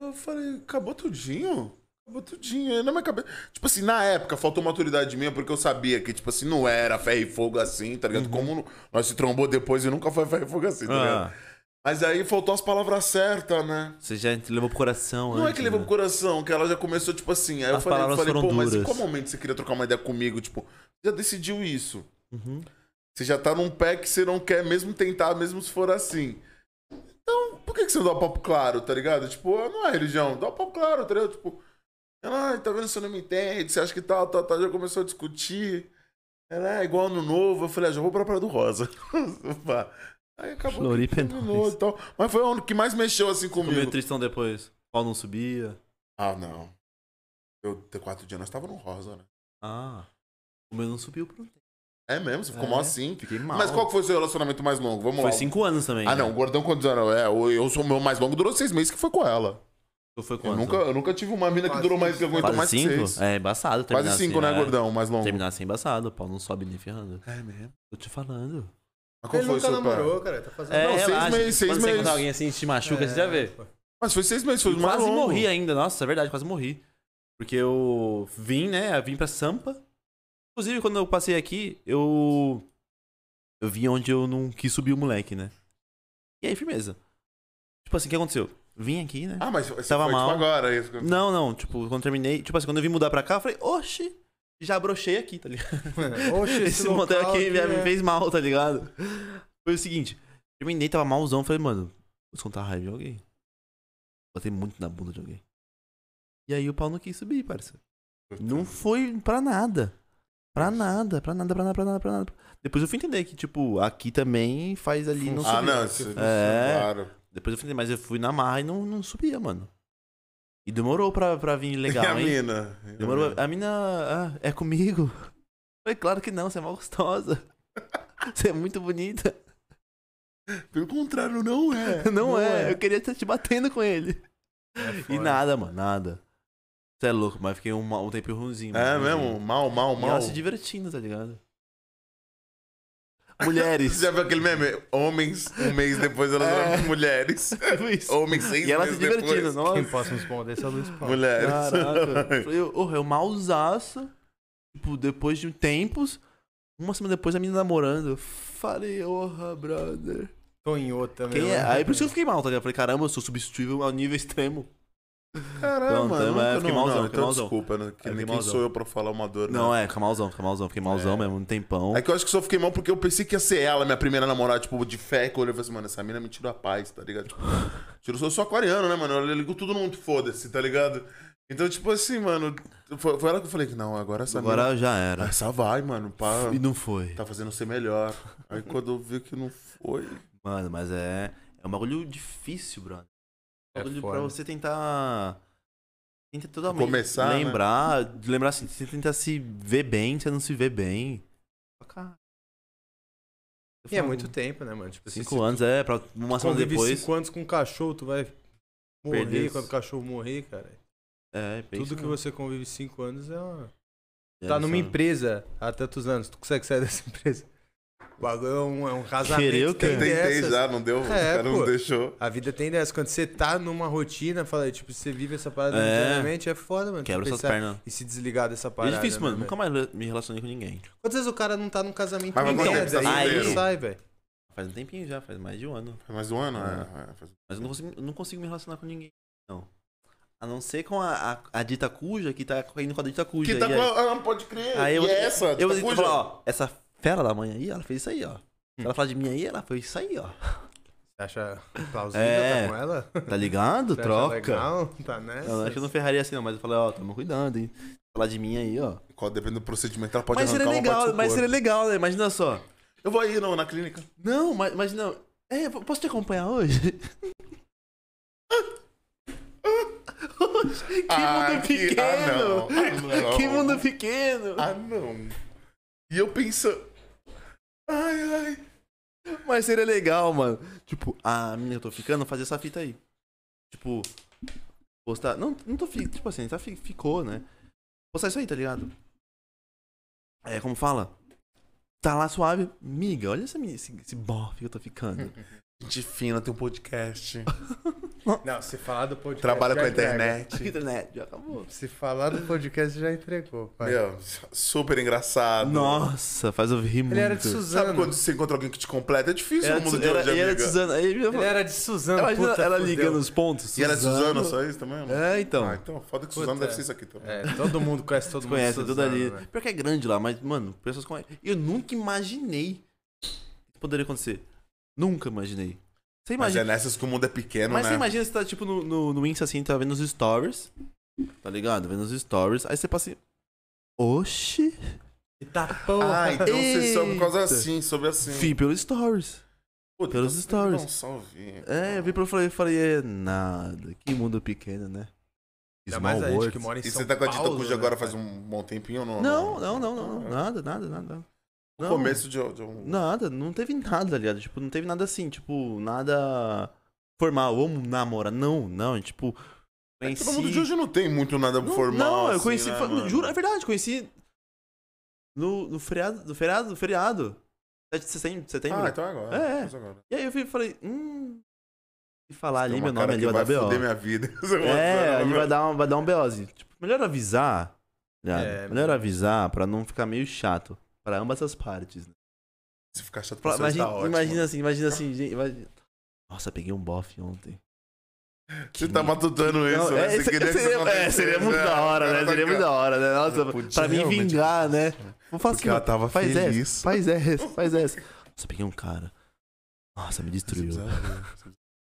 [SPEAKER 2] Eu falei, acabou tudinho? Acabou tudinho. Aí na minha cabeça. Tipo assim, na época faltou maturidade minha, porque eu sabia que, tipo assim, não era ferro e fogo assim, tá ligado? Como nós se trombou depois e nunca foi ferro e fogo assim, tá ligado?
[SPEAKER 3] Uhum. Ah,
[SPEAKER 2] Mas aí faltou as palavras certas, né?
[SPEAKER 3] você já levou pro coração
[SPEAKER 2] Não é
[SPEAKER 3] antes,
[SPEAKER 2] que levou pro
[SPEAKER 3] né?
[SPEAKER 2] coração, que ela já começou, tipo assim. Aí eu
[SPEAKER 3] As
[SPEAKER 2] falei, eu
[SPEAKER 3] palavras
[SPEAKER 2] falei
[SPEAKER 3] foram
[SPEAKER 2] pô, mas em
[SPEAKER 3] duras.
[SPEAKER 2] qual momento você queria trocar uma ideia comigo? Tipo, já decidiu isso.
[SPEAKER 3] Uhum.
[SPEAKER 2] Você já tá num pé que você não quer mesmo tentar, mesmo se for assim. Então, por que que você não dá o papo claro, tá ligado? Tipo, ah, não é religião, dá o papo claro, tá ligado? Tipo, ela, ah, tá vendo, você não me entende, você acha que tal, tal, tal, já começou a discutir. Ela é igual ano novo, eu falei, ah, já vou pra Praia do Rosa. (laughs) Pá. Aí acabou que
[SPEAKER 5] Floripa é
[SPEAKER 2] terminou
[SPEAKER 5] nóis.
[SPEAKER 2] e tal. Mas foi o ano que mais mexeu assim comigo.
[SPEAKER 3] Comeu tristão depois. O pau não subia.
[SPEAKER 2] Ah, não. Eu, ter quatro dias, nós tava no Rosa, né?
[SPEAKER 3] Ah. O meu não subiu por um tempo.
[SPEAKER 2] É mesmo, você ficou
[SPEAKER 3] É.
[SPEAKER 2] mó assim.
[SPEAKER 5] Fiquei mal.
[SPEAKER 2] Mas qual que é foi o seu relacionamento mais longo? Vamos
[SPEAKER 3] Foi
[SPEAKER 2] lá.
[SPEAKER 3] cinco anos também. né?
[SPEAKER 2] Ah, não, o gordão quantos anos? É, o- eu sou o meu mais longo, durou seis meses que foi com ela.
[SPEAKER 3] Tu foi
[SPEAKER 2] Eu
[SPEAKER 3] quanto?
[SPEAKER 2] nunca, eu nunca tive uma mina que
[SPEAKER 1] Quase
[SPEAKER 2] durou mais
[SPEAKER 1] cinco.
[SPEAKER 2] que aguentou
[SPEAKER 3] Quase
[SPEAKER 2] mais que
[SPEAKER 3] cinco?
[SPEAKER 2] seis.
[SPEAKER 3] É embaçado.
[SPEAKER 2] Quase
[SPEAKER 3] terminar
[SPEAKER 2] cinco,
[SPEAKER 3] assim,
[SPEAKER 2] né,
[SPEAKER 3] é.
[SPEAKER 2] gordão? O mais longo.
[SPEAKER 3] Terminar assim é embaçado. O pau não sobe nem ferrando.
[SPEAKER 2] É mesmo.
[SPEAKER 3] Tô te falando.
[SPEAKER 2] Mas qual
[SPEAKER 1] Ele
[SPEAKER 2] foi o
[SPEAKER 1] nunca
[SPEAKER 2] seu pé?
[SPEAKER 1] namorou, cara. Tá fazendo É,
[SPEAKER 2] não, seis meses, seis
[SPEAKER 3] É, Quando você
[SPEAKER 2] meses. É.
[SPEAKER 3] encontrar alguém assim e te machuca, você já vê.
[SPEAKER 1] pô.
[SPEAKER 2] Ah, Mas foi seis meses, foi o
[SPEAKER 3] E
[SPEAKER 2] mais
[SPEAKER 3] quase
[SPEAKER 2] longo.
[SPEAKER 3] morri ainda, nossa, é verdade, quase morri. Porque eu vim, né? Eu vim pra Sampa. Inclusive, quando eu passei aqui, eu. Eu vim onde eu não quis subir o moleque, né? E aí, firmeza. Tipo assim, o que aconteceu? Vim aqui, né?
[SPEAKER 2] Ah, mas você
[SPEAKER 3] Tava
[SPEAKER 2] foi,
[SPEAKER 3] mal.
[SPEAKER 2] Tipo, agora. isso.
[SPEAKER 3] Não, não, tipo, quando terminei. Tipo assim, quando eu vim mudar pra cá, eu falei, oxe, já brochei aqui, tá ligado?
[SPEAKER 1] Oxe,
[SPEAKER 3] Esse, motel
[SPEAKER 1] local
[SPEAKER 3] aqui me-
[SPEAKER 1] é-
[SPEAKER 3] me fez mal, tá ligado? Foi o seguinte, terminei, tava malzão, falei, mano, vou escutar a raiva de alguém. Botei muito na bunda de alguém. E aí o pau não quis subir, parça. Não foi pra nada. Pra nada, pra nada, pra nada, pra nada, pra nada. Depois eu fui entender que, tipo, aqui também faz ali não subia.
[SPEAKER 2] Ah, não, isso, isso,
[SPEAKER 3] É.
[SPEAKER 2] claro.
[SPEAKER 3] Depois eu fui entender, mas eu fui na marra e não, não subia, mano. E demorou pra, pra vir
[SPEAKER 2] (laughs) e a
[SPEAKER 3] legal, hein?
[SPEAKER 2] mina? E a
[SPEAKER 3] Demorou.
[SPEAKER 2] mina?
[SPEAKER 3] A mina ah, é comigo? Falei, claro que não, você é mal gostosa.
[SPEAKER 2] (laughs)
[SPEAKER 3] Você é muito bonita.
[SPEAKER 2] Pelo contrário, não
[SPEAKER 3] (laughs)
[SPEAKER 2] é.
[SPEAKER 3] Não, é.
[SPEAKER 2] é.
[SPEAKER 3] eu queria estar te batendo com ele.
[SPEAKER 1] é
[SPEAKER 3] E
[SPEAKER 1] foda.
[SPEAKER 3] nada, mano, nada. Você é louco, mas fiquei um, um tempo ruimzinho.
[SPEAKER 2] É
[SPEAKER 3] mano,
[SPEAKER 2] mesmo?
[SPEAKER 3] ruimzinho.
[SPEAKER 2] Mal, mal,
[SPEAKER 3] E ela
[SPEAKER 2] mal.
[SPEAKER 3] se divertindo, tá ligado?
[SPEAKER 2] (laughs)
[SPEAKER 3] Mulheres.
[SPEAKER 2] Você já viu aquele meme? Homens, um mês depois elas
[SPEAKER 3] É.
[SPEAKER 2] eram
[SPEAKER 3] (laughs)
[SPEAKER 2] mulheres.
[SPEAKER 3] Tipo isso.
[SPEAKER 2] Homens, seis
[SPEAKER 3] E ela se
[SPEAKER 2] meses
[SPEAKER 3] divertindo,
[SPEAKER 2] É depois.
[SPEAKER 3] nossa.
[SPEAKER 1] Quem possa me responder esse é o Luiz Paulo.
[SPEAKER 2] Mulheres. (laughs)
[SPEAKER 3] Caraca. Falei, ô, eu malzaço. Tipo, depois de um tempos. Uma semana depois a menina namorando. Falei, orra, brother.
[SPEAKER 1] Tonhoto também.
[SPEAKER 3] Quem é?
[SPEAKER 1] né?
[SPEAKER 3] Aí por isso que eu fiquei mal, tá ligado? Falei, caramba, eu sou substituível ao nível extremo.
[SPEAKER 2] Caramba,
[SPEAKER 3] Então, então,
[SPEAKER 2] nunca-
[SPEAKER 3] é, fiquei malzão, fiquei
[SPEAKER 2] então
[SPEAKER 3] malzão.
[SPEAKER 2] desculpa, né? Que
[SPEAKER 3] É,
[SPEAKER 2] nem
[SPEAKER 3] fiquei
[SPEAKER 2] quem
[SPEAKER 3] malzão.
[SPEAKER 2] sou eu pra falar uma dor,
[SPEAKER 3] Não,
[SPEAKER 2] né?
[SPEAKER 3] é, fica malzão, fica malzão. Fiquei malzão
[SPEAKER 2] É.
[SPEAKER 3] mesmo, um tempão.
[SPEAKER 2] É que eu acho que só fiquei mal porque eu pensei que ia ser ela, minha primeira namorada, tipo, de fé, que eu olhei e falei assim, mano, essa mina me tirou a paz, tá ligado? Tipo, tirou, eu sou aquariano, né, mano? Eu ligo tudo no muito foda-se, tá ligado? Então, tipo assim, mano, foi, foi ela que eu falei que não, agora essa mina-
[SPEAKER 3] Agora já
[SPEAKER 1] É,
[SPEAKER 3] era.
[SPEAKER 1] tipo,
[SPEAKER 2] Essa vai, mano, pá,
[SPEAKER 3] E não foi.
[SPEAKER 2] tá fazendo ser melhor. Aí quando eu vi que não foi...
[SPEAKER 3] Mano, mas é. É um bagulho difícil, brother. É um
[SPEAKER 1] É
[SPEAKER 3] bagulho pra
[SPEAKER 1] foda.
[SPEAKER 3] você tentar. Tenta totalmente.
[SPEAKER 2] Começar, né?
[SPEAKER 3] Lembrar. Lembrar assim, você tenta se ver bem, você não se vê bem. Pra caralho. Eu
[SPEAKER 1] E é
[SPEAKER 3] falava,
[SPEAKER 1] muito tempo, né, mano? Tipo, assim,
[SPEAKER 3] Cinco
[SPEAKER 1] se
[SPEAKER 3] anos, é, pra uma
[SPEAKER 1] Tu
[SPEAKER 3] semana
[SPEAKER 1] convive
[SPEAKER 3] depois.
[SPEAKER 1] cinco anos com um cachorro, tu vai morrer
[SPEAKER 3] Perder os-
[SPEAKER 1] quando o cachorro morrer, cara.
[SPEAKER 3] É,
[SPEAKER 1] Tudo que você convive cinco anos é uma...
[SPEAKER 3] você.
[SPEAKER 1] tá numa empresa há tantos anos, tu consegue sair dessa (laughs) empresa? O bagulho é um, é um casamento.
[SPEAKER 3] Querer o quê?
[SPEAKER 1] tem
[SPEAKER 2] Tentei
[SPEAKER 1] dessas.
[SPEAKER 2] já, não deu. o
[SPEAKER 1] É,
[SPEAKER 2] cara não
[SPEAKER 1] pô.
[SPEAKER 2] deixou.
[SPEAKER 1] A vida tem dessa. Quando você tá numa rotina, fala, tipo, você vive essa parada
[SPEAKER 3] É.
[SPEAKER 1] diariamente, é foda, mano. tu
[SPEAKER 3] Quebra suas
[SPEAKER 1] pensar
[SPEAKER 3] pernas.
[SPEAKER 1] E se desligar dessa
[SPEAKER 3] É
[SPEAKER 1] parada.
[SPEAKER 3] difícil,
[SPEAKER 1] né,
[SPEAKER 3] mano.
[SPEAKER 1] velho?
[SPEAKER 3] Nunca mais le- me relacionei com ninguém.
[SPEAKER 1] Quantas vezes o cara não tá num casamento
[SPEAKER 2] Mas
[SPEAKER 1] com
[SPEAKER 2] vai
[SPEAKER 1] ninguém,
[SPEAKER 2] acontecer,
[SPEAKER 1] daí
[SPEAKER 3] tá
[SPEAKER 1] ele
[SPEAKER 3] solteiro.
[SPEAKER 1] não sai, velho?
[SPEAKER 3] Faz um tempinho já, faz mais de um ano.
[SPEAKER 2] Faz mais um ano,
[SPEAKER 3] É.
[SPEAKER 2] é, é, faz-
[SPEAKER 3] Mas eu não consigo, eu não consigo me relacionar com ninguém, não. A não ser com a, a, a dita cuja, que tá caindo com a dita cuja.
[SPEAKER 2] Que tá
[SPEAKER 3] e
[SPEAKER 2] com.
[SPEAKER 3] aí-
[SPEAKER 2] Ah, pode crer.
[SPEAKER 3] Aí eu,
[SPEAKER 2] e é essa?
[SPEAKER 3] Eu,
[SPEAKER 2] tá
[SPEAKER 3] eu,
[SPEAKER 2] cuja? Hum.
[SPEAKER 3] falar, ó, essa fera da manhã aí, ela fez isso aí, ó. Se ela falar de mim aí, ela fez isso aí, ó.
[SPEAKER 1] Você acha plausível
[SPEAKER 3] É.
[SPEAKER 1] tá com
[SPEAKER 3] (laughs)
[SPEAKER 1] ela?
[SPEAKER 3] Tá ligado?
[SPEAKER 1] Você acha
[SPEAKER 3] Troca.
[SPEAKER 1] legal? Tá nessa?
[SPEAKER 3] Eu acho que eu não ferraria assim, não, mas eu falei, ó, toma cuidado, hein. Falar de mim aí, ó.
[SPEAKER 2] Qual- Dependendo do procedimento, ela pode
[SPEAKER 3] mas
[SPEAKER 2] arrancar
[SPEAKER 3] seria
[SPEAKER 2] uma parte
[SPEAKER 3] legal,
[SPEAKER 2] do
[SPEAKER 3] mas
[SPEAKER 2] corpo.
[SPEAKER 3] seria legal, né? Imagina só.
[SPEAKER 2] Eu vou aí não, na clínica.
[SPEAKER 3] Não, mas, mas não. É, po- posso te acompanhar hoje? (laughs) Hoje? que
[SPEAKER 2] Ah,
[SPEAKER 3] mundo
[SPEAKER 2] que- ah,
[SPEAKER 3] pequeno!
[SPEAKER 2] não. Ah, não.
[SPEAKER 3] que mundo pequeno!
[SPEAKER 2] Ah, não. E eu pensando. Ai, ai.
[SPEAKER 3] Mas seria legal, mano. Tipo, a menina que eu tô ficando, fazer essa fita aí. Tipo, postar. Não, não tô fi- Tipo assim, tá, fi- ficou, né? Postar isso aí, tá ligado? É, como fala? Tá lá suave. Miga, olha essa menina, esse, esse bofe que eu
[SPEAKER 2] (laughs)
[SPEAKER 3] tô ficando.
[SPEAKER 2] Gente fina, tem um
[SPEAKER 3] (laughs)
[SPEAKER 2] podcast.
[SPEAKER 1] Não, se falar do podcast.
[SPEAKER 2] Trabalha
[SPEAKER 1] já
[SPEAKER 2] com a
[SPEAKER 1] entrega.
[SPEAKER 3] Aqui,
[SPEAKER 2] internet.
[SPEAKER 3] (laughs) internet, já acabou.
[SPEAKER 1] Se falar do podcast, já entregou, pai.
[SPEAKER 2] Meu, super engraçado.
[SPEAKER 3] Nossa, faz eu rir muito.
[SPEAKER 1] Ele era de
[SPEAKER 2] Sabe
[SPEAKER 1] Suzano.
[SPEAKER 2] quando você encontra alguém que te completa? É difícil
[SPEAKER 3] Era
[SPEAKER 2] no mundo
[SPEAKER 3] de,
[SPEAKER 2] de
[SPEAKER 3] era,
[SPEAKER 2] hoje,
[SPEAKER 3] ele era de
[SPEAKER 2] amiga.
[SPEAKER 3] Suzano. Aí ele
[SPEAKER 1] Ele era de Suzano.
[SPEAKER 3] Imagina
[SPEAKER 1] puta,
[SPEAKER 3] ela
[SPEAKER 1] fudeu.
[SPEAKER 3] ligando os pontos.
[SPEAKER 2] E era de Suzano, só isso também? mano?
[SPEAKER 3] É, então.
[SPEAKER 2] Ah, então foda que
[SPEAKER 1] Puta.
[SPEAKER 2] Suzano deve ser isso aqui também.
[SPEAKER 1] É, todo mundo
[SPEAKER 3] (laughs)
[SPEAKER 1] conhece todo mundo.
[SPEAKER 3] conhece tudo ali.
[SPEAKER 1] Né?
[SPEAKER 3] Pior que é grande lá, mas, mano, pessoas conhecem. Eu nunca imaginei que poderia acontecer. Nunca imaginei. Você
[SPEAKER 2] Mas é
[SPEAKER 3] imagina.
[SPEAKER 2] nessas que o mundo é pequeno,
[SPEAKER 3] Mas
[SPEAKER 2] né?
[SPEAKER 3] você imagina, você tá tipo no, no, no Insta assim, tá vendo os stories. Tá ligado? Vendo os stories. Aí você passa assim. Oxi.
[SPEAKER 1] Eita porra.
[SPEAKER 2] Ah, então você soube por causa
[SPEAKER 3] Eita.
[SPEAKER 2] assim, soube assim.
[SPEAKER 3] Fim pelos stories.
[SPEAKER 2] Puta,
[SPEAKER 3] pelos
[SPEAKER 2] você
[SPEAKER 3] stories.
[SPEAKER 2] Não, só vi.
[SPEAKER 3] É, eu vi pra falei, falei, é nada. Que mundo pequeno, né?
[SPEAKER 1] Ainda mais a gente que mora em
[SPEAKER 2] E
[SPEAKER 1] São
[SPEAKER 2] você tá com a Dita
[SPEAKER 1] Paulo,
[SPEAKER 2] Cuja
[SPEAKER 1] né,
[SPEAKER 2] agora
[SPEAKER 1] cara?
[SPEAKER 2] faz um bom tempinho ou não?
[SPEAKER 3] Não, não, não, não, não. Nada, nada, nada.
[SPEAKER 2] No
[SPEAKER 3] Não.
[SPEAKER 2] começo de, de um.
[SPEAKER 3] Nada, não teve nada, tá ligado? Tipo, não teve nada assim, tipo, nada formal, vamos namorar. Não, não, é tipo,
[SPEAKER 2] É que
[SPEAKER 3] conheci...
[SPEAKER 2] todo mundo de hoje não tem muito nada
[SPEAKER 3] não,
[SPEAKER 2] formal.
[SPEAKER 3] Não, eu
[SPEAKER 2] assim,
[SPEAKER 3] conheci,
[SPEAKER 2] né,
[SPEAKER 3] fa-
[SPEAKER 2] mano?
[SPEAKER 3] juro, é verdade, conheci no, no feriado, no feriado, no feriado, 7 de setembro, setembro.
[SPEAKER 2] Ah, então é agora.
[SPEAKER 3] É, é.
[SPEAKER 2] Faz agora.
[SPEAKER 3] E aí eu fui- falei, hum... E falar
[SPEAKER 2] Tem
[SPEAKER 3] ali,
[SPEAKER 2] uma
[SPEAKER 3] meu nome
[SPEAKER 2] cara
[SPEAKER 3] ali
[SPEAKER 2] que
[SPEAKER 3] vai dar
[SPEAKER 2] Vai fuder
[SPEAKER 3] B.O.
[SPEAKER 2] minha vida. (laughs)
[SPEAKER 3] É, ali vai dar, um, vai dar um BOzinho. Tipo, melhor avisar, ligado?
[SPEAKER 1] É,
[SPEAKER 3] melhor avisar pra não ficar meio chato, pra ambas as partes, né?
[SPEAKER 2] Se ficar chato pra
[SPEAKER 3] Pra-
[SPEAKER 2] você,
[SPEAKER 3] imagina,
[SPEAKER 2] tá ótimo.
[SPEAKER 3] imagina assim, imagina assim, gente. imagina- Nossa, peguei um bofe ontem.
[SPEAKER 2] Você tá matutando isso,
[SPEAKER 3] Não,
[SPEAKER 2] né?
[SPEAKER 3] é,
[SPEAKER 2] Você
[SPEAKER 3] isso-
[SPEAKER 2] queria que isso
[SPEAKER 3] seria, é,
[SPEAKER 2] acontecesse,
[SPEAKER 3] seria muito
[SPEAKER 2] né?
[SPEAKER 3] da
[SPEAKER 2] O
[SPEAKER 3] hora,
[SPEAKER 2] cara
[SPEAKER 3] né?
[SPEAKER 2] tá
[SPEAKER 3] Seria muito
[SPEAKER 2] aqui,
[SPEAKER 3] da hora, né? Nossa,
[SPEAKER 2] Podia
[SPEAKER 3] pra me
[SPEAKER 2] realmente (laughs)
[SPEAKER 3] vingar, né? Vou fazer
[SPEAKER 2] Porque ela tá- tava
[SPEAKER 3] faz
[SPEAKER 2] feliz.
[SPEAKER 3] essa,
[SPEAKER 2] (laughs)
[SPEAKER 3] faz essa, faz essa. Nossa, peguei um cara. Nossa, me destruiu.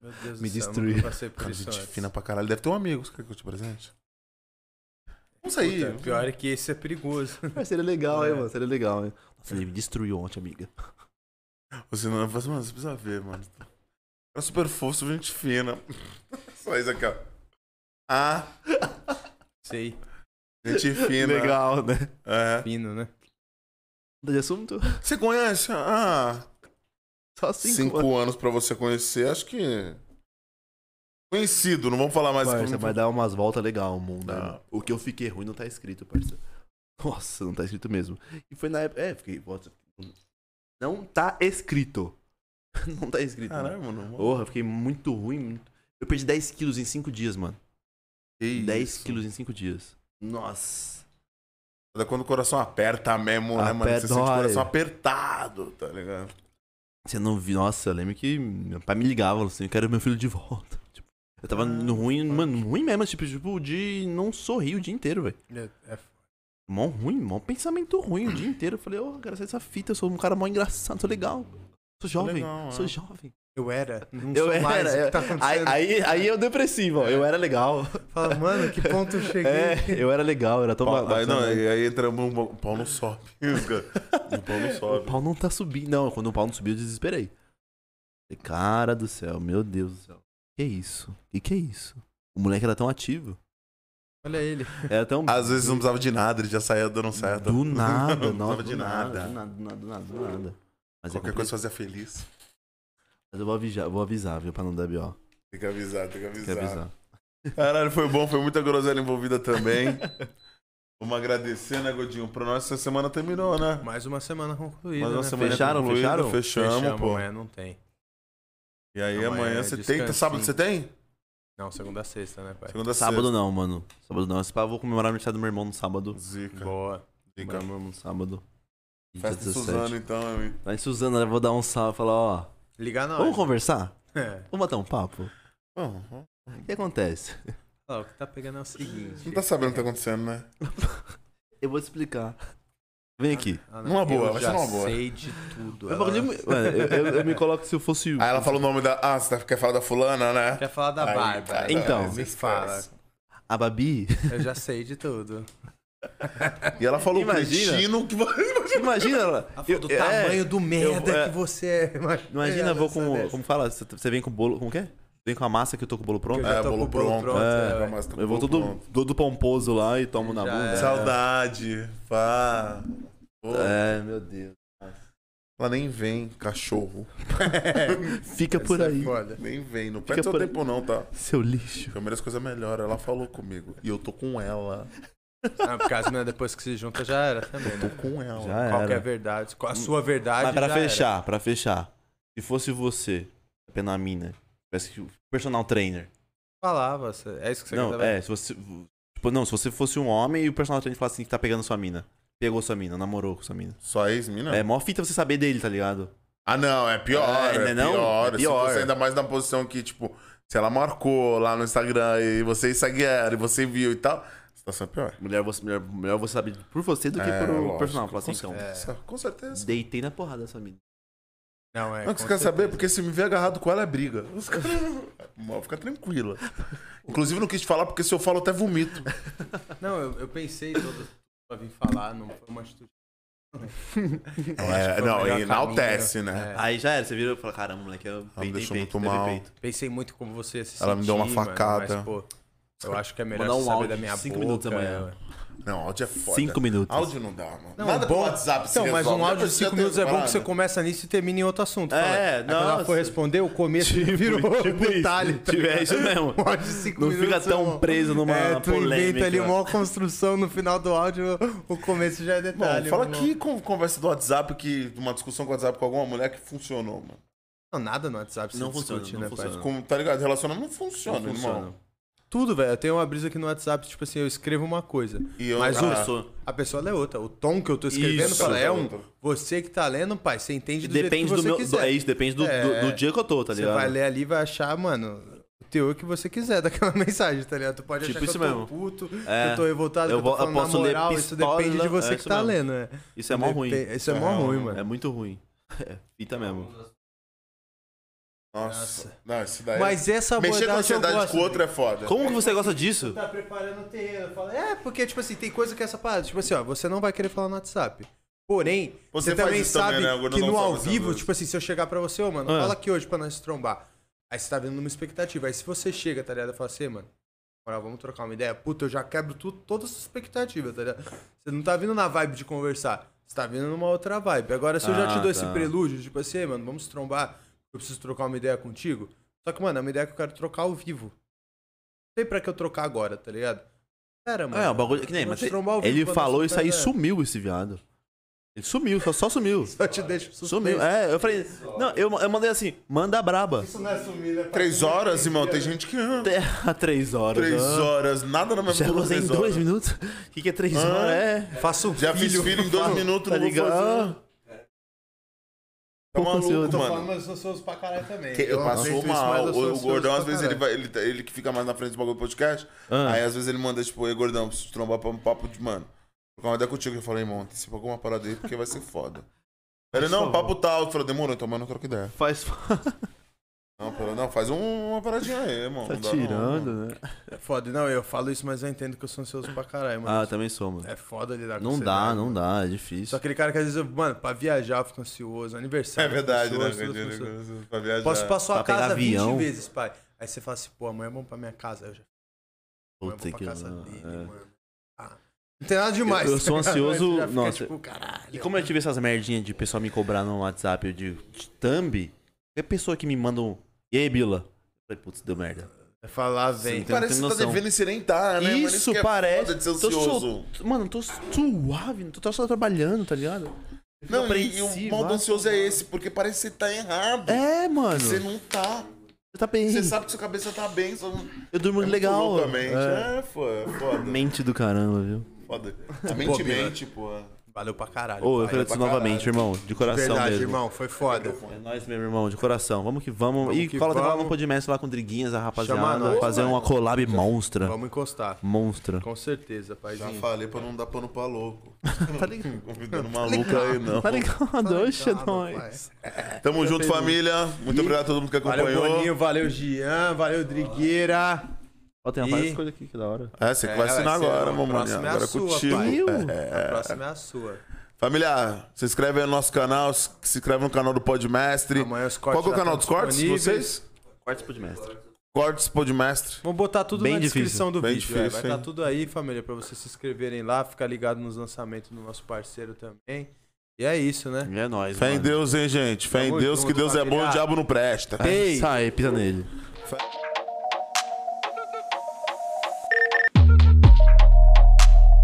[SPEAKER 1] Meu Deus
[SPEAKER 3] Me
[SPEAKER 1] do céu,
[SPEAKER 3] destruiu.
[SPEAKER 1] nunca passei por
[SPEAKER 2] Cara,
[SPEAKER 1] isso
[SPEAKER 2] gente
[SPEAKER 1] antes.
[SPEAKER 2] fina pra caralho. Deve ter um amigo. Você quer que eu te presente? Vamos sair.
[SPEAKER 1] Puta, pior é que esse é
[SPEAKER 2] (laughs)
[SPEAKER 1] perigoso.
[SPEAKER 3] (laughs) Mas seria legal, hein,
[SPEAKER 1] É.
[SPEAKER 3] mano? Seria legal, hein? Nossa, ele me destruiu ontem, amiga.
[SPEAKER 2] Você não vai mano, você precisa ver, mano. Era super fofo, super gente fina. (laughs) Só isso aqui, ó.
[SPEAKER 3] (laughs)
[SPEAKER 2] Ah,
[SPEAKER 1] Sei,
[SPEAKER 2] gente fina.
[SPEAKER 3] Legal, né?
[SPEAKER 2] É.
[SPEAKER 1] fino, né?
[SPEAKER 3] Muda de assunto? (laughs)
[SPEAKER 2] Você conhece? Ah,
[SPEAKER 3] Só
[SPEAKER 2] cinco,
[SPEAKER 3] cinco, anos.
[SPEAKER 2] anos pra você conhecer, acho que. Conhecido, não vamos falar mais.
[SPEAKER 3] Parça, vai dar umas voltas legal o mundo. né,
[SPEAKER 2] Dá.
[SPEAKER 3] mano? O que eu fiquei ruim não tá escrito, parça. Nossa, não tá escrito mesmo. E foi na época. É, fiquei. nossa, Não tá escrito. (laughs) Não tá escrito. mano.
[SPEAKER 2] Caralho, mano.
[SPEAKER 3] Porra, fiquei muito ruim. muito- Eu perdi 10 quilos em 5 dias, mano.
[SPEAKER 2] Que
[SPEAKER 3] 10
[SPEAKER 2] isso.
[SPEAKER 3] quilos em 5 dias. Nossa.
[SPEAKER 2] É quando o coração aperta mesmo, né, mano? Você
[SPEAKER 3] Aperta,
[SPEAKER 2] sente o
[SPEAKER 3] olha.
[SPEAKER 2] coração apertado, tá ligado?
[SPEAKER 3] Você não viu. Nossa, eu lembro que meu pai me ligava falou assim: eu quero meu filho de volta. (laughs) Tipo, eu tava
[SPEAKER 2] Ah,
[SPEAKER 3] no ruim,
[SPEAKER 2] fuck.
[SPEAKER 3] mano, ruim mesmo. Tipo, tipo, de não sorrir o dia inteiro, velho.
[SPEAKER 1] É, é
[SPEAKER 3] Mó ruim, mó pensamento ruim o dia inteiro. Eu falei, ô, cara, sai dessa fita, eu sou um cara mó engraçado, sou legal. Sou jovem,
[SPEAKER 2] legal,
[SPEAKER 3] sou
[SPEAKER 2] é.
[SPEAKER 3] jovem.
[SPEAKER 1] Eu era, não
[SPEAKER 3] Eu
[SPEAKER 1] sou
[SPEAKER 3] era,
[SPEAKER 1] mais, o
[SPEAKER 3] eu-
[SPEAKER 1] que tá
[SPEAKER 3] Aí,
[SPEAKER 1] acontecendo?
[SPEAKER 3] aí, aí eu depressivo, ó, eu era legal.
[SPEAKER 1] Fala, mano, que ponto
[SPEAKER 2] (laughs)
[SPEAKER 1] eu cheguei?
[SPEAKER 3] (laughs) É, eu era legal, era tão
[SPEAKER 2] Pau-
[SPEAKER 3] ba-
[SPEAKER 2] aí, não,
[SPEAKER 3] bacana.
[SPEAKER 2] aí, aí entra um- o pau não sobe. (laughs) o pau não
[SPEAKER 3] O (laughs)
[SPEAKER 2] sobe.
[SPEAKER 3] pau não tá subindo. Não, quando o pau não subiu, eu desesperei. Falei, Cara do céu, meu Deus do céu. Que isso? Que que é isso? O moleque era tão ativo.
[SPEAKER 1] (laughs) Olha ele.
[SPEAKER 6] Era tão
[SPEAKER 2] Às vezes não precisava de nada, ele já saía dando certo.
[SPEAKER 3] Do nada,
[SPEAKER 2] (laughs) Não
[SPEAKER 3] nossa.
[SPEAKER 2] precisava de
[SPEAKER 6] do
[SPEAKER 2] nada.
[SPEAKER 6] Do nada, do nada, do nada, do nada. Mas, é
[SPEAKER 2] Qualquer coisa
[SPEAKER 6] complicado.
[SPEAKER 2] fazia feliz.
[SPEAKER 3] Mas eu vou avisar, vou avisar, viu, pra não dar B.O.
[SPEAKER 2] Tem que avisar, tem que
[SPEAKER 3] Quer
[SPEAKER 2] avisar.
[SPEAKER 3] avisar.
[SPEAKER 1] Tá
[SPEAKER 2] Caralho, foi bom, foi muita groselha envolvida (laughs) também. Vamos agradecer, né, Godinho? Pro nós essa semana terminou, né?
[SPEAKER 1] Mais uma semana concluída.
[SPEAKER 2] Mais uma
[SPEAKER 1] né?
[SPEAKER 2] semana
[SPEAKER 3] Fecharam,
[SPEAKER 2] concluída,
[SPEAKER 3] fecharam?
[SPEAKER 2] Fechamos,
[SPEAKER 1] Fechamos,
[SPEAKER 2] pô.
[SPEAKER 1] amanhã não tem.
[SPEAKER 2] E aí amanhã,
[SPEAKER 1] Amanhã é
[SPEAKER 2] você tem.
[SPEAKER 1] descanso,
[SPEAKER 2] Sábado
[SPEAKER 1] sim.
[SPEAKER 2] você tem?
[SPEAKER 1] Não, segunda a sexta, né, pai?
[SPEAKER 2] Segunda
[SPEAKER 3] Sábado não, mano. Sábado não. Esse pá, eu vou comemorar a aniversário do meu irmão no sábado.
[SPEAKER 2] sexta. Zica.
[SPEAKER 1] Boa.
[SPEAKER 2] Zica.
[SPEAKER 3] Comemorar é meu irmão no sábado. Dia
[SPEAKER 2] Festa de
[SPEAKER 3] 17.
[SPEAKER 2] Suzano, então, amigo.
[SPEAKER 3] Lá em Suzano, eu vou dar um salve e falar, ó.
[SPEAKER 1] Ligar na hora.
[SPEAKER 3] Vamos conversar?
[SPEAKER 1] (laughs) É.
[SPEAKER 3] Vamos bater um papo?
[SPEAKER 2] Bom, bom.
[SPEAKER 3] O que acontece? (laughs)
[SPEAKER 1] Ó, o que tá pegando é o seguinte.
[SPEAKER 2] Não tá sabendo o que tá acontecendo, né?
[SPEAKER 3] Eu vou te explicar. Vem aqui.
[SPEAKER 1] Ah,
[SPEAKER 2] Numa boa,
[SPEAKER 1] eu
[SPEAKER 2] vai ser
[SPEAKER 1] já
[SPEAKER 2] numa boa. É,
[SPEAKER 1] sei de tudo.
[SPEAKER 3] Eu,
[SPEAKER 1] Ela-
[SPEAKER 3] eu, eu- eu me coloco se eu fosse.
[SPEAKER 2] Aí ela fala o nome da. Ah, você tá- quer falar da fulana, né?
[SPEAKER 1] Quer falar da
[SPEAKER 2] Aí,
[SPEAKER 1] Bárbara?
[SPEAKER 2] cara,
[SPEAKER 3] Então.
[SPEAKER 2] aí você
[SPEAKER 1] me fala.
[SPEAKER 2] esquece.
[SPEAKER 3] A Babi. (laughs)
[SPEAKER 1] Eu já sei de tudo.
[SPEAKER 2] E ela falou o
[SPEAKER 3] Imagina.
[SPEAKER 2] cretino que você.
[SPEAKER 3] Imagina ela.
[SPEAKER 1] Ela falou
[SPEAKER 3] eu-
[SPEAKER 1] do
[SPEAKER 3] é,
[SPEAKER 1] tamanho do merda
[SPEAKER 3] eu- é.
[SPEAKER 1] que você é. Imagina,
[SPEAKER 3] Imagina, eu vou
[SPEAKER 2] (laughs)
[SPEAKER 3] com.
[SPEAKER 1] dessa.
[SPEAKER 3] Como fala? Você- Você vem com o bolo. Como que é? Vem com a massa que eu tô com o bolo
[SPEAKER 1] Eu
[SPEAKER 3] pronto?
[SPEAKER 1] já
[SPEAKER 2] É,
[SPEAKER 1] tô com
[SPEAKER 2] bolo
[SPEAKER 1] o bolo
[SPEAKER 2] pronto.
[SPEAKER 1] pronto,
[SPEAKER 3] É,
[SPEAKER 1] é, ué.
[SPEAKER 2] Mas tá com
[SPEAKER 3] Eu vou
[SPEAKER 2] tudo
[SPEAKER 3] todo,
[SPEAKER 2] pronto.
[SPEAKER 3] todo pomposo lá e tomo na
[SPEAKER 1] Já
[SPEAKER 3] bunda.
[SPEAKER 1] é.
[SPEAKER 2] Saudade. Pá. Pô,
[SPEAKER 3] É, meu Deus.
[SPEAKER 2] Ela nem vem, cachorro.
[SPEAKER 3] Fica por
[SPEAKER 1] Isso é
[SPEAKER 3] aí,
[SPEAKER 1] foda.
[SPEAKER 2] Nem vem. Não
[SPEAKER 3] Fica
[SPEAKER 2] perde seu
[SPEAKER 3] por aí.
[SPEAKER 2] tempo, não, tá?
[SPEAKER 3] seu lixo.
[SPEAKER 2] Eu mereço coisa é melhor. Ela falou comigo. E eu tô com ela.
[SPEAKER 1] Ah, porque as meninas depois que se juntam já era também,
[SPEAKER 2] Tô
[SPEAKER 1] né?
[SPEAKER 2] com ela.
[SPEAKER 3] Já
[SPEAKER 1] Qual que é a
[SPEAKER 3] era.
[SPEAKER 1] verdade? Qual a sua verdade?
[SPEAKER 3] Mas pra
[SPEAKER 1] já
[SPEAKER 3] fechar, pra fechar. Se fosse você, apenas a mina, parece que o personal trainer.
[SPEAKER 1] era. Falava, cê- é isso que você quer
[SPEAKER 3] não,
[SPEAKER 1] saber?
[SPEAKER 3] é, se você. Tipo, não, se você fosse um homem e o personal trainer falasse assim que tá pegando sua mina. Pegou sua mina, namorou com sua mina.
[SPEAKER 2] Só ex-mina?
[SPEAKER 3] É, mó fita você saber dele, tá ligado?
[SPEAKER 2] Ah, não, é pior.
[SPEAKER 3] É,
[SPEAKER 2] É,
[SPEAKER 3] né, não?
[SPEAKER 2] pior.
[SPEAKER 3] É pior.
[SPEAKER 2] Se você ainda mais na posição que, tipo, se ela marcou lá no Instagram e você segue ela e você viu e tal, a situação é pior.
[SPEAKER 3] Melhor você, melhor, melhor você saber por você do que
[SPEAKER 2] É,
[SPEAKER 3] por o
[SPEAKER 2] lógico,
[SPEAKER 3] personal. Falar assim,
[SPEAKER 2] com
[SPEAKER 3] então,
[SPEAKER 2] certeza,
[SPEAKER 1] É.
[SPEAKER 2] Com certeza.
[SPEAKER 3] deitei na porrada dessa mina.
[SPEAKER 1] Não, é.
[SPEAKER 2] Não, que
[SPEAKER 1] com
[SPEAKER 2] você quer saber?
[SPEAKER 1] certeza.
[SPEAKER 2] Porque se me ver agarrado com ela é briga. Os (laughs) caras. Mó, Fica tranquila. Inclusive, não quis te falar porque se eu falo, eu até vomito.
[SPEAKER 1] Não, eu, eu pensei todo pra vir falar, não foi uma atitude.
[SPEAKER 2] É,
[SPEAKER 1] foi o
[SPEAKER 2] não,
[SPEAKER 1] melhor
[SPEAKER 2] e enaltece, né?
[SPEAKER 1] É.
[SPEAKER 3] (laughs) Aí já era, você virou e falou, caramba, moleque, eu
[SPEAKER 2] me
[SPEAKER 3] peitei
[SPEAKER 2] deixou
[SPEAKER 3] peito,
[SPEAKER 2] muito
[SPEAKER 3] teve
[SPEAKER 2] mal.
[SPEAKER 3] peito.
[SPEAKER 1] É, Pensei muito como você ia se
[SPEAKER 2] Ela me deu uma
[SPEAKER 1] sentir, mano,
[SPEAKER 2] facada.
[SPEAKER 1] mas, pô, eu acho que é melhor
[SPEAKER 3] Mandar
[SPEAKER 1] você
[SPEAKER 3] um
[SPEAKER 1] saber
[SPEAKER 3] áudio
[SPEAKER 1] da
[SPEAKER 3] de
[SPEAKER 1] minha
[SPEAKER 3] cinco
[SPEAKER 1] boca.
[SPEAKER 3] minutos amanhã.
[SPEAKER 1] é.
[SPEAKER 2] Não, áudio é foda.
[SPEAKER 3] Cinco minutos.
[SPEAKER 2] Áudio não dá, mano.
[SPEAKER 1] Não,
[SPEAKER 2] Nada
[SPEAKER 1] bom,
[SPEAKER 2] pelo WhatsApp se
[SPEAKER 1] Então, mas um
[SPEAKER 2] resolve.
[SPEAKER 1] áudio de 5
[SPEAKER 2] Depois você
[SPEAKER 1] minutos é bom
[SPEAKER 2] parada.
[SPEAKER 1] que você começa nisso e termina em outro assunto.
[SPEAKER 3] É,
[SPEAKER 1] fala. Aí Quando ela for
[SPEAKER 3] nossa.
[SPEAKER 1] responder, o começo virou
[SPEAKER 3] Tipo
[SPEAKER 1] tipo
[SPEAKER 3] isso.
[SPEAKER 1] detalhe. tá
[SPEAKER 3] Tipo, É isso
[SPEAKER 1] (laughs)
[SPEAKER 3] mesmo.
[SPEAKER 1] Um áudio de cinco
[SPEAKER 3] Não
[SPEAKER 1] minutos,
[SPEAKER 3] fica tão
[SPEAKER 1] irmão.
[SPEAKER 3] preso numa
[SPEAKER 1] é, tu
[SPEAKER 3] polêmica.
[SPEAKER 1] inventa ali uma construção no final do áudio, o começo já é
[SPEAKER 2] Bom,
[SPEAKER 1] detalhe.
[SPEAKER 2] fala
[SPEAKER 1] irmão.
[SPEAKER 2] que con- conversa do WhatsApp, que uma discussão com o WhatsApp com alguma mulher que funcionou, mano.
[SPEAKER 1] Não, nada no WhatsApp se
[SPEAKER 3] Não
[SPEAKER 1] discute,
[SPEAKER 3] funciona, não
[SPEAKER 1] né,
[SPEAKER 3] funciona.
[SPEAKER 1] pai?
[SPEAKER 2] Como, tá ligado? Relacionamento não funciona,
[SPEAKER 3] Não
[SPEAKER 2] irmão.
[SPEAKER 3] funciona.
[SPEAKER 1] Tudo, velho. Eu tenho uma brisa aqui no WhatsApp, tipo assim, eu escrevo uma coisa.
[SPEAKER 2] E eu-
[SPEAKER 1] mas
[SPEAKER 2] ah,
[SPEAKER 1] o- a pessoa lê outra. O tom que eu tô escrevendo
[SPEAKER 3] Isso.
[SPEAKER 1] fala, é um.
[SPEAKER 2] Outra.
[SPEAKER 1] Você que tá lendo, pai, você entende do jeito
[SPEAKER 3] Depende
[SPEAKER 1] que
[SPEAKER 3] do
[SPEAKER 1] você
[SPEAKER 3] meu. do-
[SPEAKER 1] quiser.
[SPEAKER 3] é isso, depende do, do-
[SPEAKER 1] É.
[SPEAKER 3] do dia que eu tô, tá
[SPEAKER 1] você
[SPEAKER 3] ligado?
[SPEAKER 1] vai ler ali e vai achar, mano, o teor que você quiser daquela (laughs) mensagem, tá ligado? Tu pode achar
[SPEAKER 3] Tipo
[SPEAKER 1] que
[SPEAKER 3] isso
[SPEAKER 1] eu tô
[SPEAKER 3] mesmo.
[SPEAKER 1] puto,
[SPEAKER 3] É.
[SPEAKER 1] que eu tô revoltado, que
[SPEAKER 3] Eu
[SPEAKER 1] eu
[SPEAKER 3] vou-
[SPEAKER 1] tô
[SPEAKER 3] eu
[SPEAKER 1] falando na
[SPEAKER 3] posso ler
[SPEAKER 1] moral.
[SPEAKER 3] pistola,
[SPEAKER 1] isso depende de você
[SPEAKER 3] é
[SPEAKER 1] que
[SPEAKER 3] isso
[SPEAKER 1] tá
[SPEAKER 3] mesmo.
[SPEAKER 1] lendo, né?
[SPEAKER 3] Isso é mó ruim.
[SPEAKER 1] Depe- Isso é mó
[SPEAKER 2] É,
[SPEAKER 1] ruim,
[SPEAKER 2] é
[SPEAKER 1] mano.
[SPEAKER 3] É muito ruim. (laughs) É, fita mesmo.
[SPEAKER 2] Nossa.
[SPEAKER 1] Nossa.
[SPEAKER 2] Não, isso daí. é-
[SPEAKER 1] Mas essa
[SPEAKER 2] mexer com a
[SPEAKER 1] abordagem eu
[SPEAKER 2] ansiedade
[SPEAKER 1] gosto.
[SPEAKER 2] com o outro é foda.
[SPEAKER 3] Como que você gosta disso?
[SPEAKER 1] tá preparando o terreno. Fala, é, porque, tipo assim, tem coisa que é essa parada. Tipo assim, ó, você não vai querer falar no WhatsApp. Porém,
[SPEAKER 2] Você
[SPEAKER 1] você,
[SPEAKER 2] faz
[SPEAKER 1] também
[SPEAKER 2] isso também,
[SPEAKER 1] sabe
[SPEAKER 2] né? Agora
[SPEAKER 1] que
[SPEAKER 2] não
[SPEAKER 1] no
[SPEAKER 2] sabe
[SPEAKER 1] ao
[SPEAKER 2] essas
[SPEAKER 1] vivo,
[SPEAKER 2] coisas.
[SPEAKER 1] tipo assim, se eu chegar pra você, ô, mano,
[SPEAKER 3] Ah.
[SPEAKER 1] fala aqui hoje pra nós se trombar. Aí você tá vindo numa expectativa. Aí se você chega, tá ligado? Eu falo assim, mano, na moral, vamos trocar uma ideia. Puta, eu já quebro tudo, toda a sua expectativa, tá ligado? Você não tá vindo na vibe de conversar. Você tá vindo numa outra vibe. Agora, se eu já
[SPEAKER 3] Ah,
[SPEAKER 1] te dou
[SPEAKER 3] tá.
[SPEAKER 1] esse prelúdio, tipo assim, "Ei, mano, vamos se trombar, eu preciso trocar uma ideia contigo. Só que, mano, é uma ideia que eu quero trocar ao vivo. Não tem pra que eu trocar agora, tá ligado? Pera, mano.
[SPEAKER 3] É, o bagulho. Que nem,
[SPEAKER 1] Eu vou
[SPEAKER 3] mas
[SPEAKER 1] te trombar ao vivo
[SPEAKER 3] ele
[SPEAKER 1] quando
[SPEAKER 3] falou
[SPEAKER 1] você
[SPEAKER 3] isso aí e
[SPEAKER 1] tiver-
[SPEAKER 3] sumiu esse viado. Ele sumiu, só, só sumiu.
[SPEAKER 1] Só te deixo suspenso.
[SPEAKER 3] Sumiu. É, eu falei. Não, eu, eu mandei assim, manda braba.
[SPEAKER 1] Isso não é sumir, né?
[SPEAKER 2] Três horas, irmão, tem gente que. ah,
[SPEAKER 3] Até (laughs) a três horas.
[SPEAKER 2] Três
[SPEAKER 3] Ah,
[SPEAKER 2] horas, nada na minha
[SPEAKER 3] Já gozei em dois minutos? (laughs) O que, que é três horas? É.
[SPEAKER 1] Faço um
[SPEAKER 2] Já fiz filho em dois minutos,
[SPEAKER 3] Tá
[SPEAKER 2] não vou
[SPEAKER 3] ligado?
[SPEAKER 2] fazer. Tá
[SPEAKER 3] Pouco ansioso.
[SPEAKER 2] maluco,
[SPEAKER 3] Tô
[SPEAKER 2] mano.
[SPEAKER 1] mas eu sou pra caralho também.
[SPEAKER 2] Que- eu passou mal. O, o gordão, às vezes, ele, vai, ele, tá, ele que fica mais na frente do bagulho do podcast.
[SPEAKER 3] Ah.
[SPEAKER 2] Aí, às vezes, ele manda, tipo, ei, gordão, preciso trombar pra um papo de mano. Trocar uma ideia contigo. Eu falei, irmão, antecipa alguma parada aí, porque vai ser foda. Ele, não, papo tal. Eu falei, demorou, então, mas eu não troca ideia.
[SPEAKER 3] Faz. (laughs) tá
[SPEAKER 2] Não, pera, não faz um- uma paradinha aí, irmão.
[SPEAKER 3] tá
[SPEAKER 2] não dá não, mano.
[SPEAKER 3] tirando, né?
[SPEAKER 1] É foda. Não, eu falo isso, mas eu entendo que eu sou ansioso pra caralho, mano.
[SPEAKER 3] Ah, também sou, mano.
[SPEAKER 1] É foda lidar com
[SPEAKER 3] Não
[SPEAKER 1] você,
[SPEAKER 3] dá,
[SPEAKER 1] né?
[SPEAKER 3] não dá, é
[SPEAKER 1] Só
[SPEAKER 3] difícil.
[SPEAKER 1] aquele cara que às vezes, eu- mano, pra viajar eu fico ansioso,
[SPEAKER 2] É
[SPEAKER 1] aniversário. eu fico
[SPEAKER 2] verdade, né?
[SPEAKER 1] ansioso, tudo
[SPEAKER 2] Godinho?
[SPEAKER 1] ansioso.
[SPEAKER 2] Pra viajar.
[SPEAKER 1] Posso ir pra sua
[SPEAKER 3] É Pra pegar
[SPEAKER 1] casa
[SPEAKER 3] avião.
[SPEAKER 1] é 20 vezes, pai. Aí você fala assim, pô, amanhã vamos pra minha casa. Aí eu já Mas eu vou
[SPEAKER 3] Puta
[SPEAKER 1] pra
[SPEAKER 3] que
[SPEAKER 1] casa
[SPEAKER 3] lá,
[SPEAKER 1] dele,
[SPEAKER 3] é.
[SPEAKER 1] mano. Ah, não tem nada demais.
[SPEAKER 3] Eu- eu sou
[SPEAKER 1] tá ligado?
[SPEAKER 3] ansioso-
[SPEAKER 1] Mas tu já fica,
[SPEAKER 3] nossa.
[SPEAKER 1] tipo, caralho.
[SPEAKER 3] E como é eu tive essas merdinhas de pessoal me cobrar no WhatsApp eu digo, de thumb, é pessoa que me manda um. E aí, Bila? Eu falei, putz, deu merda.
[SPEAKER 1] Vai falar, "Ah, vem.
[SPEAKER 3] Sim, tem-
[SPEAKER 2] parece que você
[SPEAKER 3] tem
[SPEAKER 2] tá
[SPEAKER 3] noção.
[SPEAKER 2] devendo e você nem tá, né? mano?
[SPEAKER 3] Isso
[SPEAKER 2] que é
[SPEAKER 3] parece.
[SPEAKER 2] Foda de ser
[SPEAKER 3] Tô su-
[SPEAKER 2] ansioso.
[SPEAKER 3] Mano, tô suave, tô tô só trabalhando, tá ligado?
[SPEAKER 2] Não, e, e o
[SPEAKER 3] apreensivo,
[SPEAKER 2] modo
[SPEAKER 3] ah.
[SPEAKER 2] ansioso é esse, porque parece que você tá errado.
[SPEAKER 3] É, mano.
[SPEAKER 2] Você não tá.
[SPEAKER 3] tá bem.
[SPEAKER 2] Você sabe que sua cabeça tá bem, só não.
[SPEAKER 3] Eu durmo
[SPEAKER 2] É muito
[SPEAKER 3] legal.
[SPEAKER 2] louco a mente.
[SPEAKER 3] É.
[SPEAKER 2] É, pô, é foda.
[SPEAKER 3] Mente do caramba, viu?
[SPEAKER 1] Tá
[SPEAKER 2] foda. A mente mente, pô.
[SPEAKER 1] Valeu pra caralho.
[SPEAKER 2] é
[SPEAKER 3] Ô, eu
[SPEAKER 1] pai.
[SPEAKER 3] agradeço novamente, irmão. De coração
[SPEAKER 1] Verdade,
[SPEAKER 3] mesmo.
[SPEAKER 1] irmão. Foi foda.
[SPEAKER 3] É nóis mesmo, irmão, de coração. Vamos que vamos.
[SPEAKER 1] Vamos
[SPEAKER 3] e
[SPEAKER 1] que
[SPEAKER 3] cola lá
[SPEAKER 1] vamos.
[SPEAKER 3] no Podmestre lá com o Driguinhas, a rapaziada.
[SPEAKER 1] Chama nós,
[SPEAKER 3] fazer
[SPEAKER 1] mano.
[SPEAKER 3] uma collab monstra.
[SPEAKER 1] Vamos encostar.
[SPEAKER 3] Monstra.
[SPEAKER 1] Com certeza,
[SPEAKER 2] Já
[SPEAKER 1] paizinho.
[SPEAKER 2] falei pra não dar pano
[SPEAKER 1] (laughs)
[SPEAKER 2] pra louco.
[SPEAKER 3] Tá ligado?
[SPEAKER 2] Convidando maluco aí, não.
[SPEAKER 3] Tá ligado? Oxe, nós.
[SPEAKER 2] Tamo junto, família. Muito obrigado a todo mundo que
[SPEAKER 1] Tá Valeu,
[SPEAKER 2] acompanhou.
[SPEAKER 1] Boninho. Valeu, Gian. Valeu, Drigueira.
[SPEAKER 3] Ó, tem
[SPEAKER 1] E-
[SPEAKER 3] uma várias coisas aqui que da hora.
[SPEAKER 2] É, você que vai
[SPEAKER 1] É, vai
[SPEAKER 2] assinar
[SPEAKER 1] ser
[SPEAKER 2] agora,
[SPEAKER 1] a
[SPEAKER 2] mamãe.
[SPEAKER 1] próxima é a
[SPEAKER 2] Agora é
[SPEAKER 1] sua,
[SPEAKER 2] contigo.
[SPEAKER 1] pai.
[SPEAKER 3] Eu?
[SPEAKER 1] A próxima é a sua.
[SPEAKER 2] Família, se inscreve aí no nosso canal, se se inscreve no canal do Podmestre.
[SPEAKER 1] Amanhã os cortes
[SPEAKER 2] Qual que é o
[SPEAKER 1] já
[SPEAKER 2] canal
[SPEAKER 1] estão
[SPEAKER 2] dos cortes? de
[SPEAKER 1] disponíveis.
[SPEAKER 2] Vocês?
[SPEAKER 3] Cortes Podmestre.
[SPEAKER 2] Cortes Podmestre.
[SPEAKER 1] Vamos botar tudo
[SPEAKER 3] Bem
[SPEAKER 1] na
[SPEAKER 3] difícil,
[SPEAKER 1] descrição do
[SPEAKER 2] bem
[SPEAKER 1] vídeo.
[SPEAKER 2] difícil,
[SPEAKER 1] é. Vai estar
[SPEAKER 2] hein?
[SPEAKER 1] tudo aí, família, pra vocês se inscreverem lá, ficar ligado nos lançamentos do nosso parceiro também. E é isso, né?
[SPEAKER 3] É nóis,
[SPEAKER 2] Fé em
[SPEAKER 3] mano.
[SPEAKER 2] Deus, hein, gente? Fé em
[SPEAKER 1] Tamo
[SPEAKER 2] Deus, que
[SPEAKER 1] junto,
[SPEAKER 2] Deus é bom e
[SPEAKER 1] família.
[SPEAKER 2] o diabo não presta.
[SPEAKER 1] Ei!
[SPEAKER 3] Sai, pisa nele.